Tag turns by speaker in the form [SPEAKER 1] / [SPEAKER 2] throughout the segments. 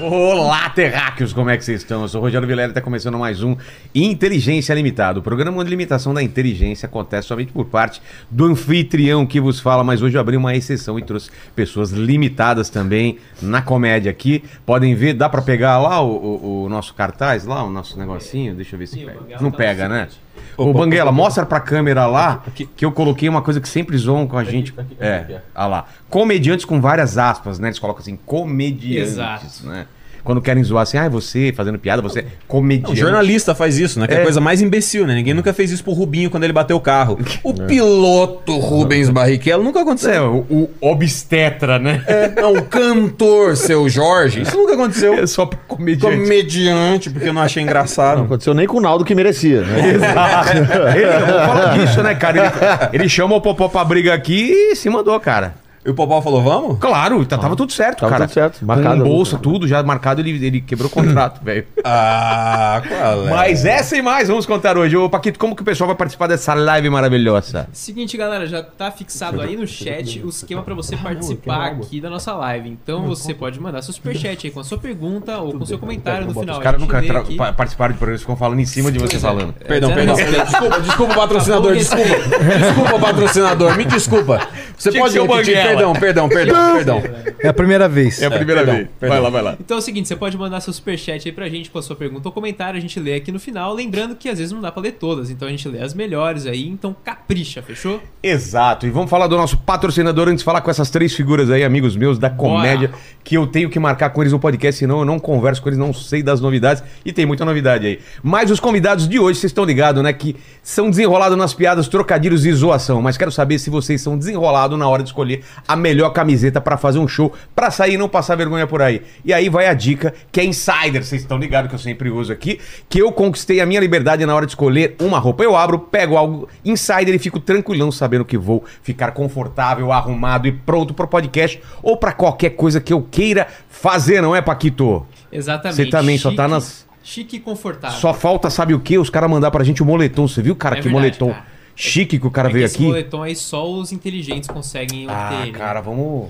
[SPEAKER 1] Olá, terráqueos, como é que vocês estão? Eu sou o Rogério Vilela e está começando mais um Inteligência Limitada, o programa onde a limitação da inteligência acontece somente por parte do anfitrião que vos fala, mas hoje eu abri uma exceção e trouxe pessoas limitadas também na comédia aqui. Podem ver, dá para pegar lá o, o- o nosso cartaz, lá o nosso negocinho, deixa eu ver se pega.
[SPEAKER 2] tá
[SPEAKER 1] Não pega, né? Ô, Banguela, mostra pra câmera lá que eu coloquei uma coisa que sempre zoam com a gente.
[SPEAKER 2] aqui, aqui, aqui,
[SPEAKER 1] É, ah lá. Comediantes com várias aspas, né? Eles colocam assim, comediantes,
[SPEAKER 3] Exato.
[SPEAKER 1] né? Quando querem zoar assim, ah, você fazendo piada, você é
[SPEAKER 2] O
[SPEAKER 1] comediante.
[SPEAKER 2] jornalista faz isso, né? Que é a
[SPEAKER 1] É.
[SPEAKER 2] coisa mais imbecil, né? Ninguém nunca fez isso pro Rubinho quando ele bateu o carro.
[SPEAKER 4] O piloto Rubens Barrichello nunca aconteceu.
[SPEAKER 1] É, o, o obstetra, né?
[SPEAKER 2] É
[SPEAKER 4] Não,
[SPEAKER 2] um
[SPEAKER 4] o cantor seu Jorge. Isso nunca aconteceu.
[SPEAKER 1] É só pra comediante.
[SPEAKER 4] Comediante, porque eu não achei
[SPEAKER 5] Não
[SPEAKER 4] engraçado.
[SPEAKER 5] aconteceu nem com o Naldo que merecia, né?
[SPEAKER 1] ele não fala disso, né, cara? Ele, ele chama o Popó pra briga aqui e se mandou, cara.
[SPEAKER 2] E o Popó falou, vamos?
[SPEAKER 1] Claro, tá- tava tudo certo,
[SPEAKER 5] Tava
[SPEAKER 1] cara.
[SPEAKER 5] tudo certo,
[SPEAKER 1] Com
[SPEAKER 5] marcado.
[SPEAKER 1] bolsa, tudo já marcado, ele, ele quebrou o contrato, velho.
[SPEAKER 2] Ah, qual é?
[SPEAKER 1] Mas essa e mais vamos contar hoje. Ô, Paquito, como que o pessoal vai participar dessa live maravilhosa?
[SPEAKER 3] Seguinte, galera, já tá fixado aí no chat o esquema pra
[SPEAKER 1] Ah,
[SPEAKER 3] você participar aqui da nossa live. Então você pode mandar seu superchat aí com a sua pergunta ou com o seu comentário no final.
[SPEAKER 1] Os caras
[SPEAKER 3] A gente
[SPEAKER 1] nunca
[SPEAKER 3] lê
[SPEAKER 1] tra-
[SPEAKER 3] aqui.
[SPEAKER 1] pa- participaram de programas, ficam falando em cima de você falando.
[SPEAKER 2] Perdão,
[SPEAKER 3] É,
[SPEAKER 2] perdão,
[SPEAKER 3] zero-
[SPEAKER 2] perdão. Desculpa, desculpa, patrocinador,
[SPEAKER 3] Apollo
[SPEAKER 2] desculpa. Desculpa, patrocinador, me desculpa. Você
[SPEAKER 1] Tinha que
[SPEAKER 2] pode
[SPEAKER 1] ser o
[SPEAKER 2] repetir,
[SPEAKER 1] Banguela.
[SPEAKER 2] perdão, perdão, perdão, perdão.
[SPEAKER 6] É a primeira vez.
[SPEAKER 1] É a primeira
[SPEAKER 2] perdão,
[SPEAKER 1] vez. Vai
[SPEAKER 2] perdão.
[SPEAKER 1] lá, vai lá.
[SPEAKER 3] Então é o seguinte, você pode mandar seu superchat aí pra gente com a sua pergunta ou comentário, a gente lê aqui no final. Lembrando que às vezes não dá pra ler todas, então a gente lê as melhores aí, então capricha, fechou?
[SPEAKER 1] Exato. E vamos falar do nosso patrocinador antes de falar com essas três figuras aí, amigos meus da comédia, que eu tenho que marcar com eles no podcast, senão eu não converso com eles, não sei das novidades. E tem muita novidade aí. Mas os convidados de hoje, vocês estão ligados, né? Que são desenrolados nas piadas, trocadilhos e zoação. Mas quero saber se vocês são desenrolados na hora de escolher a melhor camiseta pra fazer um show, pra sair e não passar vergonha por aí. E aí vai a dica que é insider, vocês estão ligados que eu sempre uso aqui, que eu conquistei a minha liberdade na hora de escolher uma roupa. Eu abro, pego algo insider e fico tranquilão sabendo que vou ficar confortável, arrumado e pronto pro podcast ou pra qualquer coisa que eu queira fazer, não é, Paquito?
[SPEAKER 3] Exatamente.
[SPEAKER 1] Você também só tá
[SPEAKER 3] Chique-
[SPEAKER 1] nas-
[SPEAKER 3] Chique e confortável.
[SPEAKER 1] Só falta, sabe o que? Os caras mandar pra gente o moletom. Você viu, cara,
[SPEAKER 3] É
[SPEAKER 1] que
[SPEAKER 3] verdade,
[SPEAKER 1] moletom
[SPEAKER 3] cara.
[SPEAKER 1] chique que o cara
[SPEAKER 3] É que
[SPEAKER 1] veio
[SPEAKER 3] esse
[SPEAKER 1] aqui?
[SPEAKER 3] moletom aí só os inteligentes conseguem
[SPEAKER 1] Ah,
[SPEAKER 3] obter. né?
[SPEAKER 1] cara, vamos,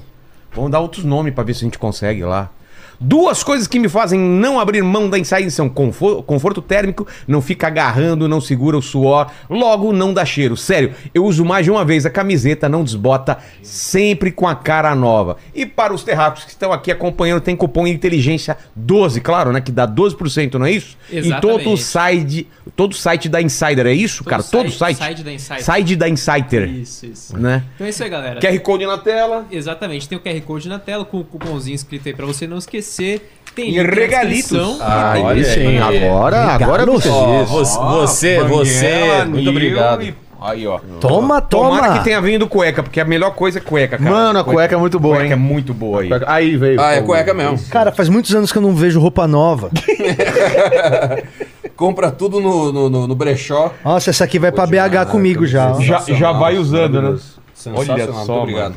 [SPEAKER 1] vamos dar outros nomes pra ver se a gente consegue lá. Duas coisas que me fazem não abrir mão da Insider são confo- conforto térmico, não fica agarrando, não segura o suor, logo não dá cheiro. Sério, eu uso mais de uma vez a camiseta, não desbota, sempre com a cara nova. E para os terráqueos que estão aqui acompanhando, tem cupom inteligência 12, claro, né, que dá 12%, não é isso? E todo o
[SPEAKER 3] Exatamente.
[SPEAKER 1] site, todo site da Insider, é isso, cara? todo site.
[SPEAKER 3] Side da Insider.
[SPEAKER 1] Site da Insider,
[SPEAKER 3] Isso, isso.
[SPEAKER 1] né?
[SPEAKER 3] Então é isso aí, galera.
[SPEAKER 1] QR Code na tela.
[SPEAKER 3] Exatamente, tem o QR Code na tela com o cupomzinho escrito aí pra você não esquecer. Tem
[SPEAKER 1] E
[SPEAKER 3] link na
[SPEAKER 1] regalitos.
[SPEAKER 3] descrição.
[SPEAKER 2] Ah,
[SPEAKER 5] Aí
[SPEAKER 2] olha
[SPEAKER 5] sim,
[SPEAKER 2] aí.
[SPEAKER 5] agora, agora é você.
[SPEAKER 2] Ó, você, você, você. Muito obrigado.
[SPEAKER 1] Aí, ó.
[SPEAKER 6] Toma, toma.
[SPEAKER 1] Tomara que tenha vindo cueca, porque a melhor coisa é cueca, cara.
[SPEAKER 5] Mano, a cueca é muito boa,
[SPEAKER 1] cueca
[SPEAKER 5] hein?
[SPEAKER 1] é muito boa aí.
[SPEAKER 5] Aí veio.
[SPEAKER 4] Ah, é cueca mesmo.
[SPEAKER 6] Cara, faz muitos anos que eu não vejo roupa nova.
[SPEAKER 4] Compra tudo no, no, no, no brechó.
[SPEAKER 6] Nossa, essa aqui vai pra BH comigo já. ó.
[SPEAKER 1] Já, já vai usando, né?
[SPEAKER 4] Sensacional,
[SPEAKER 1] Olha só,
[SPEAKER 4] muito obrigado.
[SPEAKER 1] mano.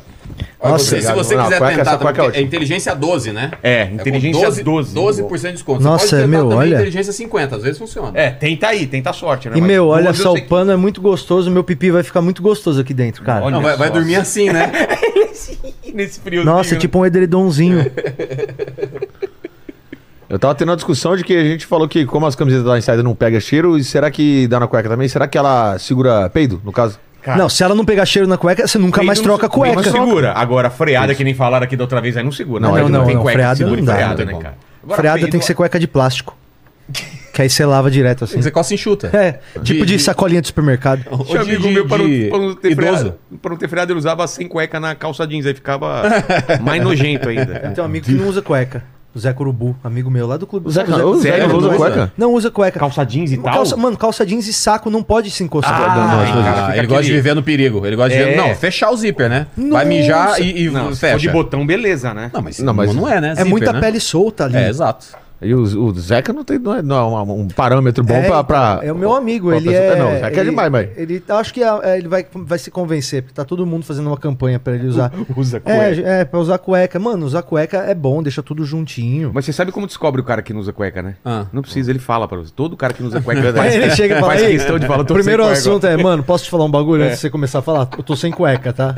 [SPEAKER 4] Olha,
[SPEAKER 6] Nossa,
[SPEAKER 4] você- se
[SPEAKER 5] obrigado.
[SPEAKER 4] você
[SPEAKER 5] Não,
[SPEAKER 4] quiser
[SPEAKER 5] cueca- essa
[SPEAKER 4] tentar,
[SPEAKER 5] cueca é
[SPEAKER 4] também, é
[SPEAKER 5] ótima.
[SPEAKER 4] inteligência 12, né?
[SPEAKER 1] É,
[SPEAKER 4] com
[SPEAKER 1] inteligência 12.
[SPEAKER 4] 12% de desconto. Você
[SPEAKER 6] Nossa, é
[SPEAKER 4] pode tentar
[SPEAKER 6] meu,
[SPEAKER 4] também
[SPEAKER 6] olha.
[SPEAKER 4] Inteligência 50, às vezes funciona.
[SPEAKER 1] É, tenta aí, tenta a sorte, né?
[SPEAKER 6] E,
[SPEAKER 1] Mas
[SPEAKER 6] meu,
[SPEAKER 1] duas
[SPEAKER 6] olha
[SPEAKER 1] eu
[SPEAKER 6] só,
[SPEAKER 1] sei
[SPEAKER 6] o
[SPEAKER 1] que-
[SPEAKER 6] pano é muito gostoso, meu pipi vai ficar muito gostoso aqui dentro, cara.
[SPEAKER 1] Olha
[SPEAKER 4] Não, vai, vai
[SPEAKER 1] só.
[SPEAKER 4] dormir assim, né?
[SPEAKER 1] Nesse friozinho.
[SPEAKER 6] Nossa,
[SPEAKER 1] né?
[SPEAKER 6] tipo um edredomzinho.
[SPEAKER 5] Eu tava tendo uma discussão de que a gente falou que como as camisetas da Insider não pega cheiro, e será que dá na cueca também? Será que ela segura peido, no caso?
[SPEAKER 1] Cara.
[SPEAKER 6] Não, se ela não pegar cheiro na cueca, você nunca
[SPEAKER 1] Aí
[SPEAKER 6] mais
[SPEAKER 1] não
[SPEAKER 6] troca a
[SPEAKER 1] se- aí
[SPEAKER 6] cueca.
[SPEAKER 1] Não um segura. Agora, freada, que nem falaram aqui da outra vez, aí não segura.
[SPEAKER 5] Não,
[SPEAKER 1] Aí
[SPEAKER 5] não, não,
[SPEAKER 1] tem
[SPEAKER 6] não,
[SPEAKER 1] cueca
[SPEAKER 6] freada
[SPEAKER 1] que segure
[SPEAKER 6] não dá,
[SPEAKER 1] freada,
[SPEAKER 5] não
[SPEAKER 1] né,
[SPEAKER 5] tem
[SPEAKER 1] cara?
[SPEAKER 6] Freada tem que ser cueca de plástico. Que aí você lava direto assim.
[SPEAKER 4] Você coça enxuta.
[SPEAKER 6] É, tipo de
[SPEAKER 4] de-
[SPEAKER 6] sacolinha de supermercado.
[SPEAKER 1] Tinha
[SPEAKER 4] Ou de-
[SPEAKER 1] amigo
[SPEAKER 4] de-
[SPEAKER 1] meu, para não,
[SPEAKER 4] de
[SPEAKER 1] pra não ter freada,
[SPEAKER 4] idoso.
[SPEAKER 1] pra não ter freada, ele usava sem cueca na calça jeans, aí ficava mais nojento ainda.
[SPEAKER 6] Tem um amigo que não usa cueca. O Zé Corubu, amigo meu lá do clube.
[SPEAKER 5] O Zé,
[SPEAKER 6] Zé-
[SPEAKER 5] o Zé
[SPEAKER 1] sério,
[SPEAKER 5] não
[SPEAKER 1] não
[SPEAKER 5] usa
[SPEAKER 1] usa?
[SPEAKER 5] cueca?
[SPEAKER 6] Não usa cueca.
[SPEAKER 1] Calça jeans e tal?
[SPEAKER 6] Calça- mano, calça jeans e saco não pode se encostar.
[SPEAKER 1] Ah,
[SPEAKER 5] Não,
[SPEAKER 1] ai,
[SPEAKER 5] não,
[SPEAKER 1] cara,
[SPEAKER 4] Ah,
[SPEAKER 1] fica
[SPEAKER 4] ele gosta de
[SPEAKER 1] aquele-
[SPEAKER 4] viver no perigo. Ele gosta de
[SPEAKER 1] É.
[SPEAKER 4] viver... Não, fechar o zíper, né? Vai mijar e, e
[SPEAKER 1] Não, se for
[SPEAKER 4] fecha.
[SPEAKER 1] de botão, beleza, né?
[SPEAKER 4] Não, mas
[SPEAKER 5] Não,
[SPEAKER 4] não,
[SPEAKER 5] mas-
[SPEAKER 4] não é, né?
[SPEAKER 6] é muita
[SPEAKER 4] né?
[SPEAKER 6] pele solta ali.
[SPEAKER 4] É, exato.
[SPEAKER 5] E o, o Zeca não, tem, não é, não é uma- um parâmetro bom
[SPEAKER 6] É,
[SPEAKER 5] pra,
[SPEAKER 6] então,
[SPEAKER 5] pra-
[SPEAKER 6] É o meu amigo,
[SPEAKER 5] pra
[SPEAKER 6] ele
[SPEAKER 5] pessoa-
[SPEAKER 6] é.
[SPEAKER 5] Não, o Zeca é
[SPEAKER 6] ele-
[SPEAKER 5] demais, mas.
[SPEAKER 6] Ele acho que a- é, ele vai, vai se convencer, porque tá todo mundo fazendo uma campanha pra ele usar.
[SPEAKER 1] Usa cueca.
[SPEAKER 6] é, é, pra usar cueca. Mano, usar cueca é bom, deixa tudo juntinho.
[SPEAKER 1] Mas você sabe como descobre o cara que não usa cueca, né?
[SPEAKER 4] Ah.
[SPEAKER 1] Não precisa, ele fala pra você. Todo cara que não usa cueca
[SPEAKER 6] Aí ele chega e fala,
[SPEAKER 1] faz
[SPEAKER 6] "Ei,
[SPEAKER 1] questão de falar,
[SPEAKER 6] O
[SPEAKER 1] tô sem
[SPEAKER 6] primeiro
[SPEAKER 1] cueca."
[SPEAKER 6] assunto é, mano, posso te falar um bagulho antes de você começar a falar? Eu tô sem cueca, tá?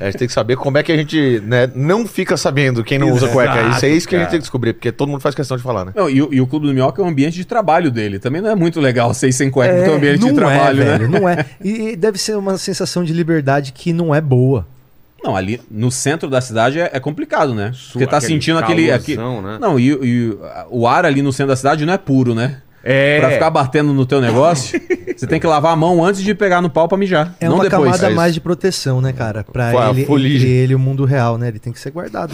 [SPEAKER 5] A gente tem que saber como é que a gente né, não fica sabendo quem não usa cueca. Isso é isso que a gente tem que descobrir, porque todo mundo faz questão de falar, né?
[SPEAKER 4] Não, e, o- e o Clube do Minhoca é um ambiente de trabalho dele. Também não é muito legal ser sem cueca no
[SPEAKER 6] É,
[SPEAKER 4] teu ambiente de trabalho,
[SPEAKER 6] é,
[SPEAKER 4] né?
[SPEAKER 6] velho, não é. E, e deve ser uma sensação de liberdade que não é boa.
[SPEAKER 4] Não, ali no centro da cidade é, é complicado, né? Porque tá
[SPEAKER 1] aquele
[SPEAKER 4] sentindo aquele. aqui-
[SPEAKER 1] calorzão, né?
[SPEAKER 4] Não, e, e o ar ali no centro da cidade não é puro, né?
[SPEAKER 1] É.
[SPEAKER 4] Pra ficar batendo no teu negócio, você tem que lavar a mão antes de pegar no pau pra mijar.
[SPEAKER 6] É
[SPEAKER 4] não
[SPEAKER 6] uma
[SPEAKER 4] depois.
[SPEAKER 6] camada
[SPEAKER 5] é isso.
[SPEAKER 6] mais de proteção, né, cara? Pra
[SPEAKER 5] Foi a
[SPEAKER 6] ele,
[SPEAKER 5] fuligem.
[SPEAKER 6] entre ele e o mundo real, né? Ele tem que ser guardado.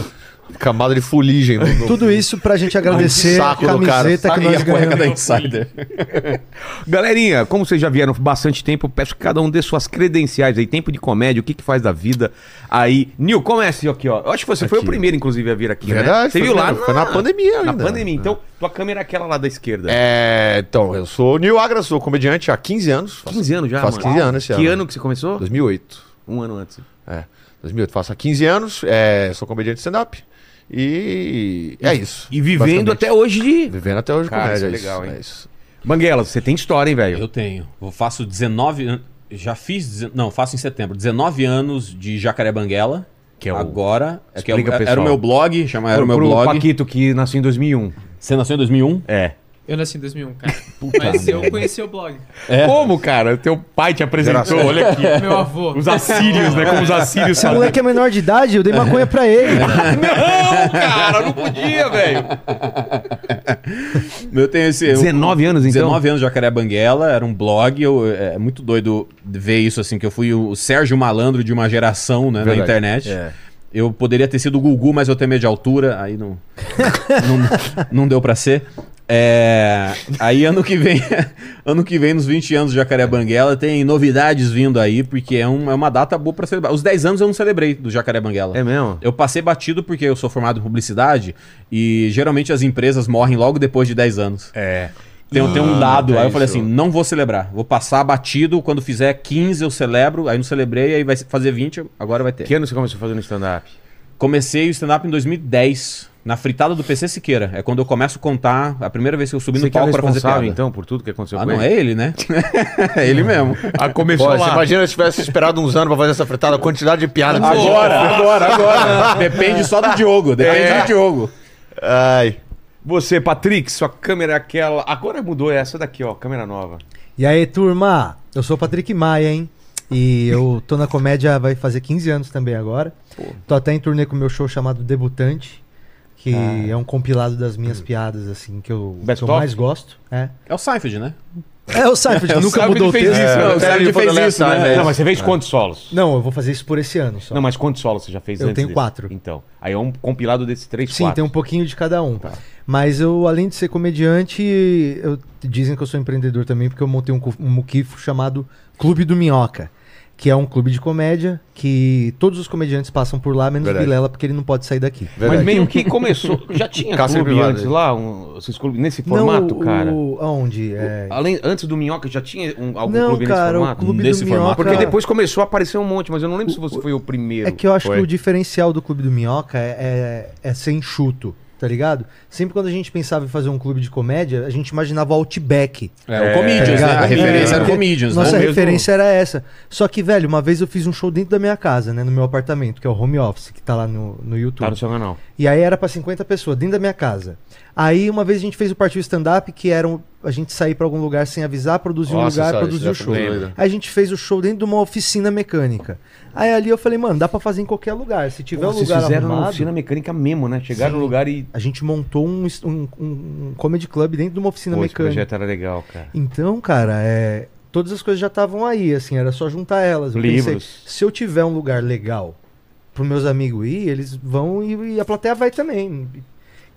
[SPEAKER 5] Camada de fuligem. No, no-
[SPEAKER 6] Tudo isso pra gente agradecer a
[SPEAKER 5] saco do cara.
[SPEAKER 6] camiseta que
[SPEAKER 4] E Tá a
[SPEAKER 6] nós
[SPEAKER 4] cueca da
[SPEAKER 6] ganhamos.
[SPEAKER 4] Insider.
[SPEAKER 1] Galerinha, como vocês já vieram bastante tempo, peço que cada um dê suas credenciais aí. Tempo de comédia, o que, que faz da vida aí. Nil, comece aqui, ó. Eu acho que você foi o primeiro, inclusive, a vir aqui, né?
[SPEAKER 5] Verdade,
[SPEAKER 1] Você
[SPEAKER 5] foi
[SPEAKER 1] viu
[SPEAKER 5] o
[SPEAKER 1] lá?
[SPEAKER 5] primeiro, foi na pandemia
[SPEAKER 1] Na
[SPEAKER 5] ainda.
[SPEAKER 1] pandemia. Então, tua câmera é aquela lá da esquerda.
[SPEAKER 5] É, então, eu sou o Nil Agra, sou comediante há 15 anos. Faço-
[SPEAKER 1] 15 anos já,
[SPEAKER 5] Faz
[SPEAKER 1] mano.
[SPEAKER 5] 15 anos esse
[SPEAKER 1] Que
[SPEAKER 5] ano.
[SPEAKER 1] ano que você começou?
[SPEAKER 5] 2008.
[SPEAKER 1] Um ano antes.
[SPEAKER 5] É, 2008. Faço há 15 anos, é, sou comediante de stand-up e é isso.
[SPEAKER 1] E vivendo
[SPEAKER 5] basicamente.
[SPEAKER 1] até hoje de...
[SPEAKER 5] Vivendo até hoje
[SPEAKER 1] Cara, isso
[SPEAKER 5] comédia.
[SPEAKER 1] é legal, hein?
[SPEAKER 5] É isso.
[SPEAKER 1] Banguela, você tem história, hein, velho?
[SPEAKER 4] Eu tenho. Eu faço 19 an- Já fiz. dezen- Não, faço em setembro. 19 anos de Jacaré Banguela.
[SPEAKER 1] Que é o-
[SPEAKER 4] Agora. É que é o-
[SPEAKER 1] Explica,
[SPEAKER 4] era
[SPEAKER 1] pessoal.
[SPEAKER 4] o meu blog, chama Era o meu
[SPEAKER 1] Pro
[SPEAKER 4] blog.
[SPEAKER 1] Paquito, que nasceu em 2001.
[SPEAKER 4] Você nasceu em 2001?
[SPEAKER 1] É.
[SPEAKER 3] Eu nasci em 2001, cara. Mas eu conheci o blog.
[SPEAKER 1] É. Como, cara? Teu pai te apresentou, olha aqui.
[SPEAKER 3] Meu avô.
[SPEAKER 1] Os assírios, né? Como os assírios
[SPEAKER 6] Esse moleque é menor de idade, eu dei maconha pra ele.
[SPEAKER 1] Não, cara, não podia, velho.
[SPEAKER 4] Eu tenho esse. eu-
[SPEAKER 1] 19 anos, então?
[SPEAKER 4] 19 anos de Jacaré Banguela, era um blog. Eu, é muito doido ver isso, assim, que eu fui o Sérgio Malandro de uma geração, né, na
[SPEAKER 5] Verdade.
[SPEAKER 4] internet.
[SPEAKER 1] É.
[SPEAKER 4] Eu poderia ter sido o Gugu, mas eu tenho medo de altura, aí não. não, não deu pra ser. É, aí ano que vem, ano que vem, nos 20 anos de Jacaré Banguela, tem novidades vindo aí, porque é, um- é uma data boa pra celebrar. Os 10 anos eu não celebrei do Jacaré Banguela.
[SPEAKER 1] É mesmo?
[SPEAKER 4] Eu passei batido porque eu sou formado em publicidade e geralmente as empresas morrem logo depois de 10 anos.
[SPEAKER 1] É.
[SPEAKER 4] Tem, tem um dado.
[SPEAKER 1] é
[SPEAKER 4] aí eu falei
[SPEAKER 1] isso.
[SPEAKER 4] assim: não vou celebrar. Vou passar batido. Quando fizer 15, eu celebro. Aí não celebrei, aí vai fazer 20, agora vai ter.
[SPEAKER 1] Que ano você começou fazendo stand-up?
[SPEAKER 4] Comecei o stand-up em 2010, na fritada do PC Siqueira. É quando eu começo a contar a primeira vez que eu subi
[SPEAKER 1] Você
[SPEAKER 4] no
[SPEAKER 1] que é o
[SPEAKER 4] palco pra fazer piada.
[SPEAKER 1] responsável, então, por tudo que aconteceu
[SPEAKER 4] Ah,
[SPEAKER 1] com
[SPEAKER 4] não
[SPEAKER 1] ele?
[SPEAKER 4] é ele, né? é ele mesmo.
[SPEAKER 1] Ah, começou
[SPEAKER 5] Pô,
[SPEAKER 1] lá.
[SPEAKER 5] você imagina se tivesse esperado uns anos pra fazer essa fritada, a quantidade de piada que você-
[SPEAKER 4] agora, agora. Depende só do Diogo. Depende
[SPEAKER 1] É.
[SPEAKER 4] do Diogo.
[SPEAKER 5] Ai.
[SPEAKER 1] Você, Patrick, sua câmera é aquela... Agora mudou é essa daqui, ó, câmera nova.
[SPEAKER 6] E aí, turma? Eu sou o Patrick Maia, hein? E eu tô na comédia, vai fazer 15 anos também agora. Tô até em turnê com o meu show chamado Debutante, que é um compilado das minhas piadas, assim, que eu,
[SPEAKER 1] Best
[SPEAKER 6] que eu
[SPEAKER 1] of?
[SPEAKER 6] mais gosto. É,
[SPEAKER 4] É o Seinfeld, né?
[SPEAKER 6] é o Seinfeld, nunca mudou o texto.
[SPEAKER 1] isso,
[SPEAKER 4] Não,
[SPEAKER 1] né?
[SPEAKER 4] o Sérgio fez isso, né?
[SPEAKER 1] É. Ah. Não, mas você fez quantos solos?
[SPEAKER 6] Não, eu vou fazer isso por esse ano só.
[SPEAKER 1] Não, mas quantos solos você já fez
[SPEAKER 6] Eu
[SPEAKER 1] antes
[SPEAKER 6] tenho
[SPEAKER 1] desse?
[SPEAKER 6] quatro.
[SPEAKER 1] Então, aí é um compilado desses três,
[SPEAKER 6] Sim,
[SPEAKER 1] quatro.
[SPEAKER 6] tem um pouquinho de cada um.
[SPEAKER 1] Tá.
[SPEAKER 6] Mas eu, além de ser comediante, eu, dizem que eu sou empreendedor também, porque eu montei um, cu- um muquifo chamado Clube do Minhoca, que é um clube de comédia que todos os comediantes passam por lá, menos
[SPEAKER 5] Verdade.
[SPEAKER 6] o Vilela, porque ele não pode sair daqui.
[SPEAKER 1] Mas
[SPEAKER 5] Verdade.
[SPEAKER 1] meio que começou... Já tinha
[SPEAKER 5] Cárcere
[SPEAKER 1] clube
[SPEAKER 5] privado.
[SPEAKER 1] antes lá? Um, esses clubes nesse formato,
[SPEAKER 6] não, o-
[SPEAKER 1] cara?
[SPEAKER 6] o- aonde? É...
[SPEAKER 1] Além, antes do Minhoca já tinha um, algum
[SPEAKER 6] Não,
[SPEAKER 1] clube
[SPEAKER 6] cara,
[SPEAKER 1] nesse
[SPEAKER 6] o
[SPEAKER 1] formato?
[SPEAKER 6] Clube
[SPEAKER 4] Nesse
[SPEAKER 6] do
[SPEAKER 4] formato.
[SPEAKER 6] Minhoca...
[SPEAKER 1] Porque depois começou a aparecer um monte, mas eu não lembro se você foi o primeiro.
[SPEAKER 6] É que eu acho
[SPEAKER 5] Foi.
[SPEAKER 6] que o diferencial do Clube do Minhoca é, é, é ser enxuto, tá ligado? Sempre quando a gente pensava em fazer um clube de comédia, a gente imaginava Outback.
[SPEAKER 4] É, o Comedians,
[SPEAKER 6] Tá
[SPEAKER 4] né? A
[SPEAKER 6] ligado?
[SPEAKER 4] referência
[SPEAKER 6] É.
[SPEAKER 4] era o Comedians,
[SPEAKER 6] Nossa
[SPEAKER 4] né?
[SPEAKER 6] referência era essa. Só que, velho, uma vez eu fiz um show dentro da minha casa, né? No meu apartamento, que é o home office, que tá lá no, no YouTube.
[SPEAKER 1] Tá no seu canal.
[SPEAKER 6] E aí era pra 50 pessoas, dentro da minha casa. Aí uma vez a gente fez o partido stand-up, que era um- a gente sair pra algum lugar sem avisar, produzir um
[SPEAKER 5] Nossa,
[SPEAKER 6] lugar,
[SPEAKER 5] sabe,
[SPEAKER 6] produzir
[SPEAKER 5] já
[SPEAKER 6] o show.
[SPEAKER 5] lembro.
[SPEAKER 6] Aí a gente fez o show dentro de uma oficina mecânica. Aí ali eu falei, mano, dá pra fazer em qualquer lugar. Se tiver um
[SPEAKER 1] vocês
[SPEAKER 6] lugar
[SPEAKER 1] fizeram na
[SPEAKER 6] arrumado...
[SPEAKER 1] oficina mecânica mesmo, né? Chegaram no lugar e.
[SPEAKER 6] A gente montou um, est- um, um comedy club dentro de uma oficina
[SPEAKER 1] Pô, esse
[SPEAKER 6] mecânica.
[SPEAKER 1] projeto era legal, cara.
[SPEAKER 6] Então, cara, é, todas as coisas já estavam aí, assim, era só juntar elas. Eu
[SPEAKER 1] Livros.
[SPEAKER 6] pensei, se eu tiver um lugar legal para meus amigos ir, eles vão e, e a plateia vai também.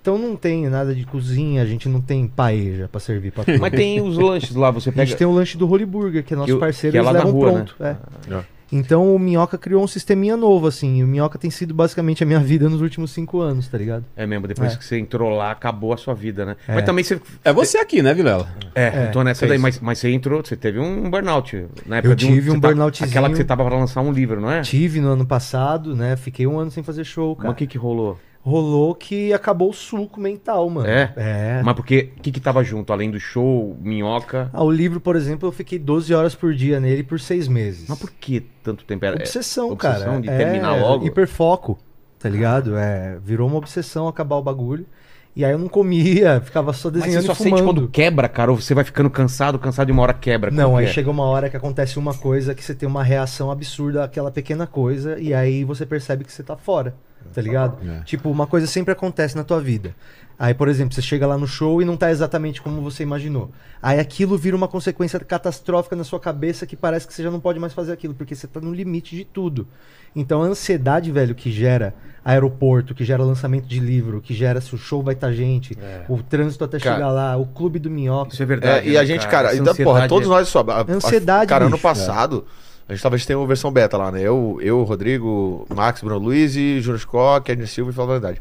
[SPEAKER 6] Então não tem nada de cozinha, a gente não tem paeja para servir pra turma.
[SPEAKER 1] Mas tem os lanches lá, você
[SPEAKER 6] A gente
[SPEAKER 1] pega.
[SPEAKER 6] tem o lanche do Holy Burger, que é nosso
[SPEAKER 1] Que o-
[SPEAKER 6] parceiro,
[SPEAKER 1] que é
[SPEAKER 6] eles
[SPEAKER 1] lá na
[SPEAKER 6] levam
[SPEAKER 1] rua,
[SPEAKER 6] pronto. é.
[SPEAKER 5] Ah.
[SPEAKER 6] Então o Minhoca criou um sisteminha novo, assim. E o Minhoca tem sido basicamente a minha vida nos últimos cinco anos, tá ligado?
[SPEAKER 1] É mesmo, depois
[SPEAKER 6] É.
[SPEAKER 1] que você entrou lá, acabou a sua vida, né? Mas também você.
[SPEAKER 4] É você aqui, né, Vilela?
[SPEAKER 1] É,
[SPEAKER 6] É,
[SPEAKER 1] tô nessa
[SPEAKER 6] é
[SPEAKER 1] daí,
[SPEAKER 6] isso.
[SPEAKER 1] mas, mas você entrou, você teve um burnout na época de
[SPEAKER 6] tive um
[SPEAKER 1] você tá-
[SPEAKER 6] burnoutzinho.
[SPEAKER 1] Aquela que você tava pra lançar um livro, não é?
[SPEAKER 6] Tive no ano passado, né? Fiquei um ano sem fazer show,
[SPEAKER 1] Mas
[SPEAKER 6] cara.
[SPEAKER 1] o que que rolou?
[SPEAKER 6] Rolou que acabou o suco mental, mano.
[SPEAKER 1] É?
[SPEAKER 6] É.
[SPEAKER 1] Mas porque o que que tava junto, além do show, minhoca?
[SPEAKER 6] Ah, o livro, por exemplo, eu fiquei 12 horas por dia nele por seis meses.
[SPEAKER 1] Mas por que tanto tempo era?
[SPEAKER 6] Obsessão,
[SPEAKER 1] é,
[SPEAKER 6] cara.
[SPEAKER 1] obsessão de terminar logo?
[SPEAKER 6] Hiperfoco, tá ligado? É, virou uma obsessão acabar o bagulho. E aí eu não comia, ficava só
[SPEAKER 1] Mas você
[SPEAKER 6] desenhando
[SPEAKER 1] só
[SPEAKER 6] e fumando.
[SPEAKER 1] sente quando quebra, cara, ou você vai ficando cansado, cansado de uma hora quebra.
[SPEAKER 6] Não,
[SPEAKER 1] Como
[SPEAKER 6] aí
[SPEAKER 1] que é?
[SPEAKER 6] chega uma hora que acontece uma coisa que você tem uma reação absurda àquela pequena coisa e aí você percebe que você tá fora, tá ligado?
[SPEAKER 4] É.
[SPEAKER 6] Tipo, uma coisa sempre acontece na tua vida. Aí, por exemplo, você chega lá no show e não tá exatamente como você imaginou. Aí aquilo vira uma consequência catastrófica na sua cabeça que parece que você já não pode mais fazer aquilo, porque você tá no limite de tudo. Então a ansiedade, velho, que gera aeroporto, que gera lançamento de livro, que gera se o show vai estar gente, o trânsito até
[SPEAKER 5] Cara,
[SPEAKER 6] chegar lá, o clube do minhoca.
[SPEAKER 1] Isso é verdade.
[SPEAKER 5] É, e
[SPEAKER 1] né,
[SPEAKER 5] a gente, cara,
[SPEAKER 1] Essa
[SPEAKER 5] então, porra,
[SPEAKER 1] ansiedade
[SPEAKER 5] todos
[SPEAKER 1] é-
[SPEAKER 5] nós sobe. a- a-
[SPEAKER 6] Ansiedade,
[SPEAKER 5] Cara, ano
[SPEAKER 6] bicho,
[SPEAKER 5] passado, a gente talvez tenha uma versão beta lá, né? Eu, eu Rodrigo, Max, Bruno Luiz, e Júnior Scott, Edna Silva e Flávio Verdade.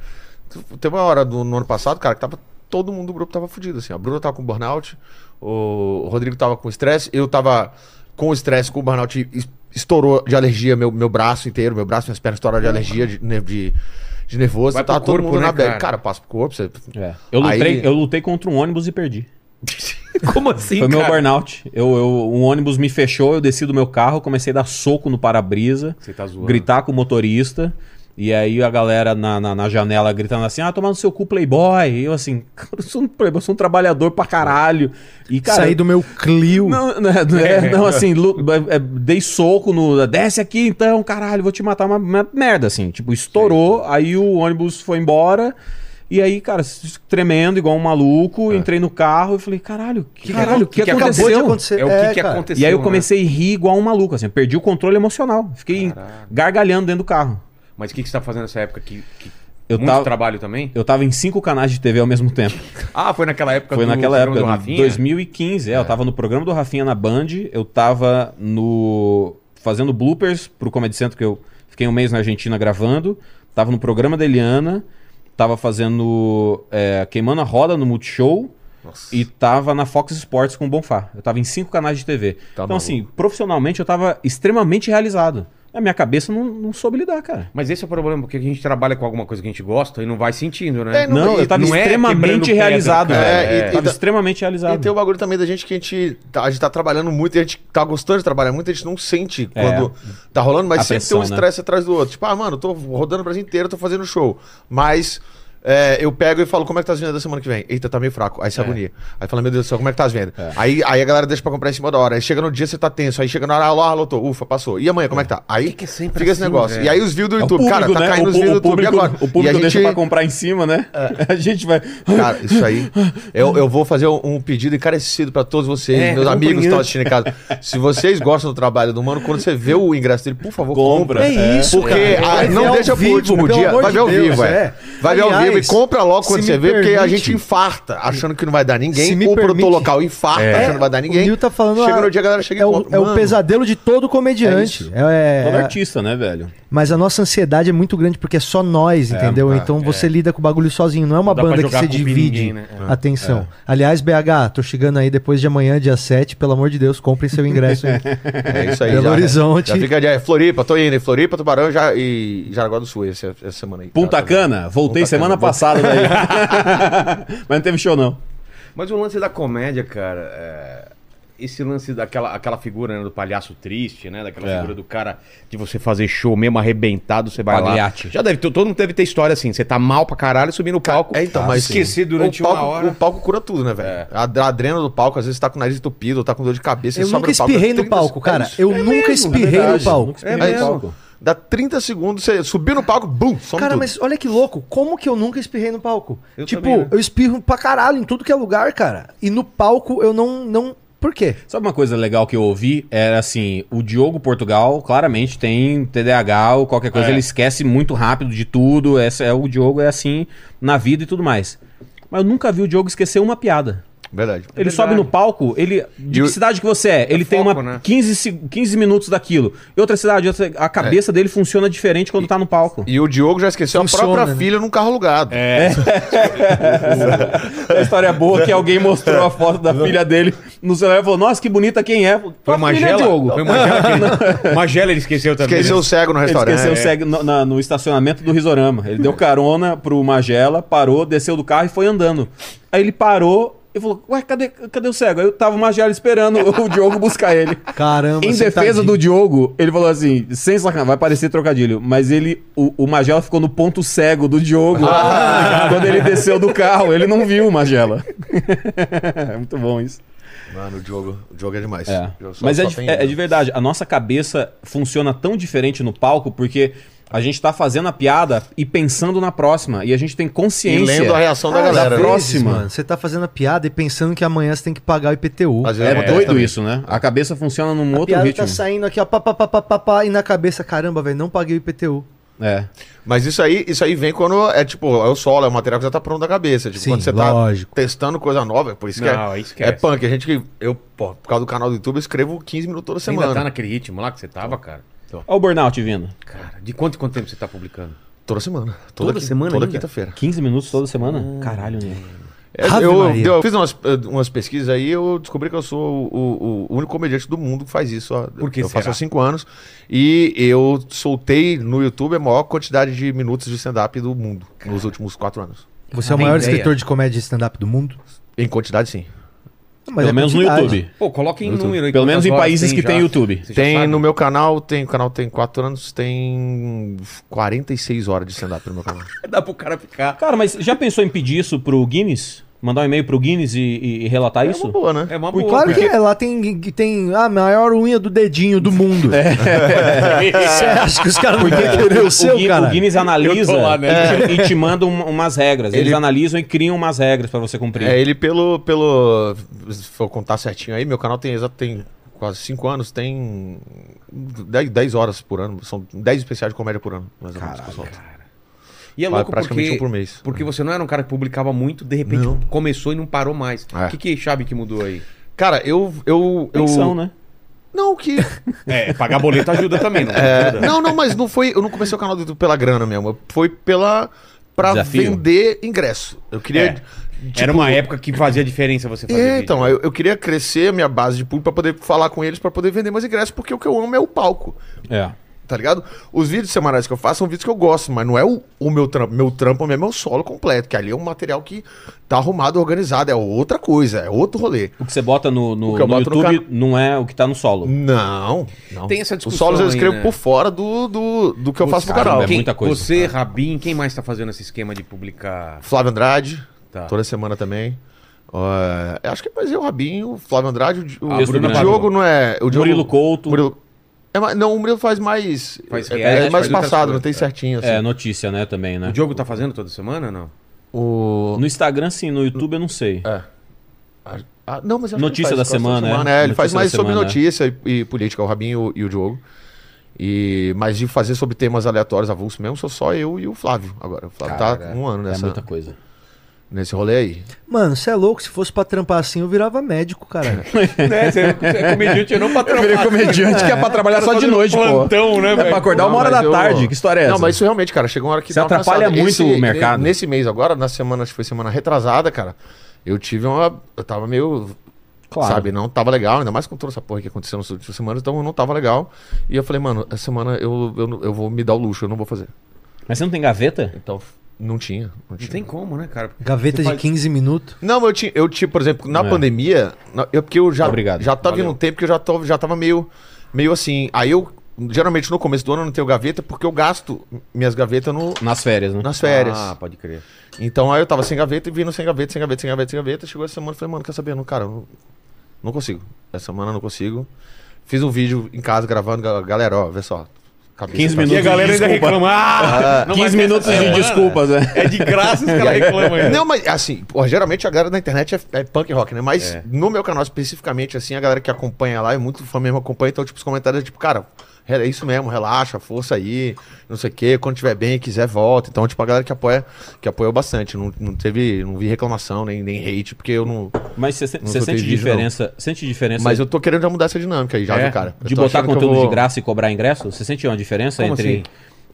[SPEAKER 5] Teve uma hora do, no ano passado, cara, que tava. Todo mundo do grupo tava fudido, assim. ó. O Bruno tava com burnout, o Rodrigo tava com estresse, eu tava com estresse, com burnout, e es- estourou de alergia meu, meu braço inteiro, meu braço, minhas pernas estouraram de alergia, de, ne- de, de nervoso.
[SPEAKER 1] Vai
[SPEAKER 5] Tava
[SPEAKER 1] pro
[SPEAKER 5] todo
[SPEAKER 1] corpo,
[SPEAKER 5] mundo
[SPEAKER 1] né,
[SPEAKER 5] na bad.
[SPEAKER 1] cara? É.
[SPEAKER 5] Cara, passa pro corpo, você.
[SPEAKER 4] É. Eu, lutei,
[SPEAKER 5] Aí-
[SPEAKER 4] eu lutei contra um ônibus e perdi.
[SPEAKER 1] Como assim,
[SPEAKER 4] Foi meu
[SPEAKER 1] cara?
[SPEAKER 4] burnout. Eu, eu, um ônibus me fechou, eu desci do meu carro, comecei a dar soco no para-brisa,
[SPEAKER 1] Você tá zoando.
[SPEAKER 4] gritar com o motorista. E aí a galera na, na, na janela gritando assim, ah, tomar no seu cu, playboy. E eu assim, cara, eu sou um playboy, eu sou um trabalhador pra caralho. E, cara,
[SPEAKER 6] Sair do meu Clio.
[SPEAKER 4] Não, não, é- não é- não, assim, lu- é- é- dei soco no. Desce aqui então, caralho, vou te matar uma, uma merda, assim. Tipo, estourou, aí o ônibus foi embora. E aí, cara, s- tremendo igual um maluco, entrei no carro e falei, caralho, que, caralho, o que,
[SPEAKER 1] que
[SPEAKER 6] acabou de
[SPEAKER 4] aconteceu?
[SPEAKER 6] acontecer.
[SPEAKER 1] É o que,
[SPEAKER 6] É,
[SPEAKER 1] que
[SPEAKER 6] cara.
[SPEAKER 1] aconteceu.
[SPEAKER 4] E aí eu
[SPEAKER 1] né?
[SPEAKER 4] comecei a rir igual um maluco, assim, eu perdi o controle emocional. Fiquei gargalhando dentro do carro.
[SPEAKER 1] Mas o que, que você tá fazendo nessa época? Que, que...
[SPEAKER 4] Eu
[SPEAKER 1] Muito
[SPEAKER 4] tava-
[SPEAKER 1] trabalho também?
[SPEAKER 4] Eu tava em cinco canais de TV ao mesmo tempo.
[SPEAKER 1] Ah, foi naquela época
[SPEAKER 4] Foi
[SPEAKER 1] do
[SPEAKER 4] naquela
[SPEAKER 1] programa
[SPEAKER 4] época,
[SPEAKER 1] do
[SPEAKER 4] do
[SPEAKER 1] Rafinha?
[SPEAKER 4] 2015. É, eu tava no programa do Rafinha na Band, eu tava no. fazendo bloopers pro Comedy Central, que eu fiquei um mês na Argentina gravando. Tava no programa da Eliana, tava fazendo. é, Queimando a Roda no Multishow. E tava na Fox Sports com o Bonfá. Eu tava em cinco canais de TV.
[SPEAKER 1] Tá
[SPEAKER 4] então,
[SPEAKER 5] maluco.
[SPEAKER 4] assim, profissionalmente eu tava extremamente realizado. A minha cabeça não, não soube lidar, cara.
[SPEAKER 1] Mas esse é o problema, porque a gente trabalha com alguma coisa que a gente gosta e não vai sentindo, né?
[SPEAKER 5] É, Não,
[SPEAKER 4] Não, eu tava
[SPEAKER 1] não é quebrando
[SPEAKER 4] extremamente
[SPEAKER 1] pedra,
[SPEAKER 4] realizado,
[SPEAKER 1] cara.
[SPEAKER 4] velho.
[SPEAKER 5] É, e-
[SPEAKER 4] Eu tava
[SPEAKER 5] e-
[SPEAKER 4] extremamente realizado.
[SPEAKER 5] E tem o bagulho também da gente que a gente, tá, a gente tá trabalhando muito e a gente tá gostando de trabalhar muito, a gente não sente quando tá rolando, mas
[SPEAKER 4] É. A
[SPEAKER 5] sempre
[SPEAKER 4] pressão,
[SPEAKER 5] tem um
[SPEAKER 4] né?
[SPEAKER 5] estresse atrás do outro. Tipo, ah, mano, eu tô rodando o Brasil inteiro, tô fazendo show. Mas é, eu pego e falo, como é que tá as vendas da semana que vem? Eita, tá meio fraco. Aí se
[SPEAKER 4] É.
[SPEAKER 5] agonia. Aí fala, meu Deus do céu, como é que tá as vendas? Aí, aí a galera deixa pra comprar em cima da hora. Aí chega no dia, você tá tenso. Aí chega na hora, ah, lotou. Ufa, passou. E amanhã, como é que tá? Aí
[SPEAKER 1] que é sempre
[SPEAKER 5] fica esse
[SPEAKER 1] assim,
[SPEAKER 5] negócio.
[SPEAKER 1] velho?
[SPEAKER 5] E aí os views do
[SPEAKER 4] É o
[SPEAKER 5] YouTube. Cara, tá
[SPEAKER 4] né?
[SPEAKER 5] caindo
[SPEAKER 4] O
[SPEAKER 5] os
[SPEAKER 4] pu-
[SPEAKER 5] views do
[SPEAKER 4] o
[SPEAKER 5] YouTube. E
[SPEAKER 4] público-
[SPEAKER 5] agora?
[SPEAKER 4] O público
[SPEAKER 5] e a gente...
[SPEAKER 4] deixa pra comprar em cima, né? A gente vai.
[SPEAKER 5] Cara, isso aí. Eu, eu vou fazer um- um pedido encarecido pra todos vocês,
[SPEAKER 1] É,
[SPEAKER 5] meus amigos
[SPEAKER 1] acompanhante.
[SPEAKER 5] que estão assistindo em casa. Se vocês gostam do trabalho do mano, quando você vê o ingresso dele, por favor, compra.
[SPEAKER 4] Compra. É
[SPEAKER 6] isso,
[SPEAKER 5] Porque ah,
[SPEAKER 6] Vai ver
[SPEAKER 5] não
[SPEAKER 6] ao
[SPEAKER 5] deixa pro
[SPEAKER 6] vivo,
[SPEAKER 5] último
[SPEAKER 6] pelo
[SPEAKER 5] dia.
[SPEAKER 6] amor
[SPEAKER 5] Vai
[SPEAKER 6] de
[SPEAKER 5] ver ao
[SPEAKER 6] Deus,
[SPEAKER 5] vivo,
[SPEAKER 6] é.
[SPEAKER 5] é. Vai ver ao
[SPEAKER 6] Aliás,
[SPEAKER 5] vivo e compra logo
[SPEAKER 6] se
[SPEAKER 5] quando
[SPEAKER 6] me
[SPEAKER 5] você vê, porque a
[SPEAKER 6] permite-
[SPEAKER 5] gente infarta achando que não vai dar ninguém.
[SPEAKER 6] Se me
[SPEAKER 5] o produtor
[SPEAKER 6] permite- É.
[SPEAKER 5] local infarta achando que não vai dar ninguém.
[SPEAKER 6] O Nil tá falando.
[SPEAKER 5] Chega
[SPEAKER 6] ah,
[SPEAKER 5] no dia, a galera chega
[SPEAKER 6] é
[SPEAKER 5] e
[SPEAKER 6] o,
[SPEAKER 5] compra.
[SPEAKER 6] é o
[SPEAKER 5] Mano,
[SPEAKER 6] pesadelo de todo comediante.
[SPEAKER 5] isso.
[SPEAKER 6] É-
[SPEAKER 4] Todo
[SPEAKER 6] é-
[SPEAKER 4] artista, né, velho?
[SPEAKER 6] mas a nossa ansiedade é muito grande porque é só nós, entendeu?
[SPEAKER 5] ah, é.
[SPEAKER 6] então você lida com o bagulho sozinho. Não é uma
[SPEAKER 1] dá pra
[SPEAKER 6] banda que
[SPEAKER 1] jogar
[SPEAKER 6] você
[SPEAKER 1] a culpa em
[SPEAKER 6] divide
[SPEAKER 1] ninguém, né? É.
[SPEAKER 6] a atenção. Aliás, BH, tô chegando aí depois de amanhã, dia 7. Pelo amor de Deus, comprem seu ingresso aí.
[SPEAKER 5] É isso aí.
[SPEAKER 6] Belo
[SPEAKER 5] já,
[SPEAKER 6] Horizonte.
[SPEAKER 5] Já fica de é, Floripa, tô indo. em Floripa, Tubarão já, e Jaraguá do Sul essa, essa semana aí.
[SPEAKER 4] Punta
[SPEAKER 5] Tá, tá.
[SPEAKER 4] Cana, voltei
[SPEAKER 5] Punta
[SPEAKER 4] semana
[SPEAKER 5] Cana,
[SPEAKER 4] passada daí. Mas não teve show, não.
[SPEAKER 1] Mas o lance da comédia, cara, é, esse lance daquela aquela figura né, do palhaço triste, né? Daquela
[SPEAKER 4] É.
[SPEAKER 1] figura do cara de você fazer show mesmo arrebentado, você vai
[SPEAKER 4] Pagliatti.
[SPEAKER 1] lá. Já deve ter, todo mundo deve ter história assim. Você tá mal pra caralho subir no palco.
[SPEAKER 5] É, então,
[SPEAKER 4] Tá.
[SPEAKER 5] mas
[SPEAKER 1] esquecer
[SPEAKER 5] assim,
[SPEAKER 1] durante
[SPEAKER 5] o palco,
[SPEAKER 1] uma hora.
[SPEAKER 5] O palco cura tudo, né, velho?
[SPEAKER 4] É.
[SPEAKER 5] A a adrena do palco, às vezes, tá com o nariz entupido, tá com dor de cabeça.
[SPEAKER 6] Eu
[SPEAKER 5] você sobe
[SPEAKER 6] nunca
[SPEAKER 5] no palco, dá
[SPEAKER 6] espirrei no
[SPEAKER 5] 30
[SPEAKER 6] palco,
[SPEAKER 5] é
[SPEAKER 6] cara.
[SPEAKER 5] isso.
[SPEAKER 6] Eu nunca espirrei no palco.
[SPEAKER 4] É
[SPEAKER 5] É
[SPEAKER 4] mesmo.
[SPEAKER 5] isso. Dá 30 segundos, você subiu no palco, bum, some
[SPEAKER 6] Cara,
[SPEAKER 5] tudo.
[SPEAKER 6] mas olha que louco, como que eu nunca espirrei no palco?
[SPEAKER 1] Eu
[SPEAKER 6] tipo,
[SPEAKER 1] também, né?
[SPEAKER 6] eu espirro pra caralho em tudo que é lugar, cara. E no palco eu não. não... Por quê?
[SPEAKER 4] Sabe uma coisa legal que eu ouvi? Era assim, o Diogo Portugal claramente tem TDAH ou qualquer coisa, ele esquece muito rápido de tudo. Essa é O Diogo é assim na vida e tudo mais. Mas eu nunca vi o Diogo esquecer uma piada.
[SPEAKER 5] Verdade.
[SPEAKER 4] Ele
[SPEAKER 1] Verdade.
[SPEAKER 4] sobe no palco, ele. De
[SPEAKER 5] E o-
[SPEAKER 4] que cidade que você é? Ele tem
[SPEAKER 1] foco,
[SPEAKER 4] uma
[SPEAKER 1] né?
[SPEAKER 4] 15, se- 15 minutos daquilo. E outra cidade, outra- a cabeça dele funciona diferente quando tá no palco.
[SPEAKER 5] E o Diogo já esqueceu
[SPEAKER 6] Funciona,
[SPEAKER 5] a própria
[SPEAKER 6] né?
[SPEAKER 5] filha num carro alugado. É.
[SPEAKER 4] A história boa é que alguém mostrou a foto da filha dele no celular e falou: Nossa, que bonita quem é?
[SPEAKER 1] Foi
[SPEAKER 4] Tua
[SPEAKER 1] o
[SPEAKER 4] filha é
[SPEAKER 1] Magela?
[SPEAKER 4] Diogo.
[SPEAKER 1] Foi o Magela que... Magela ele esqueceu também.
[SPEAKER 5] Esqueceu
[SPEAKER 1] né?
[SPEAKER 5] o cego no
[SPEAKER 4] Ele
[SPEAKER 5] restaurante.
[SPEAKER 4] esqueceu o segue no, na- no estacionamento do Risorama. Ele deu carona pro Magela, parou, desceu do carro e foi andando. Aí ele parou e falou: Ué, cadê, cadê o cego? Aí eu tava o Magela esperando o Diogo buscar ele.
[SPEAKER 6] Caramba, tá
[SPEAKER 4] Em defesa
[SPEAKER 6] sentadinho.
[SPEAKER 4] do Diogo, ele falou assim, sem sacanagem, vai parecer trocadilho, mas ele, o, o Magela ficou no ponto cego do Diogo quando ele desceu do carro, ele não viu o Magela. É Muito bom isso.
[SPEAKER 5] Mano, o Diogo, o Diogo é demais.
[SPEAKER 4] É.
[SPEAKER 5] O Diogo só-
[SPEAKER 4] Mas é,
[SPEAKER 5] só
[SPEAKER 4] de,
[SPEAKER 5] tem-
[SPEAKER 4] é- é de verdade, a nossa cabeça funciona tão diferente no palco porque a gente tá fazendo a piada e pensando na próxima. E a gente tem
[SPEAKER 5] E
[SPEAKER 4] consciência.
[SPEAKER 5] lembro a reação da
[SPEAKER 6] Ah,
[SPEAKER 5] galera.
[SPEAKER 6] às
[SPEAKER 4] pro-
[SPEAKER 5] né?
[SPEAKER 6] vezes,
[SPEAKER 4] próxima.
[SPEAKER 6] Você tá fazendo a piada e pensando que amanhã você tem que pagar o IPTU.
[SPEAKER 5] Às vezes
[SPEAKER 4] É,
[SPEAKER 5] acontece
[SPEAKER 4] doido
[SPEAKER 5] também.
[SPEAKER 4] isso, né? A cabeça funciona num
[SPEAKER 6] a
[SPEAKER 4] é outro
[SPEAKER 6] piada
[SPEAKER 4] ritmo.
[SPEAKER 6] tá saindo aqui, ó, pá, pá, pá, pá, pá, pá, e na cabeça, caramba, velho, não paguei o IPTU.
[SPEAKER 4] É.
[SPEAKER 5] Mas isso aí, isso aí vem quando é tipo, é o solo, é o material que já tá pronto da cabeça. Tipo,
[SPEAKER 6] Sim,
[SPEAKER 5] quando você
[SPEAKER 6] lógico.
[SPEAKER 5] tá testando coisa nova, por isso que
[SPEAKER 1] Não,
[SPEAKER 5] é,
[SPEAKER 1] esquece.
[SPEAKER 5] é punk. A gente que. Eu, pô, por causa do canal do YouTube, eu escrevo 15 minutos toda
[SPEAKER 1] Você ainda
[SPEAKER 5] semana.
[SPEAKER 1] tá naquele ritmo lá que você tava, cara?
[SPEAKER 4] Olha o burnout vindo.
[SPEAKER 1] Cara, de quanto em quanto tempo você tá publicando?
[SPEAKER 5] Toda semana.
[SPEAKER 1] Toda
[SPEAKER 5] qui-
[SPEAKER 1] semana
[SPEAKER 5] Toda
[SPEAKER 1] ainda?
[SPEAKER 5] quinta-feira.
[SPEAKER 4] 15 minutos toda semana?
[SPEAKER 6] Ah.
[SPEAKER 4] Caralho, né?
[SPEAKER 5] É,
[SPEAKER 6] Ave
[SPEAKER 5] Eu,
[SPEAKER 6] Maria.
[SPEAKER 5] eu fiz umas, eh, umas pesquisas aí eu descobri que eu sou o, o- o único comediante do mundo que faz isso. ó.
[SPEAKER 1] Por que
[SPEAKER 5] eu faço
[SPEAKER 1] será?
[SPEAKER 5] há cinco anos. E eu soltei no YouTube a maior quantidade de minutos de stand-up do mundo nos últimos quatro anos.
[SPEAKER 6] Você é o
[SPEAKER 1] Tem
[SPEAKER 6] maior
[SPEAKER 1] ideia?
[SPEAKER 6] escritor de comédia e stand-up do mundo?
[SPEAKER 5] Em quantidade, sim.
[SPEAKER 6] Mas
[SPEAKER 4] Pelo
[SPEAKER 6] é
[SPEAKER 4] menos no
[SPEAKER 6] quantidade.
[SPEAKER 4] YouTube.
[SPEAKER 1] Pô, coloca em número aí.
[SPEAKER 4] Pelo menos
[SPEAKER 1] quantas
[SPEAKER 4] em
[SPEAKER 1] horas
[SPEAKER 4] países que
[SPEAKER 1] já.
[SPEAKER 4] tem YouTube.
[SPEAKER 1] Você já
[SPEAKER 5] Tem
[SPEAKER 1] sabe?
[SPEAKER 5] no meu canal, tem o canal tem quatro anos, tem 46 horas de stand-up no meu canal.
[SPEAKER 1] Dá pro cara ficar.
[SPEAKER 4] Cara, mas já pensou em pedir isso pro Guinness? Mandar um e-mail pro Guinness e, e- e relatar
[SPEAKER 5] É
[SPEAKER 4] isso?
[SPEAKER 5] uma boa, né?
[SPEAKER 1] É uma
[SPEAKER 4] Por-
[SPEAKER 1] boa.
[SPEAKER 6] Claro que
[SPEAKER 1] porque-
[SPEAKER 6] é, lá tem, tem a maior unha do dedinho do mundo. É.
[SPEAKER 1] É.
[SPEAKER 5] é.
[SPEAKER 6] Você acha que os caras não vão É. querer o seu,
[SPEAKER 4] Gui-
[SPEAKER 6] cara?
[SPEAKER 4] o Guinness analisa
[SPEAKER 1] Eu tô lá, né?
[SPEAKER 4] e, te, e te manda um- umas regras. Eles
[SPEAKER 5] Ele-
[SPEAKER 4] analisam e criam umas regras pra você cumprir.
[SPEAKER 5] É, ele pelo, pelo. Se for contar certinho aí, meu canal tem exato tem quase 5 anos, tem 10, horas por ano. São 10 especiais de comédia por ano, mais ou menos. que eu solto.
[SPEAKER 1] E é
[SPEAKER 5] Vai
[SPEAKER 1] louco
[SPEAKER 5] praticamente
[SPEAKER 1] porque...
[SPEAKER 5] um por mês.
[SPEAKER 1] Porque você não era um cara que publicava muito, de repente
[SPEAKER 5] Não.
[SPEAKER 1] começou e não parou mais. O
[SPEAKER 5] É.
[SPEAKER 1] que que chave que mudou aí?
[SPEAKER 5] Cara, eu. eu, eu
[SPEAKER 4] Pensão, né?
[SPEAKER 5] Não, que.
[SPEAKER 1] É, pagar boleto ajuda também, não
[SPEAKER 5] é, não, não, mas não foi. Eu não comecei o canal do YouTube pela grana mesmo. Foi pela. Pra
[SPEAKER 4] Desafio.
[SPEAKER 5] vender ingresso. Eu queria.
[SPEAKER 1] É. Era uma época que fazia diferença você fazer
[SPEAKER 5] Tipo- É,
[SPEAKER 1] vídeo.
[SPEAKER 5] então, eu, eu queria crescer a minha base de público pra poder falar com eles, pra poder vender mais ingressos, porque o que eu amo é o palco.
[SPEAKER 4] É.
[SPEAKER 5] Tá ligado? Os vídeos semanais que eu faço são vídeos que eu gosto, mas não é o, o meu trampo. Meu trampo mesmo é o solo completo, que ali é um material que tá arrumado, organizado, é outra coisa, é outro rolê.
[SPEAKER 4] O que você bota no, no,
[SPEAKER 5] O que eu
[SPEAKER 4] no
[SPEAKER 5] boto no
[SPEAKER 4] YouTube não é o que tá no solo.
[SPEAKER 5] Não, não.
[SPEAKER 1] Tem essa
[SPEAKER 5] Os
[SPEAKER 1] discussão
[SPEAKER 5] solos eu
[SPEAKER 1] aí,
[SPEAKER 5] escrevo
[SPEAKER 1] né?
[SPEAKER 5] por fora do, do, do que eu faço pro
[SPEAKER 4] caramba,
[SPEAKER 5] canal.
[SPEAKER 4] é
[SPEAKER 1] Quem-
[SPEAKER 4] muita coisa.
[SPEAKER 1] Você, Rabin, quem mais tá fazendo esse esquema de publicar?
[SPEAKER 5] Flávio Andrade,
[SPEAKER 1] Tá.
[SPEAKER 5] toda semana também. Ó, eu acho que mais eu, Rabinho, o Flávio Andrade, o, Di- o,
[SPEAKER 4] Ah, Bruno
[SPEAKER 5] o
[SPEAKER 4] Brando.
[SPEAKER 5] Diogo não é. O Diogo,
[SPEAKER 4] Murilo Couto.
[SPEAKER 5] Murilo- é mais- não, o Murilo faz mais.
[SPEAKER 1] Faz
[SPEAKER 5] é,
[SPEAKER 1] react,
[SPEAKER 5] é mais
[SPEAKER 1] faz outras
[SPEAKER 5] passado, não
[SPEAKER 1] coisas,
[SPEAKER 5] tem
[SPEAKER 1] é.
[SPEAKER 5] certinho. Assim.
[SPEAKER 4] É, notícia, né, também, né?
[SPEAKER 1] O Diogo tá fazendo toda semana ou não?
[SPEAKER 5] O-
[SPEAKER 4] No Instagram, sim, no YouTube eu não sei.
[SPEAKER 5] Ah, não, mas eu acho que
[SPEAKER 4] Notícia
[SPEAKER 5] ele
[SPEAKER 4] da
[SPEAKER 5] quase toda
[SPEAKER 4] semana,
[SPEAKER 5] é.
[SPEAKER 4] é.
[SPEAKER 5] Ele faz
[SPEAKER 4] Notícia
[SPEAKER 5] mais
[SPEAKER 4] da
[SPEAKER 5] sobre
[SPEAKER 4] semana, é.
[SPEAKER 5] notícia e, e política, o Rabinho e o Diogo. E, mas de fazer sobre temas aleatórios avulso mesmo, sou só eu e o Flávio agora. O Flávio tá com um ano
[SPEAKER 4] É
[SPEAKER 5] nessa,
[SPEAKER 4] muita coisa.
[SPEAKER 5] nesse rolê aí.
[SPEAKER 6] Mano, você é louco, se fosse pra trampar assim, eu virava médico, cara.
[SPEAKER 1] É, você é comediante, eu não pra tá
[SPEAKER 4] comediante que é pra trabalhar só de noite,
[SPEAKER 1] plantão, né,
[SPEAKER 4] É pra acordar
[SPEAKER 5] Não,
[SPEAKER 4] uma hora
[SPEAKER 5] mas
[SPEAKER 4] da
[SPEAKER 5] eu-
[SPEAKER 4] tarde. Que história é essa?
[SPEAKER 5] Não, mas isso realmente, cara, chegou uma hora que
[SPEAKER 4] Isso
[SPEAKER 5] dá uma
[SPEAKER 4] atrapalha
[SPEAKER 5] cansada.
[SPEAKER 4] muito
[SPEAKER 5] Esse-
[SPEAKER 4] o mercado.
[SPEAKER 5] ne- Nesse mês agora, na semana, acho que foi semana retrasada, cara, eu tive uma. Eu tava meio.
[SPEAKER 4] Claro.
[SPEAKER 5] Sabe, não tava legal, ainda mais com toda essa porra que aconteceu nas últimas semanas, então eu não tava legal. E eu falei, mano, essa semana eu, eu, eu vou me dar o luxo, eu não vou fazer.
[SPEAKER 4] Mas você não tem gaveta?
[SPEAKER 5] Então, não tinha. Não
[SPEAKER 1] Não
[SPEAKER 5] tinha.
[SPEAKER 1] tem como, né, cara?
[SPEAKER 6] Gaveta de 15 minutos.
[SPEAKER 5] Não, mas eu tinha, eu tinha, por exemplo, na
[SPEAKER 4] É.
[SPEAKER 5] pandemia, na- eu, porque eu já,
[SPEAKER 4] Obrigado.
[SPEAKER 5] já tava
[SPEAKER 4] Valeu.
[SPEAKER 5] em um tempo que eu já, tô, já tava meio, meio assim. Aí eu, geralmente no começo do ano, eu não tenho gaveta porque eu gasto minhas gavetas no,
[SPEAKER 4] Nas férias, né?
[SPEAKER 5] nas férias.
[SPEAKER 1] Ah, pode crer.
[SPEAKER 5] Então aí eu tava sem gaveta e vindo sem gaveta, sem gaveta, sem gaveta, sem gaveta. Chegou essa semana e falei, mano, quer saber? Eu Não, cara, eu não, não consigo. Essa semana eu não consigo. Fiz um vídeo em casa gravando, ga- galera, ó, vê só. Cabeça
[SPEAKER 4] 15
[SPEAKER 5] tá-
[SPEAKER 4] minutos. desculpa.
[SPEAKER 1] reclama. Ah, não, mas
[SPEAKER 4] 15 minutos
[SPEAKER 1] essa
[SPEAKER 4] de
[SPEAKER 1] semana
[SPEAKER 4] desculpas, né?
[SPEAKER 1] É de graça os caras reclamam ainda.
[SPEAKER 5] Não, mas assim, pô, geralmente a galera da internet é, é punk rock, né? Mas
[SPEAKER 1] É.
[SPEAKER 5] no meu canal especificamente, assim, a galera que acompanha lá é muito fã mesmo, acompanha, então, tipo, os comentários é tipo, cara, É isso mesmo, relaxa, força aí, não sei o quê. Quando tiver bem, quiser, volta. Então, tipo, a galera que apoia, que apoiou bastante. Não, não teve, não vi reclamação, nem, nem hate, porque eu não.
[SPEAKER 4] Mas você se-
[SPEAKER 5] Não
[SPEAKER 4] você
[SPEAKER 5] sou
[SPEAKER 4] sente
[SPEAKER 5] terrível,
[SPEAKER 4] diferença. Sente diferença
[SPEAKER 5] Mas eu tô querendo já mudar essa dinâmica aí, já,
[SPEAKER 4] É?
[SPEAKER 5] viu, cara. Eu
[SPEAKER 4] de
[SPEAKER 5] tô
[SPEAKER 4] botar
[SPEAKER 5] achando que eu
[SPEAKER 4] conteúdo
[SPEAKER 5] vou-
[SPEAKER 4] de graça e cobrar ingresso? Você sente uma diferença
[SPEAKER 5] Como
[SPEAKER 4] entre.
[SPEAKER 5] assim?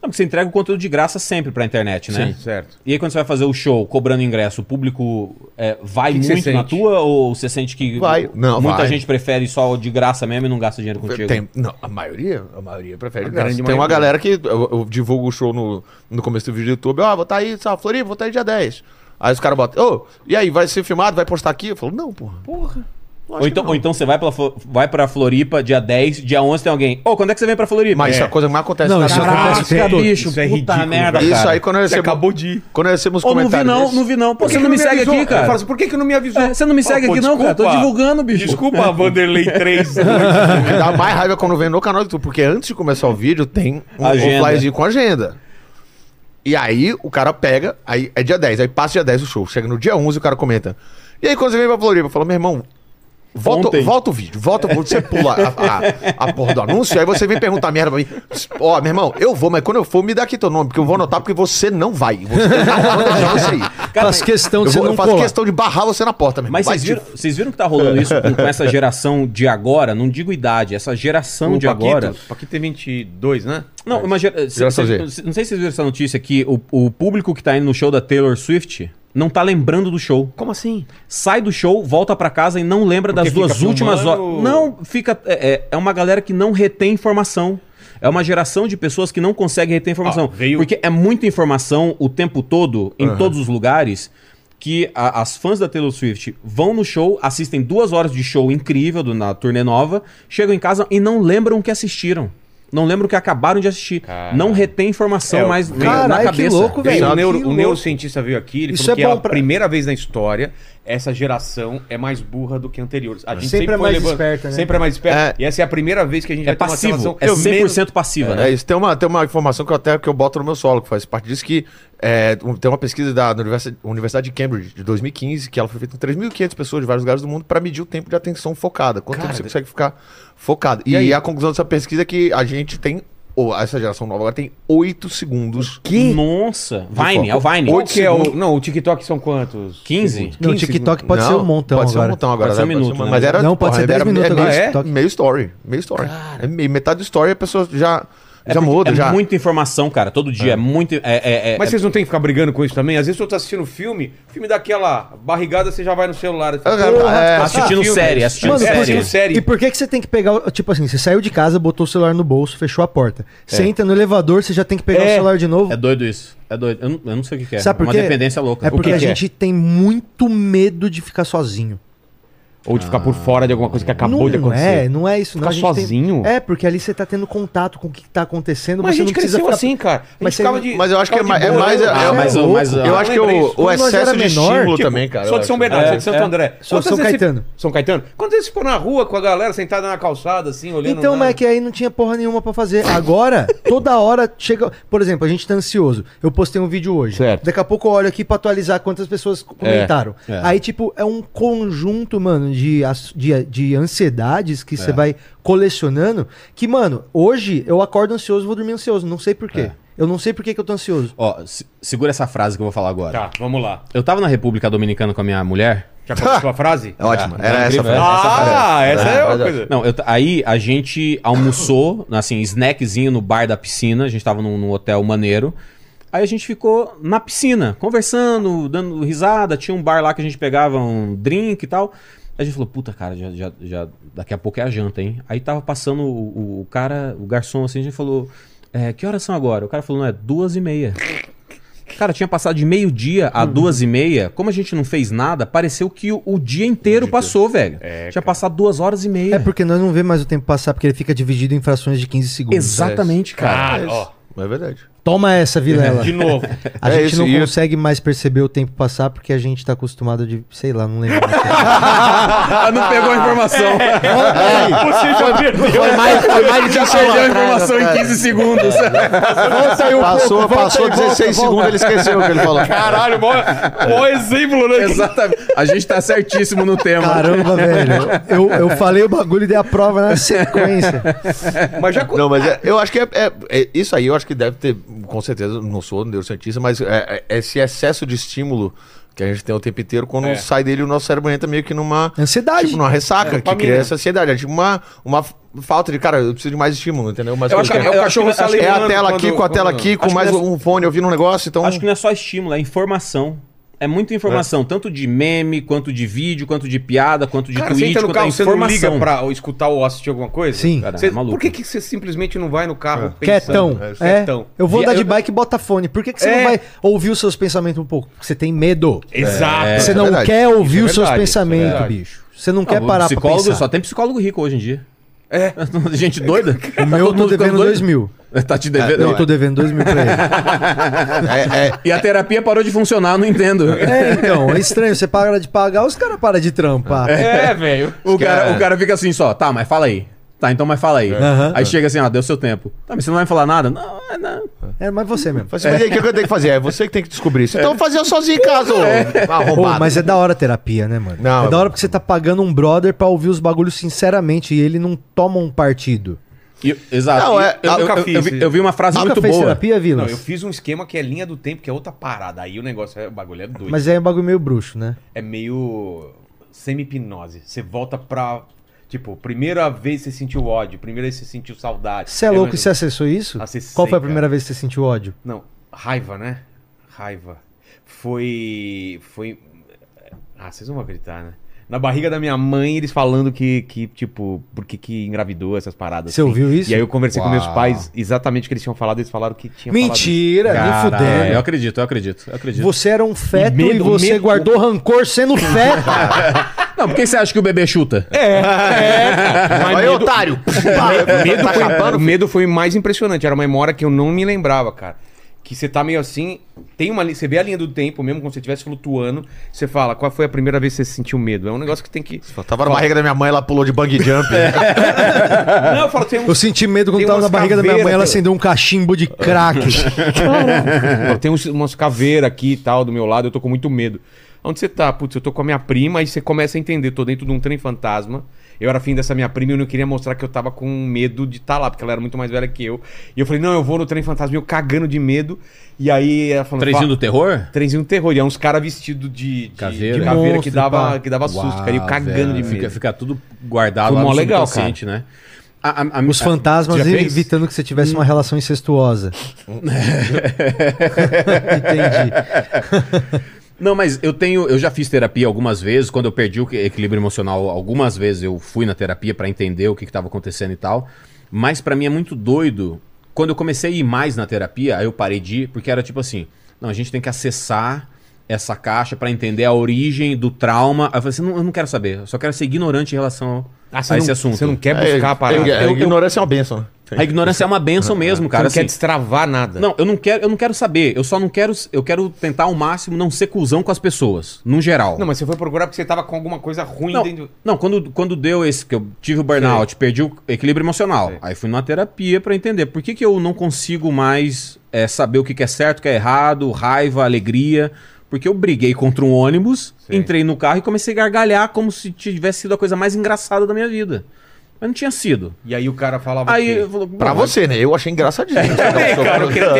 [SPEAKER 4] Não, porque você entrega o conteúdo de graça sempre pra internet, né?
[SPEAKER 1] certo.
[SPEAKER 4] E aí, quando você vai fazer o show cobrando ingresso, o público é, vai
[SPEAKER 1] Que que você
[SPEAKER 4] muito na
[SPEAKER 1] sente?
[SPEAKER 4] tua ou você sente que
[SPEAKER 5] Vai. Não,
[SPEAKER 4] muita
[SPEAKER 5] vai.
[SPEAKER 4] gente prefere só de graça mesmo e não gasta dinheiro contigo?
[SPEAKER 5] Tem, não, a maioria, a maioria prefere.
[SPEAKER 1] A
[SPEAKER 5] graça.
[SPEAKER 1] grande
[SPEAKER 5] Tem
[SPEAKER 1] maioria.
[SPEAKER 5] uma galera que eu, eu divulgo o show no, no começo do vídeo do YouTube, ó, vou tá aí, sabe, Floripa, vou tá aí dia 10. Aí os caras botam, ô, e aí, vai ser filmado, vai postar aqui? Eu falo, não, porra. Porra.
[SPEAKER 4] Ou então, ou então você vai pra, Flo- vai pra Floripa dia 10, dia 11 tem alguém. Ô, quando é que você vem pra Floripa?
[SPEAKER 5] Mas isso é
[SPEAKER 4] é.
[SPEAKER 5] a coisa que mais acontece
[SPEAKER 6] Não,
[SPEAKER 5] na
[SPEAKER 6] isso
[SPEAKER 5] vida.
[SPEAKER 6] acontece todo.
[SPEAKER 4] bicho,
[SPEAKER 1] Isso é
[SPEAKER 4] puta
[SPEAKER 1] ridículo,
[SPEAKER 4] merda,
[SPEAKER 1] velho.
[SPEAKER 4] cara.
[SPEAKER 5] Isso aí, quando eu
[SPEAKER 1] Você
[SPEAKER 5] recebo,
[SPEAKER 1] acabou de ir.
[SPEAKER 5] quando eu recebo os
[SPEAKER 4] Ô, não vi
[SPEAKER 5] comentários
[SPEAKER 4] não,
[SPEAKER 5] desses-
[SPEAKER 4] não vi não. Pô,
[SPEAKER 1] Por que
[SPEAKER 4] você não
[SPEAKER 1] que
[SPEAKER 4] me segue
[SPEAKER 1] avisou?
[SPEAKER 4] aqui,
[SPEAKER 1] Eu falo
[SPEAKER 4] cara.
[SPEAKER 1] assim, por que, que não me avisou?
[SPEAKER 4] É, você não me segue aqui não, cara. Tô
[SPEAKER 1] desculpa.
[SPEAKER 4] divulgando, bicho.
[SPEAKER 1] Desculpa, Vanderlei 3.
[SPEAKER 5] O que Dá mais raiva quando vem no canal do YouTube, porque antes de começar o vídeo tem um
[SPEAKER 4] Agenda.
[SPEAKER 5] flyzinho com agenda. E aí o cara pega, aí é dia 10, aí passa dia 10 o show. Chega no dia 11 o cara comenta. E aí quando você vem pra Floripa, fala, meu irmão, volta,
[SPEAKER 4] Ontem.
[SPEAKER 5] volta o vídeo, volta o vídeo, você pula a, a- a porra do anúncio, aí você vem perguntar merda pra mim. Ó, meu irmão, eu vou, mas quando eu for, me dá aqui teu nome, porque eu vou anotar, porque você não vai. Você não vai deixar você ir.
[SPEAKER 6] Faz questão
[SPEAKER 5] Eu,
[SPEAKER 6] de Então você
[SPEAKER 5] vou, eu
[SPEAKER 6] não
[SPEAKER 5] faço
[SPEAKER 6] colar.
[SPEAKER 5] questão de barrar você na porta, meu irmão.
[SPEAKER 4] Mas
[SPEAKER 5] Vai
[SPEAKER 4] vocês
[SPEAKER 5] tipo, te
[SPEAKER 4] viram, vocês viram que tá rolando isso com, com essa geração de agora? Não digo idade, essa geração de agora.
[SPEAKER 1] O um, Paquito é tem 22, né?
[SPEAKER 4] Não, mas gera- cê-
[SPEAKER 5] Geração
[SPEAKER 4] cê-
[SPEAKER 5] Z.
[SPEAKER 4] não sei se vocês viram essa notícia que o, o público que tá indo no show da Taylor Swift não tá lembrando do show.
[SPEAKER 1] Como assim?
[SPEAKER 4] Sai do show, volta pra casa e não lembra
[SPEAKER 1] Porque
[SPEAKER 4] das duas
[SPEAKER 1] fica
[SPEAKER 4] últimas horas.
[SPEAKER 1] filmando-
[SPEAKER 4] Não, fica. É, é- é uma galera que não retém informação. É uma geração de pessoas que não consegue reter informação.
[SPEAKER 1] Ó, veio-
[SPEAKER 4] Porque é muita informação o tempo todo, em todos os lugares, que a- as fãs da Taylor Swift vão no show, assistem duas horas de show incrível do- na turnê nova, chegam em casa e não lembram o que assistiram. Não lembram o que acabaram de assistir. Não retém informação
[SPEAKER 1] É,
[SPEAKER 4] mais na,
[SPEAKER 6] Caralho,
[SPEAKER 4] na
[SPEAKER 6] que
[SPEAKER 4] cabeça.
[SPEAKER 6] louco, velho.
[SPEAKER 1] Veio,
[SPEAKER 6] Que
[SPEAKER 1] o, é neuro-
[SPEAKER 6] louco.
[SPEAKER 1] o neurocientista veio aqui, ele
[SPEAKER 6] Isso
[SPEAKER 1] falou
[SPEAKER 6] é
[SPEAKER 1] que é
[SPEAKER 6] bom
[SPEAKER 1] a
[SPEAKER 6] pra-
[SPEAKER 1] primeira vez na história essa geração é mais burra do que anteriores. A gente
[SPEAKER 6] Sempre
[SPEAKER 1] sempre,
[SPEAKER 6] é
[SPEAKER 1] foi
[SPEAKER 6] mais
[SPEAKER 1] levando-
[SPEAKER 6] esperta, né?
[SPEAKER 1] Sempre é mais esperta. E essa é a primeira vez que a gente
[SPEAKER 4] É
[SPEAKER 1] ter uma
[SPEAKER 4] passivo.
[SPEAKER 1] relação-
[SPEAKER 4] É
[SPEAKER 1] Eu
[SPEAKER 4] 100%
[SPEAKER 1] menos-
[SPEAKER 4] passiva, né?
[SPEAKER 5] É isso. Tem uma, tem uma informação que eu até que eu boto no meu solo, que faz parte disso, que é, um- tem uma pesquisa da Universi- Universidade de Cambridge, de 2015, que ela foi feita com 3.500 pessoas de vários lugares do mundo para medir o tempo de atenção focada. Quanto tempo você consegue ficar focado. E, a conclusão dessa pesquisa é que a gente tem, ou essa geração nova agora tem 8 segundos.
[SPEAKER 4] Nossa. Vine, é o Vine.
[SPEAKER 1] Qual que é o... Não, o TikTok são quantos?
[SPEAKER 4] 15?
[SPEAKER 6] Não, o TikTok pode ser um montão
[SPEAKER 5] Pode ser um
[SPEAKER 6] agora.
[SPEAKER 5] montão agora.
[SPEAKER 4] Pode ser um
[SPEAKER 5] né?
[SPEAKER 4] minuto, né?
[SPEAKER 5] Mas era,
[SPEAKER 6] Não, pode ser
[SPEAKER 5] era
[SPEAKER 6] 10 minutos
[SPEAKER 5] é meio,
[SPEAKER 6] agora.
[SPEAKER 5] é
[SPEAKER 6] TikTok.
[SPEAKER 5] meio story. Meio story. É meio- metade do story a pessoa já, já muda.
[SPEAKER 4] é
[SPEAKER 5] já.
[SPEAKER 4] muita informação, cara. Todo dia. É, muito. É, é, é-
[SPEAKER 1] Mas vocês não têm que ficar brigando com isso também? Às vezes eu tô assistindo um filme, o filme daquela barrigada, você já vai no celular. Você
[SPEAKER 5] Ah,
[SPEAKER 1] fala,
[SPEAKER 5] ah,
[SPEAKER 1] "Porra,
[SPEAKER 5] é,
[SPEAKER 1] tá
[SPEAKER 4] assistindo
[SPEAKER 1] filme".
[SPEAKER 4] série, assistindo
[SPEAKER 1] É,
[SPEAKER 4] série.
[SPEAKER 1] assistindo série.
[SPEAKER 6] E por que, que você tem que pegar. o- Tipo assim, você saiu de casa, botou o celular no bolso, fechou a porta. Você entra no elevador, você já tem que pegar o
[SPEAKER 1] É.
[SPEAKER 6] celular de novo.
[SPEAKER 4] é doido isso. É doido. Eu não, eu não sei o que, que é.
[SPEAKER 6] Sabe por
[SPEAKER 4] Uma
[SPEAKER 6] quê?
[SPEAKER 4] dependência louca.
[SPEAKER 6] É porque
[SPEAKER 1] que
[SPEAKER 6] a
[SPEAKER 1] que é?
[SPEAKER 6] gente tem muito medo de ficar sozinho.
[SPEAKER 1] Ou de ficar por fora de alguma coisa que acabou
[SPEAKER 6] não
[SPEAKER 1] de
[SPEAKER 6] é,
[SPEAKER 1] acontecer.
[SPEAKER 6] não é isso. Não.
[SPEAKER 1] Ficar
[SPEAKER 6] A gente tem-
[SPEAKER 1] sozinho?
[SPEAKER 6] É, porque ali você tá tendo contato com o que tá acontecendo,
[SPEAKER 1] Mas
[SPEAKER 6] você
[SPEAKER 1] a gente
[SPEAKER 6] não precisa
[SPEAKER 1] cresceu
[SPEAKER 6] ficar...
[SPEAKER 1] assim, cara. A gente
[SPEAKER 6] Mas você-
[SPEAKER 1] ficava de-
[SPEAKER 5] Mas eu acho que é
[SPEAKER 1] ficava
[SPEAKER 5] mais.
[SPEAKER 1] de
[SPEAKER 5] É
[SPEAKER 1] boa,
[SPEAKER 5] mais
[SPEAKER 1] né?
[SPEAKER 5] é-
[SPEAKER 4] Ah, mas
[SPEAKER 5] é
[SPEAKER 4] eu-
[SPEAKER 5] o-
[SPEAKER 4] mas eu-
[SPEAKER 5] eu acho que
[SPEAKER 1] lembra
[SPEAKER 5] o,
[SPEAKER 1] isso.
[SPEAKER 5] o
[SPEAKER 6] Quando nós
[SPEAKER 5] excesso
[SPEAKER 6] era
[SPEAKER 5] de
[SPEAKER 6] menor,
[SPEAKER 5] estímulo
[SPEAKER 6] tipo,
[SPEAKER 5] também, cara.
[SPEAKER 1] Sou
[SPEAKER 5] eu
[SPEAKER 1] de São
[SPEAKER 5] acho.
[SPEAKER 1] Bernardo,
[SPEAKER 4] É,
[SPEAKER 1] sou de Santo
[SPEAKER 4] é.
[SPEAKER 1] André.
[SPEAKER 6] Sou de
[SPEAKER 1] Quantas
[SPEAKER 6] São
[SPEAKER 1] vezes você-
[SPEAKER 6] Caetano.
[SPEAKER 1] São Caetano? Quantas vezes você ficou na rua com a galera sentada na calçada, assim, olhando
[SPEAKER 6] Então,
[SPEAKER 1] nada?
[SPEAKER 6] mas é que aí não tinha porra nenhuma pra fazer. Agora, toda hora chega. Por exemplo, a gente tá ansioso. Eu postei um vídeo hoje.
[SPEAKER 1] Certo.
[SPEAKER 6] Daqui a pouco eu olho aqui pra atualizar quantas pessoas co- comentaram. Aí, tipo, é um conjunto, mano, de, as- de, de ansiedades que você vai colecionando. Que, mano, hoje eu acordo ansioso e vou dormir ansioso. Não sei por quê. Eu não sei por que, que eu tô ansioso.
[SPEAKER 4] Ó, se- segura essa frase que eu vou falar agora.
[SPEAKER 1] Tá, vamos lá.
[SPEAKER 4] Eu tava na República Dominicana com a minha mulher.
[SPEAKER 1] Já começou a frase?
[SPEAKER 5] É ótimo.
[SPEAKER 4] Ah,
[SPEAKER 5] Era
[SPEAKER 4] é
[SPEAKER 5] essa
[SPEAKER 4] incrível,
[SPEAKER 5] frase.
[SPEAKER 1] Ah, essa é uma coisa.
[SPEAKER 4] Não, eu t- aí a gente almoçou, assim, snackzinho no bar da piscina. A gente tava num, num hotel maneiro. Aí a gente ficou na piscina, conversando, dando risada. Tinha um bar lá que a gente pegava um drink e tal. A gente falou, puta, cara, já, já, já- daqui a pouco é a janta, hein? Aí tava passando o, o- o cara, o garçom, assim, a gente falou, é, que horas são agora? O cara falou, não, é duas e meia. Cara, tinha passado de meio-dia a duas e meia. Como a gente não fez nada, pareceu que o, Uhum. o dia inteiro É, passou, velho. tinha passado duas horas e meia.
[SPEAKER 6] É porque nós não vê mais o tempo passar, porque ele fica dividido em frações de 15 segundos.
[SPEAKER 4] Exatamente, cara.
[SPEAKER 5] Ah, É verdade.
[SPEAKER 6] Toma essa, Vilela.
[SPEAKER 7] De novo.
[SPEAKER 6] A
[SPEAKER 5] É
[SPEAKER 6] gente
[SPEAKER 5] isso,
[SPEAKER 6] não
[SPEAKER 5] e eu-
[SPEAKER 6] consegue mais perceber o tempo passar porque a gente tá acostumado de. Sei lá, não lembro.
[SPEAKER 4] Ah, não pegou a informação.
[SPEAKER 6] É.
[SPEAKER 7] Você já perdeu.
[SPEAKER 6] foi mais, foi mais
[SPEAKER 4] Já perdeu a informação em 15 segundos.
[SPEAKER 6] É, né?
[SPEAKER 5] passou, passou 16 segundos, ele esqueceu o que ele falou.
[SPEAKER 7] Caralho, bom, bom exemplo, né?
[SPEAKER 4] Exatamente. A gente tá certíssimo no tema.
[SPEAKER 6] Caramba, velho. Eu, eu falei o bagulho e dei a prova na sequência.
[SPEAKER 1] Mas já. co-
[SPEAKER 5] Não, mas é- eu acho que é, é- é- Isso aí eu acho que deve ter, com certeza, não sou um neurocientista, mas é, é- esse excesso de estímulo que a gente tem o tempo inteiro, quando
[SPEAKER 7] É.
[SPEAKER 5] sai dele, o nosso cérebro entra meio que numa.
[SPEAKER 6] Ansiedade.
[SPEAKER 5] Tipo, numa ressaca, que
[SPEAKER 7] dopamina.
[SPEAKER 5] cria essa ansiedade. É tipo uma, uma f- falta de, cara, eu preciso de mais estímulo, entendeu? Mas
[SPEAKER 4] Eu acho que é o cachorro
[SPEAKER 5] é, a
[SPEAKER 1] salivando
[SPEAKER 5] tela
[SPEAKER 1] tá quando-
[SPEAKER 5] aqui com a tela
[SPEAKER 1] quando-
[SPEAKER 5] aqui, com
[SPEAKER 4] Acho que
[SPEAKER 5] mais
[SPEAKER 4] deve-
[SPEAKER 5] um fone ouvindo um negócio, então.
[SPEAKER 4] Acho que não é só estímulo, é informação. É muita informação, tanto de meme, quanto de vídeo, quanto de piada, quanto de
[SPEAKER 1] Cara, você
[SPEAKER 4] tweet,
[SPEAKER 1] entra no
[SPEAKER 4] quanto é
[SPEAKER 1] carro, você não
[SPEAKER 4] informação.
[SPEAKER 1] liga pra escutar ou assistir alguma coisa?
[SPEAKER 6] Sim.
[SPEAKER 1] Cara, é
[SPEAKER 4] Você-
[SPEAKER 1] maluco. Por
[SPEAKER 4] por
[SPEAKER 1] que,
[SPEAKER 4] que
[SPEAKER 1] você simplesmente não vai no carro
[SPEAKER 6] Quietão. É,
[SPEAKER 1] Quietão.
[SPEAKER 6] Eu vou
[SPEAKER 1] Vi-
[SPEAKER 6] andar de
[SPEAKER 1] eu-
[SPEAKER 6] bike e bota fone. Por que, que você
[SPEAKER 1] É.
[SPEAKER 6] não vai ouvir os seus pensamentos um pouco? Porque você tem medo.
[SPEAKER 1] Exato.
[SPEAKER 6] você
[SPEAKER 5] é
[SPEAKER 6] não
[SPEAKER 5] verdade.
[SPEAKER 6] quer ouvir
[SPEAKER 1] Isso é
[SPEAKER 6] os seus
[SPEAKER 1] verdade, isso é
[SPEAKER 6] pensamentos,
[SPEAKER 1] verdade.
[SPEAKER 6] bicho. Você não
[SPEAKER 4] Não,
[SPEAKER 6] quer parar pra
[SPEAKER 4] psicólogo,
[SPEAKER 6] pensar.
[SPEAKER 4] Só tá tem psicólogo rico hoje em dia. É. Gente doida.
[SPEAKER 6] O meu eu tô devendo dois mil. É.
[SPEAKER 4] Tá te devendo.
[SPEAKER 6] Eu tô devendo dois mil pra ele.
[SPEAKER 5] É, é-
[SPEAKER 4] E a terapia parou de funcionar, não entendo.
[SPEAKER 6] É, então, é estranho. Você para de pagar, os caras param de trampar.
[SPEAKER 7] É, velho.
[SPEAKER 4] O cara,
[SPEAKER 5] cara-
[SPEAKER 4] o cara fica assim só, tá, mas fala aí. Tá, então mas fala
[SPEAKER 1] É.
[SPEAKER 4] aí.
[SPEAKER 6] Aham.
[SPEAKER 4] Aí chega assim, ó, deu seu tempo. Tá, mas você não vai me falar nada? Não, é, não.
[SPEAKER 6] É, mas você mesmo.
[SPEAKER 5] Fala assim, mas e aí, o que eu tenho que fazer? É você que tem que descobrir isso. Então fazia sozinho em casa, ô
[SPEAKER 6] Pô,
[SPEAKER 5] arrombado.
[SPEAKER 6] mas é da hora a terapia, né, mano?
[SPEAKER 5] Não,
[SPEAKER 6] é
[SPEAKER 5] é
[SPEAKER 6] da hora
[SPEAKER 5] bom.
[SPEAKER 6] porque você tá pagando um brother pra ouvir os bagulhos sinceramente e ele não toma um partido.
[SPEAKER 4] E- exato.
[SPEAKER 5] Não,
[SPEAKER 4] E
[SPEAKER 5] é-
[SPEAKER 4] eu, eu-
[SPEAKER 1] nunca
[SPEAKER 4] eu-
[SPEAKER 1] fiz
[SPEAKER 4] eu vi,
[SPEAKER 1] isso.
[SPEAKER 4] eu vi uma frase
[SPEAKER 6] Nunca
[SPEAKER 4] é muito
[SPEAKER 6] fez
[SPEAKER 4] boa.
[SPEAKER 6] terapia, Vilas?
[SPEAKER 1] Não, eu fiz um esquema que é linha do tempo, que é outra parada. Aí o negócio é. O bagulho é doido.
[SPEAKER 6] Mas é um bagulho meio bruxo, né?
[SPEAKER 1] É meio. semi-hipnose. Você volta pra. Tipo, primeira vez você sentiu ódio, primeira vez você sentiu saudade.
[SPEAKER 6] Você é
[SPEAKER 1] Eu
[SPEAKER 6] louco e
[SPEAKER 1] imagino-
[SPEAKER 6] você acessou isso?
[SPEAKER 1] Acessei,
[SPEAKER 6] Qual foi a
[SPEAKER 1] cara.
[SPEAKER 6] primeira vez que você sentiu ódio?
[SPEAKER 1] Não, raiva, né? Raiva. Foi. Foi. Ah, vocês não vão acreditar, né? Na barriga da minha mãe, eles falando que, que tipo, por que que engravidou essas paradas. assim.
[SPEAKER 6] Você ouviu isso?
[SPEAKER 1] E aí eu conversei
[SPEAKER 5] Uau.
[SPEAKER 1] com meus pais exatamente o que eles tinham falado, eles falaram que tinha falado isso.
[SPEAKER 6] Mentira, nem
[SPEAKER 4] Caralho, eu
[SPEAKER 6] fudendo.
[SPEAKER 4] acredito, eu acredito, eu acredito.
[SPEAKER 6] Você era um feto
[SPEAKER 1] Medo,
[SPEAKER 6] e você
[SPEAKER 1] medo.
[SPEAKER 6] guardou rancor sendo feto.
[SPEAKER 4] Não, por que você acha que o bebê chuta?
[SPEAKER 1] É, Mas
[SPEAKER 5] Aí,
[SPEAKER 1] medo-
[SPEAKER 5] otário!
[SPEAKER 1] medo,
[SPEAKER 5] Tá
[SPEAKER 1] foi,
[SPEAKER 5] acabando,
[SPEAKER 1] o medo foi mais impressionante. Era uma memória que eu não me lembrava, cara. Que você tá meio assim, tem uma linha, você vê a linha do tempo mesmo, como se você estivesse flutuando, você fala, qual foi a primeira vez que você sentiu medo? É um negócio que tem que.
[SPEAKER 5] Tava na barriga da minha mãe, ela pulou de bang jump.
[SPEAKER 1] Não, eu falo, tem um.
[SPEAKER 6] Eu senti medo quando
[SPEAKER 1] Tem
[SPEAKER 6] tava na
[SPEAKER 1] umas
[SPEAKER 6] barriga da minha
[SPEAKER 1] caveiras,
[SPEAKER 6] mãe, ela
[SPEAKER 1] tem-
[SPEAKER 6] acendeu um cachimbo de crack.
[SPEAKER 1] Pô, Tem uns- umas caveiras aqui e tal do meu lado, eu tô com muito medo. Onde você tá? Putz, eu tô com a minha prima, aí você começa a entender, tô dentro de um trem fantasma. Eu era afim dessa minha prima e eu não queria mostrar que eu tava com medo de estar lá, porque ela era muito mais velha que eu. E eu falei, não, eu vou no trem fantasma, e eu cagando de medo. E aí ela falou,
[SPEAKER 4] Trezinho do terror?
[SPEAKER 1] trenzinho do terror, e é uns caras vestidos de, de de
[SPEAKER 4] Caveira.
[SPEAKER 1] caveira,
[SPEAKER 5] é.
[SPEAKER 4] De
[SPEAKER 6] monstro,
[SPEAKER 1] que
[SPEAKER 6] pá.
[SPEAKER 1] dava, que dava susto, cara, e eu
[SPEAKER 4] Uau,
[SPEAKER 1] cagando
[SPEAKER 4] velho,
[SPEAKER 1] de
[SPEAKER 4] fica,
[SPEAKER 1] medo.
[SPEAKER 4] fica tudo guardado
[SPEAKER 1] Foi
[SPEAKER 4] lá
[SPEAKER 1] mó
[SPEAKER 4] no
[SPEAKER 1] legal,
[SPEAKER 4] subconsciente, né? A- a- a-
[SPEAKER 6] Os
[SPEAKER 4] a-
[SPEAKER 6] fantasmas
[SPEAKER 1] já fez?
[SPEAKER 6] evitando que você tivesse uma relação incestuosa. Entendi.
[SPEAKER 4] Não, mas eu tenho, eu já fiz terapia algumas vezes, quando eu perdi o que- equilíbrio emocional, algumas vezes eu fui na terapia pra entender o que estava acontecendo e tal. Mas pra mim é muito doido. Quando eu comecei a ir mais na terapia, aí eu parei de ir, porque era tipo assim, não, a gente tem que acessar essa caixa pra entender a origem do trauma. Aí eu falei assim, não, eu não quero saber, eu só quero ser ignorante em relação
[SPEAKER 1] Ah,
[SPEAKER 4] a
[SPEAKER 1] você
[SPEAKER 4] esse
[SPEAKER 1] não-
[SPEAKER 4] assunto.
[SPEAKER 1] Você não quer
[SPEAKER 5] É,
[SPEAKER 1] buscar a parada.
[SPEAKER 5] é, é, ignorância é uma benção, né?
[SPEAKER 4] A ignorância é uma benção mesmo,
[SPEAKER 1] Você
[SPEAKER 4] cara.
[SPEAKER 1] não quer
[SPEAKER 4] assim.
[SPEAKER 1] destravar nada.
[SPEAKER 4] Não, eu não quero, eu não quero saber. Eu só não quero, eu quero tentar ao máximo não ser cuzão com as pessoas, no geral.
[SPEAKER 1] Não, mas você foi procurar porque você tava com alguma coisa ruim
[SPEAKER 4] Não,
[SPEAKER 1] dentro.
[SPEAKER 4] não, quando, quando deu esse, que eu tive o burnout, perdi o equilíbrio emocional. Aí fui numa terapia pra entender por que, que eu não consigo mais é, saber o que, que é certo, o que é errado, raiva, alegria. Porque eu briguei contra um ônibus, entrei no carro e comecei a gargalhar como se tivesse sido a coisa mais engraçada da minha vida. Mas não tinha sido.
[SPEAKER 1] E aí o cara falava.
[SPEAKER 4] Aí
[SPEAKER 1] o quê?
[SPEAKER 4] eu falou,
[SPEAKER 5] Pra
[SPEAKER 4] "Bom,
[SPEAKER 5] você, né? Eu achei engraçadinho. cara,
[SPEAKER 4] É,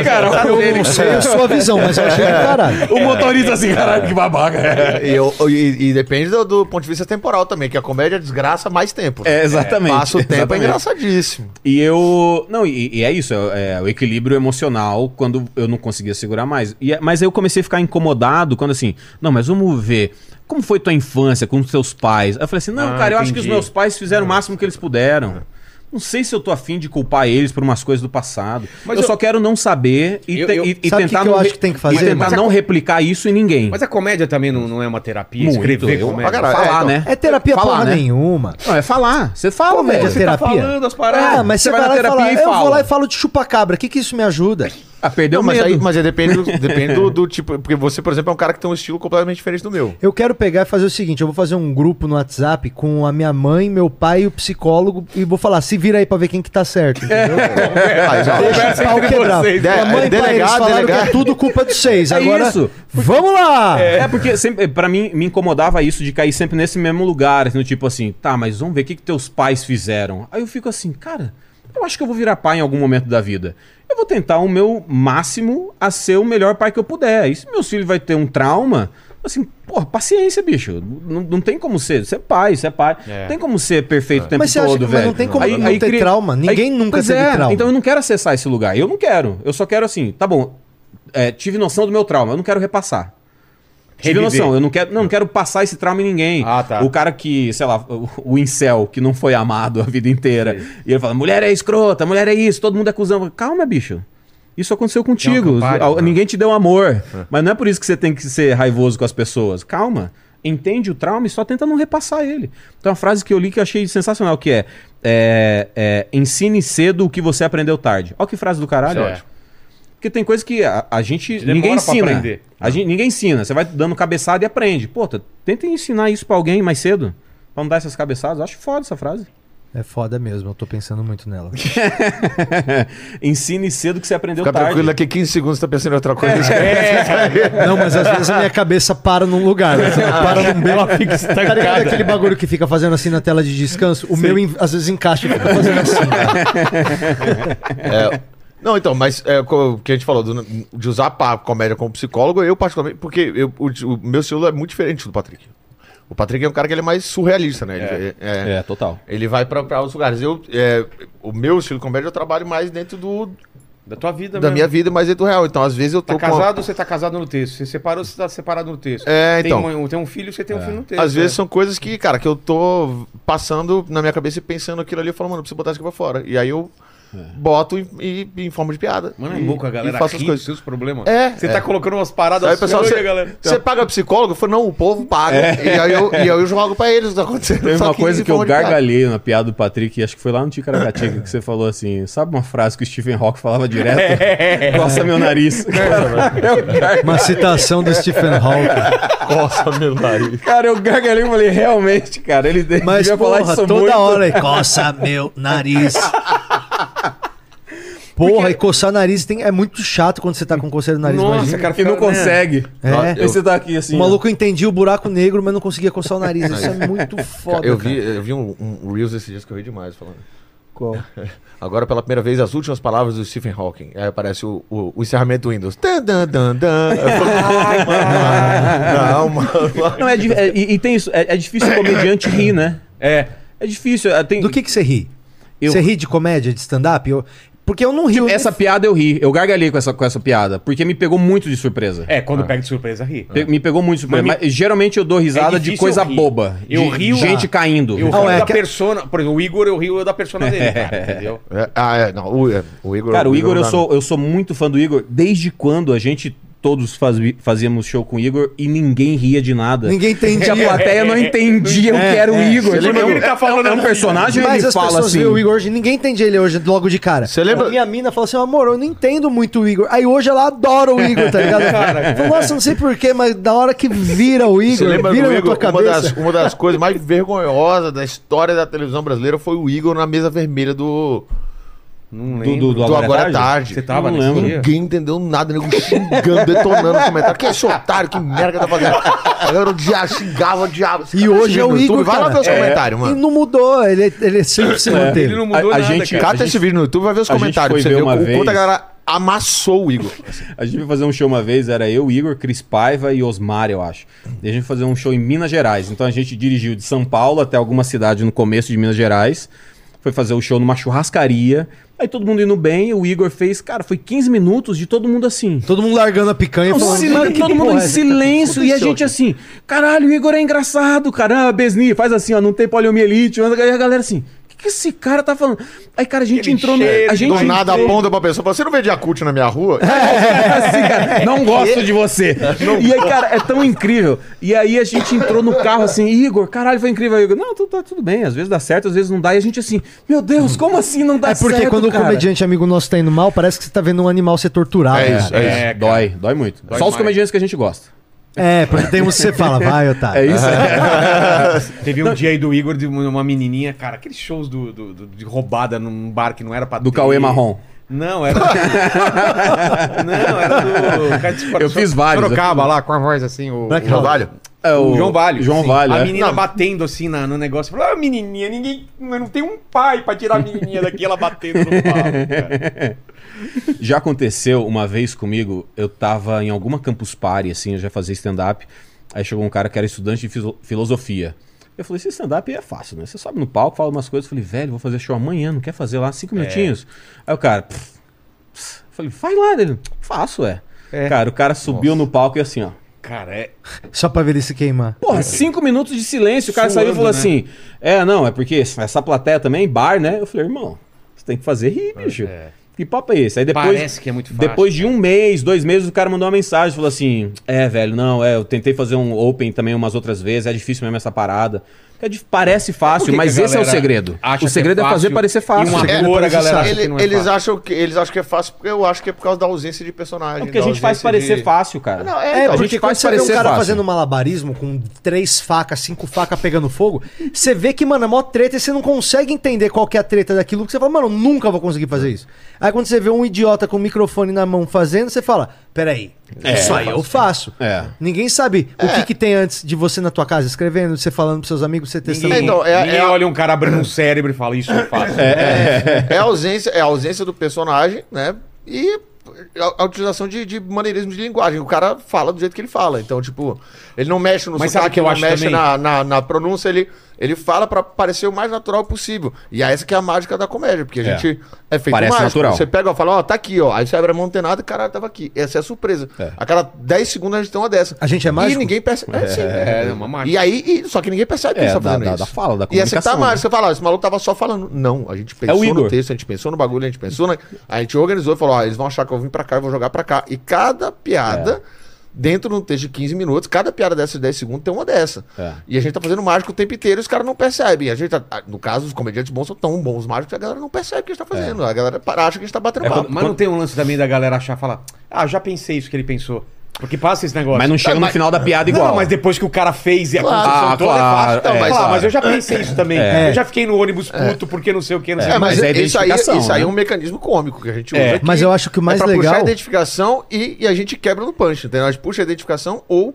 [SPEAKER 4] Cara,
[SPEAKER 6] Eu não
[SPEAKER 4] é
[SPEAKER 6] sei a sua visão, mas eu achei do
[SPEAKER 5] É.
[SPEAKER 6] caralho.
[SPEAKER 4] o motorista assim, caralho, que babaca.
[SPEAKER 5] E, eu- e- e depende do, do ponto de vista temporal também, que a comédia desgraça mais tempo. né?
[SPEAKER 4] É, exatamente.
[SPEAKER 5] Passa o tempo, é
[SPEAKER 4] exatamente.
[SPEAKER 5] engraçadíssimo.
[SPEAKER 4] E eu. Não, e, e é isso, é, é o equilíbrio emocional quando eu não conseguia segurar mais. E é- mas aí eu comecei a ficar incomodado quando assim, não, mas vamos ver. Como foi tua infância com os teus pais? Aí eu falei assim, não,
[SPEAKER 1] Ah,
[SPEAKER 4] cara, eu acho que os
[SPEAKER 1] entendi.
[SPEAKER 4] meus pais fizeram o máximo que eles puderam. Não sei se eu tô afim de culpar eles por umas coisas do passado. Mas
[SPEAKER 1] Mas
[SPEAKER 4] eu,
[SPEAKER 1] eu-
[SPEAKER 4] só quero não saber e,
[SPEAKER 1] Eu-
[SPEAKER 4] te-
[SPEAKER 1] eu-
[SPEAKER 4] e- e
[SPEAKER 6] Sabe o que
[SPEAKER 4] tentar
[SPEAKER 6] que eu
[SPEAKER 4] não
[SPEAKER 6] acho
[SPEAKER 4] re-
[SPEAKER 6] que tem que fazer?
[SPEAKER 4] E tentar
[SPEAKER 6] Mas é
[SPEAKER 4] não replicar isso em ninguém.
[SPEAKER 1] Mas a comédia também não, não é uma terapia.
[SPEAKER 4] Muito,
[SPEAKER 1] Escrever
[SPEAKER 4] eu-
[SPEAKER 1] comédia.
[SPEAKER 5] pra caralho.
[SPEAKER 4] falar,
[SPEAKER 5] É, então,
[SPEAKER 4] né?
[SPEAKER 6] É terapia
[SPEAKER 4] Falar,
[SPEAKER 6] porra
[SPEAKER 4] né?
[SPEAKER 6] nenhuma.
[SPEAKER 4] Não, é falar. Você tá fala,
[SPEAKER 6] Comédia é
[SPEAKER 4] velho.
[SPEAKER 6] terapia.
[SPEAKER 1] falando as paradas.
[SPEAKER 6] Ah, mas você, vai, lá na terapia e fala. Eu vou lá e falo de chupacabra. O que, que isso me ajuda?
[SPEAKER 4] Ah, perdeu
[SPEAKER 5] Não, mas,
[SPEAKER 4] medo.
[SPEAKER 5] aí, mas aí depende, do, depende do, do tipo. Porque você, por exemplo, é um cara que tem um estilo completamente diferente do meu.
[SPEAKER 6] Eu quero pegar e fazer o seguinte: eu vou fazer um grupo no WhatsApp com a minha mãe, meu pai e o psicólogo e vou falar, se vira aí pra ver quem que tá certo. Entendeu?
[SPEAKER 4] É,
[SPEAKER 5] Aí já-
[SPEAKER 6] Deixa o É. pau quebrado.
[SPEAKER 5] vocês,
[SPEAKER 6] Minha
[SPEAKER 5] né?
[SPEAKER 6] mãe e pai, eles
[SPEAKER 5] Delegado,
[SPEAKER 6] falaram que
[SPEAKER 5] delegado.
[SPEAKER 6] é tudo culpa de vocês.
[SPEAKER 4] É
[SPEAKER 6] Agora,
[SPEAKER 4] isso.
[SPEAKER 6] vamos lá!
[SPEAKER 4] É, porque sempre, pra mim me incomodava isso de cair sempre nesse mesmo lugar, assim, do tipo assim, tá, mas vamos ver o que, que teus pais fizeram. Aí eu fico assim, cara, eu acho que eu vou virar pai em algum momento da vida. Eu vou tentar o meu máximo a ser o melhor pai que eu puder. E se meus filhos vai ter um trauma, assim, porra, paciência, bicho. Não, não tem como ser. Você é pai, você é pai. Não tem como ser perfeito o tempo
[SPEAKER 6] Mas você acha
[SPEAKER 4] todo,
[SPEAKER 6] que- mas
[SPEAKER 4] velho.
[SPEAKER 6] não tem como não ter trauma? Ninguém nunca
[SPEAKER 4] pois
[SPEAKER 6] teve trauma.
[SPEAKER 4] Então eu não quero acessar esse lugar. Eu não quero. Eu só quero assim, tá bom. é, tive noção do meu trauma, eu não quero repassar. Tive
[SPEAKER 1] Reviver.
[SPEAKER 4] noção, eu não quero, não quero passar esse trauma em ninguém.
[SPEAKER 1] Ah, tá.
[SPEAKER 4] O cara que, sei lá, o, o incel, que não foi amado a vida inteira. E ele fala, mulher é escrota, mulher é isso, todo mundo é cuzão. Calma, bicho. Isso aconteceu contigo.
[SPEAKER 1] campário,
[SPEAKER 4] Al-
[SPEAKER 1] né?
[SPEAKER 4] Ninguém te deu amor. Mas não é por isso que você tem que ser raivoso com as pessoas. Calma. Entende o trauma e só tenta não repassar ele. Tem uma frase que eu li que eu achei sensacional, que é, é, é, ensine cedo o que você aprendeu tarde. Olha que frase do caralho.
[SPEAKER 2] Isso é.
[SPEAKER 4] ótimo. Porque tem coisa que a, a gente.
[SPEAKER 1] Demora
[SPEAKER 4] ninguém
[SPEAKER 1] pra
[SPEAKER 4] ensina.
[SPEAKER 1] aprender.
[SPEAKER 4] A gente, ninguém ensina. Você vai dando cabeçada e aprende. Pô, tá- tenta ensinar isso pra alguém mais cedo. Pra não dar essas cabeçadas. Eu Acho foda essa frase.
[SPEAKER 6] É foda mesmo, eu tô pensando muito nela.
[SPEAKER 4] Ensine cedo o que você aprendeu
[SPEAKER 5] Fica
[SPEAKER 4] tarde.
[SPEAKER 5] tranquilo, daqui 15 segundos você tá pensando em outra coisa.
[SPEAKER 6] Não, mas às vezes a minha cabeça para num lugar. Né? Você não para num belo.
[SPEAKER 7] Ela fica
[SPEAKER 6] Tá ligado
[SPEAKER 7] estancada.
[SPEAKER 6] aquele bagulho que fica fazendo assim na tela de descanso? O meu em- às vezes encaixa e fica fazendo assim.
[SPEAKER 5] É. Não, então, mas é, co- o que a gente falou do- de usar a comédia como psicólogo, eu particularmente, porque eu- o, o meu estilo é muito diferente do Patrick. O Patrick é um cara que ele é mais surrealista, né? Ele, é-
[SPEAKER 4] É, total.
[SPEAKER 5] ele vai pra, pra outros lugares. Eu, é, o meu estilo de comédia eu trabalho mais dentro do,
[SPEAKER 1] Da tua vida,
[SPEAKER 5] da
[SPEAKER 1] mesmo.
[SPEAKER 5] minha vida, mais dentro do real. Então, às vezes eu tô
[SPEAKER 1] Tá
[SPEAKER 5] com.
[SPEAKER 1] casado, você tá casado no texto. Você separou, você tá separado no texto.
[SPEAKER 5] É, então.
[SPEAKER 1] Tem um, tem um filho, você tem um filho no texto.
[SPEAKER 5] Às vezes
[SPEAKER 1] é.
[SPEAKER 5] são coisas que, cara, que eu tô passando na minha cabeça e pensando aquilo ali, eu falo, mano, eu preciso botar isso aqui pra fora. E aí eu
[SPEAKER 4] É.
[SPEAKER 5] boto e, e- em forma de piada.
[SPEAKER 1] Mano, é
[SPEAKER 5] e,
[SPEAKER 1] louco a
[SPEAKER 5] e
[SPEAKER 1] galera
[SPEAKER 5] faço as
[SPEAKER 1] ri dos
[SPEAKER 5] coisas.
[SPEAKER 1] seus problemas.
[SPEAKER 5] É,
[SPEAKER 1] Você
[SPEAKER 5] é.
[SPEAKER 1] tá colocando umas paradas
[SPEAKER 5] Aí, pessoal,
[SPEAKER 1] suas,
[SPEAKER 4] né,
[SPEAKER 5] você,
[SPEAKER 1] galera. tá-
[SPEAKER 5] você
[SPEAKER 4] Então.
[SPEAKER 5] paga psicólogo? Eu falo, não, o povo paga. E, aí eu, e aí eu jogo pra eles o que tá acontecendo.
[SPEAKER 4] Teve
[SPEAKER 5] só
[SPEAKER 4] É. uma coisa
[SPEAKER 5] em
[SPEAKER 4] que eu
[SPEAKER 5] forma de piada.
[SPEAKER 4] gargalhei na piada do Patrick, e acho que foi lá no Ticaracatica que você falou assim: sabe uma frase que o Stephen Hawking falava direto? Coça meu nariz. Cara, eu gargalhei.
[SPEAKER 6] Uma citação do Stephen Hawking.
[SPEAKER 5] Nossa, meu nariz.
[SPEAKER 4] Cara, eu gargalhei e falei, realmente, cara, ele de-
[SPEAKER 6] Mas
[SPEAKER 4] devia falar
[SPEAKER 6] porra,
[SPEAKER 4] isso
[SPEAKER 6] toda
[SPEAKER 4] muito.
[SPEAKER 6] hora aí, coça meu nariz. Porra, e coçar nariz tem- é muito chato quando você tá com coceira no nariz. imagina.
[SPEAKER 1] cara,
[SPEAKER 4] E
[SPEAKER 1] fica-
[SPEAKER 4] não
[SPEAKER 1] né?
[SPEAKER 4] consegue.
[SPEAKER 6] É.
[SPEAKER 4] Aí você tá aqui assim.
[SPEAKER 6] o maluco entendia o buraco negro, mas não conseguia coçar o nariz. Isso é muito foda.
[SPEAKER 5] Eu
[SPEAKER 6] cara.
[SPEAKER 5] vi, eu vi um, um Reels esses dias que eu ri demais falando.
[SPEAKER 6] Qual?
[SPEAKER 5] Agora, pela primeira vez, as últimas palavras do Stephen Hawking. Aí aparece o, o, o encerramento do Windows. Dan, dan, dan, dan. Eu falo, Não, mano.
[SPEAKER 4] Não, é, di- é- e, e tem isso, é, é difícil o comediante rir, né?
[SPEAKER 1] É.
[SPEAKER 4] É difícil. é, Tem,
[SPEAKER 6] Do que que você ri?
[SPEAKER 4] Eu- Tipo,
[SPEAKER 6] Você ri de comédia, de stand-up? Eu- Porque eu não rio.
[SPEAKER 4] Essa piada eu ri, eu gargalhei com essa, com essa piada, porque me pegou muito de surpresa.
[SPEAKER 7] É,
[SPEAKER 5] Ah.
[SPEAKER 7] quando pega de surpresa, ri.
[SPEAKER 4] Pe- Me pegou muito de surpresa.
[SPEAKER 7] Mas
[SPEAKER 4] Mas, geralmente eu dou risada
[SPEAKER 1] É
[SPEAKER 4] de
[SPEAKER 1] difícil
[SPEAKER 4] coisa
[SPEAKER 1] eu rir.
[SPEAKER 4] boba.
[SPEAKER 1] Eu
[SPEAKER 4] de
[SPEAKER 1] rio-
[SPEAKER 4] gente
[SPEAKER 1] Ah.
[SPEAKER 4] caindo.
[SPEAKER 1] Eu
[SPEAKER 6] Não,
[SPEAKER 1] rio
[SPEAKER 6] é
[SPEAKER 1] da
[SPEAKER 6] que-
[SPEAKER 1] persona. Por exemplo, o Igor, eu rio da persona dele, cara, entendeu?
[SPEAKER 5] É, ah, é, não. O, é, o Igor.
[SPEAKER 4] Cara, o Igor, eu
[SPEAKER 5] dá,
[SPEAKER 4] sou, eu sou muito fã do Igor. Desde quando a gente todos faz- fazíamos show com o Igor e ninguém ria de nada.
[SPEAKER 6] Ninguém
[SPEAKER 4] E
[SPEAKER 6] entendia. É,
[SPEAKER 4] a plateia não entendia o que era o Igor.
[SPEAKER 1] Você lembra que ele tá falando,
[SPEAKER 4] é um
[SPEAKER 1] né?
[SPEAKER 4] personagem
[SPEAKER 6] Mas
[SPEAKER 4] ele
[SPEAKER 6] as
[SPEAKER 4] fala
[SPEAKER 6] pessoas
[SPEAKER 4] assim.
[SPEAKER 6] veem o Igor hoje, ninguém entende ele hoje logo de cara.
[SPEAKER 5] Você lembra-
[SPEAKER 6] A minha mina falou assim: amor, eu não entendo muito o Igor. Aí hoje ela adora o Igor, tá ligado? Eu falo, Nossa, não sei porquê, mas da hora que vira o
[SPEAKER 5] Você
[SPEAKER 6] Igor,
[SPEAKER 5] lembra
[SPEAKER 6] vira
[SPEAKER 5] do
[SPEAKER 6] na
[SPEAKER 5] Igor?
[SPEAKER 6] tua
[SPEAKER 5] Uma das,
[SPEAKER 6] cabeça.
[SPEAKER 5] uma das coisas mais vergonhosas da história da televisão brasileira foi o Igor na mesa vermelha do,
[SPEAKER 1] Não
[SPEAKER 4] Do, do, do
[SPEAKER 5] do
[SPEAKER 4] agora, é tarde.
[SPEAKER 5] Tarde.
[SPEAKER 1] Você tava
[SPEAKER 4] Não
[SPEAKER 1] nesse
[SPEAKER 4] lembro.
[SPEAKER 1] dia?
[SPEAKER 5] Ninguém entendeu nada, nego xingando, detonando o comentário. Que esse otário, que merda tá fazendo. A galera odiava, xingava, odiava. Esse
[SPEAKER 6] E
[SPEAKER 5] cara
[SPEAKER 6] hoje
[SPEAKER 5] xinga
[SPEAKER 6] é o
[SPEAKER 5] no YouTube,
[SPEAKER 6] Igor,
[SPEAKER 5] Vai lá
[SPEAKER 6] cara.
[SPEAKER 5] ver os comentários,
[SPEAKER 6] E
[SPEAKER 5] mano. É.
[SPEAKER 6] não mudou, ele, é, ele sempre se manteve.
[SPEAKER 1] Ele não
[SPEAKER 4] A-
[SPEAKER 1] mudou
[SPEAKER 4] a
[SPEAKER 1] nada,
[SPEAKER 4] gente-
[SPEAKER 1] cara.
[SPEAKER 5] Cata
[SPEAKER 4] gente-
[SPEAKER 5] esse vídeo no YouTube, vai ver os
[SPEAKER 4] a gente foi
[SPEAKER 5] comentários. pra Você
[SPEAKER 4] ver
[SPEAKER 5] vê
[SPEAKER 4] uma
[SPEAKER 5] o
[SPEAKER 4] vez.
[SPEAKER 5] quanto a galera amassou o Igor.
[SPEAKER 4] A gente foi fazer um show uma vez, era eu, Igor, Cris Paiva e Osmar, eu acho. E a gente foi fazer um show em Minas Gerais. Então a gente dirigiu de São Paulo até alguma cidade no começo de Minas Gerais. Foi fazer o show numa churrascaria. Aí todo mundo indo bem, o Igor fez, cara, foi 15 minutos de todo mundo assim.
[SPEAKER 6] Todo mundo largando a picanha e
[SPEAKER 4] Um
[SPEAKER 6] falando.
[SPEAKER 4] silêncio,
[SPEAKER 6] "Mano, que
[SPEAKER 4] todo mundo
[SPEAKER 6] porra
[SPEAKER 4] em
[SPEAKER 6] é essa?"
[SPEAKER 4] silêncio e a gente assim, caralho, o Igor é engraçado, cara, ah, Besni, faz assim, ó, não tem poliomielite, e a galera assim, o que, que esse cara tá falando? Aí, cara, a gente entrou no.
[SPEAKER 5] Cheiro
[SPEAKER 4] A
[SPEAKER 5] de
[SPEAKER 4] gente
[SPEAKER 5] do nada
[SPEAKER 4] entrou-
[SPEAKER 5] aponta pra pessoa. fala, Você não vê Yakult na minha rua?
[SPEAKER 4] Assim, cara, não gosto de você. E aí, cara, é tão incrível. E aí a gente entrou no carro assim, Igor, caralho, foi incrível. Aí, Igor, não, tu- tá tudo bem, às vezes dá certo, às vezes não dá. E a gente assim, meu Deus, como assim não dá
[SPEAKER 6] É
[SPEAKER 4] certo?
[SPEAKER 6] porque quando
[SPEAKER 4] cara?
[SPEAKER 6] um comediante amigo nosso tá indo mal, parece que você tá vendo um animal ser torturado.
[SPEAKER 5] É
[SPEAKER 6] cara.
[SPEAKER 5] isso, é isso.
[SPEAKER 4] É, dói, dói muito. Só os
[SPEAKER 1] demais.
[SPEAKER 4] comediantes que a gente gosta.
[SPEAKER 6] É, porque tem uns que você fala, vai,
[SPEAKER 4] É
[SPEAKER 6] otário.
[SPEAKER 4] isso?
[SPEAKER 1] Teve um dia aí do Igor de uma uma menininha, cara, aqueles shows do, do- do- de roubada num bar que não era pra
[SPEAKER 4] Do
[SPEAKER 1] ter.
[SPEAKER 4] Cauê Marrom.
[SPEAKER 1] Não, era. não, era do. cara de Sor-
[SPEAKER 4] Eu fiz vários. né?
[SPEAKER 1] Sorocaba lá, com a voz assim, o.
[SPEAKER 6] Black
[SPEAKER 1] o-
[SPEAKER 6] Hawk.
[SPEAKER 5] Trabalho?
[SPEAKER 4] É,
[SPEAKER 1] o João Vale.
[SPEAKER 4] João
[SPEAKER 1] sim.
[SPEAKER 4] Vale,
[SPEAKER 1] A
[SPEAKER 4] é.
[SPEAKER 1] menina batendo assim na- no negócio. Falou, ah, menininha, ninguém. Não tem um pai pra tirar a menininha daqui, ela batendo no pau. cara."
[SPEAKER 4] Já aconteceu uma vez comigo, eu tava em alguma campus party, assim, eu já fazia stand-up. Aí chegou um cara que era estudante de fiso- filosofia. Eu falei, esse stand-up é fácil, né? Você sobe no palco, fala umas coisas. Eu falei, velho, vou fazer show amanhã, não quer fazer lá cinco minutinhos? Aí o cara... "Pff, pss." Eu falei, vai lá, né?" ele. Faço, é. Cara, o cara subiu no palco e assim, ó.
[SPEAKER 1] Cara, é.
[SPEAKER 6] Só pra ver ele se queimar.
[SPEAKER 4] Porra, cinco minutos de silêncio. O cara
[SPEAKER 1] Suando,
[SPEAKER 4] saiu e falou
[SPEAKER 1] né?
[SPEAKER 4] assim: É, não, é porque essa plateia também, bar, né? Eu falei, irmão, você tem que fazer rir, bicho. Que papo é esse? Aí depois.
[SPEAKER 1] Parece que é muito fácil.
[SPEAKER 4] Depois de um mês, dois meses, o cara mandou uma mensagem, falou assim: É, velho, não, é, eu tentei fazer um open também umas outras vezes, é difícil mesmo essa parada. É dif-
[SPEAKER 1] Por
[SPEAKER 4] parece
[SPEAKER 1] que
[SPEAKER 4] fácil,
[SPEAKER 1] que
[SPEAKER 4] mas
[SPEAKER 1] a
[SPEAKER 4] esse é o
[SPEAKER 1] galera
[SPEAKER 4] segredo.
[SPEAKER 1] acha que
[SPEAKER 4] O
[SPEAKER 1] é
[SPEAKER 4] segredo é, fazer
[SPEAKER 1] fácil
[SPEAKER 4] parecer fácil.
[SPEAKER 1] e uma-
[SPEAKER 5] É,
[SPEAKER 1] Agora a galera acha
[SPEAKER 5] ele-
[SPEAKER 1] que não é
[SPEAKER 5] eles
[SPEAKER 1] fácil.
[SPEAKER 5] acham que eles acham que é fácil, porque eu acho que é por causa da ausência de personagem.
[SPEAKER 4] É porque a
[SPEAKER 5] da
[SPEAKER 4] gente faz
[SPEAKER 5] ausência
[SPEAKER 4] parecer
[SPEAKER 5] de-
[SPEAKER 4] fácil, cara.
[SPEAKER 5] Não,
[SPEAKER 6] É,
[SPEAKER 5] é, então,
[SPEAKER 4] a
[SPEAKER 6] porque
[SPEAKER 4] gente
[SPEAKER 6] quando
[SPEAKER 4] faz
[SPEAKER 6] você vê um
[SPEAKER 4] parecer
[SPEAKER 6] cara
[SPEAKER 4] fácil.
[SPEAKER 6] fazendo malabarismo com três facas, cinco facas pegando fogo, você vê que, mano, é mó treta e você não consegue entender qual que é a treta daquilo que você fala, mano, nunca vou conseguir fazer isso. Aí quando você vê um idiota com o microfone na mão fazendo, você fala, peraí, isso aí eu faço.
[SPEAKER 4] É.
[SPEAKER 6] Ninguém sabe o que, que tem antes de você na tua casa escrevendo, você falando pros seus amigos, você testando.
[SPEAKER 5] É,
[SPEAKER 1] Ninguém,
[SPEAKER 5] então, é-
[SPEAKER 1] ninguém
[SPEAKER 5] é-
[SPEAKER 1] olha um cara abrindo um cérebro e fala, isso eu faço.
[SPEAKER 5] É a ausência, é a ausência do personagem, né? E a, a utilização de, de maneirismo de linguagem. O cara fala do jeito que ele fala. Então, tipo, ele não mexe no
[SPEAKER 1] Mas sabe o que eu
[SPEAKER 5] não
[SPEAKER 1] acho
[SPEAKER 5] mexe
[SPEAKER 1] também?
[SPEAKER 5] na, na, na pronúncia, ele, ele fala pra parecer o mais natural possível. E essa que é a mágica da comédia, porque a
[SPEAKER 4] É.
[SPEAKER 5] gente é feito
[SPEAKER 4] Parece
[SPEAKER 5] mágico.
[SPEAKER 4] natural.
[SPEAKER 5] Você pega e fala, ó, tá aqui, ó. Aí você abre a mão, não tem nada, e, caralho, tava aqui. Essa é a surpresa. A cada 10 segundos a gente tem uma dessa.
[SPEAKER 6] A gente é
[SPEAKER 5] E
[SPEAKER 6] mágico?
[SPEAKER 5] ninguém percebe. É, sim.
[SPEAKER 1] É, é uma mágica.
[SPEAKER 5] E aí, e- só que ninguém percebe que
[SPEAKER 4] É,
[SPEAKER 5] ele tá
[SPEAKER 4] da-
[SPEAKER 5] fazendo
[SPEAKER 4] da-
[SPEAKER 5] isso.
[SPEAKER 4] da fala, da
[SPEAKER 5] E essa que tá
[SPEAKER 4] comunicação,
[SPEAKER 5] mágica.
[SPEAKER 4] né?
[SPEAKER 5] Você fala, "Ah, esse maluco tava só falando. Não, a gente pensou
[SPEAKER 4] É Igor.
[SPEAKER 5] no texto, a gente pensou no bagulho, a gente pensou na... A gente organizou e falou, ó, eles vão achar que eu vim pra cá, eu vou jogar pra cá. E cada piada,
[SPEAKER 4] É.
[SPEAKER 5] dentro de um texto de 15 minutos, cada piada dessa de 10 segundos tem uma dessa.
[SPEAKER 4] É.
[SPEAKER 5] E a gente tá fazendo mágico o tempo inteiro e os caras não percebem. A gente tá- ah, no caso, os comediantes bons são tão bons mágicos que a galera não percebe o que a gente tá fazendo. A galera para- acha que a gente tá batendo
[SPEAKER 4] É
[SPEAKER 5] papo.
[SPEAKER 1] Mas não tem um lance também da galera achar, falar, ah, já pensei isso que ele pensou. Porque passa esse negócio.
[SPEAKER 4] Mas não chega no final da piada igual.
[SPEAKER 1] Não, mas depois que o cara fez e a
[SPEAKER 5] Claro.
[SPEAKER 1] construção
[SPEAKER 4] Ah,
[SPEAKER 1] toda
[SPEAKER 4] claro,
[SPEAKER 1] é fácil. Não,
[SPEAKER 4] é,
[SPEAKER 1] mas,
[SPEAKER 4] claro.
[SPEAKER 1] ah, mas eu já pensei isso também.
[SPEAKER 4] É.
[SPEAKER 1] Eu já fiquei no ônibus puto porque não sei o que, não sei
[SPEAKER 5] É,
[SPEAKER 1] o que.
[SPEAKER 5] mas,
[SPEAKER 4] Mas é
[SPEAKER 5] isso, aí,
[SPEAKER 4] identificação,
[SPEAKER 5] isso aí é
[SPEAKER 4] né?
[SPEAKER 5] um mecanismo cômico que a gente usa.
[SPEAKER 4] É.
[SPEAKER 5] aqui
[SPEAKER 6] Mas eu acho que o mais
[SPEAKER 5] é pra puxar
[SPEAKER 6] legal-
[SPEAKER 5] a identificação e, e a gente quebra no punch, entendeu? A gente puxa a identificação ou,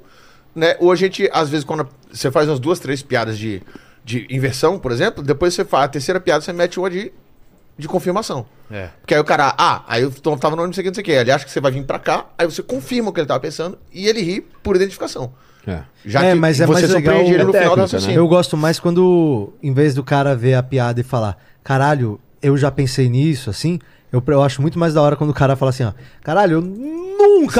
[SPEAKER 5] né, ou a gente, às vezes, quando você faz umas duas, três piadas de, de inversão, por exemplo, depois você faz a terceira piada, você mete uma de, de confirmação.
[SPEAKER 1] É.
[SPEAKER 5] Porque aí o cara, ah, aí eu tô- tava no ônibus, não sei o que, não sei o que. Ele acha que você vai vir pra cá, aí você confirma o que ele tava pensando e ele ri por identificação.
[SPEAKER 4] É.
[SPEAKER 5] Já
[SPEAKER 6] É,
[SPEAKER 5] que
[SPEAKER 6] mas é
[SPEAKER 5] você
[SPEAKER 6] mais legal-
[SPEAKER 5] surpreende ele no
[SPEAKER 4] É técnica,
[SPEAKER 5] final do
[SPEAKER 4] né?
[SPEAKER 5] raciocínio.
[SPEAKER 6] Eu gosto mais quando, em vez do cara ver a piada e falar, caralho, eu já pensei nisso, assim. Eu, eu acho muito mais da hora quando o cara fala assim, ó, caralho, eu nunca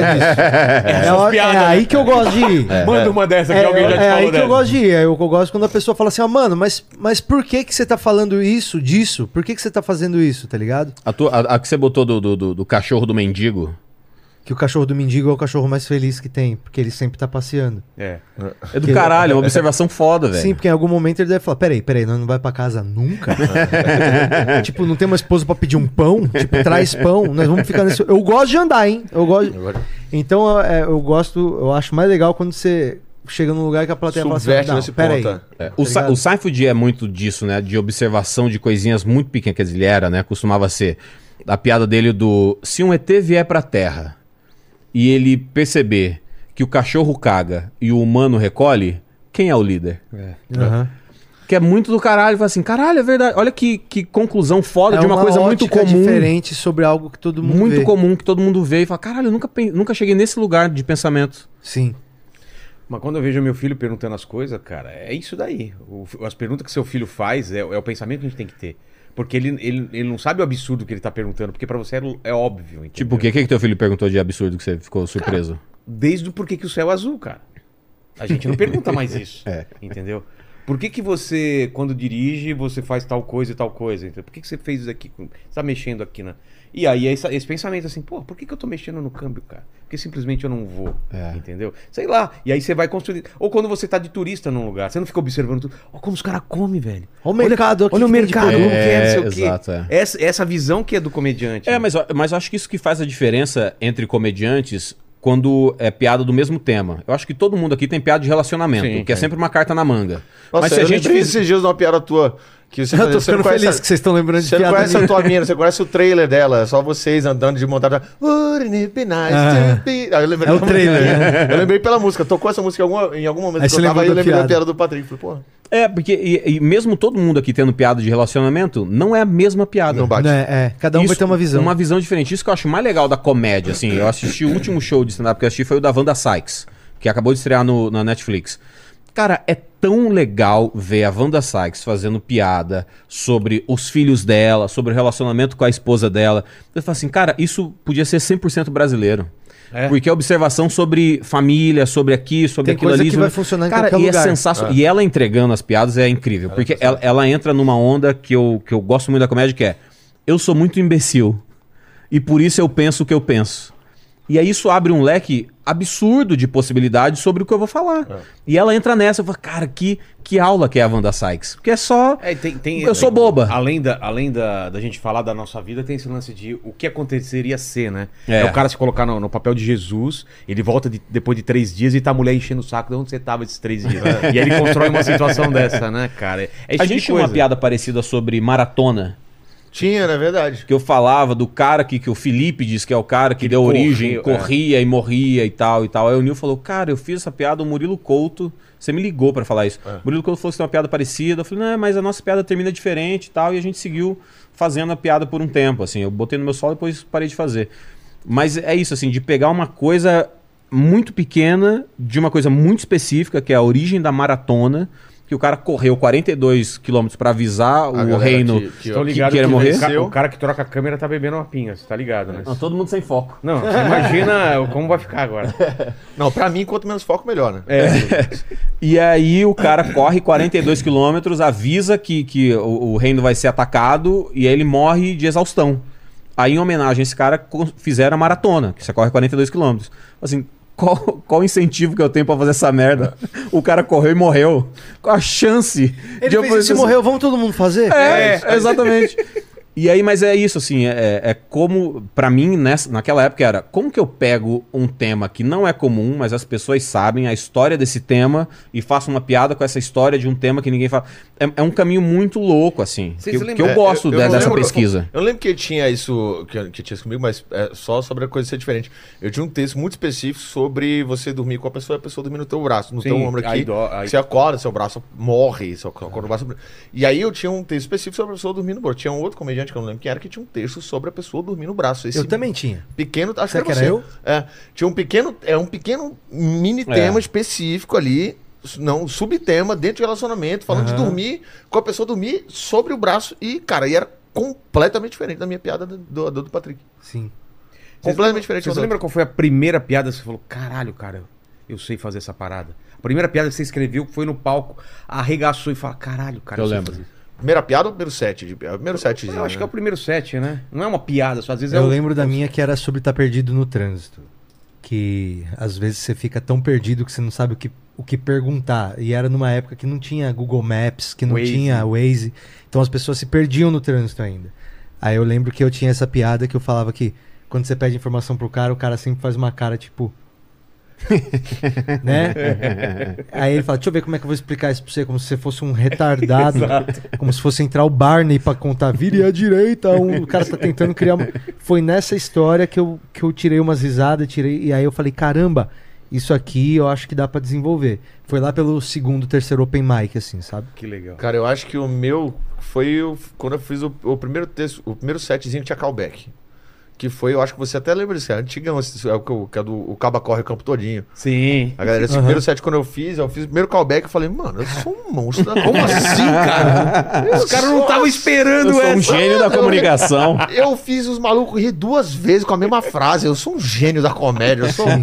[SPEAKER 6] nisso. É, a- é
[SPEAKER 1] piadas,
[SPEAKER 5] né?
[SPEAKER 6] aí que eu gosto de ir. É.
[SPEAKER 1] Manda uma dessa que
[SPEAKER 6] É,
[SPEAKER 1] alguém já te
[SPEAKER 6] é aí
[SPEAKER 1] falou
[SPEAKER 6] que eu
[SPEAKER 1] dessa.
[SPEAKER 6] gosto de ir. Eu, eu gosto quando a pessoa fala assim, ó, mano, mas, mas por que que você tá falando isso, disso? Por que que você tá fazendo isso, tá ligado?
[SPEAKER 4] A, tua- a- a que você botou do, do- do- do cachorro do mendigo.
[SPEAKER 6] Que o cachorro do mendigo é o cachorro mais feliz que tem, porque ele sempre tá passeando.
[SPEAKER 1] É.
[SPEAKER 4] É do caralho, é uma observação foda, velho.
[SPEAKER 6] Sim, porque em algum momento ele deve falar: peraí, peraí, nós não vai pra casa nunca? tipo, não tem uma esposa pra pedir um pão? Tipo, traz pão, nós vamos ficar nesse. Eu gosto de andar, hein? Eu gosto. Então, é, eu gosto, eu acho mais legal quando você chega num lugar que a plateia
[SPEAKER 5] Subverte
[SPEAKER 6] fala assim:
[SPEAKER 5] nesse
[SPEAKER 6] não, peraí.
[SPEAKER 5] ponto,
[SPEAKER 4] É, o, Sa
[SPEAKER 6] ligado?
[SPEAKER 4] o Seinfeld é muito disso, né? De observação de coisinhas muito pequenas. Quer dizer, ele era, né? Costumava ser. A piada dele do... Se um ET vier pra Terra e ele perceber que o cachorro caga e o humano recolhe, quem é o líder?
[SPEAKER 6] Aham.
[SPEAKER 4] Que é muito do caralho. Fala assim, caralho, é verdade. Olha que, que conclusão foda
[SPEAKER 6] É
[SPEAKER 4] de uma, coisa muito
[SPEAKER 6] ótica
[SPEAKER 4] comum.
[SPEAKER 6] diferente sobre algo que todo mundo
[SPEAKER 4] Muito
[SPEAKER 6] vê.
[SPEAKER 4] comum que todo mundo vê e fala, caralho, eu nunca, pen- nunca cheguei nesse lugar de pensamento.
[SPEAKER 6] Sim.
[SPEAKER 1] Mas quando eu vejo meu filho perguntando as coisas, cara, é isso daí. O- as perguntas que seu filho faz é, é o pensamento que a gente tem que ter. Porque ele, ele, ele não sabe o absurdo que ele tá perguntando, porque pra você é, é óbvio. entendeu?
[SPEAKER 4] Tipo, o quê? O que, que teu filho perguntou de absurdo que você ficou surpreso?
[SPEAKER 1] desde o porquê que o céu é azul, cara. A gente não pergunta mais isso. Entendeu? Por que, que você, quando dirige, você faz tal coisa e tal coisa? Então, por que, que você fez isso aqui? com- Você tá mexendo aqui, né? E aí é essa- esse pensamento assim, pô, por que, que eu tô mexendo no câmbio, cara? Porque simplesmente eu não vou.
[SPEAKER 6] É.
[SPEAKER 1] Entendeu? Sei lá. E aí você vai construindo. Ou quando você tá de turista num lugar, você não fica observando tudo. Olha como os caras comem, velho.
[SPEAKER 6] Olha o mercado aqui
[SPEAKER 1] Olha o
[SPEAKER 6] que tem de
[SPEAKER 1] mercado,
[SPEAKER 4] produto.
[SPEAKER 1] não quer, não sei o
[SPEAKER 4] É,
[SPEAKER 1] quê.
[SPEAKER 4] exato, é.
[SPEAKER 1] Essa, essa visão que é do comediante.
[SPEAKER 4] É,
[SPEAKER 1] né?
[SPEAKER 4] mas, mas eu acho que isso que faz a diferença entre comediantes quando é piada do mesmo tema. Eu acho que todo mundo aqui tem piada de relacionamento,
[SPEAKER 1] Sim,
[SPEAKER 4] que é
[SPEAKER 1] sim.
[SPEAKER 4] sempre uma carta na manga.
[SPEAKER 5] Nossa,
[SPEAKER 4] mas se a
[SPEAKER 5] eu
[SPEAKER 4] gente
[SPEAKER 5] lembrei
[SPEAKER 4] fizer-
[SPEAKER 5] esses dias de uma piada tua. Que
[SPEAKER 4] tá
[SPEAKER 5] você,
[SPEAKER 6] Eu tô
[SPEAKER 5] você
[SPEAKER 6] ficando
[SPEAKER 5] não conhece
[SPEAKER 6] feliz
[SPEAKER 5] a-
[SPEAKER 6] que vocês estão lembrando de
[SPEAKER 5] Você não
[SPEAKER 6] piada
[SPEAKER 5] conhece
[SPEAKER 6] minha.
[SPEAKER 5] a tua mina, você conhece o trailer dela. É só vocês andando de montada. Wouldn't it be nice
[SPEAKER 6] Ah.
[SPEAKER 5] to be- Ah, eu lembrei
[SPEAKER 6] É o
[SPEAKER 5] da
[SPEAKER 6] trailer,
[SPEAKER 5] música.
[SPEAKER 6] né?
[SPEAKER 5] Eu lembrei pela música. Tocou essa música em algum, em algum momento
[SPEAKER 6] Aí
[SPEAKER 5] que
[SPEAKER 6] você
[SPEAKER 5] eu tava
[SPEAKER 6] lembrou
[SPEAKER 5] aí, eu
[SPEAKER 6] da
[SPEAKER 5] lembrei da
[SPEAKER 6] piada.
[SPEAKER 5] piada do Patrick. Falei, porra.
[SPEAKER 4] É, porque e, e mesmo todo mundo aqui tendo piada de relacionamento, não é a mesma piada.
[SPEAKER 5] Não bate.
[SPEAKER 6] Né, é, cada um
[SPEAKER 4] Isso-
[SPEAKER 6] vai ter uma visão.
[SPEAKER 4] Uma visão diferente. Isso que eu acho mais legal da comédia, assim. Eu assisti o último show de stand-up que eu assisti foi o da Wanda Sykes, que acabou de estrear no, na Netflix. Cara, é tão legal ver a Wanda Sykes fazendo piada sobre os filhos dela, sobre o relacionamento com a esposa dela. Eu falo assim, cara, isso podia ser 100% brasileiro. Porque é observação sobre família, sobre aqui, sobre
[SPEAKER 6] Tem
[SPEAKER 4] aquilo
[SPEAKER 6] coisa
[SPEAKER 4] ali.
[SPEAKER 6] que
[SPEAKER 4] sobre-
[SPEAKER 6] vai funcionar em
[SPEAKER 4] cara,
[SPEAKER 6] qualquer
[SPEAKER 4] e
[SPEAKER 6] lugar. Ah.
[SPEAKER 4] É sensacional. E ela entregando as piadas é incrível. porque ela, ela entra numa onda que eu, que eu gosto muito da comédia, que é eu sou muito imbecil. E por isso eu penso o que eu penso. E aí isso abre um leque absurdo de possibilidades sobre o que eu vou falar.
[SPEAKER 6] É.
[SPEAKER 4] E ela entra nessa, eu falo, cara, que, que aula que é a Wanda Sykes. Porque é só.
[SPEAKER 1] É, tem- tem-
[SPEAKER 4] eu sou boba.
[SPEAKER 1] Além, da, além da, da gente falar da nossa vida, tem esse lance de o que aconteceria ser, né? É,
[SPEAKER 4] É.
[SPEAKER 1] o cara se colocar no, no papel de Jesus, ele volta de- depois de três dias e tá a mulher enchendo o saco de onde você tava esses três dias. e aí ele constrói uma situação dessa, né, cara? É esse tipo
[SPEAKER 4] É. A
[SPEAKER 1] de
[SPEAKER 4] gente tinha uma
[SPEAKER 1] coisa.
[SPEAKER 4] piada parecida sobre maratona.
[SPEAKER 5] Tinha, na verdade.
[SPEAKER 4] que eu falava do cara que, que o Felipe diz que é o cara que, deu
[SPEAKER 1] correu,
[SPEAKER 4] origem,
[SPEAKER 1] é.
[SPEAKER 4] corria e morria e tal e tal. Aí o Nil falou: Cara, eu fiz essa piada, o Murilo Couto. Você me ligou pra falar isso. O Murilo Couto falou que tem uma piada parecida. Eu falei: Não, mas a nossa piada termina diferente e tal. E a gente seguiu fazendo a piada por um tempo. Assim, eu botei no meu solo e depois parei de fazer. Mas é isso, assim, de pegar uma coisa muito pequena, de uma coisa muito específica, que é a origem da maratona. Que o cara correu 42 quilômetros pra avisar o
[SPEAKER 5] galera
[SPEAKER 4] reino
[SPEAKER 5] que- que-
[SPEAKER 4] que,
[SPEAKER 1] Tô ligado
[SPEAKER 4] queria
[SPEAKER 1] que
[SPEAKER 4] morrer.
[SPEAKER 1] O, ca-
[SPEAKER 5] Seu.
[SPEAKER 1] o cara que troca a câmera tá bebendo uma pinha, você tá ligado, né?
[SPEAKER 4] Não, todo mundo sem foco.
[SPEAKER 1] Não, você imagina como vai ficar agora. É.
[SPEAKER 5] Não, pra mim, quanto menos foco, melhor, né?
[SPEAKER 4] É. E aí o cara corre 42 quilômetros, avisa que, que o, o reino vai ser atacado e aí ele morre de exaustão. Aí, em homenagem a esse cara, co- fizeram a maratona, que você corre 42 quilômetros. Assim, qual, qual o incentivo que eu tenho pra fazer essa merda? O cara correu e morreu. Qual a chance
[SPEAKER 6] Ele fez isso e morreu, vamos todo mundo fazer?
[SPEAKER 4] é, exatamente. E aí, mas é isso, assim, é, é como, pra mim, nessa, naquela época era, como que eu pego um tema que não é comum, mas as pessoas sabem a história desse tema e faço uma piada com essa história de um tema que ninguém fala. É, é um caminho muito louco, assim,
[SPEAKER 1] Vocês
[SPEAKER 4] que,
[SPEAKER 1] lembram-
[SPEAKER 4] que eu
[SPEAKER 1] É,
[SPEAKER 4] gosto
[SPEAKER 5] eu
[SPEAKER 4] de-
[SPEAKER 5] não
[SPEAKER 4] dessa
[SPEAKER 5] lembro-
[SPEAKER 4] pesquisa.
[SPEAKER 5] Eu lembro que tinha isso, que, que tinha isso comigo, mas é só sobre a coisa ser diferente. Eu tinha um texto muito específico sobre você dormir com a pessoa e a pessoa dormir no teu braço, no
[SPEAKER 1] Sim,
[SPEAKER 5] teu ombro aqui.
[SPEAKER 1] aí dó- aí-
[SPEAKER 5] Você acorda, seu braço morre, seu acorda o braço. E aí eu tinha um texto específico sobre a pessoa dormir no braço. Tinha um outro comediante que eu não lembro quem era, que tinha um texto sobre a pessoa dormir no braço. Esse
[SPEAKER 6] Eu também tinha.
[SPEAKER 5] Pequeno, acho
[SPEAKER 6] Será
[SPEAKER 5] que era,
[SPEAKER 6] que era
[SPEAKER 5] você. É, tinha um pequeno, é um pequeno mini tema específico ali, su- não, um subtema dentro de relacionamento, falando de dormir, com a pessoa dormir sobre o braço e, cara, e era completamente diferente da minha piada do, do, do Patrick.
[SPEAKER 6] Sim.
[SPEAKER 5] completamente diferente.
[SPEAKER 1] Você
[SPEAKER 5] do-
[SPEAKER 1] lembra qual foi a primeira piada que você falou, caralho, cara, eu sei fazer essa parada? A primeira piada que você escreveu foi no palco, arregaçou e falou, caralho, cara,
[SPEAKER 4] Eu
[SPEAKER 1] sei
[SPEAKER 4] lembro.
[SPEAKER 1] fazer isso." é
[SPEAKER 5] Primeiro piada ou primeiro set? De, piada? primeiro set.
[SPEAKER 1] Eu acho que é o primeiro set, né? Não é uma piada, só às vezes é
[SPEAKER 6] Eu
[SPEAKER 1] um-
[SPEAKER 6] lembro da minha que era sobre estar perdido no trânsito. Que às vezes você fica tão perdido que você não sabe o que, o que perguntar. E era numa época que não tinha Google Maps, que não
[SPEAKER 1] Waze.
[SPEAKER 6] tinha Waze. Então as pessoas se perdiam no trânsito ainda. Aí eu lembro que eu tinha essa piada que eu falava que quando você pede informação pro cara, o cara sempre faz uma cara tipo. né? Aí ele fala: Deixa eu ver como é que eu vou explicar isso pra você, como se você fosse um retardado. como se fosse entrar o Barney pra contar, vire à direita. Um, o cara tá tentando criar uma. Foi nessa história que eu, que eu tirei umas risadas, tirei. E aí eu falei: Caramba, isso aqui eu acho que dá pra desenvolver. Foi lá pelo segundo, terceiro open mic, assim, sabe?
[SPEAKER 1] Que legal.
[SPEAKER 5] Cara, eu acho que o meu foi o- quando eu fiz o, o primeiro texto, o primeiro setzinho que tinha callback. que foi, eu acho que você até lembra disso, é antigão, esse- é o que, o- que é do o Caba Corre o Campo Todinho.
[SPEAKER 7] Sim.
[SPEAKER 5] A galera, esse primeiro set, quando eu fiz, eu fiz o primeiro callback, eu falei, mano, eu sou um monstro. da- Como assim, cara? Os
[SPEAKER 1] Cara, eu não tava
[SPEAKER 4] Eu
[SPEAKER 1] esperando
[SPEAKER 4] sou um
[SPEAKER 1] essa.
[SPEAKER 4] gênio da comunicação.
[SPEAKER 5] assim. Eu fiz os malucos rir duas vezes com a mesma frase. Eu sou um gênio da comédia. Eu sou. um-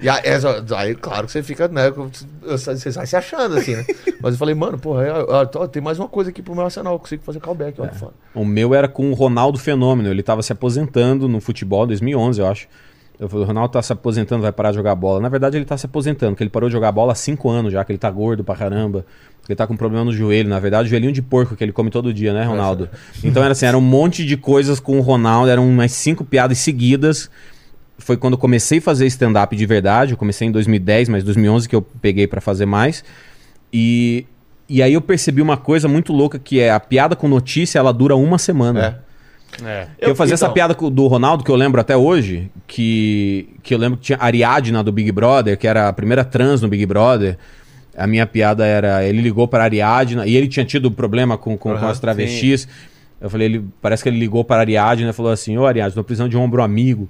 [SPEAKER 5] E aí, essa- aí, claro que você fica, né? com- Você sai se achando, assim, né? Mas eu falei, mano, porra, eu- eu- tô- tem mais uma coisa aqui pro meu arsenal. Eu consigo fazer callback, olha que foda.
[SPEAKER 4] O meu era com o Ronaldo Fenômeno. Ele estava se aposentando no futebol, 2011, eu acho. Eu falei, o Ronaldo tá se aposentando, vai parar de jogar bola. Na verdade, ele tá se aposentando, porque ele parou de jogar bola há 5 anos já, que ele tá gordo pra caramba. que Ele tá com problema no joelho, na verdade, joelhinho de porco que ele come todo dia, né, Ronaldo? Então era assim, era um monte de coisas com o Ronaldo, eram umas cinco piadas seguidas. Foi quando eu comecei a fazer stand-up de verdade, eu comecei em 2010, mas 2011 que eu peguei pra fazer mais. E, e aí eu percebi uma coisa muito louca que é a piada com notícia, ela dura uma semana.
[SPEAKER 7] um
[SPEAKER 1] É.
[SPEAKER 4] Eu, fazia essa
[SPEAKER 5] então,
[SPEAKER 4] piada com- do Ronaldo, que eu lembro até hoje, que, que eu lembro que tinha Ariadna do Big Brother, que era a primeira trans no Big Brother. A minha piada era, ele ligou para Ariadna, e ele tinha tido problema com, com, com as travestis. Eu falei, ele, parece que ele ligou para Ariadna e falou assim, ô Ariadna, tô precisando de um ombro amigo.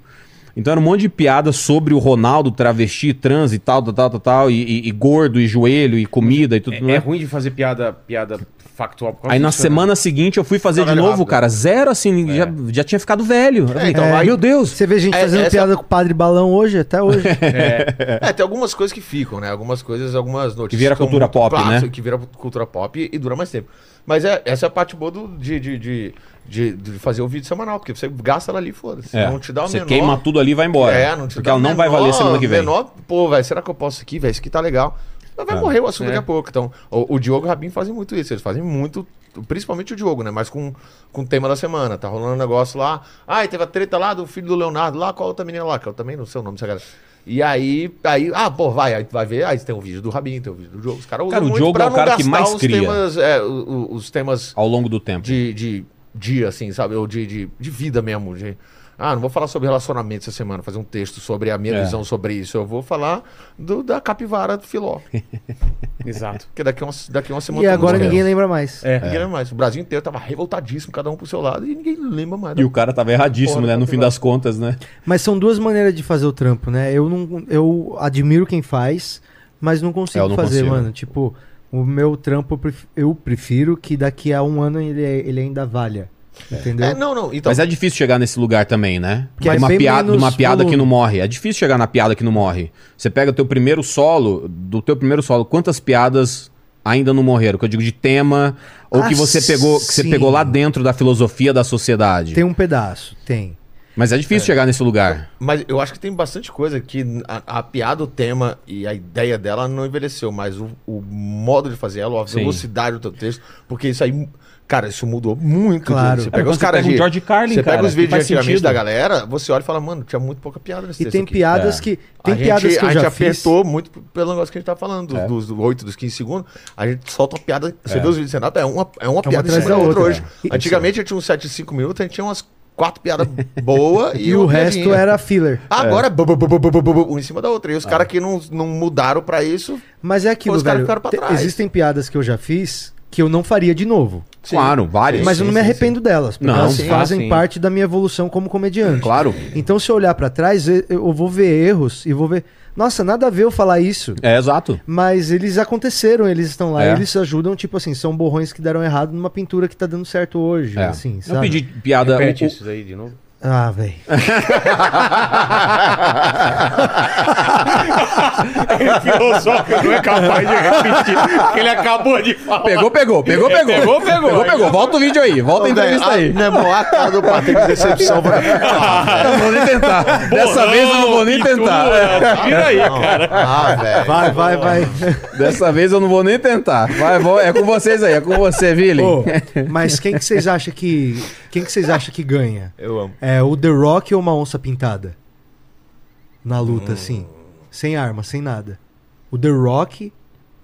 [SPEAKER 4] Então era um monte de piada sobre o Ronaldo, travesti, trans e tal, tal, tal, tal, tal e, e- e gordo, e joelho, e comida e tudo. não
[SPEAKER 1] É ruim de fazer piada, piada factual. por causa
[SPEAKER 4] Aí na
[SPEAKER 1] disso, né?
[SPEAKER 4] semana seguinte eu fui fazer
[SPEAKER 5] Caralho,
[SPEAKER 4] de novo,
[SPEAKER 5] rápido.
[SPEAKER 4] cara, zero assim,
[SPEAKER 5] É.
[SPEAKER 4] já, já tinha ficado velho. Eu falei,
[SPEAKER 5] então,
[SPEAKER 4] "Ah,
[SPEAKER 5] aí-
[SPEAKER 4] meu Deus!
[SPEAKER 6] Você vê gente
[SPEAKER 5] É,
[SPEAKER 6] fazendo
[SPEAKER 5] essa-
[SPEAKER 6] piada com o padre balão hoje, até hoje.
[SPEAKER 5] É, tem algumas coisas que ficam, né? Algumas coisas, algumas notícias.
[SPEAKER 4] vira
[SPEAKER 5] ficam
[SPEAKER 4] cultura
[SPEAKER 5] muito-
[SPEAKER 4] pop,
[SPEAKER 5] claro,
[SPEAKER 4] né?
[SPEAKER 5] Que vira cultura pop e, e dura mais tempo. Mas é, essa é a parte boa do- de, de, de, de- de fazer o vídeo semanal, porque você gasta ela ali, foda-se.
[SPEAKER 4] É,
[SPEAKER 5] Não te dá o
[SPEAKER 4] você
[SPEAKER 5] menor.
[SPEAKER 4] queima tudo ali e vai embora.
[SPEAKER 5] É, não te
[SPEAKER 4] porque
[SPEAKER 5] dá
[SPEAKER 4] ela não vai
[SPEAKER 5] menor-
[SPEAKER 4] valer semana que vem.
[SPEAKER 5] Menor, pô, velho, será que eu posso isso aqui, velho? Isso aqui tá legal. Mas
[SPEAKER 4] É.
[SPEAKER 5] vai morrer o assunto daqui a pouco. Então, o, o Diogo e o Rabin fazem muito isso. Eles fazem muito, principalmente o Diogo, né? Mas com, com o tema da semana. Tá rolando um negócio lá. Ai, teve a treta lá do filho do Leonardo lá com a outra menina lá, que eu também não sei o nome dessa galera. E aí, aí, ah, pô, vai, aí tu vai ver, aí tem o vídeo do Rabin, tem o vídeo do Diogo. Os caras usam
[SPEAKER 4] Cara, o
[SPEAKER 5] muito
[SPEAKER 4] Diogo
[SPEAKER 5] pra
[SPEAKER 4] é o
[SPEAKER 5] não
[SPEAKER 4] cara que
[SPEAKER 5] gastar
[SPEAKER 4] mais
[SPEAKER 5] os
[SPEAKER 4] cria.
[SPEAKER 5] temas, é, o- o- os temas
[SPEAKER 4] Ao longo do tempo.
[SPEAKER 5] de, de dia, assim, sabe? Ou de, de, de vida mesmo. De, ah, não vou falar sobre relacionamento essa semana, fazer um texto sobre a minha
[SPEAKER 4] É.
[SPEAKER 5] visão sobre isso. Eu vou falar do, da capivara do filó.
[SPEAKER 7] Exato.
[SPEAKER 5] Porque daqui a uma, daqui a uma semana.
[SPEAKER 6] e
[SPEAKER 5] todo
[SPEAKER 6] agora
[SPEAKER 5] mundo
[SPEAKER 6] ninguém lembra mais.
[SPEAKER 5] lembra. Ninguém lembra mais. O Brasil inteiro tava revoltadíssimo, cada um pro seu lado, e ninguém lembra mais. É,
[SPEAKER 4] E o cara tava erradíssimo,
[SPEAKER 5] Porra,
[SPEAKER 4] né? No
[SPEAKER 5] tá
[SPEAKER 4] fim das contas, né?
[SPEAKER 6] Mas são duas maneiras de fazer o trampo, né? Eu não, eu admiro quem faz, mas não consigo
[SPEAKER 4] É, eu não
[SPEAKER 6] fazer,
[SPEAKER 4] consigo.
[SPEAKER 5] né?
[SPEAKER 6] mano. Tipo, o meu trampo eu pref- eu prefiro que daqui a um ano ele, ele ainda valha. Entendeu?
[SPEAKER 5] É, não, não. Então,
[SPEAKER 4] Mas é difícil chegar nesse lugar também, né?
[SPEAKER 6] Que
[SPEAKER 4] de
[SPEAKER 6] é
[SPEAKER 4] uma
[SPEAKER 6] bem
[SPEAKER 4] piada, de uma
[SPEAKER 6] menos
[SPEAKER 4] piada que
[SPEAKER 6] volume.
[SPEAKER 4] não morre. É difícil chegar na piada que não morre. Você pega o teu primeiro solo, do teu primeiro solo, quantas piadas ainda não morreram? Que eu digo de tema, ou
[SPEAKER 6] Ah,
[SPEAKER 4] que você pegou, que você
[SPEAKER 6] sim.
[SPEAKER 4] pegou lá dentro da filosofia da sociedade.
[SPEAKER 6] Tem um pedaço, tem.
[SPEAKER 4] Mas é difícil chegar nesse lugar.
[SPEAKER 5] Mas eu acho que tem bastante coisa que a, a piada, o tema e a ideia dela não envelheceu, mas o, o modo de fazer ela, a
[SPEAKER 4] Sim.
[SPEAKER 5] velocidade do teu texto, porque isso aí, cara, isso mudou muito.
[SPEAKER 6] Claro.
[SPEAKER 5] Você
[SPEAKER 6] É,
[SPEAKER 5] pega
[SPEAKER 4] quando
[SPEAKER 5] os
[SPEAKER 4] você
[SPEAKER 5] caras
[SPEAKER 4] pega um
[SPEAKER 5] de
[SPEAKER 4] George Carlin,
[SPEAKER 5] Você
[SPEAKER 4] cara,
[SPEAKER 5] pega os
[SPEAKER 4] que
[SPEAKER 5] vídeos
[SPEAKER 4] faz
[SPEAKER 5] antigamente
[SPEAKER 4] sentido.
[SPEAKER 5] da galera, você olha e fala, mano, tinha muito pouca piada nesse
[SPEAKER 6] E
[SPEAKER 5] texto
[SPEAKER 6] tem
[SPEAKER 5] aqui.
[SPEAKER 6] piadas
[SPEAKER 4] É.
[SPEAKER 6] que. Tem
[SPEAKER 5] a gente,
[SPEAKER 6] piadas que eu
[SPEAKER 5] a
[SPEAKER 6] já
[SPEAKER 5] gente
[SPEAKER 6] fiz.
[SPEAKER 5] apertou muito pelo negócio que a gente tá falando, dos, dos 8, dos 15 segundos. A gente solta uma piada. Você vê os vídeos do Senado, é uma, é uma piada
[SPEAKER 6] atrás
[SPEAKER 5] em cima
[SPEAKER 6] da
[SPEAKER 5] da outra
[SPEAKER 6] outra,
[SPEAKER 5] hoje. Antigamente a gente tinha uns 7 de 5 minutos, a gente tinha umas quatro piadas boas e,
[SPEAKER 6] E o
[SPEAKER 5] uma
[SPEAKER 6] resto
[SPEAKER 5] piadinha.
[SPEAKER 6] era
[SPEAKER 4] É.
[SPEAKER 6] filler.
[SPEAKER 5] Agora, bu- bu- bu- bu- bu- bu- bu- um em cima da outra.
[SPEAKER 4] Ah.
[SPEAKER 5] E os caras que não, não mudaram pra isso.
[SPEAKER 6] Mas é aquilo,
[SPEAKER 5] Os caras
[SPEAKER 6] velho.
[SPEAKER 5] ficaram pra
[SPEAKER 6] Te-
[SPEAKER 5] trás.
[SPEAKER 6] Existem piadas que eu já fiz que eu não faria de novo.
[SPEAKER 4] Claro, várias.
[SPEAKER 6] mas eu
[SPEAKER 5] sim,
[SPEAKER 6] não me
[SPEAKER 5] sim,
[SPEAKER 6] arrependo delas, porque
[SPEAKER 4] Não,
[SPEAKER 6] elas
[SPEAKER 4] sim.
[SPEAKER 6] fazem
[SPEAKER 4] Ah, sim.
[SPEAKER 6] parte da minha evolução como comediante.
[SPEAKER 4] Claro.
[SPEAKER 6] Então, se eu olhar pra trás, eu- eu vou ver erros e vou ver. Nossa, nada a ver eu falar isso.
[SPEAKER 4] É, exato.
[SPEAKER 6] Mas eles aconteceram, eles estão lá,
[SPEAKER 4] É.
[SPEAKER 6] eles ajudam, tipo assim, são borrões que deram errado numa pintura que tá dando certo hoje,
[SPEAKER 5] Tipo
[SPEAKER 4] É.
[SPEAKER 6] assim,
[SPEAKER 4] eu
[SPEAKER 6] sabe?
[SPEAKER 4] pedi É. piada.
[SPEAKER 1] Repete
[SPEAKER 4] o- o-
[SPEAKER 1] isso daí de novo.
[SPEAKER 6] Ah, velho.
[SPEAKER 5] Ah,
[SPEAKER 7] Filosófico não é capaz de repetir o que ele acabou de falar.
[SPEAKER 4] Pegou, pegou, pegou, pegou.
[SPEAKER 7] Pegou, pegou.
[SPEAKER 4] Pegou, pegou. Volta o vídeo aí, volta a entrevista
[SPEAKER 5] Ah,
[SPEAKER 4] aí.
[SPEAKER 5] Né, irmão, a cara do Patrick de decepção. vai- Ah,
[SPEAKER 4] Não vou nem tentar. Dessa vez eu não vou nem tentar.
[SPEAKER 7] Vira aí, cara.
[SPEAKER 5] velho. Ah, velho.
[SPEAKER 6] Vai, vai, vai.
[SPEAKER 4] Dessa vez eu não vou nem tentar. Vai, vou- é com vocês aí, é com você, Vili.
[SPEAKER 6] Ô, mas quem que vocês acham que. Quem que vocês acham que ganha?
[SPEAKER 5] Eu amo.
[SPEAKER 6] É o The Rock ou uma onça pintada? Na luta,
[SPEAKER 4] Hum.
[SPEAKER 6] assim. Sem arma, sem nada. O The Rock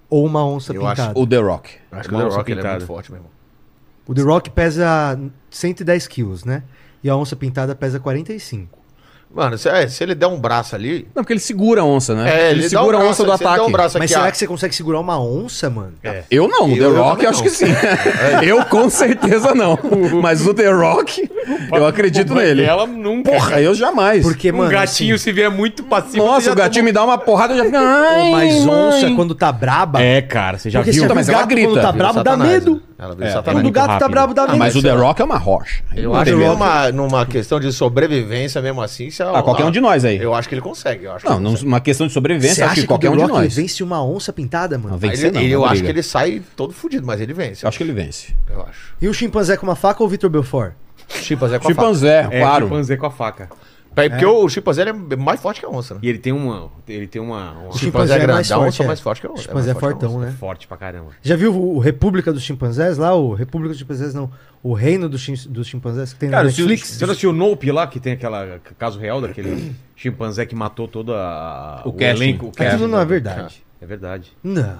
[SPEAKER 6] ou uma onça
[SPEAKER 5] Eu acho-
[SPEAKER 6] pintada?
[SPEAKER 4] O The Rock.
[SPEAKER 5] Acho que o The
[SPEAKER 1] Nossa,
[SPEAKER 5] Rock ele é
[SPEAKER 1] pintado.
[SPEAKER 5] muito forte, meu irmão.
[SPEAKER 6] O The Rock pesa 110 quilos, né? E a onça pintada pesa 45.
[SPEAKER 5] Mano, se, é, se ele der um braço ali.
[SPEAKER 4] Não, porque ele segura a onça, né?
[SPEAKER 5] É,
[SPEAKER 4] ele, segura
[SPEAKER 5] dá um
[SPEAKER 4] a onça do
[SPEAKER 5] braço, se ele der
[SPEAKER 4] ataque.
[SPEAKER 5] um braço
[SPEAKER 6] Mas
[SPEAKER 5] aqui,
[SPEAKER 6] será
[SPEAKER 5] ah,
[SPEAKER 6] que você consegue segurar uma onça, mano?
[SPEAKER 5] É.
[SPEAKER 4] Eu não, o The
[SPEAKER 5] Eu
[SPEAKER 4] Rock
[SPEAKER 5] também
[SPEAKER 4] eu acho
[SPEAKER 5] não.
[SPEAKER 4] que sim. Eu com certeza não. Mas o The Rock, eu acredito nele.
[SPEAKER 7] Ela nunca.
[SPEAKER 4] Porra, eu jamais.
[SPEAKER 6] Porque,
[SPEAKER 7] um
[SPEAKER 6] mano.
[SPEAKER 7] gatinho,
[SPEAKER 1] assim.
[SPEAKER 7] se vier muito pra cima. você
[SPEAKER 4] Nossa,
[SPEAKER 7] já
[SPEAKER 4] o gatinho me dá uma porrada e eu já fico.
[SPEAKER 6] assim,
[SPEAKER 4] Ai,
[SPEAKER 6] mas onça,
[SPEAKER 4] mãe.
[SPEAKER 6] quando tá braba.
[SPEAKER 7] É, cara, você já
[SPEAKER 6] porque
[SPEAKER 7] viu.
[SPEAKER 6] se
[SPEAKER 4] Então, mas
[SPEAKER 6] o
[SPEAKER 5] é
[SPEAKER 4] ela
[SPEAKER 6] gato
[SPEAKER 4] grita,
[SPEAKER 6] quando tá
[SPEAKER 4] viu,
[SPEAKER 6] brabo, dá
[SPEAKER 5] Satanás,
[SPEAKER 6] medo.
[SPEAKER 5] né? Ela vira
[SPEAKER 7] É,
[SPEAKER 5] satanás.
[SPEAKER 7] ela
[SPEAKER 6] Quando o
[SPEAKER 7] muito
[SPEAKER 6] gato tá
[SPEAKER 7] rápido.
[SPEAKER 6] brabo, dá
[SPEAKER 4] Ah,
[SPEAKER 6] medo.
[SPEAKER 4] mas o The Rock é uma rocha.
[SPEAKER 5] Eu
[SPEAKER 4] Não
[SPEAKER 5] acho
[SPEAKER 4] tem
[SPEAKER 5] que
[SPEAKER 4] medo.
[SPEAKER 5] numa, numa questão de sobrevivência mesmo assim, se
[SPEAKER 4] Ah, qualquer um de nós aí.
[SPEAKER 5] Eu acho que ele consegue. Eu acho
[SPEAKER 4] Não,
[SPEAKER 5] que
[SPEAKER 4] não,
[SPEAKER 5] ele consegue.
[SPEAKER 4] uma questão de
[SPEAKER 6] Você
[SPEAKER 4] sobrevivência, acho
[SPEAKER 6] acha
[SPEAKER 4] que qualquer
[SPEAKER 6] que
[SPEAKER 4] um
[SPEAKER 6] o The
[SPEAKER 4] de
[SPEAKER 6] Rock
[SPEAKER 4] nós.
[SPEAKER 6] vence uma onça pintada,
[SPEAKER 4] Não,
[SPEAKER 6] mano?
[SPEAKER 5] Ele-
[SPEAKER 4] vencer não.
[SPEAKER 5] ele- eu
[SPEAKER 4] não
[SPEAKER 5] acho
[SPEAKER 4] briga.
[SPEAKER 5] que ele sai todo fudido, mas ele vence.
[SPEAKER 4] Eu acho que ele vence.
[SPEAKER 5] Eu acho.
[SPEAKER 6] E o chimpanzé com uma faca ou o Vitor Belfort?
[SPEAKER 5] Chipas é com a
[SPEAKER 4] Chimpanzé,
[SPEAKER 1] É,
[SPEAKER 4] claro.
[SPEAKER 1] chimpanzé com a faca.
[SPEAKER 5] faca. Peraí, Porque o Chipas ele é mais forte que a onça, né?
[SPEAKER 1] E ele tem uma. Ele tem uma. uma-
[SPEAKER 6] O
[SPEAKER 5] chimpanzé é mais
[SPEAKER 6] grandão,
[SPEAKER 5] forte,
[SPEAKER 6] é.
[SPEAKER 5] é mais forte que eu, é
[SPEAKER 6] O
[SPEAKER 5] mais
[SPEAKER 6] chimpanzé é
[SPEAKER 5] forte que eu,
[SPEAKER 6] fortão, né?
[SPEAKER 1] Forte pra caramba.
[SPEAKER 6] Já viu o República dos Chimpanzés lá? O República dos Chimpanzés, não. O Reino dos, Chim- dos Chimpanzés que tem
[SPEAKER 1] Cara,
[SPEAKER 6] na
[SPEAKER 1] se
[SPEAKER 6] Netflix.
[SPEAKER 1] você não assistiu o Nope lá, que tem aquela caso real daquele chimpanzé que matou toda a,
[SPEAKER 4] O casting.
[SPEAKER 1] o casting
[SPEAKER 6] Aquilo não
[SPEAKER 1] da-
[SPEAKER 6] é verdade.
[SPEAKER 1] É verdade.
[SPEAKER 6] Não.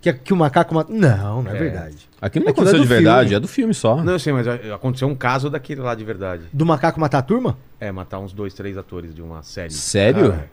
[SPEAKER 6] Que, que o macaco mata. Não, não é,
[SPEAKER 1] É.
[SPEAKER 6] verdade.
[SPEAKER 4] Aquilo não
[SPEAKER 6] Aquilo
[SPEAKER 4] aconteceu
[SPEAKER 6] é do
[SPEAKER 4] de verdade,
[SPEAKER 6] filme.
[SPEAKER 4] é do filme só.
[SPEAKER 1] Não, eu sei, mas a- aconteceu um caso daquele lá de verdade.
[SPEAKER 6] Do macaco matar a turma?
[SPEAKER 1] É, matar uns dois, três atores de uma série.
[SPEAKER 4] Sério?
[SPEAKER 1] Cara,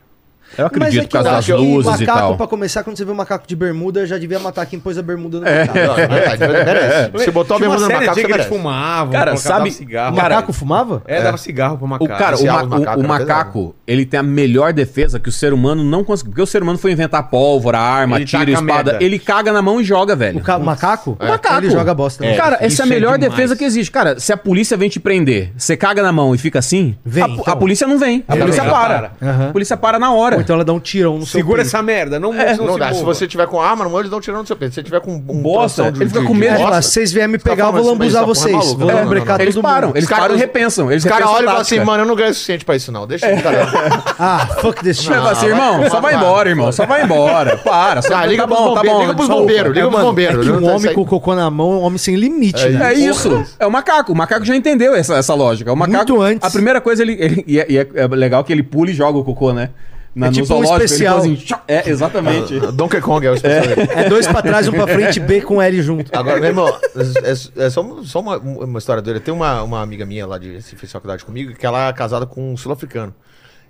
[SPEAKER 4] Eu acredito por
[SPEAKER 6] É. que eu
[SPEAKER 4] causa das
[SPEAKER 6] acho que
[SPEAKER 4] luzes
[SPEAKER 6] macaco,
[SPEAKER 4] e tal.
[SPEAKER 6] pra começar, quando você vê um macaco de bermuda, já devia matar quem pôs a bermuda no
[SPEAKER 5] Não,
[SPEAKER 6] macaco.
[SPEAKER 5] é verdade, merece. Se botou a
[SPEAKER 1] Tinha uma
[SPEAKER 5] bermuda no
[SPEAKER 1] série
[SPEAKER 5] macaco,
[SPEAKER 1] antiga
[SPEAKER 5] você
[SPEAKER 1] que eles
[SPEAKER 5] merece.
[SPEAKER 1] fumavam,
[SPEAKER 4] Cara,
[SPEAKER 1] colocavam,
[SPEAKER 4] sabe-
[SPEAKER 1] davam cigarro.
[SPEAKER 6] O
[SPEAKER 4] Cara,
[SPEAKER 6] macaco fumava?
[SPEAKER 1] É, dava cigarro pro
[SPEAKER 4] O
[SPEAKER 1] macaco.
[SPEAKER 4] cara, o,
[SPEAKER 5] Esse
[SPEAKER 4] ma-
[SPEAKER 5] alvo do
[SPEAKER 4] o-
[SPEAKER 5] macaco
[SPEAKER 4] o
[SPEAKER 6] é
[SPEAKER 5] era
[SPEAKER 4] macaco, ele tem a melhor defesa que o ser humano não conseguiu. Porque o ser humumano foi inventar pólvora, arma,
[SPEAKER 1] Ele
[SPEAKER 4] tiro,
[SPEAKER 1] taca
[SPEAKER 4] espada.
[SPEAKER 1] merda.
[SPEAKER 4] Ele caga na mão e joga, velho.
[SPEAKER 6] O, ca- o macaco?
[SPEAKER 4] É. O macaco.
[SPEAKER 6] Ele joga bosta. né?
[SPEAKER 4] Cara,
[SPEAKER 1] isso
[SPEAKER 4] essa é a
[SPEAKER 1] é
[SPEAKER 4] melhor
[SPEAKER 1] demais.
[SPEAKER 4] defesa que existe. Cara, se a polícia vem te prender, você caga na mão e fica assim,
[SPEAKER 6] Vem,
[SPEAKER 4] a, po-
[SPEAKER 6] então.
[SPEAKER 4] a polícia não vem. A
[SPEAKER 1] Ela
[SPEAKER 4] polícia
[SPEAKER 1] vem, ela
[SPEAKER 4] para.
[SPEAKER 6] Aham.
[SPEAKER 4] A polícia para na hora.
[SPEAKER 6] Ou então ela dá um tirão no seu
[SPEAKER 1] Segura
[SPEAKER 6] peito.
[SPEAKER 1] essa merda, não, É, não,
[SPEAKER 5] Não
[SPEAKER 1] se
[SPEAKER 5] dá. Se
[SPEAKER 1] mova.
[SPEAKER 5] você tiver com arma no mão, eles dão tirando do seu peito. Se você tiver com um
[SPEAKER 4] Bosta,
[SPEAKER 5] troção de-
[SPEAKER 4] ele fica
[SPEAKER 5] de-
[SPEAKER 4] com
[SPEAKER 5] de
[SPEAKER 4] medo de
[SPEAKER 5] bosta,
[SPEAKER 6] É, Fala, vocês vieem me
[SPEAKER 5] Os caras
[SPEAKER 6] pegar, eu vou
[SPEAKER 5] falam, mas
[SPEAKER 6] lambuzar
[SPEAKER 5] essa porra é
[SPEAKER 6] vocês.
[SPEAKER 5] maluca.
[SPEAKER 6] Vou
[SPEAKER 5] Não, não,
[SPEAKER 6] lambrecar
[SPEAKER 5] não,
[SPEAKER 4] Eles
[SPEAKER 6] todo
[SPEAKER 4] param,
[SPEAKER 6] mundo.
[SPEAKER 4] eles
[SPEAKER 5] Os caras-
[SPEAKER 4] param e repensam. Eles
[SPEAKER 5] Os caras
[SPEAKER 4] repensam
[SPEAKER 5] olham e falam
[SPEAKER 4] tática.
[SPEAKER 5] assim, mano, eu não ganho o suficiente pra isso, não. Deixa eu galera.
[SPEAKER 6] Ah, fuck this shit.
[SPEAKER 4] Vai falar assim,
[SPEAKER 5] Ah,
[SPEAKER 4] irmão,
[SPEAKER 5] vai
[SPEAKER 4] só vai
[SPEAKER 5] tomar.
[SPEAKER 4] embora, irmão. Só vai embora. Para. Só
[SPEAKER 5] Ah, liga
[SPEAKER 4] tá
[SPEAKER 5] pros
[SPEAKER 4] bom, tá
[SPEAKER 5] bombeiros,
[SPEAKER 4] bom.
[SPEAKER 5] liga pros
[SPEAKER 4] desculpa.
[SPEAKER 5] bombeiros, liga pros
[SPEAKER 6] É
[SPEAKER 5] bombeiros.
[SPEAKER 6] que
[SPEAKER 5] né?
[SPEAKER 6] um
[SPEAKER 5] Isso aí-
[SPEAKER 6] homem com o cocô na mão é um homem sem limite,
[SPEAKER 5] É
[SPEAKER 6] né?
[SPEAKER 4] É
[SPEAKER 5] Porra.
[SPEAKER 4] isso. É o macaco. O macaco já entendeu essa, essa lógica. O macaco,
[SPEAKER 6] Muito antes.
[SPEAKER 4] A primeira coisa, ele, ele- e, é, e é- é legal que ele pula e joga o cocô, né? Na,
[SPEAKER 6] É tipo um especial.
[SPEAKER 4] ele faz assim, é, exatamente.
[SPEAKER 5] Donkey Kong é o especialista.
[SPEAKER 6] É dois pra trás, um pra frente, B com L junto.
[SPEAKER 5] Agora, meu irmão, é, é só, um- só uma, uma história doida. Tem uma, uma amiga minha lá de se fez faculdade comigo, que ela é casada com um sul-africano.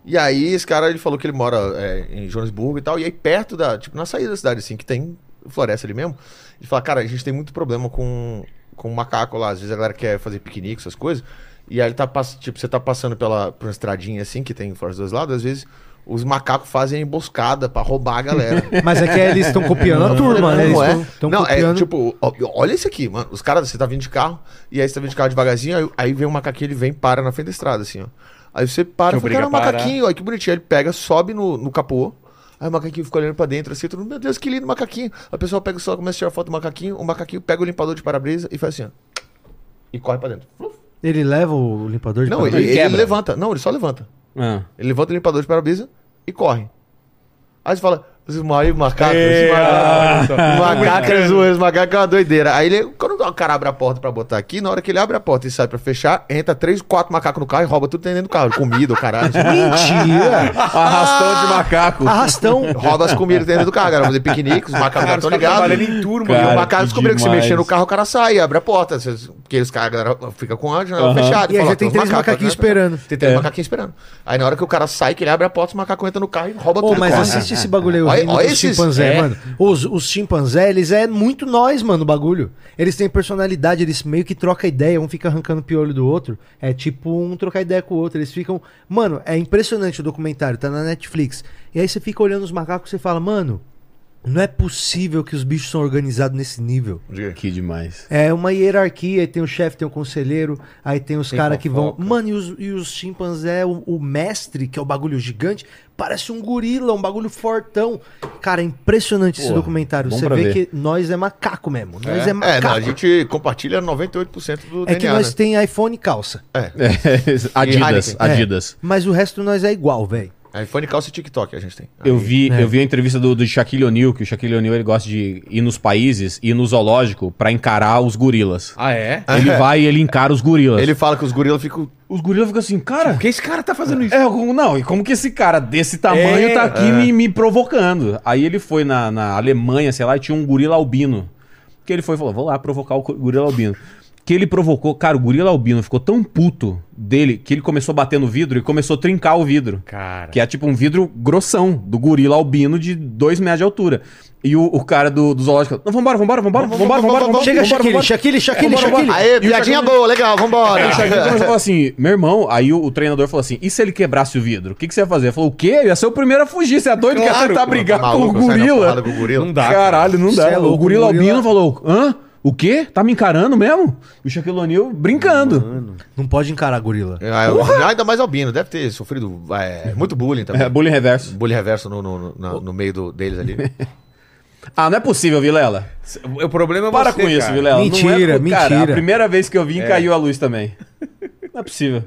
[SPEAKER 5] E aí, esse cara, ele falou que ele mora é, em Joanesburgo e tal, e aí perto da, tipo, na saída da cidade, assim, que tem floresta ali mesmo, ele fala, cara, a gente tem muito problema com, com macaco lá, às vezes a galera quer fazer piquenique, essas coisas, e aí ele tá, pass- tipo, você tá passando pela, por uma estradinha, assim, que tem floresta dos dois lados, às vezes os macacos fazem emboscada pra roubar a galera.
[SPEAKER 6] Mas é que eles estão copiando a turma, né? Eles
[SPEAKER 5] Não, é.
[SPEAKER 6] tão- tão
[SPEAKER 5] Não, é
[SPEAKER 6] copiando.
[SPEAKER 5] tipo, ó, olha isso aqui, mano. Os caras, você tá vindo de carro, e aí você tá vindo de carro devagarzinho, aí, aí vem um macaquinho, ele vem e para na frente da estrada, assim, ó. Aí você
[SPEAKER 7] Te
[SPEAKER 5] para, e fala, cara, é um
[SPEAKER 7] obriga a parar.
[SPEAKER 5] macaquinho, olha que bonitinho. Aí ele pega, sobe no, no capô, aí o macaquinho fica olhando pra dentro, assim, todo mundo, meu Deus, que lindo macaquinho. A pessoa pega o sol, começa a tirar foto do macaquinho, o macaquinho pega o limpador de para-brisa e faz assim, ó. E corre pra dentro.
[SPEAKER 6] Ele leva o limpador de
[SPEAKER 5] Não,
[SPEAKER 6] para-brisa?
[SPEAKER 5] ele, ele
[SPEAKER 4] quebra.
[SPEAKER 5] levanta. Não, ele só levanta.
[SPEAKER 4] Ah.
[SPEAKER 5] Ele levanta o limpador de para-brisa e corre. Aí você fala, os maiores macacos,
[SPEAKER 7] É,
[SPEAKER 5] os
[SPEAKER 7] olha
[SPEAKER 5] macacos,
[SPEAKER 7] só.
[SPEAKER 4] Ah.
[SPEAKER 5] os macacos, é zoeiro, os macacos é uma doideira. Aí ele, quando o cara abre a porta pra botar aqui, na hora que ele abre a porta e sai pra fechar, entra três, quatro macacos no carro e rouba tudo que tem dentro do carro. Comida, o caralho.
[SPEAKER 6] Mentira!
[SPEAKER 4] Arrastão de macaco.
[SPEAKER 6] Arrastão.
[SPEAKER 5] rouba as comidas dentro do carro, cara. Fazer piquenique, os macacos
[SPEAKER 1] Cara,
[SPEAKER 5] estão
[SPEAKER 1] os caras
[SPEAKER 5] ligados.
[SPEAKER 1] trabalhando em turma.
[SPEAKER 5] E
[SPEAKER 4] Cara,
[SPEAKER 5] o macaco
[SPEAKER 4] que
[SPEAKER 5] descobriu que se
[SPEAKER 4] demais.
[SPEAKER 5] mexer no carro, o cara sai, abre a porta. Vocês- Porque os caras, a galera fica com a janela fechada.
[SPEAKER 6] E aí
[SPEAKER 5] fala,
[SPEAKER 6] já tem
[SPEAKER 5] "Os
[SPEAKER 6] três
[SPEAKER 5] macacos,
[SPEAKER 6] macaquinhos
[SPEAKER 5] né?"
[SPEAKER 6] esperando.
[SPEAKER 5] Tem
[SPEAKER 4] É.
[SPEAKER 5] três macaquinhos esperando. Aí na hora que o cara sai, que ele abre a porta, os macacos entram no carro e rouba
[SPEAKER 6] Pô,
[SPEAKER 5] tudo.
[SPEAKER 6] mas
[SPEAKER 5] corre.
[SPEAKER 6] assiste esse bagulho aí, o
[SPEAKER 5] Olha-
[SPEAKER 6] reino
[SPEAKER 5] olha
[SPEAKER 6] dos
[SPEAKER 5] esses-
[SPEAKER 6] chimpanzé,
[SPEAKER 5] é.
[SPEAKER 6] mano. Os, os chimpanzés, eles é muito nós, mano, o bagulho. Eles têm personalidade, eles meio que trocam ideia, um fica arrancando piolho do outro. É tipo um trocar ideia com o outro. Eles ficam. Mano, é impressionante o documentário, tá na Netflix. E aí você fica olhando os macacos e você fala, mano, não é possível que os bichos são organizados nesse nível.
[SPEAKER 4] Que demais.
[SPEAKER 6] É uma hierarquia, aí tem o chefe, tem o conselheiro, aí tem os
[SPEAKER 1] Tem
[SPEAKER 6] caras que vão.
[SPEAKER 1] fofoca.
[SPEAKER 6] Mano, e os, e os chimpanzé, o, o mestre, que é o bagulho gigante, parece um gorila, um bagulho fortão. Cara, é impressionante esse
[SPEAKER 4] Porra,
[SPEAKER 6] documentário.
[SPEAKER 4] bom
[SPEAKER 6] Você
[SPEAKER 4] pra
[SPEAKER 6] vê
[SPEAKER 4] ver.
[SPEAKER 6] que nós é macaco mesmo.
[SPEAKER 5] É,
[SPEAKER 6] Nós é,
[SPEAKER 5] é,
[SPEAKER 6] macaco.
[SPEAKER 5] não,
[SPEAKER 6] É,
[SPEAKER 5] a gente compartilha 98% do DNA.
[SPEAKER 6] que nós
[SPEAKER 5] né?
[SPEAKER 6] tem iPhone e calça.
[SPEAKER 4] É, Adidas,
[SPEAKER 5] Heineken.
[SPEAKER 4] Adidas.
[SPEAKER 6] Mas o resto nós é igual, velho.
[SPEAKER 5] iPhone, calça e TikTok a gente tem.
[SPEAKER 4] Eu
[SPEAKER 5] Aí,
[SPEAKER 4] vi,
[SPEAKER 6] É.
[SPEAKER 4] eu vi a entrevista do, do Shaquille O'Neal, que o Shaquille O'Neal ele gosta de ir nos países, ir no zoológico pra encarar os gorilas.
[SPEAKER 1] Ah, é?
[SPEAKER 4] Ele vai e ele encara os gorilas.
[SPEAKER 5] Ele fala que os gorilas ficam.
[SPEAKER 4] Os gorilas ficam assim, cara,
[SPEAKER 1] Por que esse cara tá fazendo isso?
[SPEAKER 4] É, como- não, e como que esse cara desse tamanho
[SPEAKER 1] É,
[SPEAKER 4] tá aqui me, me provocando? Aí ele foi na, na Alemanha, sei lá, e tinha um gorila albino. Que ele foi e falou, vou lá provocar o co- gorila albino. que ele provocou. Cara, o gorila albino ficou tão puto dele que ele começou a bater no vidro e começou a trincar o vidro.
[SPEAKER 7] Cara.
[SPEAKER 4] Que é tipo um vidro grossão, do gorila albino de 2 metros de altura. E o, o cara do, do zoológico, não, vambora, vambora, vambora, vambora, vambora, vambora, vambora.
[SPEAKER 6] Chega,
[SPEAKER 4] vambora,
[SPEAKER 6] Shaquille,
[SPEAKER 4] vambora."
[SPEAKER 6] Shaquille, Shaquille, Shaquille.
[SPEAKER 5] Aê, piadinha boa, legal, vambora.
[SPEAKER 4] Aí o Shaquille começou a falar assim, meu irmão, aí o, o treinador falou assim, e se ele quebrasse o vidro? O que, que você ia fazer? Ele falou, o quê? Eu ia ser o primeiro a fugir, você é doido que ia tentar brigar
[SPEAKER 5] Maluco,
[SPEAKER 4] é com o
[SPEAKER 5] eu saio na
[SPEAKER 4] gorila.
[SPEAKER 5] porrada com o gorila.
[SPEAKER 1] Não dá.
[SPEAKER 4] Caralho, não
[SPEAKER 6] Cê
[SPEAKER 4] dá.
[SPEAKER 6] é
[SPEAKER 4] o
[SPEAKER 6] louco,
[SPEAKER 4] gorila
[SPEAKER 6] o gorila-
[SPEAKER 4] albino falou, hã? O quê? Tá me encarando mesmo? E o Shaquille O'Neal brincando.
[SPEAKER 6] Não pode encarar gorila.
[SPEAKER 5] Ah, eu- ainda mais albino, deve ter sofrido é, muito bullying também.
[SPEAKER 4] É, bullying reverso.
[SPEAKER 5] Bullying reverso no, no, no- na- no meio do- deles ali.
[SPEAKER 4] Ah, não é possível, Vilela.
[SPEAKER 1] O problema é
[SPEAKER 4] Para
[SPEAKER 1] você,
[SPEAKER 4] com isso,
[SPEAKER 1] cara.
[SPEAKER 4] Vilela. Não é-
[SPEAKER 6] Mentira,
[SPEAKER 4] Cara, a
[SPEAKER 6] mentira.
[SPEAKER 4] primeira vez que eu vim, caiu a luz também. Não é possível.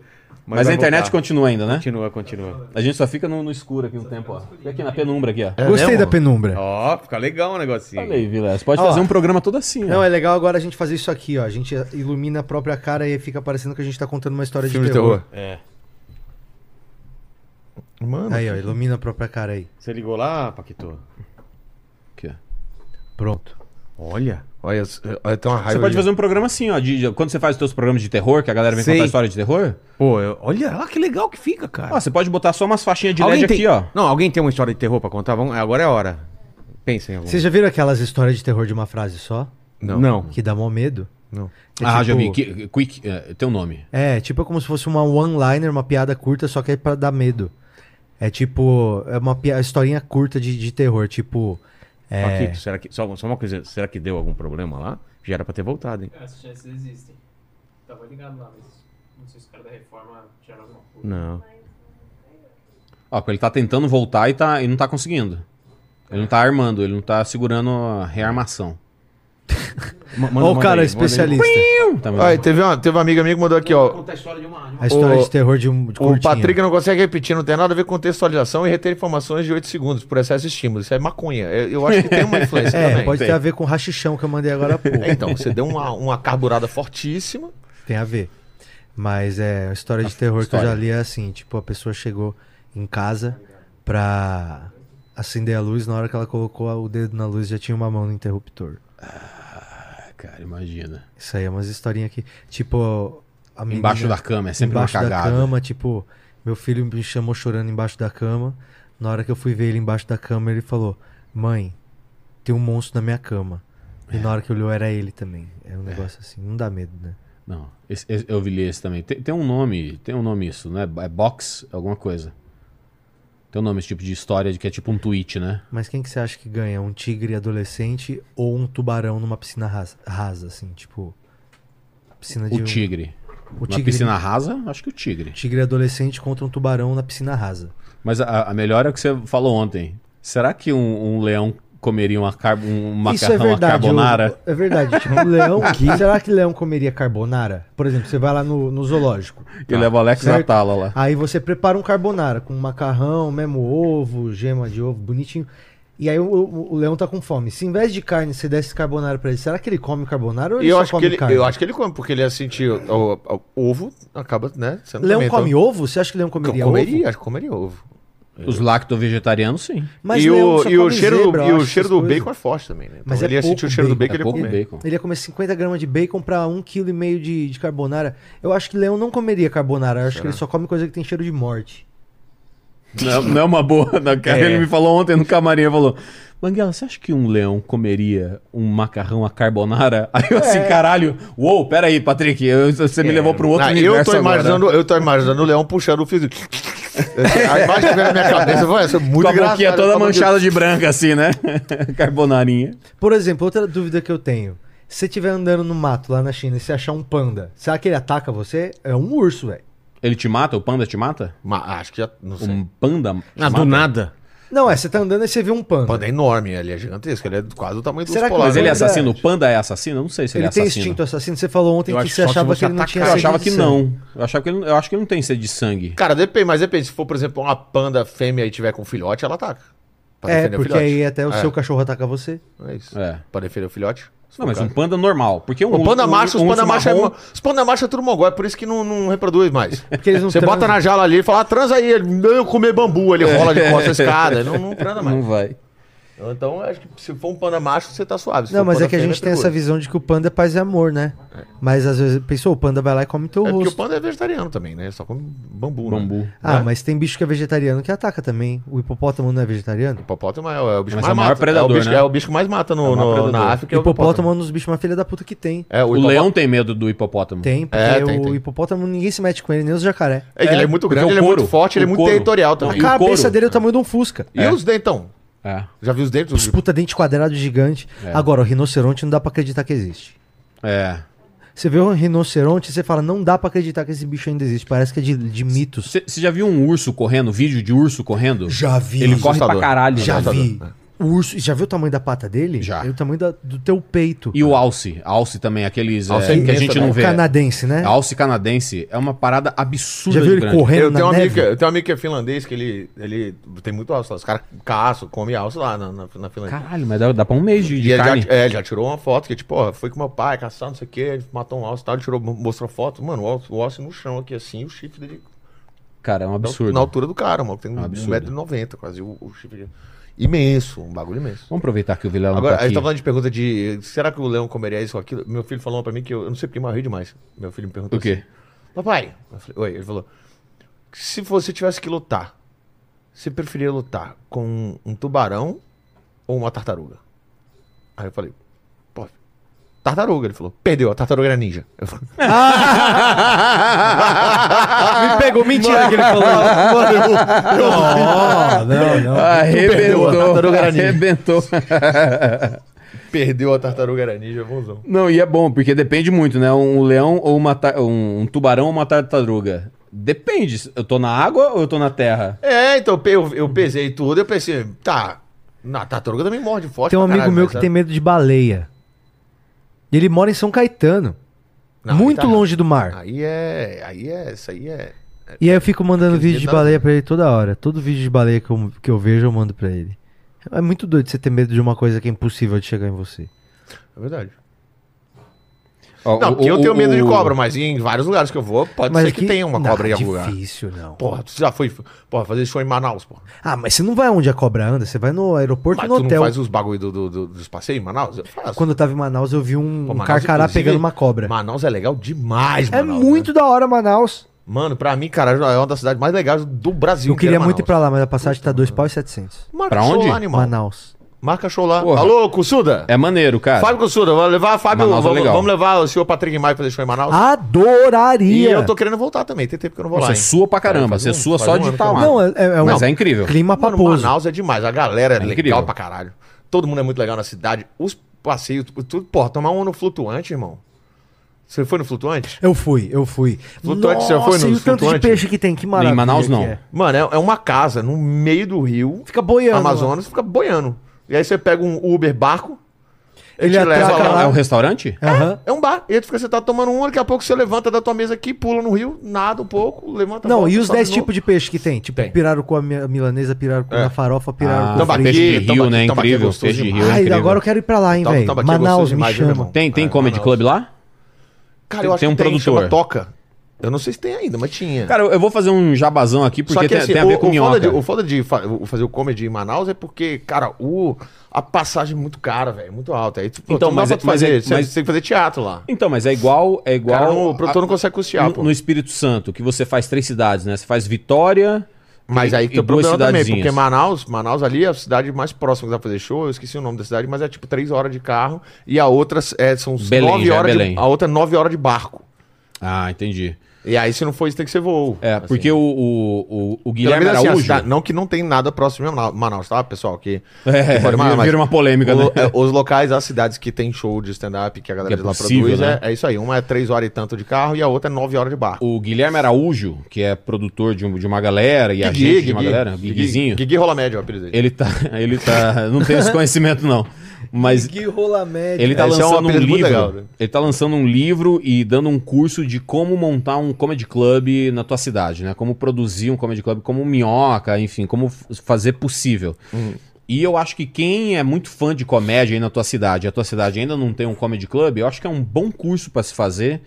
[SPEAKER 4] Mas,
[SPEAKER 1] vai
[SPEAKER 4] a internet
[SPEAKER 1] voltar.
[SPEAKER 4] continua ainda, né?
[SPEAKER 7] Continua, continua.
[SPEAKER 4] A gente só fica no, no escuro aqui um tempo, ó. Fica aqui na penumbra aqui, ó.
[SPEAKER 6] Gostei
[SPEAKER 5] mesmo?
[SPEAKER 6] da penumbra.
[SPEAKER 1] Ó, fica legal o negocinho.
[SPEAKER 4] Olha aí, Vilela. Você pode
[SPEAKER 6] Ó.
[SPEAKER 4] fazer um programa todo assim,
[SPEAKER 6] Não,
[SPEAKER 4] ó.
[SPEAKER 6] é legal agora a gente fazer isso aqui, ó. A gente ilumina a própria cara e fica parecendo que a gente tá contando uma história
[SPEAKER 5] Filme
[SPEAKER 6] de terror.
[SPEAKER 7] É.
[SPEAKER 5] Mano,
[SPEAKER 6] Aí, ó, ilumina a própria cara aí.
[SPEAKER 7] Você ligou lá, Paquito?
[SPEAKER 4] Aqui, ó.
[SPEAKER 6] Pronto.
[SPEAKER 7] Olha.
[SPEAKER 5] olha, é, olha, tem uma raiva.
[SPEAKER 4] Você pode
[SPEAKER 5] de-
[SPEAKER 4] fazer um programa assim, ó. de- de- quando você faz os seus programas de terror, que a galera vem
[SPEAKER 1] Sei.
[SPEAKER 4] contar história de terror,
[SPEAKER 1] Pô, eu- olha lá que legal que fica, cara.
[SPEAKER 4] ó, você pode botar só umas faixinhas de LED
[SPEAKER 1] tem...
[SPEAKER 4] aqui, ó.
[SPEAKER 1] Não, alguém tem uma história de terror pra contar? Vamos... Agora é a hora. Pensem em alguma.
[SPEAKER 6] Vocês já viram aquelas histórias de terror de uma frase só?
[SPEAKER 1] Não. Não.
[SPEAKER 6] Que dá mó medo?
[SPEAKER 5] Não.
[SPEAKER 6] É
[SPEAKER 4] ah,
[SPEAKER 6] tipo-
[SPEAKER 4] já vi. Qui- Quick, é, tem um nome.
[SPEAKER 6] É, tipo é como se fosse uma one-liner, uma piada curta, só que é pra dar medo. É tipo, é uma pia- historinha curta de, de terror, tipo... é,
[SPEAKER 1] Paquito, será que... Só, só uma coisa. Será que deu algum problema lá? Já era pra ter voltado, hein?
[SPEAKER 3] Essas chances existem. Tava ligado lá, mas não sei se os caras da reforma tiraram alguma coisa.
[SPEAKER 1] Não.
[SPEAKER 4] Ó, ele tá tentando voltar e, tá, e não tá conseguindo. Ele não tá armando, ele não tá segurando a rearmação.
[SPEAKER 1] Ma- manda-
[SPEAKER 6] Ó o
[SPEAKER 1] manda
[SPEAKER 6] cara,
[SPEAKER 1] aí,
[SPEAKER 6] especialista.
[SPEAKER 4] Tá, mas-
[SPEAKER 5] Olha, teve, uma, teve uma amiga minha que mandou aqui, ó.
[SPEAKER 3] Conta a história de uma...
[SPEAKER 6] A história
[SPEAKER 5] O-
[SPEAKER 6] de terror de um de
[SPEAKER 5] O
[SPEAKER 6] curtinha.
[SPEAKER 5] Patrick não consegue repetir, não tem nada a ver com contextualização e reter informações de 8 segundos por excesso de estímulo. Isso é maconha. Eu eu acho que tem uma influência
[SPEAKER 6] É,
[SPEAKER 5] também.
[SPEAKER 6] pode
[SPEAKER 4] Tem.
[SPEAKER 6] ter a ver com o rachichão que eu mandei agora há pouco.
[SPEAKER 5] É, Então, você deu uma, uma carburada fortíssima.
[SPEAKER 6] Tem a ver. Mas é uma história de terror que eu já li é assim, tipo, a pessoa chegou em casa pra acender a luz, na hora que ela colocou o dedo na luz já tinha uma mão no interruptor.
[SPEAKER 4] Cara, imagina.
[SPEAKER 6] Isso aí é umas historinhas que, tipo, a menina-
[SPEAKER 4] Embaixo da cama, é sempre uma
[SPEAKER 6] embaixo da
[SPEAKER 4] cagada.
[SPEAKER 6] cama, tipo, meu filho me chamou chorando embaixo da cama. Na hora que eu fui ver ele embaixo da cama, ele falou: "Mãe, tem um monstro na minha cama". E
[SPEAKER 4] É.
[SPEAKER 6] na hora que olhou era ele também. É um negócio assim, não dá medo, né?
[SPEAKER 4] Não, esse- esse- eu vi esse também. Tem, tem um nome, tem um nome isso, né? É box, alguma coisa. Tem um nome esse tipo de história de que é tipo um tweet, né?
[SPEAKER 6] Mas quem que você acha que ganha? Um tigre adolescente ou um tubarão numa piscina rasa, rasa, assim, tipo. Piscina de. um-
[SPEAKER 4] O tigre.
[SPEAKER 6] O
[SPEAKER 4] Na
[SPEAKER 6] tigre.
[SPEAKER 4] piscina rasa, acho que o tigre.
[SPEAKER 6] Tigre adolescente contra um tubarão na piscina rasa.
[SPEAKER 4] Mas a, a melhor é o que você falou ontem. Será que um, um leão comeria uma car um
[SPEAKER 6] é
[SPEAKER 4] macarrão à carbonara?
[SPEAKER 6] ô- É verdade. Tipo, o leão. Será que leão comeria carbonara? Por exemplo, você vai lá no, no zoológico.
[SPEAKER 4] E leva o Alex
[SPEAKER 6] Certo.
[SPEAKER 4] na tala lá.
[SPEAKER 6] Aí você prepara um carbonara com macarrão, mesmo ovo, gema de ovo, bonitinho. E aí o, o- o leão tá com fome. Se em vez de carne você desse carbonara pra ele, será que ele come carbonara ou
[SPEAKER 5] E
[SPEAKER 6] ele
[SPEAKER 5] eu
[SPEAKER 6] só
[SPEAKER 5] acho, que
[SPEAKER 6] come
[SPEAKER 5] ele,
[SPEAKER 6] carne?
[SPEAKER 5] eu acho que ele come, porque ele ia sentir o, o- o ovo, acaba, né? Sendo
[SPEAKER 6] Leão
[SPEAKER 5] também, então-
[SPEAKER 6] come ovo? Você acha que leão comeria,
[SPEAKER 5] comeria,
[SPEAKER 6] ovo?
[SPEAKER 5] comeria ovo? Comeria ovo.
[SPEAKER 4] Os lacto-vegetarianos, sim.
[SPEAKER 6] Mas
[SPEAKER 5] e
[SPEAKER 6] leão
[SPEAKER 5] o,
[SPEAKER 6] só
[SPEAKER 5] e o
[SPEAKER 6] come
[SPEAKER 5] cheiro,
[SPEAKER 6] zebra,
[SPEAKER 5] do,
[SPEAKER 6] eu
[SPEAKER 5] e o
[SPEAKER 6] acho,
[SPEAKER 5] cheiro
[SPEAKER 6] essas
[SPEAKER 5] do
[SPEAKER 6] coisas.
[SPEAKER 5] bacon é forte também, né? Então
[SPEAKER 6] Mas é
[SPEAKER 5] ele ia sentir o
[SPEAKER 6] pouco
[SPEAKER 5] cheiro do bacon,
[SPEAKER 6] bacon,
[SPEAKER 5] ele
[SPEAKER 4] é
[SPEAKER 5] ia
[SPEAKER 4] pouco
[SPEAKER 5] comer.
[SPEAKER 4] bacon.
[SPEAKER 6] Ele ia comer 50 gramas de bacon pra 1,5 kg de, de carbonara. Eu acho que leão não comeria carbonara. Eu acho que ele só come coisa que tem cheiro de morte.
[SPEAKER 4] Não, não é uma boa. Na cara, Ele me falou ontem no camarim, ele falou... Banguela, você acha que um leão comeria um macarrão à carbonara? Aí eu
[SPEAKER 5] É.
[SPEAKER 4] assim, caralho, uou, peraí, Patrick, eu- você
[SPEAKER 1] É.
[SPEAKER 4] me levou para um outro
[SPEAKER 5] Ah, eu,
[SPEAKER 4] universo
[SPEAKER 5] tô imaginando,
[SPEAKER 4] agora.
[SPEAKER 5] eu tô imaginando o leão puxando o físico. A imagem que veio na minha cabeça foi essa, é muito
[SPEAKER 4] Com a
[SPEAKER 5] engraçado.
[SPEAKER 4] boquinha toda
[SPEAKER 5] Pelo amor de
[SPEAKER 4] manchada de branca, assim, né? Carbonarinha.
[SPEAKER 6] Por exemplo, outra dúvida que eu tenho. Se você estiver andando no mato lá na China e você achar um panda, será que ele ataca você? É um urso, velho.
[SPEAKER 4] Ele te mata? O panda te mata?
[SPEAKER 5] Mas acho que já, não sei.
[SPEAKER 4] Um panda te
[SPEAKER 1] Ah,
[SPEAKER 4] mata?
[SPEAKER 1] do nada.
[SPEAKER 6] Não, é, você tá andando e você vê um panda.
[SPEAKER 5] O panda é enorme, ele é gigantesco, ele é quase do tamanho do
[SPEAKER 6] Será que-
[SPEAKER 4] Mas ele é
[SPEAKER 6] É
[SPEAKER 4] assassino? O panda é assassino? Eu não sei se ele,
[SPEAKER 6] Ele
[SPEAKER 4] é
[SPEAKER 6] tem
[SPEAKER 4] assassino.
[SPEAKER 5] assim,
[SPEAKER 6] instinto assassino. Você falou ontem
[SPEAKER 1] Eu
[SPEAKER 6] que
[SPEAKER 1] acho
[SPEAKER 6] você
[SPEAKER 1] só se
[SPEAKER 6] achava
[SPEAKER 1] você
[SPEAKER 6] que ele não
[SPEAKER 1] atacar.
[SPEAKER 6] tinha
[SPEAKER 4] Eu achava
[SPEAKER 6] sede
[SPEAKER 4] que
[SPEAKER 6] de sangue.
[SPEAKER 4] não. Eu, achava que ele, eu acho que ele não tem sede de sangue.
[SPEAKER 5] Cara, depende, mas depende. Se for, por exemplo, uma panda fêmea e tiver com um filhote, ela ataca. Pra
[SPEAKER 6] É,
[SPEAKER 5] defender o
[SPEAKER 6] porque
[SPEAKER 5] filhote.
[SPEAKER 6] aí até o
[SPEAKER 5] É.
[SPEAKER 6] seu cachorro ataca você.
[SPEAKER 5] É isso.
[SPEAKER 4] É.
[SPEAKER 5] Pra defender o filhote. Se
[SPEAKER 4] Não,
[SPEAKER 5] for
[SPEAKER 4] mas um
[SPEAKER 5] caso.
[SPEAKER 4] panda normal. Porque um,
[SPEAKER 5] O panda
[SPEAKER 4] um-
[SPEAKER 5] macho,
[SPEAKER 4] um
[SPEAKER 5] os panda
[SPEAKER 4] urso
[SPEAKER 5] macho, é,
[SPEAKER 4] marrom-
[SPEAKER 5] mo- os panda macho é tudo mongol, é por isso que não, não reproduz mais.
[SPEAKER 6] eles não
[SPEAKER 5] É, Você bota
[SPEAKER 6] transam.
[SPEAKER 5] na
[SPEAKER 4] É.
[SPEAKER 5] jala ali e fala, ah, transa aí, ele, não, eu comer bambu, ele rola de costas escada, não, não transa mais.
[SPEAKER 4] Não vai.
[SPEAKER 5] Então, acho que se for um panda macho, você tá suave. Se
[SPEAKER 6] Não,
[SPEAKER 5] for
[SPEAKER 6] mas
[SPEAKER 5] panda
[SPEAKER 6] é que a
[SPEAKER 5] fêmea,
[SPEAKER 6] gente tem
[SPEAKER 5] perigoso.
[SPEAKER 6] essa visão de que o panda é paz e amor, né? Mas às vezes, pensou, o panda vai lá e come teu
[SPEAKER 5] É porque o
[SPEAKER 6] rosto.
[SPEAKER 5] panda é vegetariano também, né? Só come bambu.
[SPEAKER 4] Bambu.
[SPEAKER 5] Né?
[SPEAKER 6] Ah,
[SPEAKER 5] né?
[SPEAKER 6] mas tem bicho que é vegetariano que ataca também. O hipopótamo não é vegetariano?
[SPEAKER 5] O hipopótamo é o é o bicho
[SPEAKER 4] Mas
[SPEAKER 5] mais
[SPEAKER 4] é o maior
[SPEAKER 5] mata.
[SPEAKER 4] predador,
[SPEAKER 5] é, o bicho,
[SPEAKER 4] né?
[SPEAKER 5] é o bicho que mais mata no,
[SPEAKER 4] É o maior
[SPEAKER 5] no-
[SPEAKER 4] predador.
[SPEAKER 5] na África.
[SPEAKER 6] O
[SPEAKER 5] é
[SPEAKER 6] hipopótamo é um dos bichos mais filha da puta que tem.
[SPEAKER 5] É,
[SPEAKER 4] O,
[SPEAKER 5] hipopótamo-
[SPEAKER 4] leão tem medo do hipopótamo.
[SPEAKER 6] Tem, porque
[SPEAKER 5] É, tem,
[SPEAKER 6] o
[SPEAKER 5] tem.
[SPEAKER 6] hipopótamo ninguém se mete com ele, nem os jacaré.
[SPEAKER 5] É, que ele é muito
[SPEAKER 4] porque o
[SPEAKER 5] grande, ele é
[SPEAKER 4] couro,
[SPEAKER 5] muito forte,
[SPEAKER 4] o
[SPEAKER 5] ele é muito
[SPEAKER 4] couro.
[SPEAKER 5] territorial
[SPEAKER 4] Não,
[SPEAKER 6] A
[SPEAKER 5] também.
[SPEAKER 4] e o
[SPEAKER 6] cabeça
[SPEAKER 4] couro?
[SPEAKER 6] dele é o tamanho de um fusca.
[SPEAKER 5] E os dentão?
[SPEAKER 4] É.
[SPEAKER 5] Já viu os dentes?
[SPEAKER 6] Os puta dente quadrado gigante. Agora, o rinoceronte não dá pra acreditar que existe.
[SPEAKER 4] É.
[SPEAKER 6] Você vê um rinoceronte e você fala, não dá pra acreditar que esse bicho ainda existe. Parece que é de, de mitos.
[SPEAKER 4] Você já viu um urso correndo? Vídeo de urso correndo?
[SPEAKER 6] Já vi.
[SPEAKER 4] Ele corre pra
[SPEAKER 5] Assustador.
[SPEAKER 4] caralho.
[SPEAKER 6] Já
[SPEAKER 4] né?
[SPEAKER 6] vi. O urso, já viu o tamanho da pata dele?
[SPEAKER 4] Já.
[SPEAKER 6] E o tamanho da- do teu peito.
[SPEAKER 4] E o alce. Alce também, aqueles é,
[SPEAKER 5] Alce é
[SPEAKER 4] que a
[SPEAKER 5] imenso,
[SPEAKER 4] gente
[SPEAKER 5] né?
[SPEAKER 4] não vê.
[SPEAKER 6] canadense, né?
[SPEAKER 4] Alce canadense é uma parada absurda
[SPEAKER 6] já viu
[SPEAKER 4] de
[SPEAKER 6] ele
[SPEAKER 4] grande.
[SPEAKER 6] correndo
[SPEAKER 5] Eu
[SPEAKER 6] na
[SPEAKER 5] tenho, um amigo
[SPEAKER 6] neve?
[SPEAKER 5] que, eu tenho um amigo que é finlandês, que ele, ele tem muito alça lá. Os caras caçam, comem alça lá na, na, na Finlândia.
[SPEAKER 4] Caralho, mas dá, dá pra um mês de, de
[SPEAKER 5] E ele já,
[SPEAKER 4] carne.
[SPEAKER 5] é, ele já tirou uma foto que, tipo, ó, foi com meu pai caçar, não sei o quê, ele matou um alce e tal, ele tirou, mostrou foto. Mano, o alce, o alce no chão aqui, assim, e o chifre dele
[SPEAKER 4] Cara, é um
[SPEAKER 5] na-
[SPEAKER 4] absurdo.
[SPEAKER 5] na altura do cara, mano. que Tem
[SPEAKER 4] É um absurdo.
[SPEAKER 5] 1,90m, quase o, o chifre dele. Imenso, um bagulho imenso.
[SPEAKER 4] Vamos aproveitar que o Vilela não
[SPEAKER 5] Agora,
[SPEAKER 4] tá
[SPEAKER 5] a
[SPEAKER 4] aqui.
[SPEAKER 5] gente tá falando de pergunta de será que o leão comeria isso ou aquilo? Meu filho falou pra mim que eu, eu não sei porque, mas eu ri demais. Meu filho me perguntou
[SPEAKER 4] O quê?
[SPEAKER 5] assim, Papai, eu falei, oi, ele falou, se você tivesse que lutar, você preferia lutar com um tubarão ou uma tartaruga? Aí eu falei, pô, tartaruga. Ele falou, perdeu, a tartaruga era ninja. Eu falei,
[SPEAKER 6] Ah, Me pegou, mentira que ele falou. Não, não, não. tá
[SPEAKER 5] perdeu, a
[SPEAKER 4] Arrebentou.
[SPEAKER 5] tartaruga era ninja.
[SPEAKER 4] Arrebentou.
[SPEAKER 5] perdeu a tartaruga era ninja, bonzão.
[SPEAKER 4] Não, e é bom, porque depende muito, né? Um leão ou uma ta- um, um tubarão ou uma tartaruga. Depende. se Eu tô na água ou eu tô na terra?
[SPEAKER 5] É, então pe- eu, eu pesei tudo, eu pensei, tá, na tartaruga também morde forte.
[SPEAKER 6] Tem um
[SPEAKER 5] pra
[SPEAKER 6] amigo
[SPEAKER 5] caralho,
[SPEAKER 6] meu
[SPEAKER 5] mas é-
[SPEAKER 6] que
[SPEAKER 5] a-
[SPEAKER 6] tem medo de baleia. E Ele mora em São Caetano.
[SPEAKER 5] Não, aí
[SPEAKER 6] muito
[SPEAKER 5] tá-
[SPEAKER 6] longe do mar.
[SPEAKER 5] Aí é. Aí é. Isso aí é.
[SPEAKER 6] E aí eu fico mandando
[SPEAKER 5] Aquele
[SPEAKER 6] vídeo de
[SPEAKER 5] dia tá-
[SPEAKER 6] baleia pra ele toda hora. Todo vídeo de baleia que eu, que eu vejo, eu mando pra ele. É muito doido você ter medo de uma coisa que é impossível de chegar em você.
[SPEAKER 5] É verdade.
[SPEAKER 4] Ó,
[SPEAKER 5] Não,
[SPEAKER 4] o-
[SPEAKER 5] porque eu
[SPEAKER 4] o-
[SPEAKER 5] tenho
[SPEAKER 4] o-
[SPEAKER 5] medo de cobra, mas em vários lugares que eu vou, pode ser que, tenha uma
[SPEAKER 6] Não,
[SPEAKER 5] cobra em algum lugar.
[SPEAKER 6] difícil, não.
[SPEAKER 5] Porra, tu já foi. Porra, fazer show em Manaus, porra.
[SPEAKER 6] Ah, mas você não vai onde a cobra anda, você vai no aeroporto
[SPEAKER 5] Mas
[SPEAKER 6] e
[SPEAKER 5] tu
[SPEAKER 6] no
[SPEAKER 5] não
[SPEAKER 6] hotel.
[SPEAKER 5] faz os bagulho do- do- do- dos passeios em Manaus? Eu faço.
[SPEAKER 6] Quando eu tava em Manaus, eu vi um,
[SPEAKER 5] Pô,
[SPEAKER 6] um
[SPEAKER 5] Manaus,
[SPEAKER 6] carcará
[SPEAKER 5] inclusive,
[SPEAKER 6] pegando uma cobra.
[SPEAKER 5] Manaus é legal demais,
[SPEAKER 6] é
[SPEAKER 5] Manaus,
[SPEAKER 6] muito
[SPEAKER 5] né?
[SPEAKER 6] da hora Manaus.
[SPEAKER 5] Mano, pra mim, cara, é uma das cidades mais legais do Brasil. é
[SPEAKER 6] Eu queria muito ir pra lá, mas a passagem tá 2.700.
[SPEAKER 5] Marca
[SPEAKER 4] Pra
[SPEAKER 5] show
[SPEAKER 4] onde?
[SPEAKER 5] lá, animal.
[SPEAKER 6] Manaus.
[SPEAKER 5] Marca show lá.
[SPEAKER 4] Porra.
[SPEAKER 5] Alô, Cussuda?
[SPEAKER 4] É maneiro, cara.
[SPEAKER 5] Fábio Cussuda, vamos levar Fábio.
[SPEAKER 4] Manaus é
[SPEAKER 5] Vamos,
[SPEAKER 4] legal.
[SPEAKER 5] vamos levar o senhor Patrick Maia pra fazer show em Manaus? E
[SPEAKER 6] Ah, Adoraria!
[SPEAKER 5] eu tô querendo voltar também. Tem tempo que eu não vou
[SPEAKER 4] Você
[SPEAKER 6] é
[SPEAKER 5] lá. hein?
[SPEAKER 4] sua pra caramba.
[SPEAKER 5] Faz
[SPEAKER 4] Você
[SPEAKER 5] um-
[SPEAKER 4] sua
[SPEAKER 5] faz
[SPEAKER 4] só
[SPEAKER 5] um
[SPEAKER 4] de
[SPEAKER 5] ano
[SPEAKER 4] estar
[SPEAKER 5] que eu
[SPEAKER 4] lá.
[SPEAKER 5] não
[SPEAKER 6] Não, é, é um
[SPEAKER 4] Mas é incrível.
[SPEAKER 6] clima
[SPEAKER 5] Mano,
[SPEAKER 6] paposo.
[SPEAKER 5] Manaus é demais. A galera é, legal
[SPEAKER 4] incrível.
[SPEAKER 5] pra caralho. Todo mundo é muito legal na cidade. Os passeios, tu- tudo. Porra, tomar um no flutuante, irmão. Você foi no flutuante?
[SPEAKER 6] Eu fui, eu fui.
[SPEAKER 5] Flutuante, você foi no
[SPEAKER 6] e o tanto de
[SPEAKER 5] flutuante?
[SPEAKER 6] peixe que tem, que maravilha.
[SPEAKER 4] Em Manaus,
[SPEAKER 6] que
[SPEAKER 4] não.
[SPEAKER 6] é.
[SPEAKER 5] Mano, é, é uma casa no meio do rio,
[SPEAKER 6] Fica boiando. mano.
[SPEAKER 5] Amazonas, fica boiando. E aí você pega um Uber barco, ele,
[SPEAKER 6] Ele
[SPEAKER 5] te leva
[SPEAKER 6] atraca
[SPEAKER 5] lá.
[SPEAKER 6] lá.
[SPEAKER 4] É um restaurante?
[SPEAKER 6] Aham.
[SPEAKER 5] É um bar. E aí tu fica sentado tomando um, daqui a pouco você levanta da tua mesa aqui, pula no rio, nada um pouco, levanta
[SPEAKER 6] Não, e os 10 tipos de peixe que tem? Tipo,
[SPEAKER 5] Tem. É. Então
[SPEAKER 6] pirarucu à mi- milanesa, pirarucu na farofa,
[SPEAKER 4] Ah,
[SPEAKER 6] pirarucu
[SPEAKER 5] tambaqui,
[SPEAKER 6] frito.
[SPEAKER 4] peixe de rio,
[SPEAKER 5] tambaqui,
[SPEAKER 4] né?
[SPEAKER 5] tambaqui é
[SPEAKER 4] Incrível.
[SPEAKER 5] gostoso
[SPEAKER 4] Peixe de
[SPEAKER 5] demais.
[SPEAKER 4] rio é
[SPEAKER 6] um Ai,
[SPEAKER 4] incrível.
[SPEAKER 6] agora eu quero ir pra lá, hein,
[SPEAKER 5] Tam-
[SPEAKER 6] velho.
[SPEAKER 5] tambaqui é gostoso
[SPEAKER 6] Manaus, me
[SPEAKER 5] demais, viu, meu
[SPEAKER 6] chama.
[SPEAKER 5] irmão?
[SPEAKER 4] Tem, tem
[SPEAKER 5] É,
[SPEAKER 4] comedy
[SPEAKER 5] Manaus.
[SPEAKER 4] club lá?
[SPEAKER 5] Cara, eu acho
[SPEAKER 4] Tem um
[SPEAKER 5] que tem,
[SPEAKER 4] produtor.
[SPEAKER 5] chama Toca. Eu não sei se tem ainda, mas tinha.
[SPEAKER 4] Cara, eu vou fazer um jabazão aqui porque tem, tem a ver
[SPEAKER 5] assim, o,
[SPEAKER 4] com
[SPEAKER 5] o foda de,
[SPEAKER 4] minhoca.
[SPEAKER 5] o foda de fa- o- fazer o comedy em Manaus é porque, cara, o, a passagem é muito cara, velho, muito alta. Aí, tu- pô,
[SPEAKER 4] Então,
[SPEAKER 5] tu não
[SPEAKER 4] mas
[SPEAKER 5] dá
[SPEAKER 4] é-
[SPEAKER 5] pra tu
[SPEAKER 4] mas é-
[SPEAKER 5] fazer, você
[SPEAKER 4] mas-
[SPEAKER 5] você tem que fazer teatro lá.
[SPEAKER 4] Então, mas é igual, é igual.
[SPEAKER 5] Cara, não- o produtor
[SPEAKER 4] a-
[SPEAKER 5] não consegue custear,
[SPEAKER 4] no,
[SPEAKER 5] ah, pô.
[SPEAKER 4] no Espírito Santo, que você faz três cidades, né? Você faz Vitória.
[SPEAKER 5] Mas
[SPEAKER 4] e-
[SPEAKER 5] aí
[SPEAKER 4] e
[SPEAKER 5] tem o
[SPEAKER 4] duas
[SPEAKER 5] problema também,
[SPEAKER 4] cidadezinhas.
[SPEAKER 5] porque Manaus, Manaus ali é a cidade mais próxima que dá pra fazer show, eu esqueci o nome da cidade, mas é tipo três horas de carro e a outra é, são
[SPEAKER 4] Belém,
[SPEAKER 5] nove
[SPEAKER 4] já é
[SPEAKER 5] horas
[SPEAKER 4] Belém.
[SPEAKER 5] de, a outra é nove horas de barco.
[SPEAKER 4] Ah, entendi.
[SPEAKER 5] E aí se não for isso tem que ser voo.
[SPEAKER 4] É,
[SPEAKER 5] Assim.
[SPEAKER 4] porque o, o, o, o
[SPEAKER 5] Pelo
[SPEAKER 4] Guilherme
[SPEAKER 5] menos, assim, a
[SPEAKER 4] Araújo.
[SPEAKER 5] cidade- não que não tem nada próximo de Mana- Manaus, tá, pessoal? Que,
[SPEAKER 4] É,
[SPEAKER 5] que
[SPEAKER 4] vira-
[SPEAKER 5] pode- mas-
[SPEAKER 4] vira uma polêmica,
[SPEAKER 5] o-
[SPEAKER 4] né?
[SPEAKER 5] é, Os locais, as cidades que tem show de stand-up que a galera
[SPEAKER 4] Que é
[SPEAKER 5] de lá
[SPEAKER 4] possível,
[SPEAKER 5] produz,
[SPEAKER 4] né?
[SPEAKER 5] é, é isso aí. Uma é três horas e tanto de carro e a outra é nove horas de barco.
[SPEAKER 4] O Guilherme Araújo, que é produtor de, um- de uma galera e agente de uma galera, Guiguizinho,
[SPEAKER 5] Gui Rola Médio, é o apelido dele.
[SPEAKER 4] ele tá. Ele tá. Não tenho esse conhecimento, não. Mas
[SPEAKER 6] Que rola média.
[SPEAKER 4] ele tá
[SPEAKER 5] Esse é um
[SPEAKER 4] lançando um,
[SPEAKER 5] apelido muito
[SPEAKER 4] livro.
[SPEAKER 5] legal, né?
[SPEAKER 4] Ele tá lançando um livro e dando um curso de como montar um comedy club na tua cidade, né? Como produzir um comedy club, como minhoca, enfim, como f- fazer possível.
[SPEAKER 5] Uhum.
[SPEAKER 4] E eu acho que quem é muito fã de comédia aí na tua cidade, e a tua cidade ainda não tem um comedy club, eu acho que é um bom curso pra se fazer.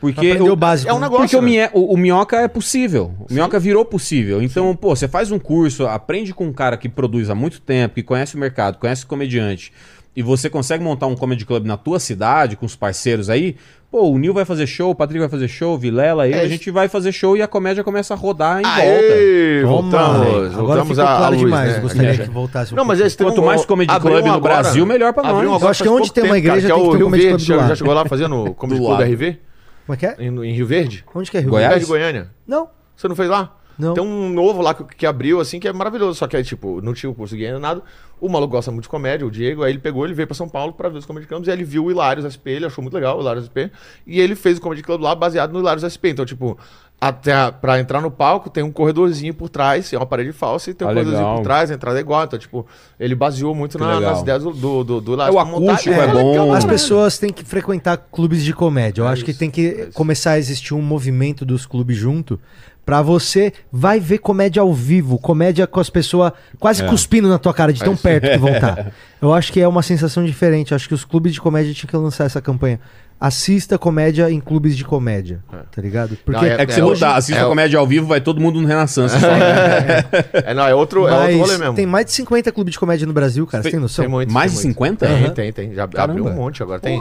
[SPEAKER 4] Porque
[SPEAKER 6] Aprender o básico.
[SPEAKER 5] É um
[SPEAKER 6] né?
[SPEAKER 5] negócio.
[SPEAKER 4] porque o,
[SPEAKER 5] né?
[SPEAKER 4] minhe- o- o minhoca é possível. O minhoca virou possível. Então, pô, você faz um curso, aprende com um cara que produz há muito tempo, que conhece o mercado, conhece o comediante, e você consegue montar um comedy club na tua cidade, com os parceiros aí. Pô, o Nil vai fazer show, o Patrick vai fazer show, o Vilela, eu,
[SPEAKER 5] É
[SPEAKER 4] a
[SPEAKER 5] isso.
[SPEAKER 4] gente vai fazer show e a comédia começa a rodar em volta.
[SPEAKER 5] Aê,
[SPEAKER 6] Toma, velho.
[SPEAKER 5] voltamos.
[SPEAKER 6] Agora
[SPEAKER 5] Voltamos
[SPEAKER 6] ficou
[SPEAKER 5] a,
[SPEAKER 6] claro demais.
[SPEAKER 5] Né?
[SPEAKER 6] Gostaria
[SPEAKER 5] É.
[SPEAKER 6] que voltasse. um
[SPEAKER 5] Não, mas
[SPEAKER 6] pouco.
[SPEAKER 5] esse tem
[SPEAKER 4] Quanto
[SPEAKER 5] um-
[SPEAKER 4] mais comedy
[SPEAKER 5] abriu
[SPEAKER 4] club
[SPEAKER 5] um
[SPEAKER 4] no Brasil, melhor pra
[SPEAKER 5] abriu
[SPEAKER 4] nós.
[SPEAKER 5] um agora
[SPEAKER 6] Eu acho que
[SPEAKER 5] faz
[SPEAKER 6] onde
[SPEAKER 5] pouco
[SPEAKER 6] tem uma
[SPEAKER 5] tempo, cara,
[SPEAKER 6] igreja
[SPEAKER 5] que é
[SPEAKER 6] tem que
[SPEAKER 5] o
[SPEAKER 6] ter um
[SPEAKER 5] Rio
[SPEAKER 6] comedy
[SPEAKER 5] Verde.
[SPEAKER 6] club do
[SPEAKER 5] Já, já
[SPEAKER 6] lado.
[SPEAKER 5] chegou lá fazendo o Comedy
[SPEAKER 4] Do
[SPEAKER 5] Club
[SPEAKER 4] lado.
[SPEAKER 5] RV?
[SPEAKER 6] Como é que é?
[SPEAKER 5] Em, em Rio Verde?
[SPEAKER 6] Onde que é Rio
[SPEAKER 4] Goiás?
[SPEAKER 5] Pé
[SPEAKER 6] Verde?
[SPEAKER 5] de Goiânia.
[SPEAKER 6] Não,
[SPEAKER 5] Você não fez lá?
[SPEAKER 6] não.
[SPEAKER 5] Tem um novo lá que, que abriu, assim, que é maravilhoso. Só que é tipo, não tinha o curso de Guiana, nada. O maluco gosta muito de comédia, o Diego. Aí ele pegou, ele veio pra São Paulo pra ver os Comedy Clubs. E aí ele viu o Hilários SP, ele achou muito legal o Hilários SP. E ele fez o Comedy Club lá baseado no Hilários SP. Então, tipo, até a- pra entrar no palco tem um corredorzinho por trás, é uma parede falsa, e tem um
[SPEAKER 4] Ah,
[SPEAKER 5] corredorzinho
[SPEAKER 4] legal.
[SPEAKER 5] por trás, a entrada é igual. Então, tipo, ele baseou muito na-
[SPEAKER 4] legal.
[SPEAKER 5] nas ideias do, do, do, do
[SPEAKER 4] É, o
[SPEAKER 5] pra montar-
[SPEAKER 4] acústico é bom.
[SPEAKER 5] legal,
[SPEAKER 6] As
[SPEAKER 5] né?
[SPEAKER 6] pessoas têm que frequentar clubes de comédia. Eu acho que
[SPEAKER 5] isso,
[SPEAKER 6] tem que
[SPEAKER 5] é isso.
[SPEAKER 6] começar a existir um movimento dos clubes junto. Pra você, vai ver comédia ao vivo, comédia com as pessoas quase cuspindo na tua cara de tão perto que vão estar. Eu acho que é uma sensação diferente. Eu acho que os clubes de comédia tinham que lançar essa campanha. Assista comédia em clubes de comédia, tá ligado? Porque
[SPEAKER 5] Não,
[SPEAKER 4] É que
[SPEAKER 5] É,
[SPEAKER 4] se
[SPEAKER 5] hoje-
[SPEAKER 4] mudar, assista
[SPEAKER 5] é
[SPEAKER 4] a
[SPEAKER 5] o-
[SPEAKER 4] comédia ao vivo, vai todo mundo no Renaissance. só, né?
[SPEAKER 5] É, não, é outro, é outro
[SPEAKER 6] mas
[SPEAKER 5] rolê mesmo.
[SPEAKER 6] tem mais de 50 clubes de comédia no Brasil, cara. Você tem noção?
[SPEAKER 5] muito,
[SPEAKER 4] Mais
[SPEAKER 5] tem
[SPEAKER 4] de
[SPEAKER 5] muito.
[SPEAKER 4] 50?
[SPEAKER 5] Tem,
[SPEAKER 4] Aham.
[SPEAKER 5] tem, tem. Já abriu
[SPEAKER 4] Caramba.
[SPEAKER 5] um monte agora. Tem.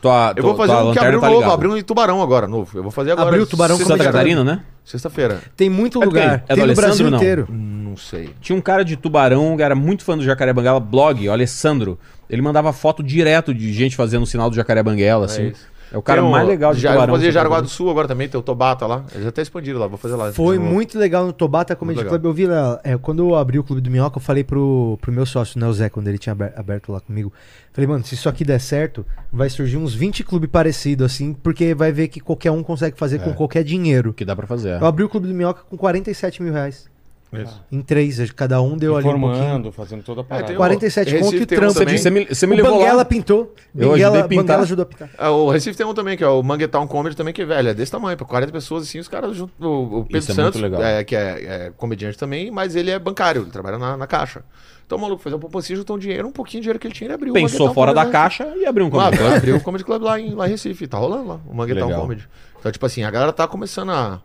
[SPEAKER 4] Tua, tá
[SPEAKER 5] Eu vou fazer um que abriu novo, abriu um em Tubarão agora, novo. Eu vou fazer agora.
[SPEAKER 6] Abriu o Tubarão
[SPEAKER 5] sexta-
[SPEAKER 4] Santa
[SPEAKER 6] Comedy Club.
[SPEAKER 4] Catarina, né?
[SPEAKER 5] Sexta-feira.
[SPEAKER 6] Tem muito
[SPEAKER 4] É,
[SPEAKER 6] lugar.
[SPEAKER 4] tem. É do
[SPEAKER 6] tem no
[SPEAKER 4] Alessandro
[SPEAKER 6] Brasil
[SPEAKER 4] ou não?
[SPEAKER 6] inteiro.
[SPEAKER 5] Não sei.
[SPEAKER 4] Tinha um cara de tubarão, que era muito fã do Jacaré Banguela, blog, o Alessandro. Ele mandava foto direto de gente fazendo o sinal do Jacaré Banguela, assim.
[SPEAKER 5] isso.
[SPEAKER 4] É, o cara
[SPEAKER 5] Tem um-
[SPEAKER 4] mais legal de
[SPEAKER 5] já,
[SPEAKER 4] tubarão. tá
[SPEAKER 5] Vou fazer
[SPEAKER 4] que eu já
[SPEAKER 5] Jaraguá do
[SPEAKER 4] vi.
[SPEAKER 5] Sul agora também, tem o Tobata lá. Eles até expandiram lá, vou fazer lá. um-
[SPEAKER 6] Foi
[SPEAKER 5] de novo.
[SPEAKER 6] muito legal no Tobata Comedy
[SPEAKER 5] legal.
[SPEAKER 6] Club. Eu vi lá, é, quando eu abri o Clube do Minhoca, eu falei pro, pro meu sócio, né, o Zé, quando ele tinha aber- aberto lá comigo. Falei, mano, se isso aqui der certo, vai surgir uns 20 clubes parecidos, assim, porque vai ver que qualquer um consegue fazer
[SPEAKER 5] É.
[SPEAKER 6] com qualquer dinheiro.
[SPEAKER 4] Que dá pra fazer.
[SPEAKER 6] Eu abri o Clube do Minhoca com 47 mil reais.
[SPEAKER 5] Isso.
[SPEAKER 4] Ah.
[SPEAKER 6] Em três, acho que cada um deu ali um pouquinho.
[SPEAKER 1] Formando, fazendo toda a
[SPEAKER 5] É,
[SPEAKER 1] parada.
[SPEAKER 5] tem
[SPEAKER 6] 47
[SPEAKER 5] Recife
[SPEAKER 6] conto e
[SPEAKER 5] tem um
[SPEAKER 6] trampo.
[SPEAKER 4] Você,
[SPEAKER 5] também.
[SPEAKER 4] disse- você me, você me
[SPEAKER 6] O
[SPEAKER 4] levou
[SPEAKER 6] Banguela
[SPEAKER 4] lá.
[SPEAKER 6] pintou.
[SPEAKER 4] Eu
[SPEAKER 6] Banguela,
[SPEAKER 4] ajudei a pintar.
[SPEAKER 6] Banguela ajudou a pintar.
[SPEAKER 5] Ah, o Recife tem um também, que é o Manguetown Comedy também, que, velho, é desse tamanho, pra 40 pessoas, assim, os caras junto. O, o Pedro
[SPEAKER 4] Isso é muito
[SPEAKER 5] Santos,
[SPEAKER 4] legal.
[SPEAKER 5] é, que é, é comediante também, mas ele é bancário, ele trabalha na, na caixa. Então o maluco fez um poupancinho, juntou um dinheiro, um pouquinho de dinheiro que ele tinha, ele abriu o
[SPEAKER 4] Pensou
[SPEAKER 5] Manguetown
[SPEAKER 4] fora da
[SPEAKER 5] Comedy lá.
[SPEAKER 4] caixa e abriu um
[SPEAKER 5] Ah,
[SPEAKER 4] comentário.
[SPEAKER 5] abriu o Comedy Club lá em, lá em Recife, tá rolando lá, o Manguetão
[SPEAKER 4] Legal.
[SPEAKER 5] Comedy. Então, tipo assim, a galera tá começando a,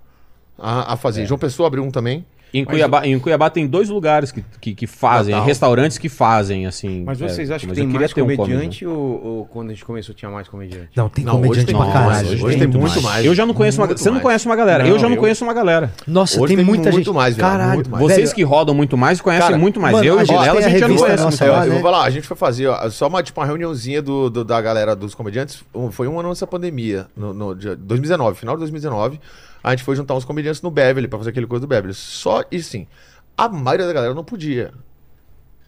[SPEAKER 5] a, a fazer. João Pessoa abriu um também.
[SPEAKER 4] Em Cuiabá, em Cuiabá tem dois lugares que, que, que fazem,
[SPEAKER 5] Total.
[SPEAKER 4] restaurantes que fazem, assim.
[SPEAKER 1] Mas
[SPEAKER 4] é,
[SPEAKER 1] vocês acham que
[SPEAKER 4] mas
[SPEAKER 1] tem
[SPEAKER 4] eu queria
[SPEAKER 1] mais
[SPEAKER 4] ter um comedy,
[SPEAKER 1] comediante ou, ou quando a gente começou tinha mais comediante?
[SPEAKER 6] Não, tem
[SPEAKER 5] Não, hoje
[SPEAKER 6] comediante
[SPEAKER 5] tem
[SPEAKER 6] pra
[SPEAKER 5] muito
[SPEAKER 6] caralho.
[SPEAKER 5] mais, hoje tem muito
[SPEAKER 4] né?
[SPEAKER 5] mais.
[SPEAKER 4] Eu já não conheço uma.
[SPEAKER 5] Muito
[SPEAKER 4] Você não
[SPEAKER 5] mais.
[SPEAKER 4] conhece uma galera.
[SPEAKER 1] Não,
[SPEAKER 4] eu já não
[SPEAKER 1] eu-
[SPEAKER 4] conheço uma galera.
[SPEAKER 6] Nossa,
[SPEAKER 5] Hoje
[SPEAKER 6] tem,
[SPEAKER 5] tem
[SPEAKER 6] muita
[SPEAKER 5] muito
[SPEAKER 6] gente.
[SPEAKER 5] mais, velho,
[SPEAKER 6] caralho,
[SPEAKER 5] muito mais.
[SPEAKER 4] Vocês
[SPEAKER 6] velho,
[SPEAKER 4] que rodam muito mais conhecem
[SPEAKER 5] é, Cara,
[SPEAKER 4] muito mais.
[SPEAKER 6] mano,
[SPEAKER 4] eu
[SPEAKER 6] a
[SPEAKER 4] e o
[SPEAKER 6] gente
[SPEAKER 4] Vilela, a
[SPEAKER 6] tem a
[SPEAKER 4] gente já não
[SPEAKER 6] revista
[SPEAKER 4] conhece muito
[SPEAKER 6] nossa
[SPEAKER 5] eu, é
[SPEAKER 6] lá,
[SPEAKER 5] eu
[SPEAKER 6] né?
[SPEAKER 5] vou falar, a gente foi fazer ó, só uma, tipo, uma reuniãozinha do, do- da galera dos comediantes. Um- Foi um ano antes da pandemia, no, no dia 2019, final de 2019. A gente foi juntar uns comediantes no Beverly pra fazer aquele coisa do Beverly. Só e sim, a maioria da galera não podia.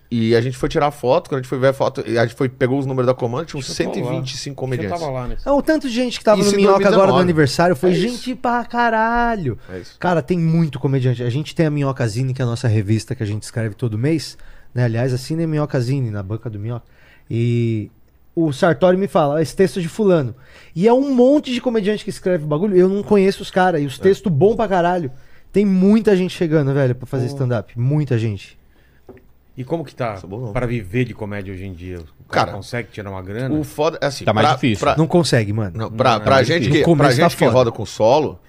[SPEAKER 5] E a gente foi tirar foto, quando a gente foi ver a foto, e a gente foi, pegou os números da comanda, tinha uns
[SPEAKER 1] Deixa eu falar.
[SPEAKER 5] 125
[SPEAKER 1] Eu
[SPEAKER 5] comediantes.
[SPEAKER 1] tava lá, né?
[SPEAKER 6] É o tanto de gente que tava
[SPEAKER 5] Isso
[SPEAKER 6] no
[SPEAKER 5] em
[SPEAKER 6] Minhoca agora
[SPEAKER 5] 2019.
[SPEAKER 6] no aniversário foi
[SPEAKER 5] É isso.
[SPEAKER 6] gente pra caralho.
[SPEAKER 5] É isso.
[SPEAKER 6] Cara, tem muito comediante. A gente tem a Minhocazine, que é a nossa revista que a gente escreve todo mês. Né? Aliás, assina a Minhocazine, na banca do Minhoca. E o Sartori me fala, "Ó, esse texto é de fulano. E é um monte de comediante que escreve o bagulho. Eu não conheço os caras. E os
[SPEAKER 5] É.
[SPEAKER 6] textos bom pra caralho. Tem muita gente chegando, velho, pra fazer stand-up. Muita gente.
[SPEAKER 1] E como que tá
[SPEAKER 5] Isso é bom, não.
[SPEAKER 1] para viver de comédia hoje em dia? O cara,
[SPEAKER 5] Cara,
[SPEAKER 1] consegue tirar uma grana?
[SPEAKER 5] O foda é assim.
[SPEAKER 4] Tá mais difícil.
[SPEAKER 5] Pra,
[SPEAKER 6] Não consegue, mano. Não,
[SPEAKER 5] não, pra, pra
[SPEAKER 1] é
[SPEAKER 5] gente,
[SPEAKER 1] difícil.
[SPEAKER 5] que,
[SPEAKER 6] No
[SPEAKER 5] pra
[SPEAKER 6] começo tá
[SPEAKER 5] gente que
[SPEAKER 6] foda.
[SPEAKER 5] roda com solo.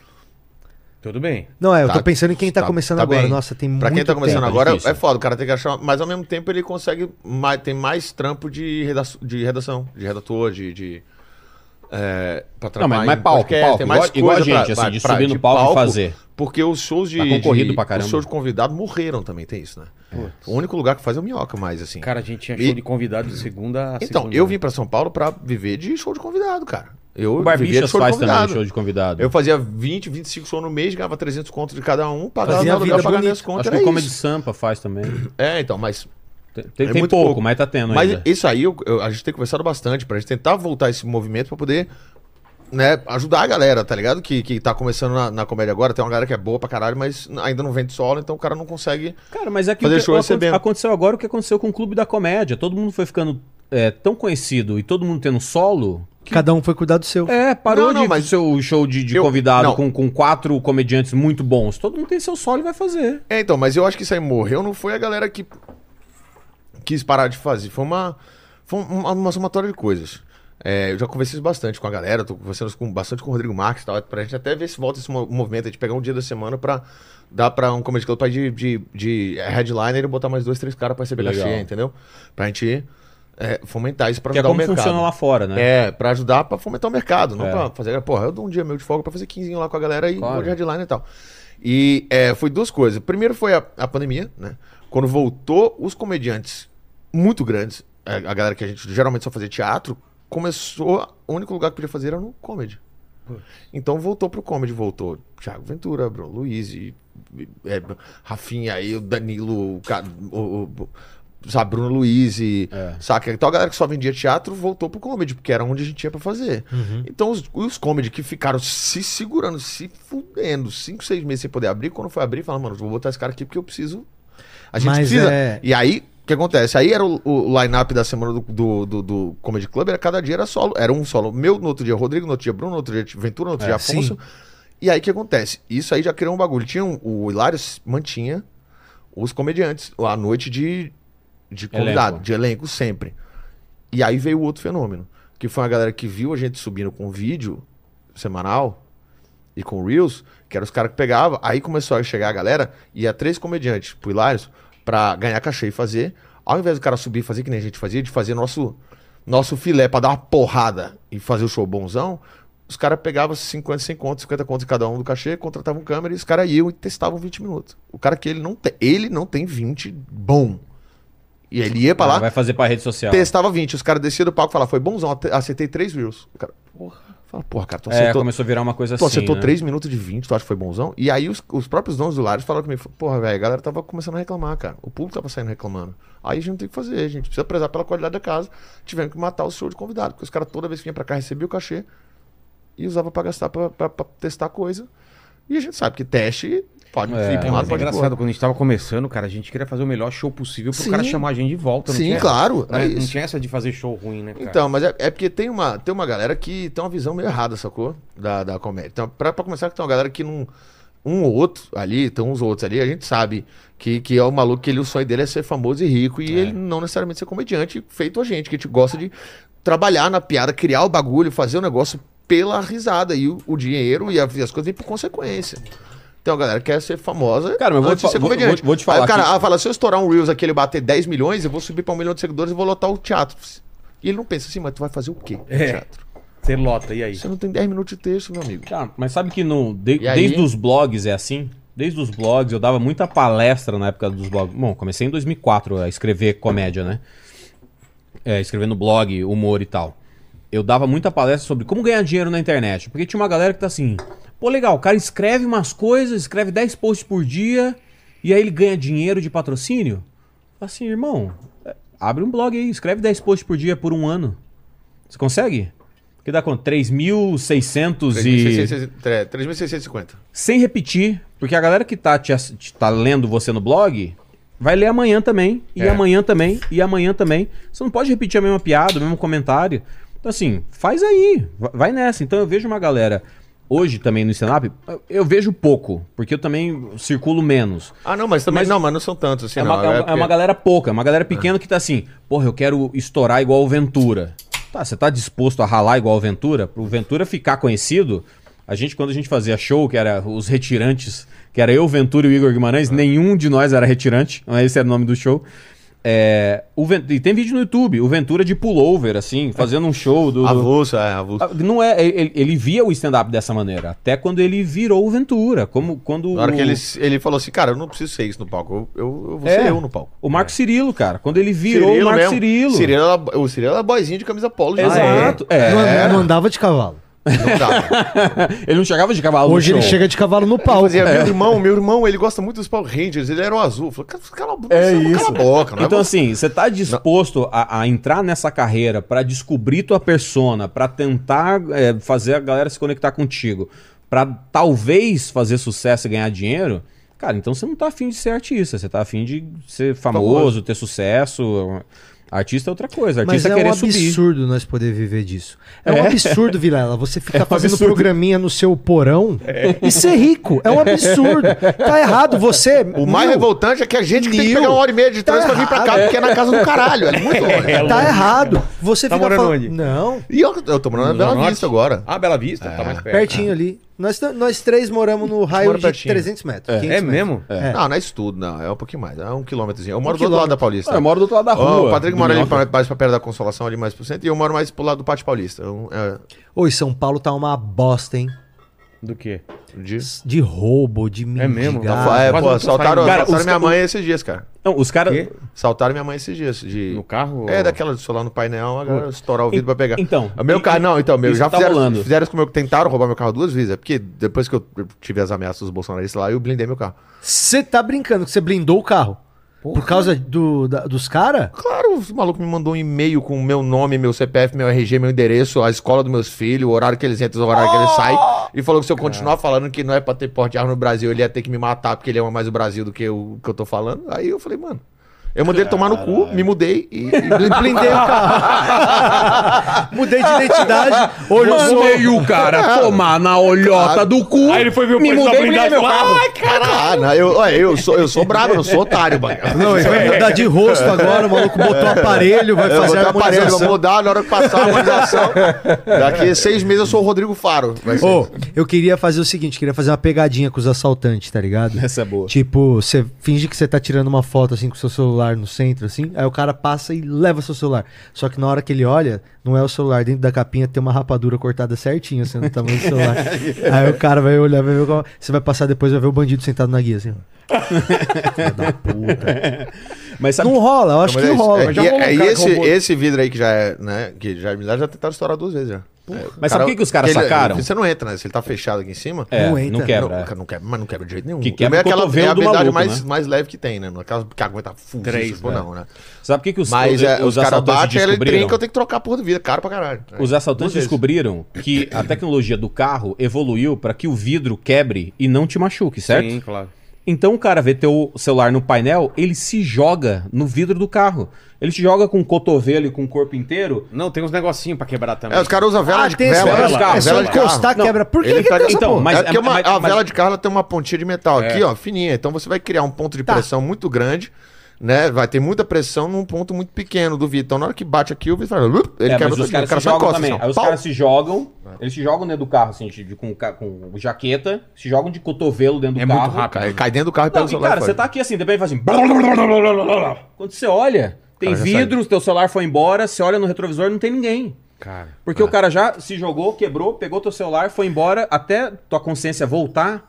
[SPEAKER 1] Tudo bem.
[SPEAKER 6] é, eu
[SPEAKER 5] tá-
[SPEAKER 6] tô pensando em quem tá,
[SPEAKER 5] tá-
[SPEAKER 6] começando
[SPEAKER 5] tá
[SPEAKER 6] agora.
[SPEAKER 5] bem.
[SPEAKER 6] Nossa, tem muito
[SPEAKER 5] Pra quem tá começando
[SPEAKER 6] tempo.
[SPEAKER 5] agora,
[SPEAKER 4] difícil.
[SPEAKER 5] é foda. O cara tem que achar. Mas ao mesmo tempo ele consegue. Mais, tem mais trampo de redação, de, redação, de redator, de. de é,
[SPEAKER 4] Não,
[SPEAKER 5] pra
[SPEAKER 4] mas,
[SPEAKER 5] trampar
[SPEAKER 4] mas
[SPEAKER 5] em
[SPEAKER 4] palco,
[SPEAKER 5] podcast,
[SPEAKER 4] palco.
[SPEAKER 5] tem mais
[SPEAKER 4] Igual, igual a
[SPEAKER 5] coisa pra-
[SPEAKER 4] gente,
[SPEAKER 5] pra-
[SPEAKER 4] assim, de
[SPEAKER 5] pra-
[SPEAKER 4] subir
[SPEAKER 5] de
[SPEAKER 4] no palco e fazer.
[SPEAKER 5] Porque os shows de.
[SPEAKER 4] Tá concorrido
[SPEAKER 5] de-
[SPEAKER 4] pra caramba.
[SPEAKER 5] Os shows de convidado morreram também, tem isso, né? O único lugar que faz é o minhoca mais, assim.
[SPEAKER 1] Cara, a gente tinha
[SPEAKER 5] E-
[SPEAKER 1] show de convidado de
[SPEAKER 4] tá
[SPEAKER 1] segunda a
[SPEAKER 5] então,
[SPEAKER 4] assim,
[SPEAKER 1] segunda.
[SPEAKER 5] eu vim pra São Paulo pra viver de show de convidado, cara.
[SPEAKER 4] né?
[SPEAKER 5] Eu
[SPEAKER 4] O
[SPEAKER 5] vivia de
[SPEAKER 4] Barbichas
[SPEAKER 5] show de
[SPEAKER 4] faz também
[SPEAKER 5] convidado.
[SPEAKER 4] show de convidado.
[SPEAKER 5] Eu fazia 20, 25 shows no mês, ganhava 300 contos de cada um, pagava
[SPEAKER 6] Fazia
[SPEAKER 5] meu
[SPEAKER 6] a
[SPEAKER 5] aluguel,
[SPEAKER 6] vida
[SPEAKER 5] pagava
[SPEAKER 6] bonita.
[SPEAKER 5] minhas contas.
[SPEAKER 4] Acho que o
[SPEAKER 5] era
[SPEAKER 4] Comedy
[SPEAKER 5] isso.
[SPEAKER 4] Sampa faz também.
[SPEAKER 5] É, então, mas.
[SPEAKER 4] Tem, tem-
[SPEAKER 5] É
[SPEAKER 4] tem
[SPEAKER 5] muito
[SPEAKER 4] pouco,
[SPEAKER 5] pouco.
[SPEAKER 4] mas tá tendo
[SPEAKER 5] Mas
[SPEAKER 4] ainda.
[SPEAKER 5] isso aí, eu- eu- a gente tem conversado bastante pra gente tentar voltar esse movimento pra poder. Né, ajudar a galera, tá ligado? Que, que tá começando na, na comédia agora, tem uma galera que é boa pra caralho, mas ainda não vende solo, então o cara não consegue.
[SPEAKER 4] Cara, mas é que, o
[SPEAKER 5] Fazer
[SPEAKER 4] que
[SPEAKER 5] show
[SPEAKER 4] aconte-
[SPEAKER 5] recebendo.
[SPEAKER 4] aconteceu agora o que aconteceu com o Clube da Comédia. Todo mundo foi ficando é, tão conhecido e todo mundo tendo solo.
[SPEAKER 6] Cada um foi cuidar do seu.
[SPEAKER 4] É, parou
[SPEAKER 5] Não, não,
[SPEAKER 4] de
[SPEAKER 5] mas-
[SPEAKER 4] seu show de, de
[SPEAKER 5] Eu-
[SPEAKER 4] convidado
[SPEAKER 5] não.
[SPEAKER 4] com, com quatro comediantes muito bons. Todo mundo tem seu solo e vai fazer.
[SPEAKER 5] É, então, mas eu acho que isso aí morreu, não foi a galera que quis parar de fazer. Foi uma. Foi uma, uma um, somatória de coisas. É, eu já conversei isso bastante com a galera, tô conversando com, bastante com o Rodrigo Marques e tal, é pra gente até ver se volta esse mo- movimento de pegar um dia da semana pra dar pra um comedy club pra de, de, de headliner e botar mais dois, três caras pra receber
[SPEAKER 4] Legal.
[SPEAKER 5] cachê, entendeu? Pra gente é, fomentar isso pra
[SPEAKER 4] Que é
[SPEAKER 5] ajudar o
[SPEAKER 4] como
[SPEAKER 5] mercado.
[SPEAKER 4] funciona lá fora, né?
[SPEAKER 5] É, pra ajudar, pra fomentar o mercado, não
[SPEAKER 4] É.
[SPEAKER 5] pra fazer. Porra, eu dou um dia meu de folga pra fazer 15 lá com a galera e
[SPEAKER 4] Claro.
[SPEAKER 5] vou de headline e tal. E é, foi duas coisas. Primeiro foi a, a pandemia, né? Quando voltou, os comediantes muito grandes, é, a, a galera que a gente geralmente só fazia teatro, começou. O único lugar que podia fazer era no comedy. Então voltou pro comedy, voltou Thiago Ventura, Bruno Luiz, e- e- é, Rafinha, aí o Danilo, o, Ca- o- o- sabe, Bruno Luiz, e,
[SPEAKER 6] É.
[SPEAKER 5] saca? Então a galera que só vendia teatro voltou pro comedy, porque era onde a gente tinha pra fazer.
[SPEAKER 6] Uhum.
[SPEAKER 5] Então os, os comedy que ficaram se segurando, se fudendo, cinco, seis meses sem poder abrir, quando foi abrir, falaram, mano, vou botar esse cara aqui porque eu preciso. A gente
[SPEAKER 6] Mas
[SPEAKER 5] precisa.
[SPEAKER 6] é-
[SPEAKER 5] E aí, o que acontece? Aí era o, o line-up da semana do, do, do- do Comedy Club, era cada dia era solo. Era um solo meu, no outro dia Rodrigo, no outro dia Bruno, no outro dia Ventura, no outro dia Afonso. E aí o que acontece? Isso aí já criou um bagulho. Tinha um- o Hilário mantinha os comediantes, a noite de, de convidado,
[SPEAKER 4] Elenco.
[SPEAKER 5] de elenco sempre. E aí veio o outro fenômeno, que foi a galera que viu a gente subindo com vídeo semanal e com Reels, que eram os caras que pegavam. Aí começou a chegar a galera, ia três comediantes pro Hilários pra ganhar cachê e fazer. Ao invés do cara subir e fazer que nem a gente fazia, de fazer nosso, nosso filé pra dar uma porrada e fazer o show bonzão, os caras pegavam 50, 100 contos, 50 contos cada um do cachê, contratavam câmera e os caras iam e testavam 20 minutos. O cara que ele não tem, ele não tem 20 bom. E ele ia pra lá,
[SPEAKER 4] Ah, Vai fazer pra rede social.
[SPEAKER 5] testava 20. Os caras desciam do palco e falavam, foi bonzão, ate- acertei três Reels. O cara, porra, fala, porra, cara, tu
[SPEAKER 4] É,
[SPEAKER 5] acertou,
[SPEAKER 4] começou a virar uma coisa
[SPEAKER 5] Tu
[SPEAKER 4] assim.
[SPEAKER 5] acertou
[SPEAKER 4] né?
[SPEAKER 5] 3 minutos de 20, tu acha que foi bonzão? E aí os, os próprios donos do Lares falaram comigo, porra, velho, a galera tava começando a reclamar, cara. O público tava saindo reclamando. Aí a gente não tem o que fazer, a gente precisa prezar pela qualidade da casa. Tivemos que matar o show de convidado, porque os caras toda vez que vinha pra cá recebia o cachê e usava pra gastar, pra, pra- pra testar coisa. E a gente sabe que teste pode ir pra
[SPEAKER 1] É,
[SPEAKER 5] um lado,
[SPEAKER 1] mas é
[SPEAKER 5] pode ir pro
[SPEAKER 1] engraçado,
[SPEAKER 5] outro.
[SPEAKER 1] quando a gente tava começando, cara, a gente queria fazer o melhor show possível pro
[SPEAKER 5] Sim.
[SPEAKER 1] cara chamar a gente de volta. não
[SPEAKER 5] Sim,
[SPEAKER 1] tinha-
[SPEAKER 5] claro,
[SPEAKER 1] Não,
[SPEAKER 5] é
[SPEAKER 1] não
[SPEAKER 5] isso.
[SPEAKER 1] tinha essa de fazer show ruim, né, cara?
[SPEAKER 5] Então, mas é, é porque tem uma, tem uma galera que tem uma visão meio errada, sacou? Da, da comédia. Então, pra, pra começar, que tem uma galera que não. Um ou outro ali, tem uns outros ali, a gente sabe que, que é o maluco que ele, o sonho dele é ser famoso e rico e ele não necessariamente ser comediante, feito a gente, que a gente gosta de trabalhar na piada, criar o bagulho, fazer o negócio pela risada e o, o dinheiro e, a- e as coisas vêm por consequência. Então, a galera que quer ser famosa.
[SPEAKER 4] Cara, mas eu vou
[SPEAKER 5] antes
[SPEAKER 4] te
[SPEAKER 5] de ser
[SPEAKER 4] fa- vou-
[SPEAKER 5] comediante.
[SPEAKER 4] vou- vou te
[SPEAKER 5] Aí
[SPEAKER 4] falar
[SPEAKER 5] o cara
[SPEAKER 4] que-
[SPEAKER 5] ah, fala: se eu estourar um Reels aqui e ele bater 10 milhões, eu vou subir pra um milhão de seguidores e vou lotar o teatro. E ele não pensa assim, mas tu vai fazer o quê? no
[SPEAKER 1] É.
[SPEAKER 5] Teatro.
[SPEAKER 1] Você lota, e aí?
[SPEAKER 5] Você não tem 10 minutos de texto, meu amigo.
[SPEAKER 4] Cara, mas sabe que no, de-
[SPEAKER 5] E aí?
[SPEAKER 4] desde os blogs é assim? Desde os blogs, eu dava muita palestra na época dos blogs. Bom, comecei em 2004 a escrever comédia, né? É, escrever no blog, humor e tal. Eu dava muita palestra sobre como ganhar dinheiro na internet. Porque tinha uma galera que tá assim... Pô, legal, o cara escreve umas coisas, escreve 10 posts por dia... E aí ele ganha dinheiro de patrocínio? Assim, irmão... é, Abre um blog aí, escreve 10 posts por dia por um ano. Você consegue? Que dá quanto? 3.600 e...
[SPEAKER 5] é, 3.650.
[SPEAKER 4] Sem repetir, porque a galera que tá, te, ass- te- tá lendo você no blog vai ler amanhã também, e amanhã também, e amanhã também. Você não pode repetir a mesma piada, o mesmo comentário. Então, assim, faz aí, va- vai nessa. Então, eu vejo uma galera hoje também no stand-up, eu- eu vejo pouco, porque eu também circulo menos.
[SPEAKER 5] Ah, não, mas também.
[SPEAKER 4] Mas-
[SPEAKER 5] não, mas não são tantos assim,
[SPEAKER 4] É
[SPEAKER 5] não.
[SPEAKER 4] uma, é uma- é
[SPEAKER 5] porque-
[SPEAKER 4] uma galera pouca, é uma galera pequena que tá assim, porra, eu quero estourar igual o Ventura. Tá, você tá disposto a ralar igual o Ventura? Pro Ventura ficar conhecido, a gente, quando a gente fazia show, que era os retirantes, que era eu, Ventura e o Igor Guimarães,
[SPEAKER 5] É.
[SPEAKER 4] nenhum de nós era retirante, mas esse era o nome do show. É, o Ven- e tem vídeo no YouTube, o Ventura de pullover, assim, fazendo um show do. do-
[SPEAKER 5] Avulso, é, avulso.
[SPEAKER 4] ah, Não é, ele, ele via o stand-up dessa maneira, até quando ele virou o Ventura, como quando
[SPEAKER 5] Na hora que
[SPEAKER 4] o-
[SPEAKER 5] ele, ele falou assim, cara, eu não preciso ser isso no palco, eu, eu, eu vou
[SPEAKER 4] É.
[SPEAKER 5] ser eu no palco.
[SPEAKER 4] O Marco Cirilo, cara. Quando ele virou o Marco
[SPEAKER 5] mesmo.
[SPEAKER 4] Cirilo.
[SPEAKER 5] Cirilo era, o Cirilo era boizinho de camisa polo. gente.
[SPEAKER 4] Exato. é.
[SPEAKER 6] Não, não andava de cavalo.
[SPEAKER 5] Não dava.
[SPEAKER 4] Ele não chegava de cavalo
[SPEAKER 6] Hoje
[SPEAKER 4] no
[SPEAKER 6] ele
[SPEAKER 4] show.
[SPEAKER 6] chega de cavalo no
[SPEAKER 5] Ele
[SPEAKER 6] palco.
[SPEAKER 5] fazia, Meu irmão, meu irmão, ele gosta muito dos Power Rangers, ele era o azul. Eu Falei, cara, cala, a-
[SPEAKER 4] É
[SPEAKER 5] cala
[SPEAKER 4] isso.
[SPEAKER 5] a boca, não é
[SPEAKER 4] Então,
[SPEAKER 5] você.
[SPEAKER 4] assim, você tá disposto a, a entrar nessa carreira pra descobrir tua persona, pra tentar é, fazer a galera se conectar contigo, pra talvez fazer sucesso e ganhar dinheiro?
[SPEAKER 6] Tá
[SPEAKER 4] Cara, então você não tá afim de ser artista, você tá afim de ser famoso, ter sucesso. Artista é outra coisa.
[SPEAKER 6] Mas
[SPEAKER 4] Artista
[SPEAKER 6] é um
[SPEAKER 4] querer subir.
[SPEAKER 6] absurdo nós poder viver disso. É, um
[SPEAKER 4] É.
[SPEAKER 6] absurdo, Vilela, você ficar
[SPEAKER 4] um
[SPEAKER 6] fazendo
[SPEAKER 4] absurdo.
[SPEAKER 6] programinha no seu porão e ser rico. É um absurdo. Tá errado você.
[SPEAKER 5] O mais revoltante é que a gente que tem que
[SPEAKER 6] Nil.
[SPEAKER 5] pegar uma hora e meia de trânsito pra vir pra cá, porque é na casa do caralho. É muito longe.
[SPEAKER 6] Tá errado. Você
[SPEAKER 1] Tá
[SPEAKER 6] fica
[SPEAKER 1] morando
[SPEAKER 6] falando-
[SPEAKER 1] onde?
[SPEAKER 6] Não,
[SPEAKER 5] E eu, eu tô morando na
[SPEAKER 1] No
[SPEAKER 5] Bela
[SPEAKER 1] Norte?
[SPEAKER 5] Vista agora.
[SPEAKER 1] Ah, Bela Vista?
[SPEAKER 5] É,
[SPEAKER 1] Tá mais perto.
[SPEAKER 6] pertinho ali. Nós, t- nós três moramos no raio
[SPEAKER 5] Mora
[SPEAKER 6] de
[SPEAKER 5] pertinho.
[SPEAKER 6] 300 metros. 500
[SPEAKER 1] É
[SPEAKER 6] metros.
[SPEAKER 1] mesmo?
[SPEAKER 6] É.
[SPEAKER 5] Não, não é isso tudo, não. É um pouquinho mais. É um quilômetrozinho. Eu moro do outro lado da Paulista.
[SPEAKER 4] Ah, eu moro do outro lado da
[SPEAKER 5] Ó,
[SPEAKER 4] rua.
[SPEAKER 5] o Patrick
[SPEAKER 4] do
[SPEAKER 5] mora ali
[SPEAKER 4] Minhoca.
[SPEAKER 5] pra- mais pra perto da Consolação, ali mais pro centro, e eu moro mais pro lado do Pátio Paulista. Eu, é,
[SPEAKER 6] Oi, São Paulo tá uma bosta, hein?
[SPEAKER 1] Do quê?
[SPEAKER 5] de...
[SPEAKER 6] De roubo, de mendigar.
[SPEAKER 1] mesmo?
[SPEAKER 5] Ah,
[SPEAKER 1] Ah,
[SPEAKER 5] é,
[SPEAKER 1] quase
[SPEAKER 5] pô,
[SPEAKER 1] não
[SPEAKER 5] assaltaram,
[SPEAKER 1] sai.
[SPEAKER 4] Cara,
[SPEAKER 5] assaltaram
[SPEAKER 4] os
[SPEAKER 5] minha
[SPEAKER 4] ca-
[SPEAKER 5] mãe esses dias, cara.
[SPEAKER 4] Não, os caras.
[SPEAKER 1] Quê?
[SPEAKER 5] Assaltaram minha mãe esses dias. De...
[SPEAKER 1] No carro?
[SPEAKER 5] É, daquela de solar no painel, agora estourar o vidro pra pegar.
[SPEAKER 4] então,
[SPEAKER 5] O meu
[SPEAKER 4] e-
[SPEAKER 5] carro, não, então, meu,
[SPEAKER 4] isso
[SPEAKER 5] já
[SPEAKER 4] tá
[SPEAKER 5] fizeram,
[SPEAKER 4] rolando.
[SPEAKER 5] fizeram isso comigo, tentaram roubar meu carro duas vezes. É porque depois que eu tive as ameaças dos bolsonaristas lá, eu blindei meu carro.
[SPEAKER 6] Você tá brincando que você blindou o carro? Por causa do, da- dos caras?
[SPEAKER 5] Claro, os malucos me mandou um e-mail com meu nome, meu CPF, meu RG, meu endereço, a escola dos meus filhos, o horário que eles entram, o horário que eles saem.
[SPEAKER 4] Oh!
[SPEAKER 5] E falou que se eu continuar falando que não é pra ter porte de arma no Brasil, ele ia ter que me matar porque ele ama mais o Brasil do que o que eu tô falando. Aí eu falei, mano. Eu mandei ele tomar no cu, me mudei e, e blindei o carro.
[SPEAKER 6] Mudei de identidade. Hoje eu sou.
[SPEAKER 4] Mandei o cara tomar na olhota do cu.
[SPEAKER 7] Aí ele foi ver o
[SPEAKER 4] me
[SPEAKER 7] preço da
[SPEAKER 4] mudei e blindei
[SPEAKER 7] blindagem
[SPEAKER 4] meu
[SPEAKER 7] e falou,
[SPEAKER 4] carro.
[SPEAKER 5] Caralho, Ah, não, eu, olha, eu sou, eu sou brabo, eu não sou otário, mano.
[SPEAKER 6] Não, ele vai mudar de rosto agora, o maluco botou aparelho, É. vai
[SPEAKER 5] Eu vou
[SPEAKER 6] fazer
[SPEAKER 5] ter aparelho, eu vou
[SPEAKER 6] harmonização.
[SPEAKER 5] mudar na hora que passar a harmonização. Daqui a seis meses eu sou o Rodrigo Faro. Vai ser.
[SPEAKER 6] Ô, eu queria fazer o seguinte, queria fazer uma pegadinha com os assaltantes, tá ligado?
[SPEAKER 4] Essa é boa.
[SPEAKER 6] Tipo, você finge que você tá tirando uma foto assim com o seu celular no centro, assim, aí o cara passa e leva seu celular. Só que na hora que ele olha, não é o celular. Dentro da capinha tem uma rapadura cortada certinho, assim, no tamanho do celular. aí o cara vai olhar, vai ver qual... Você vai passar depois, vai ver o bandido sentado na guia, assim, ó. Filha da puta.
[SPEAKER 4] Mas sabe
[SPEAKER 6] Não rola, eu acho
[SPEAKER 5] Mas
[SPEAKER 6] que
[SPEAKER 5] é isso.
[SPEAKER 6] rola.
[SPEAKER 5] É,
[SPEAKER 7] Já
[SPEAKER 5] e-
[SPEAKER 7] rolou um
[SPEAKER 5] é
[SPEAKER 7] cara
[SPEAKER 5] esse,
[SPEAKER 7] que roubou-
[SPEAKER 5] esse vidro aí que já é, né? Que já, já já tentaram estourar duas vezes já. É,
[SPEAKER 4] Mas sabe o que que os caras
[SPEAKER 5] ele-
[SPEAKER 4] sacaram?
[SPEAKER 5] Você não entra, né? Se ele tá fechado aqui em cima.
[SPEAKER 4] É,
[SPEAKER 6] Não
[SPEAKER 4] não,
[SPEAKER 6] entra.
[SPEAKER 4] quebra.
[SPEAKER 5] Não, não quebra, mas não quebra de jeito nenhum.
[SPEAKER 4] Que quebra
[SPEAKER 5] Também é
[SPEAKER 4] o cotovelo
[SPEAKER 5] é a
[SPEAKER 4] do
[SPEAKER 5] habilidade
[SPEAKER 4] maluco,
[SPEAKER 5] mais,
[SPEAKER 4] né?
[SPEAKER 5] mais leve que tem, né? Não é Aquela que aguenta full, Três, não, né?
[SPEAKER 4] Sabe o que, que os,
[SPEAKER 5] Mas
[SPEAKER 4] o-
[SPEAKER 5] é, os, caras batem, ele
[SPEAKER 4] descobriram?
[SPEAKER 5] trinca, eu tenho que trocar a porra do vidro. é Caro pra caralho.
[SPEAKER 4] Os assaltantes
[SPEAKER 5] Duas vezes.
[SPEAKER 4] descobriram que a tecnologia do carro evoluiu para que o vidro quebre e não te machuque, certo?
[SPEAKER 1] Sim, claro.
[SPEAKER 4] Então o cara vê teu celular no painel, ele se joga no vidro do carro. Ele te joga com o cotovelo e com o corpo inteiro.
[SPEAKER 1] Não, tem uns negocinhos pra quebrar também.
[SPEAKER 5] É, os caras usam vela
[SPEAKER 6] Ah,
[SPEAKER 5] de
[SPEAKER 6] tem esse
[SPEAKER 5] vela,
[SPEAKER 4] negócio,
[SPEAKER 5] de
[SPEAKER 4] cara,
[SPEAKER 5] carro,
[SPEAKER 6] é só
[SPEAKER 5] vela de carro.
[SPEAKER 6] encostar,
[SPEAKER 4] Não,
[SPEAKER 6] quebra. Por que
[SPEAKER 5] Ele
[SPEAKER 6] que
[SPEAKER 5] pega-
[SPEAKER 6] tem essa
[SPEAKER 4] então,
[SPEAKER 6] porra?
[SPEAKER 4] mas-
[SPEAKER 5] é porque uma-
[SPEAKER 4] mas-
[SPEAKER 5] a
[SPEAKER 4] mas-
[SPEAKER 5] vela de carro ela tem uma pontinha de metal aqui, ó, fininha. Então você vai criar um ponto de
[SPEAKER 4] Tá.
[SPEAKER 5] pressão muito grande, né? Vai ter muita pressão num ponto muito pequeno do vidro. Então na hora que bate aqui, o vidro vai... "Lup",
[SPEAKER 4] É,
[SPEAKER 5] Ele quebra
[SPEAKER 4] mas os
[SPEAKER 5] tudo,
[SPEAKER 4] caras
[SPEAKER 5] o cara
[SPEAKER 4] se
[SPEAKER 5] só
[SPEAKER 4] jogam
[SPEAKER 5] encosta.
[SPEAKER 4] também.
[SPEAKER 5] assim, ó,
[SPEAKER 4] Aí os
[SPEAKER 5] pau. É.
[SPEAKER 4] caras se jogam, eles se jogam dentro do carro, assim, de- de- com, ca- com jaqueta, se jogam de cotovelo dentro do
[SPEAKER 1] É
[SPEAKER 4] carro.
[SPEAKER 1] muito rápido.
[SPEAKER 5] Cai, cai dentro do carro e pega
[SPEAKER 4] Não,
[SPEAKER 5] o
[SPEAKER 4] e
[SPEAKER 5] celular
[SPEAKER 4] cara,
[SPEAKER 5] fora.
[SPEAKER 4] você tá aqui assim, de repente faz assim. blá, blá, blá, blá, blá, blá, blá. Quando você olha, tem
[SPEAKER 5] Cara, já
[SPEAKER 4] vidro, teu celular foi embora, você olha no retrovisor não tem ninguém.
[SPEAKER 1] Cara.
[SPEAKER 4] Porque
[SPEAKER 5] É.
[SPEAKER 4] o cara já se jogou, quebrou, pegou teu celular, foi embora, até tua consciência voltar.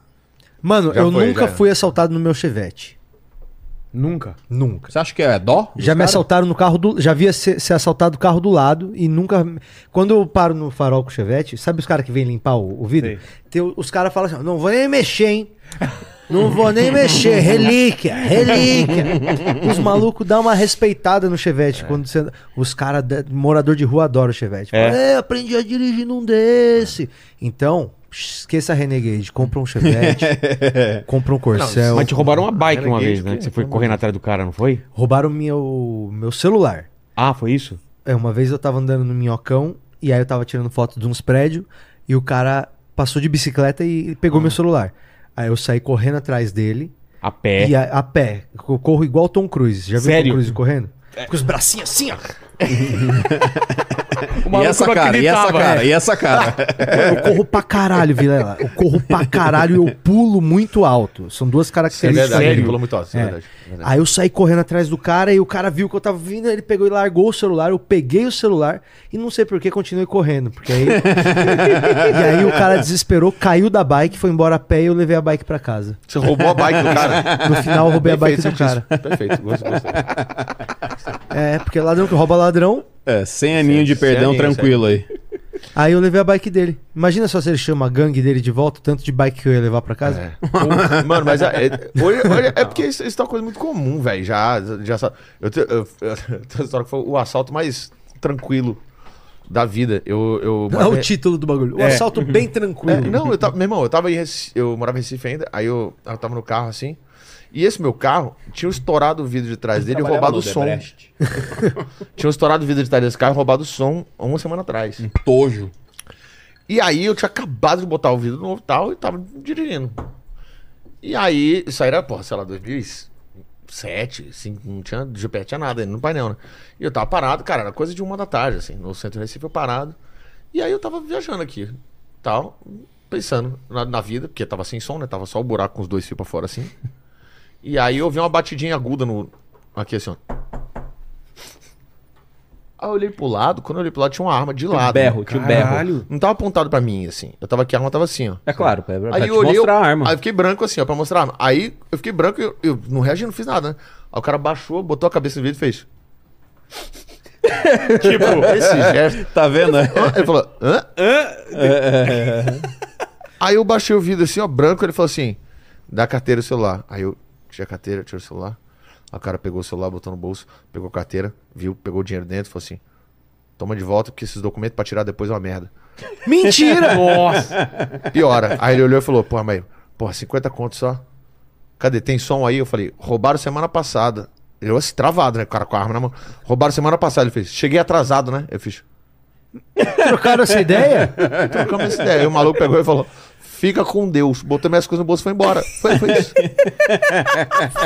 [SPEAKER 6] Mano,
[SPEAKER 5] Já
[SPEAKER 6] eu
[SPEAKER 5] foi,
[SPEAKER 6] nunca
[SPEAKER 5] já.
[SPEAKER 6] fui assaltado no meu Chevette.
[SPEAKER 1] Nunca.
[SPEAKER 6] Nunca.
[SPEAKER 4] Você acha que é dó?
[SPEAKER 6] Já me assaltaram no carro do. Já via ser, ser assaltado o carro do lado e nunca. Quando eu paro no farol com o Chevette, sabe os caras que vêm limpar o, o vidro? Tem o- os caras falam assim: não vou nem mexer, hein? Não vou nem mexer, relíquia, relíquia. Os malucos dão uma respeitada no Chevette quando você. Os caras, morador de rua adora o Chevette. Fala, É. aprendi a dirigir num desse. Então, esqueça a Renegade, compra um Chevette, compra um
[SPEAKER 5] É
[SPEAKER 6] Corcel.
[SPEAKER 1] Mas te roubaram uma bike uma
[SPEAKER 5] Renegade,
[SPEAKER 1] vez, né?
[SPEAKER 5] que-
[SPEAKER 1] Que você foi correndo atrás do cara, não foi?
[SPEAKER 6] Roubaram meu, meu celular.
[SPEAKER 1] Ah, foi isso?
[SPEAKER 6] É, uma vez eu tava andando no Minhocão e aí eu tava tirando foto de uns prédios e o cara passou de bicicleta e e
[SPEAKER 5] Uhum.
[SPEAKER 6] pegou meu celular. Aí eu saí correndo atrás dele
[SPEAKER 1] A
[SPEAKER 5] É?
[SPEAKER 1] pé.
[SPEAKER 6] e a, a pé. Eu corro igual Tom Cruise. Já viu
[SPEAKER 1] Sério?
[SPEAKER 6] Tom Cruise correndo?
[SPEAKER 5] É.
[SPEAKER 6] Com os bracinhos assim, ó.
[SPEAKER 4] E essa cara, e essa cara, e essa cara.
[SPEAKER 6] Eu corro pra caralho, Vilela. Eu corro pra caralho e eu pulo muito alto. São duas
[SPEAKER 5] É
[SPEAKER 6] características.
[SPEAKER 5] verdade, ele
[SPEAKER 6] minhas.
[SPEAKER 5] pulou muito alto, isso é
[SPEAKER 6] É.
[SPEAKER 5] verdade. verdade.
[SPEAKER 6] Aí eu saí correndo atrás do cara e o cara viu que eu tava vindo, ele pegou e largou o celular, eu peguei o celular e não sei por que continuei correndo, porque aí E aí o cara desesperou, caiu da bike, foi embora a pé e eu levei a bike pra casa.
[SPEAKER 5] Você roubou a bike do cara.
[SPEAKER 6] No final eu roubei a bike
[SPEAKER 5] Perfeito,
[SPEAKER 6] do cara.
[SPEAKER 5] certíssimo. Perfeito, gosto, gosto.
[SPEAKER 6] É, porque ladrão que rouba ladrão,
[SPEAKER 4] É, sem aninho de
[SPEAKER 5] Sem
[SPEAKER 4] perdão,
[SPEAKER 5] aninho,
[SPEAKER 4] tranquilo aí.
[SPEAKER 6] aí eu levei a bike dele. Imagina só se ele chama a gangue dele de volta, o tanto de bike que eu ia levar pra casa.
[SPEAKER 5] É. Porra, Mano, mas é, é- hoje, hoje é porque isso, isso tá uma coisa muito comum, velho. Já, já sa- eu, te- eu, eu, tenho uma história que foi o assalto mais tranquilo da vida. Eu, eu
[SPEAKER 6] É o
[SPEAKER 5] morava-
[SPEAKER 6] título do bagulho. Um assalto bem
[SPEAKER 5] É,
[SPEAKER 6] tranquilo.
[SPEAKER 5] não, eu tava, meu irmão, eu tava em Recife, eu morava em Recife ainda, aí eu, eu tava no carro assim. E esse meu carro tinha estourado o vidro de trás dele e roubado o som. Tinha estourado o vidro de trás desse carro e roubado o som há uma semana atrás.
[SPEAKER 4] Tojo.
[SPEAKER 5] E aí eu tinha acabado de botar o vidro novo e tal e tava dirigindo. E aí, isso aí era, porra, sei lá, 2007, assim, não tinha GPS, tinha nada ainda no painel, né? E eu tava parado, cara, era coisa de uma da tarde, assim, no centro do Recife eu parado. E aí eu tava viajando aqui, tal, pensando na, na vida, porque tava sem som, né? Tava só o buraco com os dois fios pra fora, assim. E aí eu vi uma batidinha aguda no. Aqui assim, ó. Aí eu olhei pro lado, quando eu olhei pro lado tinha uma arma de lado. né,
[SPEAKER 4] berro, tinha um berro.
[SPEAKER 5] Não tava apontado pra mim, assim. Eu tava aqui, a arma tava assim, ó.
[SPEAKER 4] É claro, pra, pra
[SPEAKER 5] Aí
[SPEAKER 4] te
[SPEAKER 5] eu olhei,
[SPEAKER 4] mostrar
[SPEAKER 5] eu-
[SPEAKER 4] a arma.
[SPEAKER 5] Aí eu fiquei branco assim, ó, pra mostrar a arma. Aí eu fiquei branco e eu, eu não reagi, não fiz nada, né? Aí o cara baixou, botou a cabeça no vidro e fez.
[SPEAKER 7] Tipo,
[SPEAKER 5] Esse gesto.
[SPEAKER 4] Tá vendo? É.
[SPEAKER 5] Hã? Ele falou, hã? Aí eu baixei o vidro assim, ó, branco, ele falou assim: dá a carteira e o celular. Aí eu tirei a carteira, tirei o celular. Aí o cara pegou o celular, botou no bolso, pegou a carteira, viu, pegou o dinheiro dentro, falou assim: toma de volta, porque esses documentos pra tirar depois é uma merda.
[SPEAKER 6] Mentira!
[SPEAKER 7] nossa.
[SPEAKER 5] Piora. Aí ele olhou e falou: Porra, mas, porra, 50 conto só. Cadê? Tem som aí? Eu falei: Roubaram semana passada. Eu assim, travado, né? O cara com a arma na mão. Roubaram semana passada. Ele fez: Cheguei atrasado, né? Eu fiz:
[SPEAKER 6] Trocaram essa ideia?
[SPEAKER 5] Trocamos essa ideia. Aí o maluco pegou e falou: Fica com Deus. Botou minhas coisas no bolso e foi embora. Foi, foi isso.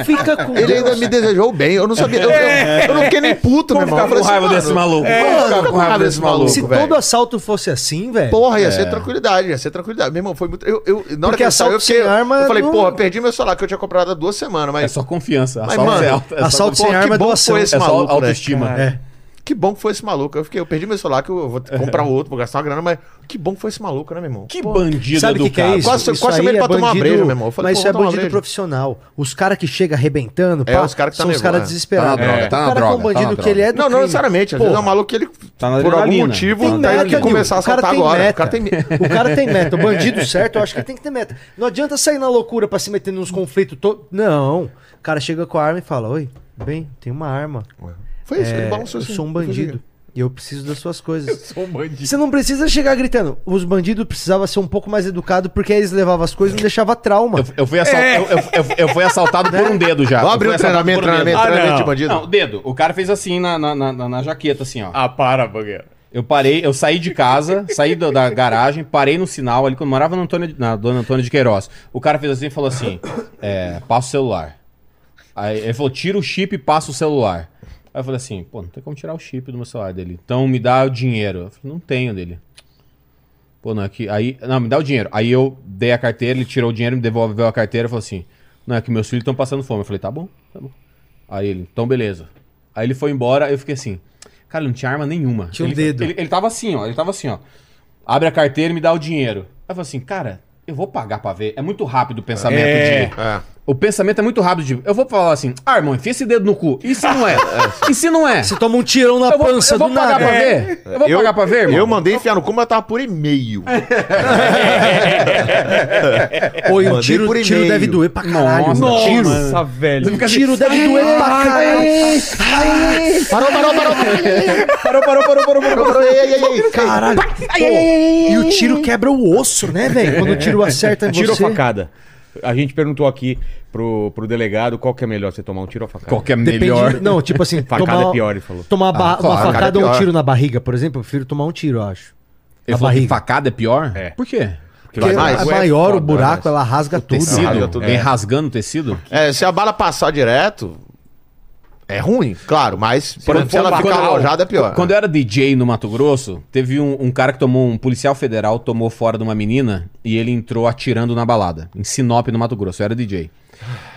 [SPEAKER 6] Fica com
[SPEAKER 5] Ele ainda me um desejou bem. Eu não sabia. Eu, eu- eu não fiquei nem puto, meu irmão.
[SPEAKER 4] Ficar
[SPEAKER 5] Eu
[SPEAKER 4] com
[SPEAKER 5] falei
[SPEAKER 4] raiva
[SPEAKER 5] assim,
[SPEAKER 4] desse
[SPEAKER 5] mano,
[SPEAKER 4] maluco.
[SPEAKER 5] vamos ficar com raiva desse maluco,
[SPEAKER 6] Se
[SPEAKER 5] velho.
[SPEAKER 6] todo assalto fosse assim, velho.
[SPEAKER 5] Porra, ia ser tranquilidade, ia ser tranquilidade. Meu irmão, foi muito. Eu, eu, na hora
[SPEAKER 6] Porque
[SPEAKER 5] que ele saiu, eu
[SPEAKER 6] assalto sem
[SPEAKER 5] fiquei.
[SPEAKER 6] arma
[SPEAKER 5] eu falei,
[SPEAKER 6] não-
[SPEAKER 5] porra, perdi meu celular que eu tinha comprado há duas semanas, mas.
[SPEAKER 4] É só confiança.
[SPEAKER 5] Mas,
[SPEAKER 4] Assalto
[SPEAKER 5] mano,
[SPEAKER 4] é alto- é só
[SPEAKER 6] assalto sem
[SPEAKER 5] Pô,
[SPEAKER 6] arma é
[SPEAKER 5] que bom que
[SPEAKER 6] doação.
[SPEAKER 5] foi esse
[SPEAKER 4] é só
[SPEAKER 5] maluco, né?
[SPEAKER 4] autoestima.
[SPEAKER 6] É.
[SPEAKER 5] Que bom que foi esse maluco. Eu fiquei, eu perdi meu celular, que eu vou ter que comprar outro, vou gastar uma grana, mas que bom É. que foi esse maluco, né, meu irmão?
[SPEAKER 4] Que bandido
[SPEAKER 6] Sabe o que, que é
[SPEAKER 4] educado.
[SPEAKER 6] isso?
[SPEAKER 5] Quase-
[SPEAKER 6] isso
[SPEAKER 5] quase
[SPEAKER 6] aí
[SPEAKER 5] chamei ele pra tomar uma
[SPEAKER 6] bandido-
[SPEAKER 5] breja, meu irmão. Eu falei,
[SPEAKER 6] mas
[SPEAKER 5] pô,
[SPEAKER 6] isso é
[SPEAKER 5] vou tomar uma
[SPEAKER 6] bandido
[SPEAKER 5] breja.
[SPEAKER 6] profissional. Os caras que chegam arrebentando,
[SPEAKER 5] É, os cara que tá
[SPEAKER 6] são os
[SPEAKER 5] nervoso,
[SPEAKER 6] caras
[SPEAKER 5] né?
[SPEAKER 6] desesperados.
[SPEAKER 2] Tá na droga,
[SPEAKER 6] o
[SPEAKER 2] tá na
[SPEAKER 6] cara que é um
[SPEAKER 2] droga, tá
[SPEAKER 6] bandido
[SPEAKER 2] na
[SPEAKER 6] que ele é do
[SPEAKER 5] Não, não
[SPEAKER 6] crime.
[SPEAKER 5] necessariamente. Às
[SPEAKER 6] Porra,
[SPEAKER 5] vezes é um maluco que ele,
[SPEAKER 4] Tá na
[SPEAKER 5] por algum
[SPEAKER 4] adrenalina.
[SPEAKER 5] motivo,
[SPEAKER 6] Tem
[SPEAKER 5] tá
[SPEAKER 6] meta,
[SPEAKER 5] indo
[SPEAKER 6] Nil.
[SPEAKER 5] começar a
[SPEAKER 6] O cara
[SPEAKER 5] assaltar
[SPEAKER 6] tem
[SPEAKER 5] agora.
[SPEAKER 6] meta.
[SPEAKER 5] O cara tem medo.
[SPEAKER 6] O cara tem meta. O bandido certo, eu acho que tem que ter meta. Não adianta sair na loucura pra se meter nos conflitos todos. Não. O cara chega com a arma e fala: Oi, bem, tem uma arma.
[SPEAKER 5] Foi isso,
[SPEAKER 6] É,
[SPEAKER 5] ele
[SPEAKER 6] eu
[SPEAKER 5] balançou assim.
[SPEAKER 6] sou um bandido. E eu preciso das suas coisas.
[SPEAKER 7] Sou um bandido.
[SPEAKER 6] Você não precisa chegar gritando. Os bandidos precisavam ser um pouco mais educados porque eles levavam as coisas e não deixavam trauma.
[SPEAKER 4] Eu, eu fui assal- eu- eu- eu- eu fui assaltado por um dedo já.
[SPEAKER 5] Vamos
[SPEAKER 4] Eu
[SPEAKER 5] É. abrir
[SPEAKER 4] fui
[SPEAKER 5] o
[SPEAKER 4] assaltado
[SPEAKER 5] treinamento,
[SPEAKER 4] por um dedo.
[SPEAKER 5] treinamento,
[SPEAKER 7] Ah,
[SPEAKER 5] treinamento de
[SPEAKER 7] não.
[SPEAKER 5] bandido?
[SPEAKER 4] Não, dedo. O cara fez assim na, na, na, na- na jaqueta, assim, ó.
[SPEAKER 7] Ah, para, Banguela.
[SPEAKER 4] Eu parei, eu saí de casa, saí da, da garagem, parei no sinal ali, quando eu morava na, Antônio, na Dona Antônia de Queiroz. O cara fez assim e falou assim: é, passa o celular. Aí ele falou: tira o chip e passa o celular. Aí eu falei assim: pô, não tem como tirar o chip do meu celular dele. Então me dá o dinheiro. Eu falei: não tenho dele. Pô, não é que. Aí, não, me dá o dinheiro. Aí eu dei a carteira, ele tirou o dinheiro, me devolveu a carteira e falou assim: não, é que meus filhos estão passando fome. Eu falei: tá bom, tá bom. Aí ele: então beleza. Aí ele foi embora, eu fiquei assim: cara, não tinha arma nenhuma.
[SPEAKER 6] Tinha um
[SPEAKER 4] ele,
[SPEAKER 6] dedo.
[SPEAKER 4] Ele, ele tava assim, ó, ele tava assim, ó. Abre a carteira e me dá o dinheiro. Aí eu falei assim: cara, eu vou pagar pra ver. É muito rápido o pensamento
[SPEAKER 7] É.
[SPEAKER 4] de.
[SPEAKER 5] É.
[SPEAKER 4] O pensamento é muito rápido de. Eu vou falar assim: ah, irmão, enfia esse dedo no cu. E se não é? e se não é?
[SPEAKER 6] Você toma um tirão na
[SPEAKER 4] Eu vou,
[SPEAKER 6] pança
[SPEAKER 4] eu vou
[SPEAKER 6] do
[SPEAKER 4] pagar
[SPEAKER 6] nada.
[SPEAKER 4] pra ver? Eu vou pagar pra ver, irmão?
[SPEAKER 5] Eu mandei enfiar no cu, mas tava por e-mail.
[SPEAKER 6] Pô, e o
[SPEAKER 5] Mandei
[SPEAKER 6] tiro,
[SPEAKER 5] por
[SPEAKER 6] tiro
[SPEAKER 5] e-mail.
[SPEAKER 6] deve doer pra caralho.
[SPEAKER 4] Nossa,
[SPEAKER 6] mano. tiro.
[SPEAKER 1] Nossa, velho.
[SPEAKER 4] Fica assim,
[SPEAKER 6] Tiro deve doer pra caralho.
[SPEAKER 5] Parou, parou, parou.
[SPEAKER 4] Parou, parou, parou, parou, parou.
[SPEAKER 5] parou, ei, ei, ei, ei.
[SPEAKER 6] Caralho. Pô, e o tiro quebra o osso, né, velho? Quando o tiro acerta em
[SPEAKER 1] Tiro
[SPEAKER 6] você.
[SPEAKER 1] ou facada? A gente perguntou aqui pro, pro delegado qual que é melhor, você tomar um tiro ou facada?
[SPEAKER 4] Qual que é
[SPEAKER 6] Depende,
[SPEAKER 4] melhor?
[SPEAKER 6] Não, tipo assim,
[SPEAKER 1] Facada
[SPEAKER 6] tomar,
[SPEAKER 1] é pior, ele falou.
[SPEAKER 6] tomar ba-
[SPEAKER 5] claro,
[SPEAKER 6] uma
[SPEAKER 5] facada
[SPEAKER 6] facada
[SPEAKER 5] é
[SPEAKER 6] ou um
[SPEAKER 5] pior.
[SPEAKER 6] tiro na barriga, por exemplo, eu prefiro tomar um tiro, eu acho.
[SPEAKER 4] Ele
[SPEAKER 6] na
[SPEAKER 4] falou que
[SPEAKER 6] barriga.
[SPEAKER 4] facada é pior?
[SPEAKER 1] É.
[SPEAKER 4] Por quê?
[SPEAKER 5] Porque vai
[SPEAKER 6] Porque
[SPEAKER 1] Ah,
[SPEAKER 5] mais.
[SPEAKER 6] é
[SPEAKER 5] Ué,
[SPEAKER 6] maior o
[SPEAKER 5] foda,
[SPEAKER 6] buraco,
[SPEAKER 5] né?
[SPEAKER 6] ela rasga tudo.
[SPEAKER 4] Tecido?
[SPEAKER 5] Rasga tudo.
[SPEAKER 4] Vem
[SPEAKER 5] É.
[SPEAKER 4] rasgando o tecido?
[SPEAKER 5] É, se a bala passar direto, é ruim, claro, mas por exemplo, se ela ficar alojada é pior.
[SPEAKER 4] Quando eu era DJ no Mato Grosso, teve um, um cara que tomou, um policial federal tomou fora de uma menina e ele entrou atirando na balada. Em Sinop, no Mato Grosso. Eu era DJ.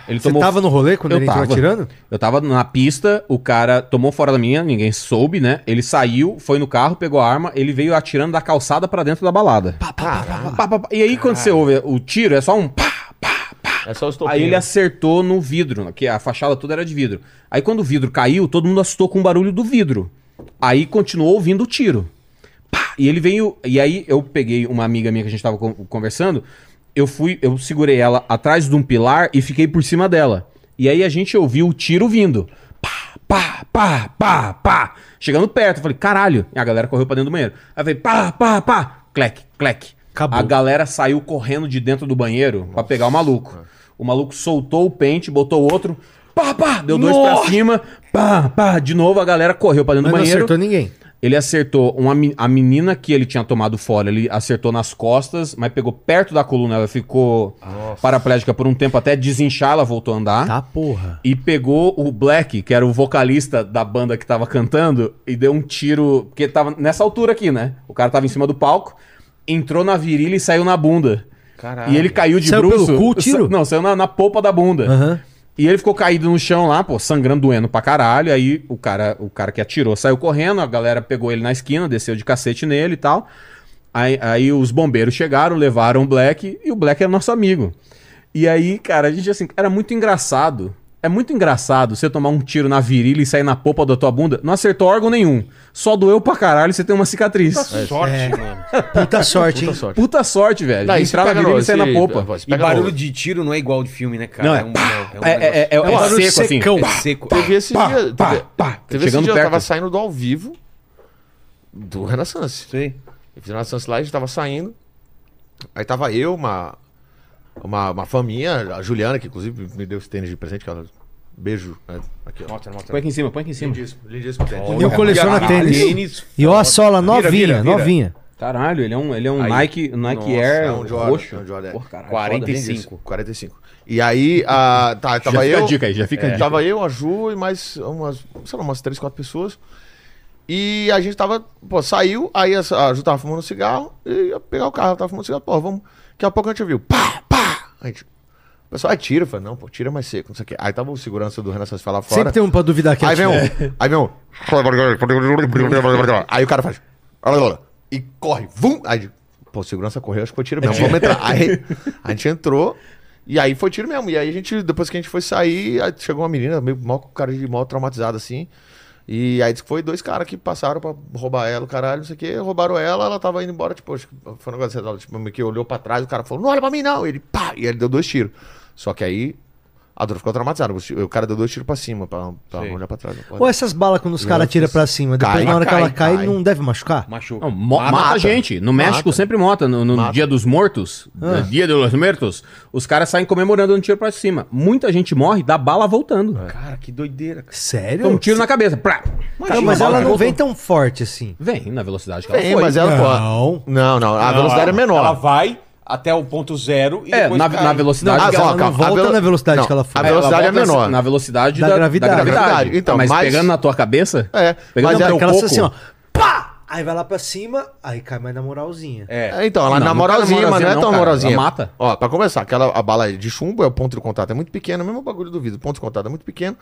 [SPEAKER 4] Ele
[SPEAKER 6] Você tava no rolê quando
[SPEAKER 4] eu
[SPEAKER 6] ele entrou
[SPEAKER 4] tava.
[SPEAKER 6] atirando?
[SPEAKER 4] Eu tava na pista, o cara tomou fora da minha, ninguém soube, né? Ele saiu, foi no carro, pegou a arma, ele veio atirando da calçada pra dentro da balada. Pá, pá, pá, pá, pá, pá. E aí quando você ouve o tiro, é só um pá, pá, pá.
[SPEAKER 5] É só os
[SPEAKER 4] Aí ele acertou no vidro, que a fachada toda era de vidro. Aí quando o vidro caiu, todo mundo assustou com o barulho do vidro. Aí continuou ouvindo o tiro. Pá! E ele veio. E aí eu peguei uma amiga minha que a gente tava con- conversando. Eu fui, eu segurei ela atrás de um pilar e fiquei por cima dela. E aí a gente ouviu o tiro vindo. Pá, pá, pá, pá, pá, pá. Chegando perto, eu falei, caralho. E a galera correu pra dentro do banheiro. Aí veio pá, pá, pá, clec, clec.
[SPEAKER 6] Acabou.
[SPEAKER 4] A galera saiu correndo de dentro do banheiro pra pegar o maluco. O maluco soltou o pente, botou o outro, pá, pá, deu dois pra cima, pá, pá. De novo a galera correu pra dentro
[SPEAKER 6] Mas
[SPEAKER 4] do
[SPEAKER 6] não
[SPEAKER 4] banheiro.
[SPEAKER 6] acertou ninguém.
[SPEAKER 4] Ele acertou uma, me- a menina que ele tinha tomado fora, ele acertou nas costas, mas pegou perto da coluna, ela ficou paraplégica por um tempo até desinchar, ela voltou a andar.
[SPEAKER 6] Tá, porra.
[SPEAKER 4] E pegou o Black, que era o vocalista da banda que tava cantando, e deu um tiro. Porque tava nessa altura aqui, né? O cara tava em cima do palco, entrou na virilha e saiu na bunda.
[SPEAKER 5] Caralho.
[SPEAKER 4] E ele caiu de
[SPEAKER 6] Saiu pelo
[SPEAKER 4] bruxo.
[SPEAKER 6] cu o tiro?
[SPEAKER 4] Sa- Não, saiu na, na polpa da bunda.
[SPEAKER 6] Aham.
[SPEAKER 4] E ele ficou caído no chão lá, pô, sangrando, doendo pra caralho. Aí o cara, o cara que atirou saiu correndo, a galera pegou ele na esquina, desceu de cacete nele e tal. Aí, aí os bombeiros chegaram, levaram o Black, e o Black era nosso amigo. E aí, cara, a gente assim, era muito engraçado. É muito engraçado você tomar um tiro na virilha e sair na popa da tua bunda. Não acertou órgão nenhum. Só doeu pra caralho e você tem uma cicatriz.
[SPEAKER 7] Sorte, mano.
[SPEAKER 6] É. Puta sorte, hein?
[SPEAKER 5] Puta sorte.
[SPEAKER 4] Puta sorte, velho.
[SPEAKER 5] Daí
[SPEAKER 4] Entrar na
[SPEAKER 5] pega
[SPEAKER 4] virilha e
[SPEAKER 5] no- é,
[SPEAKER 4] sair na
[SPEAKER 5] se-
[SPEAKER 4] popa.
[SPEAKER 5] se
[SPEAKER 1] E
[SPEAKER 5] pega no-
[SPEAKER 1] barulho de tiro não é igual de filme, né, cara?
[SPEAKER 4] Não, é
[SPEAKER 1] um, é um
[SPEAKER 4] É, é, é, é,
[SPEAKER 6] um
[SPEAKER 4] é
[SPEAKER 6] barulho
[SPEAKER 4] seco,
[SPEAKER 6] secão.
[SPEAKER 4] assim.
[SPEAKER 1] negócio seco.
[SPEAKER 5] Teve esse
[SPEAKER 4] Pá,
[SPEAKER 5] dia.
[SPEAKER 4] pá,
[SPEAKER 5] teve
[SPEAKER 4] pá.
[SPEAKER 5] teve esse
[SPEAKER 4] Chegando
[SPEAKER 5] dia, eu
[SPEAKER 4] perto.
[SPEAKER 5] tava saindo do ao vivo do Renaissance.
[SPEAKER 1] Sei.
[SPEAKER 5] Eu fiz Renaissance lá, a gente tava saindo. Aí tava eu, uma, uma, uma fã minha, a Juliana, que inclusive me deu esse tênis de presente, que ela. Beijo. né? Aqui, ó.
[SPEAKER 4] Põe aqui em cima, põe aqui em cima.
[SPEAKER 5] Lindíssimo, lindíssimo tênis.
[SPEAKER 6] Nil coleciona
[SPEAKER 1] Caralho,
[SPEAKER 6] tênis.
[SPEAKER 1] tênis.
[SPEAKER 6] E ó a sola novinha,
[SPEAKER 1] vira, vira.
[SPEAKER 6] novinha.
[SPEAKER 4] Caralho, ele é um, ele é um
[SPEAKER 1] Aí.
[SPEAKER 4] Nike, Nike
[SPEAKER 5] Nossa,
[SPEAKER 4] Air
[SPEAKER 5] é um Jordan,
[SPEAKER 4] roxo.
[SPEAKER 5] é um Jordan, é.
[SPEAKER 4] Porra, caralho,
[SPEAKER 1] 45.
[SPEAKER 5] 45. E aí, a, tá,
[SPEAKER 4] foda. Já
[SPEAKER 5] tava
[SPEAKER 4] fica
[SPEAKER 5] eu. É.
[SPEAKER 4] a dica aí, já fica a dica.
[SPEAKER 5] Tava eu, a Ju e mais umas, sei lá, umas três, quatro pessoas. E a gente tava, pô, saiu, aí a, a Ju tava fumando cigarro, e ia pegar o carro, ela tava fumando cigarro, pô, vamos. Daqui a pouco a gente viu, pá, pá! A gente, o pessoal, ah, tira, eu falei, não, pô, tira mais seco, não sei o quê. Aí tava o segurança do Renan Sassi lá fora.
[SPEAKER 6] Sempre tem um pra duvidar É. que
[SPEAKER 5] Aí vem um,
[SPEAKER 4] É.
[SPEAKER 6] atira.
[SPEAKER 5] aí vem um. Aí o cara faz. E corre. Vum! Aí, pô, segurança correu, acho que foi tiro mesmo. Vamos entrar. Aí a gente entrou. E aí foi tiro mesmo. E aí a gente, depois que a gente foi sair, aí chegou uma menina, meio mal com cara de mal traumatizada assim. E aí disse que foi dois caras que passaram pra roubar ela, o caralho, não sei o que, roubaram ela, ela tava indo embora, tipo, acho que foi um negócio, ela, tipo, meio que olhou pra trás, o cara falou, não olha pra mim não, ele pá, e ele deu dois tiros. Só que aí a dor ficou traumatizada, o cara deu dois tiros pra cima, pra, pra olhar pra trás. né,
[SPEAKER 6] Ou essas balas quando os caras atiram pra cima, depois
[SPEAKER 5] Cai,
[SPEAKER 6] na hora que ela
[SPEAKER 5] cai,
[SPEAKER 6] cai,
[SPEAKER 5] cai.
[SPEAKER 6] não deve machucar?
[SPEAKER 1] Machuca.
[SPEAKER 4] Não, mo- mata,
[SPEAKER 5] Mata.
[SPEAKER 4] a gente. No México
[SPEAKER 5] Mata.
[SPEAKER 4] sempre mota. No, no Dia dos Mortos, no Dia de los Muertos, os caras saem comemorando um tiro pra cima. Muita gente morre da bala voltando.
[SPEAKER 1] Cara, que doideira. cara.
[SPEAKER 6] Sério?
[SPEAKER 4] Toma um tiro na cabeça. Plá.
[SPEAKER 6] Não, mas ela não vem tão forte assim.
[SPEAKER 4] Vem na velocidade que ela
[SPEAKER 5] Tem,
[SPEAKER 4] foi.
[SPEAKER 5] mas ela
[SPEAKER 6] Não.
[SPEAKER 5] pô, Não, não. A
[SPEAKER 7] Não,
[SPEAKER 5] velocidade
[SPEAKER 7] ela-
[SPEAKER 5] é menor.
[SPEAKER 7] Ela vai até o ponto zero e
[SPEAKER 4] É,
[SPEAKER 7] depois
[SPEAKER 4] na,
[SPEAKER 7] cai.
[SPEAKER 4] na velocidade
[SPEAKER 5] Ah,
[SPEAKER 4] que
[SPEAKER 5] só,
[SPEAKER 4] ela...
[SPEAKER 6] ela não
[SPEAKER 5] calma, a
[SPEAKER 6] volta
[SPEAKER 5] velo-
[SPEAKER 6] na velocidade que ela foi.
[SPEAKER 5] A
[SPEAKER 4] Ela
[SPEAKER 5] velocidade é
[SPEAKER 4] volta assim,
[SPEAKER 5] menor.
[SPEAKER 4] Na velocidade
[SPEAKER 6] Da
[SPEAKER 4] da, da
[SPEAKER 6] gravidade.
[SPEAKER 4] gravidade.
[SPEAKER 5] Gravidade, então,
[SPEAKER 4] mas,
[SPEAKER 5] mas-
[SPEAKER 4] pegando na tua cabeça...
[SPEAKER 5] É,
[SPEAKER 4] Pegando
[SPEAKER 5] mas
[SPEAKER 4] no
[SPEAKER 5] é
[SPEAKER 4] teu
[SPEAKER 5] aquela
[SPEAKER 6] Aquela
[SPEAKER 4] coco...
[SPEAKER 6] assim, ó. Pá! Aí vai lá pra cima, aí cai mais na moralzinha.
[SPEAKER 1] É.
[SPEAKER 5] É, então, ela
[SPEAKER 4] Não,
[SPEAKER 5] na
[SPEAKER 4] não tá na
[SPEAKER 5] moralzinha, mas não
[SPEAKER 4] moralzinha,
[SPEAKER 5] é
[SPEAKER 4] não,
[SPEAKER 5] tão
[SPEAKER 4] cara.
[SPEAKER 5] moralzinha.
[SPEAKER 4] Ela mata.
[SPEAKER 5] Ó, pra começar, aquela a bala de chumbo é o ponto de contato, é muito pequeno, é o mesmo bagulho do vidro, o ponto de contato é muito pequeno.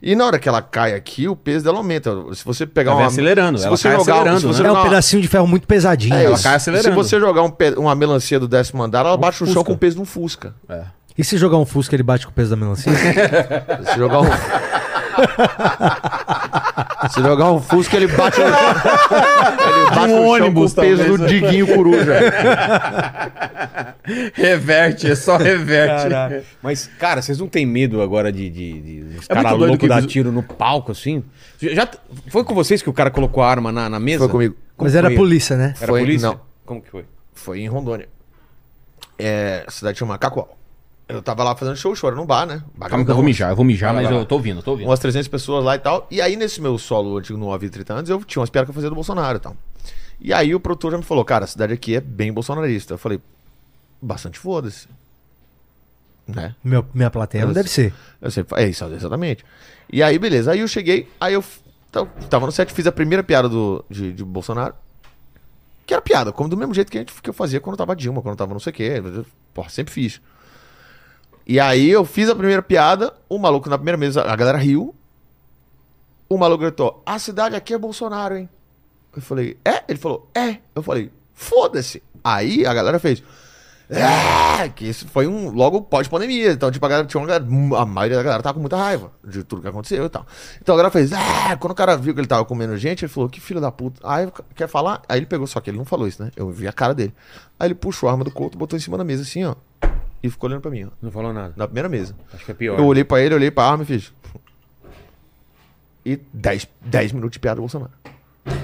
[SPEAKER 5] E na hora que ela cai aqui, o peso dela aumenta. Se você pegar
[SPEAKER 4] Ela
[SPEAKER 5] uma.
[SPEAKER 4] vem acelerando,
[SPEAKER 5] se
[SPEAKER 4] ela
[SPEAKER 5] você
[SPEAKER 4] cai
[SPEAKER 5] jogar,
[SPEAKER 4] acelerando,
[SPEAKER 5] se você
[SPEAKER 4] né?
[SPEAKER 6] É
[SPEAKER 5] jogar
[SPEAKER 6] um
[SPEAKER 5] uma-
[SPEAKER 6] pedacinho de ferro muito pesadinho.
[SPEAKER 5] É,
[SPEAKER 4] Ela
[SPEAKER 5] isso.
[SPEAKER 4] cai acelerando.
[SPEAKER 5] Se você jogar um pe- uma melancia do décimo andar, ela bate no chão
[SPEAKER 4] Fusca.
[SPEAKER 5] com o peso de um Fusca.
[SPEAKER 6] E se jogar um Fusca, ele bate com o peso da melancia?
[SPEAKER 5] É Se jogar um. Se jogar um Fusca, ele bate no chão. Ele bate no
[SPEAKER 4] um ônibus,
[SPEAKER 5] chão com o peso
[SPEAKER 4] talvez.
[SPEAKER 5] do Diguinho Coruja.
[SPEAKER 4] Reverte, é só reverte.
[SPEAKER 1] Caraca. Mas, cara, vocês não têm medo agora de, de, de os
[SPEAKER 4] É
[SPEAKER 1] cara
[SPEAKER 4] muito doido
[SPEAKER 1] louco
[SPEAKER 4] que-
[SPEAKER 1] dar tiro no palco, assim? Já, t- foi com vocês que o cara colocou a arma na, na mesa?
[SPEAKER 5] Foi comigo.
[SPEAKER 1] Como
[SPEAKER 6] Mas era
[SPEAKER 1] foi?
[SPEAKER 6] polícia, né?
[SPEAKER 1] Era
[SPEAKER 5] Foi,
[SPEAKER 1] polícia?
[SPEAKER 5] não.
[SPEAKER 1] Como que foi?
[SPEAKER 5] Foi em Rondônia. É, cidade chama Cacoal. Eu tava lá fazendo show, choro num bar, né?
[SPEAKER 4] Calma que eu vou mijar, eu vou mijar, mas eu tô ouvindo, eu tô ouvindo.
[SPEAKER 5] Umas 300 pessoas lá e tal. E aí, nesse meu solo antigo no 9 e 30 anos, eu tinha umas piadas que eu fazia do Bolsonaro e tal. E aí o produtor já me falou, cara, a cidade aqui é bem bolsonarista. Eu falei, bastante foda-se. Né?
[SPEAKER 6] Meu- minha plateia não
[SPEAKER 5] Nossa.
[SPEAKER 6] deve ser.
[SPEAKER 5] Eu sei, é isso, exatamente. E aí, beleza. Aí eu cheguei, aí eu f- ta- tava no set, fiz a primeira piada do, de, de Bolsonaro. Que era piada, como do mesmo jeito que, a gente, que eu fazia quando tava Dilma, quando tava não sei o quê. Porra, sempre fiz. E aí eu fiz a primeira piada, o maluco na primeira mesa, a galera riu. O maluco gritou: A cidade aqui é Bolsonaro, hein? Eu falei: É? Ele falou: É. Eu falei: Foda-se. Aí a galera fez. É, que isso foi um logo pós-pandemia. Então, tipo, a galera tinha uma galera, A maioria da galera tava com muita raiva de tudo que aconteceu e tal. Então a galera fez. É, quando o cara viu que ele tava comendo gente, ele falou, que filho da puta. Aí quer falar? Aí ele pegou, só que ele não falou isso, né? Eu vi a cara dele. Aí ele puxou a arma do couto, botou em cima da mesa, assim, ó. E ficou olhando pra mim, ó.
[SPEAKER 1] Não falou nada.
[SPEAKER 5] Na primeira mesa.
[SPEAKER 1] Acho que é pior.
[SPEAKER 5] Eu olhei pra ele, olhei pra arma e fiz. e 10, 10 minutos de piada do Bolsonaro.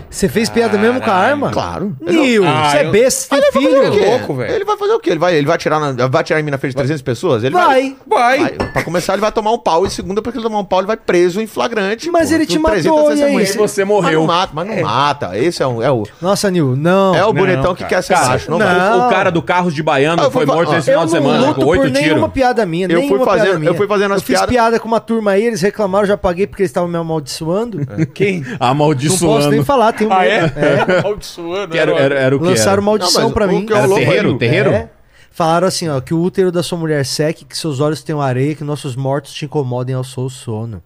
[SPEAKER 6] Você fez piada mesmo com a arma?
[SPEAKER 5] Claro.
[SPEAKER 6] Nil,
[SPEAKER 7] Ah,
[SPEAKER 6] você é
[SPEAKER 7] eu-
[SPEAKER 6] besta, tem
[SPEAKER 5] Ele vai fazer o
[SPEAKER 6] filho.
[SPEAKER 5] quê?
[SPEAKER 7] louco, velho.
[SPEAKER 5] Ele vai fazer o quê? Ele vai, ele vai, tirar, na- vai tirar em mim na frente de 300 pessoas? Ele
[SPEAKER 6] Vai.
[SPEAKER 7] Vai.
[SPEAKER 5] vai. Pra começar, ele vai tomar um pau. E segunda, porque ele tomar um pau, ele vai preso em flagrante.
[SPEAKER 6] Mas ele te
[SPEAKER 5] por 300
[SPEAKER 6] matou, e aí?
[SPEAKER 5] testemunhas.
[SPEAKER 6] E
[SPEAKER 4] você
[SPEAKER 5] Mas
[SPEAKER 4] morreu.
[SPEAKER 5] não mata, mas não mata. Esse é, um, é o,
[SPEAKER 6] Nossa, Nil, não.
[SPEAKER 5] é o
[SPEAKER 6] Eu
[SPEAKER 5] bonitão que
[SPEAKER 1] cara.
[SPEAKER 5] quer ser
[SPEAKER 4] Cara,
[SPEAKER 5] macho. Não,
[SPEAKER 6] não.
[SPEAKER 5] vai.
[SPEAKER 4] O, o cara do Carros de Baiano
[SPEAKER 5] Ah, eu
[SPEAKER 4] foi
[SPEAKER 5] vou fa-
[SPEAKER 4] morto
[SPEAKER 5] ah,
[SPEAKER 4] nesse final de
[SPEAKER 6] não
[SPEAKER 4] semana
[SPEAKER 6] luto
[SPEAKER 4] com
[SPEAKER 6] por
[SPEAKER 4] oito tiros.
[SPEAKER 6] nenhuma piada minha,
[SPEAKER 5] Eu fui
[SPEAKER 6] nenhuma
[SPEAKER 5] fazer-
[SPEAKER 6] piada minha.
[SPEAKER 5] eu fui fazendo as
[SPEAKER 6] Eu fiz
[SPEAKER 5] piada-
[SPEAKER 6] piada com uma turma aí, eles reclamaram, já paguei porque eles estavam me amaldiçoando. Não posso nem
[SPEAKER 4] Amaldiçoando.
[SPEAKER 6] falar, tenho
[SPEAKER 7] Ah,
[SPEAKER 6] medo.
[SPEAKER 7] é? Amaldiçoando.
[SPEAKER 4] Que
[SPEAKER 1] né?
[SPEAKER 4] Era, era, era o que
[SPEAKER 6] Lançaram
[SPEAKER 4] era?
[SPEAKER 5] Não,
[SPEAKER 6] maldição
[SPEAKER 5] mas
[SPEAKER 6] pra
[SPEAKER 5] o
[SPEAKER 6] mim.
[SPEAKER 5] que eu- Era louco,
[SPEAKER 4] terreiro?
[SPEAKER 5] hein?
[SPEAKER 4] Terreiro?
[SPEAKER 6] É. Falaram assim, ó, que o útero da sua mulher seque, que seus olhos tenham areia, que nossos mortos te incomodem ao seu sono.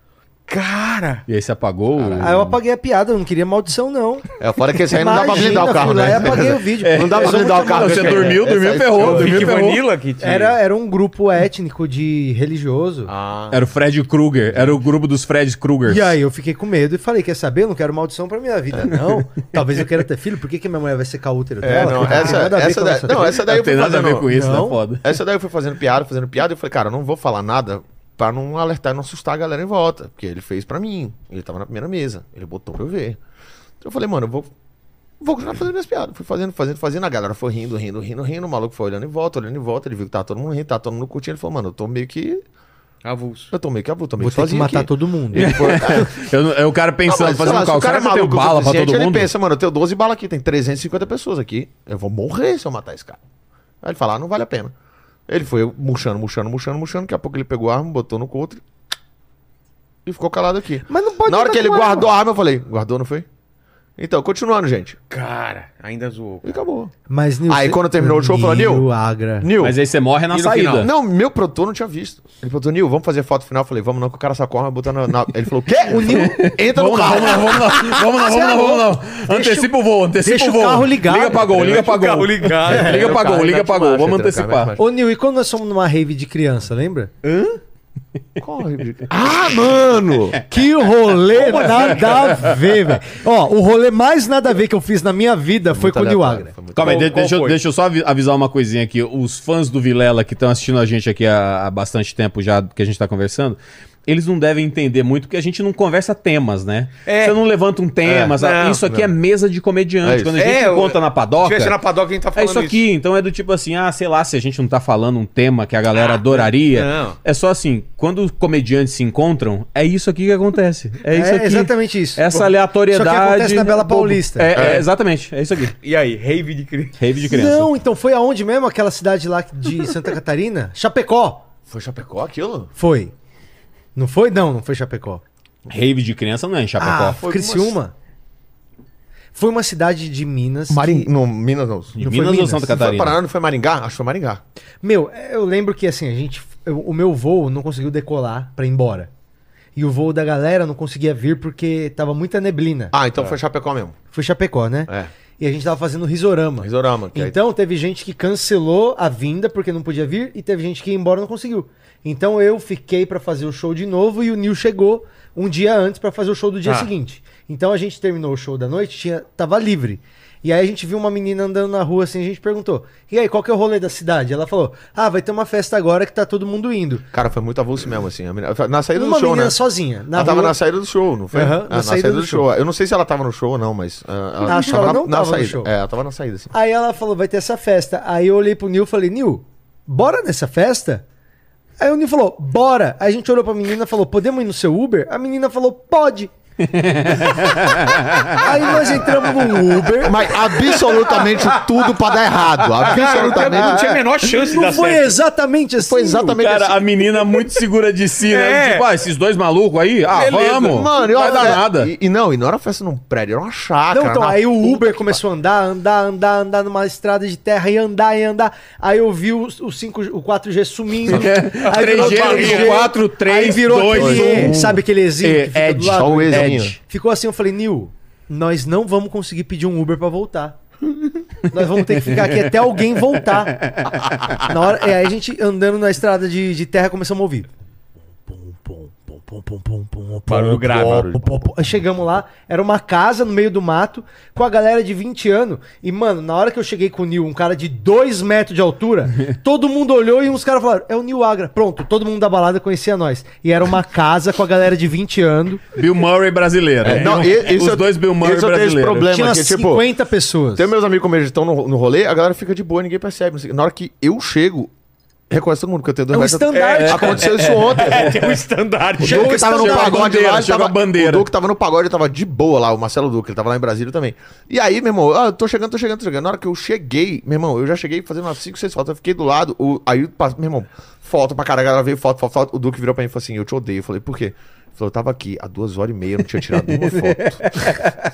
[SPEAKER 7] Cara.
[SPEAKER 4] E aí você apagou? o-
[SPEAKER 6] Aí eu apaguei a piada, eu não queria maldição, não.
[SPEAKER 5] É, fora que esse aí não dá pra
[SPEAKER 6] Imagina, é
[SPEAKER 5] blindar o carro,
[SPEAKER 6] fui lá
[SPEAKER 5] né?
[SPEAKER 6] e apaguei o vídeo.
[SPEAKER 5] Não dá pra
[SPEAKER 6] Eu sou
[SPEAKER 5] blindar o
[SPEAKER 6] muito
[SPEAKER 5] carro.
[SPEAKER 4] Não, você
[SPEAKER 5] esse aí. é
[SPEAKER 4] dormiu,
[SPEAKER 5] Essa
[SPEAKER 4] dormiu,
[SPEAKER 5] aí-
[SPEAKER 4] ferrou,
[SPEAKER 5] eu-
[SPEAKER 4] dormiu.
[SPEAKER 7] Pique
[SPEAKER 4] ferrou.
[SPEAKER 7] Vanilla que tinha.
[SPEAKER 6] Era, era um grupo étnico de religioso.
[SPEAKER 5] Ah,
[SPEAKER 4] Era o Fred Krueger. Era o grupo dos Fred Kruegers.
[SPEAKER 6] E aí eu fiquei com medo e falei, quer saber? Eu não quero maldição pra minha vida, não. Talvez eu queira ter filho, por que, que minha mulher vai secar o útero
[SPEAKER 5] É,
[SPEAKER 6] dela?
[SPEAKER 5] não,
[SPEAKER 6] Não tem
[SPEAKER 5] essa,
[SPEAKER 6] nada a ver
[SPEAKER 5] essa
[SPEAKER 6] com a
[SPEAKER 5] daí,
[SPEAKER 6] nossa
[SPEAKER 5] não,
[SPEAKER 6] vida.
[SPEAKER 5] essa daí
[SPEAKER 4] Não
[SPEAKER 5] eu fui
[SPEAKER 4] tem nada a
[SPEAKER 5] fazendo-
[SPEAKER 4] ver com isso,
[SPEAKER 6] Não.
[SPEAKER 4] né? Foda.
[SPEAKER 5] Essa daí eu fui fazendo piada, fazendo piada, e eu falei, cara, eu não vou falar nada pra não alertar e não assustar a galera em volta. Porque ele fez pra mim. Ele tava na primeira mesa. Ele botou pra eu ver. Então eu falei, mano, eu vou. Vou continuar fazendo minhas piadas. Fui fazendo, fazendo, fazendo. A galera foi rindo, rindo, rindo, rindo. O maluco foi olhando em volta, olhando em volta. Ele viu que tava todo mundo rindo, tava todo mundo curtindo. Ele falou, mano, eu tô meio que.
[SPEAKER 7] Avulso.
[SPEAKER 5] Eu tô meio que avulso, tô meio
[SPEAKER 6] Vou
[SPEAKER 5] que
[SPEAKER 6] ter que
[SPEAKER 5] sozinho.
[SPEAKER 6] matar
[SPEAKER 5] aqui. É.
[SPEAKER 6] todo mundo.
[SPEAKER 5] Ele foi,
[SPEAKER 4] Eu, não- eu, o cara
[SPEAKER 5] Ah,
[SPEAKER 4] pensando,
[SPEAKER 5] mas, sei
[SPEAKER 4] fazendo
[SPEAKER 5] lá, se
[SPEAKER 4] um cara, cara tem
[SPEAKER 5] o
[SPEAKER 4] bala pra
[SPEAKER 5] suficiente,
[SPEAKER 4] todo mundo.
[SPEAKER 5] Ele pensa, mano, eu tenho 12 balas aqui, tem 350 pessoas aqui. Eu vou morrer se eu matar esse cara. Aí ele fala, ah, não vale a pena. Ele foi murchando, murchando, murchando, murchando. Daqui a pouco ele pegou a arma, botou no couro e ficou calado aqui.
[SPEAKER 6] Mas não pode
[SPEAKER 5] Na hora
[SPEAKER 6] andar
[SPEAKER 5] que ele
[SPEAKER 6] com arma.
[SPEAKER 5] guardou a arma, eu falei, guardou, não foi? Então, continuando, gente.
[SPEAKER 7] Cara, ainda zoou.
[SPEAKER 5] E acabou.
[SPEAKER 6] Mas, Nil,
[SPEAKER 5] Aí,
[SPEAKER 6] você-
[SPEAKER 5] quando terminou o show, falou, Nil-
[SPEAKER 6] Nil, Agra.
[SPEAKER 5] Nil.
[SPEAKER 4] Mas aí você morre na
[SPEAKER 7] E no
[SPEAKER 4] saída.
[SPEAKER 7] final?
[SPEAKER 5] Não, meu produtor não tinha visto. Ele falou, Nil, vamos fazer foto final? Eu falei, vamos não, que o cara sacou a arma, botou na... na- Ele falou, quê? O Nil entra no
[SPEAKER 4] Vamos lá,
[SPEAKER 5] carro.
[SPEAKER 4] vamos lá, vamos lá, vamos lá,
[SPEAKER 5] é
[SPEAKER 4] vamos lá, vamos lá. vamos lá. Antecipa o voo, antecipa
[SPEAKER 6] deixa
[SPEAKER 4] o
[SPEAKER 6] o
[SPEAKER 4] voo.
[SPEAKER 6] carro ligado.
[SPEAKER 4] Liga pra gol, liga pra
[SPEAKER 7] Carro
[SPEAKER 4] gol.
[SPEAKER 7] ligado.
[SPEAKER 4] Liga pra gol, liga
[SPEAKER 5] mete
[SPEAKER 4] pra gol. Vamos
[SPEAKER 5] marcha, entra no carro, mete
[SPEAKER 4] antecipar.
[SPEAKER 5] marcha.
[SPEAKER 6] Ô, Nil, e quando nós fomos numa rave de criança, lembra?
[SPEAKER 5] É. Ah, mano!
[SPEAKER 6] Que rolê
[SPEAKER 5] assim?
[SPEAKER 6] nada a ver, velho. Ó, o rolê mais nada a ver que eu fiz na minha vida foi com o Nil Agra.
[SPEAKER 4] Calma
[SPEAKER 7] Qual-
[SPEAKER 4] aí, de-
[SPEAKER 7] qual
[SPEAKER 4] deixa, eu-
[SPEAKER 7] foi?
[SPEAKER 4] deixa eu só avi- avisar uma coisinha aqui. Os fãs do Vilela que estão assistindo a gente aqui há, há bastante tempo já que a gente está conversando, eles não devem entender muito porque a gente não conversa temas, né?
[SPEAKER 7] É.
[SPEAKER 4] Você não levanta um tema,
[SPEAKER 7] É.
[SPEAKER 4] sabe?
[SPEAKER 7] Não,
[SPEAKER 4] isso aqui
[SPEAKER 7] não.
[SPEAKER 4] é mesa de comediante.
[SPEAKER 5] É isso.
[SPEAKER 4] Quando a gente
[SPEAKER 7] É, eu-
[SPEAKER 4] conta na
[SPEAKER 7] Se
[SPEAKER 4] padoca.
[SPEAKER 7] tivesse na padoca, a gente tá
[SPEAKER 4] É
[SPEAKER 7] falando
[SPEAKER 4] isso aqui, então é do tipo assim, ah, sei lá, se a gente não tá falando um tema que a galera adoraria.
[SPEAKER 7] Ah, não.
[SPEAKER 4] É só assim, quando os comediantes se encontram, é isso aqui que acontece. É isso
[SPEAKER 6] É
[SPEAKER 4] aqui.
[SPEAKER 6] exatamente isso.
[SPEAKER 4] Essa
[SPEAKER 6] Isso
[SPEAKER 4] aleatoriedade.
[SPEAKER 6] aqui acontece na Bela
[SPEAKER 4] Bobo.
[SPEAKER 6] Paulista.
[SPEAKER 4] É, é, exatamente, é isso aqui.
[SPEAKER 7] E aí, rave de criança.
[SPEAKER 4] Rave de criança.
[SPEAKER 6] Não, então foi aonde mesmo? Aquela cidade lá de Santa Catarina? Chapecó.
[SPEAKER 5] Foi Chapecó aquilo?
[SPEAKER 6] Foi. Não foi? Não, não foi Chapecó.
[SPEAKER 4] Rave de criança não é em Chapecó.
[SPEAKER 6] Ah, foi Criciúma. Foi uma cidade de Minas. que-
[SPEAKER 5] Marim... Não, Minas não.
[SPEAKER 4] Em
[SPEAKER 6] não foi
[SPEAKER 4] Minas, ou
[SPEAKER 6] Minas,
[SPEAKER 4] Santa
[SPEAKER 6] não
[SPEAKER 5] Foi
[SPEAKER 4] Catarina?
[SPEAKER 5] Paraná, não foi Maringá? Acho que foi Maringá.
[SPEAKER 6] Meu, eu lembro que assim, a gente. eu- o meu voo não conseguiu decolar pra ir embora. E o voo da galera não conseguia vir porque tava muita neblina.
[SPEAKER 5] Ah,
[SPEAKER 4] É.
[SPEAKER 5] então foi Chapecó mesmo.
[SPEAKER 6] Foi Chapecó, né?
[SPEAKER 5] É.
[SPEAKER 6] E a gente tava fazendo risorama.
[SPEAKER 5] Risorama. que é- aí-
[SPEAKER 6] Então teve gente que cancelou a vinda porque não podia vir e teve gente que ia embora e não conseguiu. Então eu fiquei pra fazer o show de novo e o Nil chegou um dia antes pra fazer o show do dia
[SPEAKER 7] Ah.
[SPEAKER 6] seguinte. Então a gente terminou o show da noite, tinha, tava livre. E aí a gente viu uma menina andando na rua assim, a gente perguntou: "E aí, qual que é o rolê da cidade?" Ela falou: "Ah, vai ter uma festa agora que tá todo mundo indo".
[SPEAKER 5] Cara, foi muito avulso mesmo, assim. A menina- Na saída
[SPEAKER 6] uma
[SPEAKER 5] do show,
[SPEAKER 6] menina
[SPEAKER 5] né?
[SPEAKER 6] sozinha,
[SPEAKER 5] ela
[SPEAKER 6] na rua.
[SPEAKER 5] tava na saída do show, não foi?
[SPEAKER 6] Aham,
[SPEAKER 5] Ah, na, saída, do, show. Eu não sei se ela tava no show ou não, mas. ah,
[SPEAKER 6] Acho que
[SPEAKER 5] tava
[SPEAKER 6] ela
[SPEAKER 5] na-
[SPEAKER 6] não
[SPEAKER 5] na
[SPEAKER 6] tava no
[SPEAKER 5] saída.
[SPEAKER 6] show.
[SPEAKER 5] É, ela tava na saída, assim.
[SPEAKER 6] Aí ela falou, vai ter essa festa. Aí eu olhei pro Nil e falei, Nil, bora nessa festa? Aí o Nil falou, bora. Aí a gente olhou pra menina e falou, podemos ir no seu Uber? A menina falou, pode. Aí nós entramos num Uber.
[SPEAKER 5] Mas absolutamente tudo pra dar errado.
[SPEAKER 1] tá
[SPEAKER 7] Cara, não tinha-
[SPEAKER 6] É.
[SPEAKER 7] não tinha a menor chance de
[SPEAKER 6] Não
[SPEAKER 7] dar
[SPEAKER 6] foi
[SPEAKER 7] certo.
[SPEAKER 6] exatamente assim.
[SPEAKER 5] Foi exatamente
[SPEAKER 4] Cara,
[SPEAKER 5] assim.
[SPEAKER 4] a menina muito segura de si, né?
[SPEAKER 7] É.
[SPEAKER 4] Tipo, ah, esses dois malucos aí, ah,
[SPEAKER 7] Beleza.
[SPEAKER 4] vamos.
[SPEAKER 5] Mano,
[SPEAKER 4] não vai
[SPEAKER 5] eu-
[SPEAKER 4] dar
[SPEAKER 5] é-
[SPEAKER 4] nada.
[SPEAKER 5] E, e não, e não era festa num prédio, era uma chácara.
[SPEAKER 6] Não, então,
[SPEAKER 5] na
[SPEAKER 6] aí o
[SPEAKER 5] puta
[SPEAKER 6] Uber
[SPEAKER 5] que
[SPEAKER 6] começou a andar, andar, andar, andar numa estrada de terra e andar e andar. Aí eu vi o, o, 5, o 4G sumindo. Aí
[SPEAKER 4] 3G,
[SPEAKER 6] virou
[SPEAKER 4] 4G, 4, 3,
[SPEAKER 6] aí virou
[SPEAKER 4] 2,
[SPEAKER 6] aquele,
[SPEAKER 4] 1.
[SPEAKER 6] sabe aquele exinho
[SPEAKER 4] É,
[SPEAKER 6] que fica
[SPEAKER 4] Edge,
[SPEAKER 6] do lado?
[SPEAKER 5] um. só um o exinho.
[SPEAKER 6] Edge. Ficou assim, eu falei, Nil, nós não vamos conseguir pedir um Uber pra voltar. Nós vamos ter que ficar aqui até alguém voltar. Na hora, é, aí a gente andando na estrada de, de terra começamos a ouvir. Pum, pum, pum, pum, pum, pum, pum, pum,
[SPEAKER 1] Barulho
[SPEAKER 6] pum,
[SPEAKER 1] grave,
[SPEAKER 6] pum,
[SPEAKER 1] barulho.
[SPEAKER 6] pum, pum, pum. Aí Chegamos lá, era uma casa no meio do mato, com a galera de 20 anos. E, mano, na hora que eu cheguei com o Nil, um cara de 2 metros de altura, todo mundo olhou e uns caras falaram: é o Nil Agra. Pronto, todo mundo da balada conhecia nós. E era uma casa com a galera de 20 anos.
[SPEAKER 4] Bill Murray brasileiro.
[SPEAKER 5] É, não, e- esse
[SPEAKER 4] Os
[SPEAKER 5] eu-
[SPEAKER 4] dois Bill Murray
[SPEAKER 5] esse eu tenho esse
[SPEAKER 4] brasileiros.
[SPEAKER 5] problema.
[SPEAKER 6] Tinha
[SPEAKER 5] que, tipo,
[SPEAKER 6] 50 pessoas.
[SPEAKER 5] Tem meus amigos como eles estão no, no rolê, a galera fica de boa, ninguém percebe. não sei o quê. Na hora que eu chego, reconhece todo mundo, porque eu tenho dois
[SPEAKER 6] É um
[SPEAKER 5] metros-
[SPEAKER 6] standard,
[SPEAKER 5] É,
[SPEAKER 6] cara.
[SPEAKER 5] aconteceu isso ontem.
[SPEAKER 1] É, tipo,
[SPEAKER 7] Tem um estandarte.
[SPEAKER 5] O Duque tava no
[SPEAKER 4] Chegou a
[SPEAKER 5] pagode
[SPEAKER 4] bandeira,
[SPEAKER 5] lá, ele
[SPEAKER 4] chegou
[SPEAKER 5] tava,
[SPEAKER 4] a bandeira.
[SPEAKER 5] o Duque tava no pagode, tava de boa lá, o Marcelo Duque, ele tava lá em Brasília também. E aí, meu irmão, ah, eu tô chegando, tô chegando, tô chegando. Na hora que eu cheguei, meu irmão, eu já cheguei fazendo umas 5, 6 fotos, eu fiquei do lado, o, aí, passa- meu irmão, foto pra caralho, a galera veio foto, foto, foto, o Duque virou pra mim e falou assim, eu te odeio. Eu falei, por quê? Ele falou, eu tava aqui há duas horas e meia, eu não tinha tirado uma foto.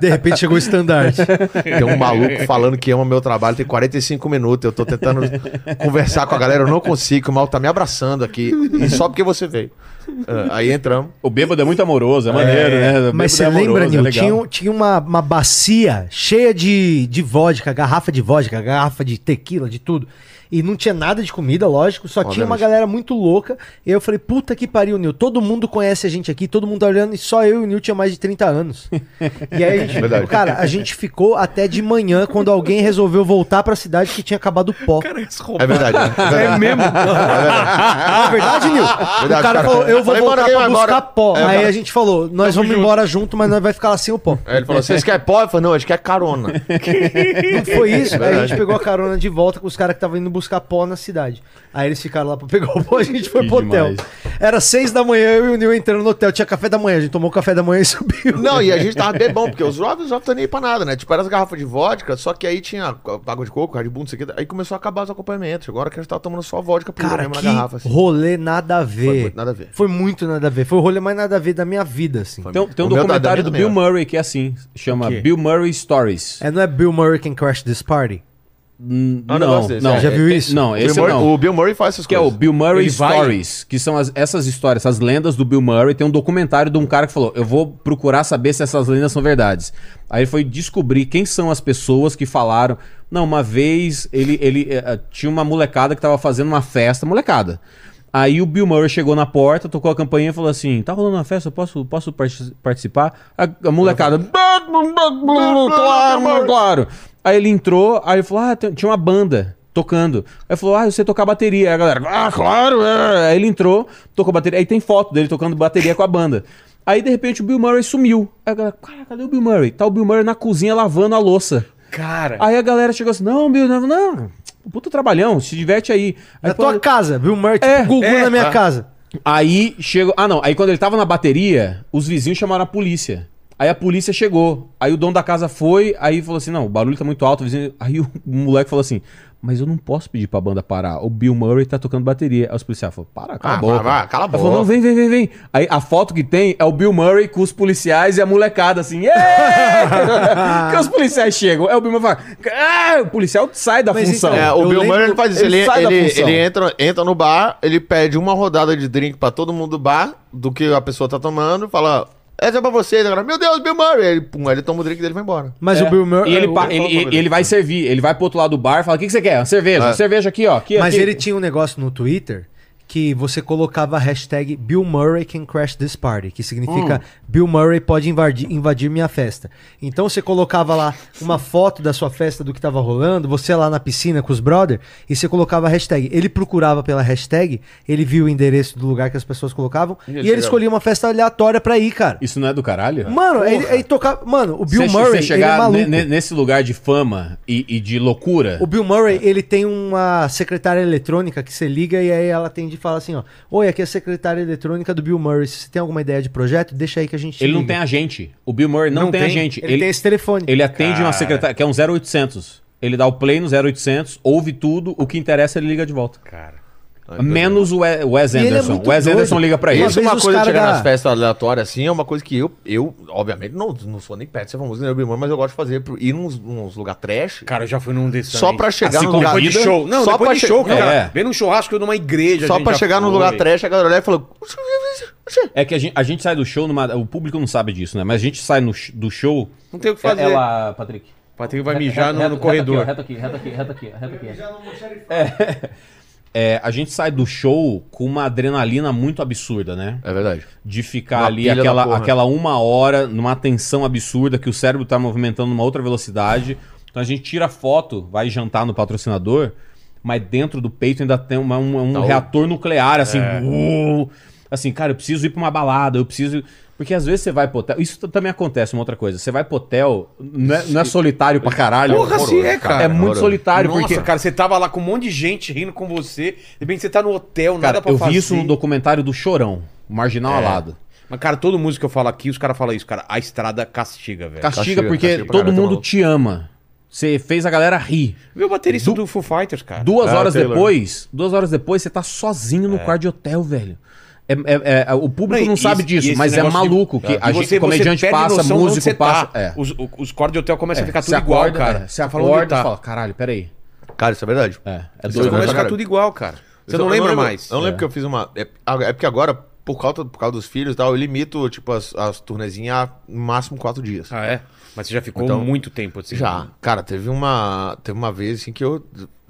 [SPEAKER 6] De repente chegou o estandarte.
[SPEAKER 5] Tem um maluco falando que ama meu trabalho, tem 45 minutos, eu tô tentando conversar com a galera, eu não consigo, o mal tá me abraçando aqui, e só porque você veio. Ah, aí entramos.
[SPEAKER 4] O bêbado é muito amoroso, é maneiro, né? O bêbado
[SPEAKER 6] Mas você
[SPEAKER 4] é
[SPEAKER 6] lembra,
[SPEAKER 4] amoroso, é
[SPEAKER 6] Nil?
[SPEAKER 4] legal.
[SPEAKER 6] tinha um- tinha uma, uma bacia cheia de, de vodka, garrafa de vodka, garrafa de tequila, de tudo. E não tinha nada de comida, lógico, só tinha uma
[SPEAKER 5] Obviamente.
[SPEAKER 6] galera muito louca. E eu falei, puta que pariu, Nil. Todo mundo conhece a gente aqui, todo mundo tá olhando, e só eu e o Nil tinha mais de 30 anos. E aí a gente,
[SPEAKER 5] Verdade.
[SPEAKER 6] cara, a gente ficou até de manhã quando alguém resolveu voltar pra cidade que tinha acabado o pó.
[SPEAKER 5] É verdade. né? É verdade.
[SPEAKER 1] mesmo?
[SPEAKER 6] Na Ah, é verdade, Nil, o cara,
[SPEAKER 5] Verdade, cara.
[SPEAKER 6] falou, eu vou
[SPEAKER 5] Falei,
[SPEAKER 6] voltar
[SPEAKER 5] mano, quem
[SPEAKER 6] pra
[SPEAKER 5] vai
[SPEAKER 6] buscar
[SPEAKER 5] embora?
[SPEAKER 6] pó.
[SPEAKER 5] É,
[SPEAKER 6] aí
[SPEAKER 5] cara.
[SPEAKER 6] a gente falou, nós vamos embora junto, mas nós vai ficar lá sem o pó.
[SPEAKER 5] Aí ele falou, vocês querem pó? Eu falei, não, a gente quer carona.
[SPEAKER 6] Não foi isso? Aí a
[SPEAKER 5] Verdade.
[SPEAKER 6] gente pegou a carona de volta com os caras que estavam indo buscar pó na cidade. Aí eles ficaram lá pra pegar o pó, a gente foi
[SPEAKER 4] Que
[SPEAKER 6] pro hotel.
[SPEAKER 4] demais.
[SPEAKER 6] Era seis da manhã, eu e o Nil entrando no hotel. Tinha café da manhã, a gente tomou café da manhã e subiu.
[SPEAKER 5] Não, e a gente tava bebão, porque os jovens, os jovens não nem aí pra nada, né? Tipo, era as garrafas de vodka, só que aí tinha água de coco, Red Bull, não sei o que. Aí começou a acabar os acompanhamentos. Agora que a gente tava tomando só vodka por
[SPEAKER 6] Cara,
[SPEAKER 5] mesmo
[SPEAKER 6] que
[SPEAKER 5] na garrafa, assim.
[SPEAKER 6] rolê nada a ver.
[SPEAKER 5] Foi muito nada a ver.
[SPEAKER 6] Foi muito nada a ver. Foi o rolê mais nada a ver da minha vida, assim.
[SPEAKER 4] Tem, tem um
[SPEAKER 5] O meu tá
[SPEAKER 4] documentário
[SPEAKER 5] dando
[SPEAKER 4] do Bill
[SPEAKER 5] mesmo.
[SPEAKER 4] Murray que é assim, chama Bill Murray Stories.
[SPEAKER 6] É, não é Bill Murray can crash this party?
[SPEAKER 4] Hum,
[SPEAKER 5] É
[SPEAKER 4] não,
[SPEAKER 5] um negócio desse,
[SPEAKER 4] não.
[SPEAKER 5] é.
[SPEAKER 6] Já viu
[SPEAKER 4] é-
[SPEAKER 6] isso?
[SPEAKER 4] Não,
[SPEAKER 5] O Bill
[SPEAKER 4] esse
[SPEAKER 5] Murray-
[SPEAKER 4] não.
[SPEAKER 5] O Bill Murray faz essas
[SPEAKER 4] Que é o
[SPEAKER 5] coisas.
[SPEAKER 4] Bill Murray
[SPEAKER 1] Ele vai-
[SPEAKER 4] Stories, que são as- essas histórias, essas lendas do Bill Murray. Tem um documentário de um cara que falou: Eu vou procurar saber se essas lendas são verdades. Aí ele foi descobrir quem são as pessoas que falaram. Não, uma vez ele, ele eh, eh, tinha uma molecada que tava fazendo uma festa, molecada. Aí o Bill Murray chegou na porta, tocou a campainha e falou assim: Tá rolando uma festa, eu posso, posso parti- participar? A, a molecada. Claro, claro, claro. Aí ele entrou, aí ele falou: Ah, tem- tinha uma banda tocando. Aí ele falou: Ah, eu sei tocar bateria. Aí a galera, ah, claro! é." Aí ele entrou, tocou bateria. Aí tem foto dele tocando bateria com a banda. Aí de repente o Bill Murray sumiu. Aí a galera, cara, cadê o Bill Murray? Tá o Bill Murray na cozinha lavando a louça.
[SPEAKER 1] Cara.
[SPEAKER 4] Aí a galera chegou assim: Não, Bill, não, não. Puta trabalhão, se diverte aí. Aí
[SPEAKER 6] Na
[SPEAKER 4] falou-
[SPEAKER 6] É tua casa, Bill Murray, tipo
[SPEAKER 4] É,
[SPEAKER 6] Gugu na minha casa.
[SPEAKER 4] Aí chegou. Ah, não. Aí quando ele tava na bateria, os vizinhos chamaram a polícia. Aí a polícia chegou. Aí o dono da casa foi, aí falou assim: não, o barulho tá muito alto. o vizinho... Aí o moleque falou assim: mas eu não posso pedir pra banda parar. O Bill Murray tá tocando bateria. Aí os policiais falaram: para, cala
[SPEAKER 5] Ah,
[SPEAKER 4] a boca.
[SPEAKER 5] vai, vai, cala a
[SPEAKER 4] Aí falou: não,
[SPEAKER 5] boca.
[SPEAKER 4] vem, vem, vem, vem. Aí a foto que tem é o Bill Murray com os policiais e a molecada assim: "Yeah!" Porque os policiais chegam. Aí o Bill Murray fala: ah, o policial sai da
[SPEAKER 6] Mas
[SPEAKER 4] função.
[SPEAKER 6] então,
[SPEAKER 5] É, o
[SPEAKER 6] Eu
[SPEAKER 5] Bill
[SPEAKER 6] lembro-
[SPEAKER 5] Murray ele faz isso.
[SPEAKER 4] ele
[SPEAKER 5] Ele,
[SPEAKER 4] sai da
[SPEAKER 5] ele-
[SPEAKER 4] função.
[SPEAKER 5] ele entra, entra no bar, ele pede uma rodada de drink pra todo mundo do bar, do que a pessoa tá tomando, fala, essa é pra vocês agora. Meu Deus, Bill Murray. Aí Ele, pum, aí ele toma o drink dele e vai embora.
[SPEAKER 6] Mas
[SPEAKER 4] É.
[SPEAKER 6] o Bill Murray.
[SPEAKER 4] E ele,
[SPEAKER 6] o-
[SPEAKER 4] pa- ele- ele- ele vai servir, ele vai pro outro lado do bar e fala: o que, que você quer? Uma cerveja, uma cerveja aqui, ó. Aqui,
[SPEAKER 6] É. Mas
[SPEAKER 4] aqui."
[SPEAKER 6] ele tinha um negócio no Twitter que você colocava a hashtag Bill Murray can crash this party, que significa
[SPEAKER 4] Hum.
[SPEAKER 6] Bill Murray pode invadir, invadir minha festa. Então você colocava lá uma foto da sua festa do que tava rolando, você lá na piscina com os brother, e você colocava a hashtag. Ele procurava pela hashtag, ele via o endereço do lugar que as pessoas colocavam, e
[SPEAKER 5] ele
[SPEAKER 6] ele,
[SPEAKER 5] chegava.
[SPEAKER 6] escolhia uma festa aleatória pra ir, cara.
[SPEAKER 4] Isso não é do caralho?
[SPEAKER 6] Mano, aí, aí tocava... Mano, o Bill
[SPEAKER 4] Cê- cê
[SPEAKER 6] Murray, ele é
[SPEAKER 4] chegar
[SPEAKER 6] maluco.
[SPEAKER 4] ne- ne- nesse lugar de fama e, e de loucura.
[SPEAKER 6] O Bill Murray,
[SPEAKER 4] É.
[SPEAKER 6] ele tem uma secretária eletrônica que você liga e aí ela atende e fala assim, ó. Oi, aqui é a secretária eletrônica do Bill Murray. Se você tem alguma ideia de projeto, deixa aí que a gente te
[SPEAKER 4] Ele não
[SPEAKER 6] liga."
[SPEAKER 4] tem agente. O Bill Murray não,
[SPEAKER 1] Não
[SPEAKER 4] tem,
[SPEAKER 1] tem.
[SPEAKER 4] agente.
[SPEAKER 6] Ele, tem esse telefone.
[SPEAKER 4] ele atende uma secretária, que é um 0800. Ele dá o play no 0800, ouve tudo, o que interessa ele liga de volta.
[SPEAKER 1] Cara.
[SPEAKER 4] Menos o We- Wes
[SPEAKER 6] E ele é
[SPEAKER 4] Anderson.
[SPEAKER 6] muito
[SPEAKER 4] o Wes
[SPEAKER 6] doido.
[SPEAKER 4] Anderson liga pra ele.
[SPEAKER 6] Uma
[SPEAKER 5] Isso é
[SPEAKER 6] vez
[SPEAKER 5] uma
[SPEAKER 6] os
[SPEAKER 5] coisa de
[SPEAKER 6] cara
[SPEAKER 5] chegar
[SPEAKER 6] da-
[SPEAKER 5] nas festas aleatórias, assim, é uma coisa que eu, eu obviamente, não, não sou nem perto de ser famoso, nem o Bill Murray, mas eu gosto de fazer, pro- ir nos, nos lugar trash,
[SPEAKER 1] Cara, eu já fui num desses.
[SPEAKER 5] só
[SPEAKER 1] também.
[SPEAKER 5] pra chegar
[SPEAKER 4] assim,
[SPEAKER 5] no
[SPEAKER 4] como
[SPEAKER 5] lugar...
[SPEAKER 4] foi
[SPEAKER 1] Depois de show. Não,
[SPEAKER 5] só
[SPEAKER 1] depois
[SPEAKER 5] pra
[SPEAKER 1] de
[SPEAKER 5] che-
[SPEAKER 1] show, cara.
[SPEAKER 4] É.
[SPEAKER 1] Vem num churrasco numa igreja. a
[SPEAKER 5] Só
[SPEAKER 1] gente
[SPEAKER 5] pra
[SPEAKER 1] já
[SPEAKER 5] chegar no
[SPEAKER 1] foi.
[SPEAKER 5] lugar trash, a galera olha e fala... "Oxi, oxi, oxi."
[SPEAKER 4] É que a gente, a gente sai do show numa. O público não sabe disso, né? Mas a gente sai no sh- do show.
[SPEAKER 1] Não tem o que fazer.
[SPEAKER 4] É lá, Patrick.
[SPEAKER 1] O Patrick vai mijar no, no corredor.
[SPEAKER 4] Reto aqui, reto aqui, reto aqui, reto aqui. É. é, a gente sai do show com uma adrenalina muito absurda, né?
[SPEAKER 5] É verdade.
[SPEAKER 4] De ficar
[SPEAKER 5] Uma
[SPEAKER 4] ali
[SPEAKER 5] pilha da
[SPEAKER 4] aquela,
[SPEAKER 5] porra.
[SPEAKER 4] aquela uma hora numa tensão absurda que o cérebro tá movimentando numa outra velocidade. Então a gente tira foto, vai jantar no patrocinador, mas dentro do peito ainda tem uma- um- um
[SPEAKER 5] Tá o- É.
[SPEAKER 4] reator nuclear, assim. "Uou!" assim, cara, eu preciso ir pra uma balada, eu preciso. Porque às vezes você vai pro hotel. Isso t- também acontece, uma outra coisa. Você vai pro hotel, não é, não é solitário pra caralho.
[SPEAKER 1] Porra,
[SPEAKER 4] horroroso.
[SPEAKER 1] se é, cara.
[SPEAKER 4] É muito
[SPEAKER 5] horroroso.
[SPEAKER 4] solitário,
[SPEAKER 1] Nossa,
[SPEAKER 4] porque.
[SPEAKER 1] cara, você tava lá com um monte de gente rindo com você. De repente você tá no hotel,
[SPEAKER 4] Cara,
[SPEAKER 1] nada pra
[SPEAKER 4] eu
[SPEAKER 1] fazer.
[SPEAKER 4] vi isso no documentário do Chorão, Marginal
[SPEAKER 5] É.
[SPEAKER 4] Alado.
[SPEAKER 1] Mas, cara, todo músico que eu falo aqui, os caras falam isso, cara. A estrada É, castiga, velho.
[SPEAKER 4] Castiga,
[SPEAKER 5] Castiga,
[SPEAKER 4] porque
[SPEAKER 5] castiga pra
[SPEAKER 4] todo
[SPEAKER 5] caralho, tá
[SPEAKER 4] mundo
[SPEAKER 5] maluco.
[SPEAKER 4] te ama. Você fez a galera rir.
[SPEAKER 1] Viu o baterista do, Foo Fighters, cara?
[SPEAKER 4] Duas
[SPEAKER 5] Ah,
[SPEAKER 4] horas
[SPEAKER 5] Taylor.
[SPEAKER 4] depois, duas horas depois, você tá sozinho no quarto de hotel, velho. É- é- é- o público não,
[SPEAKER 1] e-
[SPEAKER 4] sabe
[SPEAKER 1] e
[SPEAKER 4] disso,
[SPEAKER 1] esse
[SPEAKER 4] mas é
[SPEAKER 1] negócio de-
[SPEAKER 4] maluco que
[SPEAKER 1] E
[SPEAKER 4] a gente,
[SPEAKER 1] você-
[SPEAKER 4] comediante
[SPEAKER 1] você perde
[SPEAKER 4] passa,
[SPEAKER 1] noção de onde
[SPEAKER 4] músico
[SPEAKER 1] você
[SPEAKER 4] passa.
[SPEAKER 1] tá.
[SPEAKER 4] é.
[SPEAKER 1] Os, o- os cortes de hotel começam a
[SPEAKER 4] É,
[SPEAKER 1] ficar
[SPEAKER 4] você
[SPEAKER 1] tudo igual,
[SPEAKER 4] acorda,
[SPEAKER 1] cara.
[SPEAKER 4] é, você
[SPEAKER 1] fala onde
[SPEAKER 4] acorda e
[SPEAKER 1] tá.
[SPEAKER 4] fala, caralho, peraí.
[SPEAKER 5] Cara, isso é verdade.
[SPEAKER 4] É, é
[SPEAKER 1] Você
[SPEAKER 4] doido.
[SPEAKER 1] começa a
[SPEAKER 4] né?
[SPEAKER 1] ficar
[SPEAKER 5] Caralho.
[SPEAKER 1] tudo igual, cara. Você
[SPEAKER 5] Eu
[SPEAKER 1] não
[SPEAKER 5] só- eu
[SPEAKER 1] lembra
[SPEAKER 5] lembro-
[SPEAKER 1] mais.
[SPEAKER 5] Eu não lembro que eu fiz uma. É, é porque agora, por causa, por causa dos filhos e tal, eu limito, tipo, as, as turnezinhas a no máximo quatro dias.
[SPEAKER 1] Ah, é? Mas você já ficou
[SPEAKER 5] Então-
[SPEAKER 1] muito tempo assim.
[SPEAKER 5] Já. Cara, teve uma. Teve uma vez assim que eu.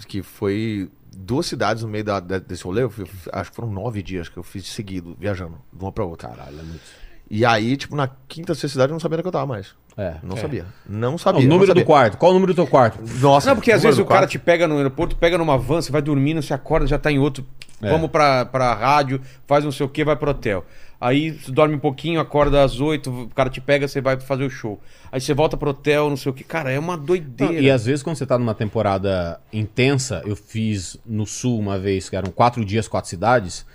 [SPEAKER 5] Que foi duas cidades no meio da, da- desse rolê. eu fui- acho que foram nove dias que eu fiz seguido, viajando, de uma pra outra. Caralho, é muito. E aí, tipo, na quinta, sexta cidade eu não sabia onde é que eu tava mais.
[SPEAKER 4] É.
[SPEAKER 5] Não sabia. Não
[SPEAKER 4] Não,
[SPEAKER 5] sabia.
[SPEAKER 4] o número
[SPEAKER 5] não
[SPEAKER 4] do quarto. Qual o número do teu quarto?
[SPEAKER 5] quarto. Nossa,
[SPEAKER 1] Não, porque às
[SPEAKER 5] número
[SPEAKER 1] vezes
[SPEAKER 5] do
[SPEAKER 1] o cara
[SPEAKER 5] quarto.
[SPEAKER 1] te pega no aeroporto, pega numa van, você vai dormindo, você acorda, já tá em outro. Vamos pra, pra rádio, faz não sei o que, vai pro hotel. Aí você dorme um pouquinho, acorda às oito, o cara te pega, você vai fazer o show. Aí você volta pro hotel, não sei o que. Cara, é uma doideira.
[SPEAKER 4] E às vezes, quando você tá numa temporada intensa, eu fiz no sul uma vez, que eram quatro dias, quatro cidades.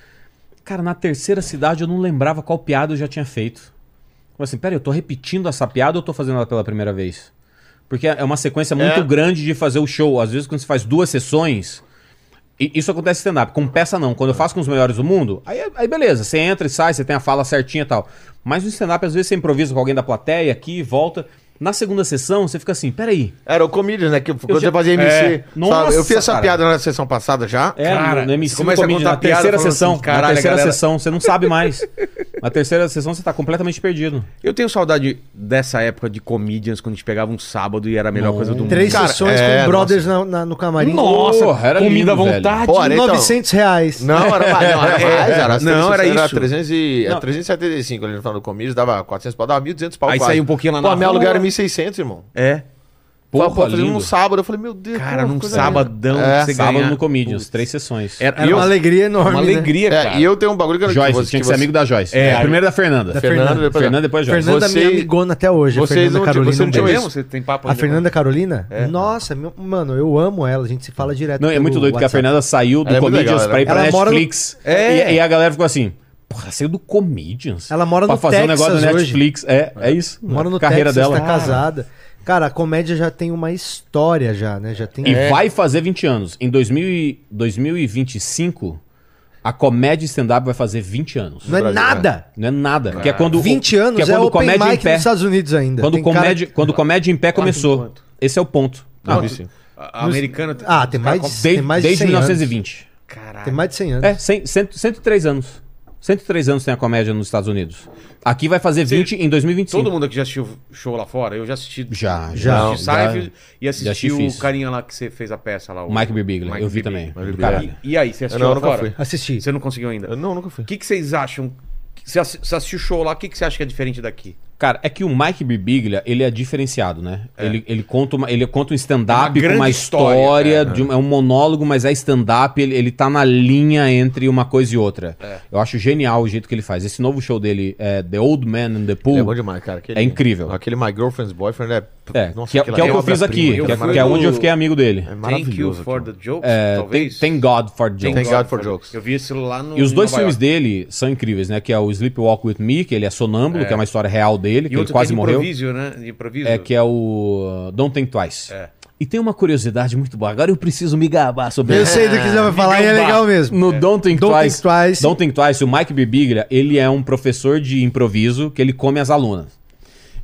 [SPEAKER 4] Cara, na terceira cidade eu não lembrava qual piada eu já tinha feito. Falei assim, peraí, eu tô repetindo essa piada ou eu tô fazendo ela pela primeira vez? Porque é uma sequência muito grande de fazer o show. Às vezes, quando você faz duas sessões. e Isso acontece em stand-up, com peça não. Quando eu faço com os melhores do mundo, aí, aí beleza, você entra e sai, você tem a fala certinha e tal. Mas no stand-up, às vezes, você improvisa com alguém da plateia aqui, volta. Na segunda sessão, você fica assim, peraí,
[SPEAKER 5] Era o Comedians, né? Que quando
[SPEAKER 4] já-
[SPEAKER 5] você fazia MC.
[SPEAKER 4] É.
[SPEAKER 5] sabe?
[SPEAKER 4] Nossa,
[SPEAKER 5] eu fiz essa
[SPEAKER 4] cara.
[SPEAKER 5] piada na sessão passada já.
[SPEAKER 4] É,
[SPEAKER 1] Cara,
[SPEAKER 4] no- no MC
[SPEAKER 1] você começa a
[SPEAKER 4] Comedy,
[SPEAKER 1] contar
[SPEAKER 4] na
[SPEAKER 1] piada
[SPEAKER 4] terceira
[SPEAKER 1] falando
[SPEAKER 4] sessão.
[SPEAKER 1] assim, "Caralho,
[SPEAKER 4] na terceira
[SPEAKER 1] a galera-"
[SPEAKER 4] sessão, você não sabe mais. na terceira sessão, você tá completamente perdido.
[SPEAKER 1] Eu tenho saudade dessa época de comedians, quando a gente pegava um sábado e era a melhor coisa do mundo.
[SPEAKER 6] Três
[SPEAKER 5] Cara,
[SPEAKER 6] sessões
[SPEAKER 5] é,
[SPEAKER 6] com brothers na- na- no camarim.
[SPEAKER 4] Porra, era
[SPEAKER 1] comida à
[SPEAKER 4] lindo, velho.
[SPEAKER 1] vontade.
[SPEAKER 5] Pô, era, então-
[SPEAKER 6] 900 reais.
[SPEAKER 5] Não, era mais, não, era
[SPEAKER 4] É,
[SPEAKER 5] mais, era, as
[SPEAKER 1] Não, era
[SPEAKER 5] 300,
[SPEAKER 1] isso.
[SPEAKER 5] 300 e,
[SPEAKER 4] Não.
[SPEAKER 5] era 375, ele falando do Comedians, dava 400 pau, dava 1.200 pau
[SPEAKER 1] Aí
[SPEAKER 5] quase.
[SPEAKER 1] saiu um pouquinho lá
[SPEAKER 5] Pô,
[SPEAKER 1] na
[SPEAKER 5] meu
[SPEAKER 1] rua.
[SPEAKER 5] aluguel era 1.600, irmão.
[SPEAKER 1] É.
[SPEAKER 4] Pô,
[SPEAKER 5] Pô, fazendo
[SPEAKER 4] lindo.
[SPEAKER 5] num sábado, eu falei, meu Deus.
[SPEAKER 1] Cara,
[SPEAKER 5] pô,
[SPEAKER 1] num
[SPEAKER 5] coisa
[SPEAKER 1] sabadão
[SPEAKER 5] linda. É.
[SPEAKER 1] que você
[SPEAKER 4] Sábado
[SPEAKER 1] ganhar.
[SPEAKER 4] no Comedians, três sessões.
[SPEAKER 1] Era,
[SPEAKER 6] Era uma alegria enorme. né?
[SPEAKER 1] uma alegria,
[SPEAKER 5] É,
[SPEAKER 1] cara.
[SPEAKER 5] e eu tenho um bagulho que eu
[SPEAKER 4] Joyce,
[SPEAKER 5] que você-
[SPEAKER 4] tinha que
[SPEAKER 5] você-
[SPEAKER 4] ser amigo da Joyce.
[SPEAKER 1] É,
[SPEAKER 4] a primeira da Fernanda.
[SPEAKER 5] Fernanda,
[SPEAKER 6] Da Fernanda.
[SPEAKER 5] depois
[SPEAKER 4] Fernanda, depois Joyce.
[SPEAKER 6] Fernanda é minha
[SPEAKER 5] Você-
[SPEAKER 6] amigona até hoje. A
[SPEAKER 5] vocês
[SPEAKER 6] Fernanda
[SPEAKER 5] não-
[SPEAKER 6] Carolina.
[SPEAKER 5] você não
[SPEAKER 6] um
[SPEAKER 5] É.
[SPEAKER 1] É
[SPEAKER 5] tinha
[SPEAKER 6] beijo.
[SPEAKER 1] mesmo? Você tem papo
[SPEAKER 6] A
[SPEAKER 1] ainda?
[SPEAKER 6] Fernanda Carolina? Nossa, meu- mano, eu amo ela. A gente se fala direto.
[SPEAKER 4] Não, é
[SPEAKER 6] pelo
[SPEAKER 4] muito doido que a
[SPEAKER 6] WhatsApp.
[SPEAKER 4] Fernanda saiu do
[SPEAKER 5] Ela é muito
[SPEAKER 4] Comedians
[SPEAKER 5] legal,
[SPEAKER 4] pra ir pra
[SPEAKER 6] ela mora no-
[SPEAKER 4] Netflix.
[SPEAKER 1] É.
[SPEAKER 4] E, e a galera ficou assim. Porra, saiu do Comedians.
[SPEAKER 6] Ela mora
[SPEAKER 4] pra
[SPEAKER 6] no
[SPEAKER 4] fazer um negócio
[SPEAKER 6] Texas
[SPEAKER 4] do
[SPEAKER 6] hoje.
[SPEAKER 4] Netflix. É, é isso.
[SPEAKER 6] Mora no
[SPEAKER 4] Carreira
[SPEAKER 6] Carreira
[SPEAKER 4] dela.
[SPEAKER 6] Texas, tá casada. Cara, a comédia já tem uma história já, né? Já tem...
[SPEAKER 4] E vai fazer 20 anos. Em 2000 e- 2025, a comédia stand-up vai fazer 20 anos.
[SPEAKER 6] Não é
[SPEAKER 5] Brasil,
[SPEAKER 6] nada.
[SPEAKER 4] Não é nada. Que é quando,
[SPEAKER 6] 20
[SPEAKER 4] que é
[SPEAKER 6] anos é,
[SPEAKER 4] quando
[SPEAKER 6] o open
[SPEAKER 4] comédia em
[SPEAKER 6] mic
[SPEAKER 4] pé.
[SPEAKER 6] nos Estados Unidos ainda.
[SPEAKER 4] Quando
[SPEAKER 6] Tem cara-
[SPEAKER 4] comédia, quando comédia em pé começou. Esse é o ponto.
[SPEAKER 5] Não, isso.
[SPEAKER 1] A- a americana.
[SPEAKER 6] Ah, tem mais, de-
[SPEAKER 4] Desde,
[SPEAKER 6] tem mais
[SPEAKER 4] desde
[SPEAKER 6] de 100 anos.
[SPEAKER 4] 1920.
[SPEAKER 6] Tem mais de 100 anos.
[SPEAKER 4] É, 100, 100, 103 anos. 103 anos tem a comédia nos Estados Unidos. Aqui vai fazer 20 em 2025.
[SPEAKER 1] Todo mundo aqui já assistiu show lá fora? Eu já assisti.
[SPEAKER 4] Ah, Já,
[SPEAKER 1] Já
[SPEAKER 4] já.
[SPEAKER 1] assisti Seinfeld e
[SPEAKER 4] já
[SPEAKER 1] assisti
[SPEAKER 4] assisti
[SPEAKER 1] o
[SPEAKER 4] isso.
[SPEAKER 1] carinha lá que você fez a peça lá. O
[SPEAKER 4] O Mike Birbiglia, eu vi também.
[SPEAKER 1] Birbiglia.
[SPEAKER 4] Do caralho.
[SPEAKER 1] E, e aí, você assistiu
[SPEAKER 5] Eu não,
[SPEAKER 1] lá
[SPEAKER 5] nunca
[SPEAKER 1] fora?
[SPEAKER 6] Assisti.
[SPEAKER 1] Você não conseguiu ainda?
[SPEAKER 5] Eu não, nunca fui.
[SPEAKER 1] O que, que vocês acham? Você assi- você assistiu o show lá, o que, que você acha que é diferente daqui?
[SPEAKER 4] Cara, é que o Mike Birbiglia, ele é diferenciado, né? Ele, ele, conta uma, ele conta
[SPEAKER 1] É
[SPEAKER 4] um
[SPEAKER 1] Uma
[SPEAKER 4] stand-up com
[SPEAKER 1] grande
[SPEAKER 4] uma
[SPEAKER 1] história,
[SPEAKER 4] história, de um- é um monólogo, mas é stand-up, ele, ele tá na linha entre uma coisa e outra.
[SPEAKER 1] É.
[SPEAKER 4] Eu acho genial o jeito que ele faz. Esse novo show dele, é The Old Man and the Pool,
[SPEAKER 5] É bom demais, cara. Aquele,
[SPEAKER 4] é incrível.
[SPEAKER 5] Aquele My Girlfriend's Boyfriend é...
[SPEAKER 4] É,
[SPEAKER 5] Nossa,
[SPEAKER 4] que, é-
[SPEAKER 5] aquilo
[SPEAKER 4] que é o
[SPEAKER 5] ali
[SPEAKER 4] que eu
[SPEAKER 5] uma
[SPEAKER 4] fiz aqui,
[SPEAKER 5] obra-prima,
[SPEAKER 4] que,
[SPEAKER 1] Eu
[SPEAKER 4] é-
[SPEAKER 1] fui
[SPEAKER 4] que é
[SPEAKER 1] no-
[SPEAKER 4] onde eu fiquei amigo dele.
[SPEAKER 5] É
[SPEAKER 1] Thank You
[SPEAKER 5] maravilhoso.
[SPEAKER 1] for
[SPEAKER 5] aquilo.
[SPEAKER 1] the Jokes,
[SPEAKER 4] É, tem,
[SPEAKER 1] talvez?
[SPEAKER 4] tem God for Jones.
[SPEAKER 5] Thank God for Jokes.
[SPEAKER 1] Eu vi esse lá no
[SPEAKER 4] E os dois
[SPEAKER 1] Nova
[SPEAKER 4] filmes
[SPEAKER 1] York.
[SPEAKER 4] dele são incríveis, né? Que é o Sleepwalk With Me, que ele é sonâmbulo, que é uma história real dele,
[SPEAKER 1] E
[SPEAKER 4] que ele
[SPEAKER 1] outro
[SPEAKER 4] quase
[SPEAKER 1] que é de
[SPEAKER 4] morreu.
[SPEAKER 1] improviso, né? De improviso.
[SPEAKER 4] É que é o Don't Think Twice.
[SPEAKER 1] É.
[SPEAKER 4] E tem uma curiosidade muito boa. Agora eu preciso me gabar sobre
[SPEAKER 6] Eu
[SPEAKER 4] isso.
[SPEAKER 6] sei do que você vai falar e é
[SPEAKER 4] um
[SPEAKER 1] Miguel
[SPEAKER 6] legal
[SPEAKER 1] Bar.
[SPEAKER 6] mesmo.
[SPEAKER 4] No Don't Think
[SPEAKER 6] Don't
[SPEAKER 4] Twice.
[SPEAKER 6] Think Twice.
[SPEAKER 4] Don't Think Twice, o Mike Birbiglia, ele é um professor de improviso que ele come as alunas.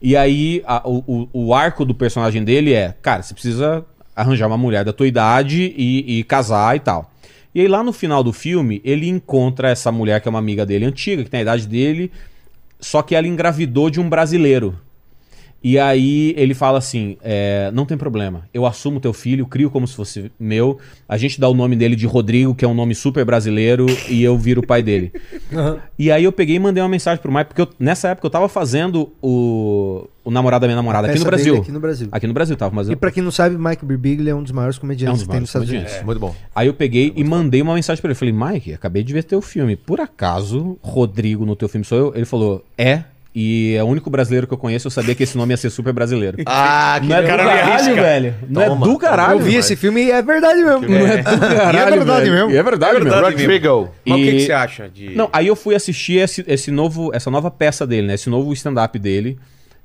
[SPEAKER 4] E aí, a- o, o- o arco do personagem dele é, cara, você precisa arranjar uma mulher da tua idade e, e casar e tal. E aí, lá no final do filme, ele encontra essa mulher que é uma amiga dele antiga, que tem a idade dele, só que ela engravidou de um brasileiro. E aí ele fala assim: é, não tem problema, eu assumo teu filho, crio como se fosse meu. A gente dá o nome dele de Rodrigo, que é um nome super brasileiro, e eu viro o pai dele. E aí eu peguei e mandei uma mensagem pro Mike, porque eu- nessa época eu tava fazendo o, o namorado da minha namorada aqui no
[SPEAKER 6] peça dele
[SPEAKER 4] Brasil.
[SPEAKER 6] aqui no Brasil.
[SPEAKER 4] Aqui no Brasil tava, mas
[SPEAKER 6] E
[SPEAKER 4] eu,
[SPEAKER 6] pra quem não sabe, Mike Birbiglia é um dos maiores comediantes
[SPEAKER 4] É um dos
[SPEAKER 6] que tem nos
[SPEAKER 4] maiores
[SPEAKER 6] Estados Unidos.
[SPEAKER 5] Muito bom.
[SPEAKER 4] Aí eu peguei e mandei uma mensagem pra ele. Falei, Mike, acabei de ver teu filme. Por acaso, Rodrigo no teu filme sou eu? Ele falou, é. E é o único brasileiro que eu conheço. Eu sabia que esse nome ia ser super brasileiro.
[SPEAKER 5] Ah, que
[SPEAKER 4] Não é do
[SPEAKER 7] cara me
[SPEAKER 4] caralho,
[SPEAKER 7] arrisca.
[SPEAKER 4] velho. Não é
[SPEAKER 5] Toma,
[SPEAKER 4] do
[SPEAKER 5] toma.
[SPEAKER 4] caralho.
[SPEAKER 6] Eu vi esse filme e é verdade mesmo.
[SPEAKER 4] Não é do caralho.
[SPEAKER 6] E é verdade
[SPEAKER 4] velho.
[SPEAKER 6] mesmo.
[SPEAKER 4] E é verdade, mesmo.
[SPEAKER 5] Rodrigo.
[SPEAKER 1] Tá Mas o que,
[SPEAKER 4] E-
[SPEAKER 1] que você acha de.
[SPEAKER 4] Não, aí eu fui assistir esse, esse novo, essa nova peça dele, né? Esse novo stand-up dele.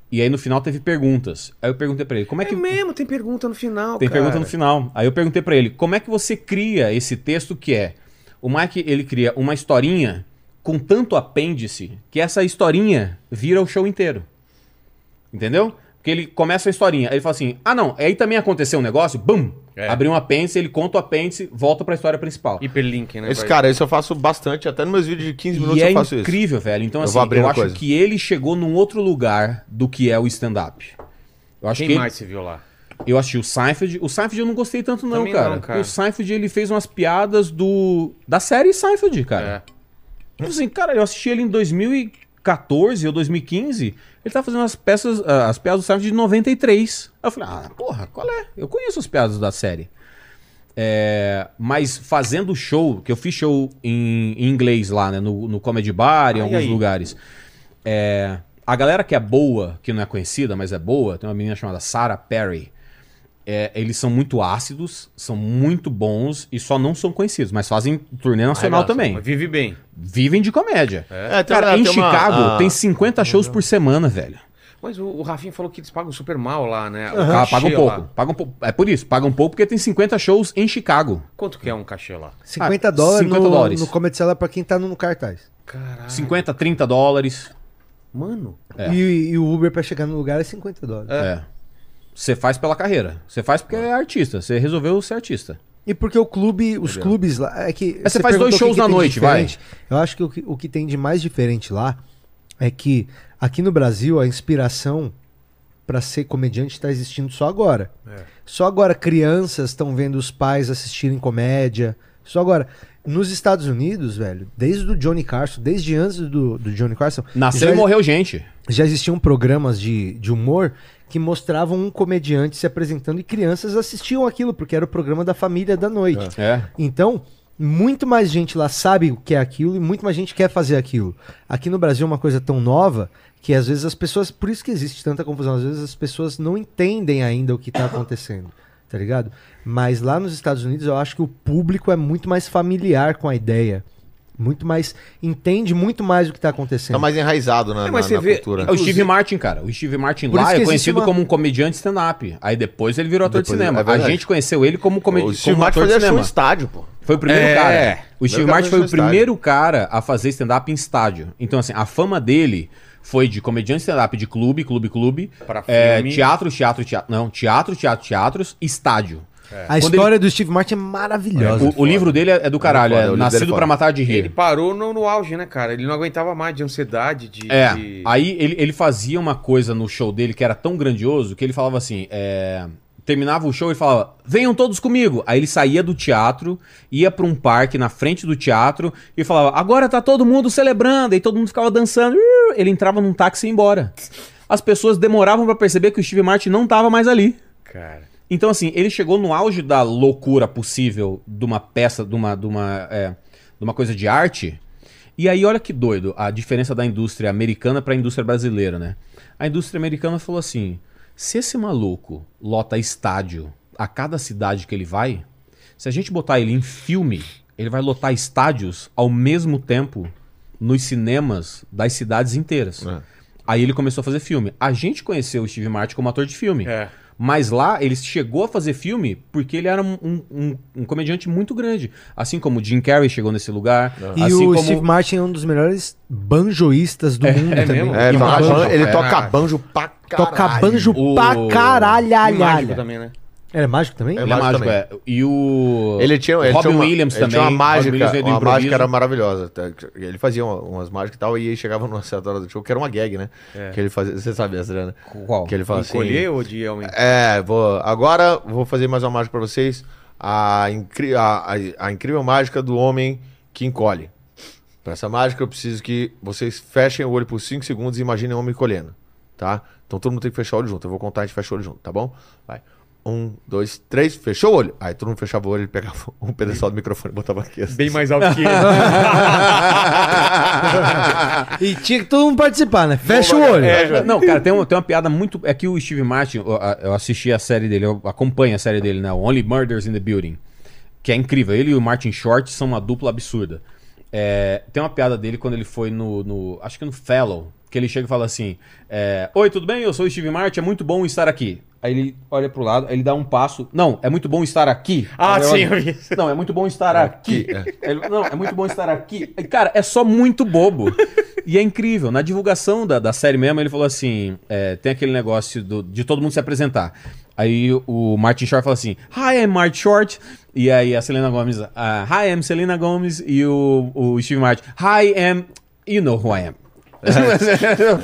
[SPEAKER 4] E aí no final teve perguntas. Aí eu perguntei pra ele, como é que.
[SPEAKER 1] mesmo, tem pergunta no final.
[SPEAKER 4] Tem
[SPEAKER 1] cara.
[SPEAKER 4] pergunta no final. Aí eu perguntei pra ele, como é que você cria esse texto que é? O Mike, ele cria uma historinha com tanto apêndice que essa historinha vira o show inteiro. Entendeu? Porque ele começa a historinha, aí ele fala assim: "Ah, não, aí também aconteceu um negócio, bum,
[SPEAKER 1] É.
[SPEAKER 4] abriu um apêndice, ele conta o apêndice, volta pra história principal". E,
[SPEAKER 1] Hiperlink, né?
[SPEAKER 5] Esse
[SPEAKER 1] vai?
[SPEAKER 5] cara, isso eu faço bastante. Até nos meus vídeos de 15 minutos
[SPEAKER 4] é
[SPEAKER 5] eu faço isso.
[SPEAKER 4] incrível, velho. Então
[SPEAKER 5] Eu
[SPEAKER 4] assim,
[SPEAKER 5] vou
[SPEAKER 4] eu
[SPEAKER 5] abrindo
[SPEAKER 4] acho
[SPEAKER 5] coisa.
[SPEAKER 4] que ele chegou num outro lugar do que é o stand up. Eu acho
[SPEAKER 1] Quem
[SPEAKER 4] que ele-
[SPEAKER 1] mais se viu lá?
[SPEAKER 4] Eu achei o Seinfeld. O Seinfeld eu não gostei tanto, não,
[SPEAKER 1] Também
[SPEAKER 4] cara.
[SPEAKER 1] não, cara.
[SPEAKER 4] O Seinfeld ele fez umas piadas do. da série Seinfeld,
[SPEAKER 1] É.
[SPEAKER 4] cara. Eu falei assim, cara, eu assisti ele em 2014 ou 2015. Ele tá fazendo as peças, ah, as piadas do Seinfeld de 93. Aí eu falei, ah, porra, qual é? Eu conheço as piadas da série. É, mas fazendo show, que eu fiz show em, em inglês lá, né? No, no Comedy Bar, em alguns
[SPEAKER 1] aí?
[SPEAKER 4] lugares. É, a galera que é boa, que não é conhecida, mas é boa, tem uma menina chamada Sarah Perry. É, eles são muito ácidos, são muito bons e só não são conhecidos, mas fazem turnê nacional
[SPEAKER 1] Arregaça,
[SPEAKER 4] também.
[SPEAKER 1] mas Vive bem.
[SPEAKER 4] Vivem de comédia.
[SPEAKER 5] É, tem
[SPEAKER 4] Cara,
[SPEAKER 5] uma-
[SPEAKER 4] em
[SPEAKER 5] tem uma-
[SPEAKER 4] Chicago
[SPEAKER 5] ah,
[SPEAKER 4] tem 50 shows por semana, velho.
[SPEAKER 1] Mas o, o Rafinha falou que eles pagam super mal lá, né? O
[SPEAKER 4] Ah,
[SPEAKER 1] cachê
[SPEAKER 4] paga um
[SPEAKER 1] lá.
[SPEAKER 4] pouco. Paga um pouco. É por isso, paga um pouco porque tem 50 shows em Chicago.
[SPEAKER 1] Quanto que é um cachê lá?
[SPEAKER 6] 50
[SPEAKER 4] Ah,
[SPEAKER 6] dólares
[SPEAKER 4] 50
[SPEAKER 6] no,
[SPEAKER 4] dólares.
[SPEAKER 6] no Comedy Cellar pra quem tá no cartaz.
[SPEAKER 1] Caralho.
[SPEAKER 4] 50, 30 dólares.
[SPEAKER 1] Mano.
[SPEAKER 4] É.
[SPEAKER 6] E, e o Uber pra chegar no lugar é 50 dólares.
[SPEAKER 4] É. Você faz pela carreira. Você faz porque é artista. Você resolveu ser artista.
[SPEAKER 6] E porque o clube, os clubes lá. É que
[SPEAKER 4] você faz dois
[SPEAKER 6] perguntou o
[SPEAKER 4] shows na
[SPEAKER 6] tem de
[SPEAKER 4] noite, vai.
[SPEAKER 6] diferente. Eu acho que o, que o que tem de mais diferente lá é que aqui no Brasil a inspiração pra ser comediante tá existindo só agora.
[SPEAKER 4] É.
[SPEAKER 6] Só agora crianças estão vendo os pais assistirem comédia. Só agora. Nos Estados Unidos, velho, desde o Johnny Carson, desde antes do, do Johnny Carson.
[SPEAKER 4] Nasceu
[SPEAKER 6] já- é-
[SPEAKER 4] e morreu gente.
[SPEAKER 6] já existiam programas de, de humor que mostravam um comediante se apresentando e crianças assistiam aquilo, porque era o programa da família da noite.
[SPEAKER 4] É.
[SPEAKER 6] Então, muito mais gente lá sabe o que é aquilo e muito mais gente quer fazer aquilo. Aqui no Brasil é uma coisa tão nova que às vezes as pessoas. Por isso que existe tanta confusão, às vezes as pessoas não entendem ainda o que está acontecendo. Tá ligado? Mas lá nos Estados Unidos eu acho que o público é muito mais familiar com a ideia. Muito mais. Entende muito mais o que está acontecendo.
[SPEAKER 5] Tá mais enraizado na,
[SPEAKER 1] É, mas
[SPEAKER 5] na-
[SPEAKER 1] você
[SPEAKER 5] na
[SPEAKER 1] vê-
[SPEAKER 5] cultura.
[SPEAKER 4] É o Steve Martin, cara. O Steve Martin
[SPEAKER 6] Por isso
[SPEAKER 4] lá
[SPEAKER 6] que
[SPEAKER 4] é
[SPEAKER 6] existe
[SPEAKER 4] conhecido
[SPEAKER 6] uma-
[SPEAKER 4] como um comediante stand-up. Aí depois ele virou ator
[SPEAKER 5] Depois,
[SPEAKER 4] de cinema.
[SPEAKER 5] é
[SPEAKER 4] a
[SPEAKER 5] verdade.
[SPEAKER 4] gente conheceu ele como
[SPEAKER 5] O
[SPEAKER 4] comediante
[SPEAKER 5] Steve
[SPEAKER 4] como
[SPEAKER 5] Martin
[SPEAKER 4] ator de
[SPEAKER 5] fazia show em
[SPEAKER 4] cinema.
[SPEAKER 5] um estádio, pô.
[SPEAKER 4] Foi o primeiro
[SPEAKER 1] É.
[SPEAKER 4] cara. O Steve
[SPEAKER 5] Primeiro
[SPEAKER 4] Martin
[SPEAKER 5] cara
[SPEAKER 4] foi o
[SPEAKER 5] fazia show em
[SPEAKER 4] primeiro cara a fazer stand-up em estádio. Então, assim, a fama dele foi de comediante stand-up de clube, clube, clube.
[SPEAKER 1] Pra
[SPEAKER 4] é,
[SPEAKER 1] filme.
[SPEAKER 4] teatro, teatro, teatro. Não, teatro, teatro, teatros, estádio.
[SPEAKER 6] A
[SPEAKER 4] Quando
[SPEAKER 6] história do Steve Martin é maravilhosa.
[SPEAKER 4] O, o livro dele é do caralho.
[SPEAKER 5] foda,
[SPEAKER 4] é
[SPEAKER 5] o livro dele é
[SPEAKER 4] Nascido
[SPEAKER 5] foda.
[SPEAKER 4] pra Matar de Rir.
[SPEAKER 1] Ele parou no, no auge, né, cara? Ele não aguentava mais de ansiedade, de.
[SPEAKER 4] É,
[SPEAKER 1] de-
[SPEAKER 4] aí ele, ele fazia uma coisa no show dele que era tão grandioso que ele falava assim, é, terminava o show e falava, venham todos comigo. Aí ele saía do teatro, ia pra um parque na frente do teatro e falava, agora tá todo mundo celebrando. E todo mundo ficava dançando. Uh, Ele entrava num táxi e ia embora. As pessoas demoravam pra perceber que o Steve Martin não tava mais ali.
[SPEAKER 1] Cara.
[SPEAKER 4] Então, assim, ele chegou no auge da loucura possível de uma peça, de uma, de uma, é, de uma coisa de arte. E aí, olha que doido a diferença da indústria americana para a indústria brasileira, né? A indústria americana falou assim: se esse maluco lota estádio a cada cidade que ele vai, se a gente botar ele em filme, ele vai lotar estádios ao mesmo tempo nos cinemas das cidades inteiras.
[SPEAKER 5] É.
[SPEAKER 4] Aí ele começou a fazer filme. A gente conheceu o Steve Martin como ator de filme.
[SPEAKER 1] É.
[SPEAKER 4] Mas lá ele chegou a fazer filme porque ele era um, um- um comediante muito grande. Assim como o Jim Carrey chegou nesse lugar.
[SPEAKER 6] E
[SPEAKER 4] assim
[SPEAKER 6] o
[SPEAKER 4] como...
[SPEAKER 6] Steve Martin é um dos melhores banjoístas do mundo
[SPEAKER 1] é
[SPEAKER 6] também.
[SPEAKER 1] mesmo?
[SPEAKER 5] É,
[SPEAKER 1] E
[SPEAKER 5] ele toca,
[SPEAKER 1] mágico,
[SPEAKER 5] banjo, ele
[SPEAKER 1] é,
[SPEAKER 5] toca
[SPEAKER 1] né?
[SPEAKER 5] banjo pra caralho.
[SPEAKER 6] Toca banjo
[SPEAKER 4] O-
[SPEAKER 6] pra
[SPEAKER 1] E mágico
[SPEAKER 6] caralhalhalha.
[SPEAKER 1] também, né?
[SPEAKER 6] Ele é mágico também?
[SPEAKER 5] É
[SPEAKER 4] Ele é
[SPEAKER 5] mágico
[SPEAKER 4] mágico, é. E o.
[SPEAKER 5] Ele tinha, ele
[SPEAKER 4] Robin
[SPEAKER 5] tinha uma,
[SPEAKER 4] Williams
[SPEAKER 5] ele
[SPEAKER 4] também.
[SPEAKER 5] tinha uma mágica,
[SPEAKER 4] Robin Williams veio do
[SPEAKER 5] uma mágica
[SPEAKER 4] improviso.
[SPEAKER 5] era maravilhosa. tá? Ele fazia uma- umas mágicas e tal, e aí chegava numa certa hora do show, que era uma gag, né? Que ele fazia, você sabe, Adriana?
[SPEAKER 4] É. Qual?
[SPEAKER 5] Que ele fala assim...
[SPEAKER 1] Colher ou de aumentar?
[SPEAKER 5] É, vou, agora vou fazer mais uma mágica pra vocês. A, incri- a- a- a incrível mágica do homem que encolhe. Pra essa mágica eu preciso que vocês fechem o olho por 5 segundos e imaginem o homem encolhendo, tá? Então todo mundo tem que fechar o olho junto. Eu vou contar e a gente fecha o olho junto, tá bom? Vai. Um, dois, três, fechou o olho. Aí todo mundo fechava o olho, ele pegava um pedestal do microfone e botava aqui.
[SPEAKER 4] É.
[SPEAKER 5] assim.
[SPEAKER 1] Bem mais alto que ele.
[SPEAKER 6] E tinha que todo mundo participar, né? Fecha o olho.
[SPEAKER 5] é,
[SPEAKER 4] Não, cara, tem uma, tem uma piada muito. É que o Steve Martin, eu, eu assisti a série dele, eu acompanho a série dele, né? O Only Murders in the Building. Que é incrível. Ele e o Martin Short são uma dupla absurda. É, tem uma piada dele quando ele foi no. no- acho que no Fellow. Que ele chega e fala assim: é, Oi, tudo bem? Eu sou o Steve Martin, é muito bom estar aqui. Aí ele olha pro lado, aí ele dá um passo. Não, é muito bom estar aqui.
[SPEAKER 7] Ah,
[SPEAKER 4] Aí
[SPEAKER 7] sim,
[SPEAKER 4] olha,
[SPEAKER 7] eu vi isso.
[SPEAKER 4] Não, é muito bom estar aqui. Ele, não, é muito bom estar aqui. Cara, é só muito bobo. E é incrível. Na divulgação da, da série mesmo, ele falou assim: é, tem aquele negócio do- de todo mundo se apresentar. Aí o Martin Short fala assim: Hi, I'm Martin Short. E aí a Selena Gomes, ah, Hi, I'm Selena Gomes. E o, o Steve Martin, Hi, I'm. You know who I am.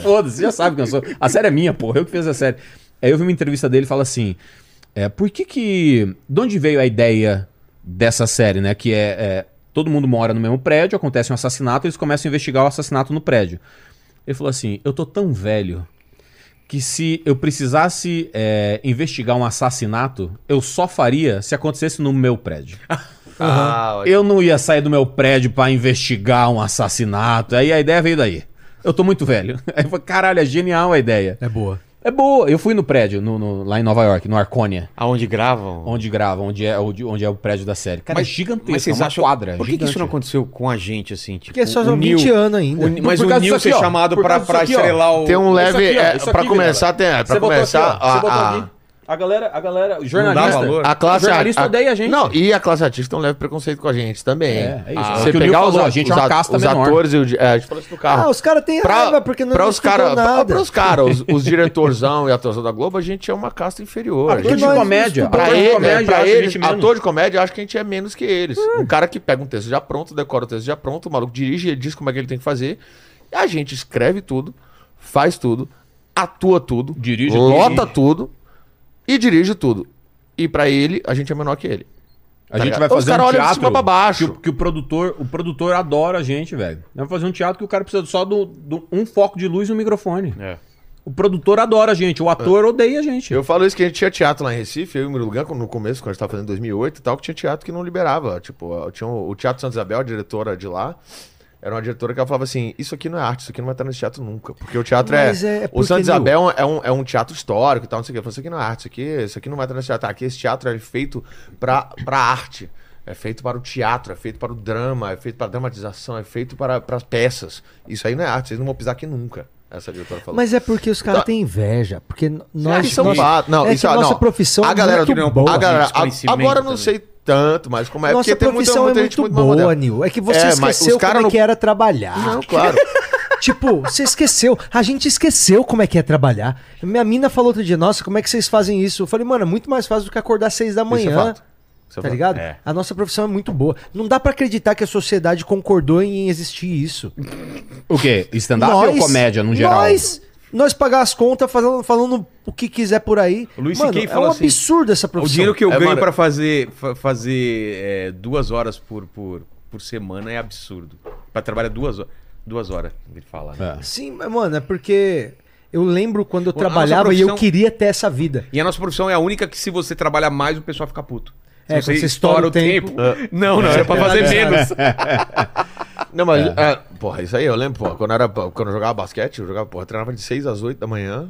[SPEAKER 4] Foda-se, já sabe quem eu sou. A série é minha, porra, eu que fiz a série. Aí eu vi uma entrevista dele e fala assim: é, por que que. De onde veio a ideia dessa série, né? Que é, é, Todo mundo mora no mesmo prédio, acontece um assassinato, eles começam a investigar o assassinato no prédio. Ele falou assim: eu tô tão velho que se eu precisasse é, investigar um assassinato, eu só faria se acontecesse no meu prédio.
[SPEAKER 5] Ah,
[SPEAKER 4] Eu não ia sair do meu prédio pra investigar um assassinato. Aí a ideia veio daí. Eu tô muito velho. Aí eu falei, caralho, é genial a ideia.
[SPEAKER 6] É boa.
[SPEAKER 4] É boa. Eu fui no prédio, no- no- lá em Nova York, no Arconia,
[SPEAKER 7] Aonde gravam?
[SPEAKER 4] onde grava, onde é, onde, onde é o prédio da série. Cara, é gigantesco,
[SPEAKER 1] mas
[SPEAKER 4] é
[SPEAKER 1] vocês
[SPEAKER 4] uma
[SPEAKER 1] acham-
[SPEAKER 4] quadra.
[SPEAKER 1] Por que, que
[SPEAKER 4] gigante.
[SPEAKER 1] isso não aconteceu com a gente, assim? Tipo,
[SPEAKER 6] Porque é só
[SPEAKER 1] o
[SPEAKER 6] 20
[SPEAKER 1] Neil-
[SPEAKER 6] anos ainda.
[SPEAKER 1] o Ni- mas
[SPEAKER 4] Por
[SPEAKER 1] o
[SPEAKER 4] causa
[SPEAKER 1] Nil
[SPEAKER 4] disso
[SPEAKER 1] ser
[SPEAKER 4] aqui, ó.
[SPEAKER 1] chamado
[SPEAKER 4] Por
[SPEAKER 1] pra,
[SPEAKER 4] causa
[SPEAKER 1] pra
[SPEAKER 4] disso aqui, ó.
[SPEAKER 1] estrelar o...
[SPEAKER 5] Tem um leve.
[SPEAKER 4] Isso aqui, ó,
[SPEAKER 5] é,
[SPEAKER 4] isso
[SPEAKER 5] pra
[SPEAKER 4] aqui,
[SPEAKER 5] começar, tem.
[SPEAKER 4] Vilela.
[SPEAKER 5] é,
[SPEAKER 4] Você
[SPEAKER 5] Pra
[SPEAKER 4] botou
[SPEAKER 5] começar.
[SPEAKER 4] aqui, ó, você
[SPEAKER 5] a-
[SPEAKER 4] botou
[SPEAKER 5] a-
[SPEAKER 4] aqui. A galera, a galera, o jornalista.
[SPEAKER 1] valor.
[SPEAKER 5] A classe
[SPEAKER 4] o jornalista
[SPEAKER 5] a-
[SPEAKER 4] odeia a gente.
[SPEAKER 5] Não, e a classe artista não leva preconceito com a gente também.
[SPEAKER 4] É, é isso.
[SPEAKER 5] Ah,
[SPEAKER 4] É o
[SPEAKER 5] Você
[SPEAKER 4] que o
[SPEAKER 5] pegar
[SPEAKER 4] Nil
[SPEAKER 5] os,
[SPEAKER 4] falou, a gente é uma
[SPEAKER 5] os-
[SPEAKER 4] casta
[SPEAKER 5] os
[SPEAKER 4] menor.
[SPEAKER 5] atores e o. di- É, a gente falou isso no carro.
[SPEAKER 6] Ah, os caras têm raiva porque não
[SPEAKER 5] pra os
[SPEAKER 6] estudou
[SPEAKER 5] cara, pra,
[SPEAKER 6] nada.
[SPEAKER 5] pra os caras, os, os diretorzão e atorzão da Globo, a gente é uma casta inferior. A
[SPEAKER 4] Ator
[SPEAKER 5] gente,
[SPEAKER 4] tipo de
[SPEAKER 6] nós
[SPEAKER 4] comédia.
[SPEAKER 5] pra
[SPEAKER 4] ator de
[SPEAKER 5] ele, é,
[SPEAKER 4] comédia
[SPEAKER 5] pra
[SPEAKER 4] acha a
[SPEAKER 5] eles,
[SPEAKER 4] gente menos. Hum.
[SPEAKER 5] ator de comédia, eu acho que a gente é menos que eles. Um cara que pega um texto já pronto, decora o texto já pronto, o maluco dirige, ele diz como é que ele tem que fazer. A gente escreve tudo, faz tudo, atua tudo,
[SPEAKER 4] Dirige,
[SPEAKER 5] lota
[SPEAKER 4] dirige.
[SPEAKER 5] tudo e dirige tudo. E pra ele, a gente é menor que ele.
[SPEAKER 4] A
[SPEAKER 5] Tá
[SPEAKER 4] gente
[SPEAKER 5] ligado?
[SPEAKER 4] vai
[SPEAKER 5] Os
[SPEAKER 4] fazer
[SPEAKER 5] cara
[SPEAKER 4] um
[SPEAKER 5] olha de
[SPEAKER 4] teatro
[SPEAKER 5] cima pra baixo.
[SPEAKER 4] Que, o- que o produtor, o produtor adora a gente, velho. Vai fazer um teatro que o cara precisa só do, do- um foco de luz e um microfone.
[SPEAKER 7] É.
[SPEAKER 4] O produtor adora a gente, o ator
[SPEAKER 5] É.
[SPEAKER 4] odeia a gente.
[SPEAKER 5] Eu falo isso que a gente tinha teatro lá em Recife, eu e o Murilo Lugan, no começo, quando a gente tava fazendo em 2008 e tal, que tinha teatro que não liberava. Tipo, ó, tinha o o Teatro Santa Isabel, a diretora de lá, era uma diretora que ela falava assim, isso aqui não é arte, isso aqui não vai estar nesse teatro nunca. Porque o teatro é...
[SPEAKER 6] Mas é- é
[SPEAKER 5] o
[SPEAKER 6] porque,
[SPEAKER 5] Santa
[SPEAKER 6] Nil-
[SPEAKER 5] Isabel é um, é um teatro histórico e tal, não sei o que. Ela falou, isso aqui não é arte, isso aqui, isso aqui não vai estar nesse teatro. Aqui esse teatro é feito pra, pra arte. É feito para o teatro, é feito para o drama, é feito para a dramatização, é feito para, para as peças. Isso aí não é arte, vocês não vão pisar aqui nunca. Essa diretora falou.
[SPEAKER 6] Mas é porque os caras têm inveja. Porque n- nós.
[SPEAKER 5] Tá. Isso é um
[SPEAKER 6] nós-
[SPEAKER 5] fato. Não,
[SPEAKER 6] é
[SPEAKER 5] isso
[SPEAKER 6] que
[SPEAKER 5] é-
[SPEAKER 6] a nossa
[SPEAKER 5] não.
[SPEAKER 6] profissão
[SPEAKER 5] a galera,
[SPEAKER 6] é muito
[SPEAKER 5] não,
[SPEAKER 6] boa. né?
[SPEAKER 5] A galera, a-
[SPEAKER 1] desconhecimento
[SPEAKER 5] agora eu não
[SPEAKER 1] também.
[SPEAKER 5] sei tanto, mas como é
[SPEAKER 6] nossa
[SPEAKER 5] porque tem muita,
[SPEAKER 6] profissão
[SPEAKER 5] muita
[SPEAKER 6] é
[SPEAKER 5] gente
[SPEAKER 6] muito
[SPEAKER 5] muito mais moderna.
[SPEAKER 6] boa, Nil. É que você
[SPEAKER 5] É, mas
[SPEAKER 6] esqueceu
[SPEAKER 5] os cara
[SPEAKER 6] como é
[SPEAKER 5] não-
[SPEAKER 6] que era trabalhar.
[SPEAKER 5] Não, claro.
[SPEAKER 6] Tipo, você esqueceu. A gente esqueceu como é que é trabalhar. Minha mina falou outro dia, nossa, como é que vocês fazem isso? Eu falei, mano, é muito mais fácil do que acordar às seis da
[SPEAKER 5] Isso é
[SPEAKER 6] manhã.
[SPEAKER 5] fato. Isso é
[SPEAKER 6] Tá
[SPEAKER 5] fato.
[SPEAKER 6] ligado?
[SPEAKER 7] É.
[SPEAKER 6] A nossa profissão é muito boa. Não dá pra acreditar que a sociedade concordou em existir isso.
[SPEAKER 4] O quê? Stand-up ou comédia, no geral?
[SPEAKER 6] Nós, nós pagar as contas falando, falando o que quiser por aí.
[SPEAKER 1] O Luiz
[SPEAKER 6] Mano,
[SPEAKER 1] C.K.
[SPEAKER 6] é um
[SPEAKER 1] falou assim,
[SPEAKER 6] absurdo essa
[SPEAKER 1] O
[SPEAKER 6] profissão.
[SPEAKER 1] dinheiro que eu
[SPEAKER 5] É,
[SPEAKER 1] ganho
[SPEAKER 5] mano.
[SPEAKER 1] pra fazer, fa- fazer é, duas horas por, por, por semana é absurdo. Pra trabalhar duas horas. Duas horas, ele fala. né?
[SPEAKER 4] É.
[SPEAKER 6] Sim, mas, mano, é porque eu lembro quando eu
[SPEAKER 1] nossa
[SPEAKER 6] trabalhava e eu
[SPEAKER 1] profissão-
[SPEAKER 6] queria ter essa vida.
[SPEAKER 1] E a nossa profissão é a única que se você trabalhar mais, o pessoal fica puto. Se
[SPEAKER 6] É, quando você estoura o tempo-
[SPEAKER 1] Não, não, era pra fazer menos.
[SPEAKER 5] Não, mas. É, porra, isso aí eu lembro, porra. Quando, era, quando eu jogava basquete, eu jogava, porra, eu treinava de 6 às 8 da manhã.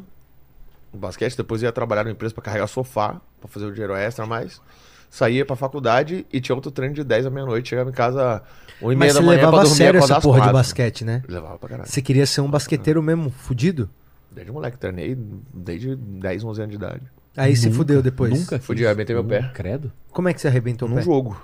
[SPEAKER 5] no basquete, depois ia trabalhar numa empresa pra carregar sofá, pra fazer o dinheiro extra a mais. Saía pra faculdade e tinha outro treino de 10 à meia-noite. Chegava em casa 1 e meia
[SPEAKER 6] Mas
[SPEAKER 5] da
[SPEAKER 6] você
[SPEAKER 5] manhã
[SPEAKER 6] levava
[SPEAKER 5] pra
[SPEAKER 6] a
[SPEAKER 5] dormir e
[SPEAKER 6] sério
[SPEAKER 5] acordar
[SPEAKER 6] essa
[SPEAKER 5] às
[SPEAKER 6] porra de
[SPEAKER 5] quatro.
[SPEAKER 6] basquete, né?
[SPEAKER 5] Levava pra caralho.
[SPEAKER 6] Você queria ser um basqueteiro mesmo, fudido?
[SPEAKER 5] Desde moleque, treinei desde 10, 11 anos de idade.
[SPEAKER 6] Aí se fudeu depois.
[SPEAKER 4] Nunca?
[SPEAKER 5] Fudi, arrebentei meu pé.
[SPEAKER 4] Credo.
[SPEAKER 6] Como é que você arrebentou o
[SPEAKER 5] Num
[SPEAKER 6] pé?
[SPEAKER 5] jogo.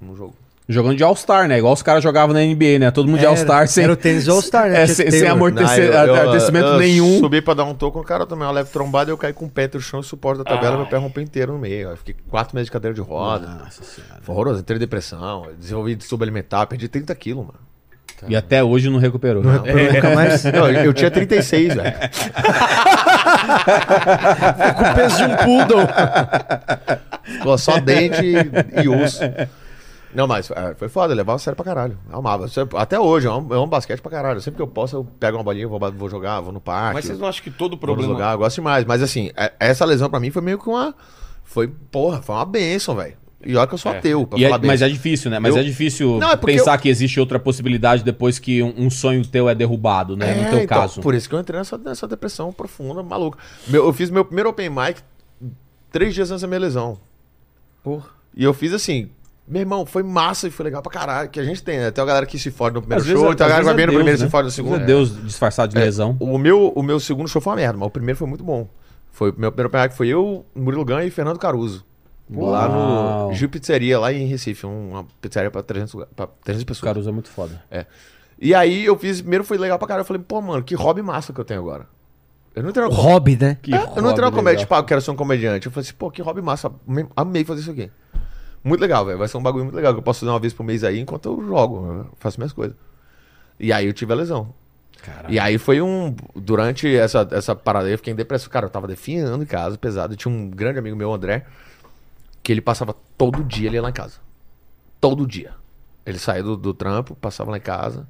[SPEAKER 5] Num jogo.
[SPEAKER 4] Jogando de All-Star, né? Igual os caras jogavam na NBA, né? Todo mundo de
[SPEAKER 6] Era-
[SPEAKER 4] All-Star sem.
[SPEAKER 6] era o tênis de All-Star, né?
[SPEAKER 4] É,
[SPEAKER 6] Tinha
[SPEAKER 4] sem,
[SPEAKER 6] Taylor.
[SPEAKER 4] sem amortecer-
[SPEAKER 5] Não, eu- eu-
[SPEAKER 4] amortecimento
[SPEAKER 5] eu
[SPEAKER 4] nenhum.
[SPEAKER 5] Subi pra dar um toco, o cara tomei uma leve trombada e eu caí com o pé no chão, suporte da tabela, meu pé rompeu inteiro no meio. Eu fiquei quatro meses de cadeira de roda. Foi horroroso, entrei em depressão, desenvolvi subalimentar, perdi 30 quilos, mano.
[SPEAKER 4] tá. E até hoje não recuperou.
[SPEAKER 6] Nunca mais.
[SPEAKER 5] Não, eu, eu tinha 36, velho.
[SPEAKER 6] O peso de um poodle.
[SPEAKER 5] Ficou Só dente e, e osso. Não, mas é, foi foda, eu levava a sério pra caralho. Eu amava. Eu sempre- Até hoje, eu amo, eu amo basquete pra caralho. Sempre que eu posso, eu pego uma bolinha, vou, ba- vou jogar, vou no parque.
[SPEAKER 7] Mas vocês não acham que todo o
[SPEAKER 5] Problema.
[SPEAKER 7] problema.
[SPEAKER 5] eu gosto demais. Mas assim, é- essa lesão pra mim foi meio que uma. Foi, porra, foi uma benção, velho. E olha que eu sou ateu, pra
[SPEAKER 4] E é-
[SPEAKER 5] falar bem.
[SPEAKER 4] mas é difícil, né? Mas
[SPEAKER 5] Eu-
[SPEAKER 4] é difícil
[SPEAKER 5] Não, é porque
[SPEAKER 4] pensar que existe outra possibilidade depois que um, um sonho teu é derrubado, né? no teu
[SPEAKER 5] então,
[SPEAKER 4] caso.
[SPEAKER 5] Por isso que eu entrei nessa, nessa depressão profunda, maluca. Meu- eu fiz meu primeiro open mic três dias antes da minha lesão.
[SPEAKER 6] Porra.
[SPEAKER 5] E eu fiz assim. Meu irmão, foi massa e foi legal pra caralho. Que a gente tem, né? Tem uma galera que se fode no primeiro
[SPEAKER 4] Às vezes
[SPEAKER 5] show,
[SPEAKER 4] é-
[SPEAKER 5] tem
[SPEAKER 4] às
[SPEAKER 5] uma galera
[SPEAKER 4] vezes
[SPEAKER 5] que vai
[SPEAKER 4] é
[SPEAKER 5] bem no
[SPEAKER 4] Deus,
[SPEAKER 5] primeiro e
[SPEAKER 4] né?
[SPEAKER 5] se fode no
[SPEAKER 4] Às vezes
[SPEAKER 5] segundo.
[SPEAKER 4] é Deus disfarçado de
[SPEAKER 5] É,
[SPEAKER 4] lesão.
[SPEAKER 5] O meu, o meu segundo show foi uma merda, mas o primeiro foi muito bom. Foi o meu primeiro open mic foi eu, Murilo Ganha e Fernando Caruso. Lá
[SPEAKER 4] Uau.
[SPEAKER 5] no Gil Pizzeria, lá em Recife, uma pizzaria pra 300, lugar- pra 300
[SPEAKER 4] O
[SPEAKER 5] pessoas.
[SPEAKER 4] Caruso é muito foda.
[SPEAKER 5] E aí eu fiz, primeiro foi legal pra caralho. Eu falei, pô, mano, que hobby massa que eu tenho agora. Eu não entrei no com-
[SPEAKER 6] Hobby, né?
[SPEAKER 4] Que
[SPEAKER 5] É, eu não entrei no
[SPEAKER 4] hobby
[SPEAKER 5] comédia,
[SPEAKER 4] legal.
[SPEAKER 5] tipo, ah, eu quero ser um comediante. Eu falei assim, pô, que hobby massa. me- Amei fazer isso aqui. Muito legal, velho. Vai ser um bagulho muito legal que eu posso fazer uma vez por mês aí enquanto eu jogo, eu faço minhas coisas. E aí eu tive a lesão. E aí foi um. Durante essa, essa parada aí, eu fiquei em depressão. Cara, eu tava definhando em casa, pesado. Tinha um grande amigo meu, André, que ele passava todo dia ali lá em casa. Todo dia. Ele saía do, do trampo, passava lá em casa,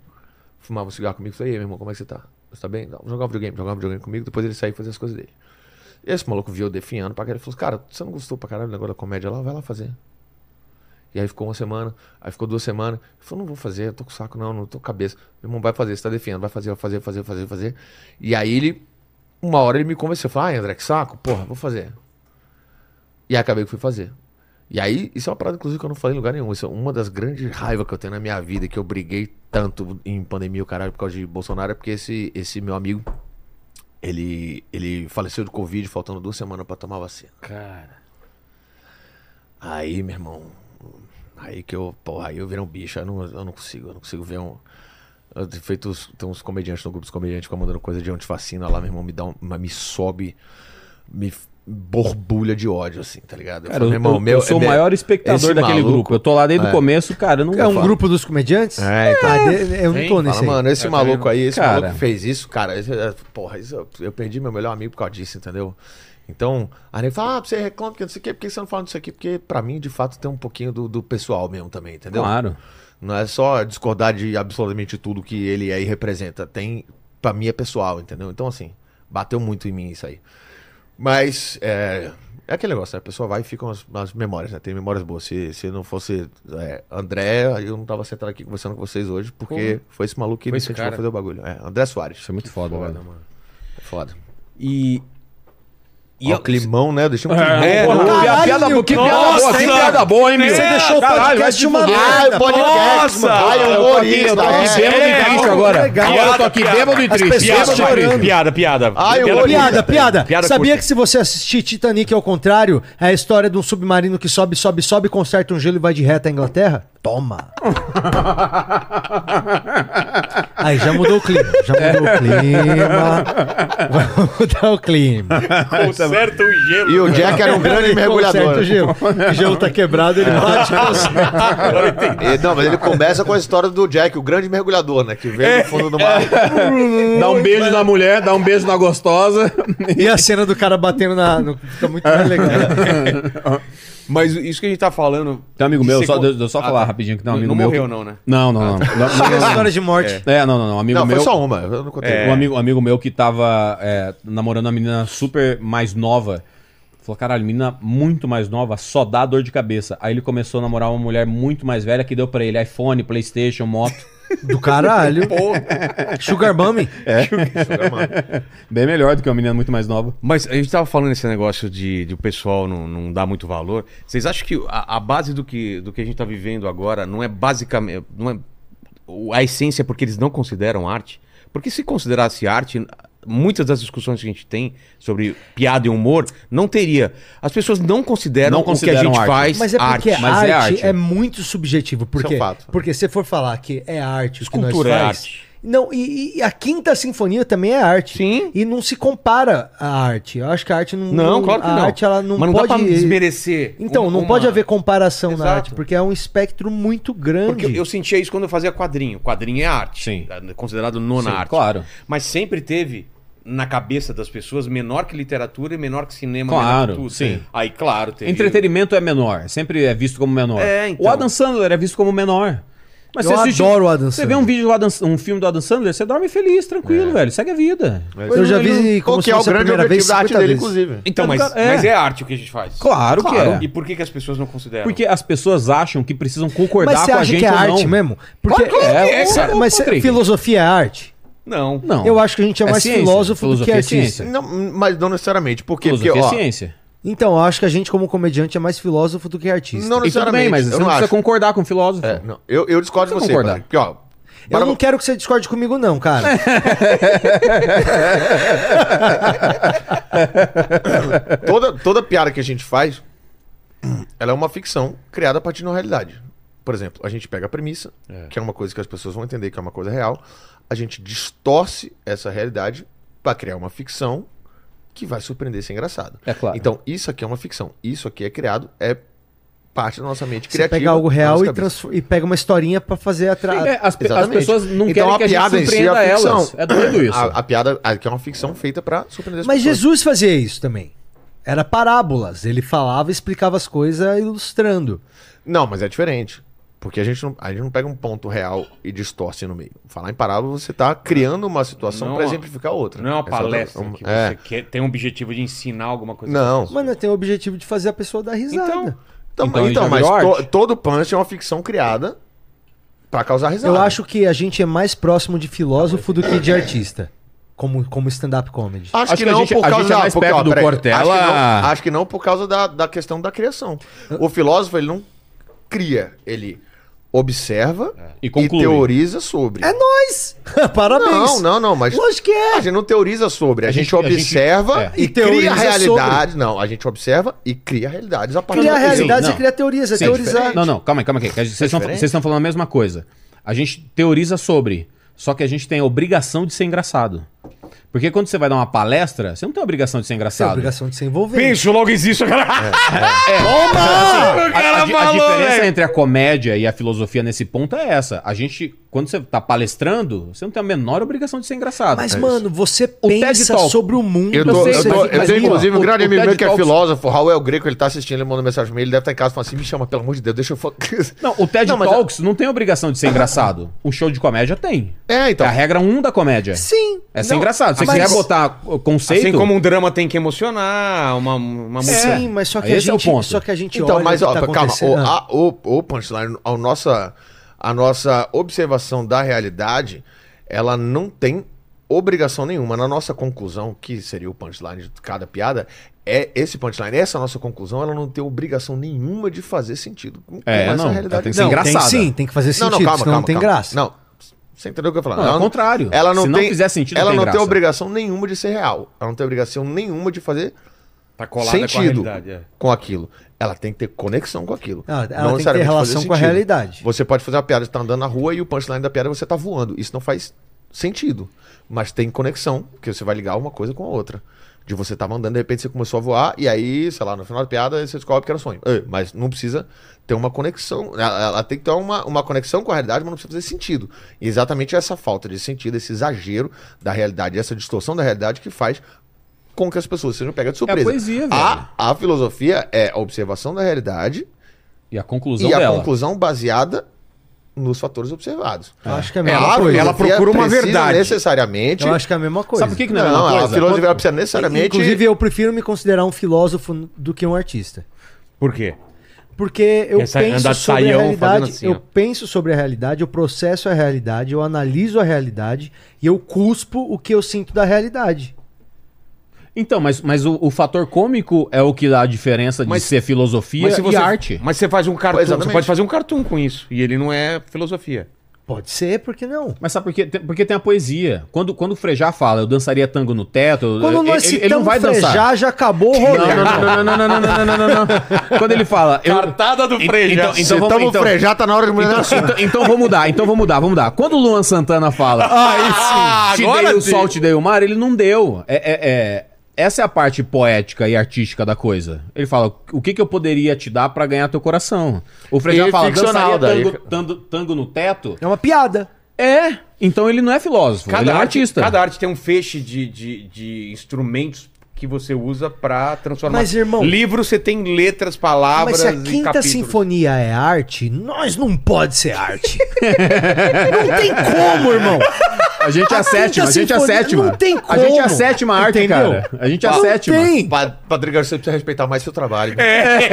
[SPEAKER 5] fumava um cigarro comigo e falei, "E aí, meu irmão, como é que você tá? Você tá bem? Não, jogava videogame, jogava videogame comigo, depois ele saía e fazia as coisas dele. Esse maluco viu eu definhando pra caralho e falou: Cara, você não gostou pra caralho do negócio da comédia lá? Vai lá fazer. E aí ficou uma semana, aí ficou duas semanas. Ele falou: Não vou fazer, eu tô com saco, não, não tô com cabeça. Meu irmão vai fazer, você tá definhando, vai fazer, vai fazer, fazer, fazer, fazer. E aí ele, uma hora ele me convenceu: Falou, ai, André, que saco, porra, vou fazer. E aí acabei que fui fazer. E aí, isso é uma parada, inclusive, que eu não falei em lugar nenhum. Isso é uma das grandes raivas que eu tenho na minha vida, que eu briguei tanto em pandemia, o caralho, por causa de Bolsonaro, é porque esse, esse meu amigo, ele, ele faleceu de Covid, faltando duas semanas pra tomar a vacina.
[SPEAKER 4] Cara.
[SPEAKER 5] Aí, meu irmão, aí que eu, porra, aí eu virei um bicho, eu não, eu não consigo, eu não consigo ver um... Eu tenho feito uns, tem uns comediantes no grupo dos comediantes que ficam mandando coisa de antivacina lá, meu irmão, me dá um, me sobe, me f- borbulha de ódio, assim, tá ligado?
[SPEAKER 4] Cara, eu,
[SPEAKER 5] falo, meu irmão,
[SPEAKER 4] eu- eu sou o
[SPEAKER 5] meu-
[SPEAKER 4] maior espectador
[SPEAKER 5] esse
[SPEAKER 4] daquele
[SPEAKER 5] maluco-
[SPEAKER 4] grupo. Eu tô lá desde
[SPEAKER 5] É.
[SPEAKER 4] o começo, cara. eu Não
[SPEAKER 6] É um
[SPEAKER 4] eu falo.
[SPEAKER 6] grupo dos comediantes?
[SPEAKER 5] É, então.
[SPEAKER 6] Ah, de- eu não tô
[SPEAKER 5] Fala,
[SPEAKER 6] nesse aí.
[SPEAKER 5] mano, esse
[SPEAKER 7] Eu também
[SPEAKER 5] maluco
[SPEAKER 7] não.
[SPEAKER 5] aí, esse
[SPEAKER 4] Cara.
[SPEAKER 5] maluco que fez isso, cara, esse, é, porra, isso, eu- eu perdi meu melhor amigo por causa disso, entendeu? Então, a nego fala, ah, você reclama porque não sei o quê, por que você não fala disso aqui? Porque pra mim, de fato, tem um pouquinho do, do pessoal mesmo também, entendeu?
[SPEAKER 4] Claro.
[SPEAKER 5] Não é só discordar de absolutamente tudo que ele aí representa. Tem, pra mim é pessoal, entendeu? Então, assim, bateu muito em mim isso aí. Mas, é, é aquele negócio, né? A pessoa vai e ficam as, as memórias, né? Tem memórias boas. Se, se não fosse é, André, eu não tava sentado aqui conversando com vocês hoje, porque foi esse maluco que
[SPEAKER 7] Foi
[SPEAKER 5] me
[SPEAKER 7] esse
[SPEAKER 5] incentivou
[SPEAKER 7] cara.
[SPEAKER 5] a fazer o bagulho. É, André Soares.
[SPEAKER 4] Isso é muito foda, velho.
[SPEAKER 5] mano. Foda.
[SPEAKER 4] E.
[SPEAKER 5] E o climão, né? Deixa um climão.
[SPEAKER 1] É, não.
[SPEAKER 4] Porra, que
[SPEAKER 6] Caralho,
[SPEAKER 4] piada boa, que
[SPEAKER 6] nossa,
[SPEAKER 4] piada boa, que
[SPEAKER 1] hein,
[SPEAKER 4] piada boa, hein, meu?
[SPEAKER 1] Você
[SPEAKER 6] deixou o podcast uma
[SPEAKER 5] Ah, o podcast,
[SPEAKER 1] Nossa!
[SPEAKER 5] mano. Ah, é
[SPEAKER 4] Eu tô aqui, eu
[SPEAKER 5] humorista.
[SPEAKER 4] tô tá aqui
[SPEAKER 5] é.
[SPEAKER 4] bêbado e triste
[SPEAKER 1] é,
[SPEAKER 4] agora.
[SPEAKER 6] legal.
[SPEAKER 4] Agora eu tô aqui bêbado e triste.
[SPEAKER 6] pessoas
[SPEAKER 4] bêbado e triste.
[SPEAKER 6] chorando.
[SPEAKER 7] Piada, piada.
[SPEAKER 5] Ai, eu olhei.
[SPEAKER 6] Piada, piada.
[SPEAKER 7] Piada
[SPEAKER 6] Sabia
[SPEAKER 7] curta.
[SPEAKER 6] que se você assistir Titanic ao contrário, é a história de um submarino que sobe, sobe, sobe, conserta um gelo e vai de reta à Inglaterra? Toma. Aí já mudou o clima. Já mudou o clima. Vai mudar o clima.
[SPEAKER 7] Conserta o gelo.
[SPEAKER 5] E o Jack era um grande
[SPEAKER 6] Ele conserta
[SPEAKER 5] mergulhador. É.
[SPEAKER 6] O gelo. O gelo tá quebrado, ele bate e conserta.
[SPEAKER 5] E- não, mas ele começa com a história do Jack, o grande mergulhador, né? Que
[SPEAKER 4] É.
[SPEAKER 5] veio do fundo do mar.
[SPEAKER 4] Dá um
[SPEAKER 6] né?
[SPEAKER 4] beijo na mulher, dá um beijo na gostosa.
[SPEAKER 6] E a cena do cara batendo na. no- fica muito mais legal.
[SPEAKER 5] É.
[SPEAKER 1] Mas isso que a gente tá falando.
[SPEAKER 4] Tem um amigo meu,
[SPEAKER 1] Você
[SPEAKER 4] só,
[SPEAKER 1] con-
[SPEAKER 4] deixa eu só
[SPEAKER 1] Ah,
[SPEAKER 4] falar
[SPEAKER 1] tá.
[SPEAKER 4] rapidinho que tem um
[SPEAKER 1] Não-
[SPEAKER 4] amigo
[SPEAKER 1] não
[SPEAKER 4] meu.
[SPEAKER 1] morreu, não, né?
[SPEAKER 4] Não, não, não. não, não, não,
[SPEAKER 6] Uma
[SPEAKER 4] não.
[SPEAKER 6] história de morte.
[SPEAKER 4] É, não, não, não. Um Amigo
[SPEAKER 5] Não,
[SPEAKER 4] meu.
[SPEAKER 5] foi só uma, eu não contei.
[SPEAKER 1] É.
[SPEAKER 4] Um amigo, um amigo meu que tava é, namorando uma menina super mais nova. Falou, caralho, menina muito mais nova, só dá dor de cabeça. Aí ele começou a namorar uma mulher muito mais velha que deu pra ele iPhone, Playstation, moto.
[SPEAKER 6] Do caralho. Sugar Mummy.
[SPEAKER 1] É.
[SPEAKER 4] Bem melhor do que uma menina muito mais nova.
[SPEAKER 1] Mas a gente tava falando esse negócio de, de o pessoal não, não dar muito valor. Vocês acham que a, a base do que, do que a gente tá vivendo agora não é basicamente. Não é, o- a essência é porque eles não consideram arte? Porque se considerasse arte, muitas das discussões que a gente tem sobre piada e humor não teria. As pessoas não consideram,
[SPEAKER 4] Não
[SPEAKER 1] o que a
[SPEAKER 4] consideram
[SPEAKER 1] gente
[SPEAKER 4] arte.
[SPEAKER 1] faz
[SPEAKER 6] Mas é
[SPEAKER 1] arte.
[SPEAKER 6] porque a
[SPEAKER 4] mas
[SPEAKER 6] arte,
[SPEAKER 4] é
[SPEAKER 6] é,
[SPEAKER 4] arte.
[SPEAKER 6] muito subjetivo. Por
[SPEAKER 5] Isso é um
[SPEAKER 6] quê?
[SPEAKER 5] fato.
[SPEAKER 6] Porque se for falar que é arte, o que nós
[SPEAKER 1] Escultura é
[SPEAKER 6] faz-
[SPEAKER 1] arte.
[SPEAKER 6] Não, e, e a quinta sinfonia também é arte.
[SPEAKER 1] Sim.
[SPEAKER 6] E não se compara à arte. Eu acho que a arte não.
[SPEAKER 1] Não, claro que
[SPEAKER 6] Hum, a
[SPEAKER 1] não.
[SPEAKER 6] arte ela não,
[SPEAKER 1] Mas não
[SPEAKER 6] pode.
[SPEAKER 1] dá pra desmerecer.
[SPEAKER 6] Então,
[SPEAKER 1] um-
[SPEAKER 6] não
[SPEAKER 1] uma-
[SPEAKER 6] pode haver comparação na
[SPEAKER 1] Exato.
[SPEAKER 6] arte, porque é um espectro muito grande.
[SPEAKER 1] Porque eu, eu sentia isso quando eu fazia quadrinho. Quadrinho é arte.
[SPEAKER 4] Sim.
[SPEAKER 1] É Considerado nona
[SPEAKER 4] Sim,
[SPEAKER 1] arte.
[SPEAKER 4] claro.
[SPEAKER 1] Mas sempre teve na cabeça das pessoas menor que literatura e menor que cinema.
[SPEAKER 4] Claro,
[SPEAKER 1] menor que tudo.
[SPEAKER 4] sim.
[SPEAKER 1] Aí, claro, teve...
[SPEAKER 4] Entretenimento é menor, sempre é visto como menor.
[SPEAKER 1] É, então.
[SPEAKER 4] O Adam Sandler é visto como menor. Mas
[SPEAKER 6] Eu adoro o Adam
[SPEAKER 4] Você vê
[SPEAKER 6] Sandler.
[SPEAKER 4] um vídeo do Adam, um filme do Adam Sandler, você dorme feliz,
[SPEAKER 1] É.
[SPEAKER 4] tranquilo, velho. Segue a vida.
[SPEAKER 6] Eu já vi
[SPEAKER 5] Qual
[SPEAKER 6] como
[SPEAKER 5] que
[SPEAKER 6] se
[SPEAKER 5] é o
[SPEAKER 6] fosse a
[SPEAKER 5] grande
[SPEAKER 6] primeira vez
[SPEAKER 5] objetivo da arte
[SPEAKER 6] 50
[SPEAKER 5] dele,
[SPEAKER 6] vezes.
[SPEAKER 5] inclusive?
[SPEAKER 1] Então, mas
[SPEAKER 4] É.
[SPEAKER 1] é. mas é arte o que a gente faz.
[SPEAKER 4] Claro que é.
[SPEAKER 1] E por que, que as pessoas não consideram?
[SPEAKER 4] Porque as pessoas acham que precisam concordar
[SPEAKER 6] Mas você
[SPEAKER 4] com a
[SPEAKER 6] acha
[SPEAKER 4] gente
[SPEAKER 6] que é
[SPEAKER 4] ou
[SPEAKER 6] arte
[SPEAKER 4] não.
[SPEAKER 6] mesmo? Porque
[SPEAKER 4] Claro que é,
[SPEAKER 6] Mas
[SPEAKER 4] cara.
[SPEAKER 6] mas
[SPEAKER 4] Patrick.
[SPEAKER 6] filosofia é arte?
[SPEAKER 1] Não.
[SPEAKER 4] Não.
[SPEAKER 6] Eu acho que a gente é mais
[SPEAKER 4] ciência.
[SPEAKER 6] filósofo do que
[SPEAKER 4] Filosofia é ciência.
[SPEAKER 6] artista.
[SPEAKER 5] Não, mas não necessariamente. Por quê? Porque,
[SPEAKER 4] Filosofia
[SPEAKER 5] ó,
[SPEAKER 4] é ciência.
[SPEAKER 6] Então, eu acho que a gente, como comediante, é mais filósofo do que artista.
[SPEAKER 5] não
[SPEAKER 4] E tudo
[SPEAKER 5] necessariamente.
[SPEAKER 4] bem, mas você
[SPEAKER 5] eu não
[SPEAKER 4] não precisa
[SPEAKER 5] acho.
[SPEAKER 4] concordar com o filósofo.
[SPEAKER 5] É, não. Eu, eu discordo de
[SPEAKER 4] Não
[SPEAKER 5] você,
[SPEAKER 4] concordar.
[SPEAKER 5] Patrick, porque, ó,
[SPEAKER 6] eu
[SPEAKER 5] para-
[SPEAKER 6] não quero que você discorde comigo, não, cara.
[SPEAKER 5] toda, toda piada que a gente faz, ela é uma ficção criada a partir de uma realidade. Por exemplo, a gente pega a premissa, que é uma coisa que as pessoas vão entender que é uma coisa real, a gente distorce essa realidade pra criar uma ficção que vai surpreender ser engraçado.
[SPEAKER 4] É claro.
[SPEAKER 5] Então, isso aqui é uma ficção. Isso aqui é criado, é parte da nossa mente
[SPEAKER 6] Você
[SPEAKER 5] criativa.
[SPEAKER 6] pega algo
[SPEAKER 5] da
[SPEAKER 6] real
[SPEAKER 5] nossa
[SPEAKER 6] e,
[SPEAKER 5] tá cabeça.
[SPEAKER 6] transfor- e pega uma historinha pra fazer atrás.
[SPEAKER 4] É, as, pe- as
[SPEAKER 5] Exatamente.
[SPEAKER 4] pessoas não
[SPEAKER 5] Então,
[SPEAKER 4] querem
[SPEAKER 5] a
[SPEAKER 4] que a gente
[SPEAKER 5] piada em si é
[SPEAKER 4] surpreenda
[SPEAKER 5] a ficção.
[SPEAKER 4] elas. É doido isso.
[SPEAKER 5] A, a piada aqui é uma ficção feita pra surpreender as
[SPEAKER 6] Mas
[SPEAKER 5] pessoas.
[SPEAKER 6] Jesus fazia isso também. Era parábolas. Ele falava, explicava as coisas, ilustrando.
[SPEAKER 5] Não, mas é diferente. Porque a gente, não, a gente não pega um ponto real e distorce no meio. Falar em parábola, você tá criando uma situação
[SPEAKER 1] Não,
[SPEAKER 5] pra
[SPEAKER 1] ó.
[SPEAKER 5] exemplificar outra.
[SPEAKER 1] Não é uma
[SPEAKER 5] Essa
[SPEAKER 1] palestra
[SPEAKER 5] outra-
[SPEAKER 1] que você
[SPEAKER 5] é.
[SPEAKER 1] quer, tem um objetivo de ensinar alguma coisa.
[SPEAKER 5] Não.
[SPEAKER 6] Mas não tem o objetivo de fazer a pessoa dar risada.
[SPEAKER 1] Então,
[SPEAKER 5] Então,
[SPEAKER 4] Então,
[SPEAKER 5] então,
[SPEAKER 4] já
[SPEAKER 5] mas
[SPEAKER 4] virou
[SPEAKER 5] to-
[SPEAKER 4] arte?
[SPEAKER 5] todo punch é uma ficção criada pra causar risada.
[SPEAKER 6] eu acho que a gente é mais próximo de filósofo do que de artista. Como, como stand-up comedy.
[SPEAKER 5] Acho,
[SPEAKER 4] Acho
[SPEAKER 5] que,
[SPEAKER 4] que a
[SPEAKER 5] não
[SPEAKER 4] gente-
[SPEAKER 5] por
[SPEAKER 4] a
[SPEAKER 5] causa
[SPEAKER 4] gente é
[SPEAKER 5] da-
[SPEAKER 4] mais
[SPEAKER 5] porque,
[SPEAKER 4] perto
[SPEAKER 5] ó,
[SPEAKER 4] do
[SPEAKER 5] peraí,
[SPEAKER 4] Cortella.
[SPEAKER 5] Acho que não, acho que não por causa da, da questão da criação. O filósofo, ele não cria, ele observa
[SPEAKER 4] E conclui.
[SPEAKER 5] teoriza sobre.
[SPEAKER 6] É nóis! Parabéns!
[SPEAKER 5] não, não, não, mas Ah,
[SPEAKER 6] Lógico que é!
[SPEAKER 5] A gente não teoriza sobre, a,
[SPEAKER 4] A
[SPEAKER 5] gente,
[SPEAKER 4] gente- a gente-
[SPEAKER 5] observa
[SPEAKER 4] é.
[SPEAKER 5] e,
[SPEAKER 6] E
[SPEAKER 5] cria
[SPEAKER 6] teoriza
[SPEAKER 5] realidade. Não, a gente observa e cria realidades a partir
[SPEAKER 6] Criar
[SPEAKER 5] do-
[SPEAKER 6] realidades
[SPEAKER 4] não.
[SPEAKER 6] e criar teorias. É
[SPEAKER 4] Sim,
[SPEAKER 6] teorizar.
[SPEAKER 4] diferente. Não, não, calma aí, calma aí. que a gente- Vocês estão-
[SPEAKER 5] É diferente?
[SPEAKER 4] vocês estão falando a mesma coisa. A gente teoriza sobre, só que a gente tem a obrigação de ser engraçado. Porque quando você vai dar uma palestra, você não tem a obrigação de ser
[SPEAKER 6] Tem a
[SPEAKER 4] engraçado.
[SPEAKER 6] é obrigação de se envolver.
[SPEAKER 1] Penso, logo existe.
[SPEAKER 4] É,
[SPEAKER 1] É. Cara. assim,
[SPEAKER 4] A- a, di- a diferença
[SPEAKER 1] é,
[SPEAKER 4] entre a comédia e a filosofia nesse ponto é essa. A gente, quando você tá palestrando, você não tem a menor obrigação de ser engraçado.
[SPEAKER 6] Mas,
[SPEAKER 4] É isso.
[SPEAKER 6] mano, você
[SPEAKER 4] O TED
[SPEAKER 6] pensa
[SPEAKER 4] Talk.
[SPEAKER 6] sobre o mundo. assim,
[SPEAKER 5] Eu, tô-
[SPEAKER 4] sei,
[SPEAKER 5] eu
[SPEAKER 4] mas-
[SPEAKER 5] tô- eu
[SPEAKER 4] mas
[SPEAKER 5] tenho,
[SPEAKER 4] mira,
[SPEAKER 5] inclusive, um
[SPEAKER 4] o-
[SPEAKER 5] grande
[SPEAKER 4] o
[SPEAKER 5] amigo meu
[SPEAKER 4] TED
[SPEAKER 5] que é
[SPEAKER 4] Talks-
[SPEAKER 5] filósofo, Raul Greco, ele tá assistindo, ele mandou mensagem pra mim, ele deve estar em casa falando assim, me chama, pelo amor de Deus, deixa eu... fo-
[SPEAKER 4] Não, o TED
[SPEAKER 5] Não, mas-
[SPEAKER 4] Talks não tem obrigação de ser engraçado. O show de comédia tem.
[SPEAKER 5] É, então.
[SPEAKER 4] É a regra 1 da comédia.
[SPEAKER 6] Sim.
[SPEAKER 4] É ser
[SPEAKER 6] Não,
[SPEAKER 4] engraçado. Se você
[SPEAKER 6] mas-
[SPEAKER 4] quiser botar uh, conceito.
[SPEAKER 1] Assim como um drama tem que emocionar, uma,
[SPEAKER 4] É.
[SPEAKER 1] uma música-
[SPEAKER 6] Sim, mas só que, a
[SPEAKER 4] Esse é o
[SPEAKER 6] gente,
[SPEAKER 4] ponto.
[SPEAKER 6] só que a gente
[SPEAKER 5] Então,
[SPEAKER 6] olha
[SPEAKER 5] mas,
[SPEAKER 6] o
[SPEAKER 5] ó,
[SPEAKER 6] que tá
[SPEAKER 5] calma, o,
[SPEAKER 6] acontecendo. Ah,
[SPEAKER 5] a, o, o punchline, a nossa, a nossa observação da realidade, ela não tem obrigação nenhuma. Na nossa conclusão, que seria o punchline de cada piada, é esse punchline, essa nossa conclusão, ela não tem obrigação nenhuma de fazer sentido com, com
[SPEAKER 4] É, não. Ela tem que ser
[SPEAKER 5] Não,
[SPEAKER 4] engraçada.
[SPEAKER 6] Tem sim, tem que fazer sentido,
[SPEAKER 5] não, não, calma,
[SPEAKER 6] senão
[SPEAKER 5] calma,
[SPEAKER 6] não tem
[SPEAKER 5] calma.
[SPEAKER 6] graça.
[SPEAKER 5] Não, você entendeu o que eu ia falar.
[SPEAKER 4] Não, é o contrário.
[SPEAKER 5] Ela não
[SPEAKER 4] Se não
[SPEAKER 5] tem,
[SPEAKER 4] fizer sentido,
[SPEAKER 5] ela
[SPEAKER 4] tem
[SPEAKER 5] não tem
[SPEAKER 4] graça.
[SPEAKER 5] obrigação nenhuma de ser real. Ela não tem obrigação nenhuma de fazer
[SPEAKER 1] Tá colada com a
[SPEAKER 5] sentido com,
[SPEAKER 1] realidade. é.
[SPEAKER 5] aquilo. Ela tem que ter conexão com aquilo.
[SPEAKER 6] Não, ela tem que ter
[SPEAKER 5] necessariamente
[SPEAKER 6] relação
[SPEAKER 5] fazer
[SPEAKER 6] com a
[SPEAKER 5] sentido.
[SPEAKER 6] realidade.
[SPEAKER 5] Você pode fazer uma piada, você tá andando na rua e o punchline da piada é você tá voando. Isso não faz sentido. Mas tem conexão, porque você vai ligar uma coisa com a outra. De você tava andando, de repente você começou a voar, e aí, sei lá, no final da piada você descobre que era um sonho. É, Mas não precisa ter uma conexão. Ela, ela tem que ter uma, uma conexão com a realidade, mas não precisa fazer sentido. E exatamente essa falta de sentido, esse exagero da realidade, essa distorção da realidade que faz com que as pessoas sejam pegas de surpresa.
[SPEAKER 4] É poesia, velho.
[SPEAKER 5] A, a filosofia é a observação da realidade
[SPEAKER 4] E a conclusão
[SPEAKER 5] e a
[SPEAKER 4] dela.
[SPEAKER 5] conclusão baseada nos fatores observados.
[SPEAKER 6] Eu acho que é a mesma
[SPEAKER 5] Ela,
[SPEAKER 6] coisa.
[SPEAKER 5] ela procura uma
[SPEAKER 1] precisa
[SPEAKER 5] verdade.
[SPEAKER 6] Eu
[SPEAKER 5] necessariamente.
[SPEAKER 6] acho que é a mesma coisa.
[SPEAKER 4] Sabe por que, que não é a
[SPEAKER 5] Não,
[SPEAKER 4] mesma
[SPEAKER 5] a
[SPEAKER 4] coisa?
[SPEAKER 5] filosofia ela precisa necessariamente.
[SPEAKER 6] Inclusive, eu prefiro me considerar um filósofo do que um artista.
[SPEAKER 1] Por quê?
[SPEAKER 6] Porque eu
[SPEAKER 1] Essa-
[SPEAKER 6] penso
[SPEAKER 1] andar de
[SPEAKER 6] sobre a
[SPEAKER 1] saião
[SPEAKER 6] realidade,
[SPEAKER 1] fazendo assim,
[SPEAKER 6] eu
[SPEAKER 1] ó.
[SPEAKER 6] penso sobre a realidade, eu processo a realidade, eu analiso a realidade e eu cuspo o que eu sinto da realidade.
[SPEAKER 4] Então, mas, mas o, o fator cômico é o que dá a diferença de
[SPEAKER 1] Mas-
[SPEAKER 4] ser filosofia
[SPEAKER 1] Mas se você,
[SPEAKER 4] e arte.
[SPEAKER 1] Mas você faz um cartoon,
[SPEAKER 5] Exatamente.
[SPEAKER 1] você pode fazer um cartoon com isso. E ele não é filosofia.
[SPEAKER 6] Pode ser, por que não?
[SPEAKER 4] Mas sabe por quê? Tem- Porque tem a poesia. Quando, quando o Frejá fala, eu dançaria tango no teto, eu-
[SPEAKER 6] Quando
[SPEAKER 4] ele,
[SPEAKER 6] nós
[SPEAKER 4] ele- ele não
[SPEAKER 6] citamos
[SPEAKER 4] vai dançar.
[SPEAKER 6] frejar, já acabou o rolê.
[SPEAKER 4] Não, não, não, não, não, não, não, não, não, não, não. Quando ele fala. eu-
[SPEAKER 7] Cartada do
[SPEAKER 4] en-
[SPEAKER 7] Frejá.
[SPEAKER 4] Então, então,
[SPEAKER 5] Então,
[SPEAKER 4] vamos, então,
[SPEAKER 5] frejar, tá na hora de mulher
[SPEAKER 4] então,
[SPEAKER 5] assunto.
[SPEAKER 4] então- então vamos mudar, então vamos mudar, vamos mudar. Quando o Luan Santana fala.
[SPEAKER 7] Ah,
[SPEAKER 4] te
[SPEAKER 7] agora
[SPEAKER 4] dei o
[SPEAKER 7] sim.
[SPEAKER 4] sol, te dei o mar, ele não deu. É, é- é- Essa é a parte poética e artística da coisa. Ele fala, o que, que eu poderia te dar pra ganhar teu coração? O Frejá
[SPEAKER 5] E
[SPEAKER 4] fala,
[SPEAKER 5] ficcional
[SPEAKER 4] dançaria
[SPEAKER 5] daí.
[SPEAKER 4] tango, tango, tango no teto?
[SPEAKER 6] É uma piada.
[SPEAKER 4] É, então ele não é filósofo, ele é um artista.
[SPEAKER 1] Cada arte tem um feixe de, de, de instrumentos que você usa pra transformar.
[SPEAKER 6] Mas, irmão-
[SPEAKER 1] Livro você tem letras,
[SPEAKER 6] Mas
[SPEAKER 1] palavras
[SPEAKER 6] se a
[SPEAKER 1] e
[SPEAKER 6] quinta
[SPEAKER 1] capítulos.
[SPEAKER 6] sinfonia é arte, nós não pode ser arte. não tem como, irmão.
[SPEAKER 4] A gente é
[SPEAKER 6] Ah, A
[SPEAKER 4] a sétima, a gente é a
[SPEAKER 6] sinfonia
[SPEAKER 4] sétima.
[SPEAKER 6] não tem
[SPEAKER 4] A gente é a
[SPEAKER 6] como.
[SPEAKER 4] sétima arte,
[SPEAKER 6] Entendeu?
[SPEAKER 4] cara. A gente é a
[SPEAKER 6] não
[SPEAKER 4] sétima.
[SPEAKER 6] tem.
[SPEAKER 5] Pa- Padre Garcia, você precisa respeitar mais seu trabalho.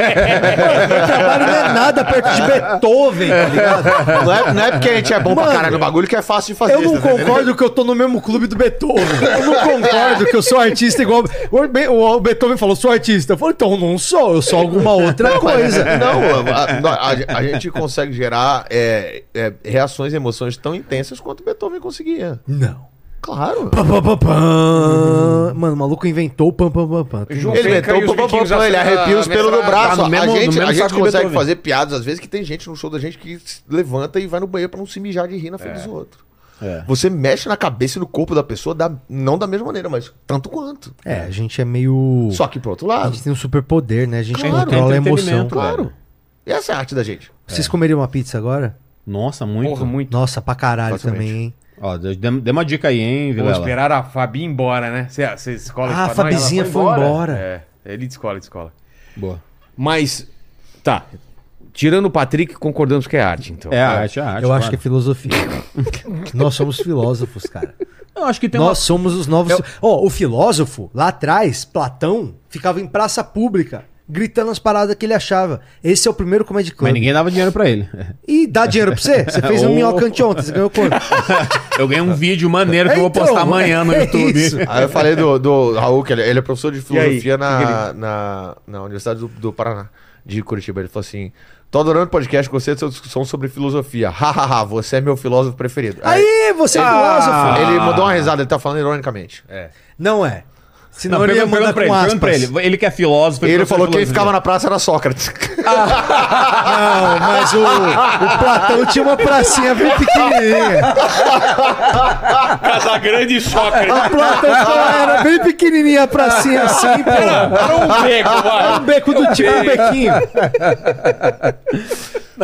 [SPEAKER 6] Meu trabalho não é nada perto de Beethoven, tá ligado?
[SPEAKER 5] Não, é, não é porque a gente é bom pra
[SPEAKER 6] Mano,
[SPEAKER 5] caralho no bagulho que é fácil de fazer.
[SPEAKER 6] Eu não
[SPEAKER 5] tá entendendo?
[SPEAKER 6] concordo que eu tô no mesmo clube do Beethoven. Eu não concordo que eu sou artista igual. O Be- O Beethoven falou, sou artista. Eu falei, então eu não sou, eu sou alguma outra coisa.
[SPEAKER 5] Não, a, a- a gente consegue gerar é, é, reações e emoções tão intensas quanto Beethoven conseguia.
[SPEAKER 6] Não.
[SPEAKER 5] Claro.
[SPEAKER 6] Pam, pam, pam, pam. Mano, o maluco inventou o pam, pam, pam, pam.
[SPEAKER 1] João
[SPEAKER 5] Ele
[SPEAKER 1] Penca
[SPEAKER 5] meteu
[SPEAKER 1] e
[SPEAKER 5] o
[SPEAKER 1] os
[SPEAKER 5] pam, pam,
[SPEAKER 1] vikings
[SPEAKER 5] pam, ele
[SPEAKER 1] assassinando
[SPEAKER 5] arrepia os
[SPEAKER 1] a
[SPEAKER 5] pelos do
[SPEAKER 1] mestrada.
[SPEAKER 5] braço.
[SPEAKER 4] Ah, no mesmo-
[SPEAKER 5] a
[SPEAKER 4] no
[SPEAKER 5] gente,
[SPEAKER 4] mesmo
[SPEAKER 5] a gente
[SPEAKER 4] saco um. de
[SPEAKER 5] consegue
[SPEAKER 4] Beethoven.
[SPEAKER 5] fazer piadas, às vezes, que tem gente no show da gente que se levanta e vai no banheiro pra não se mijar de rir na
[SPEAKER 4] É.
[SPEAKER 5] frente dos outros. Você mexe na cabeça e no corpo da pessoa, da- não da mesma maneira, mas tanto quanto.
[SPEAKER 6] É, a gente é meio.
[SPEAKER 4] Uh.
[SPEAKER 5] Só que pro outro
[SPEAKER 6] A
[SPEAKER 5] lado,
[SPEAKER 6] gente tem um superpoder, né? A gente
[SPEAKER 5] Claro,
[SPEAKER 6] controla a emoção.
[SPEAKER 4] entretenimento.
[SPEAKER 5] claro.
[SPEAKER 4] velho.
[SPEAKER 5] Essa é a arte da gente.
[SPEAKER 6] Vocês comeriam uma pizza agora?
[SPEAKER 4] Nossa, muito.
[SPEAKER 1] Porra, muito.
[SPEAKER 6] Nossa, pra caralho
[SPEAKER 5] Facilmente.
[SPEAKER 6] também, hein?
[SPEAKER 4] Ó, dê, dê- dê uma dica aí, hein,
[SPEAKER 1] Vou
[SPEAKER 4] Vilela.
[SPEAKER 1] esperar a Fabi ir embora, né? Você, você escola escola-
[SPEAKER 6] Ah, a
[SPEAKER 1] Não, ela
[SPEAKER 6] Fabizinha foi embora.
[SPEAKER 1] É, ele de escola, de escola.
[SPEAKER 4] Boa.
[SPEAKER 1] Mas, tá. Tirando o Patrick, concordamos que é arte, então.
[SPEAKER 4] É a arte, é a arte.
[SPEAKER 6] Eu acho que é
[SPEAKER 4] claro.
[SPEAKER 6] filosofia. Nós somos filósofos, cara.
[SPEAKER 4] Eu acho que tem
[SPEAKER 6] Nós somos os novos. Ó, o filósofo, lá atrás, Platão, ficava em praça pública, gritando as paradas que ele achava. Esse é o primeiro Comedy
[SPEAKER 4] uma...
[SPEAKER 6] Club.
[SPEAKER 4] Mas ninguém dava dinheiro pra ele.
[SPEAKER 6] E dá dinheiro pra você? Você fez um
[SPEAKER 4] Oh.
[SPEAKER 6] minhocante ontem, você ganhou quanto?
[SPEAKER 4] Eu ganhei um vídeo maneiro que eu vou
[SPEAKER 6] Então,
[SPEAKER 4] postar amanhã no
[SPEAKER 6] é
[SPEAKER 4] YouTube.
[SPEAKER 6] isso.
[SPEAKER 5] Aí eu falei do, do Raul, que ele, ele é professor de
[SPEAKER 1] aí,
[SPEAKER 5] filosofia
[SPEAKER 1] que
[SPEAKER 5] na, na, na Universidade do, do Paraná, de Curitiba. Ele falou assim: tô adorando o podcast com você, sua discussão sobre filosofia. Hahaha, você é meu filósofo preferido.
[SPEAKER 6] Aí, você é filósofo.
[SPEAKER 5] Ele mandou uma risada, ele tá falando ironicamente.
[SPEAKER 6] Não é. Senão
[SPEAKER 4] Ah. Não,
[SPEAKER 6] ele ia
[SPEAKER 4] pergunta,
[SPEAKER 6] mandar
[SPEAKER 4] pergunta
[SPEAKER 6] com
[SPEAKER 4] pra ele, pergunta
[SPEAKER 6] aspas.
[SPEAKER 4] pra ele. Ele que é filósofo.
[SPEAKER 5] E ele falou que
[SPEAKER 4] que
[SPEAKER 5] quem ficava na praça era Sócrates.
[SPEAKER 6] Não, Ah, mas o, o Platão tinha uma pracinha bem pequenininha.
[SPEAKER 7] Casa Grande e Sócrates.
[SPEAKER 6] O Platão falou, era bem pequenininha a pracinha assim, pô.
[SPEAKER 7] Era um beco,
[SPEAKER 6] Era
[SPEAKER 7] vai.
[SPEAKER 6] um beco do tipo um bequinho.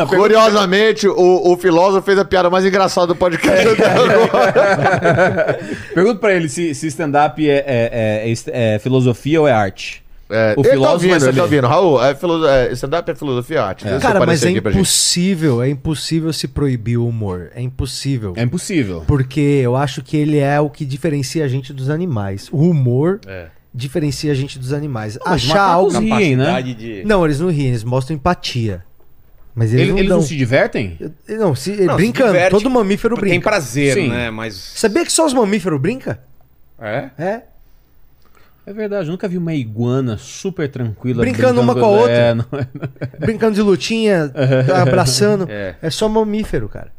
[SPEAKER 5] Curiosamente, o, o filósofo fez a piada mais engraçada do podcast até agora.
[SPEAKER 4] Pergunta pra ele se, se stand-up é, é- é- é- é filosofia ou é arte.
[SPEAKER 5] É,
[SPEAKER 4] O
[SPEAKER 5] ele tá
[SPEAKER 4] filósofo vai
[SPEAKER 5] ouvindo, ele
[SPEAKER 4] saber.
[SPEAKER 5] tá ouvindo. Raul, é filo- é, stand-up é filosofia arte. Deixa eu
[SPEAKER 6] Cara, mas
[SPEAKER 5] aparecer
[SPEAKER 6] é
[SPEAKER 5] aqui pra gente.
[SPEAKER 6] impossível, é impossível se proibir o humor. É impossível.
[SPEAKER 4] É impossível.
[SPEAKER 6] Porque eu acho que ele é o que diferencia a gente dos animais. O humor
[SPEAKER 7] É.
[SPEAKER 6] diferencia a gente dos animais. Achar algo.
[SPEAKER 4] macacos riem, né?
[SPEAKER 1] Capacidade de...
[SPEAKER 6] Não, eles não riem, eles mostram empatia. Mas eles
[SPEAKER 4] Eles,
[SPEAKER 6] não
[SPEAKER 4] eles
[SPEAKER 6] dão.
[SPEAKER 4] não se divertem?
[SPEAKER 6] Eu- Não, se,
[SPEAKER 1] se
[SPEAKER 6] brincando,
[SPEAKER 1] diverte.
[SPEAKER 6] todo mamífero
[SPEAKER 1] Tem
[SPEAKER 6] brinca.
[SPEAKER 1] prazer,
[SPEAKER 4] Sim.
[SPEAKER 1] né? Mas...
[SPEAKER 6] Sabia que só os mamíferos brincam?
[SPEAKER 1] É?
[SPEAKER 6] É?
[SPEAKER 4] É verdade, eu nunca vi uma iguana super tranquila.
[SPEAKER 6] Brincando uma com a outra.
[SPEAKER 4] É, não é.
[SPEAKER 6] Brincando de lutinha, tá abraçando.
[SPEAKER 1] É.
[SPEAKER 6] É. só mamífero, cara.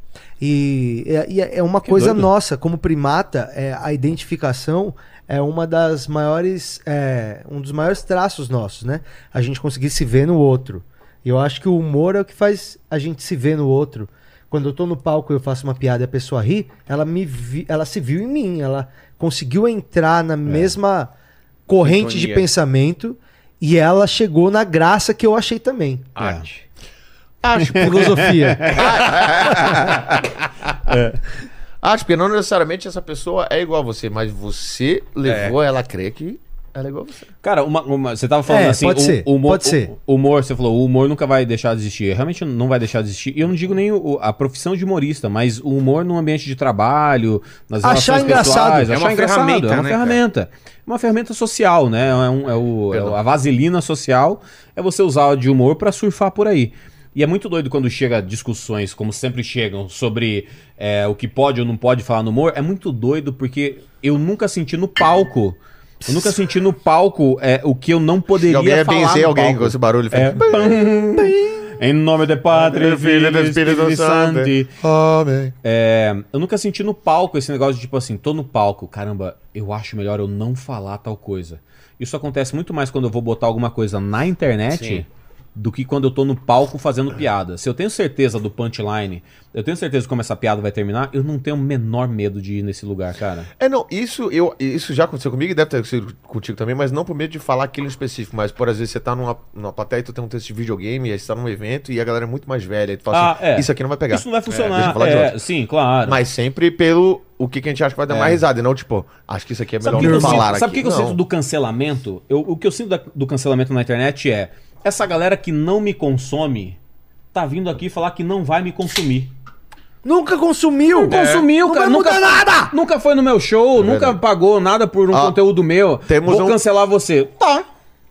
[SPEAKER 6] E é, e é uma coisa
[SPEAKER 4] doido.
[SPEAKER 6] nossa, como primata, é, a identificação é uma das maiores, é, um dos maiores traços nossos, né? A gente conseguir se ver no outro. E eu acho que o humor é o que faz a gente se ver no outro. Quando eu tô no palco e eu faço uma piada e a pessoa ri, ela me vi- ela se viu em mim, ela conseguiu entrar na mesma corrente de
[SPEAKER 1] Sintonia.
[SPEAKER 6] pensamento e ela chegou na graça que eu achei também.
[SPEAKER 1] Arte.
[SPEAKER 6] Acho filosofia.
[SPEAKER 5] Acho que não necessariamente essa pessoa é igual a você, mas você levou ela a crer que ela é igual a você.
[SPEAKER 4] Cara, uma, uma- você tava falando
[SPEAKER 6] É,
[SPEAKER 4] assim,
[SPEAKER 6] pode
[SPEAKER 4] o,
[SPEAKER 6] ser,
[SPEAKER 4] o humor,
[SPEAKER 6] pode ser.
[SPEAKER 4] o- o humor, você falou, o humor nunca vai deixar de existir. Realmente não vai deixar de existir. E eu não digo nem o- a profissão de humorista, mas o humor no ambiente de trabalho, nas
[SPEAKER 6] Achar
[SPEAKER 4] relações
[SPEAKER 6] engraçado.
[SPEAKER 4] pessoais,
[SPEAKER 1] É
[SPEAKER 4] achar
[SPEAKER 1] uma
[SPEAKER 4] engraçado,
[SPEAKER 1] ferramenta,
[SPEAKER 4] é uma
[SPEAKER 1] né,
[SPEAKER 4] ferramenta. É Uma ferramenta social, né? É, um- é o, é o- a vaselina social é você usar de humor pra surfar por aí. E é muito doido quando chega discussões, como sempre chegam, sobre é, o que pode ou não pode falar no humor. É muito doido porque eu nunca senti no palco. Eu nunca senti no palco é, o que eu não
[SPEAKER 5] Se
[SPEAKER 4] poderia
[SPEAKER 5] alguém ia
[SPEAKER 4] falar.
[SPEAKER 5] benzer
[SPEAKER 4] no
[SPEAKER 5] alguém
[SPEAKER 4] palco.
[SPEAKER 5] com esse barulho.
[SPEAKER 4] É,
[SPEAKER 5] faz-
[SPEAKER 4] pam, Em nome de Pátria, Filho e do Espírito Santo.
[SPEAKER 5] Amém.
[SPEAKER 4] É, eu nunca senti no palco esse negócio de tipo assim, tô no palco, caramba, eu acho melhor eu não falar tal coisa. Isso acontece muito mais quando eu vou botar alguma coisa na internet
[SPEAKER 5] Sim.
[SPEAKER 4] do que quando eu tô no palco fazendo piada. Se eu tenho certeza do punchline, eu tenho certeza de como essa piada vai terminar, eu não tenho o menor medo de ir nesse lugar, cara.
[SPEAKER 5] É, não, isso, eu, isso já aconteceu comigo e deve ter acontecido contigo também, mas não por medo de falar aquilo em específico. Mas, por vezes você tá numa, numa plateia e tu tem um texto de videogame, aí você tá num evento e a galera é muito mais velha. E tu fala
[SPEAKER 4] Ah,
[SPEAKER 5] assim,
[SPEAKER 4] é.
[SPEAKER 5] isso aqui não vai pegar.
[SPEAKER 4] Isso não vai
[SPEAKER 5] deixa eu
[SPEAKER 4] funcionar.
[SPEAKER 5] falar de
[SPEAKER 4] é,
[SPEAKER 5] outro.
[SPEAKER 4] sim, claro.
[SPEAKER 5] Mas sempre pelo o que, que a gente acha que vai dar mais risada, e não tipo, acho que isso aqui é
[SPEAKER 4] Sabe
[SPEAKER 5] melhor
[SPEAKER 4] o que, que eu sinto,
[SPEAKER 5] falar aqui.
[SPEAKER 4] sabe o que que eu
[SPEAKER 5] Não.
[SPEAKER 4] sinto do cancelamento? Eu- o que eu sinto da- do cancelamento na internet é essa galera que não me consome tá vindo aqui falar que não vai me consumir.
[SPEAKER 6] Nunca consumiu!
[SPEAKER 4] Não consumiu,
[SPEAKER 6] É. Não
[SPEAKER 4] cara.
[SPEAKER 6] vai
[SPEAKER 4] Nunca,
[SPEAKER 6] mudar nada!
[SPEAKER 4] nunca foi no meu show, nunca
[SPEAKER 5] verdade.
[SPEAKER 4] pagou nada por um
[SPEAKER 5] Ó,
[SPEAKER 4] conteúdo meu.
[SPEAKER 5] temos
[SPEAKER 4] Vou
[SPEAKER 5] um-
[SPEAKER 4] cancelar você. Tá.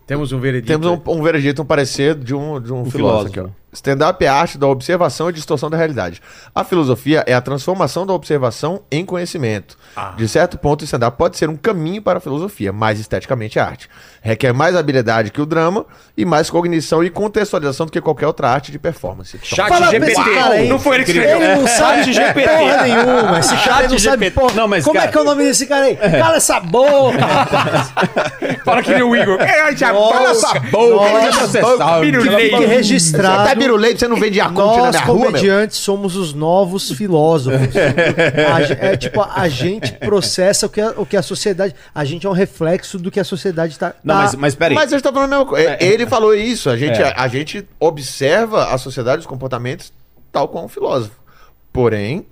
[SPEAKER 1] Temos um veredito.
[SPEAKER 5] Temos um, um veredito, um parecer de um, de um filósofo.
[SPEAKER 4] filósofo.
[SPEAKER 5] aqui, ó. Stand-up é a arte da observação e distorção da realidade. A filosofia é a transformação da observação em conhecimento. De certo ponto, o stand-up pode ser um caminho para a filosofia, mas esteticamente é arte. Requer mais habilidade que o drama e mais cognição e contextualização do que qualquer outra arte de performance.
[SPEAKER 1] Chat
[SPEAKER 6] Fala pra
[SPEAKER 1] GPT.
[SPEAKER 6] esse cara aí.
[SPEAKER 1] Não foi ele que escreveu.
[SPEAKER 6] Ele não sabe de
[SPEAKER 1] GPT.
[SPEAKER 6] porra nenhuma. Esse cara aí não
[SPEAKER 4] Chat
[SPEAKER 6] sabe
[SPEAKER 4] GPT.
[SPEAKER 6] porra.
[SPEAKER 4] Não, mas,
[SPEAKER 6] Como
[SPEAKER 4] cara-
[SPEAKER 6] é que é o nome desse cara aí? Cala essa boca!
[SPEAKER 1] Fala que nem o Igor. É, ai, já-
[SPEAKER 6] Nossa,
[SPEAKER 1] Cala essa
[SPEAKER 4] Nossa,
[SPEAKER 1] boca.
[SPEAKER 4] você
[SPEAKER 1] boca,
[SPEAKER 4] sabe.
[SPEAKER 1] filho
[SPEAKER 6] que
[SPEAKER 1] de
[SPEAKER 6] fique
[SPEAKER 1] leite.
[SPEAKER 6] registrado.
[SPEAKER 5] Até biruleiro, você tá não vende Yakult na
[SPEAKER 6] Nós,
[SPEAKER 5] minha rua, meu?
[SPEAKER 6] comediantes, somos os novos filósofos. A ge- é tipo, a gente processa o que, a, o que a sociedade. A gente é um reflexo do que a sociedade tá, está.
[SPEAKER 4] Não, mas, mas peraí.
[SPEAKER 5] Mas eu estou falando a mesma coisa. Ele falou isso. A gente,
[SPEAKER 4] É.
[SPEAKER 5] a, a gente observa a sociedade, os comportamentos, tal qual um filósofo. Porém,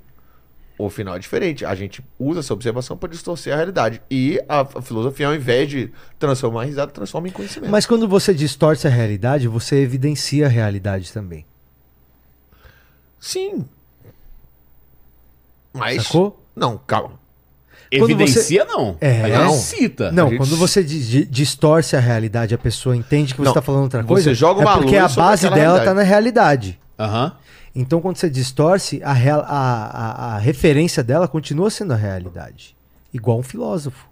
[SPEAKER 5] o final é diferente. A gente usa essa observação para distorcer a realidade. E a f- filosofia, ao invés de transformar em risada, transforma em conhecimento.
[SPEAKER 6] Mas quando você distorce a realidade, você evidencia a realidade também.
[SPEAKER 5] Sim. Mas.
[SPEAKER 6] Sacou?
[SPEAKER 5] Não, calma.
[SPEAKER 6] quando
[SPEAKER 4] Evidencia não.
[SPEAKER 6] É.
[SPEAKER 4] A
[SPEAKER 5] Não.
[SPEAKER 4] gente cita.
[SPEAKER 6] Não,
[SPEAKER 5] gente-
[SPEAKER 6] quando você di- di- distorce a realidade, a pessoa entende que você
[SPEAKER 5] Não,
[SPEAKER 6] está falando outra
[SPEAKER 5] você
[SPEAKER 6] coisa.
[SPEAKER 5] joga
[SPEAKER 6] é
[SPEAKER 5] uma
[SPEAKER 6] porque
[SPEAKER 5] luz
[SPEAKER 6] a
[SPEAKER 5] sobre
[SPEAKER 6] base
[SPEAKER 5] aquela
[SPEAKER 6] dela
[SPEAKER 5] realidade.
[SPEAKER 6] está na realidade.
[SPEAKER 4] Aham.
[SPEAKER 6] Então, quando você distorce, a, real- a- a- a referência dela continua sendo a realidade. Igual um filósofo.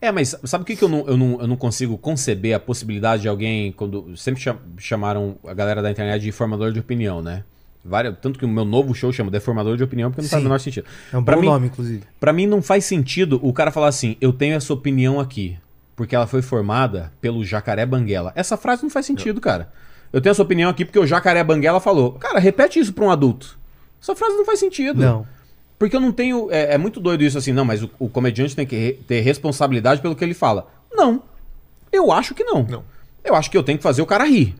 [SPEAKER 4] É, mas sabe o que, que eu, não, eu, não, eu não consigo conceber a possibilidade de alguém. quando Sempre cha- chamaram a galera da internet de formador de opinião, né? Vária- tanto que o meu novo show chama Deformador de Opinião, porque não faz o
[SPEAKER 6] Sim.
[SPEAKER 4] menor sentido.
[SPEAKER 6] É um
[SPEAKER 4] Pra
[SPEAKER 6] bom
[SPEAKER 4] mim-
[SPEAKER 6] nome, inclusive.
[SPEAKER 4] Pra mim não faz sentido o cara falar assim, eu tenho essa opinião aqui, porque ela foi formada pelo Jacaré Banguela. Essa frase não faz sentido, cara. Eu tenho essa opinião aqui porque o Jacaré Banguela falou. Cara, repete isso pra um adulto. Essa frase não faz sentido.
[SPEAKER 6] Não.
[SPEAKER 4] Porque eu não tenho. É, é muito doido isso assim, não, mas o, o comediante tem que re- ter responsabilidade pelo que ele fala. Não. Eu acho que não.
[SPEAKER 5] Não.
[SPEAKER 4] Eu acho que eu tenho que fazer o cara rir.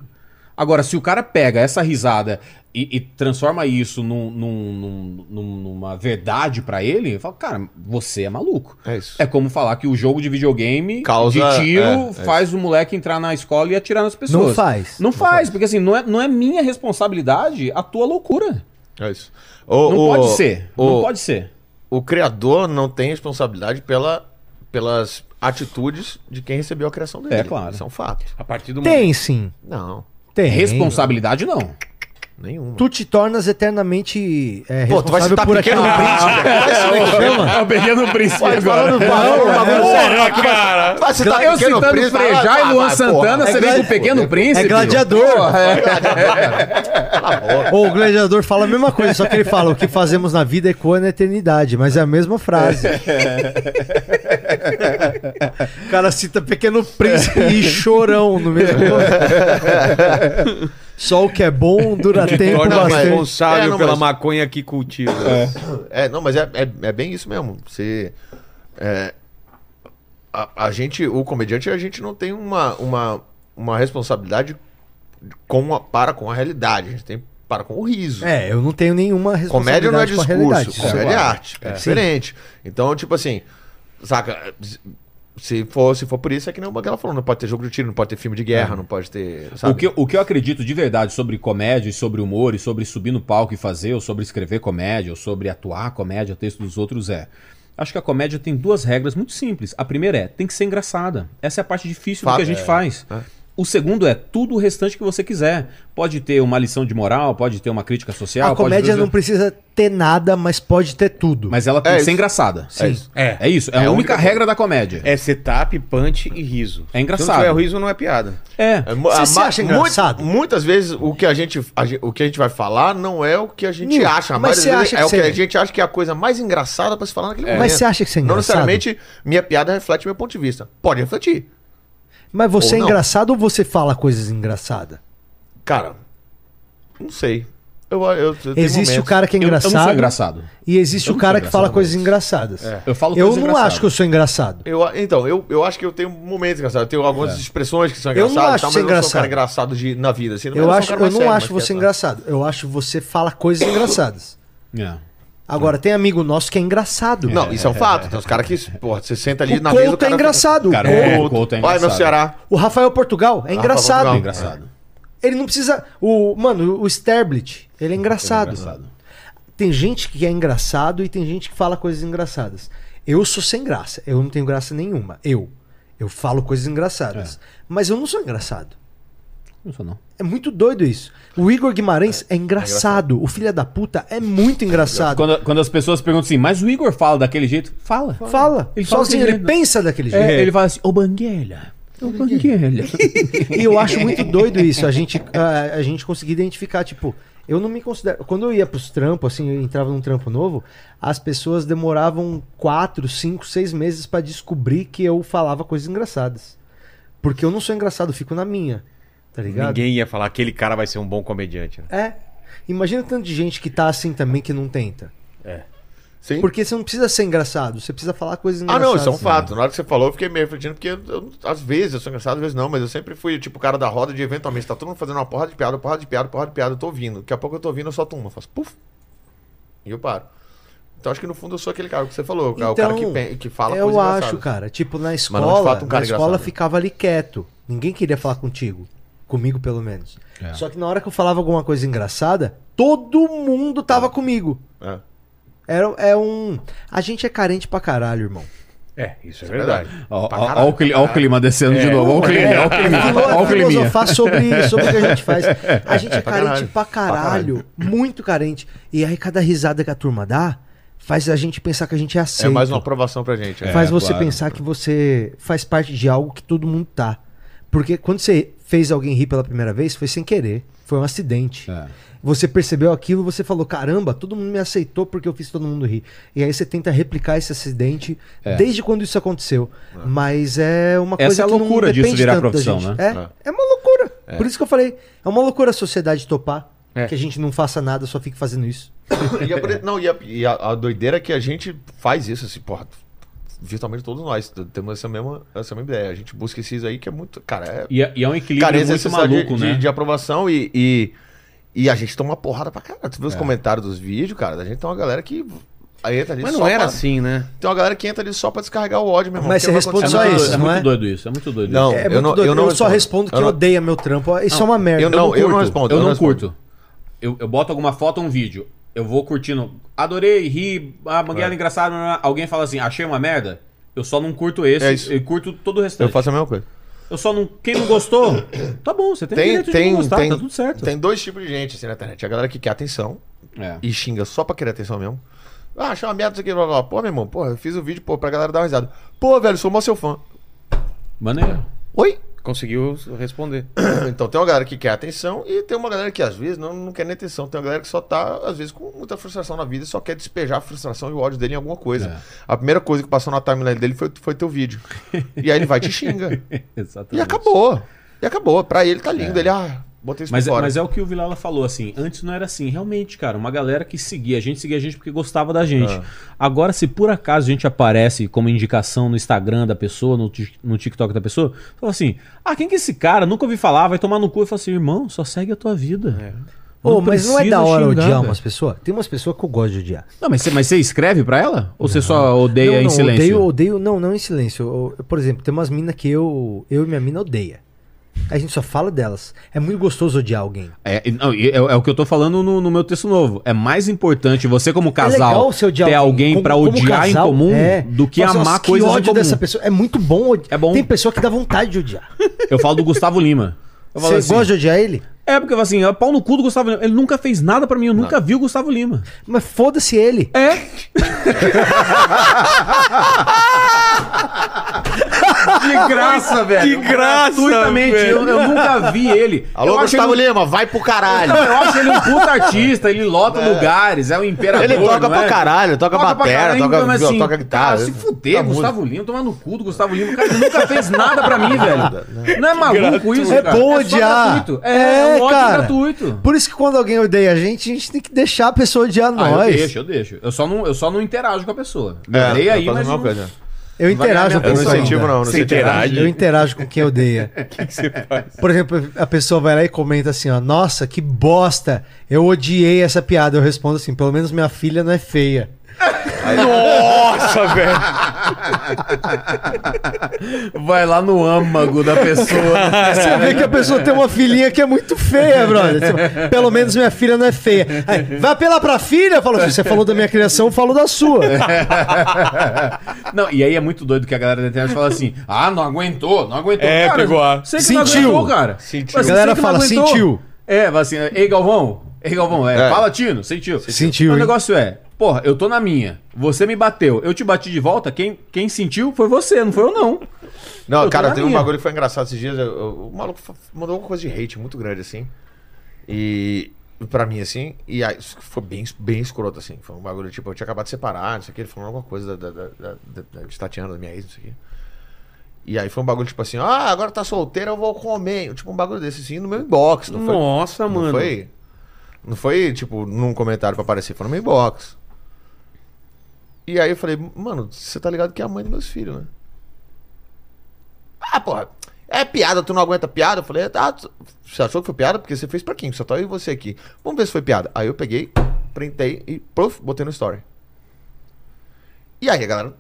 [SPEAKER 4] Agora, se o cara pega essa risada e, e transforma isso num- num- num- num- numa verdade pra ele, eu falo, cara, você é maluco.
[SPEAKER 5] É isso.
[SPEAKER 4] É como falar que o jogo de videogame
[SPEAKER 5] Causa-
[SPEAKER 4] de tiro
[SPEAKER 5] é, é
[SPEAKER 4] faz o moleque entrar na escola e atirar nas pessoas.
[SPEAKER 6] Não faz.
[SPEAKER 4] Não faz, porque assim, não é, não é minha responsabilidade a tua loucura.
[SPEAKER 5] É isso. O-
[SPEAKER 4] Não
[SPEAKER 5] o-
[SPEAKER 4] pode ser.
[SPEAKER 5] o-
[SPEAKER 4] Não pode ser.
[SPEAKER 5] o criador não tem responsabilidade pela, pelas atitudes de quem recebeu a criação dele.
[SPEAKER 4] É, claro.
[SPEAKER 5] Isso é um fato.
[SPEAKER 1] A partir do
[SPEAKER 6] Tem sim.
[SPEAKER 5] Não,
[SPEAKER 6] Tem.
[SPEAKER 5] É
[SPEAKER 4] Responsabilidade não.
[SPEAKER 5] nenhuma.
[SPEAKER 6] Tu te tornas eternamente é,
[SPEAKER 5] Pô, tu vai
[SPEAKER 6] responsável
[SPEAKER 5] citar
[SPEAKER 6] por
[SPEAKER 5] Pequeno
[SPEAKER 6] aquilo.
[SPEAKER 5] Príncipe. Vai se
[SPEAKER 6] Chama.
[SPEAKER 4] É o pequeno príncipe
[SPEAKER 5] Vai falando valor, bagulho sério aqui, vai- vai citar
[SPEAKER 4] Eu
[SPEAKER 5] tá- Pequeno
[SPEAKER 4] citando
[SPEAKER 5] Príncipe,
[SPEAKER 4] Frejá
[SPEAKER 5] vai-
[SPEAKER 4] e Luan
[SPEAKER 5] vai,
[SPEAKER 4] Santana,
[SPEAKER 5] porra.
[SPEAKER 4] você vem
[SPEAKER 5] É
[SPEAKER 4] com o
[SPEAKER 5] gladi-
[SPEAKER 4] pequeno príncipe.
[SPEAKER 6] É gladiador.
[SPEAKER 4] É
[SPEAKER 5] Cala a boca.
[SPEAKER 6] Ou o gladiador fala a mesma coisa, só que ele fala: o que fazemos na vida ecoa na eternidade. Mas é a mesma frase. o cara cita Pequeno Príncipe e Chorão no mesmo. Só o que é bom dura tempo
[SPEAKER 5] torna
[SPEAKER 1] Torna
[SPEAKER 5] mais
[SPEAKER 6] bastante.
[SPEAKER 5] um É,
[SPEAKER 1] responsável
[SPEAKER 5] não,
[SPEAKER 1] pela
[SPEAKER 5] mas-
[SPEAKER 1] maconha que cultiva.
[SPEAKER 5] É, não, mas é, é, é bem isso mesmo. Você. é, a, a gente, o comediante, a gente não tem uma, uma, uma responsabilidade com a, para com a realidade. A gente tem para com o riso.
[SPEAKER 6] É, eu não tenho nenhuma responsabilidade
[SPEAKER 5] Comédia não é
[SPEAKER 6] com a realidade.
[SPEAKER 5] discurso, comédia é arte. É, diferente. Então, tipo assim, saca? Se for, se for por isso, é que nem o Banguela falou: não pode ter jogo de tiro, não pode ter filme de guerra, não pode ter. Sabe?
[SPEAKER 4] É. O que, eu- o que eu acredito de verdade sobre comédia, e sobre humor, e sobre subir no palco e fazer, ou sobre escrever comédia, ou sobre atuar comédia, texto dos outros é. Acho que a comédia tem duas regras muito simples. A primeira é, tem que ser engraçada. Essa é a parte difícil do
[SPEAKER 5] Fato,
[SPEAKER 4] que a gente
[SPEAKER 5] é.
[SPEAKER 4] faz. O segundo é tudo o restante que você quiser. Pode ter uma lição de moral, pode ter uma crítica social.
[SPEAKER 6] a comédia não precisa ter nada, mas pode ter tudo.
[SPEAKER 4] Mas ela tem
[SPEAKER 5] É
[SPEAKER 4] que ser
[SPEAKER 5] isso.
[SPEAKER 4] engraçada.
[SPEAKER 6] Sim.
[SPEAKER 7] É.
[SPEAKER 4] É isso. É, a única regra da comédia.
[SPEAKER 7] É setup, punch e riso.
[SPEAKER 4] É engraçado.
[SPEAKER 7] Se não tiver riso, não é piada.
[SPEAKER 4] É.
[SPEAKER 5] É, mu-
[SPEAKER 6] Você
[SPEAKER 5] a
[SPEAKER 6] se
[SPEAKER 5] ma-
[SPEAKER 6] acha engraçado?
[SPEAKER 5] mu- muitas vezes o que a, gente, a gen- o que a gente vai falar não é o que a gente
[SPEAKER 6] Não,
[SPEAKER 5] acha. A
[SPEAKER 6] mas
[SPEAKER 5] maioria
[SPEAKER 6] você
[SPEAKER 5] das vezes
[SPEAKER 6] acha que
[SPEAKER 5] é o que
[SPEAKER 6] você-
[SPEAKER 5] a gente acha que é a coisa mais engraçada pra se falar naquele momento.
[SPEAKER 6] Mas você acha que você é
[SPEAKER 5] Não
[SPEAKER 6] engraçado?
[SPEAKER 5] necessariamente minha piada reflete meu ponto de vista. Pode refletir.
[SPEAKER 6] Mas
[SPEAKER 5] Ou
[SPEAKER 6] você é
[SPEAKER 5] não.
[SPEAKER 6] engraçado ou você fala coisas engraçadas?
[SPEAKER 5] Cara, não sei. Eu, eu, eu tenho
[SPEAKER 6] Existe o
[SPEAKER 5] momentos.
[SPEAKER 6] cara que é
[SPEAKER 4] Eu- eu não sou
[SPEAKER 6] engraçado.
[SPEAKER 4] engraçado.
[SPEAKER 6] E existe
[SPEAKER 4] Eu
[SPEAKER 6] o
[SPEAKER 4] não
[SPEAKER 6] cara
[SPEAKER 4] sou
[SPEAKER 6] que fala
[SPEAKER 4] engraçado.
[SPEAKER 6] coisas engraçadas.
[SPEAKER 4] Eu falo
[SPEAKER 6] Eu
[SPEAKER 4] coisas
[SPEAKER 6] não
[SPEAKER 4] engraçadas.
[SPEAKER 6] acho que eu sou engraçado.
[SPEAKER 5] Eu, então, eu, eu acho que eu tenho momentos engraçados. Eu tenho algumas expressões que são
[SPEAKER 6] É. Eu não
[SPEAKER 5] engraçadas, e
[SPEAKER 6] acho
[SPEAKER 5] tal, mas
[SPEAKER 6] ser
[SPEAKER 5] eu não sou um cara
[SPEAKER 6] engraçado.
[SPEAKER 5] engraçado de, na vida. Assim,
[SPEAKER 6] Eu,
[SPEAKER 5] sou um
[SPEAKER 6] acho,
[SPEAKER 5] cara
[SPEAKER 6] eu
[SPEAKER 5] mais
[SPEAKER 6] não
[SPEAKER 5] sério,
[SPEAKER 6] acho
[SPEAKER 5] mais
[SPEAKER 6] você
[SPEAKER 5] quieto,
[SPEAKER 6] engraçado. Eu acho você fala coisas engraçadas.
[SPEAKER 4] É.
[SPEAKER 6] Agora, tem amigo nosso que é engraçado.
[SPEAKER 5] sabe? Não, isso é um fato. Tem uns caras que, porra, você senta ali
[SPEAKER 6] o
[SPEAKER 5] na mesa.
[SPEAKER 6] Couto é engraçado.
[SPEAKER 4] Cara,
[SPEAKER 5] Fica...
[SPEAKER 4] é,
[SPEAKER 5] Ô,
[SPEAKER 4] o Couto é
[SPEAKER 5] Olha meu
[SPEAKER 4] engraçado.
[SPEAKER 5] Ceará.
[SPEAKER 6] O Rafael Portugal é engraçado.
[SPEAKER 5] Portugal.
[SPEAKER 4] Engraçado.
[SPEAKER 6] Ele não precisa. O, mano, o Sterblit, ele é engraçado.
[SPEAKER 4] engraçado.
[SPEAKER 6] Tem gente que é engraçado e tem gente que fala coisas engraçadas. Eu sou sem graça. Eu não tenho graça nenhuma. Eu. Eu falo coisas engraçadas. Mas eu não sou engraçado.
[SPEAKER 4] Não sou, não.
[SPEAKER 6] É muito doido isso. O Igor Guimarães é, engraçado. O filho da puta é muito engraçado.
[SPEAKER 4] Quando, quando as pessoas perguntam assim, mas o Igor fala daquele jeito? Fala.
[SPEAKER 6] Fala.
[SPEAKER 4] Ele fala
[SPEAKER 6] sozinho,
[SPEAKER 4] daquele
[SPEAKER 6] ele
[SPEAKER 4] jeito.
[SPEAKER 6] pensa daquele jeito.
[SPEAKER 4] É, ele fala assim, ô Banguela. Ô Banguela.
[SPEAKER 6] E eu acho muito doido isso, a gente, a, a gente conseguir identificar, tipo, eu não me considero. Quando eu ia pros trampos, assim, eu entrava num trampo novo, as pessoas demoravam 4, 5, 6 meses pra descobrir que eu falava coisas engraçadas. Porque eu não sou engraçado, eu fico na minha. Tá ligado?
[SPEAKER 7] Ninguém ia falar aquele cara vai ser um bom comediante. Né?
[SPEAKER 6] É. Imagina o tanto de gente que tá assim também que não tenta.
[SPEAKER 5] Sim.
[SPEAKER 6] Porque você não precisa ser engraçado, você precisa falar coisas
[SPEAKER 5] Ah,
[SPEAKER 6] engraçadas.
[SPEAKER 5] não, isso é um fato. Na hora que você falou, eu fiquei meio refletindo, porque eu- eu- às vezes eu sou engraçado, às vezes não, mas eu sempre fui tipo o cara da roda de eventualmente tá todo mundo fazendo uma porrada de piada, porrada de piada, porrada de piada, eu tô ouvindo. Daqui a pouco eu tô ouvindo, eu solto uma, eu faço puf, e eu paro. Então acho que no fundo eu sou aquele cara que você falou, é o cara que, pen- que fala
[SPEAKER 6] Então, Eu
[SPEAKER 5] coisa
[SPEAKER 6] acho,
[SPEAKER 5] engraçada.
[SPEAKER 6] cara. Tipo, na
[SPEAKER 5] não é
[SPEAKER 6] escola,
[SPEAKER 5] de fato um cara
[SPEAKER 6] na escola
[SPEAKER 5] engraçado.
[SPEAKER 6] ficava ali quieto. Ninguém queria falar contigo. Comigo, pelo menos. Só que na hora que eu falava alguma coisa engraçada, todo mundo tava comigo.
[SPEAKER 5] É.
[SPEAKER 6] Era, é um. A gente é carente pra caralho, irmão.
[SPEAKER 7] É, isso é
[SPEAKER 5] verdade.
[SPEAKER 7] verdade.
[SPEAKER 4] Olha o cli- ó o clima descendo
[SPEAKER 6] É.
[SPEAKER 4] de novo. Olha o clima. Olha o clima.
[SPEAKER 6] Filo-
[SPEAKER 4] Ó o climinha.
[SPEAKER 6] filosofar sobre, sobre o que a gente faz. A gente é
[SPEAKER 5] pra
[SPEAKER 6] carente
[SPEAKER 5] caralho.
[SPEAKER 6] pra caralho. Muito carente. E aí, cada risada que a turma dá faz a gente pensar que a gente é
[SPEAKER 5] É
[SPEAKER 6] aceito.
[SPEAKER 5] mais uma aprovação pra gente. é.
[SPEAKER 6] faz
[SPEAKER 4] É,
[SPEAKER 6] você
[SPEAKER 4] claro.
[SPEAKER 6] pensar que você faz parte de algo que todo mundo tá. Porque quando você fez alguém rir pela primeira vez, foi sem querer. Foi um acidente.
[SPEAKER 4] É.
[SPEAKER 6] Você percebeu aquilo, você falou: caramba, todo mundo me aceitou porque eu fiz todo mundo rir. E aí você tenta replicar esse acidente desde quando isso aconteceu. Mas é uma
[SPEAKER 4] É. Essa
[SPEAKER 6] coisa
[SPEAKER 4] é a
[SPEAKER 6] que não
[SPEAKER 4] loucura disso
[SPEAKER 6] depende
[SPEAKER 4] virar
[SPEAKER 6] tanto da
[SPEAKER 4] profissão,
[SPEAKER 6] gente.
[SPEAKER 4] né?
[SPEAKER 6] É, é. uma loucura. Por isso que eu falei: é uma loucura a sociedade topar
[SPEAKER 5] É.
[SPEAKER 6] que a gente não faça nada, só fique fazendo isso.
[SPEAKER 5] E a, pre- não, e, a, e a- a doideira é que a gente faz isso, assim, porra. Virtualmente todos nós t- temos essa mesma, essa mesma ideia. A gente busca esses aí que é muito. Cara, é.
[SPEAKER 4] E é, e é um equilíbrio
[SPEAKER 5] carência
[SPEAKER 4] muito
[SPEAKER 5] social
[SPEAKER 4] maluco,
[SPEAKER 5] de,
[SPEAKER 4] né?
[SPEAKER 5] de, de aprovação e, e, e a gente toma uma porrada pra caralho.
[SPEAKER 4] É.
[SPEAKER 5] Tu vê os comentários dos vídeos, cara, a gente tem uma galera que aí entra ali
[SPEAKER 7] Mas
[SPEAKER 5] só
[SPEAKER 7] não era
[SPEAKER 5] pra,
[SPEAKER 7] assim, né?
[SPEAKER 5] Tem uma galera que entra ali só pra descarregar o ódio, meu irmão.
[SPEAKER 6] Mas
[SPEAKER 5] porque
[SPEAKER 6] você
[SPEAKER 5] vai acontecer
[SPEAKER 6] responde só
[SPEAKER 5] nada.
[SPEAKER 4] muito doido- é
[SPEAKER 6] isso, não
[SPEAKER 4] muito
[SPEAKER 6] é?
[SPEAKER 4] doido isso, é muito doido
[SPEAKER 5] Não,
[SPEAKER 4] isso.
[SPEAKER 6] É
[SPEAKER 5] eu
[SPEAKER 6] muito
[SPEAKER 5] não-
[SPEAKER 6] doido.
[SPEAKER 5] eu não
[SPEAKER 6] só
[SPEAKER 5] respondo.
[SPEAKER 6] respondo que eu,
[SPEAKER 5] Eu não-
[SPEAKER 6] odeio meu trampo. Isso é uma merda.
[SPEAKER 5] eu não-
[SPEAKER 4] curto.
[SPEAKER 5] respondo,
[SPEAKER 4] Eu,
[SPEAKER 5] eu
[SPEAKER 4] não,
[SPEAKER 5] não respondo.
[SPEAKER 4] curto. Eu, eu boto alguma foto ou um vídeo. Eu vou curtindo. Adorei, ri, ah, Banguela engraçado. blá, blá, blá. Alguém fala assim, achei uma merda. Eu só não curto esse.
[SPEAKER 5] É isso.
[SPEAKER 4] Eu curto todo o
[SPEAKER 5] Eu
[SPEAKER 4] restante.
[SPEAKER 5] faço a mesma coisa.
[SPEAKER 4] Eu só não. Quem não gostou, tá bom, você tem,
[SPEAKER 5] Tem,
[SPEAKER 4] direito de
[SPEAKER 5] tem,
[SPEAKER 4] não gostar,
[SPEAKER 5] tem,
[SPEAKER 4] tá tudo certo.
[SPEAKER 5] tem dois tipos de gente assim na internet. A galera que quer atenção
[SPEAKER 4] É.
[SPEAKER 5] e xinga só pra querer atenção mesmo. Ah, achei uma merda isso aqui, blá, blá, blá. Pô, meu irmão, porra, eu fiz o vídeo, pô, pra galera dar uma risada. Pô, velho, sou mó seu fã.
[SPEAKER 4] Maneiro.
[SPEAKER 5] Oi?
[SPEAKER 7] Conseguiu responder.
[SPEAKER 5] Então tem uma galera que quer atenção e tem uma galera que às vezes não, não quer nem atenção. Tem uma galera que só tá, às vezes, com muita frustração na vida e só quer despejar a frustração e o ódio dele em alguma
[SPEAKER 4] É.
[SPEAKER 5] coisa. A primeira coisa que passou na timeline dele foi, foi teu vídeo. E aí ele vai e te xinga.
[SPEAKER 4] Exatamente.
[SPEAKER 5] e acabou. E acabou. Pra ele tá lindo. Ele, ah, botei isso
[SPEAKER 4] É. Mas,
[SPEAKER 5] pra fora.
[SPEAKER 4] mas é o que o Vilela falou, assim. Antes não era assim. Realmente, cara, uma galera que seguia a gente, seguia a gente porque gostava da gente. Agora, se por acaso a gente aparece como indicação no Instagram da pessoa, no, Tik- no TikTok da pessoa, fala assim: ah, quem que é esse cara? Nunca ouvi falar, vai tomar no cu e fala assim: irmão, só segue a tua vida.
[SPEAKER 6] Ô, mas não é
[SPEAKER 4] precisa
[SPEAKER 6] da hora
[SPEAKER 4] xingar,
[SPEAKER 6] odiar
[SPEAKER 4] velho.
[SPEAKER 6] umas pessoas? Tem umas pessoas que eu gosto de odiar.
[SPEAKER 4] Não, mas você, mas você escreve pra ela? Ou você só odeia
[SPEAKER 6] não,
[SPEAKER 4] é em
[SPEAKER 6] não,
[SPEAKER 4] silêncio?
[SPEAKER 6] é Odeio, odeio, não, não em silêncio. Eu- eu, por exemplo, tem umas minas que eu, eu e minha mina odeia. A gente só fala delas. É muito gostoso odiar alguém.
[SPEAKER 4] É, e- não, e é, é o que eu tô falando no, no meu texto novo. É mais importante você, como
[SPEAKER 6] É legal
[SPEAKER 4] casal,
[SPEAKER 6] você odiar
[SPEAKER 4] ter
[SPEAKER 6] alguém.
[SPEAKER 4] alguém
[SPEAKER 6] Como-
[SPEAKER 4] pra
[SPEAKER 6] como
[SPEAKER 4] odiar
[SPEAKER 6] casal,
[SPEAKER 4] em comum
[SPEAKER 6] é.
[SPEAKER 4] do que
[SPEAKER 6] Nossa,
[SPEAKER 4] amar
[SPEAKER 6] nossa,
[SPEAKER 4] coisas
[SPEAKER 6] que
[SPEAKER 4] em
[SPEAKER 6] ódio
[SPEAKER 4] comum.
[SPEAKER 6] dessa pessoa. É muito bom odi-
[SPEAKER 4] É bom.
[SPEAKER 6] Tem pessoa que dá vontade de odiar.
[SPEAKER 4] Eu falo do Gustavo Lima. Eu falo
[SPEAKER 6] Você
[SPEAKER 4] assim,
[SPEAKER 6] gosta de odiar ele?
[SPEAKER 4] É, porque eu falo assim, é pau no cu do Gustavo Lima. Ele nunca fez nada pra mim, eu nunca vi o Gustavo Lima.
[SPEAKER 6] Mas foda-se ele.
[SPEAKER 4] É.
[SPEAKER 1] Que graça, velho. Que graça.
[SPEAKER 4] Gratuitamente, eu, eu nunca vi ele.
[SPEAKER 5] Alô,
[SPEAKER 4] eu acho
[SPEAKER 5] Gustavo
[SPEAKER 4] ele...
[SPEAKER 5] Lima, vai pro caralho.
[SPEAKER 4] Não, eu acho ele um puta artista, ele lota lugares, é um imperador.
[SPEAKER 5] Ele toca
[SPEAKER 4] não é?
[SPEAKER 5] pra caralho, toca, batera,
[SPEAKER 4] caralho, então,
[SPEAKER 5] toca,
[SPEAKER 4] mas assim,
[SPEAKER 5] viol- toca guitarra.
[SPEAKER 4] cara, se fuder,
[SPEAKER 5] toca música.
[SPEAKER 4] Gustavo Lima, tomar no cu do Gustavo Lima. Cara, ele nunca fez nada pra mim,
[SPEAKER 5] né?
[SPEAKER 4] velho. Não é maluco isso,
[SPEAKER 6] É
[SPEAKER 4] cara?
[SPEAKER 6] bom
[SPEAKER 4] só
[SPEAKER 6] odiar.
[SPEAKER 4] gratuito. É, é um ódio
[SPEAKER 6] cara.
[SPEAKER 4] gratuito.
[SPEAKER 6] Por isso que quando alguém odeia a gente, a gente tem que deixar a pessoa odiar
[SPEAKER 4] Ah, eu
[SPEAKER 6] nós.
[SPEAKER 4] deixo, eu deixo. Eu só não, eu só não interajo com a pessoa. Eu
[SPEAKER 5] É É,
[SPEAKER 4] odeio
[SPEAKER 5] eu
[SPEAKER 4] aí,
[SPEAKER 5] faço a
[SPEAKER 4] mas
[SPEAKER 5] mesma
[SPEAKER 4] não-
[SPEAKER 5] coisa.
[SPEAKER 6] Eu interajo
[SPEAKER 4] Vai ganhar
[SPEAKER 6] com
[SPEAKER 4] minha
[SPEAKER 5] Eu não
[SPEAKER 4] Pessoal,
[SPEAKER 5] incentivo, Tipo, não. é não
[SPEAKER 7] você
[SPEAKER 5] incentivo.
[SPEAKER 7] interage?
[SPEAKER 6] Eu interajo com quem odeia. Por exemplo, a pessoa vai lá e comenta assim, ó, nossa, que bosta, eu odiei essa piada. Eu respondo assim, pelo menos minha filha não é feia.
[SPEAKER 7] Nossa, velho.
[SPEAKER 4] Vai lá no âmago da pessoa.
[SPEAKER 6] Você vê que a pessoa tem uma filhinha que é muito feia, brother. Você fala, Pelo menos minha filha não é feia. Aí, vai apelar pra filha? Eu falo assim, você falou da minha criação, eu falo da sua.
[SPEAKER 4] não, e aí é muito doido que a galera da internet fala assim: ah, não aguentou, não aguentou.
[SPEAKER 7] É, pegou a-
[SPEAKER 4] Sei que
[SPEAKER 6] Sentiu.
[SPEAKER 4] não aguentou, cara.
[SPEAKER 5] Sentiu.
[SPEAKER 4] Mas
[SPEAKER 6] A
[SPEAKER 4] sei
[SPEAKER 6] galera
[SPEAKER 4] que não
[SPEAKER 6] fala,
[SPEAKER 4] aguentou.
[SPEAKER 6] sentiu.
[SPEAKER 4] É, fala assim: ei, Galvão, ei, Galvão, é,
[SPEAKER 5] É.
[SPEAKER 4] fala, Tino, sentiu.
[SPEAKER 6] Sentiu,
[SPEAKER 4] O
[SPEAKER 6] hein?
[SPEAKER 4] negócio é: porra, eu tô na minha, você me bateu, eu te bati de volta, quem, quem sentiu foi você, não foi eu, não.
[SPEAKER 5] Não,
[SPEAKER 4] Eu tô
[SPEAKER 5] cara,
[SPEAKER 4] na
[SPEAKER 5] tem um
[SPEAKER 4] minha.
[SPEAKER 5] bagulho que foi engraçado esses dias. eu- eu- o maluco fa- mandou uma coisa de hate muito grande, assim. E. Pra mim, assim. E aí, isso foi bem, bem escroto, assim. Foi um bagulho tipo, eu tinha acabado de separar, não sei o que. Ele falou alguma coisa da, da, da, da, da- de Tatiana, da minha ex, não sei o que. E aí foi um bagulho tipo assim: ah, agora tá solteiro, eu vou comer. Tipo, um bagulho desse, assim, no meu inbox. Não foi,
[SPEAKER 1] Nossa,
[SPEAKER 5] não
[SPEAKER 1] mano.
[SPEAKER 5] foi. Não foi, tipo, num comentário pra aparecer, foi no meu inbox. E aí eu falei, mano, você tá ligado que é a mãe dos meus filhos, né? Ah, porra, é piada, tu não aguenta piada? Eu falei, ah, tu- você achou que foi piada? Porque você fez pra quem? Só tá eu e você aqui. Vamos ver se foi piada. Aí eu peguei, printei e puff, botei no story. E aí a galera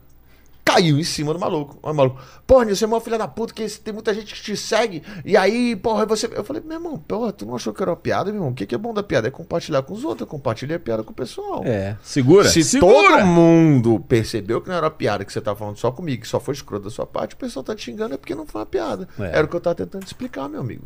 [SPEAKER 5] caiu em cima do maluco. Olha o maluco, porra, Nil, você é uma filha da puta, que tem muita gente que te segue. E aí, porra, você. Eu falei, meu irmão, porra, tu não achou que era uma piada, meu irmão? O que, que é bom da piada? É compartilhar com os outros, eu compartilhei a piada com o pessoal.
[SPEAKER 4] É, segura.
[SPEAKER 5] Se todo
[SPEAKER 4] segura.
[SPEAKER 5] mundo percebeu que não era uma piada, que você tava falando só comigo, que só foi escroto da sua parte, o pessoal tá te xingando é porque não foi uma piada.
[SPEAKER 4] É.
[SPEAKER 5] Era o que eu tava tentando explicar, meu amigo.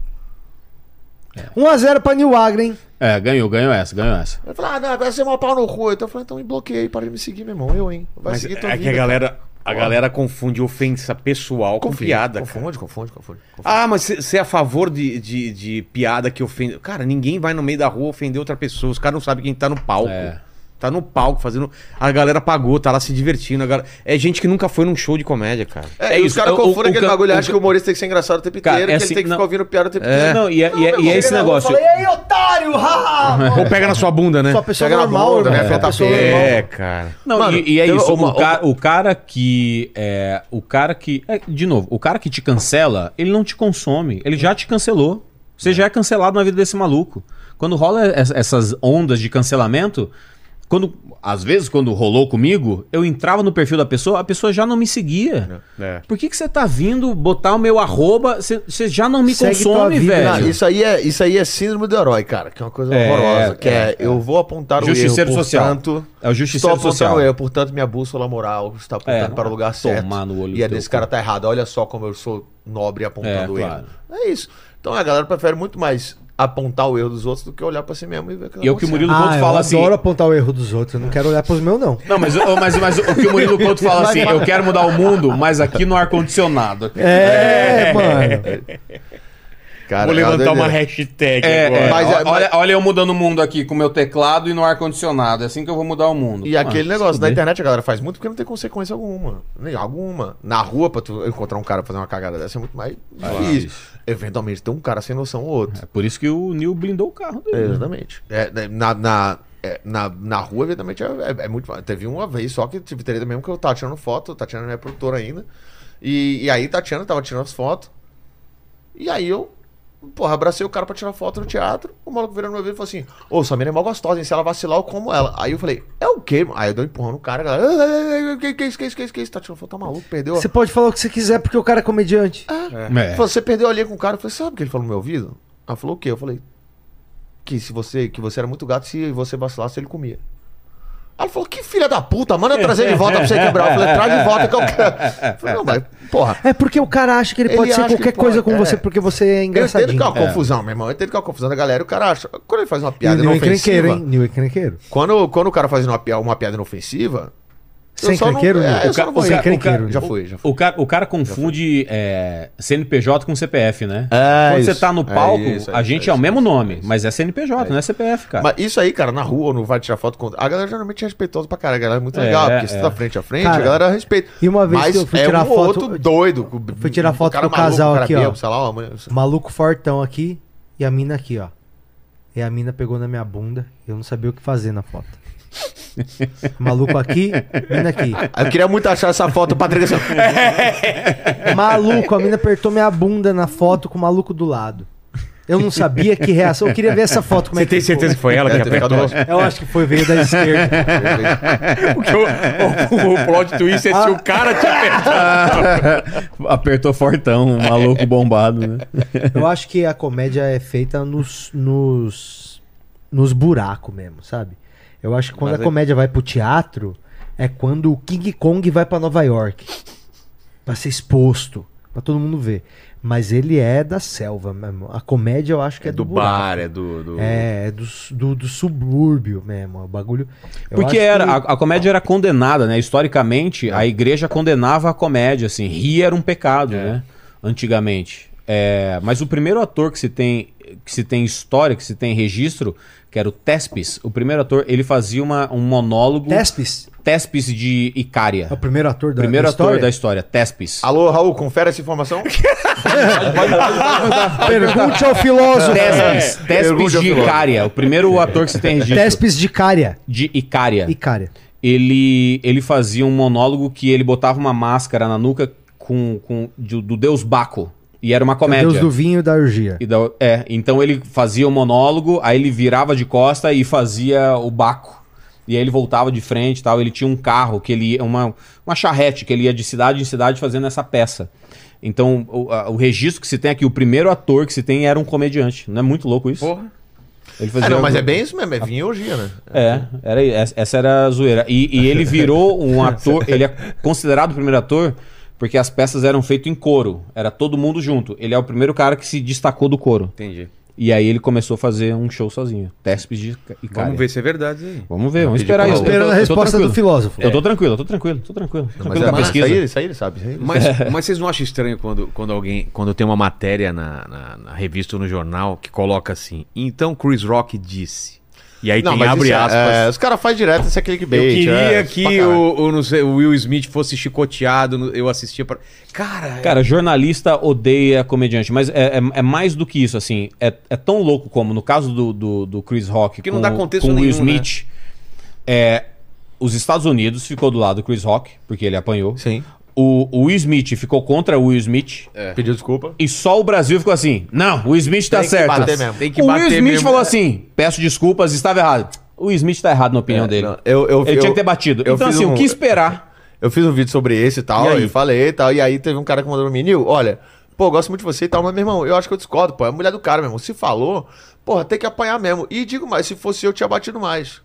[SPEAKER 6] 1x0 pra New Agra, hein?
[SPEAKER 4] É, ganhou, ganhou essa, ganhou essa.
[SPEAKER 5] Ele falou, ah, não, vai ser uma pau no cu. Então eu falei, então me bloqueei, para de me seguir, meu irmão. Eu, hein? Vai
[SPEAKER 1] Mas
[SPEAKER 5] seguir tua
[SPEAKER 1] é que
[SPEAKER 5] vida.
[SPEAKER 1] a galera, a galera confunde ofensa
[SPEAKER 4] é
[SPEAKER 1] pessoal com
[SPEAKER 5] Confia,
[SPEAKER 1] piada, cara.
[SPEAKER 5] Confunde, confunde, confunde. confunde.
[SPEAKER 1] Ah, mas você é a favor de, de, de piada que ofende. Cara, ninguém vai no meio da rua ofender outra pessoa. Os caras não sabem quem tá no palco.
[SPEAKER 4] É.
[SPEAKER 1] Tá no palco fazendo. A galera pagou, tá lá se divertindo. a galera- É gente que nunca foi num show de comédia, cara.
[SPEAKER 5] É,
[SPEAKER 4] É
[SPEAKER 5] e os
[SPEAKER 4] isso,
[SPEAKER 5] caras
[SPEAKER 4] o-
[SPEAKER 5] confundem
[SPEAKER 4] o-
[SPEAKER 5] aquele
[SPEAKER 4] o can-
[SPEAKER 5] bagulho,
[SPEAKER 4] o
[SPEAKER 5] acha que o humorista tem que ser engraçado o tempo
[SPEAKER 4] Cara,
[SPEAKER 5] inteiro,
[SPEAKER 4] é
[SPEAKER 5] que
[SPEAKER 4] assim,
[SPEAKER 5] ele tem que
[SPEAKER 4] não-
[SPEAKER 5] ficar ouvindo piada o tempo inteiro.
[SPEAKER 4] Não, e, é- e é- e é esse negócio.
[SPEAKER 6] Eu falei, ei, otário, haha!
[SPEAKER 1] Ou pega na sua bunda, né?
[SPEAKER 6] Só pessoa
[SPEAKER 5] Pega na
[SPEAKER 6] normal,
[SPEAKER 5] bunda,
[SPEAKER 6] irmão.
[SPEAKER 5] né?
[SPEAKER 6] Só
[SPEAKER 5] Afeta
[SPEAKER 6] pessoa
[SPEAKER 5] a pele.
[SPEAKER 6] normal.
[SPEAKER 1] É, cara.
[SPEAKER 4] Não,
[SPEAKER 5] Mano,
[SPEAKER 4] e, e é
[SPEAKER 5] teve
[SPEAKER 4] isso.
[SPEAKER 5] uma-
[SPEAKER 4] o, ca- o cara que. É, o cara que. é, de novo, o cara que te cancela, ele não te consome. Ele já te cancelou. Você já é cancelado na vida desse maluco. Quando rola es- essas ondas de cancelamento. Quando, às vezes, quando rolou comigo, eu entrava no perfil da pessoa, a pessoa já não me seguia.
[SPEAKER 1] É.
[SPEAKER 4] Por que que você tá vindo botar o meu arroba? Você você já não me
[SPEAKER 6] Segue tua
[SPEAKER 4] consome,
[SPEAKER 6] vida,
[SPEAKER 5] Não,
[SPEAKER 4] velho.
[SPEAKER 5] isso, aí é, isso aí é síndrome do herói, cara, que é uma coisa
[SPEAKER 4] É,
[SPEAKER 5] horrorosa. Que é,
[SPEAKER 4] é.
[SPEAKER 5] eu vou apontar
[SPEAKER 4] Justiceiro
[SPEAKER 5] o erro,
[SPEAKER 4] social.
[SPEAKER 5] portanto...
[SPEAKER 4] É o
[SPEAKER 5] Estou
[SPEAKER 4] justiceiro
[SPEAKER 5] apontando
[SPEAKER 4] social.
[SPEAKER 5] eu, portanto, minha bússola moral está apontando
[SPEAKER 4] É,
[SPEAKER 5] para o lugar certo.
[SPEAKER 4] tomar no olho
[SPEAKER 5] e
[SPEAKER 4] do
[SPEAKER 5] a desse
[SPEAKER 4] teu
[SPEAKER 5] cara tá errado. Olha só como eu sou nobre apontando
[SPEAKER 4] É,
[SPEAKER 5] é,
[SPEAKER 4] claro.
[SPEAKER 5] É isso. Então a galera prefere muito mais apontar o erro dos outros do que olhar para si mesmo e ver
[SPEAKER 4] E é o que o Murilo
[SPEAKER 6] Ah,
[SPEAKER 4] Couto
[SPEAKER 6] eu
[SPEAKER 4] fala
[SPEAKER 6] adoro
[SPEAKER 4] assim.
[SPEAKER 6] apontar o erro dos outros. Eu não quero olhar pros meus, não.
[SPEAKER 4] Não, mas, ô, mas, mas o que o Murilo Couto fala assim, eu quero mudar o mundo, mas aqui no ar-condicionado.
[SPEAKER 6] É, mano. Tá
[SPEAKER 5] Cara,
[SPEAKER 7] Vou
[SPEAKER 5] é uma
[SPEAKER 7] levantar uma
[SPEAKER 5] doideira.
[SPEAKER 7] hashtag
[SPEAKER 4] É,
[SPEAKER 7] agora.
[SPEAKER 4] é,
[SPEAKER 5] Mas é-
[SPEAKER 4] ó- olha, olha eu mudando o mundo aqui com o meu teclado e no ar-condicionado. É assim que eu vou mudar o mundo.
[SPEAKER 5] E
[SPEAKER 4] Ah,
[SPEAKER 5] aquele
[SPEAKER 4] se
[SPEAKER 5] negócio, na
[SPEAKER 4] fuder.
[SPEAKER 5] internet a galera faz muito porque não tem consequência alguma. Nem alguma. Na rua, pra tu encontrar um cara fazer uma cagada dessa é muito mais
[SPEAKER 4] Ah,
[SPEAKER 5] difícil. Eventualmente tem um cara sem noção ou outro.
[SPEAKER 4] É por isso que o Neil blindou o carro dele.
[SPEAKER 5] Exatamente. É, né, na, na, é, na, na rua, evidentemente, é, é- é muito. Teve uma vez só que tive treta mesmo que eu tava tirando foto, Tatiana é minha tá produtora ainda. E, e aí Tatiana tava tirando as fotos. E aí eu Porra, abracei o cara pra tirar foto no teatro. O maluco virou no meu ouvido e falou assim: Ô, essa mina é mó gostosa, hein? Se ela vacilar, eu como ela. Aí eu falei: É o quê? mano?" Aí eu dei um empurrão no cara. a Galera, "Ah, ah, ah, ah, que, que isso, que isso, que isso, que isso? Tá tirando foto, tá maluco, perdeu. a-
[SPEAKER 6] Você pode falar o que você quiser porque o cara é comediante.
[SPEAKER 4] É.
[SPEAKER 5] Falou, Você perdeu a linha com o cara. Eu falei: Sabe o que ele falou no meu ouvido? Ela falou: O quê? Eu falei: Que se você, que você era muito gato, se você vacilasse, ele comia. Ela falou, que filha da puta, manda eu trazer de volta pra você quebrar. Eu falei, traz de volta que eu quero. Eu falei, não, mas, porra,
[SPEAKER 6] É porque o cara acha que ele
[SPEAKER 5] Ele
[SPEAKER 6] pode ser
[SPEAKER 5] acha que
[SPEAKER 6] qualquer
[SPEAKER 5] pode,
[SPEAKER 6] coisa com
[SPEAKER 5] é.
[SPEAKER 6] você porque você é
[SPEAKER 5] Eu entendo que é uma
[SPEAKER 6] engraçadinho.
[SPEAKER 5] confusão, meu irmão. Eu entendo que é uma confusão da galera. O cara acha. Quando ele faz uma
[SPEAKER 6] E o
[SPEAKER 5] piada
[SPEAKER 6] Nil é encrenqueiro,
[SPEAKER 5] inofensiva.
[SPEAKER 6] hein? Nil é encrenqueiro.
[SPEAKER 5] Quando, quando o cara faz uma, pia- uma piada inofensiva. eu
[SPEAKER 6] Sem
[SPEAKER 5] só não-
[SPEAKER 6] encrenqueiro, Nil?
[SPEAKER 5] é, eu
[SPEAKER 6] O
[SPEAKER 5] só
[SPEAKER 6] ca-
[SPEAKER 5] não vou
[SPEAKER 6] o
[SPEAKER 5] rir.
[SPEAKER 6] ca- o ca-
[SPEAKER 5] Já foi, já foi.
[SPEAKER 4] O cara, o cara confunde é, CNPJ com CPF, né?
[SPEAKER 5] É,
[SPEAKER 4] Quando você
[SPEAKER 5] isso.
[SPEAKER 4] tá no
[SPEAKER 5] É
[SPEAKER 4] palco,
[SPEAKER 5] isso, é
[SPEAKER 4] a
[SPEAKER 5] isso,
[SPEAKER 4] gente
[SPEAKER 5] é
[SPEAKER 4] é, o
[SPEAKER 5] isso,
[SPEAKER 4] mesmo
[SPEAKER 5] é isso,
[SPEAKER 4] nome,
[SPEAKER 5] é isso.
[SPEAKER 4] mas é CNPJ, não é CPF, cara.
[SPEAKER 5] Mas isso aí, cara, na rua, não vai tirar foto com. A galera geralmente é respeitosa pra caralho. A galera é muito
[SPEAKER 4] É,
[SPEAKER 5] legal, porque se
[SPEAKER 4] é.
[SPEAKER 5] tá frente a frente,
[SPEAKER 6] Cara,
[SPEAKER 5] a galera respeita.
[SPEAKER 6] e uma vez
[SPEAKER 5] Mas
[SPEAKER 6] que eu fui
[SPEAKER 5] é
[SPEAKER 6] tirar
[SPEAKER 5] um
[SPEAKER 6] foto-
[SPEAKER 5] outro doido.
[SPEAKER 6] fui tirar foto
[SPEAKER 5] com
[SPEAKER 6] com o casal aqui, ó.
[SPEAKER 5] Sei lá, uma mulher-
[SPEAKER 6] Maluco fortão aqui e a mina aqui, ó. E a mina pegou na minha bunda e eu não sabia o que fazer na foto. Maluco aqui, mina aqui.
[SPEAKER 5] Eu queria muito achar essa foto, Patrick. assim,
[SPEAKER 6] Maluco, a mina apertou minha bunda na foto com o maluco do lado. Eu não sabia que reação. Eu queria ver essa foto como é
[SPEAKER 1] Você
[SPEAKER 6] que
[SPEAKER 1] tem
[SPEAKER 6] ficou.
[SPEAKER 1] certeza que foi ela que
[SPEAKER 5] Deve ter ficado
[SPEAKER 1] apertou?
[SPEAKER 6] Eu acho que foi, veio da esquerda.
[SPEAKER 1] Porque o, o, o plot twist é se o cara te apertar.
[SPEAKER 4] Apertou fortão, um
[SPEAKER 5] É.
[SPEAKER 4] maluco bombado, né?
[SPEAKER 6] Eu acho que a comédia é feita nos, nos, nos buracos mesmo, sabe? Eu acho que quando
[SPEAKER 5] Mas
[SPEAKER 6] a
[SPEAKER 5] é-
[SPEAKER 6] comédia vai pro teatro, é quando o King Kong vai pra Nova York. Pra ser exposto, pra todo mundo ver. Mas ele é da selva mesmo. A comédia eu acho que é, do, buraco.
[SPEAKER 1] é do. do-
[SPEAKER 6] É, é do, do, do subúrbio mesmo. é O bagulho. eu
[SPEAKER 4] Porque
[SPEAKER 6] acho
[SPEAKER 4] era,
[SPEAKER 6] que- É.
[SPEAKER 4] a, a comédia era condenada, né? Historicamente, a igreja condenava a comédia, assim. Rir era um pecado,
[SPEAKER 6] É.
[SPEAKER 4] né? Antigamente. É, mas o primeiro ator que se tem que se tem história, que se tem registro, que era o Tespes, o primeiro ator, ele fazia uma, um monólogo
[SPEAKER 6] Tespes
[SPEAKER 4] Tespes de Icária.
[SPEAKER 6] é o primeiro ator da,
[SPEAKER 4] primeiro
[SPEAKER 6] da
[SPEAKER 4] ator
[SPEAKER 6] história. Ah,
[SPEAKER 4] da história, Tespes.
[SPEAKER 5] Alô, Raul, confere essa informação.
[SPEAKER 6] Pergunte ao filósofo.
[SPEAKER 4] Tespes,
[SPEAKER 6] é.
[SPEAKER 4] Tespes
[SPEAKER 5] Pergunte ao
[SPEAKER 4] de
[SPEAKER 5] filósofo.
[SPEAKER 4] Icária, o primeiro ator que se tem registro
[SPEAKER 6] Tespes de Cária.
[SPEAKER 4] de Icária.
[SPEAKER 6] E Cária.
[SPEAKER 4] ele, ele fazia um monólogo que ele botava uma máscara na nuca com, com do, do deus Baco. E era uma comédia.
[SPEAKER 6] É Deus do vinho e da orgia.
[SPEAKER 4] E da- é, então ele fazia o monólogo, aí ele virava de costa e fazia o Baco. E aí ele voltava de frente e tal. Ele tinha um carro que ele ia, uma, uma charrete que ele ia de cidade em cidade fazendo essa peça. Então, o, a- o registro que se tem aqui, o primeiro ator que se tem era um comediante. Não é muito louco isso?
[SPEAKER 1] Porra.
[SPEAKER 4] Ele
[SPEAKER 5] Ah,
[SPEAKER 4] fazia
[SPEAKER 5] não, mas é bem isso mesmo, é vinho e orgia, né?
[SPEAKER 4] é, era, essa essa era a zoeira. E, e ele virou um ator, ele é considerado o primeiro ator porque as peças eram feitas em coro, era todo mundo junto. Ele é o primeiro cara que se destacou do coro.
[SPEAKER 1] Entendi.
[SPEAKER 4] E aí ele começou a fazer um show sozinho. Tespes de e cara.
[SPEAKER 1] Vamos ver se é verdade isso aí.
[SPEAKER 4] Vamos ver, vamos esperar
[SPEAKER 5] Paulo.
[SPEAKER 4] isso.
[SPEAKER 6] Esperando a resposta do
[SPEAKER 4] filho.
[SPEAKER 6] filósofo.
[SPEAKER 4] Eu tô tranquilo, eu tô tranquilo, tô tranquilo. Tô
[SPEAKER 5] Mas
[SPEAKER 4] tranquilo
[SPEAKER 5] é
[SPEAKER 4] com a
[SPEAKER 5] massa,
[SPEAKER 4] pesquisa.
[SPEAKER 5] Isso aí, isso aí ele sabe. Isso aí ele
[SPEAKER 1] Mas,
[SPEAKER 6] É.
[SPEAKER 1] mas vocês não acham estranho quando, quando alguém. Quando tem uma matéria na, na- na revista ou no jornal que coloca assim. Então Chris Rock disse. E aí tem abre
[SPEAKER 5] isso é- é,
[SPEAKER 1] aspas.
[SPEAKER 5] os caras fazem direto esse clickbait.
[SPEAKER 1] eu queria
[SPEAKER 5] é, pra
[SPEAKER 1] que
[SPEAKER 5] caralho.
[SPEAKER 1] o, o, não sei, o Will Smith fosse chicoteado. no- Eu assistia pra. Cara,
[SPEAKER 4] Cara, jornalista odeia comediante, mas é, é- é mais do que isso, assim. É, é tão louco como no caso do, do, do Chris Rock
[SPEAKER 1] Que não dá contexto
[SPEAKER 4] com o Will
[SPEAKER 1] nenhum, né?
[SPEAKER 4] Smith. É, os Estados Unidos ficou do lado do Chris Rock, porque ele apanhou.
[SPEAKER 5] Sim.
[SPEAKER 4] O, o Will Smith ficou contra o Will Smith.
[SPEAKER 5] Pediu desculpa.
[SPEAKER 4] E só o Brasil ficou assim: não, o Will Smith tá
[SPEAKER 5] Tem que
[SPEAKER 4] certo.
[SPEAKER 5] bater mesmo.
[SPEAKER 1] É. Tem que
[SPEAKER 4] o
[SPEAKER 1] bater
[SPEAKER 4] Will Smith
[SPEAKER 1] mesmo.
[SPEAKER 4] falou assim: peço desculpas, estava errado. O Will Smith tá errado na opinião dele.
[SPEAKER 5] É, não, eu- eu-
[SPEAKER 4] ele tinha
[SPEAKER 5] eu-
[SPEAKER 4] que ter batido.
[SPEAKER 5] eu
[SPEAKER 4] Então,
[SPEAKER 5] fiz
[SPEAKER 4] assim,
[SPEAKER 5] um-
[SPEAKER 4] o que esperar?
[SPEAKER 5] Eu fiz um vídeo sobre esse e tal,
[SPEAKER 1] E aí?
[SPEAKER 5] e falei e tal. E aí teve um cara que mandou pra mim, Nil, olha, pô, eu gosto muito de você e tal, mas, meu irmão, eu acho que eu discordo, pô. É a mulher do cara, meu irmão. Se falou, porra, tem que apanhar mesmo. E digo mais, se fosse eu, tinha batido mais.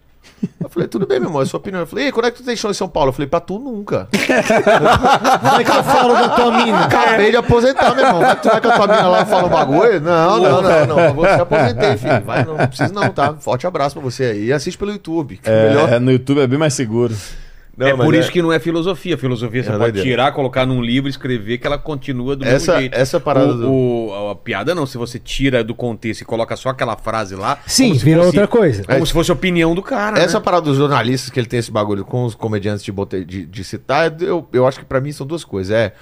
[SPEAKER 5] Eu falei, tudo bem, meu irmão, é sua opinião. Eu falei, e quando é que tu deixou em São Paulo? Eu falei, pra tu nunca.
[SPEAKER 6] Como é que eu falo da tua mina?
[SPEAKER 5] Acabei de aposentar, meu irmão. Vai que tu vai com a tua mina lá e fala um bagulho? Não, não, não, não. Você aposentei, filho. Vai, não, não precisa não, tá? Forte abraço pra você aí. E assiste pelo YouTube. Que é melhor.
[SPEAKER 4] no YouTube é bem mais seguro.
[SPEAKER 1] é por isso que não é filosofia. Filosofia você
[SPEAKER 5] É
[SPEAKER 1] pode
[SPEAKER 5] doideira.
[SPEAKER 1] tirar, colocar num livro, escrever que ela continua do
[SPEAKER 5] Essa-
[SPEAKER 1] mesmo jeito.
[SPEAKER 5] essa parada
[SPEAKER 1] O-
[SPEAKER 5] do-
[SPEAKER 1] o- a piada não, se você tira do contexto e coloca só aquela frase lá.
[SPEAKER 6] Sim,
[SPEAKER 1] como se
[SPEAKER 6] virou
[SPEAKER 1] fosse-
[SPEAKER 6] outra coisa.
[SPEAKER 5] é,
[SPEAKER 1] Como se fosse a opinião do cara.
[SPEAKER 5] Essa
[SPEAKER 1] né?
[SPEAKER 5] parada dos jornalistas que ele tem esse bagulho com os comediantes de, bote- de- de citar, é eu, eu acho que pra mim são duas coisas. É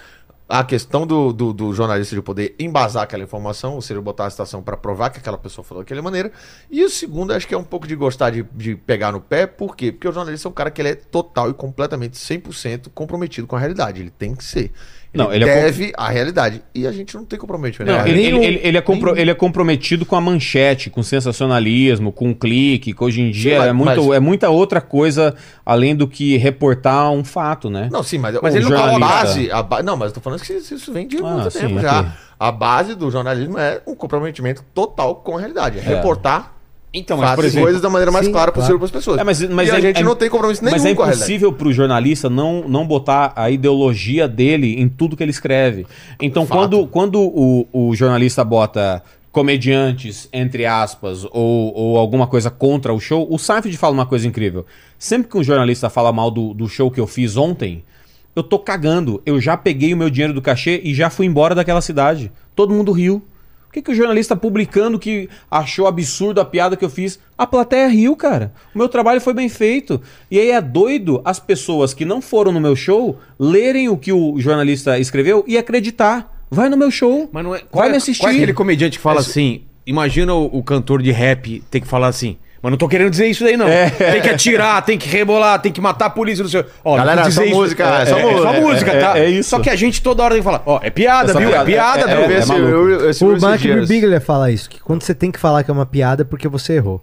[SPEAKER 5] a questão do, do, do jornalista de poder embasar aquela informação, ou seja, botar a citação pra provar que aquela pessoa falou daquela maneira. E o segundo, acho que é um pouco de gostar de, de pegar no pé. Por quê? Porque o jornalista é um cara que ele é total e completamente 100% comprometido com a realidade. Ele tem que ser. Ele
[SPEAKER 4] Não, ele é.
[SPEAKER 5] deve à realidade. E a gente não tem comprometimento.
[SPEAKER 4] Não,
[SPEAKER 5] né?
[SPEAKER 4] ele,
[SPEAKER 6] nem
[SPEAKER 4] ele-
[SPEAKER 6] o-
[SPEAKER 4] ele- ele é compro- ele é comprometido com a manchete, com o sensacionalismo, com o clique, que hoje em dia
[SPEAKER 5] mas-
[SPEAKER 4] é, muito,
[SPEAKER 5] mas-
[SPEAKER 4] é muita outra coisa além do que reportar um fato, né?
[SPEAKER 5] Não, sim, mas,
[SPEAKER 4] Mas
[SPEAKER 5] o
[SPEAKER 4] ele não
[SPEAKER 5] a
[SPEAKER 4] tá-
[SPEAKER 5] base, a ba- Não, mas eu tô falando que isso, isso vem de
[SPEAKER 4] Ah,
[SPEAKER 5] muito
[SPEAKER 4] sim,
[SPEAKER 5] tempo
[SPEAKER 4] ok.
[SPEAKER 5] já. A base do jornalismo é um comprometimento total com a realidade. É, reportar
[SPEAKER 7] Então, mas
[SPEAKER 5] fatos
[SPEAKER 7] por
[SPEAKER 5] e
[SPEAKER 7] exemplo.
[SPEAKER 5] coisas da maneira mais
[SPEAKER 6] Sim,
[SPEAKER 5] clara possível
[SPEAKER 6] claro.
[SPEAKER 5] para as pessoas.
[SPEAKER 4] É, mas, mas
[SPEAKER 5] e a
[SPEAKER 4] é-
[SPEAKER 5] gente
[SPEAKER 4] é-
[SPEAKER 5] não tem compromisso nenhum
[SPEAKER 4] Mas é
[SPEAKER 5] com a realidade.
[SPEAKER 4] impossível pro jornalista não, não botar a ideologia dele em tudo que ele escreve. Então,
[SPEAKER 5] Fato.
[SPEAKER 4] quando, quando o, o jornalista bota comediantes, entre aspas, ou, ou alguma coisa contra o show, o Seinfeld fala uma coisa incrível. Sempre que um jornalista fala mal do, do show que eu fiz ontem, eu tô cagando. Eu já peguei o meu dinheiro do cachê e já fui embora daquela cidade. Todo mundo riu. Por que, que o jornalista publicando que achou absurdo a piada que eu fiz? A plateia riu, cara. O meu trabalho foi bem feito. E aí é doido as pessoas que não foram no meu show lerem o que o jornalista escreveu e acreditar. Vai no meu show.
[SPEAKER 1] Mas não é. Qual,
[SPEAKER 4] Vai
[SPEAKER 1] é,
[SPEAKER 4] me assistir.
[SPEAKER 1] qual é aquele comediante que fala assim? Imagina o, o cantor de rap ter que falar assim. Mas não tô querendo dizer isso daí, não.
[SPEAKER 4] É.
[SPEAKER 1] Tem que atirar, tem que rebolar, tem que matar a polícia, não sei. o quê." Ó, não
[SPEAKER 5] Galera,
[SPEAKER 1] quis
[SPEAKER 5] só música, é só
[SPEAKER 1] é,
[SPEAKER 5] música.
[SPEAKER 1] música,
[SPEAKER 4] É,
[SPEAKER 1] tá?
[SPEAKER 4] é, é isso.
[SPEAKER 1] Só que a gente toda hora tem que falar, ó, é piada,
[SPEAKER 4] É só
[SPEAKER 1] viu? É
[SPEAKER 4] piada,
[SPEAKER 1] piada, viu?
[SPEAKER 4] é- é-
[SPEAKER 5] Eu vi esse-
[SPEAKER 4] maluco.
[SPEAKER 5] eu- eu- esse
[SPEAKER 6] O
[SPEAKER 5] vi esses
[SPEAKER 6] Mark
[SPEAKER 5] dias.
[SPEAKER 6] Birbiglia fala isso, que quando você tem que falar que é uma piada é porque você errou.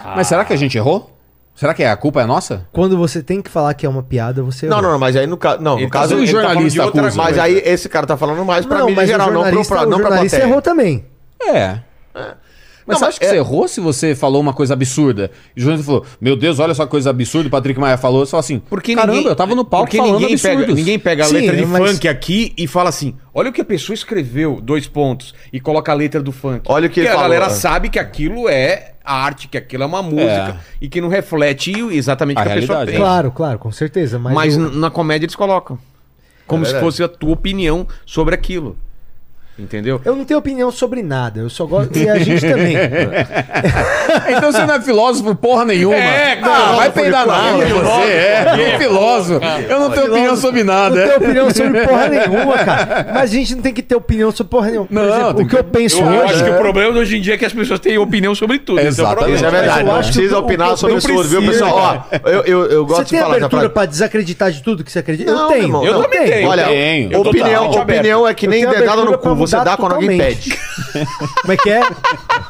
[SPEAKER 4] Ah. Mas será que a gente errou? Será que a culpa é nossa?
[SPEAKER 6] Quando você tem que falar que é uma piada, você errou.
[SPEAKER 5] Não, não, não, mas aí no, ca... não, no
[SPEAKER 1] Ele tá
[SPEAKER 5] caso.
[SPEAKER 1] sendo
[SPEAKER 5] ele tá falando
[SPEAKER 4] é, um
[SPEAKER 5] de
[SPEAKER 4] jornalista
[SPEAKER 5] outra-
[SPEAKER 4] acusa,
[SPEAKER 5] Mas
[SPEAKER 4] né?
[SPEAKER 5] aí esse cara tá falando mais pra
[SPEAKER 6] Não,
[SPEAKER 5] mim em
[SPEAKER 6] mas
[SPEAKER 5] geral,
[SPEAKER 6] o
[SPEAKER 5] não pro-
[SPEAKER 6] jornalista,
[SPEAKER 5] pra, não
[SPEAKER 6] o
[SPEAKER 5] pra
[SPEAKER 6] jornalista
[SPEAKER 5] plateia.
[SPEAKER 6] errou também.
[SPEAKER 4] É. Mas
[SPEAKER 5] Não,
[SPEAKER 4] você
[SPEAKER 5] mas
[SPEAKER 4] acha que
[SPEAKER 5] é-
[SPEAKER 4] você errou se você falou uma coisa absurda? E o jornalista falou: Meu Deus, olha só que coisa absurda. O Patrick Maia falou. Você fala assim:
[SPEAKER 1] Porque
[SPEAKER 4] Caramba,
[SPEAKER 1] ninguém,
[SPEAKER 4] eu tava no palco
[SPEAKER 1] porque
[SPEAKER 4] falando
[SPEAKER 1] ninguém
[SPEAKER 4] absurdos.
[SPEAKER 1] pega, ninguém pega a
[SPEAKER 6] Sim,
[SPEAKER 1] letra de
[SPEAKER 6] mas-
[SPEAKER 1] funk aqui e fala assim: olha o que a pessoa escreveu, dois pontos, e coloca a letra do funk.
[SPEAKER 5] Olha o
[SPEAKER 1] Porque
[SPEAKER 5] que ele
[SPEAKER 1] a
[SPEAKER 5] falou. é.
[SPEAKER 1] galera sabe que aquilo é arte, que aquilo é uma música e que não reflete exatamente o
[SPEAKER 4] A
[SPEAKER 1] que a pessoa
[SPEAKER 4] realidade, é.
[SPEAKER 1] pensa.
[SPEAKER 4] né?
[SPEAKER 6] Claro, claro, com certeza. Mas,
[SPEAKER 1] Mas
[SPEAKER 6] o-
[SPEAKER 1] n- na comédia eles colocam. Como se
[SPEAKER 5] É verdade.
[SPEAKER 1] fosse a tua opinião sobre aquilo. Entendeu?
[SPEAKER 6] eu não tenho opinião sobre nada. Eu só gosto. E a gente também.
[SPEAKER 4] Então você não é filósofo porra nenhuma.
[SPEAKER 1] É, cara,
[SPEAKER 4] ah, vai peidar na aula você. É, é filósofo. Eu não tenho opinião sobre
[SPEAKER 6] Não
[SPEAKER 4] nada. é.
[SPEAKER 6] tenho opinião sobre porra nenhuma, cara. Mas a gente não tem que ter opinião sobre porra nenhuma. Por
[SPEAKER 4] Não,
[SPEAKER 6] exemplo,
[SPEAKER 4] tem
[SPEAKER 6] o que eu penso
[SPEAKER 1] Eu
[SPEAKER 6] hoje.
[SPEAKER 1] acho que o problema hoje em dia é que as pessoas têm opinião sobre tudo. Esse é o problema.
[SPEAKER 4] Exatamente.
[SPEAKER 5] Isso é verdade.
[SPEAKER 6] eu
[SPEAKER 5] Não
[SPEAKER 6] acho que
[SPEAKER 5] precisa
[SPEAKER 6] o- o-
[SPEAKER 5] opinar sobre
[SPEAKER 6] não
[SPEAKER 5] isso, viu,
[SPEAKER 6] precisa,
[SPEAKER 5] pessoal? Ó, eu, eu, eu
[SPEAKER 6] Você
[SPEAKER 5] gosto
[SPEAKER 6] tem
[SPEAKER 5] de falar essa
[SPEAKER 6] abertura
[SPEAKER 5] frase.
[SPEAKER 6] pra desacreditar de tudo que você acredita?
[SPEAKER 5] Não, meu irmão,
[SPEAKER 1] Eu
[SPEAKER 5] não.
[SPEAKER 1] também tenho.
[SPEAKER 5] Olha,
[SPEAKER 4] Tenho. Eu tô
[SPEAKER 5] opinião,
[SPEAKER 1] totalmente
[SPEAKER 5] opinião é que
[SPEAKER 6] Eu
[SPEAKER 5] nem
[SPEAKER 6] tenho
[SPEAKER 5] dedada no
[SPEAKER 6] abertura pra
[SPEAKER 5] cu. Você
[SPEAKER 6] mudar
[SPEAKER 5] dá quando alguém
[SPEAKER 6] totalmente.
[SPEAKER 5] pede.
[SPEAKER 6] Como é que é?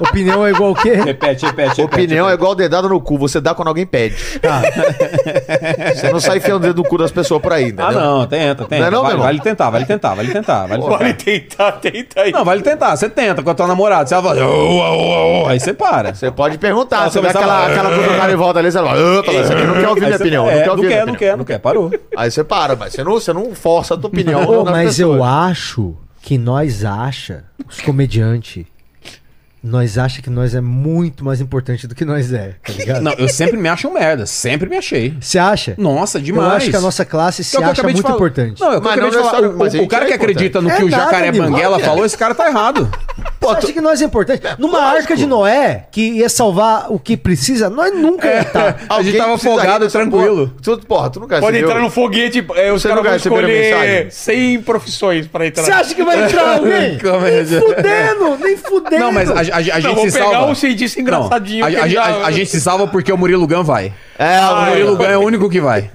[SPEAKER 6] Opinião é igual o quê?
[SPEAKER 4] Repete, repete,
[SPEAKER 5] Opinião é igual dedada no cu. Você dá quando alguém pede. Você não sai enfiando o dedo no cu das pessoas por aí, entendeu?
[SPEAKER 4] Ah, não, tenta, tenta.
[SPEAKER 5] Não é não, meu
[SPEAKER 4] vale,
[SPEAKER 5] irmão?
[SPEAKER 4] vale tentar, vale tentar, vale tentar, vale tentar.
[SPEAKER 1] Vale tentar, tenta aí.
[SPEAKER 4] Não, vale tentar. Você tenta com a tua namorada. Você fala, "Ô, ô, ô, ô", aí você para.
[SPEAKER 5] Você pode perguntar.
[SPEAKER 4] Ah,
[SPEAKER 5] você dá
[SPEAKER 4] começa
[SPEAKER 5] aquela,
[SPEAKER 4] a-
[SPEAKER 5] aquela cutucada em volta ali, você fala, "Ah, fala, isso aqui não quer ouvir
[SPEAKER 4] Aí
[SPEAKER 5] minha
[SPEAKER 4] você-
[SPEAKER 5] opinião.
[SPEAKER 4] é,
[SPEAKER 5] não quer
[SPEAKER 4] não
[SPEAKER 5] ouvir minha
[SPEAKER 4] quer, não
[SPEAKER 5] opinião.
[SPEAKER 4] quer, não quer. Parou.
[SPEAKER 5] Aí você para, mas você não, você não força a tua opinião.
[SPEAKER 6] Ô,
[SPEAKER 5] nas
[SPEAKER 6] mas eu
[SPEAKER 5] pessoas.
[SPEAKER 6] acho que nós acha, os comediantes, nós acha que nós é muito mais importante do que nós é, tá ligado?
[SPEAKER 4] Não, eu sempre me acho um merda. Sempre me achei.
[SPEAKER 6] Você acha?
[SPEAKER 4] Nossa,
[SPEAKER 6] Eu
[SPEAKER 4] demais.
[SPEAKER 6] acho que a nossa classe
[SPEAKER 4] Que
[SPEAKER 6] se
[SPEAKER 4] é o que eu
[SPEAKER 6] acha
[SPEAKER 4] acabei de
[SPEAKER 6] muito
[SPEAKER 4] falar.
[SPEAKER 6] importante.
[SPEAKER 4] Não, é o que eu
[SPEAKER 5] Mas
[SPEAKER 4] acabei
[SPEAKER 5] não
[SPEAKER 4] de falar.
[SPEAKER 5] necessari- mas a
[SPEAKER 4] O, o
[SPEAKER 5] gente
[SPEAKER 4] cara
[SPEAKER 5] é
[SPEAKER 4] que acredita no que o
[SPEAKER 6] importante. É nada,
[SPEAKER 4] Jacaré
[SPEAKER 6] animal.
[SPEAKER 4] Banguela falou, esse cara tá errado.
[SPEAKER 6] Você acha que nós é importante? Numa arca de Noé, que ia salvar o que precisa, nós nunca
[SPEAKER 4] É.
[SPEAKER 6] ia estar.
[SPEAKER 4] A gente
[SPEAKER 5] Alguém
[SPEAKER 4] tava
[SPEAKER 5] precisa
[SPEAKER 4] folgado,
[SPEAKER 5] rir dessa
[SPEAKER 4] tranquilo.
[SPEAKER 5] porra. Tu, porra, tu nunca
[SPEAKER 7] Pode
[SPEAKER 5] recebeu-
[SPEAKER 7] entrar no foguete.
[SPEAKER 1] eh,
[SPEAKER 7] É, os
[SPEAKER 5] Você
[SPEAKER 7] caras vão
[SPEAKER 5] não vai receber a
[SPEAKER 7] escolher
[SPEAKER 5] mensagem?
[SPEAKER 7] 100 profissões pra entrar.
[SPEAKER 6] Você acha que vai entrar alguém?
[SPEAKER 4] Como é
[SPEAKER 6] nem
[SPEAKER 4] que-
[SPEAKER 6] fudendo, nem fudendo.
[SPEAKER 4] Não, mas a, a- a gente
[SPEAKER 7] Não, vou
[SPEAKER 4] se
[SPEAKER 7] pegar
[SPEAKER 4] salva.
[SPEAKER 7] um cientista
[SPEAKER 4] Não,
[SPEAKER 7] engraçadinho.
[SPEAKER 4] a,
[SPEAKER 7] que
[SPEAKER 4] a-
[SPEAKER 7] ele já-
[SPEAKER 4] a- a gente se salva porque o Murilo Gun vai.
[SPEAKER 5] É,
[SPEAKER 4] O
[SPEAKER 5] ah,
[SPEAKER 4] Murilo Gun é o único que vai.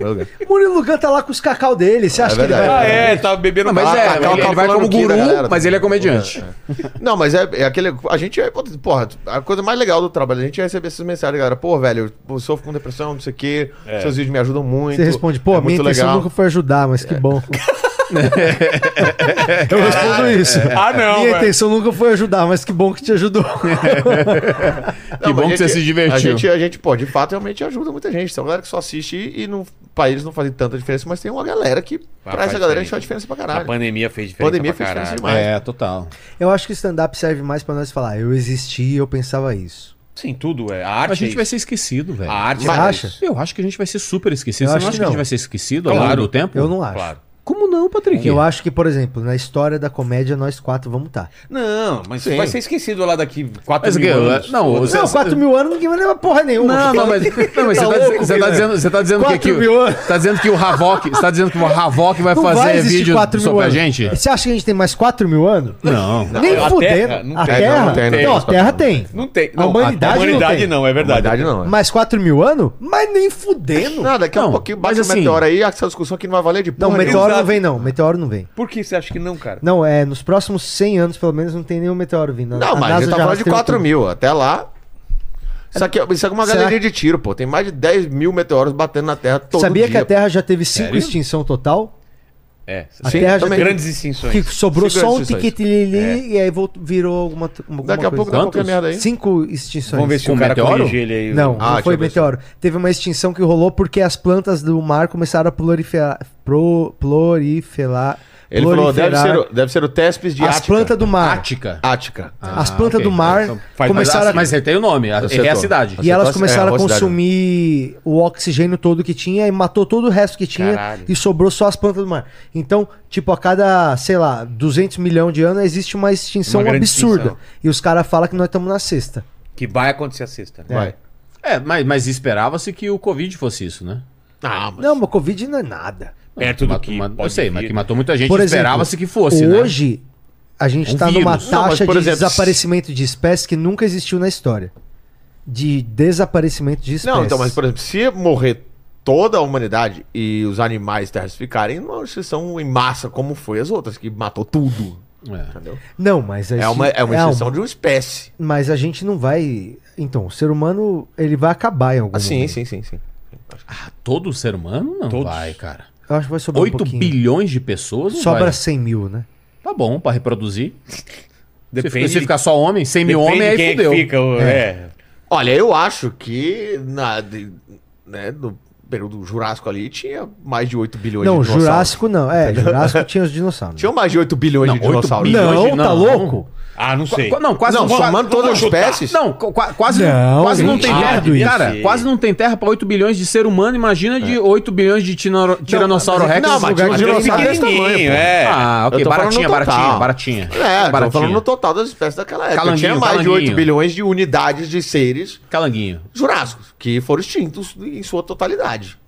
[SPEAKER 6] Murilo Gun tá lá com os cacau dele, você acha
[SPEAKER 5] É
[SPEAKER 6] que ele vai...
[SPEAKER 5] verdade.
[SPEAKER 7] Ah, é, tá bebendo
[SPEAKER 4] Não, mas
[SPEAKER 5] Ah,
[SPEAKER 4] é,
[SPEAKER 5] tá, tá
[SPEAKER 4] ele, ele vai
[SPEAKER 5] calculando
[SPEAKER 4] como
[SPEAKER 5] o que da
[SPEAKER 4] guru,
[SPEAKER 5] galera.
[SPEAKER 4] mas ele é comediante.
[SPEAKER 5] Não, mas é, é aquele. A gente é. Porra, a coisa mais legal do trabalho, a gente é receber essas mensagens, galera. Pô, velho, eu sofro com depressão, não sei o quê.
[SPEAKER 4] É.
[SPEAKER 5] Seus vídeos me ajudam muito.
[SPEAKER 6] Você responde, pô,
[SPEAKER 5] é
[SPEAKER 6] minha
[SPEAKER 5] muito
[SPEAKER 6] intenção
[SPEAKER 5] legal.
[SPEAKER 6] nunca foi ajudar, mas que bom. Eu respondo isso.
[SPEAKER 7] Ah, não,
[SPEAKER 6] Minha
[SPEAKER 7] velho.
[SPEAKER 6] intenção nunca foi ajudar, mas que bom que te ajudou.
[SPEAKER 5] Não,
[SPEAKER 4] que
[SPEAKER 5] mas
[SPEAKER 4] bom
[SPEAKER 5] a
[SPEAKER 4] que você se divertiu.
[SPEAKER 5] A gente, a gente, pô, de fato, realmente ajuda muita gente. Tem uma galera que só assiste e, e não, pra eles não fazem tanta diferença, mas tem uma galera
[SPEAKER 4] Ah,
[SPEAKER 5] que, pra
[SPEAKER 1] faz
[SPEAKER 5] essa galera,
[SPEAKER 1] diferença.
[SPEAKER 5] a gente faz diferença pra
[SPEAKER 1] A
[SPEAKER 5] caralho.
[SPEAKER 1] pandemia fez diferença.
[SPEAKER 5] Pandemia
[SPEAKER 1] pra
[SPEAKER 5] fez diferença
[SPEAKER 1] caralho.
[SPEAKER 5] demais.
[SPEAKER 4] É, total.
[SPEAKER 6] Eu acho que stand-up serve mais pra nós falar, eu existi e eu pensava isso.
[SPEAKER 1] Sim, tudo. É. A
[SPEAKER 4] A
[SPEAKER 1] arte é
[SPEAKER 4] gente vai
[SPEAKER 1] isso.
[SPEAKER 4] ser esquecido, velho.
[SPEAKER 1] A arte
[SPEAKER 6] Você
[SPEAKER 1] é
[SPEAKER 6] acha?
[SPEAKER 1] isso.
[SPEAKER 4] Ah, Eu acho que a gente vai ser super esquecido.
[SPEAKER 6] Eu
[SPEAKER 4] Você
[SPEAKER 6] acho
[SPEAKER 4] não acha
[SPEAKER 6] que
[SPEAKER 4] que a gente
[SPEAKER 6] não.
[SPEAKER 4] vai ser esquecido ao
[SPEAKER 1] Claro.
[SPEAKER 4] longo do tempo?
[SPEAKER 6] Eu não acho.
[SPEAKER 1] Claro.
[SPEAKER 4] Como não, Patrick?
[SPEAKER 6] Eu acho que, por exemplo, na história da comédia, nós quatro vamos tá. estar.
[SPEAKER 1] Não, mas
[SPEAKER 5] Sim.
[SPEAKER 1] vai ser esquecido lá daqui 4
[SPEAKER 4] Mas,
[SPEAKER 1] mil
[SPEAKER 4] Guilherme,
[SPEAKER 1] anos.
[SPEAKER 4] não,
[SPEAKER 1] Foda-se.
[SPEAKER 4] você-
[SPEAKER 6] Não, 4 mil anos ninguém vai levar porra nenhuma.
[SPEAKER 4] Não, não, mas, não, mas você, tá,
[SPEAKER 6] tá louco,
[SPEAKER 4] você tá
[SPEAKER 6] Guilherme?
[SPEAKER 4] dizendo, você tá dizendo que
[SPEAKER 6] Quatro
[SPEAKER 4] aqui,
[SPEAKER 6] mil anos.
[SPEAKER 4] você tá dizendo que o Havok, você tá dizendo que o Havok vai
[SPEAKER 6] Não
[SPEAKER 4] fazer
[SPEAKER 6] vai existir
[SPEAKER 4] vídeo
[SPEAKER 6] 4 mil
[SPEAKER 4] sobre a
[SPEAKER 6] anos.
[SPEAKER 4] gente?
[SPEAKER 6] Você acha que a gente tem mais 4 mil anos?
[SPEAKER 4] Não.
[SPEAKER 6] Nem
[SPEAKER 1] a
[SPEAKER 6] fudendo.
[SPEAKER 1] Terra não
[SPEAKER 6] a
[SPEAKER 1] tem,
[SPEAKER 6] Terra?
[SPEAKER 5] não, não tem, não tem
[SPEAKER 6] Não, a
[SPEAKER 5] mais
[SPEAKER 6] Terra
[SPEAKER 5] quatro
[SPEAKER 6] tem.
[SPEAKER 1] Não tem.
[SPEAKER 6] A humanidade não tem.
[SPEAKER 1] não, é
[SPEAKER 5] Na
[SPEAKER 1] verdade.
[SPEAKER 5] verdade, não. É.
[SPEAKER 6] Mais 4 mil anos? Mas nem fudendo.
[SPEAKER 5] Não, daqui a
[SPEAKER 4] Não,
[SPEAKER 5] pouquinho bate
[SPEAKER 4] mas
[SPEAKER 5] um
[SPEAKER 4] assim-
[SPEAKER 5] meteoro aí, essa discussão aqui não vai valer de porra.
[SPEAKER 6] Não,
[SPEAKER 5] nenhuma.
[SPEAKER 6] meteoro não vem, não. Meteoro não vem.
[SPEAKER 1] Por que você acha que não, cara?
[SPEAKER 6] Não, é, nos próximos 100 anos, pelo menos, não tem nenhum meteoro vindo. A-
[SPEAKER 5] Não,
[SPEAKER 6] a
[SPEAKER 5] mas a
[SPEAKER 6] NASA
[SPEAKER 5] gente tá
[SPEAKER 6] já
[SPEAKER 5] falando de
[SPEAKER 6] rastreou
[SPEAKER 5] 4
[SPEAKER 6] tudo.
[SPEAKER 5] mil. Até lá. Isso aqui, é- isso aqui é uma
[SPEAKER 6] Será
[SPEAKER 5] galeria de tiro, pô. Tem mais de 10 mil meteoros batendo na Terra todo
[SPEAKER 6] Sabia
[SPEAKER 5] dia.
[SPEAKER 6] que a Terra já teve 5 extinção total?
[SPEAKER 4] É.
[SPEAKER 6] A
[SPEAKER 5] Sim,
[SPEAKER 6] Terra já
[SPEAKER 5] também.
[SPEAKER 6] teve-
[SPEAKER 1] Grandes extinções.
[SPEAKER 6] Que sobrou
[SPEAKER 5] Cinco
[SPEAKER 6] só um
[SPEAKER 5] extinções. É.
[SPEAKER 6] tiquitilili e aí voltou- virou alguma, alguma
[SPEAKER 5] Daqui a
[SPEAKER 6] coisa.
[SPEAKER 5] pouco dá qualquer merda aí.
[SPEAKER 6] Cinco extinções.
[SPEAKER 1] Vamos ver se
[SPEAKER 4] Com
[SPEAKER 1] o cara
[SPEAKER 4] meteoro?
[SPEAKER 1] corrige ele aí.
[SPEAKER 6] Não,
[SPEAKER 5] Ah,
[SPEAKER 6] não foi
[SPEAKER 5] deixa eu
[SPEAKER 6] meteoro. Teve uma extinção que rolou porque as plantas do mar começaram a proliferar. Pro, proliferar.
[SPEAKER 5] Ele falou, deve
[SPEAKER 6] proliferar
[SPEAKER 5] ser, o- deve ser o Tespes de
[SPEAKER 6] As
[SPEAKER 5] Ática.
[SPEAKER 6] plantas do Ah. mar.
[SPEAKER 4] Ática.
[SPEAKER 5] Ática.
[SPEAKER 6] as plantas
[SPEAKER 4] Ah,
[SPEAKER 6] do mar
[SPEAKER 5] Então,
[SPEAKER 4] Mas-
[SPEAKER 6] começaram a.
[SPEAKER 4] Mas retém o nome. a- É a
[SPEAKER 5] Acertou.
[SPEAKER 4] cidade.
[SPEAKER 6] E elas
[SPEAKER 5] Você tá-
[SPEAKER 6] começaram
[SPEAKER 5] é,
[SPEAKER 6] a
[SPEAKER 5] Rocidade.
[SPEAKER 6] consumir o oxigênio todo que tinha e matou todo o resto que tinha
[SPEAKER 5] Caralho.
[SPEAKER 6] e sobrou só as plantas do mar. Então, tipo, a cada, sei lá, 200 milhões de anos existe uma extinção
[SPEAKER 1] Uma grande
[SPEAKER 6] absurda.
[SPEAKER 1] extinção.
[SPEAKER 6] E os caras falam que nós estamos na sexta.
[SPEAKER 1] Que vai acontecer a sexta. né?
[SPEAKER 5] Vai.
[SPEAKER 4] É, mas, mas esperava-se que o Covid fosse isso, né?
[SPEAKER 5] Ah, mas...
[SPEAKER 6] Não, mas Covid não é nada.
[SPEAKER 1] Perto do
[SPEAKER 4] Matou-
[SPEAKER 1] que.
[SPEAKER 4] ma- eu
[SPEAKER 1] pode
[SPEAKER 4] sei,
[SPEAKER 1] vir.
[SPEAKER 4] mas que matou muita gente.
[SPEAKER 6] Por exemplo,
[SPEAKER 4] Esperava-se que fosse, né?
[SPEAKER 6] Hoje, a gente
[SPEAKER 4] Um
[SPEAKER 6] está numa
[SPEAKER 4] vírus.
[SPEAKER 6] taxa
[SPEAKER 5] Não, mas, por
[SPEAKER 6] de
[SPEAKER 5] exemplo,
[SPEAKER 6] desaparecimento de espécies que nunca existiu na história. De desaparecimento de espécies.
[SPEAKER 5] Não, então, mas por exemplo, se morrer toda a humanidade e os animais terrestres ficarem numa extinção em massa, como foi as outras, que matou tudo.
[SPEAKER 4] É.
[SPEAKER 5] Entendeu?
[SPEAKER 6] Não, mas a
[SPEAKER 5] É
[SPEAKER 6] extin-
[SPEAKER 5] uma, é uma extinção de uma espécie.
[SPEAKER 6] Mas a gente não vai. Então, o ser humano, ele vai acabar em algum
[SPEAKER 5] Ah, sim,
[SPEAKER 6] momento.
[SPEAKER 5] sim, sim, sim.
[SPEAKER 4] Todo ser humano não
[SPEAKER 1] Todos.
[SPEAKER 4] vai, cara.
[SPEAKER 6] Eu acho que vai sobrar
[SPEAKER 4] 8
[SPEAKER 6] um pouquinho.
[SPEAKER 4] bilhões de pessoas não
[SPEAKER 6] Sobra
[SPEAKER 4] vai.
[SPEAKER 6] 100 mil, né?
[SPEAKER 4] Tá bom, pra reproduzir. Se,
[SPEAKER 1] Depende,
[SPEAKER 4] se ficar só homem, 100 mil
[SPEAKER 1] depende
[SPEAKER 4] homem,
[SPEAKER 1] de
[SPEAKER 4] aí
[SPEAKER 1] quem é que
[SPEAKER 4] fudeu.
[SPEAKER 1] fica, o- é.
[SPEAKER 5] Olha, eu acho que na, de- né, no período Jurássico ali tinha mais de 8 bilhões
[SPEAKER 6] não,
[SPEAKER 5] de dinossauros.
[SPEAKER 6] Jurássico não. É, Jurássico tinha os dinossauros. né?
[SPEAKER 4] um
[SPEAKER 5] Tinha mais de 8 bilhões
[SPEAKER 4] Não,
[SPEAKER 5] de
[SPEAKER 4] 8
[SPEAKER 5] dinossauros.
[SPEAKER 4] bilhões.
[SPEAKER 6] Não,
[SPEAKER 4] hoje
[SPEAKER 6] tá
[SPEAKER 4] não.
[SPEAKER 6] louco?
[SPEAKER 1] Ah, não sei.
[SPEAKER 4] Qua- Não, quase
[SPEAKER 5] Não,
[SPEAKER 4] qua-
[SPEAKER 5] somando todas as espécies?
[SPEAKER 4] Não, qu- qua- quase
[SPEAKER 6] Não,
[SPEAKER 4] não, quase não
[SPEAKER 6] gente,
[SPEAKER 4] tem terra.
[SPEAKER 6] errado isso.
[SPEAKER 4] Cara, quase não tem terra pra 8 bilhões de ser humano. Imagina
[SPEAKER 1] É.
[SPEAKER 4] de 8 bilhões de tinoro- tiranossauro
[SPEAKER 6] mas é que
[SPEAKER 4] rex.
[SPEAKER 6] não,
[SPEAKER 4] nesse
[SPEAKER 6] mas
[SPEAKER 4] lugar.
[SPEAKER 5] tinha um
[SPEAKER 1] Mas ele é
[SPEAKER 5] dinossauro desse
[SPEAKER 1] pequenininho,
[SPEAKER 5] tamanho, pô.
[SPEAKER 1] é.
[SPEAKER 4] Ah,
[SPEAKER 5] Eu
[SPEAKER 4] ok.
[SPEAKER 5] tô falando
[SPEAKER 4] Baratinha,
[SPEAKER 5] no total.
[SPEAKER 4] baratinha, baratinha.
[SPEAKER 5] É, eu tô
[SPEAKER 4] baratinha.
[SPEAKER 5] falando no total das espécies daquela época.
[SPEAKER 4] Calanguinho,
[SPEAKER 5] tinha mais de 8
[SPEAKER 4] calanguinho.
[SPEAKER 5] bilhões de unidades de seres
[SPEAKER 4] Calanguinho.
[SPEAKER 5] jurássicos, que foram extintos em sua totalidade.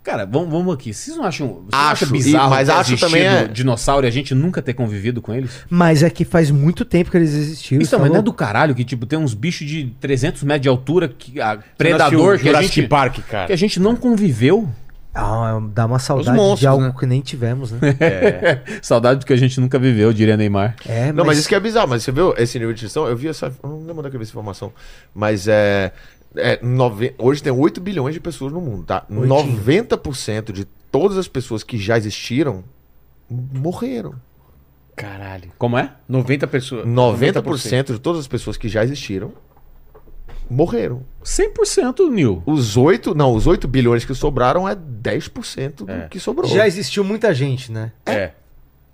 [SPEAKER 4] Cara, vamos, vamos aqui. Vocês não acham, vocês não
[SPEAKER 5] Acho,
[SPEAKER 4] acham bizarro
[SPEAKER 5] e- mas
[SPEAKER 4] ter
[SPEAKER 5] acho
[SPEAKER 4] existido
[SPEAKER 5] também é-
[SPEAKER 4] dinossauro e a gente nunca ter convivido com eles?
[SPEAKER 6] Mas é que faz muito tempo que eles existiram.
[SPEAKER 4] Então,
[SPEAKER 6] tá
[SPEAKER 4] mas não é
[SPEAKER 6] louco?
[SPEAKER 4] do caralho que, tipo, tem uns bichos de 300 metros de altura, que, a,
[SPEAKER 1] Nasceu o
[SPEAKER 4] predador, que a,
[SPEAKER 1] Jurassic
[SPEAKER 4] gente,
[SPEAKER 1] Park,
[SPEAKER 4] que
[SPEAKER 1] cara.
[SPEAKER 4] a gente não conviveu.
[SPEAKER 6] Ah, dá uma saudade
[SPEAKER 1] monstros,
[SPEAKER 6] de algo
[SPEAKER 1] né?
[SPEAKER 6] que nem tivemos, né?
[SPEAKER 4] É. Saudade do que a gente nunca viveu, diria Neymar.
[SPEAKER 6] É, mas...
[SPEAKER 5] Não, mas isso que é bizarro, mas você viu esse nível de extinção? Eu vi essa. Eu não lembro onde é que eu vi essa informação. Mas é. é nove- hoje tem 8 bilhões de pessoas no mundo, tá? 90% de todas as pessoas que já existiram morreram.
[SPEAKER 1] Caralho.
[SPEAKER 4] Como é?
[SPEAKER 1] 90 pessoas.
[SPEAKER 5] 90%, de todas as pessoas que já existiram morreram.
[SPEAKER 4] 100% Nil.
[SPEAKER 5] Os 8, não, os 8 bilhões que sobraram é 10%
[SPEAKER 4] É.
[SPEAKER 5] do que sobrou.
[SPEAKER 6] Já existiu muita gente, né?
[SPEAKER 1] É.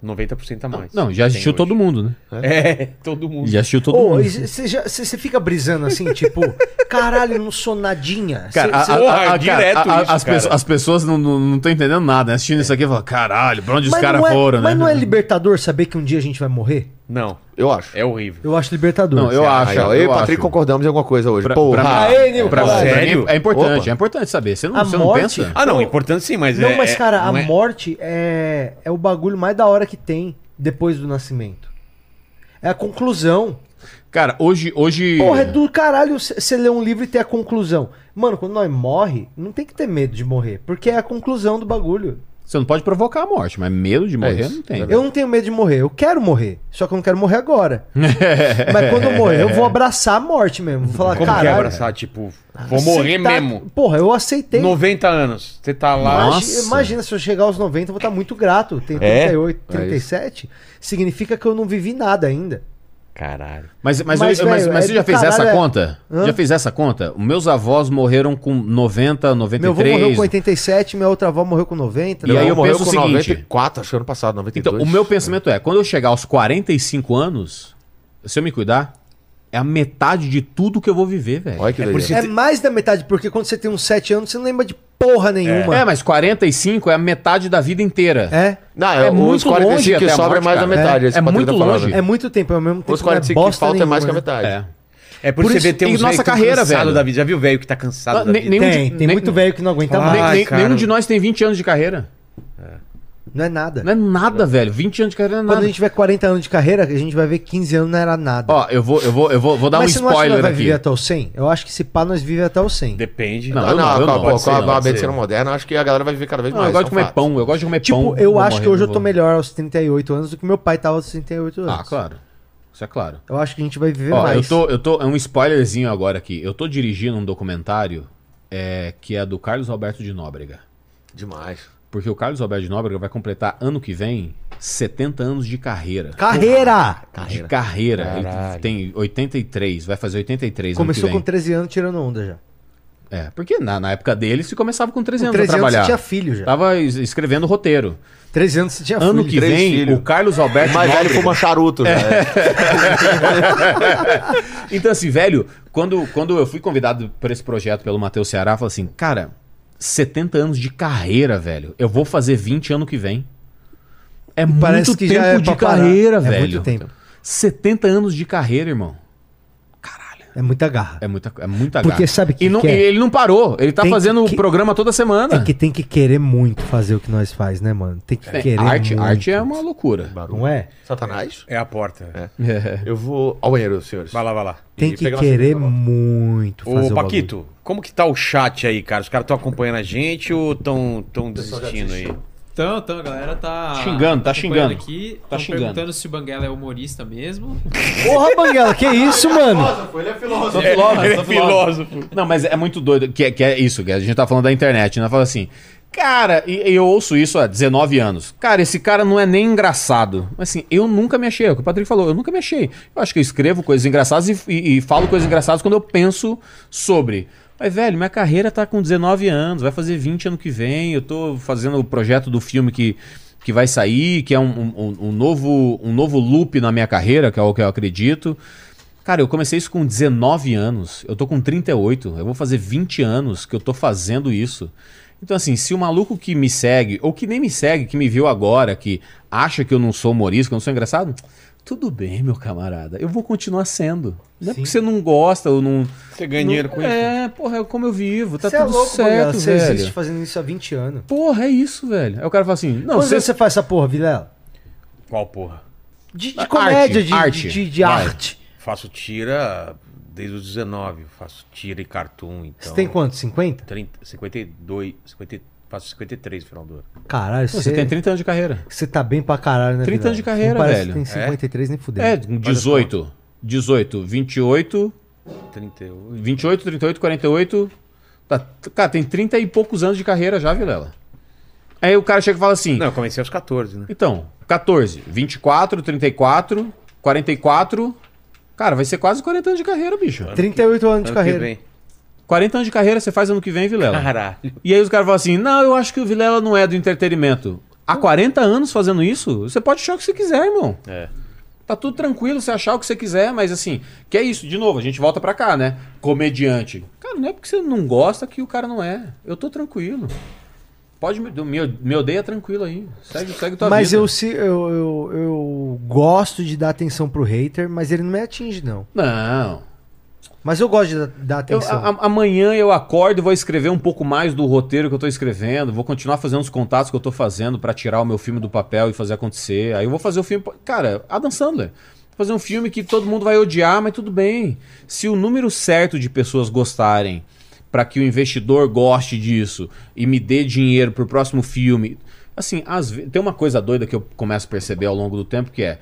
[SPEAKER 1] 90% a mais.
[SPEAKER 4] Não, já assistiu
[SPEAKER 1] Tem
[SPEAKER 4] todo
[SPEAKER 1] hoje.
[SPEAKER 4] mundo, né?
[SPEAKER 1] É, todo mundo.
[SPEAKER 4] Já assistiu todo mundo.
[SPEAKER 6] Você fica brisando assim, tipo, caralho, não sou nadinha. Cê-
[SPEAKER 4] Cara,
[SPEAKER 6] cê-
[SPEAKER 4] a- a-
[SPEAKER 1] Porra,
[SPEAKER 4] a- cara,
[SPEAKER 1] direto
[SPEAKER 4] a- a-
[SPEAKER 1] isso,
[SPEAKER 4] as,
[SPEAKER 1] cara.
[SPEAKER 4] pesso- as pessoas não estão não, tão entendendo nada, né? Assistindo isso aqui e falam, caralho, pra onde os
[SPEAKER 6] mas
[SPEAKER 4] caras
[SPEAKER 6] não é,
[SPEAKER 4] foram, né?
[SPEAKER 6] Mas não é libertador saber que um dia a gente vai morrer?
[SPEAKER 1] Não,
[SPEAKER 5] Eu acho.
[SPEAKER 1] é horrível.
[SPEAKER 6] Eu acho libertador.
[SPEAKER 4] Não, eu acho.
[SPEAKER 5] Aí, ó, eu e
[SPEAKER 4] eu
[SPEAKER 5] o Patrick
[SPEAKER 4] acho.
[SPEAKER 5] concordamos em alguma coisa hoje.
[SPEAKER 4] Pra-
[SPEAKER 5] Porra.
[SPEAKER 4] pra-
[SPEAKER 6] Aê, Nil,
[SPEAKER 4] Pra
[SPEAKER 6] vai.
[SPEAKER 4] você,
[SPEAKER 1] Sério?
[SPEAKER 4] É importante,
[SPEAKER 5] Opa.
[SPEAKER 4] é importante saber. Você não,
[SPEAKER 6] A
[SPEAKER 4] você não
[SPEAKER 6] morte-
[SPEAKER 4] pensa?
[SPEAKER 1] Ah, não, importante sim, mas
[SPEAKER 6] Não,
[SPEAKER 1] é.
[SPEAKER 6] mas cara,
[SPEAKER 1] é-
[SPEAKER 6] a
[SPEAKER 1] não é-
[SPEAKER 6] morte é, é o bagulho mais da hora que tem depois do nascimento. É a conclusão.
[SPEAKER 4] Cara, hoje. hoje...
[SPEAKER 6] Porra, é do caralho você ler um livro e ter a conclusão. Mano, quando nós morre, não tem que ter medo de morrer, porque é a conclusão do bagulho.
[SPEAKER 1] É
[SPEAKER 4] Você não pode provocar a morte, mas medo de morrer
[SPEAKER 5] É isso,
[SPEAKER 4] não tem.
[SPEAKER 6] Eu não tenho medo de morrer, eu quero morrer. Só que eu não quero morrer agora. Mas quando eu morrer, eu vou abraçar a morte mesmo. Vou falar,
[SPEAKER 1] É. Como que é
[SPEAKER 6] caralho.
[SPEAKER 1] abraçar? Tipo,
[SPEAKER 4] Ah,
[SPEAKER 1] vou morrer
[SPEAKER 4] tá
[SPEAKER 6] aceitar-
[SPEAKER 1] mesmo.
[SPEAKER 6] Porra, eu aceitei.
[SPEAKER 1] 90 anos. Você tá lá.
[SPEAKER 6] Imagi-
[SPEAKER 4] Nossa.
[SPEAKER 6] Imagina, se eu chegar aos 90, eu vou estar muito grato. Tem
[SPEAKER 1] É?
[SPEAKER 6] 38,
[SPEAKER 5] É isso.
[SPEAKER 6] 37. significa que eu não vivi nada ainda.
[SPEAKER 1] Caralho.
[SPEAKER 4] Mas, mas,
[SPEAKER 6] Mas,
[SPEAKER 4] eu- mas-
[SPEAKER 6] velho,
[SPEAKER 4] mas
[SPEAKER 6] é
[SPEAKER 4] você já
[SPEAKER 6] do
[SPEAKER 4] fez essa
[SPEAKER 6] caralho, é-
[SPEAKER 4] conta?
[SPEAKER 6] Hã?
[SPEAKER 4] Já fez essa conta? Os meus avós morreram com 90,
[SPEAKER 6] Meu avô morreu
[SPEAKER 4] 93.
[SPEAKER 6] com 87, minha outra avó morreu com 90.
[SPEAKER 4] E
[SPEAKER 5] Meu
[SPEAKER 4] aí
[SPEAKER 5] avô
[SPEAKER 4] eu
[SPEAKER 5] morreu
[SPEAKER 4] penso o
[SPEAKER 5] com
[SPEAKER 4] seguinte.
[SPEAKER 5] 94, acho que ano passado, 92.
[SPEAKER 4] então, o meu pensamento é, quando eu chegar aos 45 anos, se eu me cuidar, é a metade de tudo que eu vou viver, velho.
[SPEAKER 5] Olha que
[SPEAKER 1] É por
[SPEAKER 5] doideira.
[SPEAKER 1] isso
[SPEAKER 6] É mais da metade, porque quando você tem uns 7 anos, você não lembra de porra nenhuma.
[SPEAKER 4] É, mas 45 é a metade da vida inteira.
[SPEAKER 6] É, é,
[SPEAKER 5] Não,
[SPEAKER 4] É
[SPEAKER 5] é os
[SPEAKER 4] muito
[SPEAKER 5] 45
[SPEAKER 4] longe
[SPEAKER 5] que
[SPEAKER 4] até a
[SPEAKER 5] sobra é
[SPEAKER 4] morte,
[SPEAKER 5] mais da
[SPEAKER 4] cara.
[SPEAKER 5] metade.
[SPEAKER 4] É,
[SPEAKER 5] esse
[SPEAKER 4] é
[SPEAKER 5] Patrick
[SPEAKER 4] muito
[SPEAKER 5] tá falando,
[SPEAKER 4] longe.
[SPEAKER 5] né?
[SPEAKER 4] É
[SPEAKER 6] muito tempo, ao mesmo tempo.
[SPEAKER 5] Os 45
[SPEAKER 6] não
[SPEAKER 5] que falta é mais que a
[SPEAKER 6] nenhuma, né?
[SPEAKER 5] metade.
[SPEAKER 4] É.
[SPEAKER 1] É por,
[SPEAKER 4] Por
[SPEAKER 1] isso
[SPEAKER 4] isso-
[SPEAKER 1] que tem
[SPEAKER 4] e
[SPEAKER 1] uns
[SPEAKER 4] nossa
[SPEAKER 1] velho que tão
[SPEAKER 4] carreira,
[SPEAKER 1] cansado
[SPEAKER 4] velho.
[SPEAKER 1] da vida. Já viu o velho que tá cansado
[SPEAKER 4] Ah,
[SPEAKER 1] da
[SPEAKER 4] nem-
[SPEAKER 1] vida?
[SPEAKER 4] nenhum
[SPEAKER 6] Tem,
[SPEAKER 4] de-
[SPEAKER 6] tem
[SPEAKER 4] nem-
[SPEAKER 6] muito velho que não aguenta
[SPEAKER 1] Ah,
[SPEAKER 6] mais.
[SPEAKER 4] Nem-
[SPEAKER 1] Ai,
[SPEAKER 4] nem-
[SPEAKER 1] cara.
[SPEAKER 4] nenhum de nós tem 20 anos de carreira.
[SPEAKER 6] Não é nada.
[SPEAKER 4] Não é nada, velho. 20 anos de carreira não é
[SPEAKER 6] Quando a
[SPEAKER 4] nada.
[SPEAKER 6] gente tiver 40 anos de carreira, a gente vai ver que 15 anos não era nada.
[SPEAKER 4] Ó, eu vou, eu vou, eu vou, vou dar um
[SPEAKER 6] você não acha que nós
[SPEAKER 4] spoiler
[SPEAKER 6] vai
[SPEAKER 4] aqui.
[SPEAKER 6] viver até o 100? Eu acho que se pá, nós vivemos até o 100.
[SPEAKER 7] Depende.
[SPEAKER 4] Não,
[SPEAKER 5] Ah,
[SPEAKER 4] eu
[SPEAKER 5] não,
[SPEAKER 4] não, eu
[SPEAKER 5] com
[SPEAKER 4] não.
[SPEAKER 5] a- com a-
[SPEAKER 4] Pode ser,
[SPEAKER 5] com a,
[SPEAKER 4] não, pode
[SPEAKER 5] medicina
[SPEAKER 4] ser.
[SPEAKER 5] moderna, acho que a galera vai viver cada vez
[SPEAKER 4] Não,
[SPEAKER 5] mais. é um
[SPEAKER 4] eu gosto de
[SPEAKER 5] são
[SPEAKER 4] comer
[SPEAKER 5] fatos.
[SPEAKER 4] pão, eu gosto de comer
[SPEAKER 6] Tipo,
[SPEAKER 4] pão.
[SPEAKER 6] eu
[SPEAKER 4] Vou
[SPEAKER 6] acho que
[SPEAKER 4] morrer,
[SPEAKER 6] hoje eu
[SPEAKER 4] não
[SPEAKER 6] tô
[SPEAKER 4] vou.
[SPEAKER 6] melhor aos 38 anos do que meu pai tava aos 38 anos.
[SPEAKER 4] Ah, claro. Isso é claro.
[SPEAKER 6] Eu acho que a gente vai viver
[SPEAKER 4] Ó, eu
[SPEAKER 6] mais.
[SPEAKER 4] tô, eu tô. É um spoilerzinho agora aqui. Eu tô dirigindo um documentário é, que é do Carlos Alberto de Nóbrega.
[SPEAKER 5] Demais.
[SPEAKER 4] Porque o Carlos Alberto de Nóbrega vai completar ano que vem 70 anos de carreira.
[SPEAKER 6] Carreira!
[SPEAKER 4] De carreira. Ele tem 83, vai fazer 83
[SPEAKER 6] Começou
[SPEAKER 4] ano
[SPEAKER 6] com
[SPEAKER 4] que vem.
[SPEAKER 6] 13 anos tirando onda já.
[SPEAKER 4] É, porque na, na época dele se começava com 13
[SPEAKER 6] Com
[SPEAKER 4] anos a
[SPEAKER 6] 13 anos
[SPEAKER 4] trabalhar.
[SPEAKER 6] você tinha filho já.
[SPEAKER 4] Tava es- escrevendo roteiro.
[SPEAKER 6] 13 anos você tinha
[SPEAKER 4] Ano
[SPEAKER 6] filho.
[SPEAKER 4] que
[SPEAKER 5] três
[SPEAKER 4] vem,
[SPEAKER 5] filhos.
[SPEAKER 4] o Carlos Alberto
[SPEAKER 5] Mais velho
[SPEAKER 4] Nóbrega-
[SPEAKER 5] fuma charuto,
[SPEAKER 4] É.
[SPEAKER 5] velho.
[SPEAKER 4] Então, assim, velho, quando, quando eu fui convidado para esse projeto pelo Matheus Ceará, eu falei assim, cara, 70 anos de carreira, velho. Eu vou fazer 20 ano que vem. É muito
[SPEAKER 6] Parece que
[SPEAKER 4] tempo
[SPEAKER 6] já é
[SPEAKER 4] de
[SPEAKER 6] pra parar.
[SPEAKER 4] carreira,
[SPEAKER 6] É
[SPEAKER 4] velho.
[SPEAKER 6] muito tempo.
[SPEAKER 4] 70 anos de carreira, irmão. Caralho.
[SPEAKER 6] É muita garra.
[SPEAKER 4] É muita, é muita
[SPEAKER 6] Porque
[SPEAKER 4] garra.
[SPEAKER 6] sabe o que
[SPEAKER 4] e não,
[SPEAKER 6] que é?
[SPEAKER 4] e ele não parou. Ele tá
[SPEAKER 6] Tem
[SPEAKER 4] fazendo
[SPEAKER 6] que-
[SPEAKER 4] o programa toda semana.
[SPEAKER 6] É que tem que querer muito fazer o que nós faz, né, mano? Tem que
[SPEAKER 4] É,
[SPEAKER 6] querer
[SPEAKER 4] arte,
[SPEAKER 6] muito.
[SPEAKER 4] arte é uma loucura. É.
[SPEAKER 6] Não é?
[SPEAKER 5] Satanás?
[SPEAKER 7] É a porta.
[SPEAKER 5] Eu vou ao banheiro, senhores.
[SPEAKER 7] Vai lá, vai lá.
[SPEAKER 6] Tem
[SPEAKER 5] E
[SPEAKER 6] que
[SPEAKER 5] pegar uma
[SPEAKER 6] querer
[SPEAKER 5] cerveja,
[SPEAKER 4] né?
[SPEAKER 5] tá bom.
[SPEAKER 6] muito fazer
[SPEAKER 7] Ô,
[SPEAKER 6] o
[SPEAKER 7] Paquito, como que tá o chat aí, cara? Os caras estão acompanhando a gente ou estão tão desistindo aí?
[SPEAKER 3] Então, então, a galera tá.
[SPEAKER 4] Xingando, tá
[SPEAKER 3] acompanhando
[SPEAKER 4] xingando.
[SPEAKER 3] Aqui,
[SPEAKER 4] Tá
[SPEAKER 3] tão
[SPEAKER 4] xingando.
[SPEAKER 3] perguntando se o Banguela é humorista mesmo.
[SPEAKER 6] bagulho. Porra, Banguela, que
[SPEAKER 7] é
[SPEAKER 6] isso, mano?
[SPEAKER 4] Sou filósofo,
[SPEAKER 7] ele
[SPEAKER 4] sou
[SPEAKER 7] é filósofo.
[SPEAKER 4] Não, mas é muito doido. Que, é- que é isso, que a gente tá falando da internet, né? Fala assim. Cara, e e eu ouço isso há 19 anos. Cara, esse cara não é nem engraçado. Mas, Assim, eu nunca me achei. É o que o Patrick falou, eu nunca me achei. Eu acho que eu escrevo coisas engraçadas e, e- e falo coisas engraçadas quando eu penso sobre. Mas, velho, minha carreira tá com 19 anos, vai fazer 20 ano que vem. Eu tô fazendo o projeto do filme que, que vai sair, que é um, um- um- um novo, um novo loop na minha carreira, que é o que eu acredito. Cara, eu comecei isso com 19 anos. Eu tô com 38. Eu vou fazer 20 anos que eu tô fazendo isso. Então, assim, se o maluco que me segue, ou que nem me segue, que me viu agora, que acha que eu não sou humorista, que eu não sou engraçado, tudo bem, meu camarada. Eu vou continuar sendo. Não é porque você não gosta ou não.
[SPEAKER 7] Você ganha dinheiro
[SPEAKER 4] não-
[SPEAKER 7] com isso?
[SPEAKER 4] É, porra, é como eu vivo. Tá
[SPEAKER 6] Você é
[SPEAKER 4] tudo
[SPEAKER 6] louco, Banguela.
[SPEAKER 4] certo,
[SPEAKER 6] Você
[SPEAKER 4] velho.
[SPEAKER 6] existe fazendo isso há 20 anos.
[SPEAKER 4] Porra, é isso, velho. Aí o cara fala assim: não,
[SPEAKER 6] Quantos
[SPEAKER 4] você.
[SPEAKER 6] anos você faz essa porra, Vilela?
[SPEAKER 7] Qual porra?
[SPEAKER 6] De, de
[SPEAKER 4] Arte,
[SPEAKER 6] comédia, de
[SPEAKER 4] arte.
[SPEAKER 6] arte. De, de
[SPEAKER 4] Vai.
[SPEAKER 6] arte.
[SPEAKER 7] Faço tira desde os 19. Faço tira e cartoon, então.
[SPEAKER 6] Você tem quanto? 50?
[SPEAKER 7] 30, 52, 50, faço 53 no final do ano.
[SPEAKER 6] Caralho,
[SPEAKER 4] Você tem 30 anos de carreira.
[SPEAKER 6] Você tá bem pra caralho, né?
[SPEAKER 4] 30
[SPEAKER 6] Vilela?
[SPEAKER 4] anos de carreira,
[SPEAKER 6] Não parece
[SPEAKER 4] velho.
[SPEAKER 6] Que tem 53 nem fudeu.
[SPEAKER 4] É, 18. 18, 28.
[SPEAKER 7] 38.
[SPEAKER 4] 28, 38, 48. Tá, cara, tem 30 e poucos anos de carreira já, Vilela. Aí o cara chega e fala assim:
[SPEAKER 7] Não, eu comecei aos 14, né?
[SPEAKER 4] então, 14, 24, 34, 44. Cara, vai ser quase 40 anos de carreira, bicho.
[SPEAKER 6] 38 anos de
[SPEAKER 7] Ano
[SPEAKER 6] carreira.
[SPEAKER 7] que vem.
[SPEAKER 4] 40 anos de carreira você faz ano que vem, Vilela.
[SPEAKER 7] Caralho.
[SPEAKER 4] E aí os caras falam assim: não, eu acho que o Vilela não é do entretenimento. Há 40 anos fazendo isso, você pode achar o que você quiser, irmão.
[SPEAKER 7] É.
[SPEAKER 4] Tá tudo tranquilo, você achar o que você quiser, mas assim, que é isso, de novo, a gente volta pra cá, né? Comediante. Cara, não é porque você não gosta que o cara não é. Eu tô tranquilo. Pode me, me, me odeia tranquilo aí. Segue, segue tua
[SPEAKER 6] Mas
[SPEAKER 4] vida.
[SPEAKER 6] eu, se, eu, eu, eu gosto de dar atenção pro hater, mas ele não me atinge, não.
[SPEAKER 4] Não.
[SPEAKER 6] Mas eu gosto de dar, dar
[SPEAKER 4] Eu-
[SPEAKER 6] atenção.
[SPEAKER 4] a- a- amanhã eu acordo e vou escrever um pouco mais do roteiro que eu tô escrevendo. Vou continuar fazendo os contatos que eu tô fazendo pra tirar o meu filme do papel e fazer acontecer. Aí eu vou fazer o filme. Cara, Adam Sandler. Vou Fazer um filme que todo mundo vai odiar, mas tudo bem. Se o número certo de pessoas gostarem, pra que o investidor goste disso e me dê dinheiro pro próximo filme. Assim, às ve- tem uma coisa doida que eu começo a perceber ao longo do tempo que é.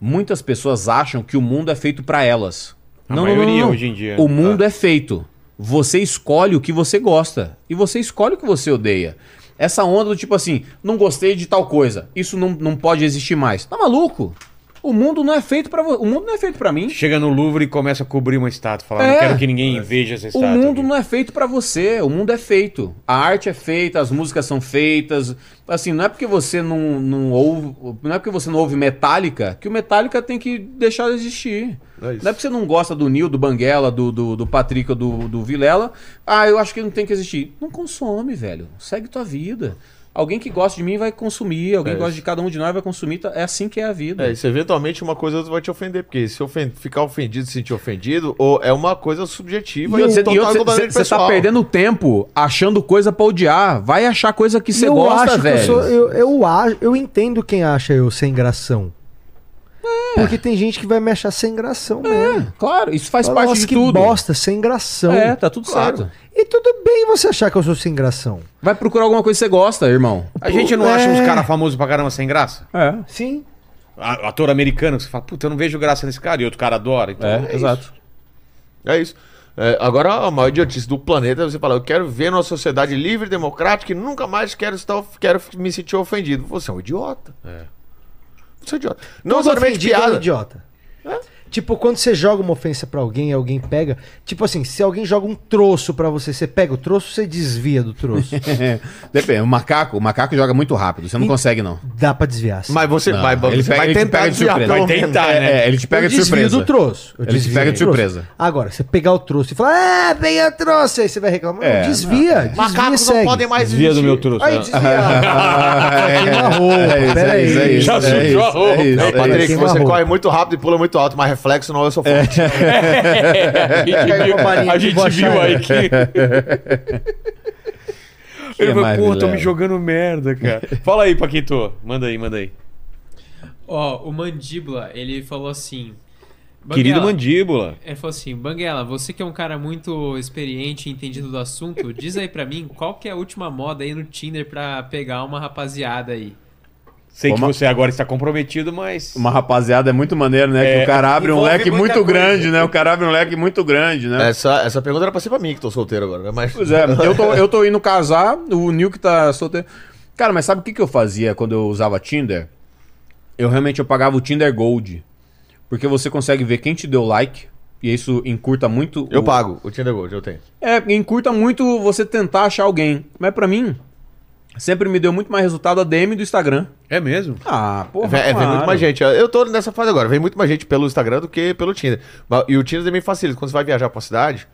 [SPEAKER 4] Muitas pessoas acham que o mundo é feito pra elas.
[SPEAKER 7] A maioria hoje em dia.
[SPEAKER 4] O
[SPEAKER 1] tá.
[SPEAKER 4] mundo é feito. Você escolhe o que você gosta e você escolhe o que você odeia. Essa onda do tipo assim, não gostei de tal coisa, isso não, não pode existir mais. Tá maluco? O mundo não é feito para o mundo não é feito para mim.
[SPEAKER 7] Chega no Louvre e começa a cobrir uma estátua. Falar,
[SPEAKER 4] É.
[SPEAKER 7] não quero que ninguém veja essa
[SPEAKER 4] O
[SPEAKER 7] estátua.
[SPEAKER 4] mundo
[SPEAKER 7] aqui."
[SPEAKER 4] não é feito pra você, o mundo é feito. A arte é feita, as músicas são feitas. Assim, não é porque você não, não ouve, não é porque você não ouve Metallica que o Metallica tem que deixar de existir.
[SPEAKER 5] É isso.
[SPEAKER 4] não é porque você não gosta do Nil, do Banguela, do, do, do Patrick ou do, do Vilela. Ah, eu acho que não tem que existir. Não consome, velho. Segue tua vida. Alguém que gosta de mim vai consumir,
[SPEAKER 6] É
[SPEAKER 4] alguém que gosta de cada um de nós vai consumir. tá- É assim que é a vida.
[SPEAKER 5] É, isso eventualmente uma coisa vai te ofender, porque se ofen- ficar ofendido, se sentir ofendido, ou é uma coisa subjetiva
[SPEAKER 4] E outra,
[SPEAKER 5] total-
[SPEAKER 4] e outra,
[SPEAKER 5] totalmente
[SPEAKER 4] você tá
[SPEAKER 5] pessoal.
[SPEAKER 4] perdendo tempo achando coisa pra odiar. Vai achar coisa que você
[SPEAKER 6] eu
[SPEAKER 4] gosta,
[SPEAKER 6] acho que eu
[SPEAKER 4] velho.
[SPEAKER 6] sou- eu, eu, acho- eu entendo quem acha eu sem gração.
[SPEAKER 4] É.
[SPEAKER 6] Porque tem gente que vai me achar sem gração mesmo.
[SPEAKER 4] Claro, isso É, faz
[SPEAKER 6] Fala,
[SPEAKER 4] parte
[SPEAKER 6] "Nossa,
[SPEAKER 4] de
[SPEAKER 6] que
[SPEAKER 4] tudo.
[SPEAKER 6] bosta, sem gração.
[SPEAKER 4] É, tá tudo
[SPEAKER 5] Claro.
[SPEAKER 4] certo.
[SPEAKER 6] E tudo bem você achar que eu sou sem gração.
[SPEAKER 4] Vai procurar alguma coisa que você gosta, irmão.
[SPEAKER 7] A gente não
[SPEAKER 6] É.
[SPEAKER 7] acha uns caras famosos pra caramba sem graça?
[SPEAKER 4] É,
[SPEAKER 6] Sim.
[SPEAKER 7] A- Ator americano, que você fala, puta, eu não vejo graça nesse cara, e outro cara adora. Então,
[SPEAKER 4] é, exato.
[SPEAKER 5] É isso. É, agora, a maior idiotice do planeta é você falar: eu quero ver uma sociedade livre, democrática e nunca mais quero, estar, of- quero me sentir ofendido. Você é um idiota. Você é um idiota. Não
[SPEAKER 6] Todo
[SPEAKER 5] necessariamente
[SPEAKER 6] ofendido é um
[SPEAKER 5] piada.
[SPEAKER 6] idiota. Tipo, quando você joga uma ofensa pra alguém e alguém pega. Tipo assim, se alguém joga um troço pra você, você pega o troço, você desvia do troço.
[SPEAKER 4] Depende, o macaco, o macaco joga muito rápido, você não
[SPEAKER 6] E-
[SPEAKER 4] consegue não.
[SPEAKER 6] Dá pra desviar. sim.
[SPEAKER 5] Mas você
[SPEAKER 4] Não,
[SPEAKER 5] vai, vai-
[SPEAKER 4] Ah. ele
[SPEAKER 5] você
[SPEAKER 4] pega-
[SPEAKER 5] vai
[SPEAKER 4] ele te
[SPEAKER 5] tentar
[SPEAKER 4] pega de
[SPEAKER 5] desviar
[SPEAKER 4] surpresa.
[SPEAKER 5] pelo
[SPEAKER 4] Vai
[SPEAKER 5] menos.
[SPEAKER 7] tentar, né?
[SPEAKER 4] É, ele te pega
[SPEAKER 6] eu
[SPEAKER 4] de
[SPEAKER 6] desvio
[SPEAKER 4] surpresa.
[SPEAKER 6] do troço. Eu
[SPEAKER 4] Ele te
[SPEAKER 6] desvio
[SPEAKER 4] pega
[SPEAKER 6] do
[SPEAKER 4] de
[SPEAKER 6] troço.
[SPEAKER 4] surpresa.
[SPEAKER 6] Agora, você pegar o troço e falar, ah, peguei o troço, aí você vai reclamar.
[SPEAKER 4] É,
[SPEAKER 6] não, desvia, desvia
[SPEAKER 5] Macacos não
[SPEAKER 6] segue.
[SPEAKER 5] podem mais
[SPEAKER 7] Desvia do
[SPEAKER 5] existir.
[SPEAKER 7] meu troço.
[SPEAKER 4] né?
[SPEAKER 6] Aí
[SPEAKER 4] Ah, é,
[SPEAKER 6] desvia. Queima a roupa, peraí.
[SPEAKER 7] Já sujou a roupa. né,
[SPEAKER 4] isso,
[SPEAKER 5] Não,
[SPEAKER 4] é isso.
[SPEAKER 5] Patrick,
[SPEAKER 6] Queima a
[SPEAKER 5] você
[SPEAKER 6] roupa.
[SPEAKER 5] corre muito rápido e pula muito alto, mas reflexo não, eu sou forte.
[SPEAKER 4] É.
[SPEAKER 7] A gente viu, a gente viu aí que. Ele falou, pô, tô
[SPEAKER 4] maravilha.
[SPEAKER 7] me jogando merda, cara. Fala aí, Paquito. Manda aí, manda aí.
[SPEAKER 3] Ó, o Mandíbula, ele falou assim...
[SPEAKER 7] Querido
[SPEAKER 3] "Banguela,
[SPEAKER 7] Mandíbula.
[SPEAKER 3] Ele falou assim, Banguela, você que é um cara muito experiente e entendido do assunto, diz aí pra mim qual que é a última moda aí no Tinder pra pegar uma rapaziada aí.
[SPEAKER 7] Sei
[SPEAKER 4] Uma-
[SPEAKER 7] que você agora está comprometido, mas.
[SPEAKER 4] Uma rapaziada é muito maneiro, né? que
[SPEAKER 7] É,
[SPEAKER 4] o cara abre um
[SPEAKER 7] envolve
[SPEAKER 4] leque
[SPEAKER 7] muita
[SPEAKER 4] muito
[SPEAKER 7] coisa.
[SPEAKER 4] grande, né? O cara abre um leque muito grande, né?
[SPEAKER 5] Essa, essa pergunta era pra ser pra mim, que tô solteiro agora, né? Mas...
[SPEAKER 4] Pois é, eu tô, eu tô indo casar, o Nil que tá solteiro. Cara, mas sabe o que, que eu fazia quando eu usava Tinder? Eu realmente eu pagava o Tinder Gold. Porque você consegue ver quem te deu like. E isso encurta muito.
[SPEAKER 5] Eu
[SPEAKER 4] o-
[SPEAKER 5] pago o Tinder Gold, eu tenho.
[SPEAKER 4] É, encurta muito você tentar achar alguém. Mas pra mim, sempre me deu muito mais resultado a DM do Instagram.
[SPEAKER 7] É mesmo?
[SPEAKER 4] Ah,
[SPEAKER 5] É,
[SPEAKER 4] porra.
[SPEAKER 5] vem
[SPEAKER 4] claro.
[SPEAKER 5] muito mais gente. Eu tô nessa fase agora. Vem muito mais gente pelo Instagram do que pelo Tinder. Mas- E o Tinder também facilita. Quando você vai viajar pra cidade,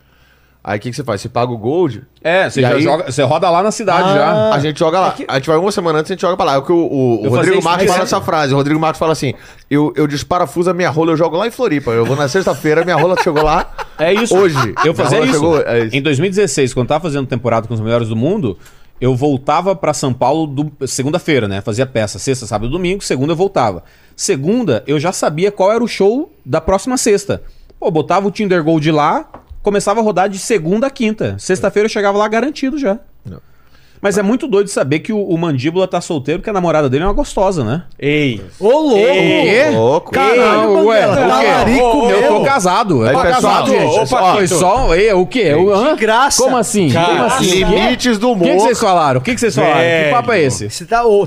[SPEAKER 5] aí o que, que você faz? Você paga o Gold,
[SPEAKER 4] É, você,
[SPEAKER 5] E
[SPEAKER 4] já
[SPEAKER 5] aí-
[SPEAKER 4] joga- você roda lá na cidade já.
[SPEAKER 5] a gente joga lá. A gente vai uma semana antes, a gente joga pra lá. É o que o, o- o
[SPEAKER 4] é Eu fazia
[SPEAKER 5] Rodrigo
[SPEAKER 4] isso
[SPEAKER 5] Marcos
[SPEAKER 4] direto.
[SPEAKER 5] fala essa frase. O Rodrigo Marcos fala assim, eu, eu desparafuso a minha rola, eu jogo lá em Floripa. Eu vou na sexta-feira, minha rola chegou lá.
[SPEAKER 4] É isso.
[SPEAKER 5] Hoje.
[SPEAKER 4] Eu fazia
[SPEAKER 5] Ela
[SPEAKER 4] isso.
[SPEAKER 5] chegou- é isso.
[SPEAKER 4] Em 2016, quando tava fazendo temporada com os melhores do mundo, eu voltava pra São Paulo do- segunda-feira, né? Fazia peça, sexta, sábado, domingo, segunda eu voltava. Segunda, eu já sabia qual era o show da próxima sexta. Pô, botava o Tinder Gold lá, começava a rodar de segunda a quinta. Sexta-feira eu chegava lá garantido já. Mas é muito doido saber que o, o Mandíbula tá solteiro porque a namorada dele é uma gostosa, né?
[SPEAKER 7] Ei.
[SPEAKER 6] Ô, louco!
[SPEAKER 4] É.
[SPEAKER 7] Ei.
[SPEAKER 5] Louco.
[SPEAKER 6] Caralho,
[SPEAKER 4] Ei, ué,
[SPEAKER 6] Banguela,
[SPEAKER 4] o quê?
[SPEAKER 6] talarico
[SPEAKER 4] Ô, ô, Eu tô
[SPEAKER 6] mesmo.
[SPEAKER 4] casado.
[SPEAKER 5] Aí,
[SPEAKER 4] Eu tô
[SPEAKER 5] pessoal,
[SPEAKER 4] casado, gente.
[SPEAKER 5] ô,
[SPEAKER 4] Só- Foi só... Ei, o quê? Eu, hã?
[SPEAKER 6] De graça.
[SPEAKER 4] Como assim? Como
[SPEAKER 7] Cara,
[SPEAKER 4] assim?
[SPEAKER 5] Limites do
[SPEAKER 4] O que,
[SPEAKER 5] humor.
[SPEAKER 4] que vocês falaram? O que, que vocês falaram? Que
[SPEAKER 7] Velho.
[SPEAKER 4] papo é esse?
[SPEAKER 6] Você tá ô,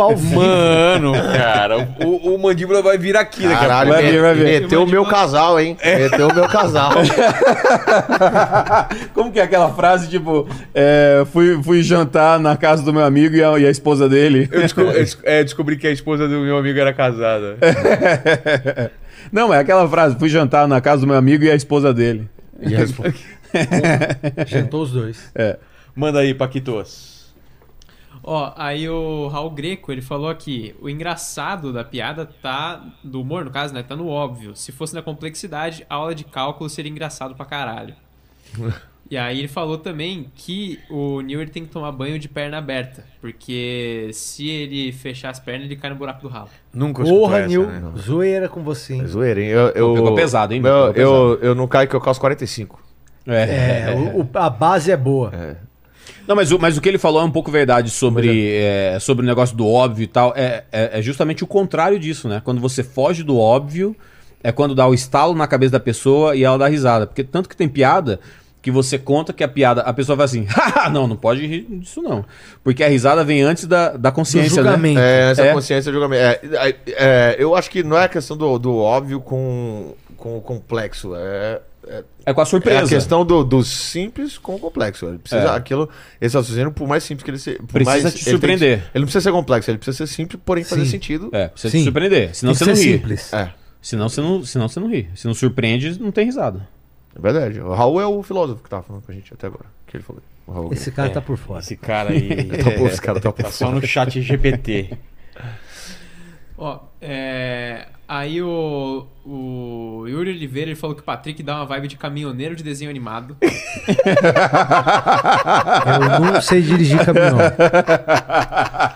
[SPEAKER 6] ao vivo.
[SPEAKER 7] Mano, cara, o, o mandíbula vai vir aqui daqui a
[SPEAKER 5] Caralho,
[SPEAKER 4] Vai
[SPEAKER 5] me-
[SPEAKER 4] vir, vai É. vir.
[SPEAKER 5] meteu o meu casal, hein? Meteu o meu casal.
[SPEAKER 4] Como que é aquela frase, tipo, é, fui, fui jantar na casa do meu amigo e a, e a esposa dele?
[SPEAKER 7] pouco. Eu desco- eu des- é, descobri que a esposa do meu amigo era casada.
[SPEAKER 4] Não, é aquela frase, fui jantar na casa do meu amigo e a esposa dele.
[SPEAKER 6] Jantou os dois.
[SPEAKER 4] É,
[SPEAKER 7] Manda aí, Paquitos.
[SPEAKER 3] Ó, aí o Raul Greco, ele falou aqui, o engraçado da piada tá, do humor no caso, né, tá no óbvio. Se fosse na complexidade, a aula de cálculo seria engraçado pra caralho. E aí ele falou também que o Newer tem que tomar banho de perna aberta, porque se ele fechar as pernas, ele cai no buraco do ralo.
[SPEAKER 7] Nunca
[SPEAKER 6] Porra, Nil.
[SPEAKER 7] né?
[SPEAKER 6] Zoeira com você, hein?
[SPEAKER 5] É Zoeira, hein? Eu, eu,
[SPEAKER 4] Pegou pesado, hein?
[SPEAKER 5] Não,
[SPEAKER 4] Pegou
[SPEAKER 5] eu, eu não caio que eu calço 45.
[SPEAKER 4] É.
[SPEAKER 6] É, o- o- a base é boa.
[SPEAKER 4] Não, mas o, mas o que ele falou é um pouco verdade sobre, é, sobre o negócio do óbvio e tal. É, é, é justamente o contrário disso, né? Quando você foge do óbvio, é quando dá o estalo na cabeça da pessoa e ela dá risada. Porque tanto que tem piada que você conta que a piada. A pessoa vai assim, "Haha, não, não pode rir disso, não. Porque a risada vem antes da, da
[SPEAKER 6] Do
[SPEAKER 4] consciência, né?
[SPEAKER 6] julgamento.
[SPEAKER 5] É, essa
[SPEAKER 4] É.
[SPEAKER 5] consciência do julgamento. É, é, é, eu acho que não é a questão do, do óbvio com, com o complexo. É, é,
[SPEAKER 4] É com a
[SPEAKER 5] é a
[SPEAKER 4] surpresa.
[SPEAKER 5] questão do, do simples com o complexo. Ele precisa,
[SPEAKER 4] É.
[SPEAKER 5] aquilo, esse raciocínio, por mais simples que ele seja. por
[SPEAKER 4] Precisa
[SPEAKER 5] mais-
[SPEAKER 4] te
[SPEAKER 5] ele tem
[SPEAKER 4] surpreender.
[SPEAKER 5] que- Ele não precisa ser complexo, ele precisa ser simples, porém fazer
[SPEAKER 6] Sim.
[SPEAKER 5] sentido.
[SPEAKER 4] É, precisa
[SPEAKER 6] Sim.
[SPEAKER 4] te surpreender. Senão
[SPEAKER 6] Tem
[SPEAKER 4] você
[SPEAKER 6] que
[SPEAKER 4] não
[SPEAKER 6] ser
[SPEAKER 4] ri.
[SPEAKER 6] simples.
[SPEAKER 5] É.
[SPEAKER 4] Senão você não, senão você não ri. Se não surpreende, não tem risada.
[SPEAKER 5] É verdade. O Raul é o filósofo que tava falando com a gente até agora. Que ele falou. O Raul.
[SPEAKER 6] Esse cara tá por fora.
[SPEAKER 7] Esse cara aí.
[SPEAKER 5] Tá bom, os caras tão
[SPEAKER 7] tá só no chat GPT.
[SPEAKER 3] Ó, é, aí o, o Yuri Oliveira ele falou que o Patrick dá uma vibe de caminhoneiro de desenho animado.
[SPEAKER 6] Eu não sei dirigir caminhão.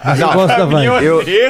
[SPEAKER 6] Mas eu gosto da van.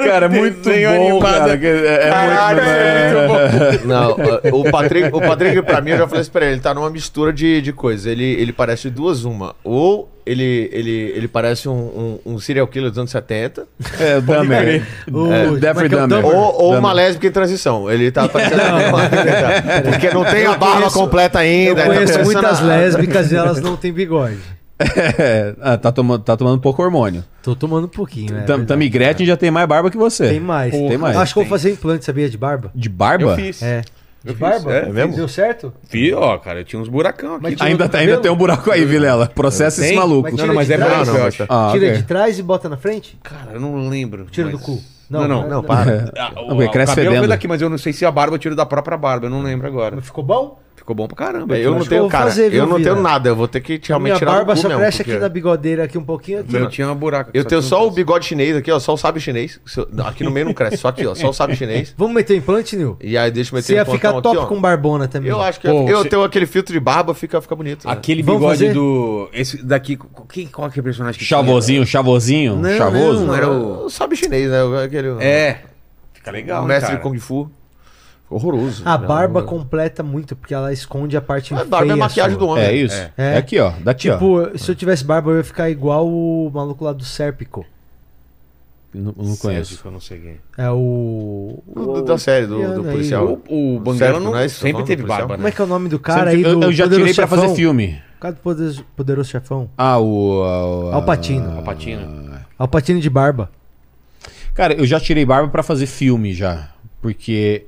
[SPEAKER 4] Cara, é
[SPEAKER 1] um
[SPEAKER 4] muito bom, cara. que É, é
[SPEAKER 5] Caralho,
[SPEAKER 4] muito,
[SPEAKER 5] é muito bom. Não, uh, o Patrick, o Patrick, pra mim, eu já falei isso pra ele, ele tá numa mistura de, de coisas. Ele, ele parece duas, uma. Ou ele, ele, ele parece um, um, um serial killer dos anos 70,
[SPEAKER 4] É, Dahmer.
[SPEAKER 6] O-
[SPEAKER 4] É,
[SPEAKER 6] como é
[SPEAKER 4] Jeffrey
[SPEAKER 6] que é o
[SPEAKER 4] Dahmer.
[SPEAKER 6] Dahmer?
[SPEAKER 5] ou, ou uma lésbica em transição. Ele tá parecendo uma lésbica. tá? Porque não tem a barba
[SPEAKER 6] conheço-
[SPEAKER 5] completa
[SPEAKER 6] Eu
[SPEAKER 5] ainda. ele tá
[SPEAKER 6] conheço
[SPEAKER 5] parecendo
[SPEAKER 6] muitas
[SPEAKER 5] a-
[SPEAKER 6] lésbicas e elas não têm bigode.
[SPEAKER 4] É, ah, tá tomando, tá tomando pouco hormônio.
[SPEAKER 6] Tô tomando um pouquinho, né?
[SPEAKER 4] Tam-
[SPEAKER 6] verdade.
[SPEAKER 4] Tami Gretchen já tem mais barba que você.
[SPEAKER 6] Tem mais.
[SPEAKER 4] Porra, tem mais.
[SPEAKER 6] Acho que eu vou fazer implante, sabia? De barba?
[SPEAKER 4] De barba?
[SPEAKER 7] Eu fiz.
[SPEAKER 6] É. De barba?
[SPEAKER 7] é mesmo?
[SPEAKER 6] Deu certo?
[SPEAKER 7] Fiz, ó, cara, eu tinha uns buracão aqui.
[SPEAKER 6] Mas tinha-
[SPEAKER 4] Ainda, tá- ainda tem um buraco aí, Vilela. Processa esse
[SPEAKER 7] Tem?
[SPEAKER 4] maluco.
[SPEAKER 6] Mas
[SPEAKER 7] Não, não, mas é
[SPEAKER 6] Tira de
[SPEAKER 7] branco,
[SPEAKER 6] trás,
[SPEAKER 7] eu acho.
[SPEAKER 4] Ah,
[SPEAKER 6] Tira
[SPEAKER 4] ok.
[SPEAKER 6] de trás e bota na frente?
[SPEAKER 7] Cara, eu não lembro.
[SPEAKER 6] Tira
[SPEAKER 7] mas-
[SPEAKER 6] do cu. né?
[SPEAKER 7] Não, não, não,
[SPEAKER 4] para.
[SPEAKER 7] Ah, o,
[SPEAKER 4] Ok,
[SPEAKER 7] o
[SPEAKER 4] cresce
[SPEAKER 7] cabelo
[SPEAKER 4] fedendo.
[SPEAKER 7] foi daqui, mas eu não sei se a barba eu tiro da própria barba, eu não lembro agora.
[SPEAKER 6] Mas Ficou bom?
[SPEAKER 7] Ficou bom pra caramba.
[SPEAKER 5] Bem, Eu
[SPEAKER 6] Acho
[SPEAKER 5] não
[SPEAKER 6] que eu
[SPEAKER 5] tenho,
[SPEAKER 6] vou
[SPEAKER 5] cara,
[SPEAKER 6] fazer, viu,
[SPEAKER 5] eu não tenho
[SPEAKER 6] Vila?
[SPEAKER 5] nada, eu vou ter que realmente
[SPEAKER 6] Minha
[SPEAKER 5] tirar
[SPEAKER 6] barba
[SPEAKER 5] do cu
[SPEAKER 6] só
[SPEAKER 5] mesmo,
[SPEAKER 6] cresce aqui
[SPEAKER 5] porque-
[SPEAKER 6] na bigodeira, aqui um pouquinho. Aqui.
[SPEAKER 7] Eu tinha um buraco.
[SPEAKER 5] Eu tenho só o bigode chinês aqui, ó, só o sábio chinês. Se eu- Aqui no meio não cresce, só aqui, ó, só o sábio chinês.
[SPEAKER 6] Vamos meter o implante, Nil?
[SPEAKER 5] E aí deixa eu meter
[SPEAKER 6] Você ia
[SPEAKER 5] um
[SPEAKER 6] ficar
[SPEAKER 5] pontão
[SPEAKER 6] top
[SPEAKER 5] aqui, ó.
[SPEAKER 6] com barbona também.
[SPEAKER 5] Eu acho que
[SPEAKER 7] Pô,
[SPEAKER 5] eu
[SPEAKER 7] você-
[SPEAKER 5] tenho aquele filtro de barba, fica, fica bonito. né?
[SPEAKER 7] Aquele
[SPEAKER 6] Vamos
[SPEAKER 7] bigode
[SPEAKER 6] fazer?
[SPEAKER 7] do. Esse daqui. Quem, qual que é o personagem que tinha?
[SPEAKER 4] Chavozinho, chavozinho,
[SPEAKER 7] Não,
[SPEAKER 4] chavoso.
[SPEAKER 6] é
[SPEAKER 7] não,
[SPEAKER 5] Não,
[SPEAKER 7] era
[SPEAKER 5] era
[SPEAKER 7] o-
[SPEAKER 5] o sábio chinês, né? Aquele,
[SPEAKER 7] É. Fica legal,
[SPEAKER 4] né,
[SPEAKER 7] né,
[SPEAKER 5] o mestre
[SPEAKER 7] cara.
[SPEAKER 5] de Kung Fu. Horroroso.
[SPEAKER 4] Então,
[SPEAKER 6] A
[SPEAKER 5] Não,
[SPEAKER 6] barba
[SPEAKER 5] não-
[SPEAKER 6] completa muito, porque ela esconde a parte
[SPEAKER 5] A barba é
[SPEAKER 6] feia
[SPEAKER 5] maquiagem
[SPEAKER 6] sua.
[SPEAKER 5] do homem.
[SPEAKER 4] É isso.
[SPEAKER 7] É.
[SPEAKER 4] É.
[SPEAKER 6] É.
[SPEAKER 4] aqui, ó. Daqui, ó.
[SPEAKER 6] Tipo, se eu tivesse barba, eu ia ficar igual o maluco lá do Sérpico.
[SPEAKER 4] Não, não conheço.
[SPEAKER 7] Sérgio, que eu não sei quem.
[SPEAKER 6] É o...
[SPEAKER 5] Do- da série, do, do
[SPEAKER 6] Olha aí.
[SPEAKER 5] policial.
[SPEAKER 7] O, o Banguela
[SPEAKER 5] Sérgio,
[SPEAKER 7] não,
[SPEAKER 5] não é isso?
[SPEAKER 7] sempre
[SPEAKER 5] Não,
[SPEAKER 7] teve
[SPEAKER 5] policial?
[SPEAKER 7] barba,
[SPEAKER 6] Como é
[SPEAKER 7] né?
[SPEAKER 6] que é o nome do cara aí
[SPEAKER 4] Sempre- eu,
[SPEAKER 6] do
[SPEAKER 4] eu já
[SPEAKER 6] Poderoso
[SPEAKER 4] tirei pra
[SPEAKER 6] Chefão?
[SPEAKER 4] fazer filme.
[SPEAKER 6] O cara do Poderoso, Poderoso Chefão.
[SPEAKER 4] Ah, o. o- a-
[SPEAKER 7] é
[SPEAKER 6] Alpatino.
[SPEAKER 7] Patina.
[SPEAKER 6] Alpatino de barba.
[SPEAKER 4] Cara, eu já tirei barba pra fazer filme já. Porque.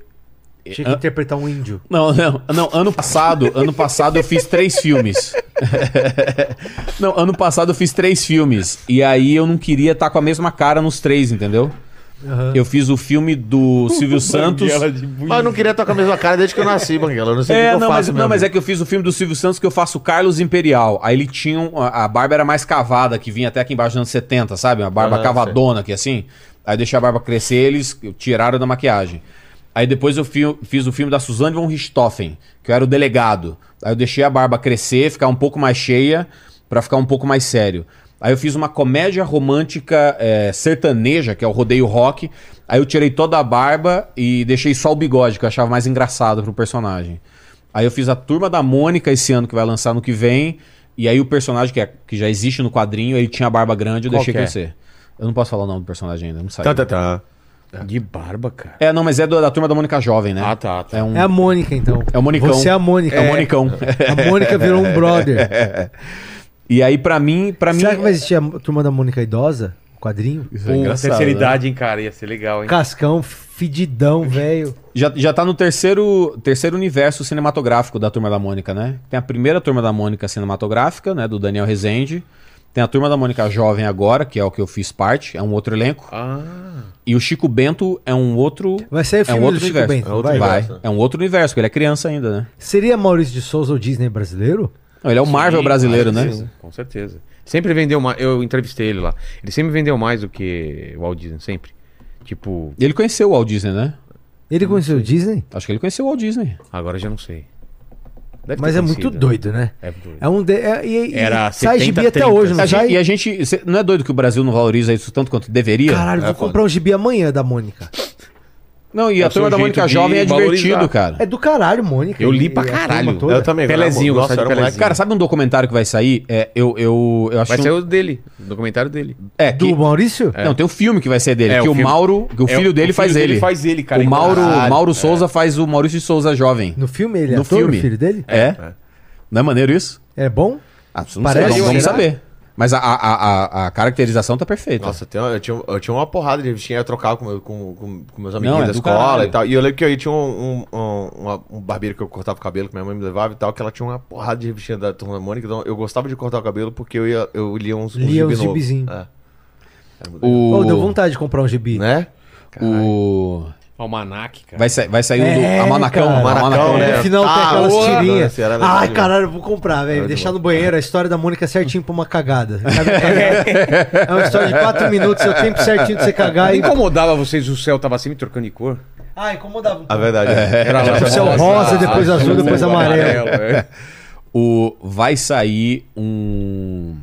[SPEAKER 6] Tinha que interpretar um índio.
[SPEAKER 4] Não, não, não. Ano passado, ano passado eu fiz três filmes. não, ano passado eu fiz três filmes. E aí eu não queria estar com a mesma cara nos três, entendeu? Eu fiz o filme do Silvio Ah. Santos.
[SPEAKER 5] Mas eu não queria tocar a mesma cara desde que eu nasci, Banguela. Eu não sei o que
[SPEAKER 4] É,
[SPEAKER 5] que
[SPEAKER 4] não,
[SPEAKER 5] eu
[SPEAKER 4] mas,
[SPEAKER 5] faço
[SPEAKER 4] não,
[SPEAKER 5] mesmo.
[SPEAKER 4] mas é que eu fiz o filme do Silvio Santos que eu faço o Carlos Imperial. Aí ele tinha. um- a, a barba era mais cavada, que vinha até aqui embaixo dos anos 70, sabe? Uma barba
[SPEAKER 5] Ah,
[SPEAKER 4] cavadona aqui assim. Aí deixei a barba crescer, eles tiraram da maquiagem. Aí depois eu fi- fiz o filme da Suzanne von Richthofen, que eu era o delegado. Aí eu deixei a barba crescer, ficar um pouco mais cheia, pra ficar um pouco mais sério. Aí eu fiz uma comédia romântica é, sertaneja, que é o Rodeio Rock. Aí eu tirei toda a barba e deixei só o bigode, que eu achava mais engraçado pro personagem. Aí eu fiz a Turma da Mônica esse ano, que vai lançar no que vem. E aí o personagem que, é- que já existe no quadrinho, ele tinha a barba grande, eu
[SPEAKER 5] Qual
[SPEAKER 4] deixei
[SPEAKER 5] que é?
[SPEAKER 4] crescer. Eu não posso falar o nome do personagem ainda, não saiu.
[SPEAKER 5] Tá, tá, tá.
[SPEAKER 7] De barba, cara.
[SPEAKER 4] É, não, mas é do- da Turma da Mônica Jovem, né?
[SPEAKER 7] Ah, tá, tá.
[SPEAKER 4] É um...
[SPEAKER 6] É a Mônica, então.
[SPEAKER 4] É o Monicão.
[SPEAKER 6] Você é a Mônica.
[SPEAKER 4] É o Monicão.
[SPEAKER 6] A Mônica virou um brother.
[SPEAKER 4] E aí, pra mim, pra mim.
[SPEAKER 6] Será que vai existir a turma da Mônica idosa? O quadrinho?
[SPEAKER 4] Isso é
[SPEAKER 7] Com
[SPEAKER 4] engraçado,
[SPEAKER 7] terceira
[SPEAKER 4] né?
[SPEAKER 7] idade, hein, cara? Ia ser legal, hein?
[SPEAKER 6] Cascão, fedidão, velho.
[SPEAKER 4] Já, já tá no terceiro, terceiro universo cinematográfico da Turma da Mônica, né? Tem a primeira Turma da Mônica cinematográfica, né? Do Daniel Rezende. Tem a Turma da Mônica Jovem agora, que é o que eu fiz parte, é um outro elenco.
[SPEAKER 7] Ah.
[SPEAKER 4] E o Chico Bento é um outro.
[SPEAKER 6] Vai
[SPEAKER 4] É
[SPEAKER 6] sair o
[SPEAKER 4] um
[SPEAKER 6] filme do
[SPEAKER 4] outro
[SPEAKER 6] Chico
[SPEAKER 4] universo.
[SPEAKER 6] Bento,
[SPEAKER 4] é, outro
[SPEAKER 6] vai?
[SPEAKER 4] vai.
[SPEAKER 7] né?
[SPEAKER 5] Vai.
[SPEAKER 4] é um outro universo, porque ele é criança ainda, né?
[SPEAKER 6] Seria Maurício de Souza ou Disney brasileiro?
[SPEAKER 4] Não, ele é o Marvel
[SPEAKER 7] Sim,
[SPEAKER 4] brasileiro,
[SPEAKER 7] com
[SPEAKER 4] né?
[SPEAKER 7] certeza, Com certeza. Sempre vendeu mais. Eu entrevistei ele lá. Ele sempre vendeu mais do que o Walt Disney, sempre. Tipo,
[SPEAKER 4] E ele conheceu o Walt Disney, né?
[SPEAKER 6] Ele conheceu o Disney?
[SPEAKER 4] Acho que ele conheceu o Walt Disney.
[SPEAKER 7] agora eu já não sei. Deve
[SPEAKER 6] Mas
[SPEAKER 7] ter
[SPEAKER 6] é muito
[SPEAKER 7] conhecido,
[SPEAKER 6] doido, né?
[SPEAKER 7] né? É doido.
[SPEAKER 6] É um. De... é- e, e-
[SPEAKER 7] Era
[SPEAKER 6] sai
[SPEAKER 7] 70,
[SPEAKER 6] gibi até
[SPEAKER 7] 30,
[SPEAKER 6] hoje, não
[SPEAKER 4] A gente-
[SPEAKER 6] sai?
[SPEAKER 4] e a gente. cê- não é doido que o Brasil não valoriza isso tanto quanto deveria?
[SPEAKER 6] Caralho, vou comprar um gibi amanhã da Mônica.
[SPEAKER 4] Não, e
[SPEAKER 7] É
[SPEAKER 4] a
[SPEAKER 7] o seu
[SPEAKER 4] turma da
[SPEAKER 7] jeito
[SPEAKER 4] Mônica
[SPEAKER 7] de
[SPEAKER 4] Jovem É. é divertido,
[SPEAKER 7] valorizar.
[SPEAKER 4] cara.
[SPEAKER 6] É do caralho, Mônica.
[SPEAKER 7] Eu li
[SPEAKER 6] E
[SPEAKER 7] pra
[SPEAKER 6] a turma
[SPEAKER 7] caralho.
[SPEAKER 6] toda.
[SPEAKER 5] Eu também, velho.
[SPEAKER 7] Pelezinho,
[SPEAKER 5] Nossa,
[SPEAKER 7] gostava de
[SPEAKER 5] era um moleque.
[SPEAKER 7] Pelezinho.
[SPEAKER 4] Cara, sabe um documentário que vai sair? É, eu, eu, eu acho
[SPEAKER 7] Vai
[SPEAKER 4] um-
[SPEAKER 7] sair o dele, o documentário dele.
[SPEAKER 4] é, que-
[SPEAKER 6] Do Maurício?
[SPEAKER 4] Não, tem o filme que vai ser dele,
[SPEAKER 7] É,
[SPEAKER 4] que
[SPEAKER 7] o
[SPEAKER 4] o,
[SPEAKER 7] filme-
[SPEAKER 4] Mauro, que o
[SPEAKER 7] É,
[SPEAKER 4] filho dele
[SPEAKER 7] o
[SPEAKER 4] faz
[SPEAKER 7] filho
[SPEAKER 4] ele.
[SPEAKER 7] dele faz ele, cara,
[SPEAKER 4] O
[SPEAKER 7] então-
[SPEAKER 4] Mauro,
[SPEAKER 7] Caralho,
[SPEAKER 4] Mauro Souza faz o Maurício de Souza jovem.
[SPEAKER 6] No filme ele é
[SPEAKER 4] É. No
[SPEAKER 6] ator,
[SPEAKER 4] filme.
[SPEAKER 6] o filho dele?
[SPEAKER 4] É. Não é maneiro isso?
[SPEAKER 6] É bom?
[SPEAKER 4] Ah, isso não
[SPEAKER 6] Parece,
[SPEAKER 4] sei, não, vamos
[SPEAKER 6] será?
[SPEAKER 4] saber. Mas a, a, a, a- a caracterização tá perfeita.
[SPEAKER 5] Nossa, eu, tenho- eu tinha, eu tinha uma porrada de revistinha, eu trocava com, meu- com, com, com meus
[SPEAKER 4] Não,
[SPEAKER 5] amiguinhos
[SPEAKER 4] é
[SPEAKER 5] da
[SPEAKER 4] do
[SPEAKER 5] escola
[SPEAKER 4] caralho.
[SPEAKER 5] e tal. E eu lembro que aí tinha um, um, um- uma- um barbeiro que eu cortava o cabelo, que minha mãe me levava e tal, que ela tinha uma porrada de revistinha da Turma da Mônica. Então eu gostava de cortar o cabelo porque eu, ia, eu lia uns, uns
[SPEAKER 6] Lia
[SPEAKER 5] gibi
[SPEAKER 6] uns
[SPEAKER 5] novo.
[SPEAKER 6] gibizinho.
[SPEAKER 5] É.
[SPEAKER 4] o,
[SPEAKER 6] Ô, deu vontade de comprar um gibi.
[SPEAKER 5] Né?
[SPEAKER 4] o,
[SPEAKER 7] Almanac, cara.
[SPEAKER 4] Vai, sa- vai sair o do
[SPEAKER 6] É,
[SPEAKER 4] Amanacão.
[SPEAKER 6] cara.
[SPEAKER 5] Manacão, né?
[SPEAKER 6] No final tem
[SPEAKER 5] Ah,
[SPEAKER 6] aquelas
[SPEAKER 5] boa.
[SPEAKER 6] tirinhas.
[SPEAKER 5] Nossa, era legal
[SPEAKER 6] Ai,
[SPEAKER 5] demais.
[SPEAKER 6] caralho, eu vou comprar, velho. Deixar no banheiro a história da Mônica é certinho pra uma cagada. Sabe? É uma história de quatro minutos, seu tempo certinho de você cagar e.
[SPEAKER 7] Incomodava vocês o céu tava sempre trocando de cor?
[SPEAKER 6] Ah, incomodava. um
[SPEAKER 5] A
[SPEAKER 6] pouco.
[SPEAKER 5] verdade.
[SPEAKER 1] É.
[SPEAKER 7] Era lá.
[SPEAKER 6] O céu rosa, depois azul, depois amarelo.
[SPEAKER 7] é.
[SPEAKER 4] O, vai sair um.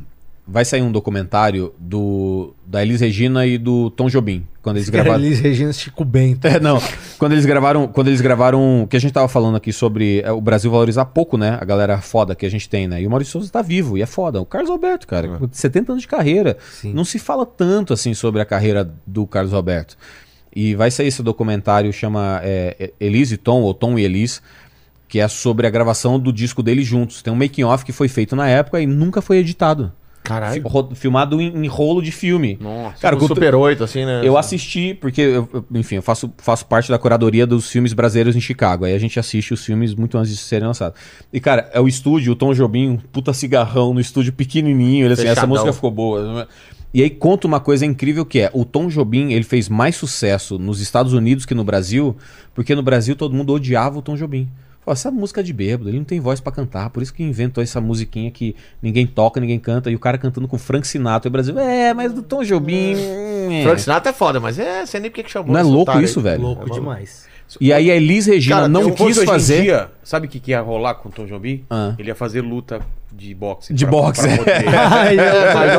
[SPEAKER 4] Vai sair um documentário do da Elis Regina e do Tom Jobim. Quando eles
[SPEAKER 6] Cara,
[SPEAKER 4] gravaram.
[SPEAKER 6] Elis Regina Chico Bento.
[SPEAKER 4] É, não. Quando eles gravaram, quando eles gravaram, que a gente tava falando aqui sobre é, o Brasil valorizar pouco, né? A galera foda que a gente tem, né? E o Maurício Souza tá vivo e é foda. O Carlos Alberto, cara, com 70 anos de carreira. Não se fala tanto assim sobre a carreira do Carlos Alberto. E vai sair esse documentário chama é, Elis e Tom ou Tom e Elis, que é sobre a gravação do disco deles juntos. Tem um making off que foi feito na época e nunca foi editado. Fi- ro- Filmado em, em rolo de filme.
[SPEAKER 7] Nossa.
[SPEAKER 4] Cara,
[SPEAKER 5] Tipo
[SPEAKER 4] com-
[SPEAKER 5] Super 8, assim, né?
[SPEAKER 4] eu assisti, porque, eu- eu- enfim, eu faço, faço parte da curadoria dos filmes brasileiros em Chicago. Aí a gente assiste os filmes muito antes de serem lançados. E, cara, é o estúdio, o Tom Jobim, um puta cigarrão no estúdio pequenininho. Ele assim, essa
[SPEAKER 5] Fechadão.
[SPEAKER 4] música ficou boa. E aí conta uma coisa incrível que é, o Tom Jobim, ele fez mais sucesso nos Estados Unidos que no Brasil, porque no Brasil todo mundo odiava o Tom Jobim. Pô, essa música é de bêbado, ele não tem voz pra cantar, por isso que inventou essa musiquinha que ninguém toca, ninguém canta, e o cara cantando com Frank Sinatra, e o Brasil, é, mas do Tom Jobim... hum, é."
[SPEAKER 5] Frank Sinatra é foda, mas é, sei nem porque que chamou.
[SPEAKER 4] Não é
[SPEAKER 5] esse
[SPEAKER 4] louco
[SPEAKER 5] otário
[SPEAKER 4] isso,
[SPEAKER 5] aí.
[SPEAKER 4] velho?
[SPEAKER 6] Louco demais.
[SPEAKER 4] E aí a Elis Regina
[SPEAKER 5] Cara,
[SPEAKER 4] não
[SPEAKER 5] eu
[SPEAKER 4] quis
[SPEAKER 7] hoje em
[SPEAKER 4] fazer.
[SPEAKER 7] dia, sabe o que, que ia rolar com o Tom Jobim?
[SPEAKER 4] Ah.
[SPEAKER 7] Ele ia fazer luta de boxe.
[SPEAKER 4] De boxe, é.
[SPEAKER 7] poder-
[SPEAKER 5] Mas,
[SPEAKER 6] Ai,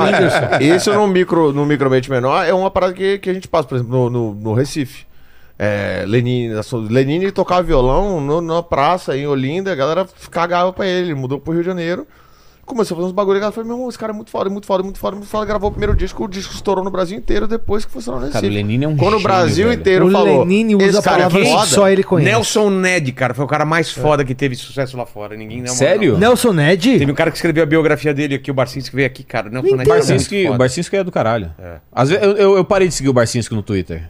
[SPEAKER 6] meu Deus.
[SPEAKER 5] olha, Isso num É, micro, num microambiente menor é uma parada que, que a gente passa, por exemplo, no, no- no Recife. É, Lenine, na sua- Lenine tocava violão no- na praça em Olinda, a galera cagava pra ele, mudou pro Rio de Janeiro. Começou a fazer uns bagulho, a galera falou: meu irmão, esse cara é muito foda, muito foda, muito foda, muito foda. Gravou o primeiro disco, o disco estourou no Brasil inteiro depois que funcionou no Recife.
[SPEAKER 4] Cara, o Lenine é um
[SPEAKER 5] Quando o
[SPEAKER 4] gênio,
[SPEAKER 5] Brasil
[SPEAKER 4] velho.
[SPEAKER 5] inteiro
[SPEAKER 6] o
[SPEAKER 5] falou:
[SPEAKER 6] Lenine usa
[SPEAKER 5] esse cara é
[SPEAKER 6] palavras
[SPEAKER 5] foda.
[SPEAKER 6] que só ele conhece.
[SPEAKER 7] Nelson Ned, cara, foi o cara mais foda que teve sucesso lá fora. Ninguém deu uma-
[SPEAKER 4] Sério?
[SPEAKER 6] Nelson Ned?
[SPEAKER 7] Teve um cara que escreveu a biografia dele aqui, o Barcinski veio aqui, cara. Nelson
[SPEAKER 4] O
[SPEAKER 7] Ned era
[SPEAKER 4] Barcinski,
[SPEAKER 7] muito
[SPEAKER 4] o
[SPEAKER 7] foda.
[SPEAKER 4] Barcinski é do caralho. Às vezes, eu, eu- eu parei de seguir o Barcinski no Twitter.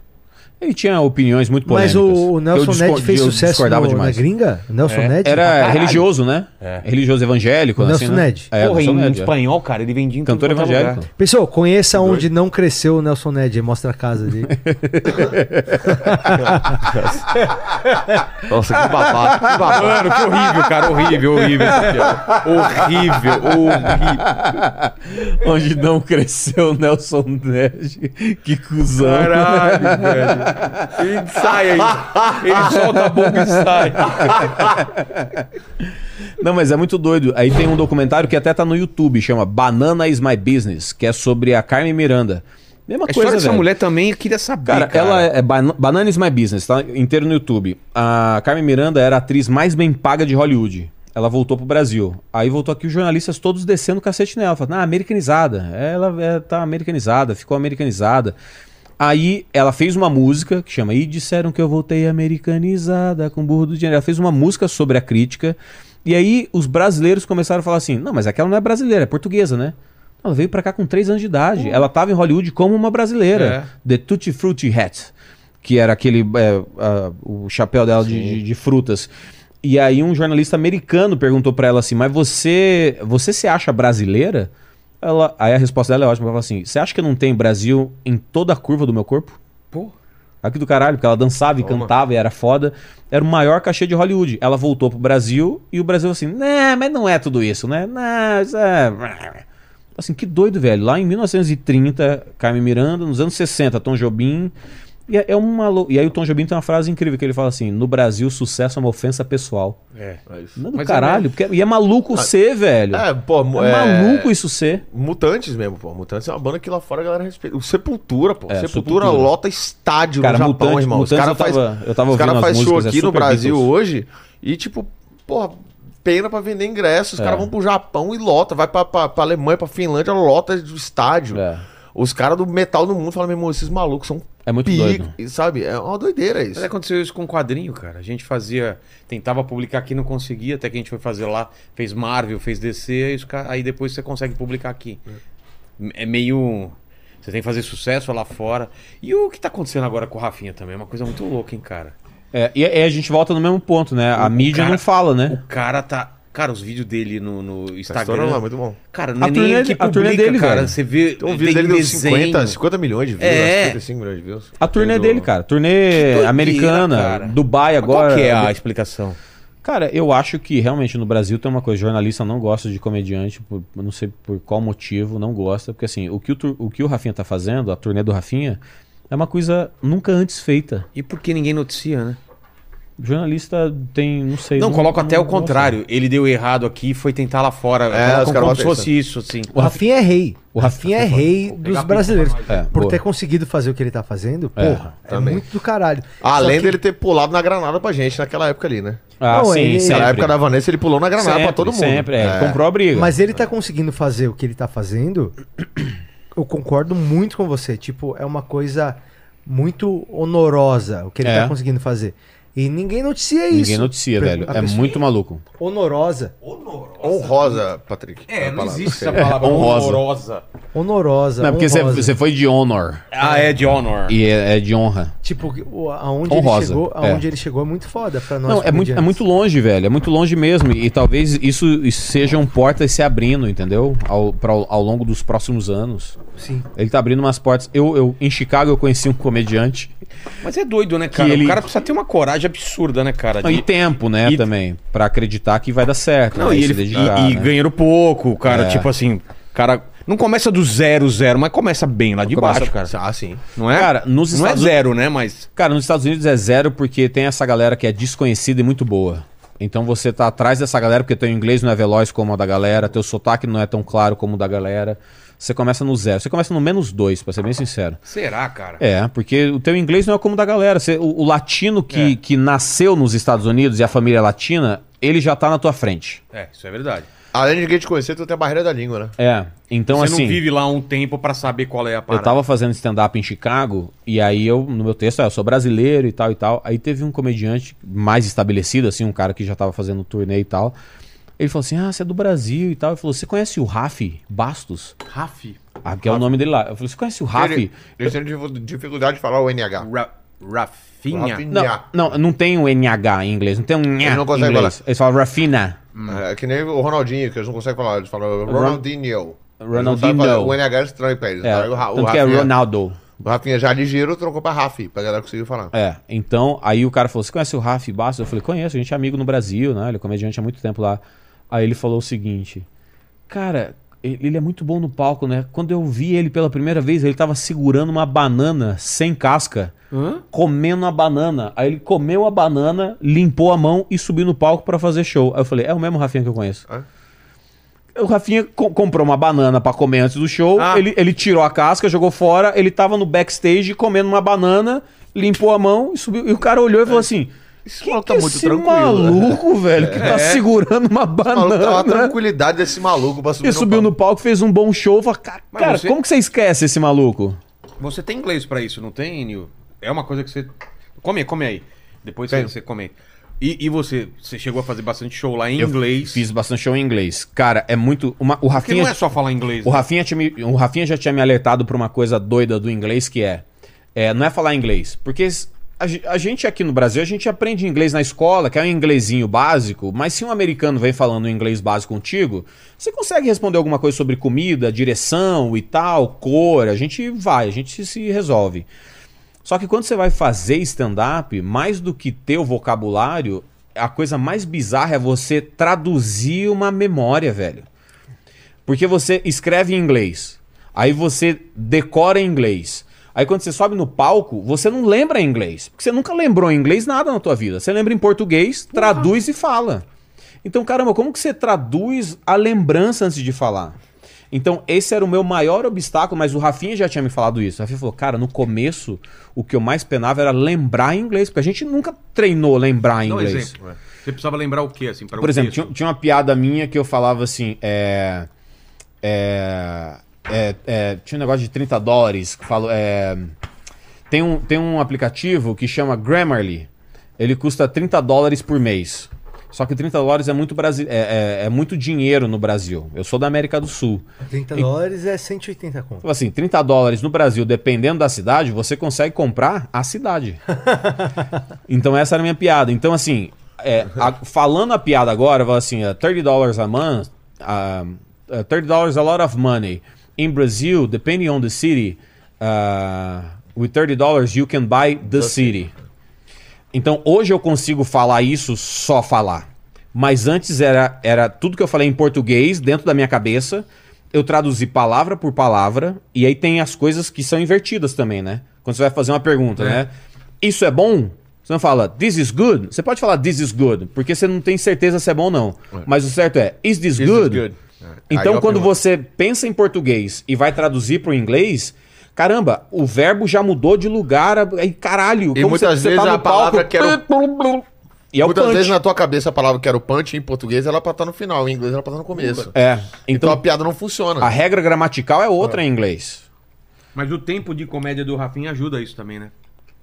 [SPEAKER 4] Ele tinha opiniões muito
[SPEAKER 6] Mas
[SPEAKER 4] polêmicas.
[SPEAKER 6] o, o
[SPEAKER 4] Eu
[SPEAKER 6] Nelson
[SPEAKER 4] discor-
[SPEAKER 6] Ned fez
[SPEAKER 4] eu
[SPEAKER 6] sucesso
[SPEAKER 4] discordava
[SPEAKER 6] no, na
[SPEAKER 4] demais. É,
[SPEAKER 6] gringa? Nelson Ned?
[SPEAKER 4] Era religioso, né? Religioso evangélico.
[SPEAKER 6] Nelson
[SPEAKER 4] assim, né?
[SPEAKER 6] Ned.
[SPEAKER 4] É,
[SPEAKER 7] É. Porra, em
[SPEAKER 4] Nelson Ned. é.
[SPEAKER 7] espanhol, cara, ele vendia em tudo
[SPEAKER 4] Cantor
[SPEAKER 7] quanto é
[SPEAKER 4] evangélico.
[SPEAKER 7] lugar.
[SPEAKER 6] Pessoal, conheça onde não cresceu o Nelson Ned. aí Mostra a casa dele.
[SPEAKER 5] Nossa, que babado, que babado.
[SPEAKER 7] Mano, Ah, que horrível, cara. Horrível, horrível. essa piada. horrível, horrível.
[SPEAKER 4] Onde não cresceu o Nelson Ned. Que cuzão.
[SPEAKER 7] Caralho, velho. Ele sai aí. Ele solta a bomba e sai.
[SPEAKER 4] Não, mas é muito doido. Aí tem um documentário que até tá no YouTube, chama Banana is My Business, que é sobre a Carmen Miranda. Mesma
[SPEAKER 7] A história
[SPEAKER 4] coisa,
[SPEAKER 7] dessa
[SPEAKER 4] velho.
[SPEAKER 7] mulher também, eu queria saber,
[SPEAKER 4] Cara,
[SPEAKER 7] cara.
[SPEAKER 4] ela é ban Banana is My Business, tá? Inteiro no YouTube. A Carmen Miranda era a atriz mais bem paga de Hollywood. Ela voltou pro Brasil. Aí voltou aqui os jornalistas todos descendo o cacete nela. Falando, ah, americanizada. Ela é, tá americanizada, ficou americanizada. Aí ela fez uma música que chama E disseram que eu voltei americanizada com burro do dinheiro. Ela fez uma música sobre a crítica. E aí os brasileiros começaram a falar assim: não, mas aquela não é brasileira, é portuguesa, né? Ela veio pra cá com 3 anos de idade. Ela tava em Hollywood como uma brasileira. The Tutti Frutti Hat. Que era aquele. é, a- o chapéu dela de, de- de frutas. E aí um jornalista americano perguntou pra ela assim: Mas você. Você se acha brasileira? Ela, aí a resposta dela é ótima. Ela fala assim: Você acha que não tem Brasil em toda a curva do meu corpo?
[SPEAKER 7] Pô.
[SPEAKER 4] Aqui do caralho, porque ela dançava e cantava e era foda. Era o maior cachê de Hollywood. Ela voltou pro Brasil e o Brasil assim, né, mas não é tudo isso, né? Não, isso é... Assim, que doido, velho. Lá em 1930, Carmen Miranda, nos anos 60, Tom Jobim. E, é uma, lou- e aí o Tom Jobim tem uma frase incrível que ele fala assim: no Brasil, sucesso é uma ofensa pessoal.
[SPEAKER 7] É.
[SPEAKER 4] Não, do
[SPEAKER 7] Mas é Ah,
[SPEAKER 4] caralho, porque- e é maluco ser, velho. É,
[SPEAKER 5] É, pô, mo- é,
[SPEAKER 4] maluco isso ser.
[SPEAKER 5] Mutantes mesmo, pô. Mutantes é uma banda que lá fora a galera respeita. O Sepultura, pô.
[SPEAKER 4] É,
[SPEAKER 5] Sepultura
[SPEAKER 4] Sepultura.
[SPEAKER 5] lota estádio
[SPEAKER 4] Cara,
[SPEAKER 5] no Japão,
[SPEAKER 4] Mutantes-
[SPEAKER 5] irmão.
[SPEAKER 4] Mutantes eu
[SPEAKER 5] faz-
[SPEAKER 4] tava- eu tava
[SPEAKER 5] os cara
[SPEAKER 4] ouvindo as
[SPEAKER 5] faz show
[SPEAKER 4] músicas, é
[SPEAKER 5] aqui no
[SPEAKER 4] super
[SPEAKER 5] Brasil
[SPEAKER 4] Beatles.
[SPEAKER 5] hoje e, tipo, porra, pena pra vender ingressos.
[SPEAKER 4] É.
[SPEAKER 5] Os caras vão pro Japão e lota. Vai pra, pra, pra Alemanha, pra Finlândia, lota do estádio.
[SPEAKER 4] É.
[SPEAKER 5] Os caras do metal do mundo falam, meu irmão, esses malucos são
[SPEAKER 4] É muito doido.
[SPEAKER 5] e, sabe? É uma doideira isso.
[SPEAKER 7] Mas aconteceu isso com um quadrinho, cara. A gente fazia, tentava publicar aqui, não conseguia, até que a gente foi fazer lá, fez Marvel, fez DC, aí, os ca- aí depois você consegue publicar aqui. É meio. Você tem que fazer sucesso lá fora. E o que tá acontecendo agora com o Rafinha também? É uma coisa muito louca, hein, cara.
[SPEAKER 4] É, e, e a gente volta no mesmo ponto, né? A
[SPEAKER 7] O
[SPEAKER 4] mídia
[SPEAKER 7] cara-
[SPEAKER 4] não fala, né?
[SPEAKER 7] O cara tá Cara, os vídeos dele no, no
[SPEAKER 5] Tá estourando
[SPEAKER 7] Instagram.
[SPEAKER 5] lá, muito bom.
[SPEAKER 7] Cara, não
[SPEAKER 4] é A
[SPEAKER 7] é nem
[SPEAKER 4] turnê-
[SPEAKER 7] ele que
[SPEAKER 4] a turnê
[SPEAKER 7] publica,
[SPEAKER 4] dele,
[SPEAKER 7] cara.
[SPEAKER 4] velho.
[SPEAKER 7] Você vê.
[SPEAKER 5] Tem um vídeo dele deu
[SPEAKER 7] desenho.
[SPEAKER 5] 50, 50 milhões de views,
[SPEAKER 7] É.
[SPEAKER 5] 55 milhões de views.
[SPEAKER 4] A turnê
[SPEAKER 5] Tem do-
[SPEAKER 4] dele, cara. Turnê
[SPEAKER 7] doideira,
[SPEAKER 4] americana,
[SPEAKER 7] é, cara.
[SPEAKER 4] Dubai
[SPEAKER 7] Mas Qual
[SPEAKER 4] agora.
[SPEAKER 7] que é a explicação?
[SPEAKER 4] Cara, eu acho que realmente no Brasil tem uma coisa, jornalista não gosta de comediante, por, eu não sei por qual motivo, não gosta, porque assim, o que o, tur- o que o Rafinha tá fazendo, a turnê do Rafinha, é uma coisa nunca antes feita.
[SPEAKER 7] E por que ninguém noticia, né?
[SPEAKER 4] Jornalista tem, não sei...
[SPEAKER 7] Não, coloco até o
[SPEAKER 4] gosta.
[SPEAKER 7] contrário. Ele deu errado aqui e foi tentar lá fora.
[SPEAKER 5] É,
[SPEAKER 7] Colocam
[SPEAKER 5] os caras
[SPEAKER 7] como se
[SPEAKER 5] botam
[SPEAKER 7] fosse isso, assim.
[SPEAKER 6] O Rafinha é rei. O
[SPEAKER 4] O
[SPEAKER 6] Rafinha é rei dos brasileiros.
[SPEAKER 4] É,
[SPEAKER 6] Por
[SPEAKER 4] boa.
[SPEAKER 6] ter conseguido fazer o que ele tá fazendo,
[SPEAKER 4] É,
[SPEAKER 6] porra, é,
[SPEAKER 5] também.
[SPEAKER 6] muito do caralho.
[SPEAKER 5] Além
[SPEAKER 6] Só que-
[SPEAKER 4] tá
[SPEAKER 5] dele ter pulado na granada pra gente naquela época ali, né?
[SPEAKER 4] Ah,
[SPEAKER 6] Não,
[SPEAKER 4] sim,
[SPEAKER 6] ele-
[SPEAKER 4] sempre.
[SPEAKER 5] Na época da Vanessa, ele pulou na granada
[SPEAKER 4] sempre,
[SPEAKER 5] pra todo mundo.
[SPEAKER 4] Sempre, é. Comprou a briga.
[SPEAKER 6] Mas ele tá conseguindo fazer o que ele tá fazendo. Eu concordo muito com você. Tipo, é uma coisa muito honorosa o que ele
[SPEAKER 4] É.
[SPEAKER 6] tá conseguindo fazer. E ninguém
[SPEAKER 5] é
[SPEAKER 6] noticia isso.
[SPEAKER 4] Ninguém noticia,
[SPEAKER 6] Pre-
[SPEAKER 4] velho.
[SPEAKER 6] a
[SPEAKER 4] É
[SPEAKER 6] pessoa-
[SPEAKER 4] muito maluco.
[SPEAKER 6] Honorosa.
[SPEAKER 5] Honrosa, Patrick.
[SPEAKER 1] É,
[SPEAKER 5] a
[SPEAKER 1] não
[SPEAKER 5] palavra.
[SPEAKER 1] existe essa palavra
[SPEAKER 4] honrosa.
[SPEAKER 1] honorosa.
[SPEAKER 6] Honorosa.
[SPEAKER 5] tá
[SPEAKER 4] Não, é porque você-
[SPEAKER 6] honrosa.
[SPEAKER 4] você foi de honor.
[SPEAKER 7] Ah, é de honor.
[SPEAKER 4] E é- é de honra.
[SPEAKER 6] Tipo, o- aonde, ele
[SPEAKER 4] Honrosa,
[SPEAKER 6] chegou,
[SPEAKER 4] é.
[SPEAKER 6] aonde ele chegou é muito foda pra nós.
[SPEAKER 4] Não, é muito, é
[SPEAKER 6] comediantes.
[SPEAKER 4] muito longe, velho. É muito longe mesmo. E talvez isso isso sejam portas se abrindo, entendeu? Ao, pra- ao longo dos próximos anos.
[SPEAKER 6] Sim.
[SPEAKER 4] Ele tá abrindo umas portas. Eu, eu, em Chicago eu conheci um comediante.
[SPEAKER 7] Mas é doido, né, cara?
[SPEAKER 4] ele-
[SPEAKER 7] O cara precisa ter uma coragem absurda, né, cara?
[SPEAKER 4] Não,
[SPEAKER 7] De-
[SPEAKER 4] e tempo, né,
[SPEAKER 7] e-
[SPEAKER 4] também. Pra acreditar que vai dar certo.
[SPEAKER 7] Não,
[SPEAKER 4] né,
[SPEAKER 7] e,
[SPEAKER 4] se
[SPEAKER 7] ele,
[SPEAKER 4] dedicar,
[SPEAKER 7] e, e
[SPEAKER 4] né?
[SPEAKER 7] ganhando pouco, cara.
[SPEAKER 4] É.
[SPEAKER 7] Tipo assim, cara. Não começa do zero, zero, mas começa bem lá de
[SPEAKER 4] Começa-
[SPEAKER 7] baixo, cara.
[SPEAKER 5] Ah, sim.
[SPEAKER 7] Não é?
[SPEAKER 4] Cara, nos
[SPEAKER 7] não
[SPEAKER 4] Estados-
[SPEAKER 7] é zero, né? Mas.
[SPEAKER 4] Cara, nos Estados Unidos é zero porque tem essa galera que é desconhecida e muito boa. Então você tá atrás dessa galera porque teu inglês não é veloz como o da galera, teu sotaque não é tão claro como o da galera. Você começa no zero. Você começa no menos dois, pra ser bem sincero.
[SPEAKER 7] Será, cara?
[SPEAKER 4] É, porque o teu inglês não é como o da galera. Você- o, o latino que,
[SPEAKER 5] É.
[SPEAKER 4] que nasceu nos Estados Unidos e a família é latina, ele já tá na tua frente.
[SPEAKER 7] É, isso é verdade.
[SPEAKER 4] Então,
[SPEAKER 5] Além de ninguém te conhecer, tu tem a barreira da língua, né?
[SPEAKER 4] É. Então,
[SPEAKER 7] Você não
[SPEAKER 4] assim,
[SPEAKER 7] vive lá um tempo pra saber qual é a
[SPEAKER 4] eu
[SPEAKER 7] parada.
[SPEAKER 4] tava fazendo stand-up em Chicago, e aí eu, no meu texto, ah, eu sou brasileiro e tal e tal. Aí teve um comediante mais estabelecido, assim, um cara que já tava fazendo turnê e tal. Ele falou assim: Ah, você é do Brasil e tal. Ele falou: Você conhece o Raf Bastos?
[SPEAKER 3] Raf.
[SPEAKER 4] Ah, que é o nome dele lá. Eu falei: Você conhece o Raf?
[SPEAKER 5] Ele, é eles têm dificu- dificuldade de falar o NH.
[SPEAKER 7] Ra- Rafinha.
[SPEAKER 5] Rafinha.
[SPEAKER 4] Não, não, não tem o NH em inglês, não tem um nha
[SPEAKER 5] não
[SPEAKER 4] em
[SPEAKER 5] consegue
[SPEAKER 4] inglês.
[SPEAKER 5] falar.
[SPEAKER 4] Eles falam Rafina.
[SPEAKER 1] Hum.
[SPEAKER 5] É que nem o Ronaldinho, que eles não conseguem falar. Eles falam Ronaldinho. Eles não sabem
[SPEAKER 4] Ronaldinho.
[SPEAKER 5] falar, O NH é estranho pra eles.
[SPEAKER 4] É,
[SPEAKER 5] Aí o, Ra- o
[SPEAKER 4] tanto que é
[SPEAKER 5] Rafinha-
[SPEAKER 4] Ronaldo.
[SPEAKER 5] o Rafinha já ligeiro, trocou pra Rafi, pra galera conseguir falar.
[SPEAKER 4] É, então, aí o cara falou, você conhece o Rafa Bastos? Eu falei, conheço, a gente é amigo no Brasil, né? Ele é comediante há muito tempo lá. Aí ele falou o seguinte, cara, ele ele é muito bom no palco, né? Quando eu vi ele pela primeira vez, ele tava segurando uma banana sem casca, comendo a banana. Aí ele comeu a banana, limpou a mão e subiu no palco pra fazer show. Aí eu falei, é o mesmo Rafinha que eu conheço.
[SPEAKER 5] Hã?
[SPEAKER 4] O Rafinha co- comprou uma banana pra comer antes do show.
[SPEAKER 7] Ah.
[SPEAKER 4] Ele, ele tirou a casca, jogou fora. Ele tava no backstage comendo uma banana, limpou a mão e subiu. E o cara olhou e falou assim:
[SPEAKER 5] Esse
[SPEAKER 4] Que,
[SPEAKER 5] maluco
[SPEAKER 4] que
[SPEAKER 5] tá muito
[SPEAKER 4] esse
[SPEAKER 5] tranquilo. né?
[SPEAKER 4] maluco, velho, que tá segurando uma
[SPEAKER 5] O maluco tá
[SPEAKER 4] banana.
[SPEAKER 5] uma tranquilidade desse maluco pra subir
[SPEAKER 4] E subiu no
[SPEAKER 5] palco.
[SPEAKER 4] palco, fez um bom show. Fala, "Ca-
[SPEAKER 7] Mas
[SPEAKER 4] cara,
[SPEAKER 7] você-
[SPEAKER 4] como que você esquece esse maluco?
[SPEAKER 7] Você tem inglês pra isso, não tem, Nil? É uma coisa que você. Come, come aí. Depois você,
[SPEAKER 5] Tenho.
[SPEAKER 7] você come. E, e você, você chegou a fazer bastante show lá em inglês.
[SPEAKER 4] Fiz bastante show em inglês. Cara, é muito. uma- o
[SPEAKER 7] Porque
[SPEAKER 4] Rafinha.
[SPEAKER 7] não é só falar inglês.
[SPEAKER 4] O
[SPEAKER 1] né?
[SPEAKER 4] Rafinha, tinha me- o Rafinha já tinha me alertado pra uma coisa doida do inglês que é, é, não é falar inglês, porque s- a, ge- a gente aqui no Brasil a gente aprende inglês na escola, que é um inglesinho básico, mas se um americano vem falando um inglês básico contigo, você consegue responder alguma coisa sobre comida, direção e tal, cor, a gente vai, a gente se- se resolve. Só que quando você vai fazer stand-up, mais do que ter o vocabulário, a coisa mais bizarra é você traduzir uma memória, velho. Porque você escreve em inglês, aí você decora em inglês. Aí quando você sobe no palco, você não lembra em inglês. Porque você nunca lembrou em inglês nada na tua vida. Você lembra em português, traduz e fala. Então, caramba, como que você traduz a lembrança antes de falar? Então, esse era o meu maior obstáculo, mas o Rafinha já tinha me falado isso. O Rafinha falou, cara, no começo, o que eu mais penava era lembrar em inglês, porque a gente nunca treinou lembrar em
[SPEAKER 7] Dá um
[SPEAKER 4] inglês.
[SPEAKER 7] exemplo. é. Você precisava lembrar o quê, assim, para
[SPEAKER 1] um
[SPEAKER 4] Por exemplo, tinha, tinha uma piada minha que eu falava assim, é, é, é, é, tinha um negócio de 30 dólares, que falo, é, tem, um, tem um aplicativo que chama Grammarly, ele custa 30 dólares por mês. Só que 30 dólares é muito, Brasi é, é- é muito dinheiro no Brasil. Eu sou da América do Sul.
[SPEAKER 6] 30 dólares é 180 conto.
[SPEAKER 4] Então, assim, 30 dólares no Brasil, dependendo da cidade, você consegue comprar a cidade. então, essa era a minha piada. Então, assim, é, a- falando a piada agora, fala assim, uh, 30 dollars a month, um, uh, 30 dollars a lot of money. In Brazil, depending on the city, uh, with 30 dollars you can buy the city. Então hoje eu consigo falar isso só falar. Mas antes era, era tudo que eu falei em português dentro da minha cabeça. Eu traduzi palavra por palavra. E aí tem as coisas que são invertidas também, né? Quando você vai fazer uma pergunta, né? Isso é bom? Você não fala this is good. Você pode falar this is good, porque você não tem certeza se é bom ou não. Mas o certo é is this
[SPEAKER 5] This is
[SPEAKER 4] good?
[SPEAKER 5] good. É. Aí
[SPEAKER 4] Então
[SPEAKER 5] eu
[SPEAKER 4] quando
[SPEAKER 5] pergunto.
[SPEAKER 4] você pensa em português e vai traduzir para o inglês, caramba, o verbo já mudou de lugar. Aí, caralho,
[SPEAKER 5] E muitas vezes a palavra que era
[SPEAKER 4] tá e é o
[SPEAKER 5] Muitas
[SPEAKER 4] punch.
[SPEAKER 5] vezes na tua cabeça a palavra que era o punch em português ela pra estar no final, em inglês ela pra estar no começo.
[SPEAKER 4] É.
[SPEAKER 5] Então
[SPEAKER 4] Então,
[SPEAKER 5] a piada não funciona.
[SPEAKER 4] a regra gramatical é outra em inglês. um
[SPEAKER 1] Mas o tempo de comédia do Rafinha ajuda isso também, né?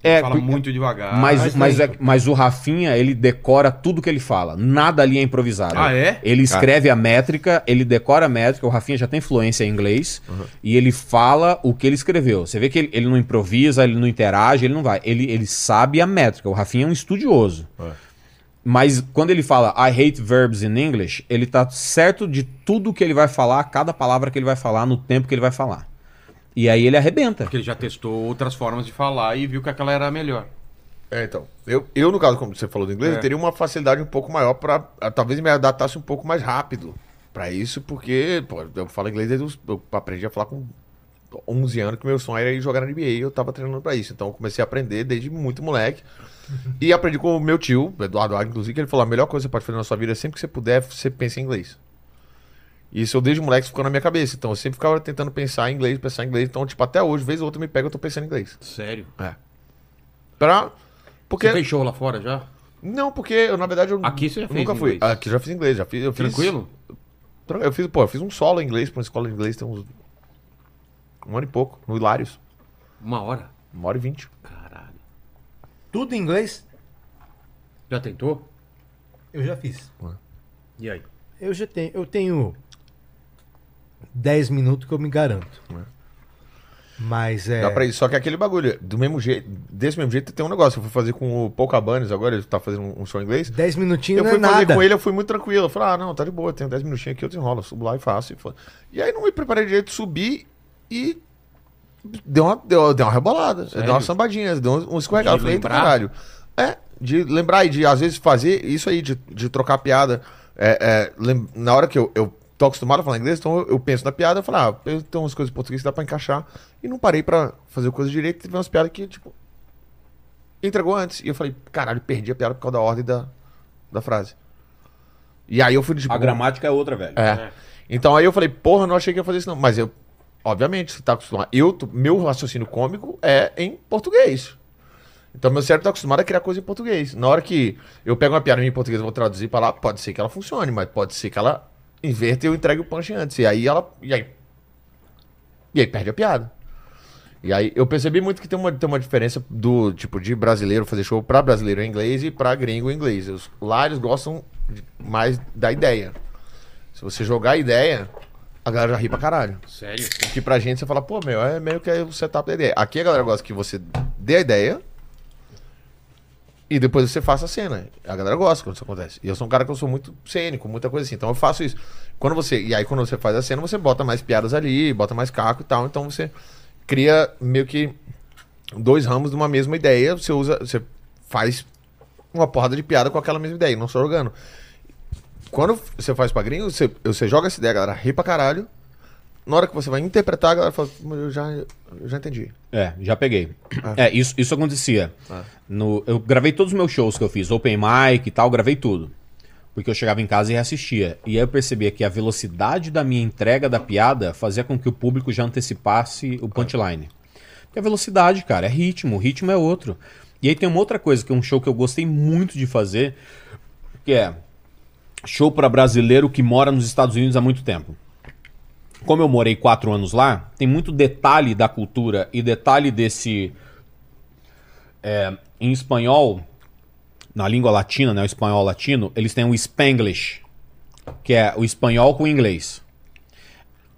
[SPEAKER 4] É,
[SPEAKER 1] fala
[SPEAKER 4] porque-
[SPEAKER 1] muito devagar.
[SPEAKER 4] mas, mas, é- mas o Rafinha, ele decora tudo que ele fala. Nada ali é improvisado.
[SPEAKER 1] Ah, é?
[SPEAKER 4] Ele escreve a métrica, ele decora a métrica. O Rafinha já tem fluência em inglês.
[SPEAKER 1] Uhum.
[SPEAKER 4] E ele fala o que ele escreveu. Você vê que ele, ele não improvisa, ele não interage, ele não vai. Ele, ele sabe a métrica. O Rafinha é um estudioso. Mas quando ele fala I hate verbs in English, ele tá certo de tudo que ele vai falar, cada palavra que ele vai falar, no tempo que ele vai falar. E aí ele arrebenta.
[SPEAKER 1] Porque tipo, ele já testou outras formas de falar e viu que aquela era a melhor.
[SPEAKER 5] É, então. Eu, eu, no caso, como você falou do inglês,
[SPEAKER 4] É.
[SPEAKER 5] eu teria uma facilidade um pouco maior pra. ah, Talvez me adaptasse um pouco mais rápido pra isso, porque, pô, eu falo inglês desde os, eu aprendi a falar com 11 anos, que meu sonho era ir jogar na NBA e eu tava treinando pra isso. Então eu comecei a aprender desde muito moleque. E aprendi com o meu tio, Eduardo Agnes, inclusive, que ele falou: a melhor coisa que você pode fazer na sua vida é sempre que você puder, você pensa em inglês. E isso eu desde moleque ficou na minha cabeça. Então eu sempre ficava tentando pensar em inglês, pensar em inglês. Então, tipo, até hoje, vez ou outra, eu me pega, eu tô pensando em inglês.
[SPEAKER 1] Sério?
[SPEAKER 5] Pra. Porque.
[SPEAKER 1] Você fez show lá fora já?
[SPEAKER 5] Não, porque eu, na verdade, eu
[SPEAKER 1] Aqui você já fez
[SPEAKER 5] nunca fui.
[SPEAKER 1] inglês?
[SPEAKER 5] Aqui eu já fiz inglês, já fiz. Eu fiz
[SPEAKER 1] Tranquilo?
[SPEAKER 5] Tran- Eu fiz, pô, eu fiz um solo em inglês pra uma escola de inglês tem uns. Um ano e pouco, no Hilários.
[SPEAKER 1] Uma hora?
[SPEAKER 5] Uma hora e vinte.
[SPEAKER 1] Caralho.
[SPEAKER 6] Tudo em inglês?
[SPEAKER 1] Já tentou?
[SPEAKER 6] Eu já fiz.
[SPEAKER 1] E aí?
[SPEAKER 6] Eu já tenho. Eu tenho 10 minutos que eu me garanto. Mas é.
[SPEAKER 5] É. Dá pra ir. Só que aquele bagulho, do mesmo jeito, desse mesmo jeito tem um negócio. Eu fui fazer com o Paul Cabanes agora, ele tá fazendo um um show em inglês.
[SPEAKER 6] 10 minutinhos
[SPEAKER 5] eu
[SPEAKER 6] não
[SPEAKER 5] fui
[SPEAKER 6] é
[SPEAKER 5] fazer
[SPEAKER 6] nada.
[SPEAKER 5] com ele, eu fui muito tranquilo. Eu falei, ah, não, tá de boa, tenho 10 minutinhos aqui, eu desenrolo, eu subo lá e faço. E, foi. E aí não me preparei direito, subi e deu uma, deu, deu uma rebolada, deu uma sambadinha, deu um, um escorregado. Eu falei, eita,
[SPEAKER 1] lembrar?
[SPEAKER 5] caralho. É, de lembrar e de às vezes fazer isso aí, de, de trocar piada. É, é, lem- na hora que eu, eu tô acostumado a falar inglês, então eu, eu penso na piada, eu falo, ah, eu tenho umas coisas em português que dá pra encaixar. E não parei pra fazer coisa direito, teve umas piadas que, tipo, entregou antes. E eu falei, caralho, perdi a piada por causa da ordem da, da frase. E aí eu fui tipo.
[SPEAKER 4] A gramática é outra, velho.
[SPEAKER 5] É. Então aí eu falei, porra, não achei que ia fazer isso não. Mas eu, obviamente, você tá acostumado. Eu, tô- meu raciocínio cômico é em português. Então meu cérebro tá acostumado a criar coisa em português. Na hora que eu pego uma piada minha em português e vou traduzir pra lá, pode ser que ela funcione, mas pode ser que ela inverta e eu entregue o punch antes. E aí ela. E aí. E aí perde a piada. E aí eu percebi muito que tem uma, tem uma diferença do tipo de brasileiro fazer show pra brasileiro em inglês e pra gringo em inglês. Os, lá eles gostam de- mais da ideia. Se você jogar a ideia, a galera já ri pra caralho.
[SPEAKER 1] Sério?
[SPEAKER 5] Porque pra gente você fala, pô, meu, é meio que o setup da ideia. Aqui a galera gosta que você dê a ideia e depois você faça a cena. A galera gosta quando isso acontece. E eu sou um cara que eu sou muito cênico, muita coisa assim. Então eu faço isso. Quando você. E aí quando você faz a cena, você bota mais piadas ali, bota mais caco e tal. Então você cria meio que dois ramos de uma mesma ideia. Você usa. Você faz uma porrada de piada com aquela mesma ideia, não só jogando. Quando você faz pra gringo, você, você joga essa ideia, a galera ri pra caralho. Na hora que você vai interpretar, a galera fala, "Mas eu já, eu já entendi.
[SPEAKER 4] É, já peguei. É, isso, isso acontecia. No, eu gravei todos os meus shows que eu fiz, open mic e tal, gravei tudo. Porque eu chegava em casa e reassistia. E aí eu percebia que a velocidade da minha entrega da piada fazia com que o público já antecipasse o punchline. Porque a velocidade, cara, é ritmo, o ritmo é outro. E aí tem uma outra coisa, que é um show que eu gostei muito de fazer, que é show pra brasileiro que mora nos Estados Unidos há muito tempo como eu morei quatro anos lá, tem muito detalhe da cultura e detalhe desse. é, em espanhol, na língua latina, né, o espanhol latino, eles têm o spanglish, que é o espanhol com o inglês.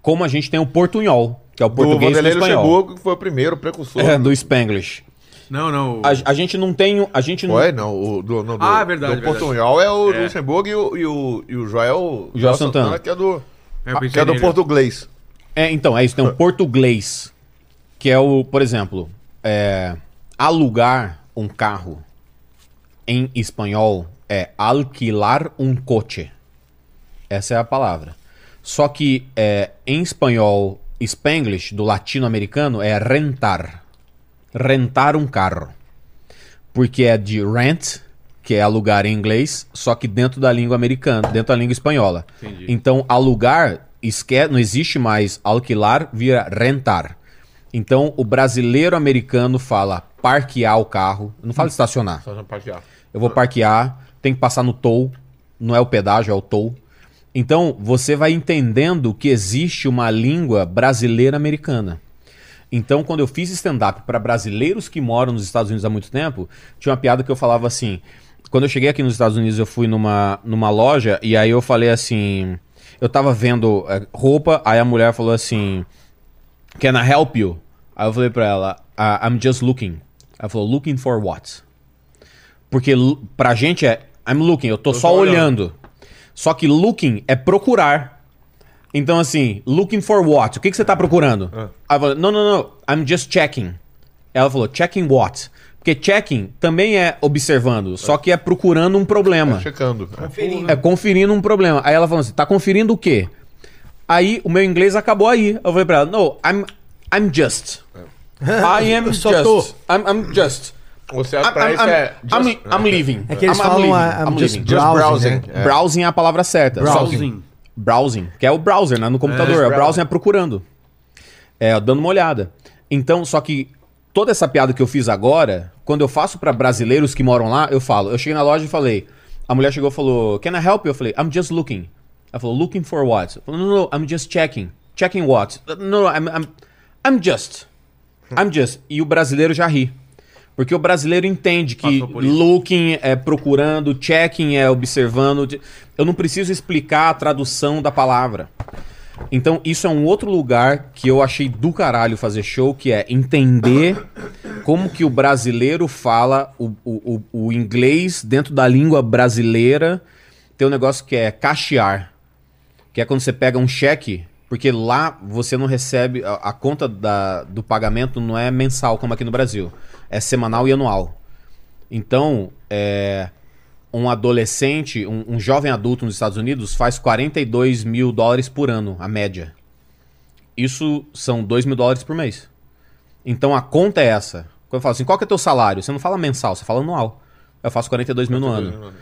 [SPEAKER 4] Como a gente tem o portunhol, que é o português com o
[SPEAKER 5] Vanderlei
[SPEAKER 4] espanhol.
[SPEAKER 5] Luxemburgo, que foi o primeiro precursor.
[SPEAKER 4] É, do É, Spanglish.
[SPEAKER 1] Não, não. o-
[SPEAKER 4] A, a gente não tem. um, A gente não.
[SPEAKER 5] Ué, não, o do, não, do,
[SPEAKER 1] Ah, verdade,
[SPEAKER 5] do
[SPEAKER 1] verdade.
[SPEAKER 5] Portunhol é o Luxemburgo e o, e o, e o Joel,
[SPEAKER 4] Joel Santana.
[SPEAKER 5] que é do,
[SPEAKER 1] É, eu
[SPEAKER 5] que
[SPEAKER 1] pensei
[SPEAKER 5] é do
[SPEAKER 1] nele.
[SPEAKER 5] português.
[SPEAKER 4] É, então, é isso. Tem o português, que é o, por exemplo, é, alugar um carro em espanhol é alquilar um coche. Essa é a palavra. Só que é, em espanhol, spanglish, do latino-americano, é rentar. Rentar um carro. Porque é de rent, que é alugar em inglês, só que dentro da língua americana, dentro da língua espanhola. Então, alugar, esque... não existe mais alquilar, vira rentar. Então, o brasileiro americano fala parquear o carro, não fala estacionar.
[SPEAKER 5] Só na parte A.
[SPEAKER 4] Eu vou parquear, tem que passar no toll, não é o pedágio, é o toll. Então, você vai entendendo que existe uma língua brasileira-americana. Então, quando eu fiz stand-up para brasileiros que moram nos Estados Unidos há muito tempo, tinha uma piada que eu falava assim. Quando eu cheguei aqui nos Estados Unidos, eu fui numa, numa loja e aí eu falei assim. Eu tava vendo eh, roupa, aí a mulher falou assim: Can I help you? Aí eu falei pra ela: "Ah, I'm just looking. Ela falou: Looking for what? Porque l- pra gente é I'm looking, eu tô, só olhando. Só que looking é procurar. Então, assim, looking for what? O que, que você tá procurando?
[SPEAKER 5] Ah.
[SPEAKER 4] Aí eu falei, não, não, não, I'm just checking. Ela falou, checking what? Porque checking também é observando, só que é procurando um problema.
[SPEAKER 5] Tá Checando.
[SPEAKER 4] É conferindo um problema. Aí ela falou assim: tá conferindo o quê? Aí o meu inglês acabou aí. Eu falei pra ela: no, I'm, I'm just.
[SPEAKER 5] É.
[SPEAKER 4] I am
[SPEAKER 6] Eu
[SPEAKER 4] just.
[SPEAKER 6] só tô.
[SPEAKER 4] I'm, I'm just.
[SPEAKER 5] Você
[SPEAKER 4] I'm,
[SPEAKER 5] pra
[SPEAKER 4] I'm,
[SPEAKER 5] isso é... né?
[SPEAKER 4] I'm, I'm, I'm leaving.
[SPEAKER 6] É que eles
[SPEAKER 4] I'm, I'm
[SPEAKER 6] falam
[SPEAKER 4] leaving.
[SPEAKER 6] ah, I'm,
[SPEAKER 4] I'm
[SPEAKER 6] just
[SPEAKER 4] leaving.
[SPEAKER 5] Just
[SPEAKER 6] browsing, né?
[SPEAKER 5] browsing. É.
[SPEAKER 4] Browsing é a palavra certa. Só que-
[SPEAKER 3] Browsing.
[SPEAKER 4] Browsing, que é o browser, né? No computador. É,
[SPEAKER 5] browsing.
[SPEAKER 4] browsing é procurando. É, dando uma olhada. Então, só que toda essa piada que eu fiz agora, quando eu faço pra brasileiros que moram lá, eu falo. Eu cheguei na loja e falei. A mulher chegou e falou, Can I help you? Eu falei, I'm just looking. Ela falou, Looking for what? Eu falei, no, no, I'm just checking. Checking what? No, no, I'm, I'm, I'm just. I'm just. E o brasileiro já ri. Porque o brasileiro entende que looking é procurando, checking é observando. Eu não preciso explicar a tradução da palavra. Então, isso é um outro lugar que eu achei do caralho fazer show, que é entender como que o brasileiro fala o, o, o, o inglês dentro da língua brasileira. Tem um negócio que é cachear, que é quando você pega um cheque, porque lá você não recebe, a, a conta da, do pagamento não é mensal como aqui no Brasil, é semanal e anual. Então, é, um adolescente, um, um jovem adulto nos Estados Unidos faz 42 mil dólares por ano, a média. Isso são 2 mil dólares por mês. Então a conta é essa. Quando eu falo assim, qual que é teu salário? Você não fala mensal, você fala anual. Eu faço 42 mil no ano.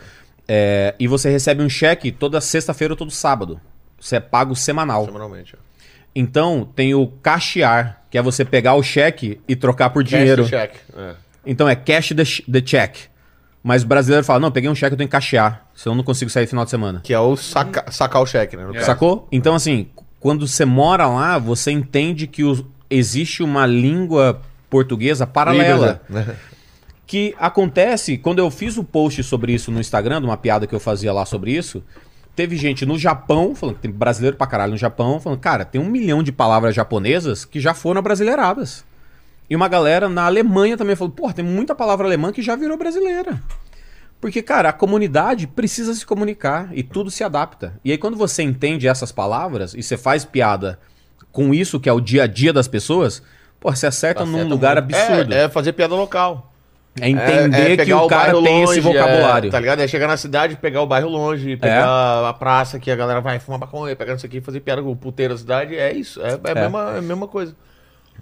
[SPEAKER 4] É, e você recebe um cheque toda sexta-feira ou todo sábado. Você é pago semanal.
[SPEAKER 5] Semanalmente. é.
[SPEAKER 4] Então tem o cachear, que é você pegar o cheque e trocar por dinheiro.
[SPEAKER 5] Check. É.
[SPEAKER 4] Então é cash the, sh- the check. Mas o brasileiro fala, não, peguei um cheque, eu tenho que cachear, senão eu não consigo sair final de semana.
[SPEAKER 5] Que é o saca- sacar o cheque, né?
[SPEAKER 1] É.
[SPEAKER 5] no caso.
[SPEAKER 4] Sacou? Então, assim, quando você mora lá, você entende que os- existe uma língua portuguesa paralela. Que acontece, quando eu fiz o post sobre isso no Instagram, de uma piada que eu fazia lá sobre isso, teve gente no Japão, falando que tem brasileiro pra caralho no Japão, falando, cara, tem um milhão de palavras japonesas que já foram brasileiradas. E uma galera na Alemanha também falou, porra, tem muita palavra alemã que já virou brasileira. Porque, cara, a comunidade precisa se comunicar e tudo se adapta. E aí, quando você entende essas palavras e você faz piada com isso, que é o dia a dia das pessoas, pô, você acerta, num lugar absurdo.
[SPEAKER 5] É,
[SPEAKER 4] É,
[SPEAKER 5] é fazer piada local.
[SPEAKER 4] entender que
[SPEAKER 5] É, pegar
[SPEAKER 4] o cara
[SPEAKER 5] bairro
[SPEAKER 4] tem
[SPEAKER 5] longe,
[SPEAKER 4] esse vocabulário. É.
[SPEAKER 5] é, tá ligado? É chegar na cidade, pegar o bairro longe, pegar a praça que a galera vai fumar maconha, pegar isso aqui, fazer piada com o puteiro da cidade. É isso. É, é A, mesma, é a mesma coisa.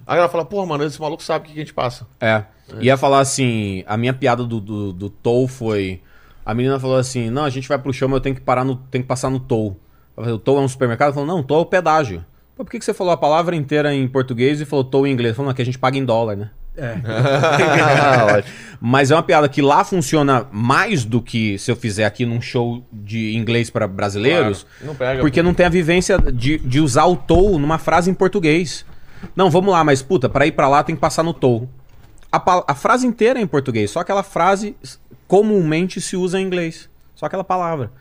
[SPEAKER 5] A galera fala, porra, mano, esse maluco sabe o que que a gente passa.
[SPEAKER 4] É. Ia falar assim, a minha piada do, do, do toll foi. A menina falou assim: não, a gente vai pro show, mas eu tenho que parar no. tenho que passar no toll. Eu falei, o toll é um supermercado? Ela falou, não, toll é o pedágio. Pô, por que, que você falou a palavra inteira em português e falou toll em inglês? Falando que a gente paga em dólar, né?
[SPEAKER 5] Ah,
[SPEAKER 4] Mas é uma piada que lá funciona mais do que se eu fizer aqui num show de inglês para brasileiros.
[SPEAKER 5] Não pega.
[SPEAKER 4] Porque não tem a vivência de, de usar o tou numa frase em português. Não, vamos lá, mas puta, pra ir pra lá tem que passar no tou. A, pa- a frase inteira é em português, só aquela frase s- comumente se usa em inglês. Só aquela palavra.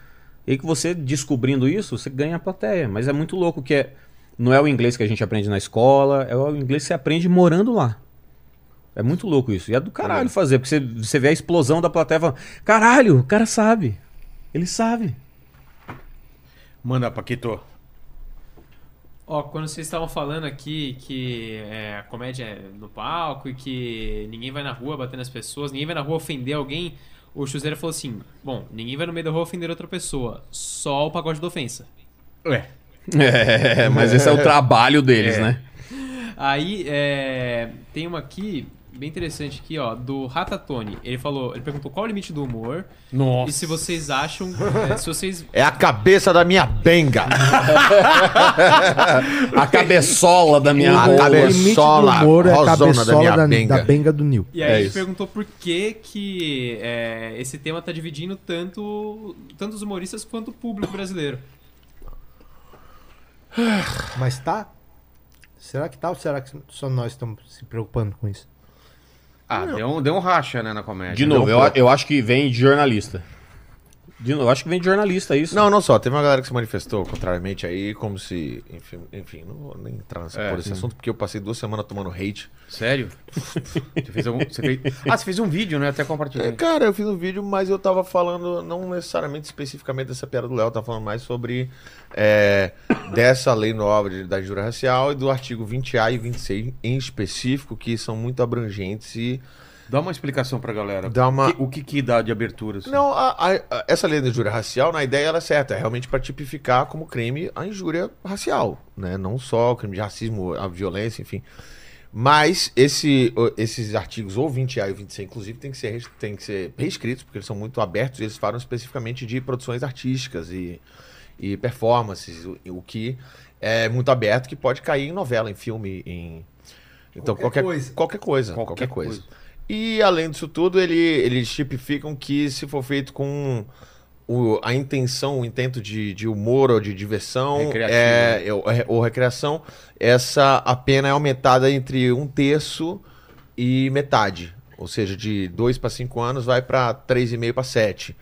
[SPEAKER 4] E aí que você descobrindo isso, você ganha a plateia. Mas é muito louco que é, não é o inglês que a gente aprende na escola, é o inglês que você aprende morando lá. É muito louco isso. E é do caralho fazer, porque você, você vê a explosão da plateia falando, caralho, o cara sabe. Ele sabe.
[SPEAKER 7] Manda, Paquito.
[SPEAKER 3] Ó, quando vocês estavam falando aqui que é, a comédia é no palco e que ninguém vai na rua bater nas pessoas, ninguém vai na rua ofender alguém, o Chuzeiro falou assim: bom, ninguém vai no meio da rua ofender outra pessoa, só o pacote da ofensa.
[SPEAKER 7] Ué.
[SPEAKER 4] É, mas esse é o trabalho deles, né?
[SPEAKER 3] Aí é, tem uma aqui bem interessante aqui, ó, do Ratatone. Ele falou, ele perguntou qual o limite do humor
[SPEAKER 7] Nossa.
[SPEAKER 3] e se vocês acham, é, se vocês
[SPEAKER 5] É a cabeça da minha benga.
[SPEAKER 4] A cabeçola da minha
[SPEAKER 5] A
[SPEAKER 4] rola.
[SPEAKER 5] cabe- Cabeçola,
[SPEAKER 6] um humor é a
[SPEAKER 5] rosona da
[SPEAKER 6] cabeçola
[SPEAKER 5] minha
[SPEAKER 6] da,
[SPEAKER 5] benga.
[SPEAKER 6] da benga do Nil.
[SPEAKER 3] E aí
[SPEAKER 4] É
[SPEAKER 3] ele
[SPEAKER 4] isso.
[SPEAKER 3] perguntou por que que é, esse tema tá dividindo tanto, tanto os humoristas quanto o público brasileiro.
[SPEAKER 6] Mas tá? Será que tá ou será que só nós estamos se preocupando com isso?
[SPEAKER 7] Ah, deu um, deu um racha, né, na comédia.
[SPEAKER 4] De novo,
[SPEAKER 7] Deu
[SPEAKER 4] eu,
[SPEAKER 7] um
[SPEAKER 4] eu acho que vem de jornalista. De novo, eu acho que vem de jornalista isso.
[SPEAKER 5] Não, não só. Teve uma galera que se manifestou contrariamente aí, como se. Enfim, enfim não vou nem entrar
[SPEAKER 4] É,
[SPEAKER 5] nessa, por esse assunto, porque eu passei duas semanas tomando hate.
[SPEAKER 7] Sério? você fez algum, você fez- Ah, você fez um vídeo, né? Até
[SPEAKER 5] É,
[SPEAKER 7] compartilhei.
[SPEAKER 5] cara, eu fiz um vídeo, mas eu tava falando, não necessariamente especificamente dessa piada do Léo, eu tava falando mais sobre é, dessa lei nova de- da injúria racial e do artigo 20A e 26 em específico, que são muito abrangentes e
[SPEAKER 7] Dá uma explicação pra galera.
[SPEAKER 5] dá uma.
[SPEAKER 7] Que- o que que dá de abertura? assim?
[SPEAKER 5] Não, a- a- a- essa lei da injúria racial, na ideia, ela é certa. É realmente para tipificar como crime a injúria racial, né? Não só o crime de racismo, a violência, enfim. Mas esse, o- esses artigos, ou 20A e o 26, inclusive, tem que, ser, res- tem que ser reescritos, porque eles são muito abertos e eles falam especificamente de produções artísticas e, e performances, o, o que é muito aberto, que pode cair em novela, em filme, em... Então, qualquer,
[SPEAKER 6] Qualquer coisa.
[SPEAKER 5] Qualquer coisa,
[SPEAKER 7] Qualquer
[SPEAKER 5] qualquer, coisa.
[SPEAKER 7] coisa.
[SPEAKER 5] E além disso tudo, ele, eles tipificam que se for feito com o- a intenção, o intento de, de humor ou de diversão
[SPEAKER 7] Recreativo, né?
[SPEAKER 5] é, é, ou, é- ou recreação, essa a pena é aumentada entre um terço e metade. Ou seja, de 2 para 5 anos vai para 3,5 para 7.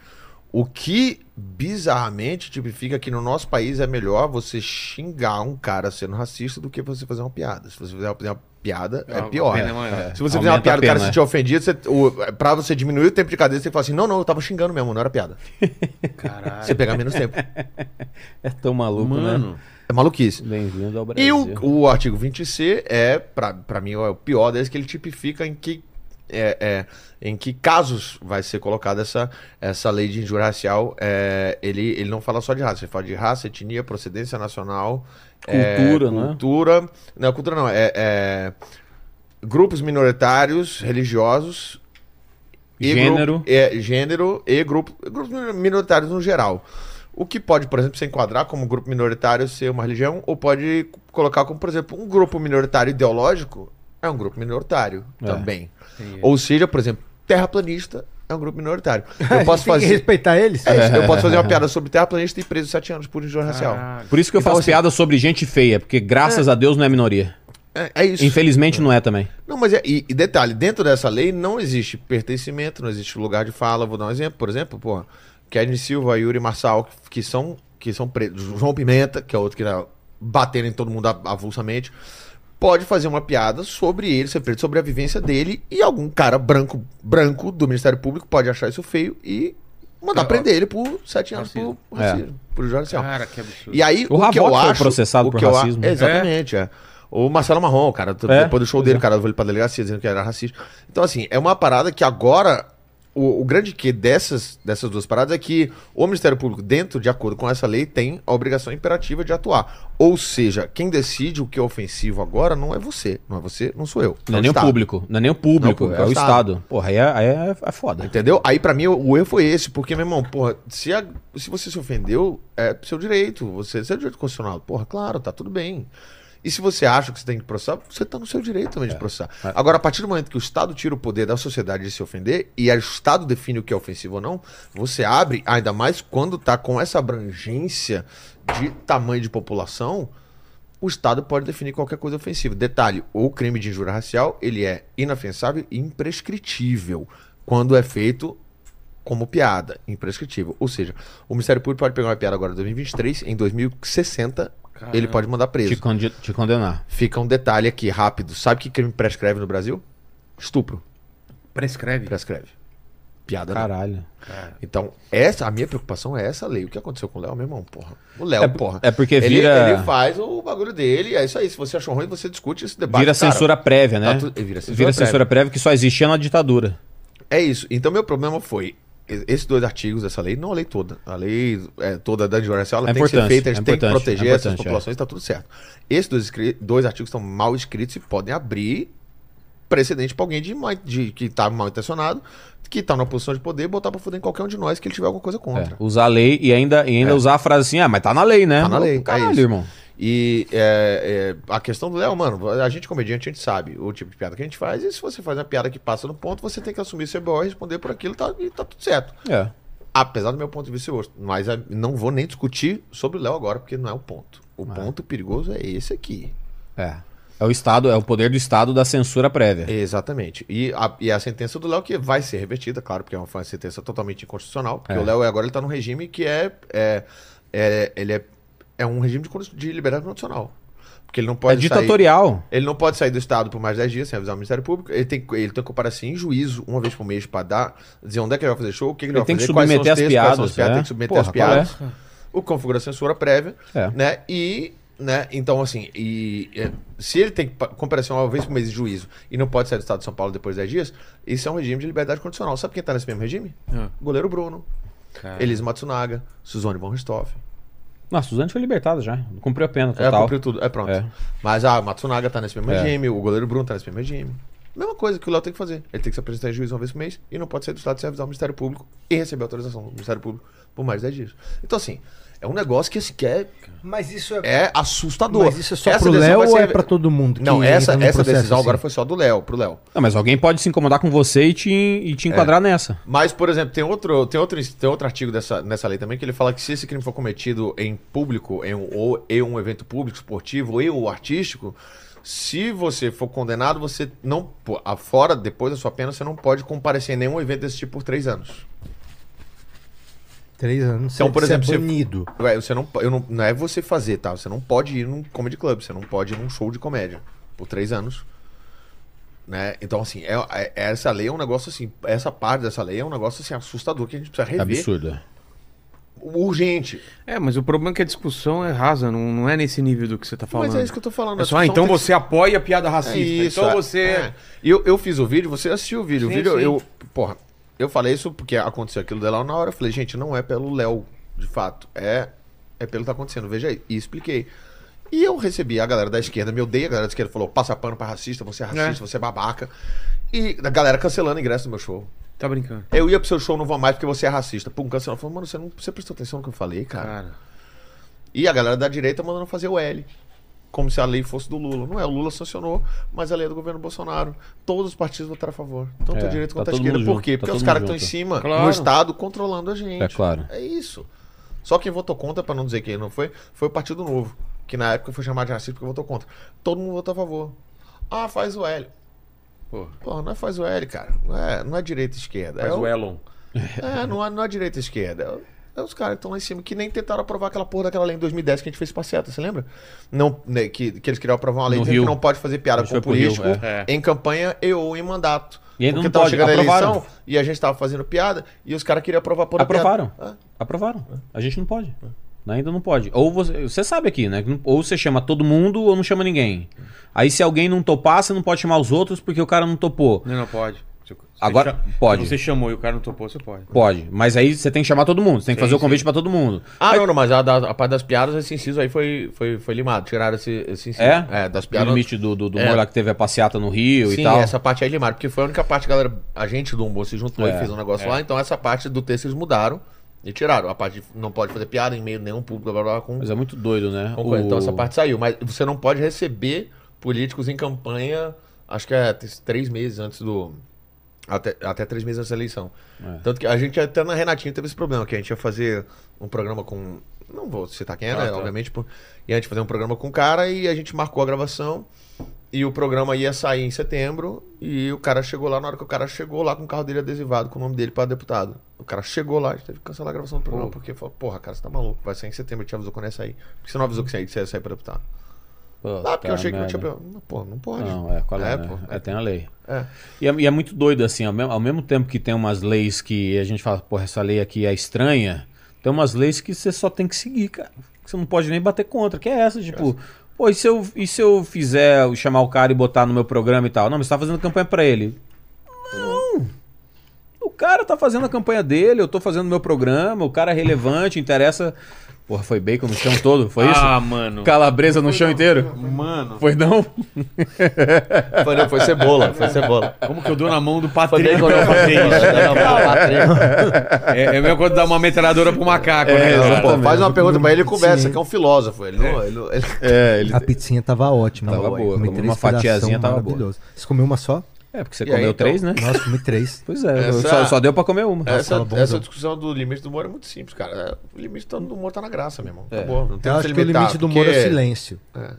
[SPEAKER 5] O que bizarramente tipifica que no nosso país é melhor você xingar um cara sendo racista do que você fazer uma piada. Se você fizer uma piada, é pior.
[SPEAKER 7] Ah, pena maior.
[SPEAKER 5] Se você fizer
[SPEAKER 4] Aumenta
[SPEAKER 5] uma piada e o
[SPEAKER 4] a pena,
[SPEAKER 5] cara se sentir ofendido, você, o- pra você diminuir o tempo de cadeia, você fala assim: não, não, eu tava xingando mesmo, não era piada.
[SPEAKER 7] Caralho.
[SPEAKER 5] Você pegar menos tempo.
[SPEAKER 4] É tão maluco, né?
[SPEAKER 7] Mano,
[SPEAKER 5] É maluquice.
[SPEAKER 4] Bem-vindo ao Brasil.
[SPEAKER 5] E o, o artigo 20C é, pra, pra mim, é o pior deles, que ele tipifica em que, é, é, em que casos vai ser colocada essa, essa lei de injúria racial. É, ele, ele não fala só de raça, ele fala de raça, etnia, procedência nacional,
[SPEAKER 4] Cultura, né?
[SPEAKER 5] cultura. Não, cultura não, é. é grupos minoritários, religiosos, e
[SPEAKER 4] Gênero.
[SPEAKER 5] grupo- é, gênero e grupo, grupos minoritários no geral. O que pode, por exemplo, se enquadrar como grupo minoritário ser uma religião, ou pode colocar como, por exemplo, um grupo minoritário ideológico é um grupo minoritário
[SPEAKER 4] É.
[SPEAKER 5] também. Ou seja, por exemplo, terraplanista é um grupo minoritário. Eu posso
[SPEAKER 6] Tem que
[SPEAKER 5] fazer.
[SPEAKER 6] respeitar eles?
[SPEAKER 5] É isso, eu posso fazer uma piada sobre terraplanista e preso sete anos por injúria racial.
[SPEAKER 7] caralho.
[SPEAKER 4] Por isso que
[SPEAKER 5] Então,
[SPEAKER 4] eu faço
[SPEAKER 5] assim,
[SPEAKER 4] piada sobre gente feia, porque graças a Deus não é minoria.
[SPEAKER 5] É, é isso.
[SPEAKER 4] Infelizmente não é também.
[SPEAKER 5] Não, mas é, e, e detalhe, dentro dessa lei não existe pertencimento, não existe lugar de fala. Vou dar um exemplo, por exemplo, pô, Kedney Silva, Yuri Marçal, que são, que são presos. João Pimenta, que é outro que tá batendo em todo mundo a- avulsamente, pode fazer uma piada sobre ele, ser preso, sobre a vivência dele, e algum cara branco, branco do Ministério Público pode achar isso feio e mandar prender ele por sete anos por, por racismo, por judicial.
[SPEAKER 7] Cara, que absurdo.
[SPEAKER 5] E aí,
[SPEAKER 4] O
[SPEAKER 5] o, que eu
[SPEAKER 4] Ravok foi
[SPEAKER 5] acho.
[SPEAKER 4] processado
[SPEAKER 5] o
[SPEAKER 4] por
[SPEAKER 5] que eu a-
[SPEAKER 4] racismo. né?
[SPEAKER 5] Exatamente, é. O Marcelo Marrom, cara, t-
[SPEAKER 4] É?
[SPEAKER 5] depois do show dele, cara, eu vou ele pra delegacia dizendo que era racista. Então, assim, é uma parada que agora. O, o grande que dessas, dessas duas paradas é que o Ministério Público, dentro, de acordo com essa lei, tem a obrigação imperativa de atuar. Ou seja, quem decide o que é ofensivo agora não é você. Não é você, não sou eu.
[SPEAKER 4] Não é
[SPEAKER 5] o
[SPEAKER 4] nem o
[SPEAKER 5] Estado.
[SPEAKER 4] público. Não é nem o público,
[SPEAKER 5] Não,
[SPEAKER 4] é, o Estado. Porra, aí é, aí é, é foda.
[SPEAKER 5] Entendeu? Aí pra mim o, o erro foi esse, porque, meu irmão, porra, se, a- se você se ofendeu, é seu direito. Você, seu direito constitucional. Porra, claro, tá tudo bem. E se você acha que você tem que processar, você tá no seu direito também de processar. Agora, a partir do momento que o Estado tira o poder da sociedade de se ofender, e aí o Estado define o que é ofensivo ou não, você abre, ainda mais quando tá com essa abrangência de tamanho de população, o Estado pode definir qualquer coisa ofensiva. Detalhe, o crime de injúria racial, ele é inafensável e imprescritível quando é feito como piada, imprescritível. Ou seja, o Ministério Público pode pegar uma piada agora em 2023, em 2060, ele pode mandar preso.
[SPEAKER 4] Te, conde- te condenar.
[SPEAKER 5] Fica um detalhe aqui rápido. Sabe que crime prescreve no Brasil? Estupro.
[SPEAKER 7] Prescreve.
[SPEAKER 5] Prescreve. Piada não.
[SPEAKER 4] Caralho.
[SPEAKER 5] Então, essa, a minha preocupação é essa lei. O que aconteceu com o Léo, meu irmão? Porra. O Léo, porra.
[SPEAKER 4] É porque
[SPEAKER 5] ele,
[SPEAKER 4] vira,
[SPEAKER 5] ele faz o bagulho dele, é isso aí. Se você achou ruim, você discute esse debate.
[SPEAKER 4] vira
[SPEAKER 5] cara.
[SPEAKER 4] censura prévia, né?
[SPEAKER 5] Tá tudo- Vira censura.
[SPEAKER 4] Vira
[SPEAKER 5] prévia.
[SPEAKER 4] censura prévia que só existia na ditadura.
[SPEAKER 5] É isso. Então, meu problema foi. e- Esses dois artigos dessa lei, não a lei toda. A lei é, toda da ignorância ela
[SPEAKER 4] É
[SPEAKER 5] tem que ser
[SPEAKER 4] importante,
[SPEAKER 5] feita, a gente
[SPEAKER 4] é
[SPEAKER 5] tem que
[SPEAKER 4] importante,
[SPEAKER 5] proteger
[SPEAKER 4] é
[SPEAKER 5] essas
[SPEAKER 4] importante,
[SPEAKER 5] populações, tá tudo certo. Esses dois, escri- dois artigos estão mal escritos e podem abrir precedente pra alguém de, ma- de- que tá mal intencionado, que tá numa posição de poder, botar pra fuder em qualquer um de nós que ele tiver alguma coisa contra. É.
[SPEAKER 4] É, Usar a lei e ainda, e ainda usar a frase assim, ah, mas tá na lei, né?
[SPEAKER 5] Tá na lei, é
[SPEAKER 4] Caralho,
[SPEAKER 5] isso.
[SPEAKER 4] irmão.
[SPEAKER 5] E é, é, a questão do Léo, mano, a gente comediante, a gente sabe o tipo de piada que a gente faz, e se você faz uma piada que passa no ponto, você tem que assumir seu BO e responder por aquilo tá, e tá tudo certo.
[SPEAKER 4] É.
[SPEAKER 5] Apesar do meu ponto de vista, eu, mas é, não vou nem discutir sobre o Léo agora, porque não é o ponto. O ponto perigoso é esse aqui.
[SPEAKER 4] É. É o Estado, é o poder do Estado da censura prévia.
[SPEAKER 5] Exatamente. E a, e a sentença do Léo que vai ser revertida, claro, porque é uma, foi uma sentença totalmente inconstitucional, porque o Léo agora ele tá num regime que é. é, é- ele é, é um regime de, condi- de liberdade condicional. Porque ele não
[SPEAKER 4] É
[SPEAKER 5] pode. sair-
[SPEAKER 4] ditatorial.
[SPEAKER 5] Ele não pode sair do estado por mais 10 dias sem avisar o Ministério Público. Ele tem, que- ele tem que comparecer em juízo uma vez por mês pra dar, dizer onde é que ele vai fazer show, o que, que ele,
[SPEAKER 4] Ele
[SPEAKER 5] vai
[SPEAKER 4] tem que
[SPEAKER 5] fazer, quais são os
[SPEAKER 4] submeter as
[SPEAKER 5] textos, quais
[SPEAKER 4] piadas,
[SPEAKER 5] são as piadas,
[SPEAKER 4] é.
[SPEAKER 5] tem que submeter
[SPEAKER 4] Porra,
[SPEAKER 5] as
[SPEAKER 4] qual é?
[SPEAKER 5] piadas. O configura a censura prévia,
[SPEAKER 4] É.
[SPEAKER 5] né? E, né, então assim, e, é, se ele tem que pa- comparecer uma vez por mês em juízo e não pode sair do estado de São Paulo depois de 10 dias, isso é um regime de liberdade condicional. Sabe quem tá nesse mesmo regime? Goleiro Bruno, Elis Matsunaga, Suzane von Ristoff.
[SPEAKER 4] Nossa, Suzane foi libertada já. Cumpriu a pena
[SPEAKER 5] É,
[SPEAKER 4] total.
[SPEAKER 5] cumpriu tudo. É pronto.
[SPEAKER 4] É.
[SPEAKER 5] Mas ah, o Matsunaga tá nesse mesmo
[SPEAKER 4] É.
[SPEAKER 5] regime, o goleiro Bruno tá nesse mesmo regime. Mesma coisa que o Léo tem que fazer. Ele tem que se apresentar em juízo uma vez por mês e não pode sair do estado sem avisar o Ministério Público e receber autorização do Ministério Público por mais de 10 dias. Então, assim, é um negócio que assim, que é,
[SPEAKER 6] Mas isso é,
[SPEAKER 5] é assustador.
[SPEAKER 6] mas isso é só
[SPEAKER 5] Essa
[SPEAKER 6] pro
[SPEAKER 5] decisão
[SPEAKER 6] Léo
[SPEAKER 5] vai
[SPEAKER 6] ou
[SPEAKER 5] ser-
[SPEAKER 6] é pra todo mundo?
[SPEAKER 5] Não,
[SPEAKER 6] que
[SPEAKER 5] essa,
[SPEAKER 6] entra num
[SPEAKER 5] essa
[SPEAKER 6] processo
[SPEAKER 5] decisão
[SPEAKER 6] assim?
[SPEAKER 5] agora foi só do Léo, pro Léo.
[SPEAKER 4] Não, mas alguém pode se incomodar com você e te, e
[SPEAKER 5] É.
[SPEAKER 4] te enquadrar nessa.
[SPEAKER 5] Mas, por exemplo, tem outro, tem outro, tem outro artigo dessa, nessa lei também que ele fala que se esse crime for cometido em público, em um, ou em um evento público, esportivo e ou artístico, se você for condenado, você não. po- a- Fora, depois da sua pena, você não pode comparecer em nenhum evento desse tipo por três anos.
[SPEAKER 6] Três anos.
[SPEAKER 5] Então,
[SPEAKER 6] você-
[SPEAKER 5] por
[SPEAKER 6] você
[SPEAKER 5] exemplo,
[SPEAKER 6] é
[SPEAKER 5] você-
[SPEAKER 6] banido.
[SPEAKER 5] Ué, Você não, po- eu não, não é você fazer, tá? Você não pode ir num comedy club, você não pode ir num show de comédia por três anos. Né? Então, assim, é, é- essa lei é um negócio assim. Essa parte dessa lei é um negócio assim assustador que a gente precisa
[SPEAKER 4] É
[SPEAKER 5] rever.
[SPEAKER 4] absurdo. é.
[SPEAKER 5] Urgente.
[SPEAKER 7] É, mas o problema é que a discussão é rasa, não, não é nesse nível do que você tá falando.
[SPEAKER 5] Mas é isso que eu tô falando.
[SPEAKER 7] É
[SPEAKER 5] a
[SPEAKER 7] só, ah,
[SPEAKER 5] discussão
[SPEAKER 7] então
[SPEAKER 5] tem que
[SPEAKER 7] você apoia a piada
[SPEAKER 5] ser-
[SPEAKER 7] racista.
[SPEAKER 5] É isso,
[SPEAKER 7] então
[SPEAKER 5] é.
[SPEAKER 7] você.
[SPEAKER 5] É. Eu, eu fiz o vídeo, você assistiu o vídeo. o
[SPEAKER 7] Sim,
[SPEAKER 5] vídeo,
[SPEAKER 7] sim.
[SPEAKER 5] eu. Porra, eu falei isso porque aconteceu aquilo dela na hora. Eu falei, gente, não é pelo Léo, de fato. É, é pelo que tá acontecendo. Veja aí. E expliquei. E eu recebi a galera da esquerda, me odeia, a galera da esquerda falou: passa pano pra racista, você é racista, você é babaca. E a galera cancelando o ingresso do meu show.
[SPEAKER 7] Tá brincando.
[SPEAKER 5] Eu ia pro seu show, não vou mais porque você é racista. Pum, cancelou. Falou, mano, você não você prestou atenção no que eu falei, cara.
[SPEAKER 7] Cara.
[SPEAKER 5] E a galera da direita mandando fazer o L. Como se a lei fosse do Lula. Não é, o Lula sancionou, mas a lei é do governo Bolsonaro. Todos os partidos votaram a favor. Tanto
[SPEAKER 4] É,
[SPEAKER 5] a
[SPEAKER 4] tá
[SPEAKER 5] direita quanto a
[SPEAKER 4] todo
[SPEAKER 5] esquerda.
[SPEAKER 4] mundo
[SPEAKER 5] Por quê?
[SPEAKER 4] junto, tá
[SPEAKER 5] Porque
[SPEAKER 4] todo
[SPEAKER 5] os caras
[SPEAKER 4] mundo
[SPEAKER 5] estão em
[SPEAKER 4] junto.
[SPEAKER 5] cima
[SPEAKER 7] Claro.
[SPEAKER 5] no Estado controlando a gente.
[SPEAKER 4] É claro.
[SPEAKER 5] É isso. Só quem votou contra, pra não dizer que ele não foi, foi o Partido Novo, que na época foi chamado de racista porque votou contra. Todo mundo votou a favor. Ah, faz o L.
[SPEAKER 7] Porra.
[SPEAKER 5] Porra, não é faz o L, cara. Não é, não é direita e esquerda.
[SPEAKER 7] Mas
[SPEAKER 5] é
[SPEAKER 7] o Elon.
[SPEAKER 5] é, não é, não é direita e esquerda. É os caras que estão lá em cima, que nem tentaram aprovar aquela porra daquela lei em 2010 que a gente fez passeata, você lembra? Não, né, que, que eles queriam aprovar uma lei
[SPEAKER 4] No
[SPEAKER 5] dizendo
[SPEAKER 4] Rio.
[SPEAKER 5] que não pode fazer piada
[SPEAKER 4] Acho que
[SPEAKER 5] com
[SPEAKER 4] foi pro Rio,
[SPEAKER 5] político
[SPEAKER 7] é.
[SPEAKER 5] em campanha e ou em mandato.
[SPEAKER 4] E ainda não
[SPEAKER 5] tava
[SPEAKER 4] pode,
[SPEAKER 5] chegando a
[SPEAKER 4] aprovaram.
[SPEAKER 5] eleição e a gente tava fazendo piada e os caras queriam aprovar por
[SPEAKER 4] Aprovaram.
[SPEAKER 5] Piada.
[SPEAKER 4] Aprovaram. A gente não pode.
[SPEAKER 5] É.
[SPEAKER 4] Ainda não pode. Ou você, você sabe aqui, né? Ou você chama todo mundo ou não chama ninguém. Aí se alguém não topar, você não pode chamar os outros porque o cara não topou.
[SPEAKER 7] Não, não, pode. Você- você
[SPEAKER 4] Agora,
[SPEAKER 7] cha-
[SPEAKER 4] pode.
[SPEAKER 7] Se você chamou e o cara não topou, você pode.
[SPEAKER 4] Pode. Mas aí você tem que chamar todo mundo. Você tem que fazer o convite pra todo mundo.
[SPEAKER 5] Ah, não, não, mas a, da- a parte das piadas, esse inciso aí foi, foi, foi limado. Tiraram esse, esse inciso.
[SPEAKER 4] É?
[SPEAKER 5] das
[SPEAKER 4] O
[SPEAKER 5] piadas.
[SPEAKER 4] limite do, do, do
[SPEAKER 5] É.
[SPEAKER 4] humor lá que teve a passeata no Rio
[SPEAKER 5] Sim,
[SPEAKER 4] e tal.
[SPEAKER 5] essa parte aí limaram, porque foi a única parte que a galera, a gente do humor se juntou
[SPEAKER 4] É,
[SPEAKER 5] e fez um negócio lá, então essa parte do texto eles mudaram e tiraram. A parte de não pode fazer piada em meio de nenhum público, blá blá blá, com,
[SPEAKER 4] Mas é muito doido, né?
[SPEAKER 5] com coisa. Então
[SPEAKER 4] O-
[SPEAKER 5] essa parte saiu, mas você não pode receber políticos em campanha, acho que é t- três meses antes do. Até, até três meses antes da eleição. Tanto que a gente até na Renatinho teve esse problema, que a gente ia fazer um programa com. Não vou citar quem era,
[SPEAKER 7] Ah, tá.
[SPEAKER 5] obviamente, por, e a gente fazer um programa com o cara e a gente marcou a gravação. E o programa ia sair em setembro e o cara chegou lá, na hora que o cara chegou lá com o carro dele adesivado, com o nome dele para deputado. O cara chegou lá, a gente teve que cancelar a gravação do programa, porque falou, porra, cara, você tá maluco, vai sair em setembro, eu te avisou quando ia sair. Por que você não avisou que você ia sair pra deputado? Ah, porque eu achei que não tinha. problema. Pô, não pode.
[SPEAKER 4] Não, é, qual é,
[SPEAKER 5] É,
[SPEAKER 4] né?
[SPEAKER 5] pô.
[SPEAKER 4] É, tem a lei.
[SPEAKER 5] É.
[SPEAKER 4] E, é, e é muito doido, assim, ao mesmo, ao mesmo tempo que tem umas leis que a gente fala, porra, essa lei aqui é estranha, tem umas leis que você só tem que seguir, cara. Que você não pode nem bater contra, que é essa, tipo, pô, e se eu, e se eu fizer, eu chamar o cara e botar no meu programa e tal? Não, mas você tá fazendo campanha pra ele. Não! O cara tá fazendo a campanha dele, eu tô fazendo meu programa, o cara é relevante, interessa. Porra, foi bacon no chão todo? Foi isso?
[SPEAKER 7] Ah, mano.
[SPEAKER 4] Calabresa no chão inteiro?
[SPEAKER 7] Mano.
[SPEAKER 4] Foi não?
[SPEAKER 5] Foi, não, foi cebola, foi cebola.
[SPEAKER 7] Como que eu dou na mão do
[SPEAKER 5] Foi
[SPEAKER 7] Patrick
[SPEAKER 5] bem quando
[SPEAKER 7] pra
[SPEAKER 5] eu né?
[SPEAKER 7] fazer isso?
[SPEAKER 5] isso.
[SPEAKER 7] É, é a mesma coisa dar uma metralhadora pro macaco, né? cara?
[SPEAKER 5] Pô, faz uma pergunta pra ele e conversa,
[SPEAKER 6] Sim.
[SPEAKER 5] que é um filósofo. Ele não. Ele, ele-
[SPEAKER 4] É, ele
[SPEAKER 6] A pizzinha tava ótima.
[SPEAKER 4] Tava
[SPEAKER 6] Comi
[SPEAKER 4] boa, comi
[SPEAKER 6] três
[SPEAKER 4] uma fatiazinha,
[SPEAKER 6] pedação,
[SPEAKER 4] tava boa.
[SPEAKER 6] maravilhoso. Você comeu uma só?
[SPEAKER 4] É, porque você
[SPEAKER 5] E
[SPEAKER 4] comeu
[SPEAKER 5] aí, então?
[SPEAKER 4] três, né?
[SPEAKER 6] Nossa, comi três.
[SPEAKER 4] Pois é,
[SPEAKER 5] Essa-
[SPEAKER 4] só, só deu pra comer uma.
[SPEAKER 5] essa
[SPEAKER 6] tava bom,
[SPEAKER 5] essa
[SPEAKER 6] não.
[SPEAKER 5] discussão do limite do humor é muito simples, cara. É, O limite do humor tá na graça, meu irmão.
[SPEAKER 4] É.
[SPEAKER 5] Acabou. Não tem
[SPEAKER 6] Eu
[SPEAKER 5] que se
[SPEAKER 6] acho que o
[SPEAKER 5] limitar,
[SPEAKER 6] limite do humor é o
[SPEAKER 5] porque-
[SPEAKER 6] silêncio.
[SPEAKER 5] É.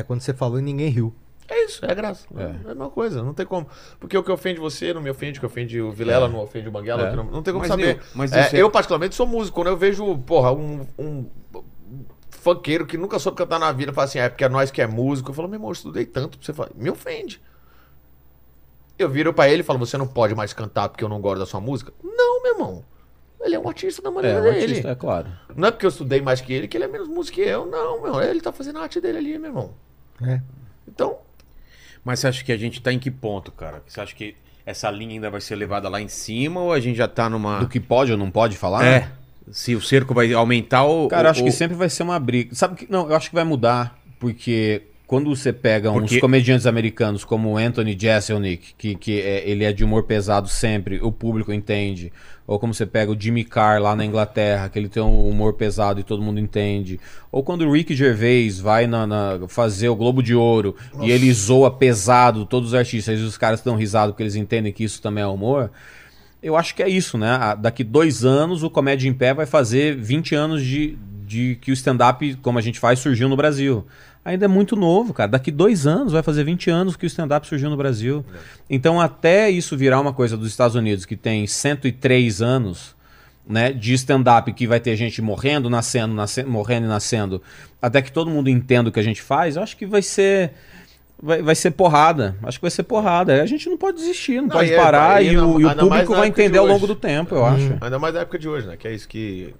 [SPEAKER 6] É quando você falou e ninguém riu.
[SPEAKER 5] É isso, é graça. É. a mesma coisa, não tem como. Porque o que ofende você não me ofende, o que ofende o Vilela não ofende o Banguela,
[SPEAKER 4] É.
[SPEAKER 5] o que não, não tem como
[SPEAKER 7] Mas,
[SPEAKER 5] saber.
[SPEAKER 7] Nil, mas
[SPEAKER 5] É,
[SPEAKER 7] isso é-
[SPEAKER 5] Eu, particularmente, sou músico. Quando eu vejo, porra, um, um funkeiro que nunca soube cantar na vida, fala assim, "Ah, é porque é nós que é músico. Eu falo, meu irmão, eu estudei tanto pra você falar. Me ofende. Eu viro pra ele e falo, você não pode mais cantar porque eu não gosto da sua música? Não, meu irmão. Ele é um artista da
[SPEAKER 4] É,
[SPEAKER 5] maneira
[SPEAKER 4] um
[SPEAKER 5] dele.
[SPEAKER 4] artista, é claro.
[SPEAKER 5] Não é porque eu estudei mais que ele que ele é menos músico que eu. Não, meu. Ele tá fazendo a arte dele ali, meu irmão.
[SPEAKER 6] É.
[SPEAKER 5] Então,
[SPEAKER 7] Mas você acha que a gente tá em que ponto, cara? Você acha que essa linha ainda vai ser levada lá em cima ou a gente já tá numa.
[SPEAKER 4] Do que pode ou não pode falar? né?
[SPEAKER 7] É. Se o cerco vai aumentar ou.
[SPEAKER 4] Cara, eu acho
[SPEAKER 7] ou-
[SPEAKER 4] que sempre vai ser uma briga. Sabe que. Não, eu acho que vai mudar, porque quando você pega
[SPEAKER 7] Porque-
[SPEAKER 4] uns comediantes americanos como Anthony Jeselnik, que, que é- ele é de humor pesado sempre, o público entende. Ou como você pega o Jimmy Carr lá na Inglaterra, que ele tem um humor pesado e todo mundo entende. Ou quando o Rick Gervais vai na, na- fazer o Globo de Ouro e ele zoa pesado todos os artistas e os caras estão risados porque eles entendem que isso também é humor. Eu acho que é isso, né? Ah, Daqui dois anos o Comédia em Pé vai fazer 20 anos de, de que o stand-up, como a gente faz, surgiu no Brasil. Ainda é muito novo, cara. Daqui dois anos vai fazer 20 anos que o stand-up surgiu no Brasil. Então, até isso virar uma coisa dos Estados Unidos, que tem 103 anos né, de stand-up, que vai ter gente morrendo, nascendo, nascendo, morrendo e nascendo, até que todo mundo entenda o que a gente faz, eu acho que vai ser. Vai, vai ser porrada. Acho que vai ser porrada. A gente não pode desistir, não,
[SPEAKER 5] Não,
[SPEAKER 4] pode
[SPEAKER 5] e é-
[SPEAKER 4] parar.
[SPEAKER 5] e
[SPEAKER 4] e o,
[SPEAKER 5] ainda-
[SPEAKER 4] e o
[SPEAKER 5] ainda mais
[SPEAKER 4] público
[SPEAKER 5] na
[SPEAKER 4] vai
[SPEAKER 5] época de
[SPEAKER 4] entender ao
[SPEAKER 5] hoje. Hum.
[SPEAKER 4] longo do tempo, eu acho.
[SPEAKER 5] Ainda mais na época de hoje, né? Que é isso que.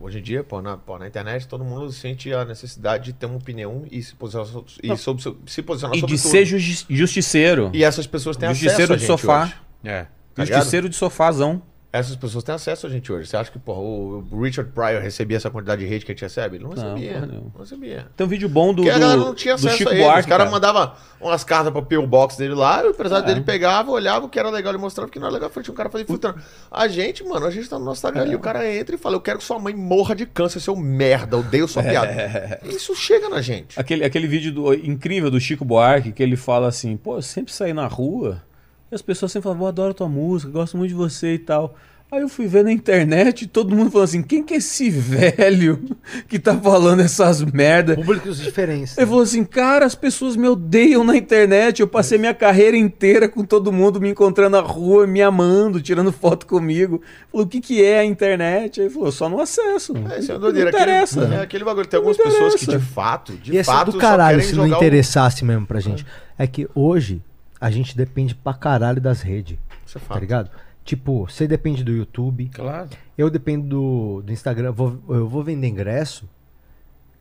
[SPEAKER 5] Hoje em dia, pô, na, pô, na internet, todo mundo sente a necessidade de ter uma opinião e se posicionar, so- e sobre, so- se posicionar
[SPEAKER 4] E
[SPEAKER 5] sobre
[SPEAKER 4] de
[SPEAKER 5] tudo.
[SPEAKER 4] ser justi justiceiro.
[SPEAKER 5] E essas pessoas têm acesso
[SPEAKER 4] Justiceiro
[SPEAKER 5] a
[SPEAKER 4] de
[SPEAKER 5] gente
[SPEAKER 4] sofá.
[SPEAKER 5] hoje.
[SPEAKER 7] É.
[SPEAKER 5] Tá ligado?
[SPEAKER 4] justiceiro de sofazão.
[SPEAKER 5] Essas pessoas têm acesso a gente hoje. Você acha que, porra, o Richard Pryor recebia essa quantidade de hate que a gente recebe? Ele não recebia. né?
[SPEAKER 4] porra
[SPEAKER 5] Não,
[SPEAKER 4] nenhuma.
[SPEAKER 5] recebia.
[SPEAKER 4] Tem um vídeo bom do,
[SPEAKER 5] Porque a galera não
[SPEAKER 4] do,
[SPEAKER 5] tinha
[SPEAKER 4] do
[SPEAKER 5] acesso
[SPEAKER 4] Chico
[SPEAKER 5] a ele.
[SPEAKER 4] Buarque.
[SPEAKER 5] Os caras
[SPEAKER 4] cara.
[SPEAKER 5] mandavam umas cartas pro pillbox dele lá, e o
[SPEAKER 6] É.
[SPEAKER 5] empresário dele pegava, olhava o que era legal, ele mostrava o que não era legal. Frente, um cara fazia filtrando. A gente, mano, a gente tá no nosso
[SPEAKER 6] É.
[SPEAKER 5] Instagram ali, o cara entra e fala: Eu quero que sua mãe morra de câncer, seu merda, odeio
[SPEAKER 6] É.
[SPEAKER 5] sua piada. Isso chega na gente.
[SPEAKER 4] Aquele, aquele vídeo do- incrível do Chico Buarque, que ele fala assim, pô, eu sempre saí na rua e as pessoas sempre falavam, eu adoro tua música, gosto muito de você e tal. Aí eu fui ver na internet e todo mundo falando assim, quem que é esse velho que tá falando essas merda?
[SPEAKER 6] Públicos diferentes.
[SPEAKER 4] Ele
[SPEAKER 6] né?
[SPEAKER 4] falou assim, cara, as pessoas me odeiam na internet, eu passei minha carreira inteira com todo mundo me encontrando na rua, me amando, tirando foto comigo. Falou, o que que é a internet? Aí ele falou, só no acesso.
[SPEAKER 5] É, isso é
[SPEAKER 4] não
[SPEAKER 5] doideira.
[SPEAKER 4] interessa.
[SPEAKER 5] Aquele, é aquele bagulho. Tem
[SPEAKER 4] Não
[SPEAKER 5] algumas pessoas que, de
[SPEAKER 4] interessa.
[SPEAKER 5] fato, de
[SPEAKER 6] E esse é
[SPEAKER 5] fato,
[SPEAKER 6] do caralho se não
[SPEAKER 5] jogar o-
[SPEAKER 6] interessasse mesmo pra gente. É que hoje a gente depende pra caralho das redes,
[SPEAKER 5] Isso é
[SPEAKER 6] tá
[SPEAKER 5] fato.
[SPEAKER 6] ligado? Tipo, você depende do YouTube,
[SPEAKER 7] Claro.
[SPEAKER 6] eu dependo do, do Instagram. Vou- eu vou vender ingresso,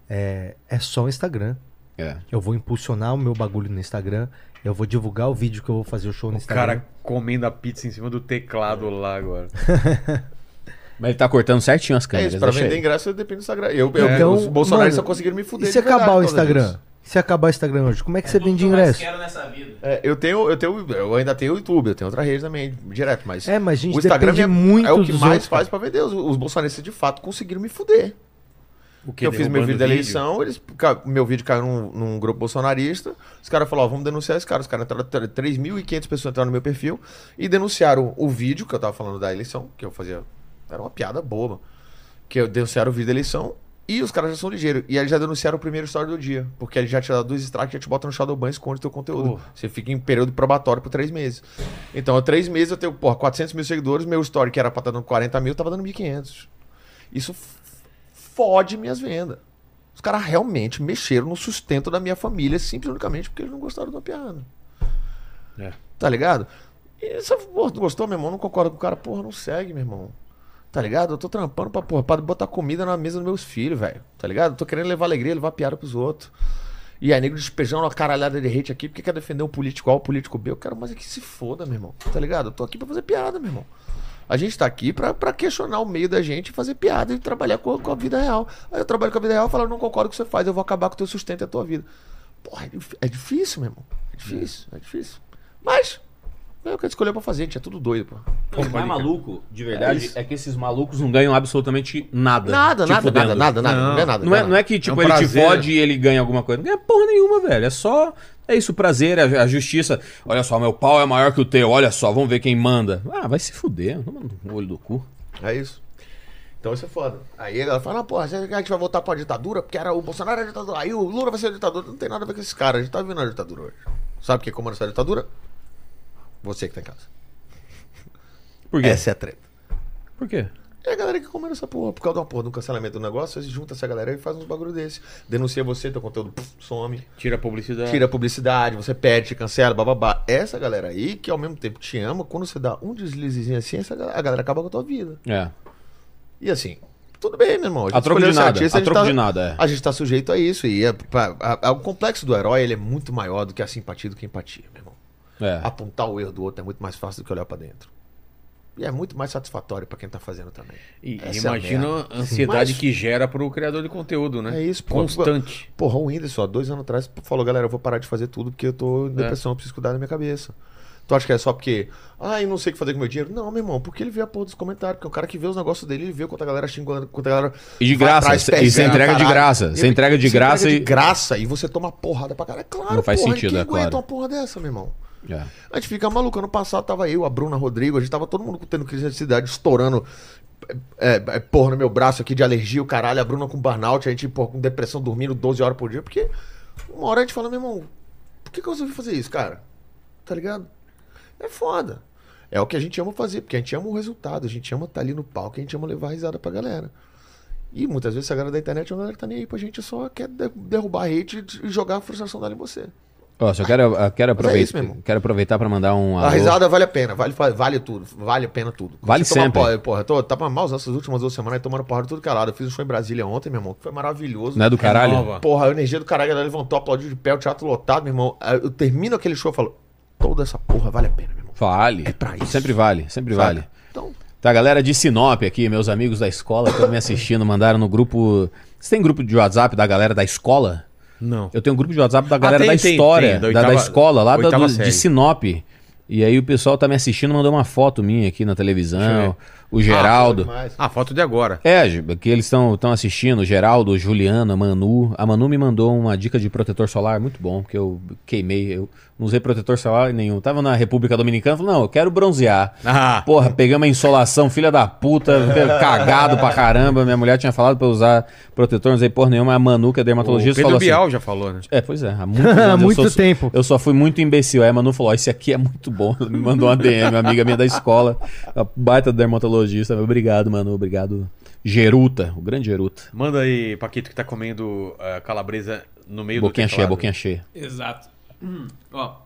[SPEAKER 6] é, é só o Instagram.
[SPEAKER 4] É.
[SPEAKER 6] Eu vou impulsionar o meu bagulho no Instagram, eu vou divulgar o vídeo que eu vou fazer o show
[SPEAKER 7] O
[SPEAKER 6] no Instagram.
[SPEAKER 7] cara comendo a pizza em cima do teclado lá agora.
[SPEAKER 4] Mas ele tá cortando certinho as
[SPEAKER 5] É
[SPEAKER 4] câmeras.
[SPEAKER 5] isso, pra
[SPEAKER 4] deixa
[SPEAKER 5] vender
[SPEAKER 4] ele.
[SPEAKER 5] ingresso depende do Instagram. Eu, eu-
[SPEAKER 6] Então,
[SPEAKER 5] é, os bolsonaristas
[SPEAKER 6] mano,
[SPEAKER 5] só conseguiram me fuder.
[SPEAKER 6] E se
[SPEAKER 5] de verdade
[SPEAKER 6] acabar o
[SPEAKER 5] por causa
[SPEAKER 6] Instagram?
[SPEAKER 5] disso.
[SPEAKER 6] Se acabar o Instagram hoje, como é que você vende ingresso?
[SPEAKER 5] É, eu tenho, eu tenho, eu ainda tenho o YouTube, eu tenho outra rede também, direto, mas.
[SPEAKER 6] É, mas, gente,
[SPEAKER 5] o Instagram
[SPEAKER 6] depende
[SPEAKER 5] é,
[SPEAKER 6] muito
[SPEAKER 5] é o que
[SPEAKER 6] dos
[SPEAKER 5] mais
[SPEAKER 6] outros,
[SPEAKER 5] faz pra vender. Os, os bolsonaristas de fato conseguiram me fuder.
[SPEAKER 7] O
[SPEAKER 5] Que eu fiz meu vídeo da eleição, eles, ca- meu vídeo caiu num, num grupo bolsonarista. Os caras falaram: ó, vamos denunciar esse cara. Os caras entraram, tre- 3.500 pessoas entraram no meu perfil e denunciaram o vídeo que eu tava falando da eleição, que eu fazia. Era uma piada boba. Que eu denunciaram o vídeo da eleição e os caras já são ligeiros. E eles já denunciaram o primeiro story do dia, porque eles já te dá dois strikes, já te botam no Shadowban e esconde teu conteúdo. Você fica em período probatório por três meses. Então, há três meses eu tenho, porra, 400 mil seguidores, meu story que era tá pra estar dando 40 mil, tava dando 1.500. Isso f- fode minhas vendas. Os Os caras realmente mexeram no sustento da minha família, simples e unicamente porque eles não gostaram da piada.
[SPEAKER 7] É.
[SPEAKER 5] Tá ligado? E essa, porra, não gostou, meu irmão? Não concorda com o cara? Porra, não segue, meu irmão. Tá ligado? Eu tô trampando pra, porra, pra botar comida na mesa dos meus filhos, velho. Tá ligado? Eu tô querendo levar alegria, levar piada pros outros. E aí, nego despejando uma caralhada de hate aqui, porque quer defender um político A ou um político B. Eu quero mais é que se foda, meu irmão. Tá ligado? Eu tô aqui pra fazer piada, meu irmão. A gente tá aqui pra, pra questionar o meio da gente, fazer piada e trabalhar com, com a vida real. Aí eu trabalho com a vida real e falo, eu não concordo com o que você faz, eu vou acabar com o teu sustento e a tua vida. Porra, é dif- é difícil, meu irmão. É difícil, é difícil. Mas, é o que a gente escolheu pra fazer, a gente é tudo doido, pô.
[SPEAKER 4] O mais maluco, de
[SPEAKER 5] É
[SPEAKER 4] verdade,
[SPEAKER 5] isso.
[SPEAKER 4] é, que esses malucos não ganham absolutamente nada. Tipo,
[SPEAKER 5] Nada,
[SPEAKER 4] te
[SPEAKER 5] nada, nada,
[SPEAKER 4] fudendo.
[SPEAKER 5] nada, nada, Tipo não, é nada.
[SPEAKER 4] Não é,
[SPEAKER 5] nada.
[SPEAKER 4] não é que, tipo,
[SPEAKER 7] É um
[SPEAKER 4] ele te
[SPEAKER 7] prazer.
[SPEAKER 4] fode e ele ganha alguma coisa. Não ganha porra nenhuma, velho. É só. É isso, o prazer, a, a justiça. Olha só, meu pau é maior que o teu, olha só, vamos ver quem manda. Ah, vai se fuder. Toma no olho do cu.
[SPEAKER 5] É isso. Então isso é foda. Aí a galera fala, ah, porra, será que a gente vai voltar pra ditadura? Porque era o Bolsonaro era ditadura, aí o Lula vai ser ditadura. Não tem nada a ver com esses caras, a gente tá vivendo a ditadura hoje. Sabe quem comanda essa ditadura? Você que tá em casa.
[SPEAKER 4] Por quê?
[SPEAKER 5] Essa é a treta.
[SPEAKER 4] Por quê?
[SPEAKER 5] É a galera que comanda essa porra. Por causa de uma porra, de um cancelamento do negócio, eles juntam essa galera e faz uns bagulho desse. Denuncia você, teu conteúdo puf, some.
[SPEAKER 7] Tira a publicidade.
[SPEAKER 5] Tira a publicidade, você perde, te cancela, bababá. Essa galera aí, que ao mesmo tempo te ama, quando você dá um deslizezinho assim, essa ga- a galera acaba com a tua vida.
[SPEAKER 4] É.
[SPEAKER 5] E assim, tudo bem, meu irmão. gente
[SPEAKER 4] A troco de
[SPEAKER 5] escolheu esse
[SPEAKER 4] nada,
[SPEAKER 5] artista,
[SPEAKER 4] a
[SPEAKER 5] gente
[SPEAKER 4] troco
[SPEAKER 5] tá-
[SPEAKER 4] de nada, é.
[SPEAKER 5] A gente tá sujeito a isso. E é pra- a- a- o complexo do herói, ele é muito maior do que a simpatia do que a empatia, meu irmão.
[SPEAKER 4] É.
[SPEAKER 5] Apontar o erro do outro é muito mais fácil do que olhar pra dentro. E é muito mais satisfatório pra quem tá fazendo também.
[SPEAKER 7] E
[SPEAKER 5] Essa é a
[SPEAKER 7] imagina a ansiedade que gera pro criador de conteúdo, né?
[SPEAKER 5] É isso, pô.
[SPEAKER 7] Constante.
[SPEAKER 5] Porra, o Whindersson, há dois anos atrás, falou, galera, eu vou parar de fazer tudo porque eu tô
[SPEAKER 4] É.
[SPEAKER 5] em depressão, eu preciso cuidar da minha cabeça. Tu acha que é só porque, ai, não sei o que fazer com meu dinheiro? Não, meu irmão, porque ele vê a porra dos comentários, porque é o cara que vê os negócios dele, ele vê quanto a galera xingando, quanto a galera.
[SPEAKER 4] E de
[SPEAKER 5] vai
[SPEAKER 4] graça,
[SPEAKER 5] atrás,
[SPEAKER 4] e
[SPEAKER 5] pega,
[SPEAKER 4] você entrega de
[SPEAKER 5] caralho.
[SPEAKER 4] graça,
[SPEAKER 5] E
[SPEAKER 4] você entrega de
[SPEAKER 5] você
[SPEAKER 4] graça
[SPEAKER 5] entrega
[SPEAKER 4] e-
[SPEAKER 5] de graça e você toma porrada pra caralho. É claro,
[SPEAKER 4] Não faz
[SPEAKER 5] porra,
[SPEAKER 4] sentido,
[SPEAKER 5] quem
[SPEAKER 4] é
[SPEAKER 5] aguenta
[SPEAKER 4] claro.
[SPEAKER 5] uma porra dessa, meu irmão?
[SPEAKER 4] É.
[SPEAKER 5] A gente fica maluco. Ano passado tava eu, a Bruna Rodrigo, a gente tava todo mundo tendo crise de ansiedade, estourando é, é, porra no meu braço aqui de alergia, o caralho. A Bruna com burnout, a gente porra, com depressão dormindo 12 horas por dia. Porque uma hora a gente fala, meu irmão, por que, que eu resolvi fazer isso, cara? Tá ligado? É foda. É o que a gente ama fazer, porque a gente ama o resultado, a gente ama estar ali no palco, a gente ama levar risada pra galera. E muitas vezes a galera da internet é uma galera que tá nem aí pra gente, só quer de- derrubar hate e jogar a frustração dela em você.
[SPEAKER 4] Ó, só quero, ah, quero,
[SPEAKER 5] é
[SPEAKER 4] aproveitar,
[SPEAKER 5] isso, meu irmão.
[SPEAKER 4] quero aproveitar pra mandar um.
[SPEAKER 5] A
[SPEAKER 4] alô.
[SPEAKER 5] risada vale a pena, vale, vale tudo, vale a pena tudo.
[SPEAKER 4] Vale
[SPEAKER 5] Você toma
[SPEAKER 4] sempre.
[SPEAKER 5] Porra, porra, eu tô, tá tava mal essas últimas duas semanas, aí tomando porrada de tudo que é lado. Eu fiz um show em Brasília ontem, meu irmão, que foi maravilhoso.
[SPEAKER 4] Não é do caralho?
[SPEAKER 7] Renova.
[SPEAKER 5] Porra, a energia do caralho, a galera levantou, aplaudiu de pé, o teatro lotado, meu irmão. Aí Eu termino aquele show e falo, toda essa porra vale a pena, meu irmão.
[SPEAKER 4] Vale.
[SPEAKER 5] É pra isso.
[SPEAKER 4] Sempre vale, sempre
[SPEAKER 5] Saca?
[SPEAKER 4] vale.
[SPEAKER 5] Então,
[SPEAKER 4] Tá, galera de Sinop aqui, meus amigos da escola que estão me assistindo, mandaram no grupo. Você tem grupo de WhatsApp da galera da escola?
[SPEAKER 7] Não. Ah,
[SPEAKER 4] Eu tenho um grupo de WhatsApp da galera
[SPEAKER 7] tem,
[SPEAKER 4] da
[SPEAKER 7] tem,
[SPEAKER 4] história,
[SPEAKER 7] tem, da
[SPEAKER 4] da, da
[SPEAKER 7] oitava-
[SPEAKER 4] escola, lá da-
[SPEAKER 7] oitava
[SPEAKER 4] do-
[SPEAKER 7] série.
[SPEAKER 4] de Sinop. E aí o pessoal tá me assistindo, mandou uma foto minha aqui na televisão. O Geraldo.
[SPEAKER 5] demais.
[SPEAKER 7] Ah, foto de agora.
[SPEAKER 4] É, Gi- que eles estão assistindo, o Geraldo, o Juliano, a Manu. A Manu me mandou uma dica de protetor solar muito bom, porque eu queimei, eu não usei protetor solar nenhum. Tava na República Dominicana, falei, não, eu quero bronzear.
[SPEAKER 7] Ah.
[SPEAKER 4] Porra, peguei uma insolação, filha da puta, cagado pra caramba. Minha mulher tinha falado pra eu usar protetor, não usei porra nenhuma. A Manu, que é
[SPEAKER 7] O
[SPEAKER 4] dermatologista,
[SPEAKER 7] Pedro
[SPEAKER 4] falou assim...
[SPEAKER 7] Bial já falou, né?
[SPEAKER 4] É, pois é. Há muitos anos eu
[SPEAKER 6] Muito
[SPEAKER 4] sou-
[SPEAKER 6] tempo.
[SPEAKER 4] Eu só fui muito imbecil. Aí a Manu falou: ó, esse aqui é muito bom. Ela Me mandou uma DM, uma amiga minha da escola, a baita dermatologista. Obrigado, Manu. Obrigado. Geruta, o grande Geruta.
[SPEAKER 7] Manda aí, Paquito, que tá comendo ah, calabresa no meio
[SPEAKER 4] Boquinha
[SPEAKER 7] do
[SPEAKER 4] cheia,
[SPEAKER 7] teclado.
[SPEAKER 4] boquinha cheia.
[SPEAKER 3] Exato. Hum, ó,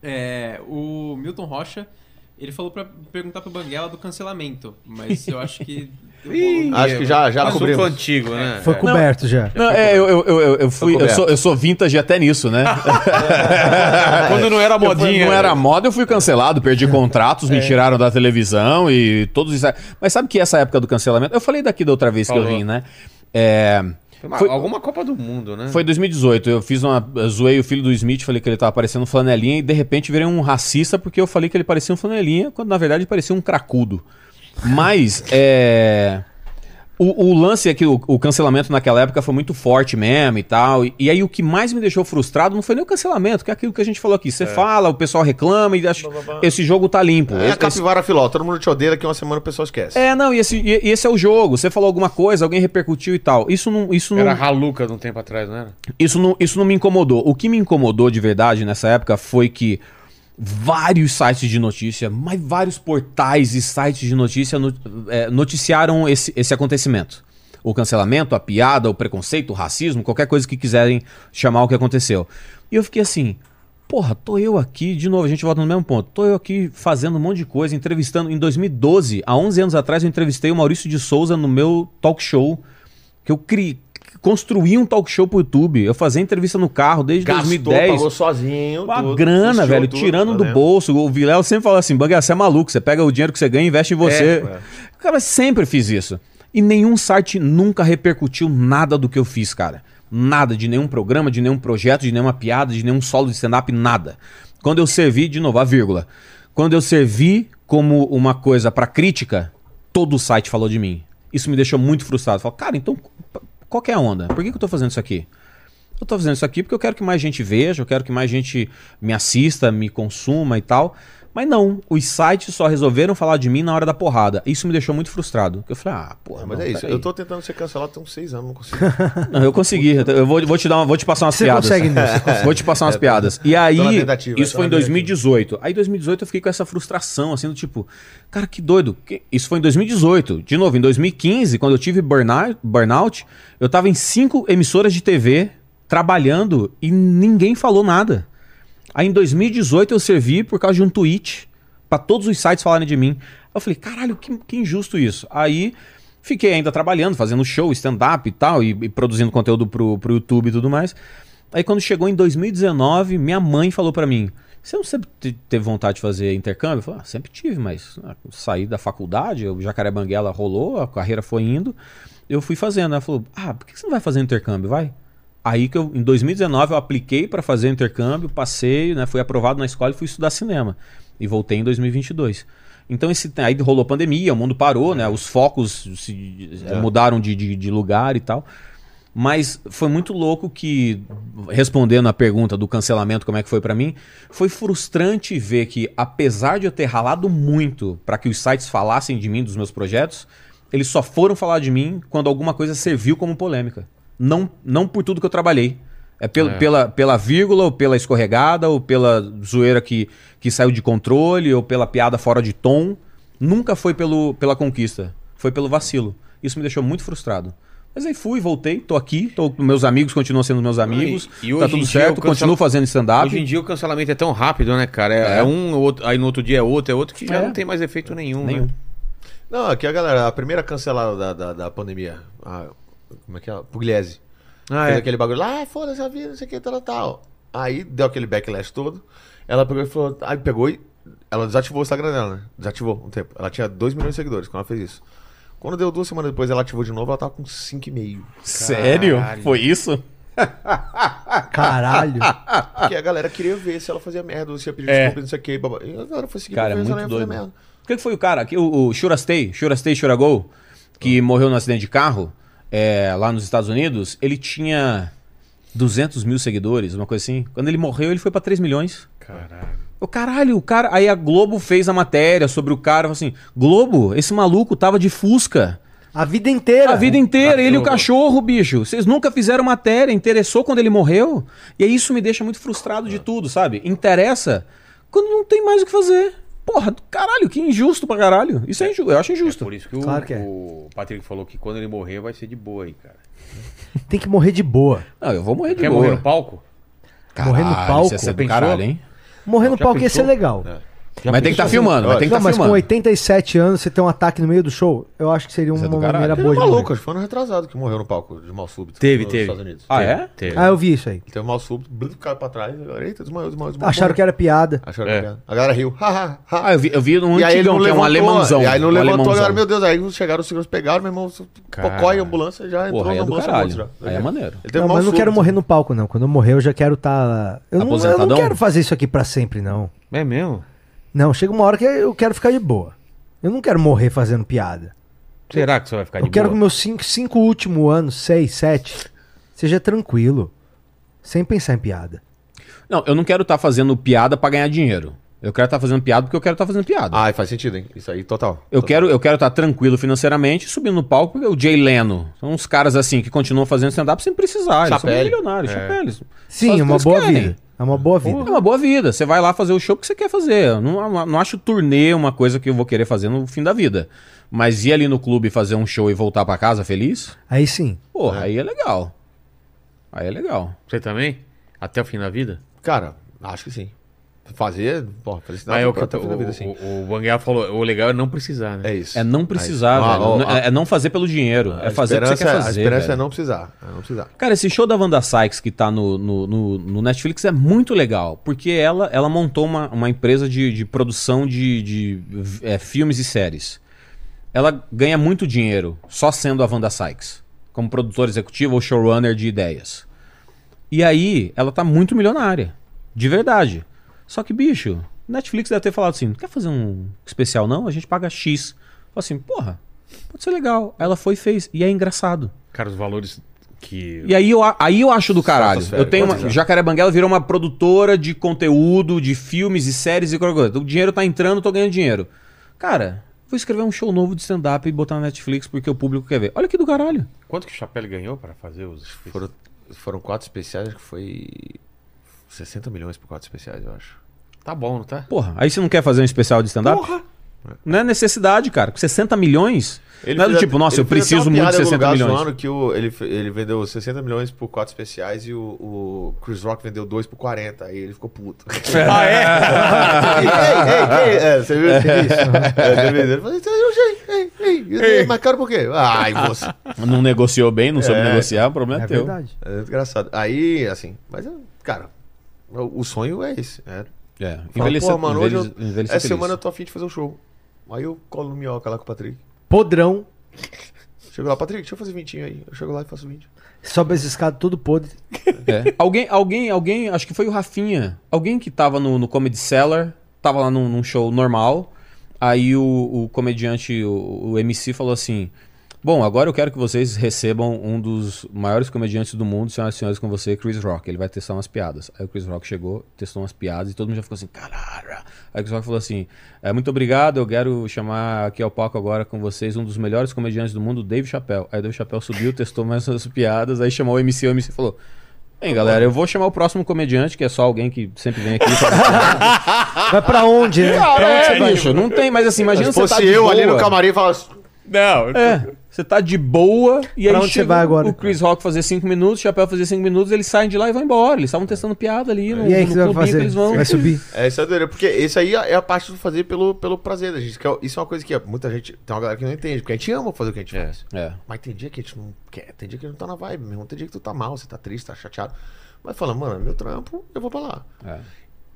[SPEAKER 3] é, o Milton Rocha, ele falou pra perguntar pro Banguela do cancelamento, mas eu acho que... deu bom. né?
[SPEAKER 5] Acho que já, já
[SPEAKER 7] Assunto
[SPEAKER 5] cobrimos.
[SPEAKER 7] antigo, né?
[SPEAKER 6] Foi coberto já.
[SPEAKER 4] Não, é, eu, eu, eu, eu fui. Eu sou, eu sou vintage até nisso, né?
[SPEAKER 7] Quando não era
[SPEAKER 4] Eu fui-
[SPEAKER 7] modinha. né? É.
[SPEAKER 4] Não era moda, eu fui cancelado, perdi contratos, me tiraram da televisão e todos isso. Mas sabe que essa época do cancelamento. Eu falei daqui da outra vez que eu
[SPEAKER 7] Falou.
[SPEAKER 4] vim, né? É.
[SPEAKER 7] Foi uma-
[SPEAKER 4] Foi-
[SPEAKER 7] Alguma Copa do Mundo, né?
[SPEAKER 4] Hum. Foi em 2018. Eu fiz uma. eu Zoei o filho do Smith, falei que ele tava parecendo um flanelinha e de repente virei um racista porque eu falei que ele parecia um flanelinha, quando na verdade ele parecia um cracudo. Mas, é. O, o lance é que o, o cancelamento naquela época foi muito forte mesmo e tal. E, e aí o que mais me deixou frustrado não foi nem o cancelamento, que é aquilo que a gente falou aqui. Você fala, o pessoal reclama e acha. Esse jogo tá limpo.
[SPEAKER 5] É a
[SPEAKER 4] Esse-
[SPEAKER 5] capivara filó, todo mundo te odeia, daqui uma semana o pessoal esquece.
[SPEAKER 4] é, não, e esse, e- e esse é o jogo. Você falou alguma coisa, alguém repercutiu e tal. Isso não. Isso não...
[SPEAKER 7] Era Haluca de um tempo atrás, não era?
[SPEAKER 4] Isso não, isso não me incomodou. O que me incomodou de verdade nessa época foi que vários sites de notícia, mas vários portais e sites de notícia no- é, noticiaram esse, esse acontecimento. o cancelamento, a piada, o preconceito, o racismo, qualquer coisa que quiserem chamar o que aconteceu. E eu fiquei assim, porra, tô eu aqui, de novo, a gente volta no mesmo ponto, tô eu aqui fazendo um monte de coisa, entrevistando. Em 2012, há 11 anos atrás, eu entrevistei o Maurício de Souza no meu talk show, que eu criei. Construí um talk show pro YouTube. Eu fazia entrevista no carro desde 2010.
[SPEAKER 5] pagou sozinho.
[SPEAKER 4] Com a
[SPEAKER 5] tudo,
[SPEAKER 4] grana,
[SPEAKER 5] assistiu
[SPEAKER 4] velho,
[SPEAKER 5] tudo,
[SPEAKER 4] tirando
[SPEAKER 5] tá
[SPEAKER 4] do
[SPEAKER 5] vendo?
[SPEAKER 4] bolso. O Vilela sempre fala assim: Banguela, você é maluco, você pega o dinheiro que você ganha e investe em você.
[SPEAKER 5] é.
[SPEAKER 4] Cara, sempre fiz isso. E nenhum site nunca repercutiu nada do que eu fiz, cara. Nada, de nenhum programa, de nenhum projeto, de nenhuma piada, de nenhum solo de stand-up, nada. Quando eu servi, de novo, a vírgula. Quando eu servi como uma coisa pra crítica, todo o site falou de mim. Isso me deixou muito frustrado. Falei, cara, então qual que é a onda? Por que, que eu tô fazendo isso aqui? Eu tô fazendo isso aqui porque eu quero que mais gente veja, eu quero que mais gente me assista, me consuma e tal. Mas não, os sites só resolveram falar de mim na hora da porrada. Isso me deixou muito frustrado. Eu falei, ah, porra.
[SPEAKER 5] Ah, Mas
[SPEAKER 4] não,
[SPEAKER 5] é isso.
[SPEAKER 4] peraí.
[SPEAKER 5] Eu tô tentando ser cancelado há uns seis anos, não consigo.
[SPEAKER 4] Não, eu consegui. Eu vou, vou te dar uma- vou te passar umas
[SPEAKER 6] Você
[SPEAKER 4] piadas.
[SPEAKER 6] consegue, É, Nil, você
[SPEAKER 4] Vou te passar umas piadas. E aí,
[SPEAKER 5] Tô na tentativa,
[SPEAKER 4] isso
[SPEAKER 5] tô
[SPEAKER 4] foi em
[SPEAKER 5] na tentativa.
[SPEAKER 4] 2018. Aí, em 2018, eu fiquei com essa frustração, assim, do tipo, cara, que doido. Que- Isso foi em 2018. De novo, em 2015, quando eu tive burnout, burnout, eu tava em cinco emissoras de TV trabalhando e ninguém falou nada. Aí, em 2018, eu servi por causa de um tweet pra todos os sites falarem de mim. Eu falei, caralho, que, que injusto isso. Aí. Fiquei ainda trabalhando, fazendo show, stand-up e tal, e, e produzindo conteúdo pro, pro YouTube e tudo mais. Aí quando chegou em 2019, minha mãe falou pra mim: Você não sempre te- teve vontade de fazer intercâmbio? Eu falei: ah, Sempre tive, mas ah, eu saí da faculdade, o Jacaré Banguela rolou, a carreira foi indo, eu fui fazendo. Ela falou: Ah, por que você não vai fazer intercâmbio? Vai. Aí que eu, em 2019, eu apliquei pra fazer o intercâmbio, passei, né, fui aprovado na escola e fui estudar cinema. E voltei em 2022. Então, esse, aí rolou pandemia, o mundo parou, né? Os focos se, mudaram de, de- de lugar e tal. Mas foi muito louco que, respondendo a pergunta do cancelamento, como é que foi pra mim, foi frustrante ver que, apesar de eu ter ralado muito pra que os sites falassem de mim, dos meus projetos, eles só foram falar de mim quando alguma coisa serviu como polêmica. Não, não por tudo que eu trabalhei. É, pelo, Pela, pela vírgula, ou pela escorregada, ou pela zoeira que, que saiu de controle, ou pela piada fora de tom. Nunca foi pelo, pela conquista. Foi pelo vacilo. Isso me deixou muito frustrado. Mas aí fui, voltei, tô aqui, tô, meus amigos continuam sendo meus amigos,
[SPEAKER 7] e hoje
[SPEAKER 4] tá
[SPEAKER 7] em
[SPEAKER 4] tudo
[SPEAKER 7] dia
[SPEAKER 4] certo,
[SPEAKER 7] eu cancelo-
[SPEAKER 4] continuo fazendo stand-up.
[SPEAKER 7] Hoje em dia o cancelamento é tão rápido, né, cara? É, é um, outro, aí no outro dia é outro, é outro, que já
[SPEAKER 4] É.
[SPEAKER 7] não tem mais efeito nenhum,
[SPEAKER 4] Nenhum.
[SPEAKER 7] né?
[SPEAKER 5] Não, aqui a galera, a primeira cancelada da, da, da pandemia. a- como é que é? Pugliese.
[SPEAKER 7] Ah,
[SPEAKER 5] fez
[SPEAKER 7] é.
[SPEAKER 5] aquele bagulho lá, ah, foda-se a vida, não sei o que, tal, tal. Aí deu aquele backlash todo. Ela pegou e falou. Aí pegou e. Ela desativou o Instagram dela, né? Desativou um tempo. Ela tinha 2 milhões de seguidores quando ela fez isso. Quando deu duas semanas depois, ela ativou de novo, ela tava com 5,5.
[SPEAKER 4] Sério? Foi isso?
[SPEAKER 6] Caralho.
[SPEAKER 5] Porque a galera queria ver se ela fazia merda, ou se ia pedir desculpa, não sei o que. babá. E a galera foi seguir
[SPEAKER 4] Cara, é
[SPEAKER 5] pra ver se
[SPEAKER 4] muito
[SPEAKER 5] ela ia fazer
[SPEAKER 4] doido.
[SPEAKER 5] merda.
[SPEAKER 4] O que que foi o cara? Que- O, o Shurastei, Shurastei Shuragol, que morreu no acidente de carro é, lá nos Estados Unidos, ele tinha 200 mil seguidores, uma coisa assim. Quando ele morreu, ele foi pra 3 milhões. O caralho, o cara. Aí a Globo fez a matéria sobre o cara, falou assim: Globo, esse maluco tava de fusca.
[SPEAKER 6] A vida inteira.
[SPEAKER 4] A vida inteira, ele e o cachorro, bicho. Vocês nunca fizeram matéria, interessou quando ele morreu. E aí isso me deixa muito frustrado de tudo, sabe? Interessa quando não tem mais o que fazer. Porra, caralho, que injusto pra caralho. Isso é injusto, eu acho injusto.
[SPEAKER 7] Por isso que, o,
[SPEAKER 6] Claro que é.
[SPEAKER 7] o Patrick falou que quando ele morrer vai ser de boa aí, cara.
[SPEAKER 6] Tem que morrer de boa.
[SPEAKER 4] Não, eu vou morrer de
[SPEAKER 7] Quer
[SPEAKER 4] boa.
[SPEAKER 7] morrer no palco?
[SPEAKER 6] morrer no
[SPEAKER 4] Caralho,
[SPEAKER 6] palco?
[SPEAKER 4] isso ia ser do
[SPEAKER 7] Pensou?
[SPEAKER 4] caralho, hein?
[SPEAKER 6] Morrer no
[SPEAKER 7] Já
[SPEAKER 6] palco ia
[SPEAKER 7] pensou?
[SPEAKER 6] ser
[SPEAKER 5] É.
[SPEAKER 6] legal.
[SPEAKER 7] Já
[SPEAKER 4] mas tem que
[SPEAKER 7] pensou?
[SPEAKER 4] estar tá filmando, mas tem que estar
[SPEAKER 6] não,
[SPEAKER 4] tá
[SPEAKER 6] mas com
[SPEAKER 4] filmando.
[SPEAKER 6] 87 anos, você ter um ataque no meio do show, eu acho que seria um
[SPEAKER 4] Isso
[SPEAKER 6] uma
[SPEAKER 4] é do
[SPEAKER 6] maneira
[SPEAKER 4] caralho.
[SPEAKER 5] Ele
[SPEAKER 6] boa
[SPEAKER 5] é
[SPEAKER 6] de
[SPEAKER 5] maluco,
[SPEAKER 6] morrer.
[SPEAKER 5] acho que foi um retrasado que morreu no palco de mal súbito.
[SPEAKER 7] Teve,
[SPEAKER 5] nos
[SPEAKER 7] teve.
[SPEAKER 5] Estados Unidos.
[SPEAKER 4] Ah,
[SPEAKER 5] Teve.
[SPEAKER 4] é?
[SPEAKER 7] Teve.
[SPEAKER 6] Ah, eu vi isso aí.
[SPEAKER 5] Ele é um teve um mal súbito, blu, caiu pra trás. e agora, Eita, desmaiou, desmaiou, desmaiou.
[SPEAKER 6] Acharam que era piada.
[SPEAKER 5] Acharam
[SPEAKER 4] É.
[SPEAKER 5] que era. A galera riu. Ha, ha, ha.
[SPEAKER 4] Ah, eu vi, eu vi um antigão, que é um alemãozão.
[SPEAKER 5] E aí não
[SPEAKER 4] um
[SPEAKER 5] levantou,
[SPEAKER 4] alemãozão.
[SPEAKER 5] a galera, meu Deus. Aí chegaram os seguranças, pegaram, meu irmão, pocó e a ambulância já entrou
[SPEAKER 4] Porra, aí
[SPEAKER 5] na
[SPEAKER 4] é do
[SPEAKER 5] ambulância.
[SPEAKER 4] caralho.
[SPEAKER 5] morto já.
[SPEAKER 4] Aí é maneiro.
[SPEAKER 5] Ele um teve
[SPEAKER 6] Não,
[SPEAKER 5] mal
[SPEAKER 6] mas eu não
[SPEAKER 5] súbito.
[SPEAKER 6] quero morrer no palco, não. Quando eu morrer, eu já quero estar. Eu, não, eu não
[SPEAKER 4] Aposentadão?
[SPEAKER 6] quero fazer isso aqui pra sempre, não.
[SPEAKER 7] É mesmo?
[SPEAKER 6] Não, chega uma hora que eu quero ficar de boa. Eu não quero morrer fazendo piada.
[SPEAKER 7] Será que você vai ficar de
[SPEAKER 6] eu quero que
[SPEAKER 7] boa?
[SPEAKER 6] meus cinco, cinco últimos anos, seis, sete, seja tranquilo. Sem pensar em piada.
[SPEAKER 4] Não, eu não quero estar fazendo piada pra ganhar dinheiro. Eu quero estar fazendo piada porque eu quero estar fazendo piada.
[SPEAKER 5] Ai, faz sentido, hein? Isso aí, total.
[SPEAKER 4] Eu
[SPEAKER 5] Total.
[SPEAKER 4] quero eu quero estar tranquilo financeiramente, subindo no palco, porque o Jay Leno. São uns caras assim que continuam fazendo stand-up sem precisar. Eles são
[SPEAKER 5] Chapelle. É.
[SPEAKER 4] milionários, chapéu, eles-
[SPEAKER 6] Sim, é
[SPEAKER 4] fazem o que
[SPEAKER 6] uma
[SPEAKER 4] eles
[SPEAKER 6] boa
[SPEAKER 4] querem.
[SPEAKER 6] vida. É uma boa
[SPEAKER 4] É
[SPEAKER 6] vida.
[SPEAKER 4] uma boa vida. Você vai lá fazer o show que você quer fazer. Eu não, não acho turnê uma coisa que eu vou querer fazer no fim da vida. Mas ir ali no clube fazer um show e voltar pra casa feliz?
[SPEAKER 6] Aí sim.
[SPEAKER 4] Porra, aí é legal. Aí é legal.
[SPEAKER 7] Você também? Até o fim da vida?
[SPEAKER 5] Cara, acho que sim. Fazer, pô, felicidade
[SPEAKER 7] Mas é o que
[SPEAKER 5] pra- até
[SPEAKER 7] eu-
[SPEAKER 5] Ah, o fim da vida, sim.
[SPEAKER 7] o, o, o Banguela falou, o legal é não precisar, né?
[SPEAKER 5] assim. É isso.
[SPEAKER 4] É não precisar,
[SPEAKER 5] Aí-
[SPEAKER 4] velho.
[SPEAKER 5] Ah, ó,
[SPEAKER 4] Não- é- é não fazer pelo dinheiro.
[SPEAKER 5] a
[SPEAKER 4] é fazer o que você quer
[SPEAKER 5] esperança-
[SPEAKER 4] fazer.
[SPEAKER 5] A esperança
[SPEAKER 4] velho.
[SPEAKER 5] é não precisar. É não precisar.
[SPEAKER 4] Cara, esse show da Wanda Sykes que tá no, no, no- no Netflix é muito legal, porque ela, ela montou uma, uma empresa de, de produção de, de eh, filmes e séries. Ela ganha muito dinheiro só sendo a Wanda Sykes, como produtora executiva ou showrunner de ideias. E aí, ela tá muito milionária. De verdade. Só que, bicho, Netflix deve ter falado assim: não quer fazer um especial, não? A gente paga X. Fala assim, porra, pode ser legal. Aí Ela foi e fez. E é engraçado.
[SPEAKER 7] Cara, os valores que...
[SPEAKER 4] E aí eu, a- aí eu acho do caralho.
[SPEAKER 5] Estratosfera,
[SPEAKER 4] Eu tenho uma,
[SPEAKER 5] quantos anos?
[SPEAKER 4] Jacaré Banguela virou uma produtora de conteúdo, de filmes e séries e qualquer coisa. O dinheiro tá entrando, eu tô ganhando dinheiro. Cara, vou escrever um show novo de stand-up e botar na Netflix porque o público quer ver. Olha que do caralho.
[SPEAKER 7] Quanto que o Chapelle ganhou pra fazer os...
[SPEAKER 5] Foram, foram quatro especiais, acho que foi 60 milhões por quatro especiais, eu acho.
[SPEAKER 7] Tá bom, não tá?
[SPEAKER 4] Porra, aí você não quer fazer um especial de stand-up? Não é necessidade, cara. Com 60 milhões. não é do
[SPEAKER 5] fez
[SPEAKER 4] tipo,
[SPEAKER 5] até-
[SPEAKER 4] nossa, eu
[SPEAKER 5] ele fez até
[SPEAKER 4] preciso muito de
[SPEAKER 5] uma piada em algum
[SPEAKER 4] 60
[SPEAKER 5] lugar
[SPEAKER 4] milhões.
[SPEAKER 5] zoando que o, ele, fe- ele vendeu 60 milhões por quatro especiais e o, o Chris Rock vendeu dois por 40. Aí ele ficou puto. ah, é? ei, ei, ei, é, você viu isso? É, você viu isso? Ele falou, ei, ei, ei, ei, ei, mas caro por quê? Ai, É você.
[SPEAKER 4] Não negociou bem, não soube negociar, o problema é,
[SPEAKER 6] É
[SPEAKER 4] teu.
[SPEAKER 6] verdade.
[SPEAKER 5] É desgraçado. Aí, assim, mas, cara, o o sonho é esse. É
[SPEAKER 4] É,
[SPEAKER 5] Fala,
[SPEAKER 4] envelhecer,
[SPEAKER 5] pô, mano, hoje eu-
[SPEAKER 4] envelhe- envelhecer
[SPEAKER 5] Essa
[SPEAKER 4] feliz.
[SPEAKER 5] semana eu tô afim de fazer um show. Aí eu colo no minhoca lá com o Patrick.
[SPEAKER 6] Podrão.
[SPEAKER 5] Chego lá, Patrick, deixa eu fazer vintinho aí. Eu chego lá e faço vinte.
[SPEAKER 6] Sobe as escadas todo podre.
[SPEAKER 4] É. Alguém, alguém, alguém, acho que foi o Rafinha. Alguém que tava no, no Comedy Cellar, tava lá num, num show normal. Aí o, o comediante, o, o MC, falou assim: Bom, agora eu quero que vocês recebam um dos maiores comediantes do mundo, senhoras e senhores, com você, Chris Rock. Ele vai testar umas piadas. Aí o Chris Rock chegou, testou umas piadas e todo mundo já ficou assim: Caralho. Aí o Chris Rock falou assim: "É, Muito obrigado, eu quero chamar aqui ao palco agora com vocês um dos melhores comediantes do mundo, Dave Chappelle. Aí o Dave Chappelle subiu, testou mais umas piadas, aí chamou o MC, o MC falou. Bem, galera, eu vou chamar o próximo comediante, que é só alguém que sempre vem aqui.
[SPEAKER 6] Vai pra onde, né?
[SPEAKER 4] Pra onde você vai? Bicho, não tem, mas assim, imagina
[SPEAKER 5] Se
[SPEAKER 4] você
[SPEAKER 5] fosse
[SPEAKER 4] tá de
[SPEAKER 5] eu
[SPEAKER 4] boa.
[SPEAKER 5] ali no camarim e falasse.
[SPEAKER 7] Não,
[SPEAKER 4] É, você tá de boa e
[SPEAKER 6] Pra
[SPEAKER 4] aí
[SPEAKER 6] onde você
[SPEAKER 4] chega
[SPEAKER 6] vai agora?
[SPEAKER 4] o Chris Rock fazer cinco minutos, o Chapéu fazer cinco minutos, eles saem de lá e vão embora. Eles estavam testando piada ali
[SPEAKER 7] é.
[SPEAKER 4] no,
[SPEAKER 6] E aí, o
[SPEAKER 4] no
[SPEAKER 6] que você vai
[SPEAKER 4] clubinho que
[SPEAKER 6] fazer?
[SPEAKER 4] eles vão.
[SPEAKER 6] Você vai subir?
[SPEAKER 5] É, isso é doido. Porque isso aí é a parte de fazer pelo, pelo prazer da gente. que é- isso é uma coisa que ó, muita gente. Tem uma galera que não entende. Porque a gente ama fazer o que a gente faz.
[SPEAKER 4] É.
[SPEAKER 5] Mas tem dia que a gente não quer. Tem dia que a gente não tá na vibe mesmo. Tem dia que tu tá mal, você tá triste, tá chateado. Mas fala, mano, é meu trampo, eu vou pra lá.
[SPEAKER 4] É.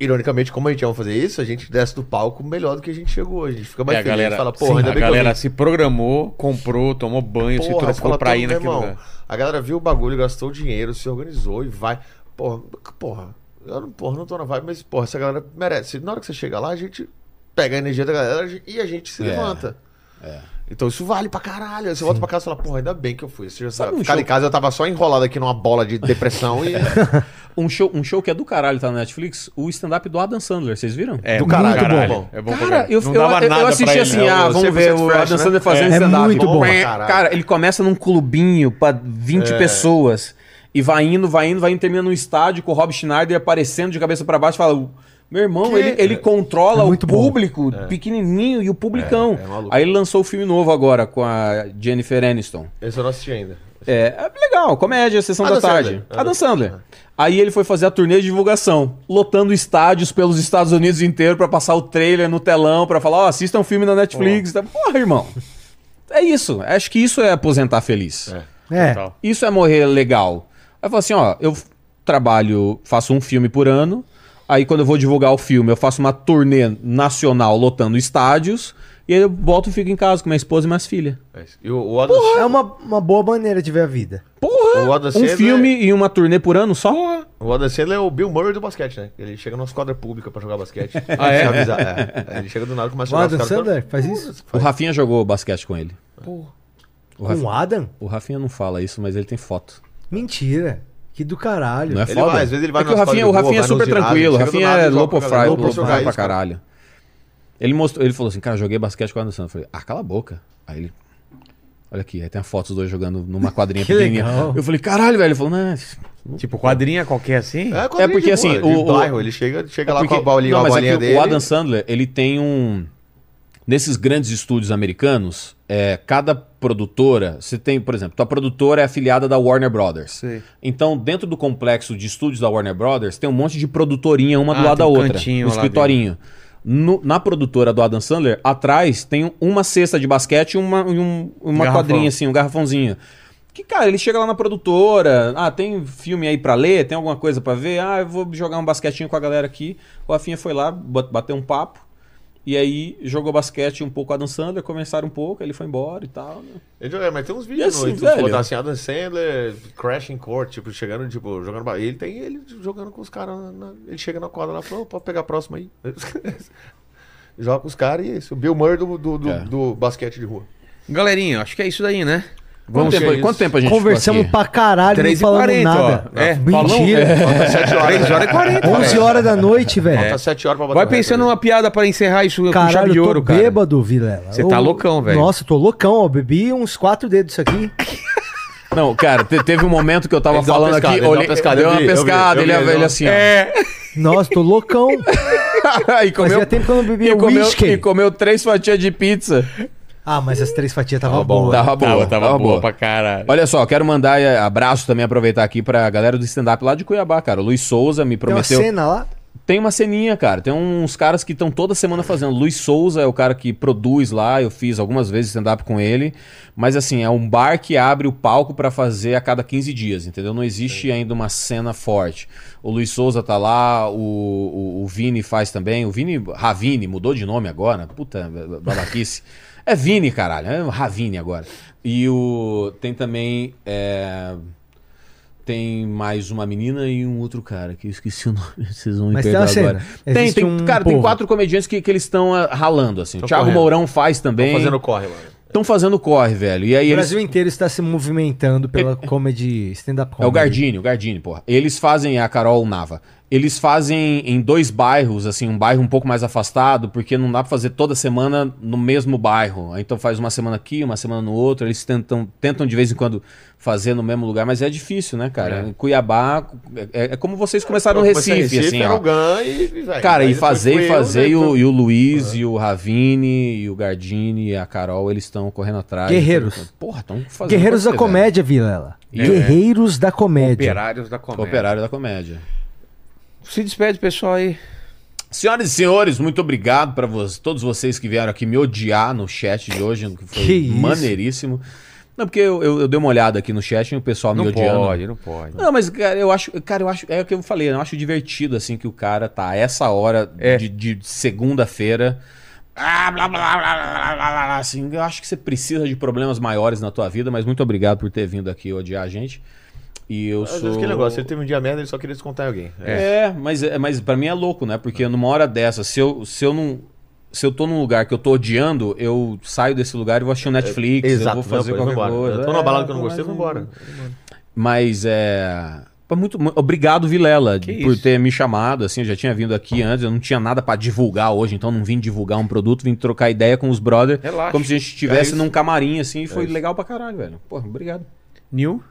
[SPEAKER 5] Ironicamente, como a gente ama fazer isso, a gente desce do palco melhor do que a gente chegou. A gente fica mais
[SPEAKER 7] É, a
[SPEAKER 5] feliz.
[SPEAKER 7] galera,
[SPEAKER 5] fala, porra, ainda
[SPEAKER 7] a
[SPEAKER 5] bem que eu vim.
[SPEAKER 7] galera se programou, comprou, tomou banho, se
[SPEAKER 5] Porra,
[SPEAKER 7] trocou
[SPEAKER 5] fala
[SPEAKER 7] pra
[SPEAKER 5] todo
[SPEAKER 7] ir
[SPEAKER 5] meu
[SPEAKER 7] naquele
[SPEAKER 5] irmão,
[SPEAKER 7] lugar.
[SPEAKER 5] A galera viu o bagulho, gastou dinheiro, se organizou e vai. Porra, porra, eu não, porra, não tô na vibe, mas porra, essa galera merece. Na hora que você chega lá, a gente pega a energia da galera e a gente se
[SPEAKER 4] É,
[SPEAKER 5] levanta. Então isso vale pra caralho. Aí Você volta pra casa e fala, porra, ainda bem que eu fui. Você já sabe,
[SPEAKER 4] um
[SPEAKER 5] ficar
[SPEAKER 4] show-
[SPEAKER 5] em casa eu tava só enrolado aqui numa bola de depressão e.
[SPEAKER 4] Um, show, um show que é do caralho, tá na Netflix, o stand-up do Adam Sandler, vocês viram?
[SPEAKER 7] É,
[SPEAKER 5] Do
[SPEAKER 7] bom
[SPEAKER 5] caralho.
[SPEAKER 7] pra
[SPEAKER 5] Muito bom.
[SPEAKER 7] É bom pra
[SPEAKER 4] Cara,
[SPEAKER 7] caralho.
[SPEAKER 4] eu,
[SPEAKER 7] Não
[SPEAKER 4] eu,
[SPEAKER 7] dava
[SPEAKER 4] eu
[SPEAKER 7] nada pra
[SPEAKER 4] assisti
[SPEAKER 7] ele,
[SPEAKER 4] assim,
[SPEAKER 7] né?
[SPEAKER 4] ah,
[SPEAKER 5] O
[SPEAKER 4] vamos
[SPEAKER 5] 100%
[SPEAKER 4] ver o
[SPEAKER 5] fresh,
[SPEAKER 4] Adam
[SPEAKER 5] né?
[SPEAKER 4] Sandler fazendo
[SPEAKER 6] É
[SPEAKER 4] stand-up.
[SPEAKER 6] muito bom.
[SPEAKER 4] Pé,
[SPEAKER 5] Caralho.
[SPEAKER 4] Cara, ele começa num clubinho pra 20
[SPEAKER 7] É.
[SPEAKER 4] pessoas e vai indo, vai indo, vai indo, termina num estádio com o Rob Schneider aparecendo de cabeça pra baixo e fala... Meu irmão,
[SPEAKER 5] Que-
[SPEAKER 4] ele, ele controla
[SPEAKER 6] É
[SPEAKER 4] o
[SPEAKER 6] muito bom.
[SPEAKER 4] público pequenininho e o publicão.
[SPEAKER 5] É, é maluco.
[SPEAKER 4] Aí ele lançou o filme novo agora com a Jennifer Aniston.
[SPEAKER 5] Esse eu não assisti ainda.
[SPEAKER 4] É, é legal, comédia, sessão
[SPEAKER 5] Adam
[SPEAKER 4] da tarde.
[SPEAKER 5] Sandler.
[SPEAKER 4] Adam Sandler. Aí ele foi fazer a turnê de divulgação, lotando estádios pelos Estados Unidos inteiro pra passar o trailer no telão, pra falar, ó, assista um filme na Netflix. Porra, irmão. É isso. Acho que isso é aposentar feliz.
[SPEAKER 6] É.
[SPEAKER 7] Total.
[SPEAKER 4] Isso é morrer legal. Aí eu falo assim, ó, eu f- trabalho, faço um filme por ano. Aí quando eu vou divulgar o filme, eu faço uma turnê nacional lotando estádios. E aí eu volto e fico em casa com minha esposa e minhas filhas.
[SPEAKER 5] É isso. E o, o Adam,
[SPEAKER 6] É uma, uma boa maneira de ver a vida.
[SPEAKER 4] Porra!
[SPEAKER 5] o Adam
[SPEAKER 4] Um
[SPEAKER 5] Sandler-
[SPEAKER 4] filme e uma turnê por ano só?
[SPEAKER 5] O Adam Sandler é o Bill Murray do basquete, né? Ele chega numa esquadra pública pra jogar basquete.
[SPEAKER 7] Ah, é?
[SPEAKER 5] Sem avisar, é. Ele chega do nada e começa
[SPEAKER 6] O
[SPEAKER 5] a jogar
[SPEAKER 6] Adam
[SPEAKER 5] os caras pra-
[SPEAKER 6] Sandler faz isso?
[SPEAKER 4] O Rafinha jogou basquete com ele. O,
[SPEAKER 6] Com
[SPEAKER 4] Rafinha,
[SPEAKER 6] o Adam?
[SPEAKER 4] o Rafinha não fala isso, mas ele tem foto.
[SPEAKER 6] Mentira. Que do caralho.
[SPEAKER 4] Não é
[SPEAKER 5] Ele
[SPEAKER 4] foda?
[SPEAKER 5] vai, às vezes ele vai
[SPEAKER 4] é que
[SPEAKER 5] numa
[SPEAKER 4] o Rafinha,
[SPEAKER 5] escola de
[SPEAKER 4] o Rafinha é super
[SPEAKER 5] rua, vai num ginásio,
[SPEAKER 4] tranquilo. O
[SPEAKER 5] chega do
[SPEAKER 4] Rafinha é
[SPEAKER 5] nada e joga
[SPEAKER 4] low
[SPEAKER 5] pra
[SPEAKER 4] profile,
[SPEAKER 5] galera.
[SPEAKER 4] low
[SPEAKER 5] Low profile,
[SPEAKER 4] profile pra
[SPEAKER 5] isso, cara.
[SPEAKER 4] caralho. Ele mostrou, ele falou assim, cara, joguei basquete com o Adam Sandler. Eu falei, ah, cala a boca. Aí ele, Olha aqui, aí tem a foto dos dois jogando numa quadrinha
[SPEAKER 6] Que
[SPEAKER 4] pequenininha.
[SPEAKER 6] legal.
[SPEAKER 4] Eu falei, caralho, velho. Ele falou, não,
[SPEAKER 7] Tipo, quadrinha qualquer assim?
[SPEAKER 5] É, quadrinho
[SPEAKER 4] porque,
[SPEAKER 5] de
[SPEAKER 4] assim,
[SPEAKER 5] boa, de
[SPEAKER 4] o- o-
[SPEAKER 5] bairro, ele chega, chega lá
[SPEAKER 4] porque-
[SPEAKER 5] com a bolinha,
[SPEAKER 4] não,
[SPEAKER 5] a
[SPEAKER 4] mas é
[SPEAKER 5] bolinha
[SPEAKER 4] que
[SPEAKER 5] dele.
[SPEAKER 4] O Adam Sandler, ele tem um. Nesses grandes estúdios americanos, é, cada produtora, você tem, por exemplo, tua produtora é afiliada da Warner Brothers. Então, dentro do complexo de estúdios da Warner Brothers, tem um monte de produtorinha uma do
[SPEAKER 7] Ah,
[SPEAKER 4] lado
[SPEAKER 7] tem
[SPEAKER 4] da
[SPEAKER 7] um
[SPEAKER 4] outra.
[SPEAKER 7] cantinho
[SPEAKER 4] Um
[SPEAKER 7] lá
[SPEAKER 4] escritorinho. No- na produtora do Adam Sandler, atrás tem uma cesta de basquete e uma, e um- uma
[SPEAKER 7] Garrafão.
[SPEAKER 4] quadrinha assim, um garrafãozinho. Que, cara, ele chega lá na produtora, ah, tem filme aí pra ler, tem alguma coisa pra ver? Ah, eu vou jogar um basquetinho com a galera aqui. O Rafinha foi lá, bat- bateu um papo, e aí jogou basquete um pouco com o Adam Sandler, conversaram um pouco, aí ele foi embora e tal. né?
[SPEAKER 5] Ele joga, mas tem uns
[SPEAKER 4] E
[SPEAKER 5] vídeos
[SPEAKER 4] assim,
[SPEAKER 5] no YouTube,
[SPEAKER 4] velho?
[SPEAKER 5] pô, tá assim, Adam Sandler, Crash in Court, tipo, chegando, tipo, jogando. ba- Ele tem ele jogando com os caras. na- na- Ele chega na quadra lá e fala, "Ô, pode pegar a próxima aí. Joga com os caras e é isso. O Bill Murray do, do, do-
[SPEAKER 4] É.
[SPEAKER 5] do basquete de rua.
[SPEAKER 7] Galerinha, acho que é isso daí, né?
[SPEAKER 4] Quanto
[SPEAKER 5] ver
[SPEAKER 4] tempo,
[SPEAKER 5] isso.
[SPEAKER 4] quanto tempo a gente ficou
[SPEAKER 6] Conversamos
[SPEAKER 4] aqui?
[SPEAKER 6] pra caralho, não
[SPEAKER 7] 3 e
[SPEAKER 6] falamos
[SPEAKER 7] 40,
[SPEAKER 6] nada. Ah,
[SPEAKER 7] ó. É,
[SPEAKER 6] Mentira.
[SPEAKER 5] Falta 7 horas.
[SPEAKER 7] 3 horas e 40.
[SPEAKER 6] 11 horas da noite, velho.
[SPEAKER 4] É.
[SPEAKER 5] Falta 7 horas pra bater
[SPEAKER 7] Vai
[SPEAKER 5] o recorde.
[SPEAKER 7] pensando numa piada pra encerrar isso com chave
[SPEAKER 6] Caralho,
[SPEAKER 7] de
[SPEAKER 6] eu tô
[SPEAKER 7] ouro, cara.
[SPEAKER 6] bêbado, Vilela.
[SPEAKER 7] Você
[SPEAKER 6] Eu-
[SPEAKER 7] tá loucão, velho.
[SPEAKER 6] Nossa, eu tô loucão, ó. Bebi uns quatro dedos disso aqui.
[SPEAKER 4] Não, cara, te- teve um momento que eu tava
[SPEAKER 5] Ele deu uma
[SPEAKER 4] falando
[SPEAKER 5] pescada,
[SPEAKER 4] aqui,
[SPEAKER 5] ele deu uma
[SPEAKER 4] olhei-
[SPEAKER 5] pescada,
[SPEAKER 4] deu
[SPEAKER 5] eu
[SPEAKER 4] uma
[SPEAKER 5] vi, eu vi,
[SPEAKER 4] pescada,
[SPEAKER 5] eu
[SPEAKER 4] ele,
[SPEAKER 5] vi,
[SPEAKER 4] ele,
[SPEAKER 5] eu vi.
[SPEAKER 4] assim, ó.
[SPEAKER 1] É,
[SPEAKER 6] Nossa, tô loucão.
[SPEAKER 4] e
[SPEAKER 6] Fazia tempo que eu não bebia
[SPEAKER 4] e comeu,
[SPEAKER 6] whisky.
[SPEAKER 4] e comeu três fatias de pizza.
[SPEAKER 6] Ah, mas as três fatias tava boa.
[SPEAKER 4] Tava boa, tava, boa.
[SPEAKER 7] caralho.
[SPEAKER 4] Olha só, quero mandar eh, abraço também, aproveitar aqui pra galera do stand-up lá de Cuiabá, cara. O Luiz Souza me
[SPEAKER 6] Tem uma
[SPEAKER 4] prometeu.
[SPEAKER 6] cena lá.
[SPEAKER 4] Tem uma ceninha, cara. Tem uns caras que estão toda semana fazendo. Luiz Souza é o cara que produz lá. Eu fiz algumas vezes stand-up com ele. Mas, assim, é um bar que abre o palco pra fazer a cada 15 dias, entendeu? Não existe ainda uma cena forte. O Luiz Souza tá lá, o, o, o Vini faz também. O Vini, Ravini, mudou de nome agora. né? Puta, babaquice. É Vini, caralho. É Ravini agora. E o. Tem também. é, Tem mais uma menina e um outro cara que eu esqueci o nome. Vocês vão me
[SPEAKER 6] Mas tem uma
[SPEAKER 4] perdoar agora.
[SPEAKER 6] cena.
[SPEAKER 4] Tem,
[SPEAKER 6] Existe
[SPEAKER 4] tem,
[SPEAKER 6] um
[SPEAKER 4] cara, tem
[SPEAKER 6] povo.
[SPEAKER 4] quatro comediantes que, que eles estão ah, ralando, assim. O Thiago
[SPEAKER 5] correndo.
[SPEAKER 4] Mourão faz
[SPEAKER 5] Tão
[SPEAKER 4] também.
[SPEAKER 5] fazendo corre, mano.
[SPEAKER 4] Estão fazendo corre, velho. E aí
[SPEAKER 6] O
[SPEAKER 4] eles...
[SPEAKER 6] Brasil inteiro está se movimentando pela comedy stand-up
[SPEAKER 4] É
[SPEAKER 6] comedy.
[SPEAKER 4] o Gardini, o Gardini, porra. Eles fazem é a Carol Nava. Eles fazem em dois bairros, assim, um bairro um pouco mais afastado, porque não dá pra fazer toda semana no mesmo bairro. Então faz uma semana aqui, uma semana no outro. Eles tentam, tentam de vez em quando fazer no mesmo lugar, mas é difícil, né, cara? Em Cuiabá, é, é como vocês começaram no
[SPEAKER 5] Comecei
[SPEAKER 4] Recife,
[SPEAKER 5] em
[SPEAKER 4] assim,
[SPEAKER 5] era
[SPEAKER 4] ó.
[SPEAKER 5] o Gun e, velho,
[SPEAKER 4] Cara,
[SPEAKER 5] aí
[SPEAKER 4] e
[SPEAKER 5] depois
[SPEAKER 4] fazer
[SPEAKER 5] fui
[SPEAKER 4] e
[SPEAKER 5] eu,
[SPEAKER 4] fazer, e
[SPEAKER 5] né,
[SPEAKER 4] o, e o Luiz, e o Ravini, e o Gardini, e a Carol, eles estão correndo atrás.
[SPEAKER 6] Guerreiros.
[SPEAKER 4] Porra, estão fazendo.
[SPEAKER 6] Guerreiros da
[SPEAKER 4] coisa,
[SPEAKER 6] comédia, Vilela.
[SPEAKER 4] né? É.
[SPEAKER 6] Guerreiros da comédia.
[SPEAKER 7] Operários da
[SPEAKER 4] velho.
[SPEAKER 7] comédia.
[SPEAKER 4] Operário da comédia.
[SPEAKER 7] Se despede, pessoal, aí.
[SPEAKER 4] Senhoras e senhores, muito obrigado para todos vocês que vieram aqui me odiar no chat de hoje, que foi
[SPEAKER 6] Que isso?
[SPEAKER 4] maneiríssimo. Não, porque eu, eu- eu dei uma olhada aqui no chat e o
[SPEAKER 1] Tá
[SPEAKER 4] pessoal me
[SPEAKER 7] Não
[SPEAKER 4] odiando.
[SPEAKER 7] pode, não pode.
[SPEAKER 4] Não, mas cara, eu acho, cara, eu acho, é o que eu falei, eu acho divertido assim que o cara tá a essa hora
[SPEAKER 7] É.
[SPEAKER 4] de, de segunda-feira. Ah, blá, blá, blá, blá, blá, blá, blá, assim, eu acho que você precisa de problemas maiores na tua vida, mas muito obrigado por ter vindo aqui odiar a gente. E eu
[SPEAKER 5] Às
[SPEAKER 4] sou
[SPEAKER 5] vezes que negócio, ele teve um dia merda, ele só queria descontar em alguém.
[SPEAKER 4] é, mas, é- mas para mim é louco, né? Porque numa hora dessa, se eu, se eu não. Se eu tô num lugar que eu tô odiando, eu saio desse lugar e vou assistir o Netflix, eu vou fazer
[SPEAKER 5] É,
[SPEAKER 4] qualquer
[SPEAKER 5] não, pô, eu vou embora.
[SPEAKER 4] coisa.
[SPEAKER 5] Eu tô numa
[SPEAKER 4] É,
[SPEAKER 5] balada que eu não
[SPEAKER 4] tô
[SPEAKER 5] gostei, eu
[SPEAKER 4] mais
[SPEAKER 5] vou
[SPEAKER 4] um-
[SPEAKER 5] embora.
[SPEAKER 4] Mas é. pô, Muito, mu- obrigado, Vilela, por ter me chamado. Assim, eu já tinha vindo aqui antes, eu não tinha nada pra divulgar hoje, então não vim divulgar um produto, vim trocar ideia com os brothers.
[SPEAKER 7] Relaxa.
[SPEAKER 4] Como se a gente estivesse
[SPEAKER 5] É isso.
[SPEAKER 4] num camarim, assim, e foi legal pra caralho, velho. Pô, obrigado.
[SPEAKER 7] Nil?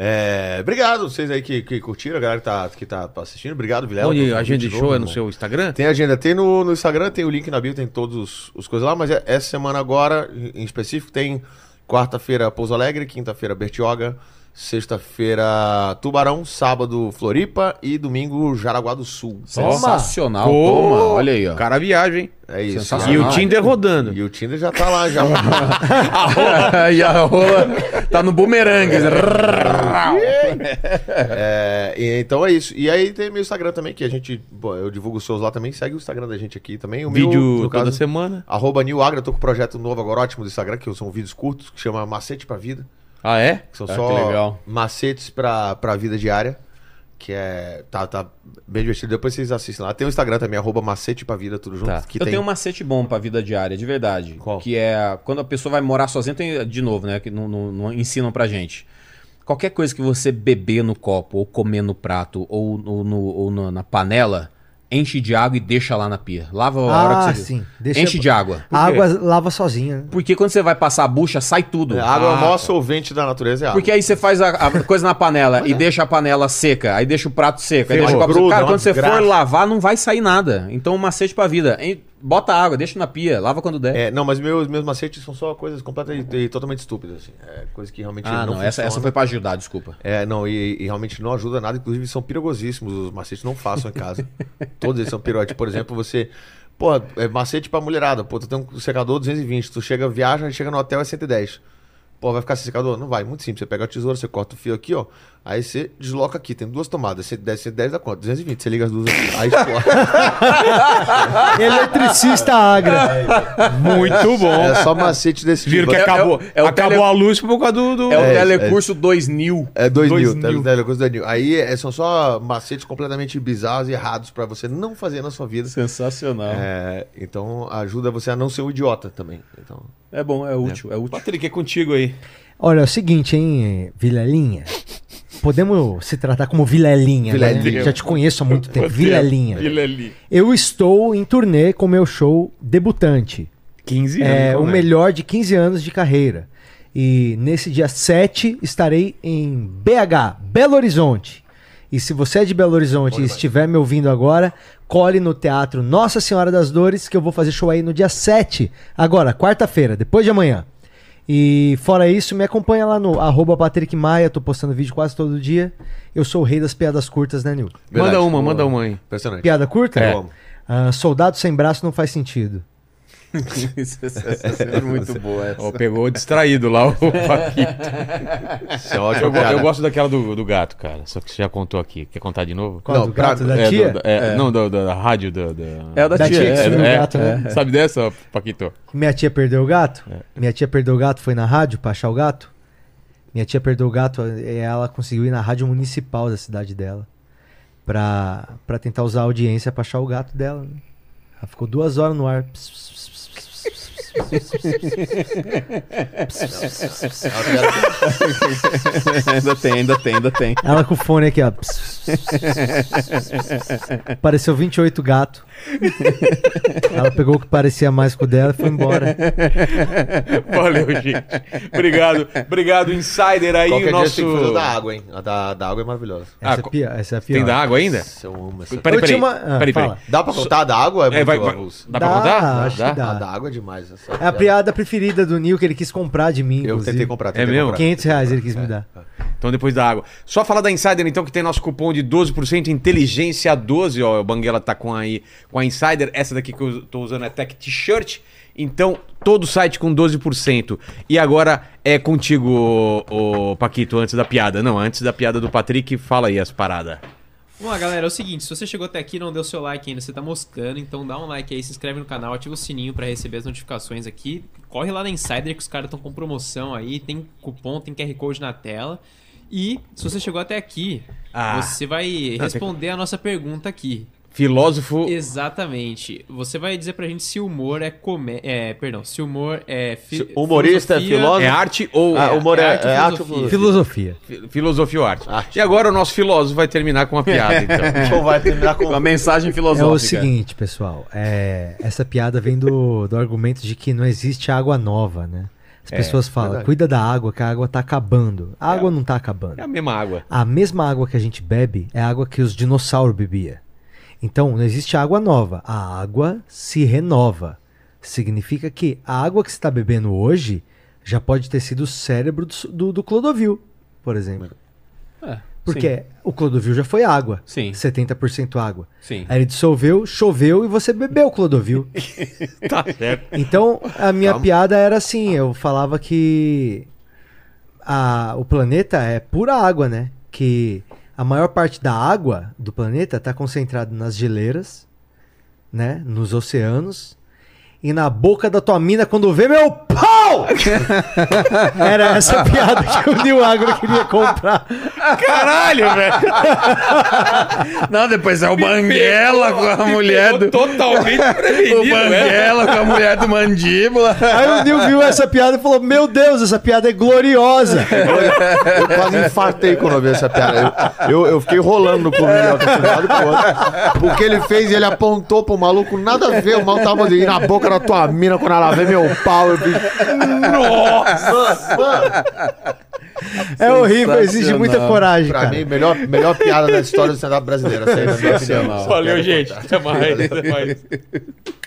[SPEAKER 5] É, obrigado vocês aí que, que curtiram, a galera que tá, que tá assistindo. Obrigado, Vilela.
[SPEAKER 7] Onde
[SPEAKER 5] pelo
[SPEAKER 7] a gente
[SPEAKER 5] convite de
[SPEAKER 7] show
[SPEAKER 5] novo,
[SPEAKER 7] é no
[SPEAKER 5] irmão.
[SPEAKER 7] seu Instagram?
[SPEAKER 5] Tem agenda, tem no, no Instagram, tem o link na bio, tem todos os, os coisas lá, mas é- essa semana agora, em- em específico, tem quarta-feira Pouso Alegre, quinta-feira Bertioga, sexta-feira Tubarão, sábado Floripa e domingo Jaraguá do Sul.
[SPEAKER 4] Sensacional.
[SPEAKER 7] Pô,
[SPEAKER 4] Toma, olha aí, ó.
[SPEAKER 7] O cara viaja, hein?
[SPEAKER 5] É isso.
[SPEAKER 4] Sensacional.
[SPEAKER 7] E o
[SPEAKER 4] Ah,
[SPEAKER 7] Tinder rodando.
[SPEAKER 5] E o Tinder já tá lá, já.
[SPEAKER 4] e a rola tá no bumerangue.
[SPEAKER 5] É, e- então é isso. E aí tem meu Instagram também, que a gente. bom, eu divulgo os shows lá também. Segue o Instagram da gente aqui também. O
[SPEAKER 7] Vídeo
[SPEAKER 5] meu, no
[SPEAKER 7] toda
[SPEAKER 5] caso,
[SPEAKER 7] semana.
[SPEAKER 5] Arroba New Agra, eu tô com um projeto novo agora, ótimo do Instagram, que são vídeos curtos, que chama Macete pra Vida.
[SPEAKER 7] Ah, é?
[SPEAKER 5] Que são
[SPEAKER 4] Ah,
[SPEAKER 5] só
[SPEAKER 4] que legal.
[SPEAKER 5] macetes pra, pra vida diária. Que é. Tá, tá bem divertido. Depois vocês assistem lá. Tem o Instagram também, arroba macete pra vida, tudo junto.
[SPEAKER 7] Tá.
[SPEAKER 5] Que
[SPEAKER 4] eu
[SPEAKER 5] tem...
[SPEAKER 4] tenho um macete bom pra vida diária, de verdade.
[SPEAKER 5] Qual?
[SPEAKER 4] Que é quando a pessoa vai morar sozinha, tem, de novo, né? Que não, não- não ensinam pra gente. Qualquer coisa que você beber no copo, ou comer no prato, ou, no, no- ou na- na panela, enche de água e deixa lá na pia. Lava a hora
[SPEAKER 6] ah,
[SPEAKER 4] que você.
[SPEAKER 6] sim.
[SPEAKER 4] Enche de água.
[SPEAKER 6] A água lava sozinha. né?
[SPEAKER 4] Porque quando você vai passar a bucha, sai tudo.
[SPEAKER 5] A água é o
[SPEAKER 4] Ah,
[SPEAKER 5] maior solvente da natureza, é a água.
[SPEAKER 4] Porque aí você faz a, a coisa na panela e deixa a panela seca, aí deixa o prato seco, aí
[SPEAKER 5] Ferrou.
[SPEAKER 4] deixa o copo seco.
[SPEAKER 5] Gruda,
[SPEAKER 4] Cara,
[SPEAKER 5] é uma
[SPEAKER 4] quando você for
[SPEAKER 5] desgraça.
[SPEAKER 4] lavar, não vai sair nada. Então, um macete pra vida. Hein, Bota água, deixa na pia, lava quando der.
[SPEAKER 5] É, não, mas meus, meus macetes são só coisas completamente e totalmente estúpidas, assim. É, coisa que realmente
[SPEAKER 4] ah, não, essa, essa foi
[SPEAKER 5] funciona.
[SPEAKER 4] pra ajudar, desculpa.
[SPEAKER 5] É, não, e, e realmente não ajuda nada, inclusive são perigosíssimos os macetes, não façam em casa. Todos eles são pirotes. Por exemplo, você. Pô, é macete pra mulherada. Pô, tu tem um secador 220, tu chega, viaja, chega no hotel é 110. Pô, vai ficar sem secador? Não vai, muito simples. Você pega a tesoura, você corta o fio aqui, ó. Aí você desloca aqui, tem duas tomadas, 110, 110 dá conta, 220. Você liga as duas aqui, aí explode.
[SPEAKER 6] Eletricista Agra.
[SPEAKER 1] Muito bom.
[SPEAKER 5] É só macete desse tipo.
[SPEAKER 1] Viram que
[SPEAKER 4] É-
[SPEAKER 1] acabou,
[SPEAKER 4] é o- é o
[SPEAKER 1] acabou
[SPEAKER 4] tele-
[SPEAKER 1] a luz por causa do. do-
[SPEAKER 4] É o
[SPEAKER 5] é,
[SPEAKER 4] telecurso 2000.
[SPEAKER 5] É 2000,
[SPEAKER 1] Dois
[SPEAKER 5] tá
[SPEAKER 1] mil.
[SPEAKER 5] ligado? É coisa do 2000. Aí é, são só macetes completamente bizarros e errados pra você não fazer na sua vida.
[SPEAKER 4] Sensacional. É,
[SPEAKER 5] É, então ajuda você a não ser um idiota também. Então,
[SPEAKER 4] bom, é útil, é, útil.
[SPEAKER 1] Patrick, é contigo aí.
[SPEAKER 6] Olha, é o seguinte, hein, Vilelinha. Podemos se tratar como Vilelinha,
[SPEAKER 5] Vilelinha.
[SPEAKER 6] né? Já te conheço há muito tempo. Vilelinha.
[SPEAKER 1] Vilelinha.
[SPEAKER 6] Eu estou em turnê com meu show debutante.
[SPEAKER 1] 15
[SPEAKER 6] É, o
[SPEAKER 1] como
[SPEAKER 6] melhor de 15 anos de carreira. E nesse dia 7 estarei em BH, Belo Horizonte. E se você é de Belo Horizonte e estiver me ouvindo agora, colhe no Teatro Nossa Senhora das Dores, que eu vou fazer show aí no dia 7, agora, quarta-feira, depois de amanhã. E fora isso, me acompanha lá no arroba Patrick Maia, tô postando vídeo quase todo dia. Eu sou o rei das piadas curtas, né, Nil?
[SPEAKER 5] verdade.
[SPEAKER 1] Manda uma, manda uma aí.
[SPEAKER 5] Impressionante.
[SPEAKER 6] Piada curta?
[SPEAKER 5] É.
[SPEAKER 6] Ah, soldado sem braço não faz sentido.
[SPEAKER 4] Essa é muito boa essa.
[SPEAKER 1] Ó, pegou distraído lá o Paquito.
[SPEAKER 5] Isso é ótimo.
[SPEAKER 1] Eu, go-
[SPEAKER 5] cara.
[SPEAKER 1] eu gosto daquela do, do gato, cara. Só que você já contou aqui. Quer contar de novo?
[SPEAKER 6] Qual
[SPEAKER 5] Não,
[SPEAKER 6] do gato
[SPEAKER 5] pra-
[SPEAKER 6] da
[SPEAKER 1] é,
[SPEAKER 6] tia?
[SPEAKER 1] do- é, Não, da, da, da rádio da. da...
[SPEAKER 4] É o da,
[SPEAKER 6] Da
[SPEAKER 4] tia.
[SPEAKER 6] tia que
[SPEAKER 4] é,
[SPEAKER 6] sumiu o
[SPEAKER 4] é.
[SPEAKER 6] gato, né?
[SPEAKER 1] Sabe dessa, Paquito?
[SPEAKER 6] Minha tia perdeu o gato?
[SPEAKER 1] É.
[SPEAKER 6] Minha tia perdeu o gato, foi na rádio pra achar o gato? Minha tia perdeu o gato e ela conseguiu ir na rádio municipal da cidade dela pra, pra tentar usar a audiência pra achar o gato dela. né? Ela ficou duas horas no ar.
[SPEAKER 4] ainda tem, ainda tem, ainda tem.
[SPEAKER 6] Ela com o fone aqui, ó. Apareceu 28 gato. Ela pegou o que parecia mais com o dela e foi embora.
[SPEAKER 1] Valeu, gente. Obrigado. Obrigado, insider aí.
[SPEAKER 5] Qualquer
[SPEAKER 1] o
[SPEAKER 5] dia você tem que fazer
[SPEAKER 1] nosso.
[SPEAKER 5] a da água, hein? A da, da água é maravilhosa. um
[SPEAKER 1] Ah,
[SPEAKER 6] Essa, é
[SPEAKER 1] co-
[SPEAKER 6] pior, essa é a pior.
[SPEAKER 1] Tem da água ainda?
[SPEAKER 5] Nossa, Eu amo essa.
[SPEAKER 1] Peraí,
[SPEAKER 6] Eu tinha
[SPEAKER 1] peraí.
[SPEAKER 6] uma- ah,
[SPEAKER 1] Peraí,
[SPEAKER 6] fala.
[SPEAKER 1] peraí.
[SPEAKER 5] é Dá pra contar a da água? É,
[SPEAKER 1] É, vai,
[SPEAKER 5] vai,
[SPEAKER 1] vai.
[SPEAKER 5] avulso.
[SPEAKER 1] Dá pra
[SPEAKER 6] Dá,
[SPEAKER 1] contar?
[SPEAKER 6] acho que
[SPEAKER 5] A
[SPEAKER 6] dá.
[SPEAKER 5] da água é demais. Essa
[SPEAKER 6] É a piada preferida do Nil que ele quis comprar de mim.
[SPEAKER 5] Eu
[SPEAKER 6] inclusive.
[SPEAKER 5] tentei comprar.
[SPEAKER 1] É
[SPEAKER 5] Tentei
[SPEAKER 1] mesmo?
[SPEAKER 5] Comprar. É.
[SPEAKER 6] 500 reais ele quis me dar.
[SPEAKER 1] Então depois da água. Só falar da Insider então que tem nosso cupom de 12% inteligência 12, ó, o Banguela tá com aí com a Insider, essa daqui que eu tô usando é Tech T-shirt. Então, todo site com 12%. E agora é contigo, ô, ô, Paquito, antes da piada. Não, antes da piada do Patrick, fala aí as paradas.
[SPEAKER 3] Vamos lá, galera. É o seguinte, se você chegou até aqui e não deu seu like ainda, você tá moscando, então dá um like aí, se inscreve no canal, ativa o sininho pra receber as notificações aqui. Corre lá na Insider que os caras estão com promoção aí, tem cupom, tem QR Code na tela. E se você chegou até aqui,
[SPEAKER 1] Ah.
[SPEAKER 3] você vai responder a nossa pergunta aqui.
[SPEAKER 1] Filósofo é
[SPEAKER 3] Exatamente. Você vai dizer pra gente se humor é comé... É, perdão, se humor é... fi-
[SPEAKER 5] Se humorista é
[SPEAKER 3] filosofia-
[SPEAKER 5] filósofo?
[SPEAKER 1] é arte ou
[SPEAKER 5] Ah, humor é,
[SPEAKER 3] arte e
[SPEAKER 5] é arte
[SPEAKER 3] filosofia.
[SPEAKER 5] ou filosofia?
[SPEAKER 6] Filosofia.
[SPEAKER 1] fi- filosofia ou arte?
[SPEAKER 5] Arte.
[SPEAKER 1] E agora o nosso filósofo vai terminar com uma piada, então.
[SPEAKER 5] Ou vai terminar Tá com...
[SPEAKER 4] Com a mensagem
[SPEAKER 6] É
[SPEAKER 4] filosófica.
[SPEAKER 6] o seguinte, pessoal. é, essa piada vem do, do argumento de que não existe água nova, né?
[SPEAKER 4] É,
[SPEAKER 6] As pessoas falam, cuida da água, que a água tá acabando. A água não tá acabando.
[SPEAKER 1] É a mesma água.
[SPEAKER 6] A mesma água que a gente bebe é a água que os dinossauros bebiam. Então, não existe água nova. A água se renova. Significa que a água que você está bebendo hoje já pode ter sido o cérebro do, do- do Clodovil, por exemplo.
[SPEAKER 4] É,
[SPEAKER 6] Porque o Clodovil já foi água.
[SPEAKER 4] Sim.
[SPEAKER 6] 70% água.
[SPEAKER 4] Sim.
[SPEAKER 6] Aí ele dissolveu, choveu e você bebeu o Clodovil.
[SPEAKER 1] Tá certo.
[SPEAKER 6] Então, a minha piada era assim, eu falava que a- o planeta é pura água, né? Que a maior parte da água do planeta está concentrada nas geleiras, né? Nos oceanos e na boca da tua mina quando vê meu pau!
[SPEAKER 1] Não!
[SPEAKER 6] Era essa piada que o Nil Agro queria comprar.
[SPEAKER 7] Caralho, velho.
[SPEAKER 4] Não, depois é o Banguela com a mulher do.
[SPEAKER 7] Totalmente
[SPEAKER 4] O
[SPEAKER 7] prevenido, né?
[SPEAKER 4] Banguela com a mulher do Mandíbula.
[SPEAKER 6] Aí o Nil viu essa piada e falou: Meu Deus, essa piada é gloriosa.
[SPEAKER 5] Eu quase infartei quando eu vi essa piada. Eu, eu, eu fiquei rolando no clube de outro lado pro outro. Porque ele fez, ele apontou pro maluco, nada a ver, o mal tava ali na boca da tua mina quando ela vê meu pau. Eu fiz, Nossa!
[SPEAKER 6] É horrível, exige muita coragem,
[SPEAKER 5] Pra
[SPEAKER 6] cara.
[SPEAKER 5] mim, melhor, melhor piada da história do stand-up brasileiro. essa aí, na minha opinião.
[SPEAKER 4] Sensacional.
[SPEAKER 7] Valeu, gente. Até mais. Até mais.